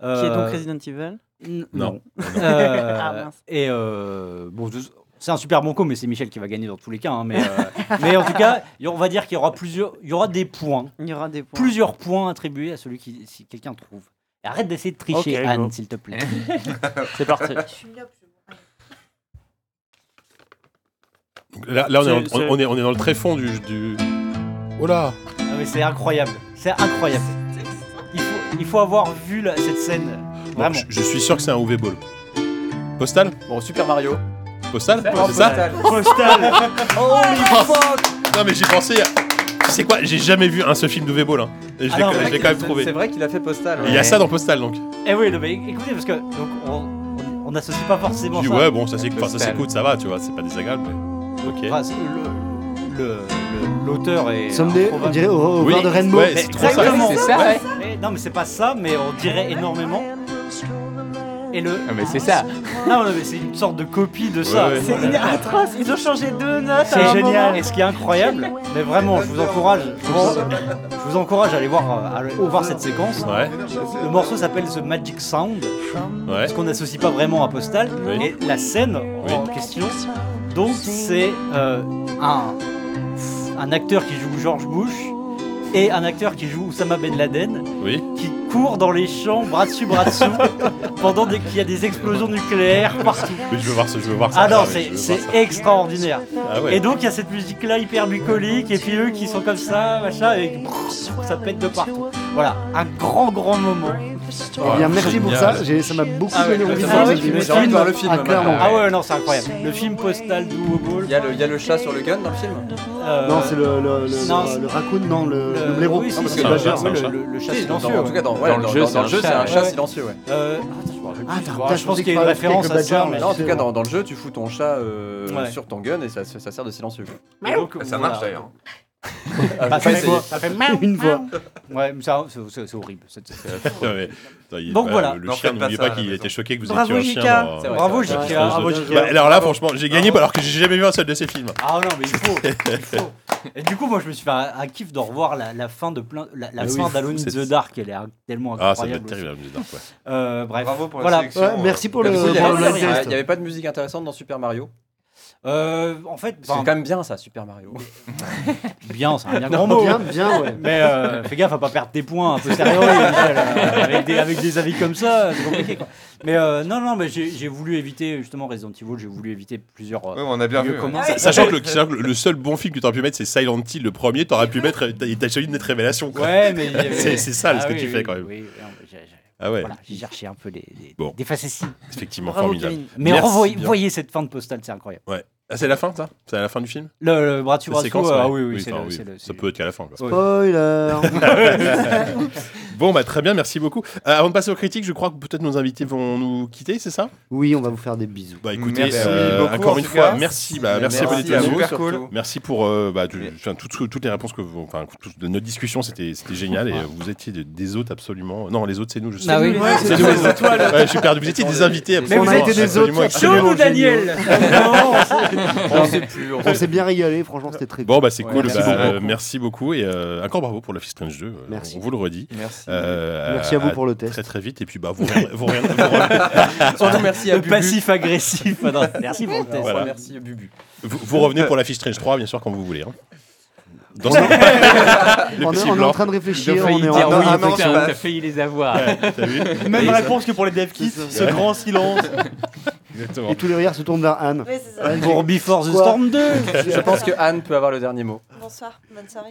[SPEAKER 4] Qui est donc
[SPEAKER 2] Euh,
[SPEAKER 4] Resident Evil.
[SPEAKER 2] n-
[SPEAKER 1] Non. [LAUGHS]
[SPEAKER 2] Euh,
[SPEAKER 4] Ah, mince.
[SPEAKER 2] et euh, bon, je- C'est un super bon coup, mais c'est Michel qui va gagner dans tous les cas. hein, mais, euh, mais en tout cas, il y- on va dire qu'il y aura plusieurs, il y aura des points.
[SPEAKER 4] Il y aura des points.
[SPEAKER 2] Plusieurs points attribués à celui qui, si quelqu'un trouve. Et arrête d'essayer de tricher,
[SPEAKER 7] Ok, go.
[SPEAKER 2] Anne, s'il te plaît. [LAUGHS]
[SPEAKER 7] C'est parti.
[SPEAKER 1] Donc Là, là, on, est,
[SPEAKER 7] C'est-
[SPEAKER 1] on-
[SPEAKER 7] c'est-
[SPEAKER 1] on est, on est dans le tréfonds du. du... Oh là
[SPEAKER 2] Ah, mais c'est incroyable, c'est incroyable. Il faut, il faut avoir vu la- cette scène.
[SPEAKER 1] Bon,
[SPEAKER 2] Vraiment.
[SPEAKER 1] je, je suis sûr que c'est un UV ball. Postal
[SPEAKER 8] Bon, Super Mario.
[SPEAKER 1] Postal
[SPEAKER 8] Oh,
[SPEAKER 1] C'est ça
[SPEAKER 8] Postal.
[SPEAKER 7] Postal.
[SPEAKER 1] [LAUGHS] Oh,
[SPEAKER 4] Oh,
[SPEAKER 1] Non, mais j'ai pensé. à- Tu sais quoi J'ai jamais vu un seul film d'UV ball. Hein. Et je
[SPEAKER 2] Ah
[SPEAKER 1] l'ai
[SPEAKER 2] non,
[SPEAKER 1] je
[SPEAKER 2] mais
[SPEAKER 1] l'ai quand même trouvé.
[SPEAKER 8] C'est vrai qu'il a fait Postal.
[SPEAKER 1] Et Il y a ça dans Postal donc.
[SPEAKER 2] Eh oui, non, mais écoutez, parce que donc, on- on n'associe pas forcément
[SPEAKER 1] Tu dis,
[SPEAKER 2] ça.
[SPEAKER 1] ouais, bon, ça s'écoute, enfin, ça
[SPEAKER 6] Postal.
[SPEAKER 1] s'écoute, ça va, tu vois, c'est pas désagréable. Mais... Ok.
[SPEAKER 2] Enfin, c'est- le- le- le- L'auteur est.
[SPEAKER 3] Someday, on
[SPEAKER 2] improbable.
[SPEAKER 3] dirait au, au
[SPEAKER 1] Oui,
[SPEAKER 3] bord de
[SPEAKER 1] c'est-
[SPEAKER 3] Rainbow.
[SPEAKER 1] ouais, c'est trop ça.
[SPEAKER 2] Exactement.
[SPEAKER 6] C'est ça, ouais.
[SPEAKER 2] Mais- non, mais c'est pas ça, mais on dirait énormément. Et le.
[SPEAKER 6] Ah, mais c'est ça.
[SPEAKER 2] Non, non, mais c'est une sorte de copie de ça. Ah,
[SPEAKER 1] Ouais, ouais.
[SPEAKER 4] C'est ina- atroce, ils ont changé deux notes. à
[SPEAKER 2] C'est
[SPEAKER 4] un
[SPEAKER 2] génial.
[SPEAKER 4] moment.
[SPEAKER 2] Et ce qui est incroyable, mais vraiment, je vous encourage, je vous, je vous encourage à aller voir, euh, à aller voir cette séquence.
[SPEAKER 1] Ouais,
[SPEAKER 2] Le morceau s'appelle The Magic Sound,
[SPEAKER 1] ouais.
[SPEAKER 2] ce qu'on n'associe pas vraiment à Postal.
[SPEAKER 1] Oui.
[SPEAKER 2] Et la scène en
[SPEAKER 1] Oui.
[SPEAKER 2] question, donc c'est euh, un, un acteur qui joue George Bush et un acteur qui joue Oussama Ben Laden
[SPEAKER 1] Oui.
[SPEAKER 2] qui court dans les champs bras dessus bras dessous [LAUGHS] pendant des- qu'il y a des explosions nucléaires partout.
[SPEAKER 1] Mais je veux voir ça, je veux voir ça.
[SPEAKER 2] Ah non,
[SPEAKER 1] mais
[SPEAKER 2] c'est
[SPEAKER 1] je veux
[SPEAKER 2] c'est
[SPEAKER 1] voir ça.
[SPEAKER 2] extraordinaire.
[SPEAKER 1] Ah ouais.
[SPEAKER 2] Et donc il y a cette musique là hyper bucolique et puis eux qui sont comme ça, machin, et ça pète de partout. Voilà, un grand grand moment.
[SPEAKER 3] Eh bien, merci pour
[SPEAKER 1] Génial.
[SPEAKER 3] ça. j'ai- Ça m'a beaucoup
[SPEAKER 2] Ah ouais,
[SPEAKER 3] donné envie de
[SPEAKER 2] ah
[SPEAKER 3] voir
[SPEAKER 2] ouais,
[SPEAKER 3] ce
[SPEAKER 2] tu
[SPEAKER 3] film.
[SPEAKER 2] m'étonnes. J'ai envie de voir
[SPEAKER 8] le film,
[SPEAKER 3] Ah, clairement.
[SPEAKER 2] Ah ouais, non, c'est incroyable. Le film postal du Ball.
[SPEAKER 8] Il y, a le, il y a le chat sur le gun dans le film
[SPEAKER 2] euh,
[SPEAKER 3] Non, c'est le, le, le,
[SPEAKER 2] Non,
[SPEAKER 3] le-
[SPEAKER 2] c'est-
[SPEAKER 3] le raccoon, non, le, le blaireau.
[SPEAKER 2] oui, si,
[SPEAKER 3] Non, parce
[SPEAKER 2] si,
[SPEAKER 3] que
[SPEAKER 2] le
[SPEAKER 1] c'est un
[SPEAKER 2] chat,
[SPEAKER 1] chat, c'est un
[SPEAKER 2] oui,
[SPEAKER 1] chat.
[SPEAKER 2] le- le- le chat
[SPEAKER 8] Si,
[SPEAKER 2] silencieux.
[SPEAKER 8] dans- En tout cas, dans, ouais,
[SPEAKER 6] Dans le jeu, c'est un
[SPEAKER 8] c'est
[SPEAKER 6] chat,
[SPEAKER 8] un
[SPEAKER 6] ouais.
[SPEAKER 8] chat
[SPEAKER 2] Ouais.
[SPEAKER 8] silencieux. Ouais.
[SPEAKER 2] Euh,
[SPEAKER 3] Ah,
[SPEAKER 8] Bah,
[SPEAKER 3] t'as-
[SPEAKER 2] Ouais,
[SPEAKER 3] t'as-
[SPEAKER 2] je pense
[SPEAKER 3] j'ai
[SPEAKER 2] qu'il y a une
[SPEAKER 3] cru
[SPEAKER 2] référence
[SPEAKER 3] que
[SPEAKER 2] à ça,
[SPEAKER 3] Badger,
[SPEAKER 2] mais
[SPEAKER 8] Non, en
[SPEAKER 3] c'est-
[SPEAKER 8] tout cas, dans, dans le jeu, tu fous ton chat euh,
[SPEAKER 2] Ouais.
[SPEAKER 8] sur ton gun et ça, ça, ça sert de silencieux.
[SPEAKER 2] et donc, euh,
[SPEAKER 5] Ça
[SPEAKER 2] voilà.
[SPEAKER 5] marche
[SPEAKER 2] [LAUGHS]
[SPEAKER 5] d'ailleurs.
[SPEAKER 8] Ah,
[SPEAKER 1] Bah,
[SPEAKER 2] Bah, Ça
[SPEAKER 8] j'ai pas
[SPEAKER 2] fait,
[SPEAKER 8] essayé.
[SPEAKER 2] ça fait miaou,
[SPEAKER 3] Une fois.
[SPEAKER 2] miaou. Ouais, mais ça, c'est- c'est c'est horrible. cette- cette-
[SPEAKER 1] [LAUGHS] Ouais, mais, attends, il-
[SPEAKER 2] Donc
[SPEAKER 1] bah,
[SPEAKER 2] voilà.
[SPEAKER 1] Le
[SPEAKER 5] N'en
[SPEAKER 1] chien,
[SPEAKER 5] faites
[SPEAKER 1] n'oubliez
[SPEAKER 5] pas
[SPEAKER 1] pas
[SPEAKER 5] ça à la
[SPEAKER 1] qu'il
[SPEAKER 5] maison.
[SPEAKER 1] était choqué que vous
[SPEAKER 4] Bravo,
[SPEAKER 1] étiez un chien.
[SPEAKER 4] Jika.
[SPEAKER 1] dans-
[SPEAKER 8] C'est vrai.
[SPEAKER 2] Bravo
[SPEAKER 8] c'est vrai.
[SPEAKER 2] JK,
[SPEAKER 1] Ouais,
[SPEAKER 2] bravo
[SPEAKER 1] je-
[SPEAKER 2] JK.
[SPEAKER 1] Bah, alors là, franchement, j'ai gagné alors que j'ai jamais vu un seul de ces films.
[SPEAKER 2] Ah non, mais il faut, il
[SPEAKER 1] [LAUGHS]
[SPEAKER 2] faut. Et du coup, moi, je me suis fait un, un kiff de revoir la, la fin de plein, la, la
[SPEAKER 1] Ah oui,
[SPEAKER 2] fin
[SPEAKER 1] fou,
[SPEAKER 2] d'Alone in
[SPEAKER 1] c'est-
[SPEAKER 2] the Dark, elle est un- tellement
[SPEAKER 1] Ah,
[SPEAKER 2] incroyable.
[SPEAKER 1] ça doit être
[SPEAKER 2] aussi.
[SPEAKER 1] terrible, la musique d'Arc, ouais.
[SPEAKER 2] Euh, bref.
[SPEAKER 5] Bravo pour
[SPEAKER 2] Voilà.
[SPEAKER 5] la sélection. euh,
[SPEAKER 3] Ouais, merci pour
[SPEAKER 8] Il
[SPEAKER 3] le
[SPEAKER 8] y avait-
[SPEAKER 3] pour
[SPEAKER 8] il y
[SPEAKER 3] le
[SPEAKER 8] avait-
[SPEAKER 3] blind
[SPEAKER 8] ouais, il
[SPEAKER 3] test.
[SPEAKER 8] n'y avait pas de musique intéressante dans Super Mario.
[SPEAKER 2] Euh, en fait,
[SPEAKER 8] C'est
[SPEAKER 2] ben,
[SPEAKER 8] quand même bien ça, Super Mario.
[SPEAKER 2] [LAUGHS] bien, c'est un
[SPEAKER 8] [LAUGHS]
[SPEAKER 2] bien grand
[SPEAKER 3] Non,
[SPEAKER 2] mot. hein.
[SPEAKER 3] Bien, hein. bien, ouais.
[SPEAKER 2] [LAUGHS] Mais euh, fais gaffe à pas perdre tes points hein. un peu
[SPEAKER 3] [LAUGHS]
[SPEAKER 2] sérieux, Michel, euh, avec, des, avec des avis comme ça, c'est compliqué. Quoi. Mais euh, non, non, mais j'ai j'ai voulu éviter justement Resident Evil, j'ai voulu éviter plusieurs. euh,
[SPEAKER 5] Ouais, on a bien
[SPEAKER 2] lieux
[SPEAKER 5] vu. ouais.
[SPEAKER 2] communs. euh,
[SPEAKER 1] Sachant que, le, sachant que le- le seul bon film que t'aurais pu mettre, c'est Silent Hill, le premier. T'aurais pu mettre. euh, T'as t'as choisi de mettre Révélation, quoi.
[SPEAKER 2] Ouais,
[SPEAKER 1] [LAUGHS]
[SPEAKER 2] mais il y avait-
[SPEAKER 1] C'est- c'est sale, ce
[SPEAKER 2] Ah
[SPEAKER 1] que
[SPEAKER 2] oui,
[SPEAKER 1] tu
[SPEAKER 2] oui,
[SPEAKER 1] fais, quand même.
[SPEAKER 2] oui, oui, non, mais j'ai- j'ai-
[SPEAKER 1] Ah ouais,
[SPEAKER 2] Voilà, j'ai cherché un peu les, les-
[SPEAKER 1] Bon.
[SPEAKER 2] des facéties.
[SPEAKER 1] effectivement,
[SPEAKER 4] Bravo,
[SPEAKER 1] formidable.
[SPEAKER 4] Kevin.
[SPEAKER 2] Mais
[SPEAKER 1] Merci
[SPEAKER 2] revoyez
[SPEAKER 1] bien.
[SPEAKER 2] voyez cette fin de postale, c'est incroyable.
[SPEAKER 1] Ah, c'est la fin, ça C'est à la fin du film
[SPEAKER 2] Le, le bras dessus,
[SPEAKER 1] Cette
[SPEAKER 2] bras dessous,
[SPEAKER 1] séquence,
[SPEAKER 2] ah
[SPEAKER 1] ouais.
[SPEAKER 2] oui, oui, c'est
[SPEAKER 1] enfin,
[SPEAKER 2] le-
[SPEAKER 1] oui,
[SPEAKER 2] c'est le-
[SPEAKER 1] Ça
[SPEAKER 2] c'est-
[SPEAKER 1] peut être qu'à la fin, quoi.
[SPEAKER 3] Spoiler.
[SPEAKER 1] [LAUGHS] Bon, bah très bien, merci beaucoup. Euh, avant de passer aux critiques, je crois que peut-être nos invités vont nous quitter, c'est ça
[SPEAKER 3] Oui, on va vous faire des bisous.
[SPEAKER 1] Bah écoutez,
[SPEAKER 5] Merci
[SPEAKER 1] euh,
[SPEAKER 5] beaucoup,
[SPEAKER 1] encore
[SPEAKER 5] en
[SPEAKER 1] une
[SPEAKER 5] tout
[SPEAKER 1] fois,
[SPEAKER 5] cas.
[SPEAKER 1] merci, bah, merci, à vous d'être
[SPEAKER 5] à
[SPEAKER 1] venus.
[SPEAKER 5] vous,
[SPEAKER 8] Super
[SPEAKER 5] surtout.
[SPEAKER 8] cool.
[SPEAKER 1] Merci pour euh, bah, du- enfin, tout ce que- toutes les réponses que vous, enfin, tout- de notre discussion, c'était
[SPEAKER 3] [LAUGHS]
[SPEAKER 1] c'était génial et euh, vous étiez de- des hôtes absolument. Non, les hôtes c'est nous, je sais.
[SPEAKER 2] Ah oui.
[SPEAKER 1] Ouais,
[SPEAKER 2] Ouais,
[SPEAKER 1] c'est nous, les hôtes. Ouais, je suis perdu. Vous étiez des invités.
[SPEAKER 8] Mais
[SPEAKER 3] on a
[SPEAKER 1] absolument,
[SPEAKER 3] été des
[SPEAKER 1] absolument
[SPEAKER 3] autres.
[SPEAKER 1] excellents.
[SPEAKER 3] absolument géniaux. [LAUGHS]
[SPEAKER 8] on sait plus. on
[SPEAKER 3] On
[SPEAKER 8] sait-
[SPEAKER 3] s'est bien régalé, franchement, c'était très
[SPEAKER 1] Bon, bah c'est
[SPEAKER 8] Ouais,
[SPEAKER 1] cool.
[SPEAKER 8] merci
[SPEAKER 1] Bah, euh, Merci,
[SPEAKER 8] beaucoup.
[SPEAKER 1] beaucoup. et euh, encore bravo pour la fiche Strange 2. euh,
[SPEAKER 3] Merci.
[SPEAKER 1] On vous le redit.
[SPEAKER 8] Merci.
[SPEAKER 1] Euh,
[SPEAKER 3] Merci à vous pour le test.
[SPEAKER 1] Très très vite et puis bah vous reviendrez- vous reviendrez- vous
[SPEAKER 8] [LAUGHS]
[SPEAKER 1] reviendrez-
[SPEAKER 8] Surtout merci à
[SPEAKER 2] Le
[SPEAKER 8] Bubu.
[SPEAKER 2] passif
[SPEAKER 8] [LAUGHS]
[SPEAKER 2] agressif. Ah non, Merci pour le test.
[SPEAKER 1] Voilà.
[SPEAKER 8] Merci à Bubu.
[SPEAKER 1] vous- vous revenez pour la fiche Strange 3 bien sûr quand vous voulez. hein.
[SPEAKER 3] [LAUGHS]
[SPEAKER 1] Dans
[SPEAKER 3] On est-
[SPEAKER 1] le
[SPEAKER 3] On est,
[SPEAKER 1] petit
[SPEAKER 3] on est
[SPEAKER 1] blanc.
[SPEAKER 3] en train de réfléchir, on
[SPEAKER 6] failli
[SPEAKER 3] est en
[SPEAKER 6] dire
[SPEAKER 5] non,
[SPEAKER 6] oui,
[SPEAKER 5] ah non,
[SPEAKER 6] putain,
[SPEAKER 5] je passe.
[SPEAKER 6] t'as failli les avoir.
[SPEAKER 1] T'as
[SPEAKER 2] [LAUGHS]
[SPEAKER 1] vu
[SPEAKER 7] Même réponse que pour les dev kits,
[SPEAKER 3] C'est
[SPEAKER 7] ce grand silence.
[SPEAKER 1] Exactement.
[SPEAKER 3] Et tous les regards se tournent vers Anne.
[SPEAKER 11] Ouais, c'est ça.
[SPEAKER 3] Anne,
[SPEAKER 2] Pour Before the
[SPEAKER 3] Quoi
[SPEAKER 2] Storm 2.
[SPEAKER 8] [LAUGHS] Je pense que Anne peut avoir le dernier mot.
[SPEAKER 11] Bonsoir, bonne soirée.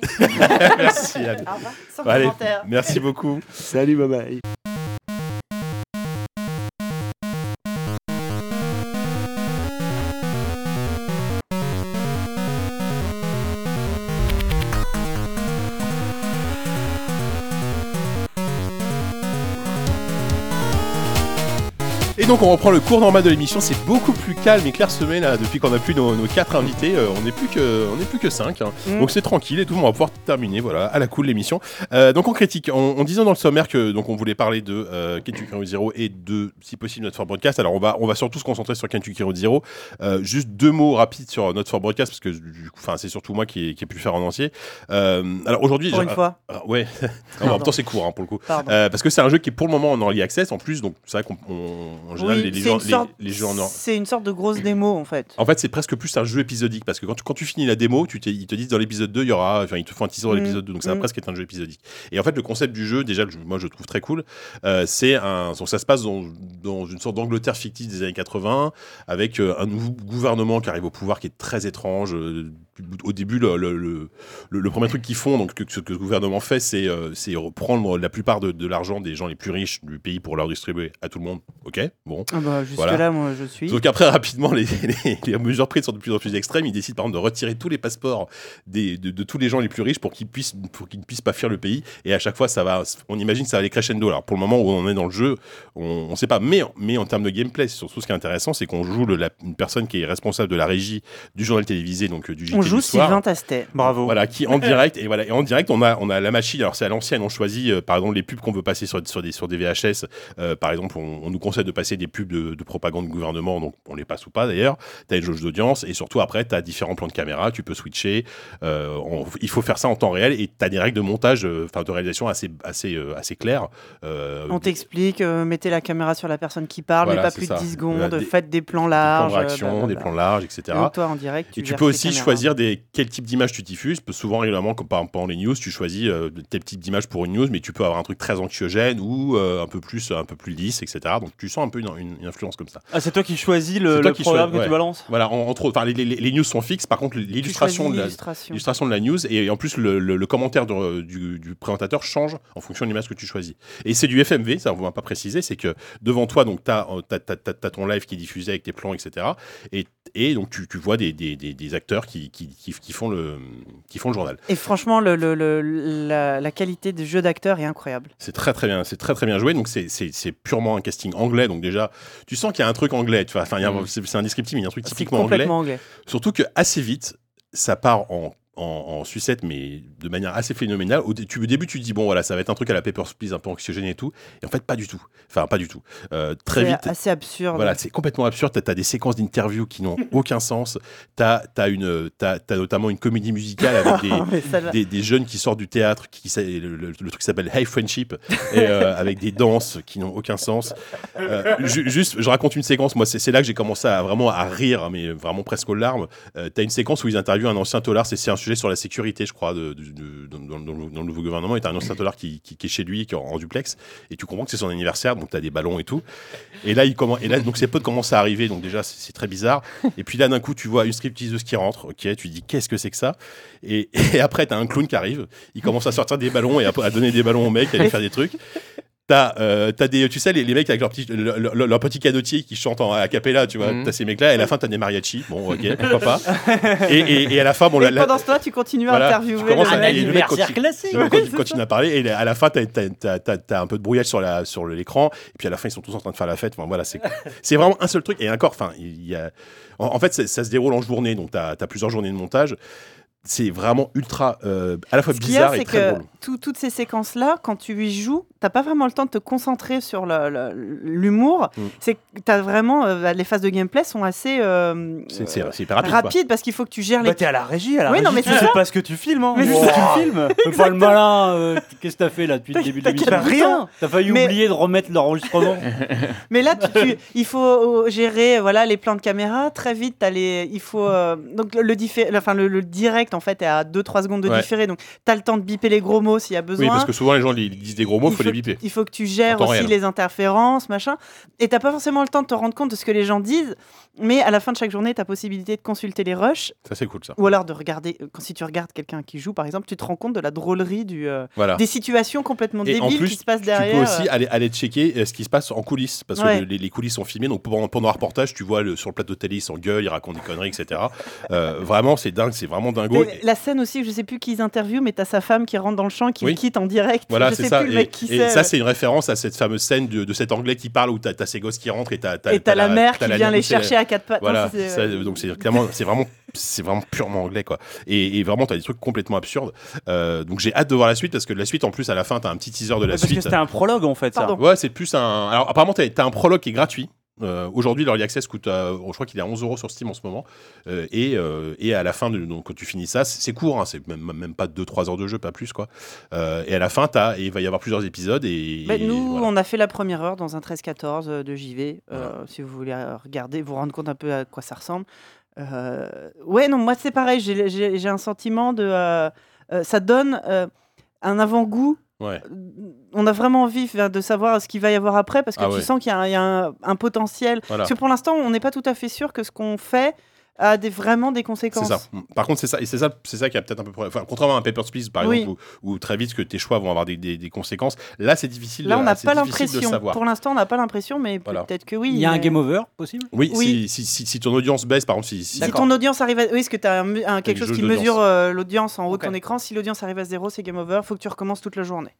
[SPEAKER 1] [LAUGHS] Merci Anne.
[SPEAKER 11] Au revoir. Sans
[SPEAKER 1] Allez.
[SPEAKER 11] commentaire.
[SPEAKER 1] Merci beaucoup.
[SPEAKER 3] Salut, bye bye.
[SPEAKER 1] Et donc on reprend le cours normal de l'émission, c'est beaucoup plus calme et clairsemé là depuis qu'on a plus nos, nos quatre invités, euh, on n'est plus que on n'est plus que 5
[SPEAKER 4] Mm.
[SPEAKER 1] Donc c'est tranquille et tout, on va pouvoir terminer voilà, à la cool l'émission. Euh, donc on critique, on, on disait dans le sommaire que donc on voulait parler de euh, Kentucky Road Zero et de si possible notre Fort Broadcast. Alors on va on va surtout se concentrer sur Kentucky Road Zero. Euh, juste deux mots rapides sur notre Fort Broadcast parce que du coup, enfin c'est surtout moi qui ai, qui ai pu le faire en entier. Euh, alors aujourd'hui
[SPEAKER 4] Pour
[SPEAKER 1] j'ai-
[SPEAKER 4] une fois,
[SPEAKER 1] ah, ouais. [LAUGHS] Non, mais en même temps c'est court hein, pour le coup.
[SPEAKER 4] pardon.
[SPEAKER 1] Euh, parce que c'est un jeu qui est pour le moment en early access en plus, donc c'est vrai qu'on on- En général,
[SPEAKER 4] Oui,
[SPEAKER 1] les, les
[SPEAKER 4] c'est
[SPEAKER 1] gens-
[SPEAKER 4] une sorte-
[SPEAKER 1] les- les jeux en or.
[SPEAKER 4] C'est une sorte de grosse démo en fait.
[SPEAKER 1] En fait, c'est presque plus un jeu épisodique parce que quand tu, quand tu finis la démo, tu t'es- ils te disent dans l'épisode 2, il y aura. Enfin, ils te font un teaser dans
[SPEAKER 4] Mm.
[SPEAKER 1] l'épisode 2, donc ça va
[SPEAKER 4] Mm.
[SPEAKER 1] presque être un jeu épisodique. Et en fait, le concept du jeu, déjà, le jeu, moi je le trouve très cool, euh, c'est un. donc, ça se passe dans, dans une sorte d'Angleterre fictive des années 80 avec euh, un nouveau gouvernement qui arrive au pouvoir qui est très étrange. euh, au début, le, le- le- le- le premier truc qu'ils font, donc que, que ce que le gouvernement fait, c'est euh, c'est reprendre la plupart de, de l'argent des gens les plus riches du pays pour leur distribuer à tout le monde. Ok, bon.
[SPEAKER 4] Ah bah, jusque
[SPEAKER 1] Voilà.
[SPEAKER 4] là, moi je suis.
[SPEAKER 1] Donc après, [LAUGHS] rapidement, les, les- les mesures prises sont de plus en plus extrêmes. Ils décident par exemple de retirer tous les passeports des- de, de tous les gens les plus riches pour qu'ils, puissent, pour qu'ils ne puissent pas fuir le pays. Et à chaque fois, ça va, on imagine que ça va aller crescendo. Alors pour le moment où on en est dans le jeu, on ne sait pas. Mais, mais en termes de gameplay, c'est surtout ce qui est intéressant, c'est qu'on joue le- la- une personne qui est responsable de la régie du journal télévisé, donc euh, du JT
[SPEAKER 4] On
[SPEAKER 1] du
[SPEAKER 4] joue
[SPEAKER 1] soir.
[SPEAKER 4] Sylvain Tastet.
[SPEAKER 7] Bravo.
[SPEAKER 1] Voilà, qui en direct et voilà et en direct on a on a la machine. Alors c'est à l'ancienne, on choisit euh, par exemple les pubs qu'on veut passer sur, sur des sur des VHS. Euh, par exemple, on, on nous conseille de passer des pubs de, de propagande gouvernement, donc on les passe ou pas d'ailleurs. T'as une jauge d'audience et surtout après t'as différents plans de caméra, tu peux switcher. Euh, on- il faut faire ça en temps réel et t'as des règles de montage, euh, enfin de réalisation assez assez euh, assez claires. Euh,
[SPEAKER 4] On t'explique, euh, mettez la caméra sur la personne qui parle,
[SPEAKER 1] Voilà,
[SPEAKER 4] mais pas
[SPEAKER 1] c'est
[SPEAKER 4] plus
[SPEAKER 1] ça.
[SPEAKER 4] de 10 secondes,
[SPEAKER 1] Des-
[SPEAKER 4] faites des plans
[SPEAKER 1] des plans
[SPEAKER 4] larges.
[SPEAKER 1] de réaction,
[SPEAKER 4] blablabla.
[SPEAKER 1] des plans larges, etc.
[SPEAKER 4] Et donc, toi en direct.
[SPEAKER 1] Et tu
[SPEAKER 4] gères
[SPEAKER 1] peux
[SPEAKER 4] tes
[SPEAKER 1] aussi
[SPEAKER 4] caméras.
[SPEAKER 1] choisir des, quel type d'image tu diffuses. Parce que Souvent, régulièrement, comme par exemple pendant les news, tu choisis euh, tel type d'image pour une news, mais tu peux avoir un truc très anxiogène ou euh, un peu plus, un peu plus lisse, etc. Donc tu sens un peu une, une- une influence comme ça.
[SPEAKER 7] Ah, c'est toi qui choisis le,
[SPEAKER 1] C'est toi
[SPEAKER 7] le
[SPEAKER 1] qui
[SPEAKER 7] programme
[SPEAKER 1] choisis,
[SPEAKER 7] que
[SPEAKER 1] ouais.
[SPEAKER 7] tu balances
[SPEAKER 1] Voilà, en- entre autres, enfin, les, les- les news sont fixes. Par contre,
[SPEAKER 4] Tu
[SPEAKER 1] l'illustration
[SPEAKER 4] choisis
[SPEAKER 1] de la,
[SPEAKER 4] l'illustration.
[SPEAKER 1] l'illustration de la news et en plus le, le- le commentaire de- du, du présentateur change en fonction de l'image que tu choisis. Et c'est du FMV, ça on va pas préciser, c'est que devant toi donc t'as euh, t'as- t'as- t'as- t'as ton live qui est diffusé avec tes plans etc. Et, et donc tu, tu vois des, des- des- des acteurs qui, qui, qui- qui font le qui font le journal.
[SPEAKER 4] Et franchement, le, le- le- la, la qualité des jeux d'acteurs est incroyable.
[SPEAKER 1] C'est très très bien, c'est très très bien joué. Donc c'est- c'est c'est purement un casting anglais donc déjà tu sens qu'il y a un truc anglais, tu vois. Enfin il y a un- c'est c'est indescriptible, mais il y a un truc
[SPEAKER 4] Mm. C'est
[SPEAKER 1] typiquement anglais.
[SPEAKER 4] complètement anglais.
[SPEAKER 1] Surtout que assez vite, ça part en, en, en sucette, mais de manière assez phénoménale. Au, dé- tu, au début, tu te dis, bon, voilà, ça va être un truc à la Paper Please, un peu anxiogène et tout. Et en fait, pas du tout. Enfin, pas du tout. Euh, très
[SPEAKER 4] C'est
[SPEAKER 1] vite.
[SPEAKER 4] assez absurde.
[SPEAKER 1] Voilà, c'est complètement absurde. T'as as des séquences d'interviews qui
[SPEAKER 4] [LAUGHS]
[SPEAKER 1] n'ont aucun sens. T'as as une, t'as t'as notamment une comédie musicale
[SPEAKER 4] [LAUGHS]
[SPEAKER 1] avec des,
[SPEAKER 4] Mais ça va.
[SPEAKER 1] des, des jeunes qui sortent du théâtre, qui, qui s'a- le, le- le truc s'appelle Hey Friendship, et, euh, avec des danses qui n'ont aucun sens. Euh, ju- juste, je raconte une séquence, moi c'est c'est là que j'ai commencé à vraiment à rire, hein, mais vraiment presque aux larmes. Euh, T'as une séquence où ils interviewent un ancien tolard, c'est c'est un sujet sur la sécurité, je crois, de, de- de- dans, dans- dans le- dans le nouveau gouvernement, et t'as un ancien tolard qui, qui- qui est chez lui, qui est en, en duplex, et tu comprends que c'est son anniversaire, donc t'as des ballons et tout. Et là, il commence, et là, donc ses potes commencent à arriver, donc déjà c'est c'est très bizarre. Et puis là, d'un coup, tu vois une stripteaseuse qui rentre, ok, tu dis qu'est-ce que c'est que ça et, et après, t'as un clown qui arrive. Il commence à sortir des ballons et à, à donner des ballons aux mecs, à lui faire des trucs. T'as, euh, t'as des, tu sais, les, les mecs avec leur petit, leur, leur- leur petit canotier qui chantent en a cappella, tu vois.
[SPEAKER 6] Mhm.
[SPEAKER 1] T'as ces mecs-là, et à la fin, t'as des mariachis. Bon, ok, pourquoi pas. Et, et- et à la fin, bon,
[SPEAKER 4] Et
[SPEAKER 1] la, la-
[SPEAKER 4] pendant ce temps, tu continues à
[SPEAKER 1] Voilà,
[SPEAKER 4] interviewer.
[SPEAKER 1] tu commences
[SPEAKER 4] le-
[SPEAKER 1] à-
[SPEAKER 4] la-
[SPEAKER 1] et le mec continue-
[SPEAKER 2] classique.
[SPEAKER 1] donc, quand, quand tu n'as parlé, et à la fin, t'as, t'as- t'as- t'as- t'as un peu de brouillage sur, la, sur l'écran, et puis à la fin, ils sont tous en train de faire la fête. Enfin, voilà, c'est, c'est vraiment un seul truc, et encore, enfin, il y a- en, en fait, c'est- ça se déroule en journée, donc t'as, t'as plusieurs journées de montage. C'est vraiment ultra, euh, à la fois
[SPEAKER 4] Ce qu'il y a,
[SPEAKER 1] bizarre et
[SPEAKER 4] c'est
[SPEAKER 1] très
[SPEAKER 4] que
[SPEAKER 1] drôle.
[SPEAKER 4] tout- toutes ces séquences-là, quand tu y joues, t'as pas vraiment le temps de te concentrer sur le- le- l'humour.
[SPEAKER 1] Mm.
[SPEAKER 4] C'est que t'as vraiment euh, les phases de gameplay sont assez euh,
[SPEAKER 1] C'est,
[SPEAKER 4] euh,
[SPEAKER 1] c'est- c'est hyper rapide. quoi.
[SPEAKER 4] rapides parce qu'il faut que tu gères les.
[SPEAKER 7] Bah, t'es à la régie, à la
[SPEAKER 4] Oui,
[SPEAKER 7] régie,
[SPEAKER 4] non, mais
[SPEAKER 7] tu
[SPEAKER 4] c'est
[SPEAKER 7] sais
[SPEAKER 4] ça.
[SPEAKER 7] pas ce que tu filmes, hein.
[SPEAKER 4] Mais
[SPEAKER 7] Wow.
[SPEAKER 4] c'est [LAUGHS]
[SPEAKER 7] tu filmes.
[SPEAKER 2] Fais pas le malin. euh, Qu'est-ce que t'as fait là depuis le début de
[SPEAKER 4] t'as
[SPEAKER 2] l'émission
[SPEAKER 4] qu'à dire rien.
[SPEAKER 2] T'as failli
[SPEAKER 4] Mais-
[SPEAKER 2] oublier de remettre
[SPEAKER 4] [LAUGHS]
[SPEAKER 2] l'enregistrement.
[SPEAKER 4] Mais là, tu-
[SPEAKER 1] [LAUGHS]
[SPEAKER 4] tu- il faut euh, gérer voilà les plans de caméra très vite. T'as les, il faut euh, donc le, le diffé- enfin le, le direct en fait est à 2-3 secondes de
[SPEAKER 1] Ouais.
[SPEAKER 4] différé, donc t'as le temps de biper les gros mots s'il y a besoin.
[SPEAKER 1] Oui, parce que souvent, les gens ils disent des gros mots,
[SPEAKER 4] il
[SPEAKER 1] faut, les biper.
[SPEAKER 4] Il faut que tu
[SPEAKER 1] En
[SPEAKER 4] gères
[SPEAKER 1] temps
[SPEAKER 4] aussi
[SPEAKER 1] réel.
[SPEAKER 4] les interférences, machin. Et t'as pas forcément le temps de te rendre compte de ce que les gens disent. Mais à la fin de chaque journée, t'as possibilité de consulter les rushs
[SPEAKER 1] Ça, c'est cool, ça.
[SPEAKER 4] ou alors de regarder. euh, Quand si tu regardes quelqu'un qui joue, par exemple, tu te rends compte de la drôlerie du, euh,
[SPEAKER 1] Voilà.
[SPEAKER 4] des situations complètement
[SPEAKER 1] Et en
[SPEAKER 4] débiles
[SPEAKER 1] plus,
[SPEAKER 4] qui se passent derrière.
[SPEAKER 1] Tu
[SPEAKER 4] euh.
[SPEAKER 1] peux aussi aller, aller checker euh, ce qui se passe en coulisses, parce que
[SPEAKER 4] Ouais.
[SPEAKER 1] le- les, les coulisses sont filmées. Donc pendant, pendant un reportage, tu vois le- sur le plateau de télé, ils s'engueulent, ils racontent des conneries, etc. Euh, vraiment, c'est dingue, c'est vraiment dingo.
[SPEAKER 4] Et La scène aussi, je sais plus qui ils interviewent, mais t'as sa femme qui rentre dans le champ, qui
[SPEAKER 1] Oui.
[SPEAKER 4] le quitte en direct.
[SPEAKER 1] Voilà,
[SPEAKER 4] je
[SPEAKER 1] c'est
[SPEAKER 4] sais
[SPEAKER 1] ça.
[SPEAKER 4] plus le
[SPEAKER 1] Et,
[SPEAKER 4] mec qui
[SPEAKER 1] et
[SPEAKER 4] c'est. euh.
[SPEAKER 1] ça, c'est une référence à cette fameuse scène de, de cet anglais qui parle où t'as as ces gosses qui rentrent et t'as
[SPEAKER 4] Et t'as la mère
[SPEAKER 1] t'as
[SPEAKER 4] qui
[SPEAKER 1] la
[SPEAKER 4] vient les
[SPEAKER 1] c'est-
[SPEAKER 4] chercher à quatre pattes. Non,
[SPEAKER 1] Voilà,
[SPEAKER 4] c'est-
[SPEAKER 1] ça, euh, donc c'est clairement, c'est vraiment, c'est vraiment purement anglais quoi. Et, et vraiment, t'as des trucs complètement absurdes. Euh, donc j'ai hâte de voir la suite parce que la suite, en plus, à la fin, t'as un petit teaser de la
[SPEAKER 7] Parce que
[SPEAKER 1] suite.
[SPEAKER 7] c'était un prologue en fait, ça.
[SPEAKER 4] Pardon.
[SPEAKER 1] Ouais, c'est plus un. Alors apparemment, t'as t'as un prologue qui est gratuit. Euh, Aujourd'hui, l'Early Access coûte, à- je crois qu'il est à 11 euros sur Steam en ce moment. Euh, et, euh, et à la fin, de, donc, quand tu finis ça, c'est c'est court, hein, c'est même, même pas 2-3 heures de jeu, pas plus. quoi. Euh, et à la fin, as, il va y avoir plusieurs épisodes. Et,
[SPEAKER 4] Mais
[SPEAKER 1] et
[SPEAKER 4] Bah, Ben, nous,
[SPEAKER 1] voilà.
[SPEAKER 4] on a fait la première heure dans un 13-14 euh, de JV. euh, Si vous voulez euh, regarder, vous rendre compte un peu à quoi ça ressemble. Euh, ouais, non, moi c'est pareil. J'ai j'ai- j'ai un sentiment de. euh, euh, ça donne euh, un avant-goût.
[SPEAKER 1] Ouais.
[SPEAKER 4] On a vraiment envie euh, de savoir ce qu'il va y avoir après parce que
[SPEAKER 1] Ah
[SPEAKER 4] tu
[SPEAKER 1] ouais.
[SPEAKER 4] sens qu'il y a un, il y a un- un potentiel.
[SPEAKER 1] Voilà.
[SPEAKER 4] Parce que pour l'instant, on n'est pas tout à fait sûr que ce qu'on fait a des, vraiment des
[SPEAKER 1] C'est
[SPEAKER 4] conséquences.
[SPEAKER 1] ça. Mm. Par contre, c'est ça, et c'est ça, c'est ça qui a peut-être un peu. pro- Enfin, contrairement à un Paper Please, par
[SPEAKER 4] Oui.
[SPEAKER 1] exemple, où, où très vite que tes choix vont avoir des, des- des conséquences. Là, c'est difficile.
[SPEAKER 4] Là,
[SPEAKER 1] de-
[SPEAKER 4] on n'a
[SPEAKER 1] c'est
[SPEAKER 4] pas
[SPEAKER 1] difficile de
[SPEAKER 4] l'impression.
[SPEAKER 1] savoir.
[SPEAKER 4] Pour l'instant, on n'a pas l'impression, mais
[SPEAKER 1] Voilà.
[SPEAKER 4] peut-être que oui.
[SPEAKER 2] Il y a un
[SPEAKER 4] mais-
[SPEAKER 2] game over possible
[SPEAKER 1] Oui,
[SPEAKER 4] Oui.
[SPEAKER 1] Si, si- si- si ton audience baisse, par exemple, si, si-
[SPEAKER 4] Si ton audience arrive à... Oui, est-ce que tu as quelque
[SPEAKER 1] une
[SPEAKER 4] chose
[SPEAKER 1] jauge
[SPEAKER 4] qui
[SPEAKER 1] d'audience.
[SPEAKER 4] mesure euh, l'audience en haut
[SPEAKER 2] Ok.
[SPEAKER 4] de ton écran Si l'audience arrive à zéro, c'est game over. faut que tu recommences toute la journée.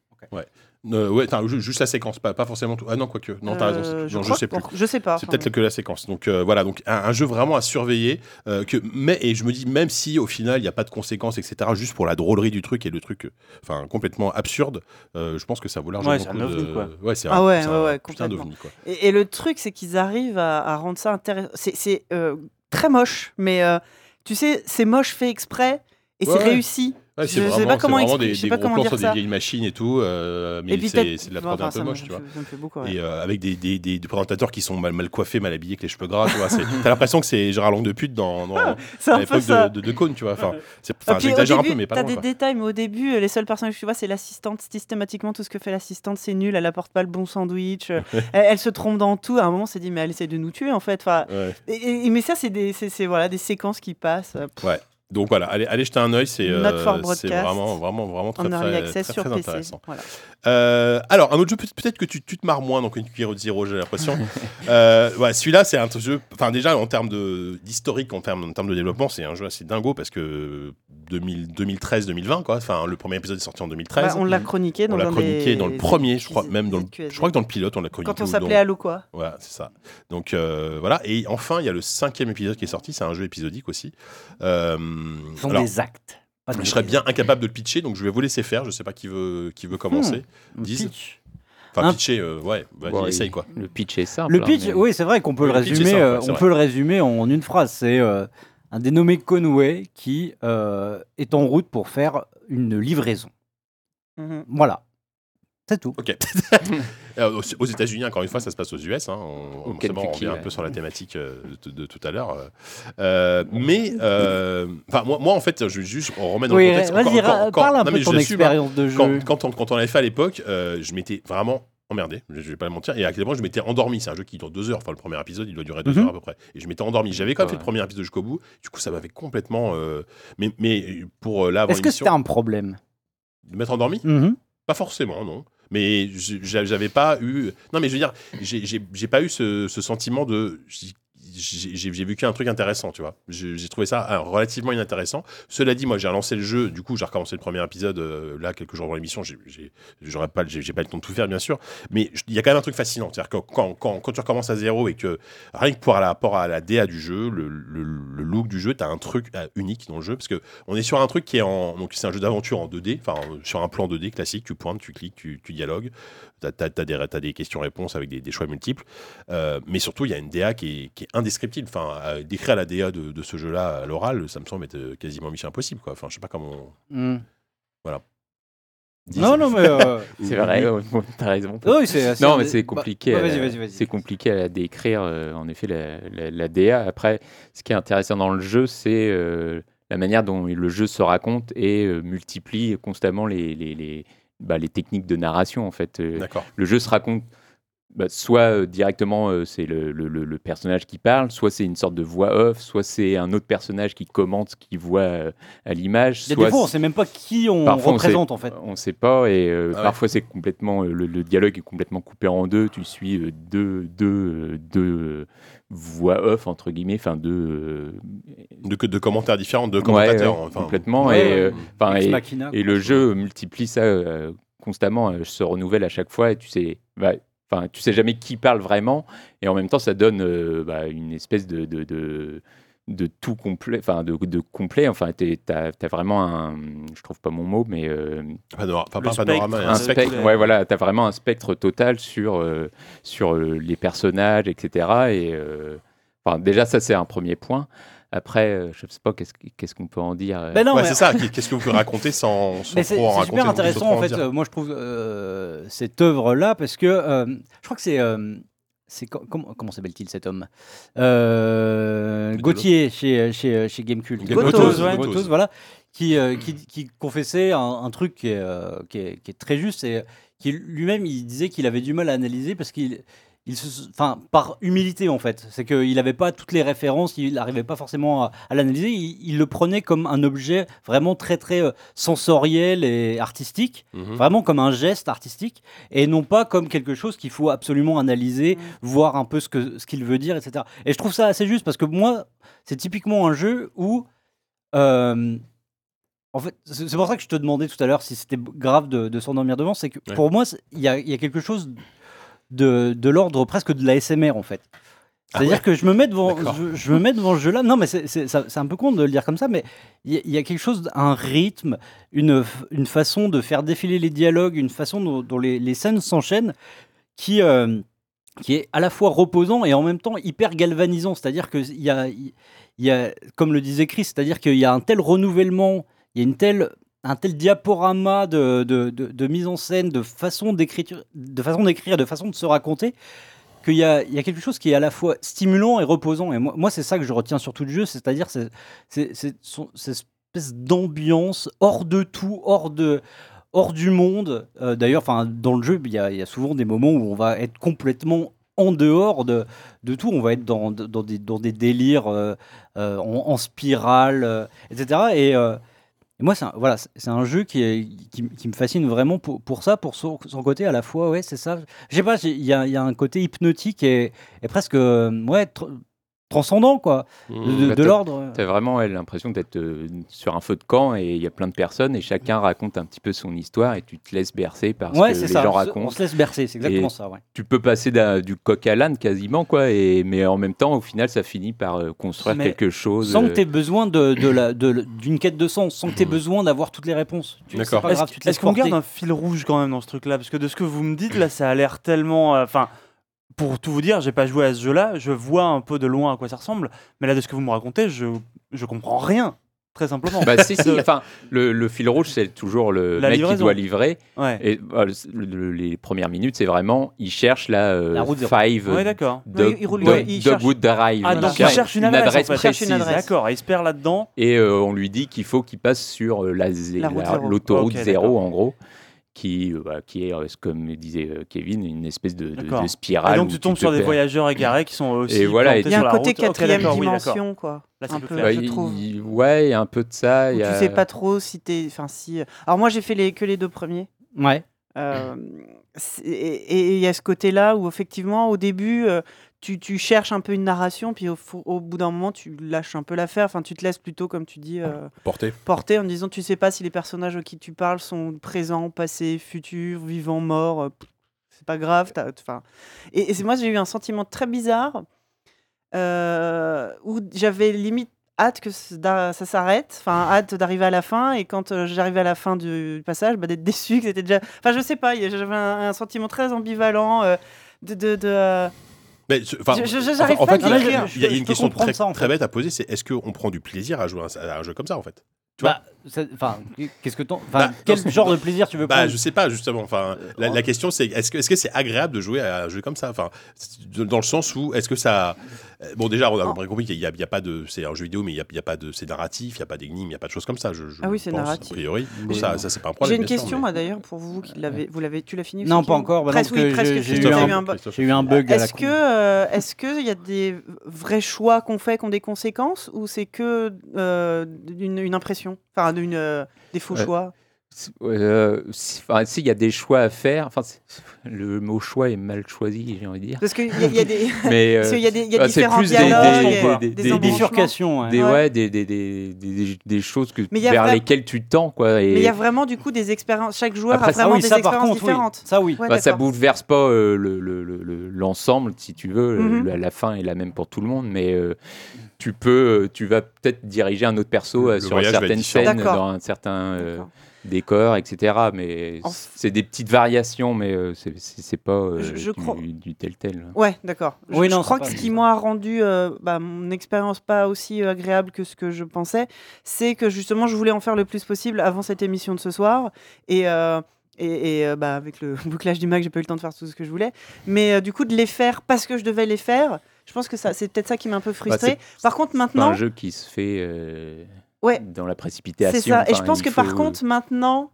[SPEAKER 1] Euh, ouais, attends, ju- juste la séquence, pas, pas forcément tout. Ah non, quoique. Non, t'as raison. c'est-
[SPEAKER 4] Euh,
[SPEAKER 1] non,
[SPEAKER 4] je,
[SPEAKER 1] je,
[SPEAKER 4] crois
[SPEAKER 1] sais
[SPEAKER 4] que
[SPEAKER 1] plus.
[SPEAKER 4] pour- Je sais pas.
[SPEAKER 1] C'est
[SPEAKER 4] enfin,
[SPEAKER 1] peut-être que la séquence. Donc euh, voilà, donc un, un jeu vraiment à surveiller. euh, que mais et je me dis même si au final il n'y a pas de conséquences, etc. Juste pour la drôlerie du truc et le truc, euh, enfin complètement absurde. euh, je pense que ça vaut largement
[SPEAKER 7] Ouais,
[SPEAKER 1] le
[SPEAKER 7] c'est
[SPEAKER 1] coup
[SPEAKER 7] un ovni,
[SPEAKER 1] de-
[SPEAKER 7] quoi.
[SPEAKER 1] Ouais, c'est
[SPEAKER 4] Ah
[SPEAKER 1] un-
[SPEAKER 4] ouais,
[SPEAKER 1] c'est
[SPEAKER 4] ouais,
[SPEAKER 1] un
[SPEAKER 4] ouais,
[SPEAKER 1] putain
[SPEAKER 4] complètement.
[SPEAKER 1] d'ovni, quoi.
[SPEAKER 4] Et, et le truc, c'est qu'ils arrivent à, à rendre ça intéressant. C'est c'est, euh, très moche, mais euh, tu sais, c'est moche fait exprès et
[SPEAKER 1] Ouais,
[SPEAKER 4] c'est
[SPEAKER 1] ouais.
[SPEAKER 4] réussi.
[SPEAKER 1] Ouais, c'est
[SPEAKER 4] Je sais
[SPEAKER 1] vraiment,
[SPEAKER 4] pas
[SPEAKER 1] c'est
[SPEAKER 4] comment
[SPEAKER 1] vraiment des,
[SPEAKER 4] expliquer- je sais
[SPEAKER 1] des
[SPEAKER 4] pas
[SPEAKER 1] gros
[SPEAKER 4] comment
[SPEAKER 1] plans
[SPEAKER 4] dire
[SPEAKER 1] sur des
[SPEAKER 4] ça.
[SPEAKER 1] vieilles machines et tout, euh, mais
[SPEAKER 4] et puis
[SPEAKER 1] c'est
[SPEAKER 4] peut-être-
[SPEAKER 1] c'est de la
[SPEAKER 4] enfin,
[SPEAKER 1] 3D un peu
[SPEAKER 4] ça me-
[SPEAKER 1] moche, tu vois.
[SPEAKER 4] Ça me fait beaucoup. ouais.
[SPEAKER 1] Et euh, avec des, des, des, des présentateurs qui sont mal, mal coiffés, mal habillés, avec les cheveux gras, tu vois. c'est- T'as l'impression que c'est Gérard Long de pute dans, dans-
[SPEAKER 4] [LAUGHS] C'est
[SPEAKER 1] à
[SPEAKER 4] un peu
[SPEAKER 1] l'époque
[SPEAKER 4] ça.
[SPEAKER 1] de, de, de Cône, tu vois. Enfin, c'est-
[SPEAKER 4] Ah,
[SPEAKER 1] enfin,
[SPEAKER 4] puis au
[SPEAKER 1] j'exagère un
[SPEAKER 4] début,
[SPEAKER 1] peu, mais pas
[SPEAKER 4] T'as
[SPEAKER 1] loin,
[SPEAKER 4] des
[SPEAKER 1] quoi.
[SPEAKER 4] détails, mais au début, euh, les seuls personnages que tu vois, c'est l'assistante. Systématiquement, tout ce que fait l'assistante, c'est nul. Elle apporte pas le bon
[SPEAKER 1] [LAUGHS]
[SPEAKER 4] sandwich. euh, elle, elle se trompe dans tout. À un moment, on s'est dit, mais elle essaie de nous tuer, en fait. Enfin,
[SPEAKER 1] Ouais.
[SPEAKER 4] et- et- et- mais ça, c'est des, c'est- c'est, voilà, des séquences qui passent. euh, pff,
[SPEAKER 1] Donc voilà, allez, allez jeter un œil, c'est euh,
[SPEAKER 4] Not for
[SPEAKER 1] c'est
[SPEAKER 4] broadcast.
[SPEAKER 1] vraiment, vraiment, vraiment très,
[SPEAKER 4] en early
[SPEAKER 1] très,
[SPEAKER 4] access
[SPEAKER 1] très,
[SPEAKER 4] sur
[SPEAKER 1] très
[SPEAKER 4] PC.
[SPEAKER 1] intéressant.
[SPEAKER 4] Voilà.
[SPEAKER 1] Euh, alors, un autre jeu, peut- peut-être que tu, tu te marres moins dans Quantic Hero Zero, j'ai
[SPEAKER 4] [LAUGHS]
[SPEAKER 1] l'impression. Euh, ouais, celui-là, c'est un jeu, enfin, déjà en termes de- d'historique, en termes, en termes de développement, c'est un jeu assez dingo parce que 2013-2020, quoi. Enfin, le premier épisode est sorti en 2013.
[SPEAKER 4] Bah, on l'a chroniqué dans
[SPEAKER 1] Mm. on l'a
[SPEAKER 4] un
[SPEAKER 1] chroniqué
[SPEAKER 4] des-
[SPEAKER 1] dans le premier, je crois,
[SPEAKER 4] des-
[SPEAKER 1] même dans le,
[SPEAKER 4] des QSD.
[SPEAKER 1] je crois que dans le pilote, on l'a chroniqué.
[SPEAKER 4] Quand on
[SPEAKER 1] ou dans-
[SPEAKER 4] s'appelait Allo quoi
[SPEAKER 1] Voilà, c'est ça. Donc euh, voilà. Et enfin, il y a le cinquième épisode qui est sorti. C'est un jeu épisodique aussi. Euh,
[SPEAKER 2] Dans
[SPEAKER 1] alors,
[SPEAKER 2] des actes. Pas
[SPEAKER 1] je
[SPEAKER 2] des-
[SPEAKER 1] serais bien incapable de le pitcher, donc je vais vous laisez faire. Je sais pas qui veut, qui veut commencer.
[SPEAKER 2] Hmm, Un
[SPEAKER 1] Diz.
[SPEAKER 2] pitch.
[SPEAKER 1] Enfin,
[SPEAKER 2] Un-
[SPEAKER 1] pitcher, euh, ouais, vas-y,
[SPEAKER 6] Ouais,
[SPEAKER 1] essaye
[SPEAKER 6] il-
[SPEAKER 1] quoi.
[SPEAKER 6] Le pitch est simple.
[SPEAKER 2] Le
[SPEAKER 6] hein,
[SPEAKER 2] pitch,
[SPEAKER 6] mais-
[SPEAKER 2] oui, c'est vrai qu'on peut le
[SPEAKER 1] Le pitch est
[SPEAKER 2] résumer.
[SPEAKER 1] simple,
[SPEAKER 2] euh,
[SPEAKER 1] c'est
[SPEAKER 2] on
[SPEAKER 1] vrai.
[SPEAKER 2] peut le résumer en une phrase. C'est euh, un dénommé Conway qui euh, est en route pour faire une livraison.
[SPEAKER 4] Mhm.
[SPEAKER 2] Voilà, c'est tout. [LAUGHS]
[SPEAKER 1] Ok. Alors, Euh, aux- aux États-Unis, encore une fois, ça se passe aux US. hein. On,
[SPEAKER 6] Au
[SPEAKER 1] on- forcément, on revient
[SPEAKER 6] Kentucky,
[SPEAKER 1] un
[SPEAKER 6] ouais.
[SPEAKER 1] peu sur la thématique euh, de, de tout à l'heure. euh. Euh, mais, euh, enfin, moi, moi, en fait, je juste, on remet dans
[SPEAKER 2] Oui,
[SPEAKER 1] le contexte.
[SPEAKER 2] vas-y,
[SPEAKER 1] encore-
[SPEAKER 2] ra-
[SPEAKER 1] encore- encore-
[SPEAKER 2] parle un
[SPEAKER 1] non,
[SPEAKER 2] peu
[SPEAKER 1] mais
[SPEAKER 2] de
[SPEAKER 1] je
[SPEAKER 2] ton
[SPEAKER 1] l'assume, hein.
[SPEAKER 2] expérience de jeu.
[SPEAKER 1] quand, quand on, quand on l'avait fait à l'époque, euh, je m'étais vraiment emmerdé, je je vais pas le mentir, et à quel point je m'étais endormi. C'est un jeu qui dure deux heures, enfin le premier épisode, il doit durer deux
[SPEAKER 2] Mhm.
[SPEAKER 1] heures à peu près. Et je m'étais endormi. J'avais quand même fait
[SPEAKER 6] Ouais.
[SPEAKER 1] le premier épisode jusqu'au bout, du coup ça m'avait complètement. euh, Mais, mais pour euh, là, avoir
[SPEAKER 2] Est-ce
[SPEAKER 1] une
[SPEAKER 2] que
[SPEAKER 1] mission,
[SPEAKER 2] c'était un problème
[SPEAKER 1] de m'être endormi
[SPEAKER 2] Mhm.
[SPEAKER 1] Pas forcément, non. Mais je- j'a- j'avais pas eu. Non, mais je veux dire, j'ai- j'ai j'ai pas eu ce, ce sentiment de. j'ai- J'ai j'ai vécu un truc intéressant, tu vois. J'ai j'ai trouvé ça euh, relativement inintéressant. Cela dit, moi, j'ai relancé le jeu. Du coup, j'ai recommencé le premier épisode euh, là quelques jours avant l'émission. J'ai- j'ai- J'aurais pas, j'ai j'ai pas le temps de tout faire, bien sûr. Mais je- il y a quand même un truc fascinant. C'est-à-dire que quand, quand, quand tu recommences à zéro et que rien que par rapport à la DA du jeu, le, le- le look du jeu, t'as un truc euh, unique dans le jeu parce que on est sur un truc qui est en. Donc, c'est un jeu d'aventure en 2D, enfin, euh, sur un plan 2D classique. Tu pointes, tu cliques, tu, tu dialogues. T'as as, des, t'as des questions-réponses avec des, des choix multiples. Euh, mais surtout, il y a une DA qui est, qui est indescriptible. Enfin, à- décrire la DA de, de ce jeu-là à l'oral, ça me semble être euh, quasiment mission impossible, quoi. Enfin, je sais pas comment. on
[SPEAKER 4] Hmm.
[SPEAKER 2] Mhm.
[SPEAKER 1] dit ça.
[SPEAKER 2] Non, non, mais. euh,
[SPEAKER 6] [LAUGHS] C'est vrai,
[SPEAKER 2] Oui.
[SPEAKER 6] ouais, ouais, t'as raison.
[SPEAKER 2] oui, c'est- c'est un
[SPEAKER 6] Non, mais
[SPEAKER 2] des-
[SPEAKER 6] c'est
[SPEAKER 2] bah,
[SPEAKER 6] compliqué.
[SPEAKER 2] bah,
[SPEAKER 6] à-
[SPEAKER 2] vas-y, vas-y, vas-y.
[SPEAKER 6] C'est compliqué à décrire, euh, en effet, la, la- la DA. Après, ce qui est intéressant dans le jeu, c'est euh, la manière dont le jeu se raconte et euh, multiplie constamment les, les, les, bah, les techniques de narration, en fait. Euh,
[SPEAKER 1] D'accord.
[SPEAKER 6] le jeu se raconte bah, soit euh, directement euh, c'est le, le- le- le personnage qui parle, soit c'est une sorte de voix off, soit c'est un autre personnage qui commente ce qu'il voit euh, à l'image.
[SPEAKER 2] Il y a
[SPEAKER 6] soit
[SPEAKER 2] des fois, on sait même pas qui on
[SPEAKER 6] Parfois, on
[SPEAKER 2] représente en fait.
[SPEAKER 6] on ne sait pas et euh,
[SPEAKER 1] Ah ouais.
[SPEAKER 6] parfois c'est complètement euh, le, le dialogue est complètement coupé en deux. Tu suis euh, deux deux euh, deux euh, voix off entre guillemets, enfin deux euh,
[SPEAKER 1] De, que- de commentaires différents, de
[SPEAKER 6] ouais,
[SPEAKER 1] commentateurs.
[SPEAKER 6] ouais,
[SPEAKER 1] enfin.
[SPEAKER 6] complètement
[SPEAKER 2] Ouais,
[SPEAKER 6] et
[SPEAKER 2] ouais.
[SPEAKER 6] euh, enfin,
[SPEAKER 2] Ex
[SPEAKER 6] et-
[SPEAKER 2] Machina,
[SPEAKER 6] et
[SPEAKER 2] quoi.
[SPEAKER 6] le jeu multiplie ça euh, constamment, euh, se renouvelle à chaque fois et tu sais, bah, enfin, tu sais jamais qui parle vraiment. Et en même temps, ça donne euh, bah, une espèce de, de, de- de tout complet, enfin de, de complet, enfin t'es- t'as as vraiment un, je trouve pas mon mot, mais euh,
[SPEAKER 1] Panora- enfin,
[SPEAKER 7] Le
[SPEAKER 1] pas un panorama, hein.
[SPEAKER 7] spectre,
[SPEAKER 1] un
[SPEAKER 6] un
[SPEAKER 1] spectre.
[SPEAKER 6] spectre, ouais voilà, t'as vraiment un spectre total sur euh, sur euh, les personnages, etc. Et euh, enfin déjà ça c'est un premier point. Après, euh, je sais pas qu'est-ce qu'est-ce qu'on peut en dire. euh,
[SPEAKER 2] Ben non,
[SPEAKER 1] Ouais,
[SPEAKER 2] mais-
[SPEAKER 1] c'est ça. Qu'est-ce que vous pouvez raconter sans, sans
[SPEAKER 2] Mais c'est
[SPEAKER 1] trop en
[SPEAKER 2] c'est
[SPEAKER 1] raconter
[SPEAKER 2] super
[SPEAKER 1] sans trop
[SPEAKER 2] intéressant en
[SPEAKER 1] en
[SPEAKER 2] fait.
[SPEAKER 1] dire
[SPEAKER 2] euh, moi, je trouve euh, cette œuvre là parce que euh, je crois que c'est euh, c'est co- comment, comment s'appelle-t-il cet homme Euh,
[SPEAKER 1] Médolo.
[SPEAKER 2] Gauthier chez chez chez Gamecult.
[SPEAKER 1] Game-
[SPEAKER 2] Gauthier,
[SPEAKER 7] Gauthier, ouais.
[SPEAKER 2] Gauthier,
[SPEAKER 1] Gauthier.
[SPEAKER 2] voilà, qui, euh, qui qui confessait un, un truc qui est, euh, qui est qui est très juste et euh, qui lui-même il disait qu'il avait du mal à analyser parce qu'il il se- enfin, par humilité en fait, c'est qu'il n'avait pas toutes les références, il n'arrivait pas forcément à, à l'analyser, il, il le prenait comme un objet vraiment très très euh, sensoriel et artistique,
[SPEAKER 1] Mhm.
[SPEAKER 2] vraiment comme un geste artistique, et non pas comme quelque chose qu'il faut absolument analyser, voir un peu ce que ce qu'il veut dire, etc. Et je trouve ça assez juste parce que moi, c'est typiquement un jeu où euh, en fait, c'est c'est pour ça que je te demandais tout à l'heure si c'était grave de, de s'endormir devant. C'est que
[SPEAKER 1] Ouais.
[SPEAKER 2] pour moi, c'est- il y a, il y a quelque chose de, de l'ordre presque de l'ASMR en fait.
[SPEAKER 1] Ah
[SPEAKER 2] C'est-à-dire
[SPEAKER 1] ouais.
[SPEAKER 2] que je me mets devant,
[SPEAKER 1] D'accord.
[SPEAKER 2] je, je me mets devant ce jeu-là. Non, mais c'est- c'est ça- c'est un peu con de le dire comme ça, mais il y, a- il y a quelque chose, un rythme, une, f- une façon de faire défiler les dialogues, une façon dont, dont les, les scènes s'enchaînent, qui euh, qui est à la fois reposant et en même temps hyper galvanisant. C'est-à-dire que il y a, il y a, comme le disait Chris, c'est-à-dire qu'il y a un tel renouvellement, il y a une telle un tel diaporama de, de, de- de mise en scène, de façon d'écriture, de façon d'écrire, de façon de se raconter, qu'il y a, il y a quelque chose qui est à la fois stimulant et reposant. Et moi, moi c'est ça que je retiens surtout du jeu, c'est-à-dire c'est- c'est- c'est son- cette espèce d'ambiance hors de tout, hors de hors du monde. Euh, D'ailleurs, enfin, dans le jeu, il y, a, il y a souvent des moments où on va être complètement en dehors de, de tout, on va être dans, dans, des, dans des délires euh, euh, en, en spirale, euh, etc. Et euh, et moi, c'est un, voilà, c'est- c'est un jeu qui, est- qui, m- qui me fascine vraiment pour, pour ça, pour son, son côté à la fois, ouais, c'est ça. Je sais pas, j'ai- il y a, il y a un côté hypnotique et, et presque, euh, ouais, tr- transcendant, quoi, de,
[SPEAKER 1] Mhm.
[SPEAKER 2] de- de
[SPEAKER 6] bah, t'as-
[SPEAKER 2] l'ordre.
[SPEAKER 6] T'as vraiment ouais, l'impression d'être euh, sur un feu de camp et il y a plein de personnes et chacun raconte un petit peu son histoire et tu te laisses bercer par ce
[SPEAKER 2] Ouais,
[SPEAKER 6] que
[SPEAKER 2] c'est
[SPEAKER 6] les
[SPEAKER 2] ça,
[SPEAKER 6] gens
[SPEAKER 2] on se- on
[SPEAKER 6] racontent.
[SPEAKER 2] se laisse bercer, c'est exactement
[SPEAKER 6] Et-
[SPEAKER 2] ça, ouais.
[SPEAKER 6] Tu peux passer d'un- du coq à l'âne quasiment quoi, et mais en même temps au final ça finit par euh, construire
[SPEAKER 2] Mais
[SPEAKER 6] quelque chose.
[SPEAKER 2] Sans que
[SPEAKER 6] euh, Mmh.
[SPEAKER 2] tu aies besoin de,
[SPEAKER 6] [CLEARS THROAT]
[SPEAKER 2] de la- de- d'une quête de sens, sans que tu aies besoin d'avoir toutes les réponses. Tu- c'est
[SPEAKER 1] D'accord.
[SPEAKER 2] pas
[SPEAKER 7] Est-ce
[SPEAKER 2] grave, tu te
[SPEAKER 7] est-ce
[SPEAKER 2] laisses
[SPEAKER 7] qu'on
[SPEAKER 2] porter.
[SPEAKER 7] garde un fil rouge quand même dans ce truc-là Parce que de ce que vous me dites, là, ça a l'air tellement. euh, Enfin, pour tout vous dire, j'ai pas joué à ce jeu-là. Je vois un peu de loin à quoi ça ressemble. Mais là, de ce que vous me racontez, je, je comprends rien, très simplement.
[SPEAKER 6] [LAUGHS] bah,
[SPEAKER 2] [LAUGHS]
[SPEAKER 6] si, si, enfin, le, le fil rouge, c'est toujours le
[SPEAKER 7] La
[SPEAKER 6] mec qui
[SPEAKER 7] livraison.
[SPEAKER 6] doit livrer.
[SPEAKER 7] ouais.
[SPEAKER 6] Et bah, le- le- les premières minutes, c'est vraiment, il cherche la, euh,
[SPEAKER 2] La route zéro.
[SPEAKER 6] Five
[SPEAKER 7] Ouais, d'accord.
[SPEAKER 6] Dog-
[SPEAKER 4] il- il roule-
[SPEAKER 6] Dog-
[SPEAKER 4] ouais, il cherche-
[SPEAKER 6] Dogwood Drive.
[SPEAKER 7] Ah,
[SPEAKER 6] Il
[SPEAKER 7] donc il
[SPEAKER 6] cherche
[SPEAKER 7] cherche une
[SPEAKER 6] une
[SPEAKER 7] adresse.
[SPEAKER 6] adresse
[SPEAKER 7] en fait.
[SPEAKER 6] précise.
[SPEAKER 4] Il cherche une adresse.
[SPEAKER 7] D'accord, il se perd là-dedans.
[SPEAKER 6] et euh, on lui dit qu'il faut qu'il passe sur euh, la zé-
[SPEAKER 4] La route
[SPEAKER 6] la-
[SPEAKER 4] zéro.
[SPEAKER 6] l'autoroute
[SPEAKER 7] Ok,
[SPEAKER 6] zéro,
[SPEAKER 7] d'accord.
[SPEAKER 6] en gros, qui, euh, bah, qui est, euh, ce- comme disait euh, Kevin, une espèce de, de-
[SPEAKER 7] D'accord.
[SPEAKER 6] de spirale.
[SPEAKER 7] Et donc
[SPEAKER 6] où
[SPEAKER 7] tu tombes
[SPEAKER 6] te
[SPEAKER 7] sur des
[SPEAKER 6] perds.
[SPEAKER 7] voyageurs égarés qui sont aussi.
[SPEAKER 6] Et voilà, et
[SPEAKER 7] plantés
[SPEAKER 4] Il y a
[SPEAKER 7] sur
[SPEAKER 4] un
[SPEAKER 7] la
[SPEAKER 4] côté
[SPEAKER 7] route. Ok,
[SPEAKER 4] quatrième
[SPEAKER 7] d'accord, oui, d'accord.
[SPEAKER 4] dimension, quoi.
[SPEAKER 7] Là, c'est
[SPEAKER 4] un
[SPEAKER 7] plus
[SPEAKER 4] peu,
[SPEAKER 7] clair.
[SPEAKER 6] Bah,
[SPEAKER 4] je
[SPEAKER 6] il-
[SPEAKER 4] trouve.
[SPEAKER 6] il- ouais, il y a un peu de ça.
[SPEAKER 4] Où
[SPEAKER 6] il y a-
[SPEAKER 4] Tu sais pas trop si t'es. Enfin, si. euh, Alors, moi, j'ai fait les... que les deux premiers.
[SPEAKER 2] Ouais.
[SPEAKER 4] Euh, c'est- et et il y a ce côté-là où, effectivement, au début, euh, tu, tu cherches un peu une narration, puis au, fo- au bout d'un moment, tu lâches un peu l'affaire. Enfin, tu te laisses plutôt, comme tu dis, euh,
[SPEAKER 1] Porté.
[SPEAKER 4] porter en disant tu sais pas si les personnages auxquels tu parles sont présents, passés, futurs, vivants, morts. euh, pff, c'est pas grave. t'as- Enfin, et, et c'est moi j'ai eu un sentiment très bizarre euh, où j'avais limite hâte que ça d'a- ça s'arrête, enfin hâte d'arriver à la fin et quand euh, j'arrivais à la fin du passage, bah, d'être déçu que c'était déjà. Enfin je sais pas, il y a- j'avais un, un sentiment très ambivalent. euh, de, de, de, euh,
[SPEAKER 1] Mais ce- enfin,
[SPEAKER 4] Je- je-
[SPEAKER 1] enfin,
[SPEAKER 4] j'arrive
[SPEAKER 1] en
[SPEAKER 4] pas à
[SPEAKER 1] fait, il
[SPEAKER 4] le
[SPEAKER 1] y a-
[SPEAKER 4] décrire.
[SPEAKER 1] il y a
[SPEAKER 2] Je- je
[SPEAKER 1] une
[SPEAKER 2] peux
[SPEAKER 1] question
[SPEAKER 2] comprendre
[SPEAKER 1] très,
[SPEAKER 2] ça, en fait.
[SPEAKER 1] très bête à poser, c'est est-ce qu'on prend du plaisir à jouer à un, à un jeu comme ça en fait Tu
[SPEAKER 2] Bah, ça- Enfin, qu'est-ce que t'en-
[SPEAKER 1] Bah,
[SPEAKER 2] enfin, quel genre de plaisir tu veux
[SPEAKER 1] Bah,
[SPEAKER 2] prendre
[SPEAKER 1] je sais pas justement. Enfin, la, la question c'est est-ce que est-ce que c'est agréable de jouer à un jeu comme ça Enfin, c'est- dans le sens où est-ce que ça euh, Bon, déjà, on a compris qu'il n'y a, il y a pas de c'est un jeu vidéo, mais il n'y a, il y a pas de c'est narratif, il n'y a pas d'énigme, il n'y a pas de choses comme ça. Je, je
[SPEAKER 4] Ah oui, c'est
[SPEAKER 1] pense,
[SPEAKER 4] narratif.
[SPEAKER 1] A priori,
[SPEAKER 3] Mais-
[SPEAKER 1] ça, ça c'est pas un
[SPEAKER 4] J'ai
[SPEAKER 1] problème.
[SPEAKER 4] une
[SPEAKER 1] bien sûr,
[SPEAKER 4] question
[SPEAKER 1] mais-
[SPEAKER 4] moi d'ailleurs pour vous qui l'avez, vous l'avez, tu l'as fini
[SPEAKER 2] Non,
[SPEAKER 4] Sophie
[SPEAKER 2] pas encore, bah non,
[SPEAKER 4] presque,
[SPEAKER 2] parce que
[SPEAKER 4] oui, presque.
[SPEAKER 2] j'ai-
[SPEAKER 4] si,
[SPEAKER 2] j'ai eu
[SPEAKER 4] t'as
[SPEAKER 2] un-
[SPEAKER 4] eu un bo-
[SPEAKER 1] Christophe.
[SPEAKER 2] J'ai eu un bug à la
[SPEAKER 4] Est-ce
[SPEAKER 2] con.
[SPEAKER 4] que euh, est-ce que il y a des vrais choix qu'on fait qui ont des conséquences ou c'est que euh, une, une impression, enfin d'une euh, des faux
[SPEAKER 6] Ouais.
[SPEAKER 4] choix
[SPEAKER 6] C'est- euh, si- enfin, si, il y a des choix à faire. Enfin, c'est- le mot choix est mal choisi, j'ai envie de dire.
[SPEAKER 4] Parce qu'il y, a- il y a des
[SPEAKER 6] [LAUGHS]
[SPEAKER 4] [LAUGHS]
[SPEAKER 6] Mais
[SPEAKER 4] parce
[SPEAKER 6] euh,
[SPEAKER 4] qu'il y a des il y a
[SPEAKER 6] bah, c'est
[SPEAKER 4] différents
[SPEAKER 6] plus des-
[SPEAKER 4] dialogues,
[SPEAKER 6] des-
[SPEAKER 4] et des
[SPEAKER 6] des- des-
[SPEAKER 2] Des
[SPEAKER 4] embranchements.
[SPEAKER 2] bifurcations, ouais.
[SPEAKER 6] des,
[SPEAKER 4] Ouais.
[SPEAKER 6] ouais, des, des, des, des, des choses que,
[SPEAKER 4] Mais il y a
[SPEAKER 6] vers
[SPEAKER 4] vra-
[SPEAKER 6] lesquelles tu tends. Quoi, et
[SPEAKER 4] Mais il y a vraiment du coup des expériences. Chaque joueur
[SPEAKER 6] Après,
[SPEAKER 4] a
[SPEAKER 6] ça,
[SPEAKER 4] vraiment
[SPEAKER 2] ah oui,
[SPEAKER 4] des
[SPEAKER 2] ça par
[SPEAKER 4] expériences
[SPEAKER 2] contre, oui.
[SPEAKER 4] différentes.
[SPEAKER 2] Ça oui.
[SPEAKER 4] Ouais,
[SPEAKER 6] Bah, ça
[SPEAKER 4] d'accord.
[SPEAKER 6] bouleverse pas euh, le- le- le- le- l'ensemble, si tu veux. euh,
[SPEAKER 4] Mhm.
[SPEAKER 6] le- la fin est la même pour tout le monde, mais euh, tu peux, euh, tu vas peut-être diriger un autre perso euh,
[SPEAKER 1] Le
[SPEAKER 6] sur une
[SPEAKER 1] voyage va être
[SPEAKER 6] certaine
[SPEAKER 1] différent.
[SPEAKER 6] scène,
[SPEAKER 4] D'accord.
[SPEAKER 6] dans un certain euh,
[SPEAKER 4] D'accord.
[SPEAKER 6] décor, etc. Mais
[SPEAKER 4] En-
[SPEAKER 6] c'est des petites variations, mais euh, c'est- c'est c'est pas euh,
[SPEAKER 4] Je- je
[SPEAKER 6] du,
[SPEAKER 4] crois-
[SPEAKER 6] du tel tel.
[SPEAKER 4] Ouais, d'accord. Je,
[SPEAKER 2] Oui,
[SPEAKER 4] je
[SPEAKER 2] non,
[SPEAKER 4] crois
[SPEAKER 2] c'est
[SPEAKER 4] que
[SPEAKER 2] pas-
[SPEAKER 4] ce qui m'a rendu euh, bah, mon expérience pas aussi euh, agréable que ce que je pensais, c'est que justement, je voulais en faire le plus possible avant cette émission de ce soir. Et. euh, et, et, euh, bah, avec le [LAUGHS] bouclage du Mac, j'ai pas eu le temps de faire tout ce que je voulais. Mais euh, du coup, de les faire parce que je devais les faire, je pense que ça, c'est peut-être ça qui m'a un peu frustré. Par contre,
[SPEAKER 6] Bah, C'est pas
[SPEAKER 4] maintenant,
[SPEAKER 6] un jeu qui se fait euh,
[SPEAKER 4] Ouais.
[SPEAKER 6] dans la précipitation.
[SPEAKER 4] c'est ça. Et je
[SPEAKER 6] Enfin,
[SPEAKER 4] pense
[SPEAKER 6] il
[SPEAKER 4] que par
[SPEAKER 6] faut-
[SPEAKER 4] contre, maintenant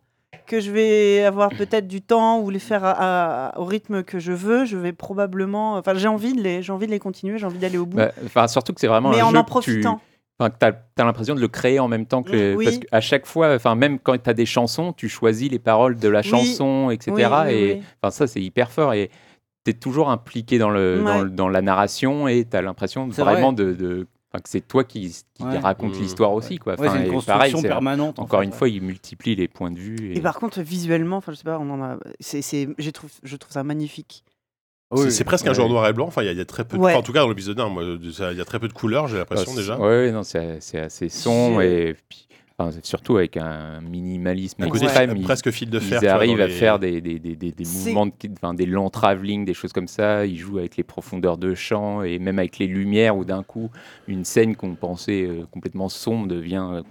[SPEAKER 4] que je vais avoir peut-être du temps ou les faire à- à- au rythme que je veux, je vais probablement. Enfin, j'ai envie de les, j'ai envie de les continuer, j'ai envie d'aller au bout.
[SPEAKER 6] Bah, enfin, surtout que c'est vraiment
[SPEAKER 4] mais
[SPEAKER 6] un
[SPEAKER 4] en
[SPEAKER 6] jeu
[SPEAKER 4] en
[SPEAKER 6] que tu-
[SPEAKER 4] profitant.
[SPEAKER 6] Enfin, que t'as as, l'impression de le créer en même temps que. le-
[SPEAKER 4] Oui.
[SPEAKER 6] Parce qu'à chaque fois, enfin, même quand t'as des chansons, tu choisis les paroles de la
[SPEAKER 4] Oui.
[SPEAKER 6] chanson, etc.
[SPEAKER 4] Oui, oui,
[SPEAKER 6] et
[SPEAKER 4] oui.
[SPEAKER 6] enfin, ça, c'est hyper fort. Et t'es toujours impliqué dans, le,
[SPEAKER 4] Ouais.
[SPEAKER 6] dans, le- dans la narration et t'as l'impression
[SPEAKER 2] C'est
[SPEAKER 6] vraiment de. de- enfin, que c'est toi qui, qui
[SPEAKER 2] Ouais.
[SPEAKER 6] raconte
[SPEAKER 1] Mmh.
[SPEAKER 6] l'histoire aussi. Quoi.
[SPEAKER 2] Ouais,
[SPEAKER 6] Enfin,
[SPEAKER 2] c'est
[SPEAKER 6] et
[SPEAKER 2] une
[SPEAKER 6] pareil,
[SPEAKER 2] construction
[SPEAKER 6] c'est-
[SPEAKER 2] permanente. en
[SPEAKER 6] encore
[SPEAKER 2] fait,
[SPEAKER 6] une
[SPEAKER 2] ouais.
[SPEAKER 6] fois, il multiplie les points de vue. Et,
[SPEAKER 4] Et par contre, visuellement, enfin, je sais pas, on en a. C'est, c'est, je trouve, je trouve ça magnifique.
[SPEAKER 1] C'est- c'est presque un
[SPEAKER 6] Ouais.
[SPEAKER 1] genre noir et blanc. Enfin, il y a- il y, a très peu. De...
[SPEAKER 4] Ouais.
[SPEAKER 1] enfin, en tout cas, dans l'épisode 1, moi, de- ça- il y a très peu de couleurs, j'ai l'impression
[SPEAKER 2] Ah,
[SPEAKER 6] Ouais,
[SPEAKER 1] déjà.
[SPEAKER 6] c'est- Ouais, non, c'est c'est assez sombre
[SPEAKER 2] J'ai-
[SPEAKER 6] et puis, enfin, c'est surtout avec un minimalisme
[SPEAKER 1] Un côté
[SPEAKER 6] extrême.
[SPEAKER 1] f-
[SPEAKER 6] il-
[SPEAKER 1] presque fil de fer. tu
[SPEAKER 6] ils
[SPEAKER 1] vois, dans
[SPEAKER 6] arrivent à
[SPEAKER 1] les-
[SPEAKER 6] faire des, des, des, des, des
[SPEAKER 4] C'est-
[SPEAKER 6] mouvements, de, enfin, des longs travelling, des choses comme ça. Ils jouent avec les profondeurs de champ et même avec les lumières où d'un coup, une scène qu'on pensait euh, complètement sombre devient euh,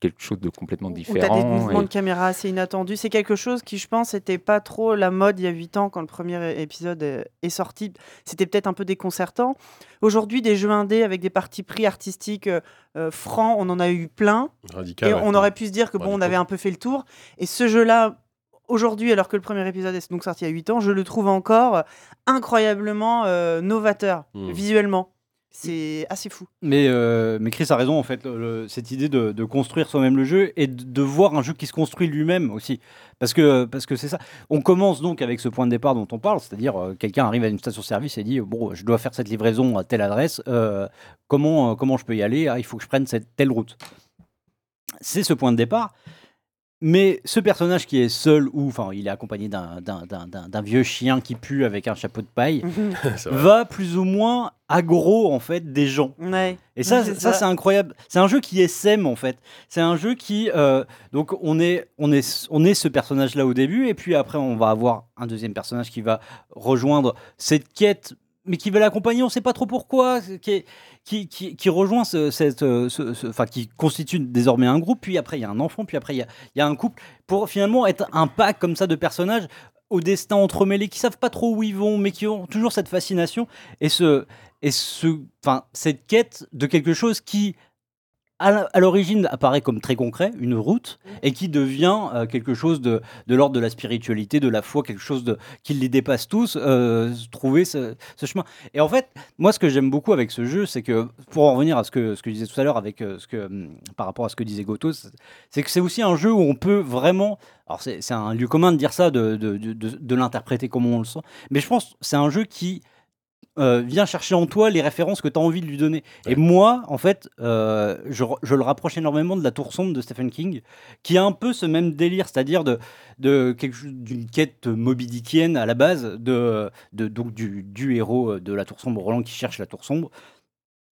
[SPEAKER 6] quelque chose de complètement
[SPEAKER 4] Où t'as des
[SPEAKER 6] différent.
[SPEAKER 4] mouvements
[SPEAKER 6] et-
[SPEAKER 4] de caméra assez inattendus. C'est quelque chose qui, je pense, n'était pas trop la mode il y a 8 ans quand le premier é- épisode euh, est sorti. C'était peut-être un peu déconcertant. Aujourd'hui, des jeux indés avec des parties pris artistiques euh, euh, francs, on en a eu plein.
[SPEAKER 1] Radical,
[SPEAKER 4] Et
[SPEAKER 1] ouais.
[SPEAKER 4] on aurait pu se dire que
[SPEAKER 1] Ouais,
[SPEAKER 4] bon,
[SPEAKER 1] du
[SPEAKER 4] on
[SPEAKER 1] coup.
[SPEAKER 4] avait un peu fait le tour. Et ce jeu-là, aujourd'hui, alors que le premier épisode est donc sorti il y a 8 ans, je le trouve encore euh, incroyablement euh, novateur,
[SPEAKER 1] Mm.
[SPEAKER 4] visuellement. C'est assez fou.
[SPEAKER 2] Mais, euh, mais Chris a raison, en fait, le- le- cette idée de, de construire soi-même le jeu et de, de voir un jeu qui se construit lui-même aussi. Parce que parce que c'est ça. On commence donc avec ce point de départ dont on parle, c'est-à-dire euh, quelqu'un arrive à une station-service et dit euh, Bon, je dois faire cette livraison à telle adresse, euh, comment, euh, comment je peux y aller Ah, Il faut que je prenne cette telle route. C'est ce point de départ. Mais ce personnage qui est seul, ou enfin, il est accompagné d'un- d'un- d'un d'un- d'un vieux chien qui pue avec un chapeau de paille,
[SPEAKER 1] C'est vrai.
[SPEAKER 2] va plus ou moins aggro en fait des gens.
[SPEAKER 4] Ouais.
[SPEAKER 2] Et ça,
[SPEAKER 4] Oui, c'est
[SPEAKER 2] ça
[SPEAKER 4] ça.
[SPEAKER 2] c'est incroyable. C'est un jeu qui est sème en fait. C'est un jeu qui euh, donc on est on est on est ce personnage là au début et puis après on va avoir un deuxième personnage qui va rejoindre cette quête mais qui va l'accompagner, on ne sait pas trop pourquoi, qui, est- qui, qui, qui rejoint ce, cette, euh, ce- ce- enfin qui constitue désormais un groupe, puis après il y a un enfant, puis après il y a, il y a un couple, pour finalement être un pack comme ça de personnages au destin entremêlé, qui savent pas trop où ils vont, mais qui ont toujours cette fascination et ce, et ce, enfin, cette quête de quelque chose qui, à la- à l'origine, apparaît comme très concret, une route, et qui devient euh, quelque chose de, de l'ordre de la spiritualité, de la foi, quelque chose de, qui les dépasse tous, euh, trouver ce, ce chemin. Et en fait, moi, ce que j'aime beaucoup avec ce jeu, c'est que, pour en revenir à ce que, ce que je disais tout à l'heure, avec euh, ce que, hum, par rapport à ce que disait Goto, c'est- c'est que c'est aussi un jeu où on peut vraiment. Alors, c'est c'est un lieu commun de dire ça, de, de, de- de- de l'interpréter comme on le sent, mais je pense que c'est un jeu qui euh, viens chercher en toi les références que tu as envie de lui donner. Et moi, en fait, euh, je, re- je le rapproche énormément de la tour sombre de Stephen King, qui a un peu ce même délire, c'est-à-dire de, de quelque chose- d'une quête mobidickienne à la base, de, de- donc du, du héros de la tour sombre, Roland, qui cherche la tour sombre.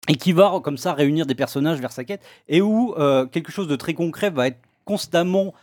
[SPEAKER 2] Et qui va comme ça réunir des personnages vers sa quête, et où euh, quelque chose de très concret va être constamment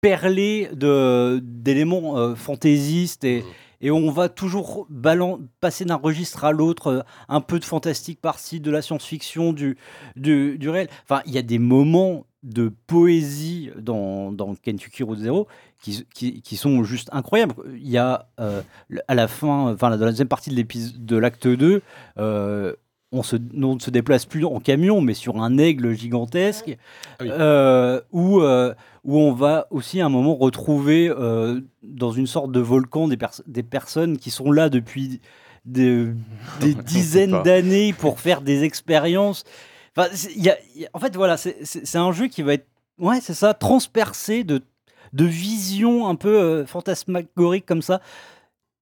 [SPEAKER 2] perlé de- d'éléments euh, fantaisistes et, et on va toujours balan- passer d'un registre à l'autre, euh, un peu de fantastique par-ci, de la science-fiction, du, du, du réel. Enfin, il y a des moments de poésie dans, dans Kentucky Road Zero qui, qui, qui sont juste incroyables. Il y a euh, le- à la fin, enfin dans la deuxième partie de l'épisode de l'acte 2, euh, on, se, on ne se déplace plus en camion, mais sur un aigle gigantesque,
[SPEAKER 1] Ah oui.
[SPEAKER 2] euh, où euh, où on va aussi à un moment retrouver euh, dans une sorte de volcan des, pers- des personnes qui sont là depuis
[SPEAKER 1] [LAUGHS]
[SPEAKER 2] des, des dizaines
[SPEAKER 8] pas.
[SPEAKER 2] d'années pour faire des expériences. Enfin, c'est- il y a- il y a- en fait, voilà, c'est- c'est c'est un jeu qui va être, ouais, c'est ça, transpercé de, de visions un peu euh, fantasmagoriques comme ça.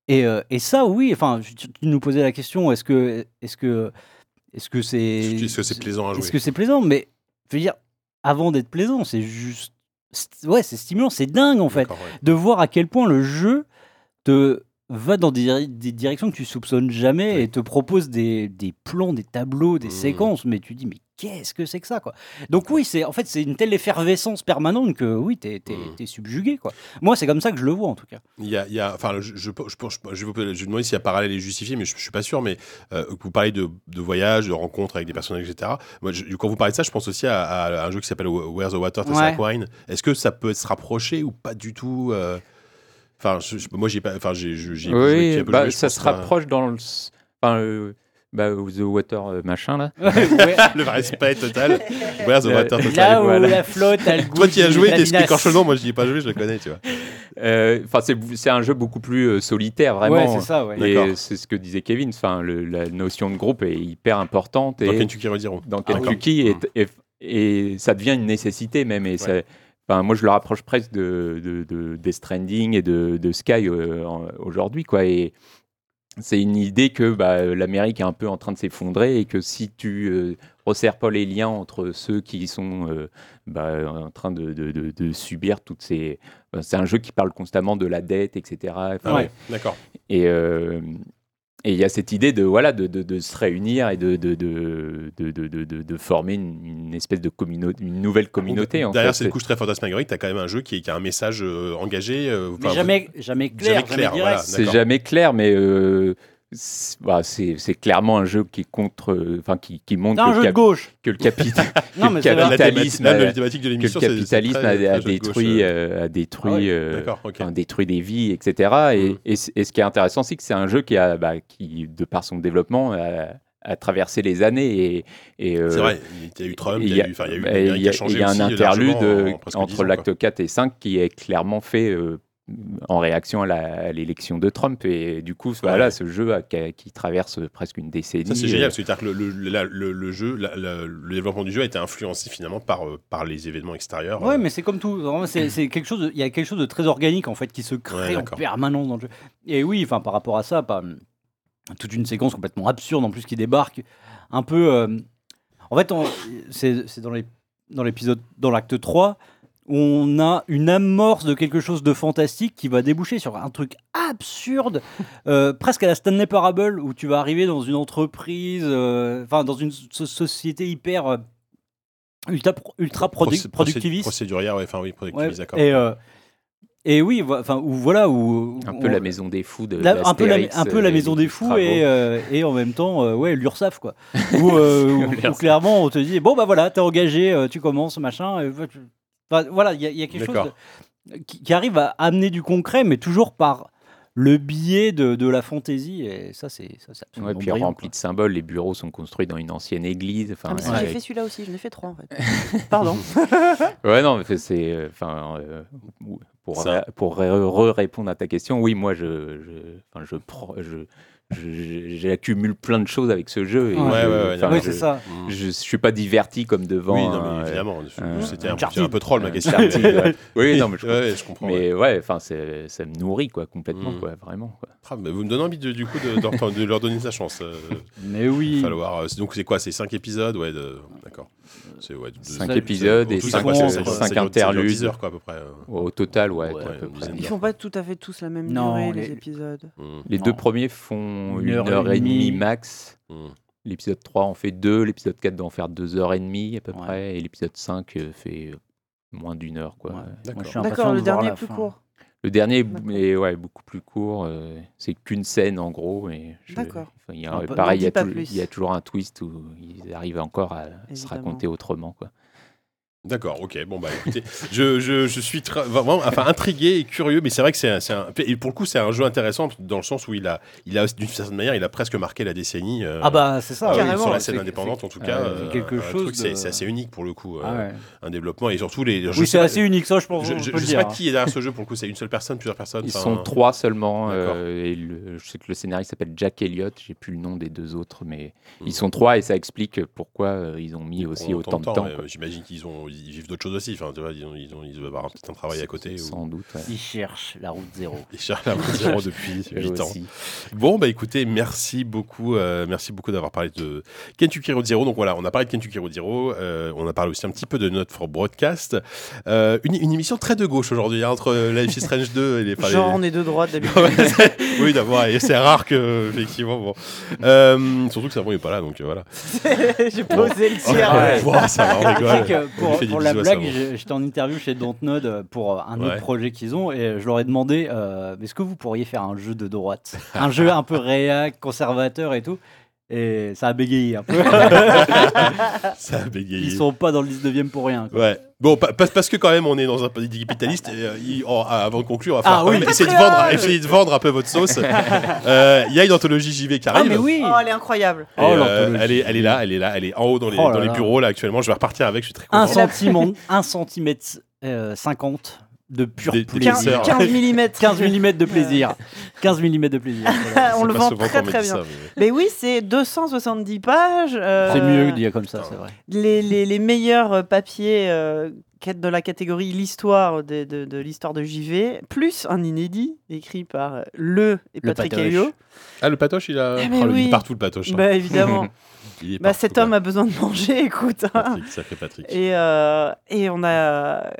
[SPEAKER 2] Et, euh, et ça, oui, enfin, tu, tu nous posais la question, est-ce que, est-ce que, est-ce que c'est,
[SPEAKER 1] Est-ce que c'est plaisant à jouer
[SPEAKER 2] est-ce que c'est plaisant Mais je veux dire, avant d'être plaisant, c'est juste. c'est- Ouais, c'est stimulant, c'est dingue en fait.
[SPEAKER 1] D'accord, ouais.
[SPEAKER 2] De voir à quel point le jeu te va dans des, dir- des directions que tu soupçonnes jamais et te propose des, des plans, des tableaux, des
[SPEAKER 1] Mmh.
[SPEAKER 12] Mhm.
[SPEAKER 2] séquences, mais tu dis mais qu'est-ce que c'est que ça quoi Donc oui, c'est en fait c'est une telle effervescence permanente que oui, t'es t'es-
[SPEAKER 1] Mmh.
[SPEAKER 2] t'es subjugué quoi. Moi c'est comme ça que je le vois en tout cas.
[SPEAKER 1] Il y a, il y a- enfin, je, je, je, pense- je vais vous, je vais demander s'il y a parallèle et justifié, mais je, je suis pas sûr. Mais euh, vous parlez de, de voyage, de rencontres avec des personnages, etc. Moi, je- quand vous parlez de ça, je pense aussi à, à un jeu qui s'appelle Where the Water Tastes
[SPEAKER 2] Ouais.
[SPEAKER 1] Like Wine. Est-ce que ça peut se rapprocher ou pas du tout euh, Enfin, je- je- moi, j'ai pas. Enfin, j'ai j'ai- j'ai joué petit
[SPEAKER 6] Oui,
[SPEAKER 1] peu le
[SPEAKER 6] bah,
[SPEAKER 1] jeu, je
[SPEAKER 6] ça
[SPEAKER 1] pense
[SPEAKER 6] se
[SPEAKER 1] pas-
[SPEAKER 6] rapproche dans le. s- Enfin, euh, bah, The Water euh, machin
[SPEAKER 2] [LAUGHS]
[SPEAKER 6] là.
[SPEAKER 1] [LAUGHS] le respect total. Where the
[SPEAKER 6] Euh,
[SPEAKER 1] Water Tastes
[SPEAKER 2] Là
[SPEAKER 1] Like
[SPEAKER 2] où
[SPEAKER 1] Wine.
[SPEAKER 2] la flotte a le goût
[SPEAKER 1] Toi, tu y as
[SPEAKER 2] du-
[SPEAKER 1] joué,
[SPEAKER 2] de
[SPEAKER 1] t'es
[SPEAKER 2] l'aninas.
[SPEAKER 1] écorchonnant. Moi, je n'y ai pas joué, je le connais, tu vois.
[SPEAKER 6] [LAUGHS] Euh, Enfin, c'est- c'est un jeu beaucoup plus euh, solitaire, vraiment.
[SPEAKER 2] Ouais, c'est ça, ouais.
[SPEAKER 6] Et
[SPEAKER 1] D'accord.
[SPEAKER 6] c'est ce que disait Kevin. Enfin, le- la notion de groupe est hyper importante.
[SPEAKER 1] Dans
[SPEAKER 6] et-
[SPEAKER 1] Kentucky Road Zero.
[SPEAKER 6] dans
[SPEAKER 1] Ah,
[SPEAKER 6] Kentucky et, et, et ça devient une nécessité même. Et ça- enfin, moi, je le rapproche presque de, de, de Death Stranding et de, de Sky euh, en- aujourd'hui, quoi. Et c'est une idée que bah, l'Amérique est un peu en train de s'effondrer et que si tu euh, resserres pas les liens entre ceux qui sont euh, bah, en train de, de- de- de subir toutes ces... enfin, c'est un jeu qui parle constamment de la dette, etc. Enfin,
[SPEAKER 1] Ah ouais, d'accord.
[SPEAKER 6] et euh, et il y a cette idée de, voilà, de, de- de se réunir et de, de, de, de, de- de- de- de former une, une espèce de communauté, une nouvelle communauté. en
[SPEAKER 1] Derrière
[SPEAKER 6] fait.
[SPEAKER 1] cette couche très fantasmagorique, t'as quand même un jeu qui, qui a un message euh, engagé. euh,
[SPEAKER 2] Mais
[SPEAKER 1] enfin,
[SPEAKER 2] jamais jamais clair, jamais,
[SPEAKER 1] clair,
[SPEAKER 2] direct.
[SPEAKER 1] voilà.
[SPEAKER 6] C'est
[SPEAKER 1] D'accord.
[SPEAKER 6] jamais clair, mais euh, c'est bah, c'est- c'est clairement un jeu qui, est contre, euh, enfin, qui, qui montre
[SPEAKER 2] T'as un
[SPEAKER 6] que,
[SPEAKER 2] jeu
[SPEAKER 6] le
[SPEAKER 2] de
[SPEAKER 6] cap-
[SPEAKER 2] gauche.
[SPEAKER 6] que le capita-
[SPEAKER 2] [LAUGHS] Non,
[SPEAKER 6] que
[SPEAKER 2] mais
[SPEAKER 6] le
[SPEAKER 2] c'est vrai.
[SPEAKER 1] La thématique,
[SPEAKER 6] capitalisme,
[SPEAKER 1] là,
[SPEAKER 6] a,
[SPEAKER 1] la thématique de
[SPEAKER 6] que le
[SPEAKER 1] l'émission, c'est- c'est
[SPEAKER 6] capitalisme
[SPEAKER 1] très-
[SPEAKER 6] a,
[SPEAKER 1] très
[SPEAKER 6] a
[SPEAKER 1] jeu de
[SPEAKER 6] détruit,
[SPEAKER 1] gauche, euh,
[SPEAKER 6] euh, a détruit,
[SPEAKER 1] Ah ouais,
[SPEAKER 6] euh,
[SPEAKER 1] d'accord, ok.
[SPEAKER 6] enfin, détruit des vies, etc. Et,
[SPEAKER 1] Mhm.
[SPEAKER 6] et c- et ce qui est intéressant, c'est que c'est un jeu qui, a, bah, qui, de par son développement, a, a traversé les années. Et, et, euh,
[SPEAKER 1] C'est vrai, il y a eu Trump,
[SPEAKER 6] et
[SPEAKER 1] il y a eu, enfin, il y a eu
[SPEAKER 6] et
[SPEAKER 1] l'Amérique
[SPEAKER 6] il y a-
[SPEAKER 1] a changé
[SPEAKER 6] il y a un
[SPEAKER 1] aussi
[SPEAKER 6] interlude
[SPEAKER 1] largement
[SPEAKER 6] euh,
[SPEAKER 1] en presque 10
[SPEAKER 6] entre
[SPEAKER 1] ans,
[SPEAKER 6] l'acte 4 et 5 qui est clairement fait euh, en réaction à la- à l'élection de Trump. Et du coup, voilà, ce jeu a- qui, a- qui traverse presque une décennie.
[SPEAKER 1] Ça,
[SPEAKER 6] euh,
[SPEAKER 1] c'est génial, parce que c'est-à-dire que le, le- la- le- le jeu, la- la- le développement du jeu a été influencé finalement par, euh, par les événements extérieurs.
[SPEAKER 2] Ouais,
[SPEAKER 1] euh,
[SPEAKER 2] mais c'est comme tout. Vraiment, c'est, c'est quelque chose. de- Il y a quelque chose de très organique en fait qui se crée
[SPEAKER 1] Ouais,
[SPEAKER 2] en
[SPEAKER 1] d'accord.
[SPEAKER 2] permanence dans le jeu. Et oui, enfin par rapport à ça, pas hum, toute une séquence complètement absurde en plus qui débarque, un peu. euh, en fait, on- c'est, c'est dans les dans l'épisode dans l'acte 3 où on a une amorce de quelque chose de fantastique qui va déboucher sur un truc
[SPEAKER 1] [LAUGHS]
[SPEAKER 2] absurde, euh, presque à la Stanley Parable où tu vas arriver dans une entreprise, euh, enfin dans une so- société hyper euh, ultra ultra produ-
[SPEAKER 1] procé- procé-
[SPEAKER 2] productiviste.
[SPEAKER 1] Procédurière, ouais, enfin oui, productiviste,
[SPEAKER 2] Ouais,
[SPEAKER 1] d'accord.
[SPEAKER 2] Et, euh, et oui, vo- enfin, ou voilà, où,
[SPEAKER 6] Un peu la maison des fous de
[SPEAKER 2] la- un peu la,
[SPEAKER 6] d'Astérix,
[SPEAKER 2] un peu la
[SPEAKER 6] euh,
[SPEAKER 2] maison
[SPEAKER 6] les
[SPEAKER 2] des fous
[SPEAKER 6] travaux.
[SPEAKER 2] et, euh, et en même temps, euh, ouais, l'URSAF
[SPEAKER 6] [LAUGHS]
[SPEAKER 2] quoi. Où, euh, où- où
[SPEAKER 6] L'URSSAF.
[SPEAKER 2] clairement on te dit, bon bah voilà, t'es engagé, euh, tu commences, machin. et voilà, tu- enfin, voilà, il y, a- il y a quelque chose
[SPEAKER 1] D'accord.
[SPEAKER 2] de- qui, qui arrive à amener du concret, mais toujours par le biais de, de la fantaisie. Et ça, c'est ça, c'est
[SPEAKER 6] Ouais,
[SPEAKER 2] absolument
[SPEAKER 6] puis
[SPEAKER 2] brillant,
[SPEAKER 6] rempli de symboles, les bureaux sont construits dans une ancienne église. Enfin,
[SPEAKER 4] Ah, mais si,
[SPEAKER 6] ouais.
[SPEAKER 4] J'ai fait celui-là aussi, j'en ai fait trois
[SPEAKER 1] [LAUGHS]
[SPEAKER 4] en fait. Pardon.
[SPEAKER 6] Ouais, non, mais c'est. euh, Enfin, euh, ou- pour,
[SPEAKER 1] Ça-
[SPEAKER 6] pour ré- re- répondre à ta question, oui, moi, je. je- Enfin, je. pro- je- je- J'accumule plein de choses avec ce jeu. Et
[SPEAKER 2] Ouais,
[SPEAKER 6] je-
[SPEAKER 1] ouais, ouais,
[SPEAKER 6] enfin,
[SPEAKER 1] non,
[SPEAKER 2] quoi.
[SPEAKER 1] mais
[SPEAKER 2] Oui,
[SPEAKER 6] je,
[SPEAKER 2] c'est ça.
[SPEAKER 6] Je, je suis pas diverti comme devant.
[SPEAKER 1] Mm. oui, non,
[SPEAKER 6] un,
[SPEAKER 1] mais évidemment, je-
[SPEAKER 6] euh,
[SPEAKER 1] c'était un,
[SPEAKER 2] un
[SPEAKER 1] petit-
[SPEAKER 2] Uncharted.
[SPEAKER 1] un peu troll ma
[SPEAKER 6] un
[SPEAKER 1] question.
[SPEAKER 6] Uncharted, ouais. Oui, non, mais je
[SPEAKER 1] Ouais, ouais, je comprends. ouais.
[SPEAKER 6] Mais ouais, enfin, c'est- ça me nourrit, quoi, complètement,
[SPEAKER 1] Mm.
[SPEAKER 6] quoi, vraiment. quoi.
[SPEAKER 1] Ah, mais vous me donnez envie de- du coup de, d'entendre- de leur donner sa chance. euh,
[SPEAKER 2] [LAUGHS] Mais oui.
[SPEAKER 1] falloir, euh, c'est- donc c'est quoi C'est 5 épisodes Ouais, de- d'accord. C'est ouais, de-
[SPEAKER 6] Cinq
[SPEAKER 1] de-
[SPEAKER 6] épisodes
[SPEAKER 1] en
[SPEAKER 6] et
[SPEAKER 1] tout,
[SPEAKER 2] cinq,
[SPEAKER 1] quoi,
[SPEAKER 2] euh,
[SPEAKER 1] c'est-
[SPEAKER 2] cinq
[SPEAKER 1] c'est- c'est- c'est genre 10
[SPEAKER 6] interludes.
[SPEAKER 1] heures, quoi, à peu près. euh.
[SPEAKER 6] Au total, ouais.
[SPEAKER 1] Ouais,
[SPEAKER 6] à peu
[SPEAKER 1] une
[SPEAKER 6] près.
[SPEAKER 1] dizaine
[SPEAKER 4] Ils font pas tout à fait tous la même
[SPEAKER 2] Non,
[SPEAKER 4] durée, les,
[SPEAKER 2] les-
[SPEAKER 4] épisodes.
[SPEAKER 1] Mm,
[SPEAKER 6] Les
[SPEAKER 2] Non.
[SPEAKER 6] deux premiers font une heure, et demie max.
[SPEAKER 1] mm.
[SPEAKER 6] L'épisode 3 en fait 2, l'épisode 4 doit en faire 2 heures et demie à peu
[SPEAKER 2] Ouais.
[SPEAKER 6] près, et l'épisode 5 euh, fait euh, moins d'une heure. Quoi.
[SPEAKER 2] Ouais. Moi, je suis impatient
[SPEAKER 4] D'accord,
[SPEAKER 2] de
[SPEAKER 4] le
[SPEAKER 2] voir
[SPEAKER 4] dernier
[SPEAKER 2] la
[SPEAKER 4] est plus
[SPEAKER 2] fin.
[SPEAKER 4] court.
[SPEAKER 6] Le dernier est,
[SPEAKER 4] D'accord.
[SPEAKER 6] est, ouais, beaucoup plus court, euh, c'est qu'une scène en gros. Et je-
[SPEAKER 4] D'accord.
[SPEAKER 6] enfin, il y a-
[SPEAKER 2] Un peu-
[SPEAKER 6] pareil,
[SPEAKER 4] n'en
[SPEAKER 6] il y, a
[SPEAKER 4] dis pas
[SPEAKER 6] tou-
[SPEAKER 4] plus.
[SPEAKER 6] il y a toujours un twist où ils arrivent encore à se
[SPEAKER 4] Évidemment.
[SPEAKER 6] raconter autrement. Quoi.
[SPEAKER 1] D'accord, ok. Bon, bah écoutez, je, je, je suis tra- vraiment enfin, intrigué et curieux, mais c'est vrai que c'est un, c'est un- Et pour le coup, c'est un jeu intéressant dans le sens où il a, il a d'une certaine manière, il a presque marqué la décennie. euh,
[SPEAKER 2] Ah bah c'est
[SPEAKER 1] euh,
[SPEAKER 2] ça.
[SPEAKER 1] sur
[SPEAKER 2] c'est-
[SPEAKER 1] la scène
[SPEAKER 2] c'est-
[SPEAKER 1] indépendante, en tout
[SPEAKER 6] c'est-
[SPEAKER 1] cas,
[SPEAKER 6] euh,
[SPEAKER 1] euh,
[SPEAKER 2] quelque
[SPEAKER 1] un
[SPEAKER 2] chose
[SPEAKER 1] truc,
[SPEAKER 2] de-
[SPEAKER 1] c'est c'est assez unique pour le coup, euh,
[SPEAKER 2] Ah ouais.
[SPEAKER 1] un développement et surtout les. je
[SPEAKER 2] Oui,
[SPEAKER 1] sais
[SPEAKER 2] c'est
[SPEAKER 1] pas-
[SPEAKER 2] assez unique, ça, je pense.
[SPEAKER 1] Je,
[SPEAKER 2] on peut
[SPEAKER 1] je, je
[SPEAKER 2] le
[SPEAKER 1] sais
[SPEAKER 2] dire,
[SPEAKER 1] pas
[SPEAKER 2] hein.
[SPEAKER 1] qui est derrière ce jeu pour le coup, c'est une seule personne, plusieurs personnes.
[SPEAKER 6] Ils
[SPEAKER 1] enfin, euh,
[SPEAKER 6] sont trois seulement,
[SPEAKER 1] D'accord.
[SPEAKER 6] euh, et le- je sais que le scénariste s'appelle Jack Elliott, j'ai plus le nom des deux autres, mais
[SPEAKER 1] Hmm.
[SPEAKER 6] ils sont trois et ça explique pourquoi euh, ils ont mis
[SPEAKER 1] ils
[SPEAKER 6] aussi
[SPEAKER 1] prennent
[SPEAKER 6] autant de temps.
[SPEAKER 1] mais,
[SPEAKER 6] quoi.
[SPEAKER 1] euh, J'imagine qu'ils ont, ils vivent d'autres choses aussi. Enfin, tu vois, ils, ont, ils, ont, ils doivent avoir un- peut-être un travail à côté. Ou...
[SPEAKER 6] Sans doute. ouais.
[SPEAKER 2] Ils cherchent la route zéro.
[SPEAKER 1] Ils cherchent la route zéro depuis
[SPEAKER 6] [LAUGHS] Eux
[SPEAKER 1] 8 ans.
[SPEAKER 6] aussi.
[SPEAKER 1] Bon, bah écoutez, merci beaucoup, euh, merci beaucoup d'avoir parlé de Kentucky Road Zero. Donc voilà, on a parlé de Kentucky Road Zero, euh, on a parlé aussi un petit peu de Not for Broadcast. Euh, une, une émission très de gauche aujourd'hui, hein, entre euh, Life is Strange 2 et les. enfin, les-
[SPEAKER 4] Genre, on est
[SPEAKER 1] [LAUGHS]
[SPEAKER 4] de droite d'habitude.
[SPEAKER 1] Ouais, c'est- oui, d'abord, et c'est rare que, effectivement, bon. Euh, surtout que Savon n'est pas là, donc euh,
[SPEAKER 4] [LAUGHS]
[SPEAKER 1] voilà. [LAUGHS]
[SPEAKER 2] [LAUGHS]
[SPEAKER 4] J'ai posé le
[SPEAKER 1] Oh,
[SPEAKER 4] tiers.
[SPEAKER 1] wow, ça va, on
[SPEAKER 2] Tu sais
[SPEAKER 1] rigole.
[SPEAKER 2] que
[SPEAKER 1] On lui
[SPEAKER 2] pour,
[SPEAKER 1] fait des
[SPEAKER 2] pour la
[SPEAKER 1] bisous à
[SPEAKER 2] blague,
[SPEAKER 1] Savon.
[SPEAKER 2] j'ai- j'étais en interview chez Dontnod euh, pour euh, un
[SPEAKER 1] Ouais.
[SPEAKER 2] autre projet qu'ils ont et je leur ai demandé euh, est-ce que vous pourriez faire un jeu de droite Un jeu un peu réac, conservateur et tout. Et ça a bégayé un peu.
[SPEAKER 1] [LAUGHS] Ça a bégayé.
[SPEAKER 2] Ils sont pas dans le 19 e pour rien. quoi.
[SPEAKER 1] Ouais. Bon, pa- parce, parce que quand même, on est dans un pays capitaliste. et, euh, il- oh, ah, avant de conclure, il va
[SPEAKER 2] Ah
[SPEAKER 1] falloir
[SPEAKER 2] oui.
[SPEAKER 1] quand même essayer de vendre, essayer de vendre un peu
[SPEAKER 2] [LAUGHS]
[SPEAKER 1] votre sauce. Euh, Il y a une anthologie JV qui
[SPEAKER 2] Ah,
[SPEAKER 1] arrive.
[SPEAKER 2] mais oui
[SPEAKER 4] Oh, elle est incroyable.
[SPEAKER 1] Et,
[SPEAKER 2] Oh,
[SPEAKER 1] euh,
[SPEAKER 2] l'anthologie.
[SPEAKER 1] elle, est, elle est là, elle est là, elle est en haut dans les,
[SPEAKER 2] Oh là
[SPEAKER 1] dans les
[SPEAKER 2] là.
[SPEAKER 1] bureaux là actuellement. Je vais repartir avec, je suis très content.
[SPEAKER 2] un centimètre, un centimètre euh, 50 de pur
[SPEAKER 1] Des- des
[SPEAKER 2] plaisir.
[SPEAKER 4] 15,
[SPEAKER 1] sœurs.
[SPEAKER 4] 15 mm.
[SPEAKER 2] 15 mm de plaisir. 15 mm de plaisir. voilà.
[SPEAKER 4] [LAUGHS] [LAUGHS] on
[SPEAKER 1] C'est
[SPEAKER 4] le
[SPEAKER 1] pas
[SPEAKER 4] vend
[SPEAKER 1] souvent
[SPEAKER 4] très
[SPEAKER 1] qu'on me
[SPEAKER 4] très
[SPEAKER 1] dit
[SPEAKER 4] bien.
[SPEAKER 1] ça, mais-
[SPEAKER 4] Mais oui, c'est 270 pages. euh,
[SPEAKER 2] C'est mieux de dire comme ça,
[SPEAKER 1] Ah
[SPEAKER 2] c'est vrai.
[SPEAKER 4] les, les- les meilleurs euh, papiers euh, quête de la catégorie l'histoire de, de- de l'histoire de JV, plus un inédit écrit par euh, le [LAUGHS] et
[SPEAKER 2] Le Eh,
[SPEAKER 4] Patrick
[SPEAKER 2] Patoche.
[SPEAKER 4] Helio.
[SPEAKER 1] Ah, le patoche, il a.
[SPEAKER 4] Ah, mais
[SPEAKER 1] Oh, le- Il est
[SPEAKER 4] oui.
[SPEAKER 1] partout le patoche. hein.
[SPEAKER 4] Bah évidemment.
[SPEAKER 1] [LAUGHS] Il est
[SPEAKER 4] bah
[SPEAKER 1] partout,
[SPEAKER 4] cet
[SPEAKER 1] quoi.
[SPEAKER 4] homme a besoin de manger, [LAUGHS] écoute. hein.
[SPEAKER 1] Patrick, sacré Patrick.
[SPEAKER 4] Et, euh, et on a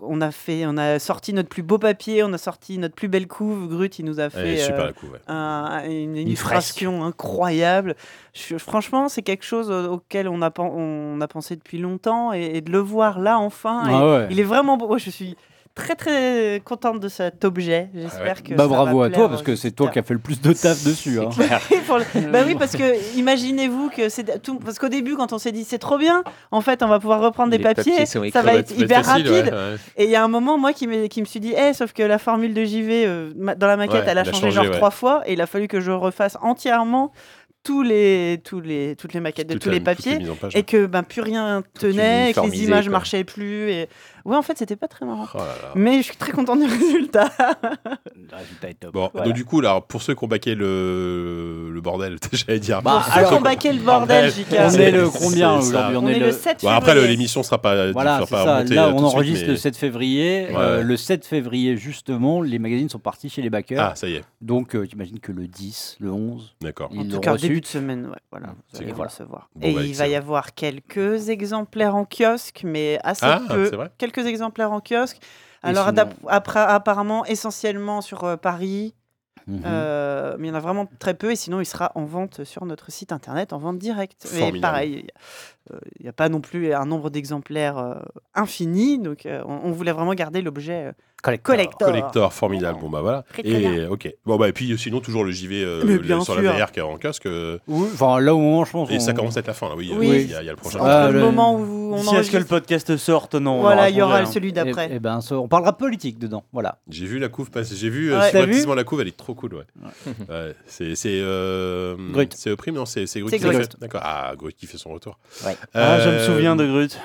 [SPEAKER 4] on a fait on a sorti notre plus beau papier, on a sorti notre plus belle couve. Grut, il nous a
[SPEAKER 1] Elle est
[SPEAKER 4] fait
[SPEAKER 1] super
[SPEAKER 4] euh,
[SPEAKER 1] la couve, ouais.
[SPEAKER 4] un- une
[SPEAKER 2] Une fresque.
[SPEAKER 4] illustration incroyable. Je- franchement, c'est quelque chose au- auquel on a, pen- on a pensé depuis longtemps et, et de le voir là enfin. et-
[SPEAKER 2] Ah ouais.
[SPEAKER 4] Il est vraiment beau. Je suis très très contente de cet objet.
[SPEAKER 1] Ah
[SPEAKER 4] J'espère que.
[SPEAKER 2] Bah
[SPEAKER 4] ça
[SPEAKER 2] bravo
[SPEAKER 4] va
[SPEAKER 2] à toi
[SPEAKER 4] plaire euh,
[SPEAKER 2] parce
[SPEAKER 4] aux
[SPEAKER 2] que c'est toi qui as
[SPEAKER 4] auditeurs.
[SPEAKER 2] fait le plus de taf dessus. hein.
[SPEAKER 1] [LAUGHS]
[SPEAKER 4] [LAUGHS] Pour le- bah oui, parce que imaginez-vous que c'est tout. Parce qu'au début, quand on s'est dit c'est trop bien, en fait, on va pouvoir reprendre des
[SPEAKER 6] Les
[SPEAKER 4] papiers,
[SPEAKER 6] papiers sont
[SPEAKER 4] ça va
[SPEAKER 6] écrans,
[SPEAKER 4] être hyper rapide. Et il y a un moment, moi, qui, m'ai- qui me suis dit, Eh, sauf que la formule de JV euh, ma- dans la maquette,
[SPEAKER 1] Ouais,
[SPEAKER 4] elle a
[SPEAKER 1] elle a
[SPEAKER 4] changé,
[SPEAKER 1] changé,
[SPEAKER 4] genre
[SPEAKER 1] ouais.
[SPEAKER 4] trois fois, et il a fallu que je refasse entièrrement tous les, tous les, toutes les maquettes de
[SPEAKER 1] Toute
[SPEAKER 4] tous
[SPEAKER 1] la-
[SPEAKER 4] les
[SPEAKER 1] toute
[SPEAKER 4] papiers.
[SPEAKER 1] mise en page.
[SPEAKER 4] Et que ben, plus rien tenait, et que les
[SPEAKER 6] uniformisé,
[SPEAKER 4] images
[SPEAKER 6] quoi.
[SPEAKER 4] marchaient plus. Et... Ouais, en fait, c'était pas très marrant.
[SPEAKER 1] Oh là là.
[SPEAKER 4] Mais je suis très contente [LAUGHS] du résultat.
[SPEAKER 2] Le résultat est top.
[SPEAKER 1] Bon,
[SPEAKER 4] Voilà.
[SPEAKER 1] donc du coup, là, alors, pour ceux qui ont baqué le, le bordel, [LAUGHS] j'allais dire.
[SPEAKER 2] Bah,
[SPEAKER 4] Pour ceux
[SPEAKER 2] alors,
[SPEAKER 4] qui ont baqué le
[SPEAKER 1] bordel,
[SPEAKER 4] bordel, Jika.
[SPEAKER 2] on est le
[SPEAKER 1] C'est
[SPEAKER 2] combien
[SPEAKER 1] ça.
[SPEAKER 2] aujourd'hui
[SPEAKER 4] On est le 7
[SPEAKER 1] Bon, après, le-
[SPEAKER 4] février.
[SPEAKER 1] l'émission sera pas.
[SPEAKER 2] Voilà,
[SPEAKER 1] sera
[SPEAKER 2] c'est
[SPEAKER 1] pas
[SPEAKER 2] ça.
[SPEAKER 1] montée,
[SPEAKER 2] Là,
[SPEAKER 1] euh, tout
[SPEAKER 2] on
[SPEAKER 1] de suite,
[SPEAKER 2] enregistre
[SPEAKER 1] mais-
[SPEAKER 2] le 7 février.
[SPEAKER 1] Ouais,
[SPEAKER 2] Euh,
[SPEAKER 1] ouais.
[SPEAKER 2] le 7 février, justement, les magazines sont partis chez les backers.
[SPEAKER 1] Ah, ça y est,
[SPEAKER 2] Donc, euh, j'imagine que le 10, le 11,
[SPEAKER 1] d'accord.
[SPEAKER 2] ils
[SPEAKER 4] En tout
[SPEAKER 2] l'ont
[SPEAKER 4] cas, au
[SPEAKER 2] reçu. Mm.
[SPEAKER 4] début de semaine, ouais, voilà, vous
[SPEAKER 1] C'est
[SPEAKER 4] allez
[SPEAKER 1] cool.
[SPEAKER 4] le recevoir.
[SPEAKER 1] Bon, bah,
[SPEAKER 4] et il va y
[SPEAKER 1] excellent.
[SPEAKER 4] avoir quelques exemplaires en kiosque, mais assez
[SPEAKER 1] Ah,
[SPEAKER 4] peu.
[SPEAKER 1] c'est vrai
[SPEAKER 4] Quelques exemplaires en kiosque.
[SPEAKER 2] Et
[SPEAKER 4] Alors,
[SPEAKER 2] sinon-
[SPEAKER 4] d'app- après- apparemment, essentiellement sur euh, Paris,
[SPEAKER 2] Mhm.
[SPEAKER 4] euh, mais il y en a vraiment très peu. Et sinon, il sera en vente sur notre site internet, en vente directe.
[SPEAKER 1] Formidable.
[SPEAKER 4] Mais pareil, euh, il n'y a pas non plus un nombre d'exemplaires euh, infini. Donc, euh, on, on voulait vraiment garder l'objet euh, collector.
[SPEAKER 1] Collector, formidable. Bon, bah voilà.
[SPEAKER 4] Très, très
[SPEAKER 1] Et ok. Bon, bah, et puis sinon, toujours le JV euh,
[SPEAKER 4] Mais
[SPEAKER 1] le-
[SPEAKER 4] bien
[SPEAKER 1] sur
[SPEAKER 4] sûr.
[SPEAKER 1] la VR qui est en casque. euh,
[SPEAKER 2] Oui, enfin, là, au moment, je pense.
[SPEAKER 1] et
[SPEAKER 2] on-
[SPEAKER 1] ça commence à être la fin, là. Oui, euh,
[SPEAKER 4] Oui.
[SPEAKER 1] il y, a- il y a le prochain.
[SPEAKER 4] Entre
[SPEAKER 2] Ah,
[SPEAKER 4] le,
[SPEAKER 2] le-
[SPEAKER 4] moment où on
[SPEAKER 7] D'ici à ce que le
[SPEAKER 4] enregistre,
[SPEAKER 7] podcast sorte, non. on
[SPEAKER 4] voilà,
[SPEAKER 7] leur
[SPEAKER 4] il y aura
[SPEAKER 7] répondra, hein.
[SPEAKER 4] celui
[SPEAKER 2] Eh-
[SPEAKER 4] d'après.
[SPEAKER 2] eh ben, ça- on parlera politique dedans. Voilà.
[SPEAKER 1] J'ai vu la couve passer. J'ai vu euh,
[SPEAKER 4] Ouais. T'as
[SPEAKER 1] subrepticement la couve, elle est trop cool, ouais. Ouais, c'est c'est euh,
[SPEAKER 2] Grut.
[SPEAKER 1] c'est Euprime, non c'est c'est Grut
[SPEAKER 4] C'est
[SPEAKER 1] qui l'a
[SPEAKER 4] Grut.
[SPEAKER 1] fait. D'accord. Ah Grut qui fait son retour.
[SPEAKER 2] Ouais.
[SPEAKER 7] Ah, je me
[SPEAKER 1] Euh,
[SPEAKER 7] souviens de Grut.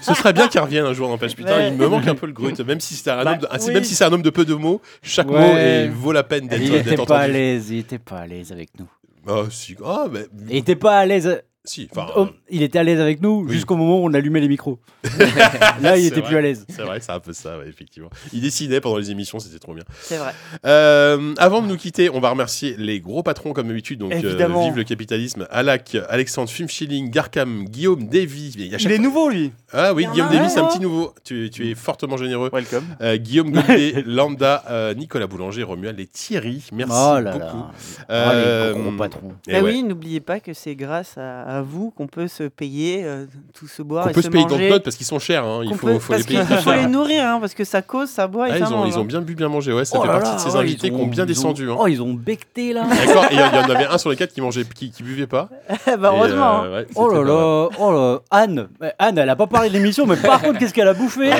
[SPEAKER 1] Ce serait bien qu'il revienne un jour n'empêche putain,
[SPEAKER 4] Ouais.
[SPEAKER 1] il me manque un peu le Grut même si c'est un
[SPEAKER 7] Bah,
[SPEAKER 1] homme de, ah, c'est-
[SPEAKER 7] oui.
[SPEAKER 1] même si c'est un homme de peu de mots, chaque
[SPEAKER 2] Ouais.
[SPEAKER 1] mot est- vaut la peine d'être
[SPEAKER 2] Il était
[SPEAKER 1] d'être
[SPEAKER 2] pas à
[SPEAKER 1] entendu.
[SPEAKER 2] l'aise, il était pas à l'aise avec nous.
[SPEAKER 1] Ah si ah mais
[SPEAKER 2] Il était pas à l'aise.
[SPEAKER 1] si enfin
[SPEAKER 2] Oh, il était à l'aise avec nous
[SPEAKER 1] oui.
[SPEAKER 2] jusqu'au moment où on allumait les micros. [LAUGHS] Là, il
[SPEAKER 1] [LAUGHS] C'est
[SPEAKER 2] était
[SPEAKER 1] vrai.
[SPEAKER 2] plus à l'aise.
[SPEAKER 1] c'est vrai, c'est un peu ça, ouais, effectivement. Il décidait pendant les émissions, c'était trop bien.
[SPEAKER 4] C'est vrai.
[SPEAKER 1] Euh, avant de nous quitter, on va remercier les gros patrons comme d'habitude. Donc, euh,
[SPEAKER 7] Évidemment.
[SPEAKER 1] vive le capitalisme. Alak, Alexandre Fumschilling, Garkam, Guillaume, Davy. Mais à chaque
[SPEAKER 7] Il est
[SPEAKER 1] fois-
[SPEAKER 7] nouveau, lui.
[SPEAKER 2] Euh,
[SPEAKER 1] Ah oui,
[SPEAKER 4] Il y en
[SPEAKER 1] Guillaume
[SPEAKER 4] a un,
[SPEAKER 1] Davis, c'est un
[SPEAKER 4] moi.
[SPEAKER 1] petit nouveau. Tu, tu es fortement généreux.
[SPEAKER 7] Welcome.
[SPEAKER 2] [LAUGHS]
[SPEAKER 1] Euh, Guillaume Gouldet, Lambda, euh, Nicolas Boulanger, Romuald et Thierry. Merci
[SPEAKER 2] oh là
[SPEAKER 1] beaucoup.
[SPEAKER 2] là.
[SPEAKER 1] Euh,
[SPEAKER 2] Oh, les gros patrons.
[SPEAKER 1] et
[SPEAKER 4] Bah
[SPEAKER 1] Eh ouais.
[SPEAKER 4] oui, n'oubliez pas que c'est grâce à, à vous qu'on peut se payer, euh, tout se boire
[SPEAKER 1] On
[SPEAKER 4] et
[SPEAKER 1] peut se payer dans
[SPEAKER 4] manger.
[SPEAKER 1] le code parce qu'ils sont chers. hein. Il
[SPEAKER 4] qu'on
[SPEAKER 1] faut,
[SPEAKER 4] peut-
[SPEAKER 1] faut les
[SPEAKER 4] parce
[SPEAKER 1] payer.
[SPEAKER 4] qu'il faut les nourrir, hein, parce que ça cause, ça boit et
[SPEAKER 1] Ah, ils,
[SPEAKER 4] ça
[SPEAKER 1] ont,
[SPEAKER 4] mange. hein.
[SPEAKER 1] ils ont bien bu, bien mangé. Ouais, ça
[SPEAKER 2] Oh
[SPEAKER 1] fait
[SPEAKER 2] là
[SPEAKER 1] partie
[SPEAKER 2] là,
[SPEAKER 1] de ces
[SPEAKER 2] ouais,
[SPEAKER 1] invités
[SPEAKER 2] ils
[SPEAKER 1] qui ont bien descendu. hein.
[SPEAKER 2] Oh, ils ont becté là.
[SPEAKER 1] D'accord, et il y en avait un sur les quatre qui mangeait, qui, qui buvait
[SPEAKER 4] [LAUGHS]
[SPEAKER 1] pas.
[SPEAKER 4] Eh ben,
[SPEAKER 1] Et,
[SPEAKER 4] heureusement. hein.
[SPEAKER 1] euh, ouais, c'était
[SPEAKER 2] Oh là
[SPEAKER 1] pas mal.
[SPEAKER 2] là, oh là, Anne, Mais Anne, elle a pas parlé de l'émission, mais
[SPEAKER 1] [LAUGHS]
[SPEAKER 2] par contre, qu'est-ce qu'elle a bouffé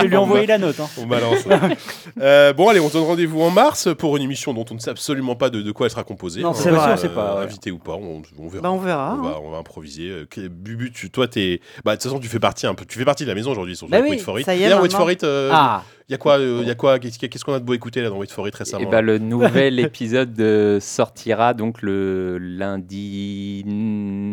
[SPEAKER 2] Je lui ai envoyé la note. hein.
[SPEAKER 1] Ah, bah. On balance. [LAUGHS] ouais. Euh, bon, allez, on se donne rendez-vous en mars pour une émission dont on ne sait absolument pas de, de quoi elle sera composée.
[SPEAKER 2] Non,
[SPEAKER 1] Euh,
[SPEAKER 2] c'est
[SPEAKER 1] euh,
[SPEAKER 2] vrai, on sait pas, ouais.
[SPEAKER 1] Invité ou pas, on, on verra.
[SPEAKER 4] Bah, on verra.
[SPEAKER 1] on,
[SPEAKER 4] hein.
[SPEAKER 1] va, on va improviser. Euh, que- Bubu, tu, toi, t'es. Bah, de toute façon, tu fais partie un peu. Tu fais partie de la maison aujourd'hui. Sur
[SPEAKER 4] Bah
[SPEAKER 1] le
[SPEAKER 4] oui,
[SPEAKER 1] Wait for It.
[SPEAKER 4] ça y est,
[SPEAKER 1] D'ailleurs, Wait
[SPEAKER 4] maintenant.
[SPEAKER 1] for It, euh,
[SPEAKER 2] ah,
[SPEAKER 1] il Il y a quoi, euh, y a quoi Qu'est-ce qu'est-ce qu'on a de beau écouter là dans Wait for It récemment
[SPEAKER 6] Et
[SPEAKER 1] là
[SPEAKER 6] ben le nouvel
[SPEAKER 2] [LAUGHS]
[SPEAKER 6] [LAUGHS] épisode euh, sortira donc le lundi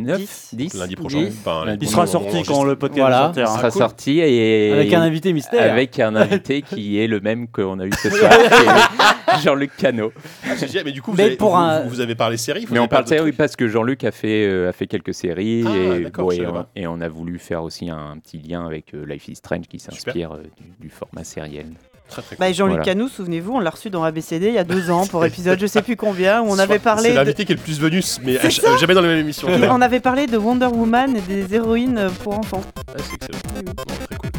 [SPEAKER 6] 9, 10.
[SPEAKER 1] Lundi prochain.
[SPEAKER 6] dix.
[SPEAKER 1] Enfin, lundi
[SPEAKER 7] Il sera
[SPEAKER 1] prochain, on
[SPEAKER 7] sorti
[SPEAKER 1] enregistre.
[SPEAKER 7] quand le podcast
[SPEAKER 2] Voilà. Ah,
[SPEAKER 6] Il
[SPEAKER 7] sortira.
[SPEAKER 6] sera
[SPEAKER 2] cool.
[SPEAKER 6] sorti et
[SPEAKER 2] Avec un invité mystère.
[SPEAKER 6] avec un invité qui est le même qu'on a eu
[SPEAKER 2] [LAUGHS]
[SPEAKER 6] ce soir, qui est [LAUGHS] Jean-Luc Cano.
[SPEAKER 1] Ah, c'est génial, mais du coup, vous
[SPEAKER 2] Mais
[SPEAKER 1] avez,
[SPEAKER 2] pour
[SPEAKER 1] vous-
[SPEAKER 2] un-
[SPEAKER 1] vous avez parlé série vous
[SPEAKER 6] Mais
[SPEAKER 1] avez
[SPEAKER 6] on
[SPEAKER 1] parlé
[SPEAKER 6] partait
[SPEAKER 1] d'autres
[SPEAKER 6] oui, parce que Jean-Luc a fait, euh, a fait quelques séries
[SPEAKER 1] Ah,
[SPEAKER 6] et,
[SPEAKER 1] d'accord,
[SPEAKER 6] bon,
[SPEAKER 1] je
[SPEAKER 6] et,
[SPEAKER 1] savais
[SPEAKER 6] on,
[SPEAKER 1] pas.
[SPEAKER 6] et on a voulu faire aussi un petit lien avec euh, Life is Strange qui s'inspire euh, du, du format sériel.
[SPEAKER 1] trucs. Très, très cool.
[SPEAKER 4] Bah, Jean-Luc
[SPEAKER 6] Voilà.
[SPEAKER 4] Canou, souvenez-vous, on l'a reçu dans ABCD il y a deux ans
[SPEAKER 1] [LAUGHS]
[SPEAKER 4] pour épisode je sais plus combien où on avait
[SPEAKER 1] C'est
[SPEAKER 4] parlé de...
[SPEAKER 1] l'invité qui est le plus venu, mais à ch- jamais dans la même émission. tu vois.
[SPEAKER 4] on avait parlé de Wonder Woman et des héroïnes pour enfants.
[SPEAKER 1] Ah, c'est excellent. Bon, très cool.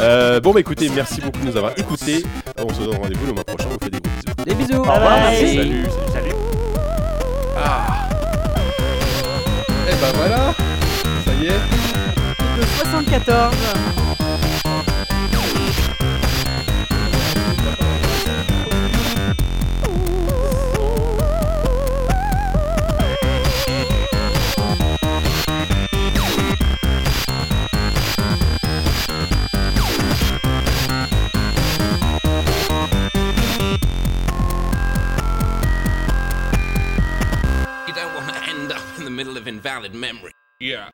[SPEAKER 1] Euh, bon, bah écoutez, merci beaucoup de nous avoir écoutés. On se donne rendez-vous le mois prochain. On vous fait des gros bisous.
[SPEAKER 2] Des bisous.
[SPEAKER 7] Au revoir, merci.
[SPEAKER 1] Salut,
[SPEAKER 7] Salut.
[SPEAKER 1] Et bah voilà, ça y est.
[SPEAKER 4] De 74.
[SPEAKER 10] You don't want to end up in the middle of invalid memory. Yeah.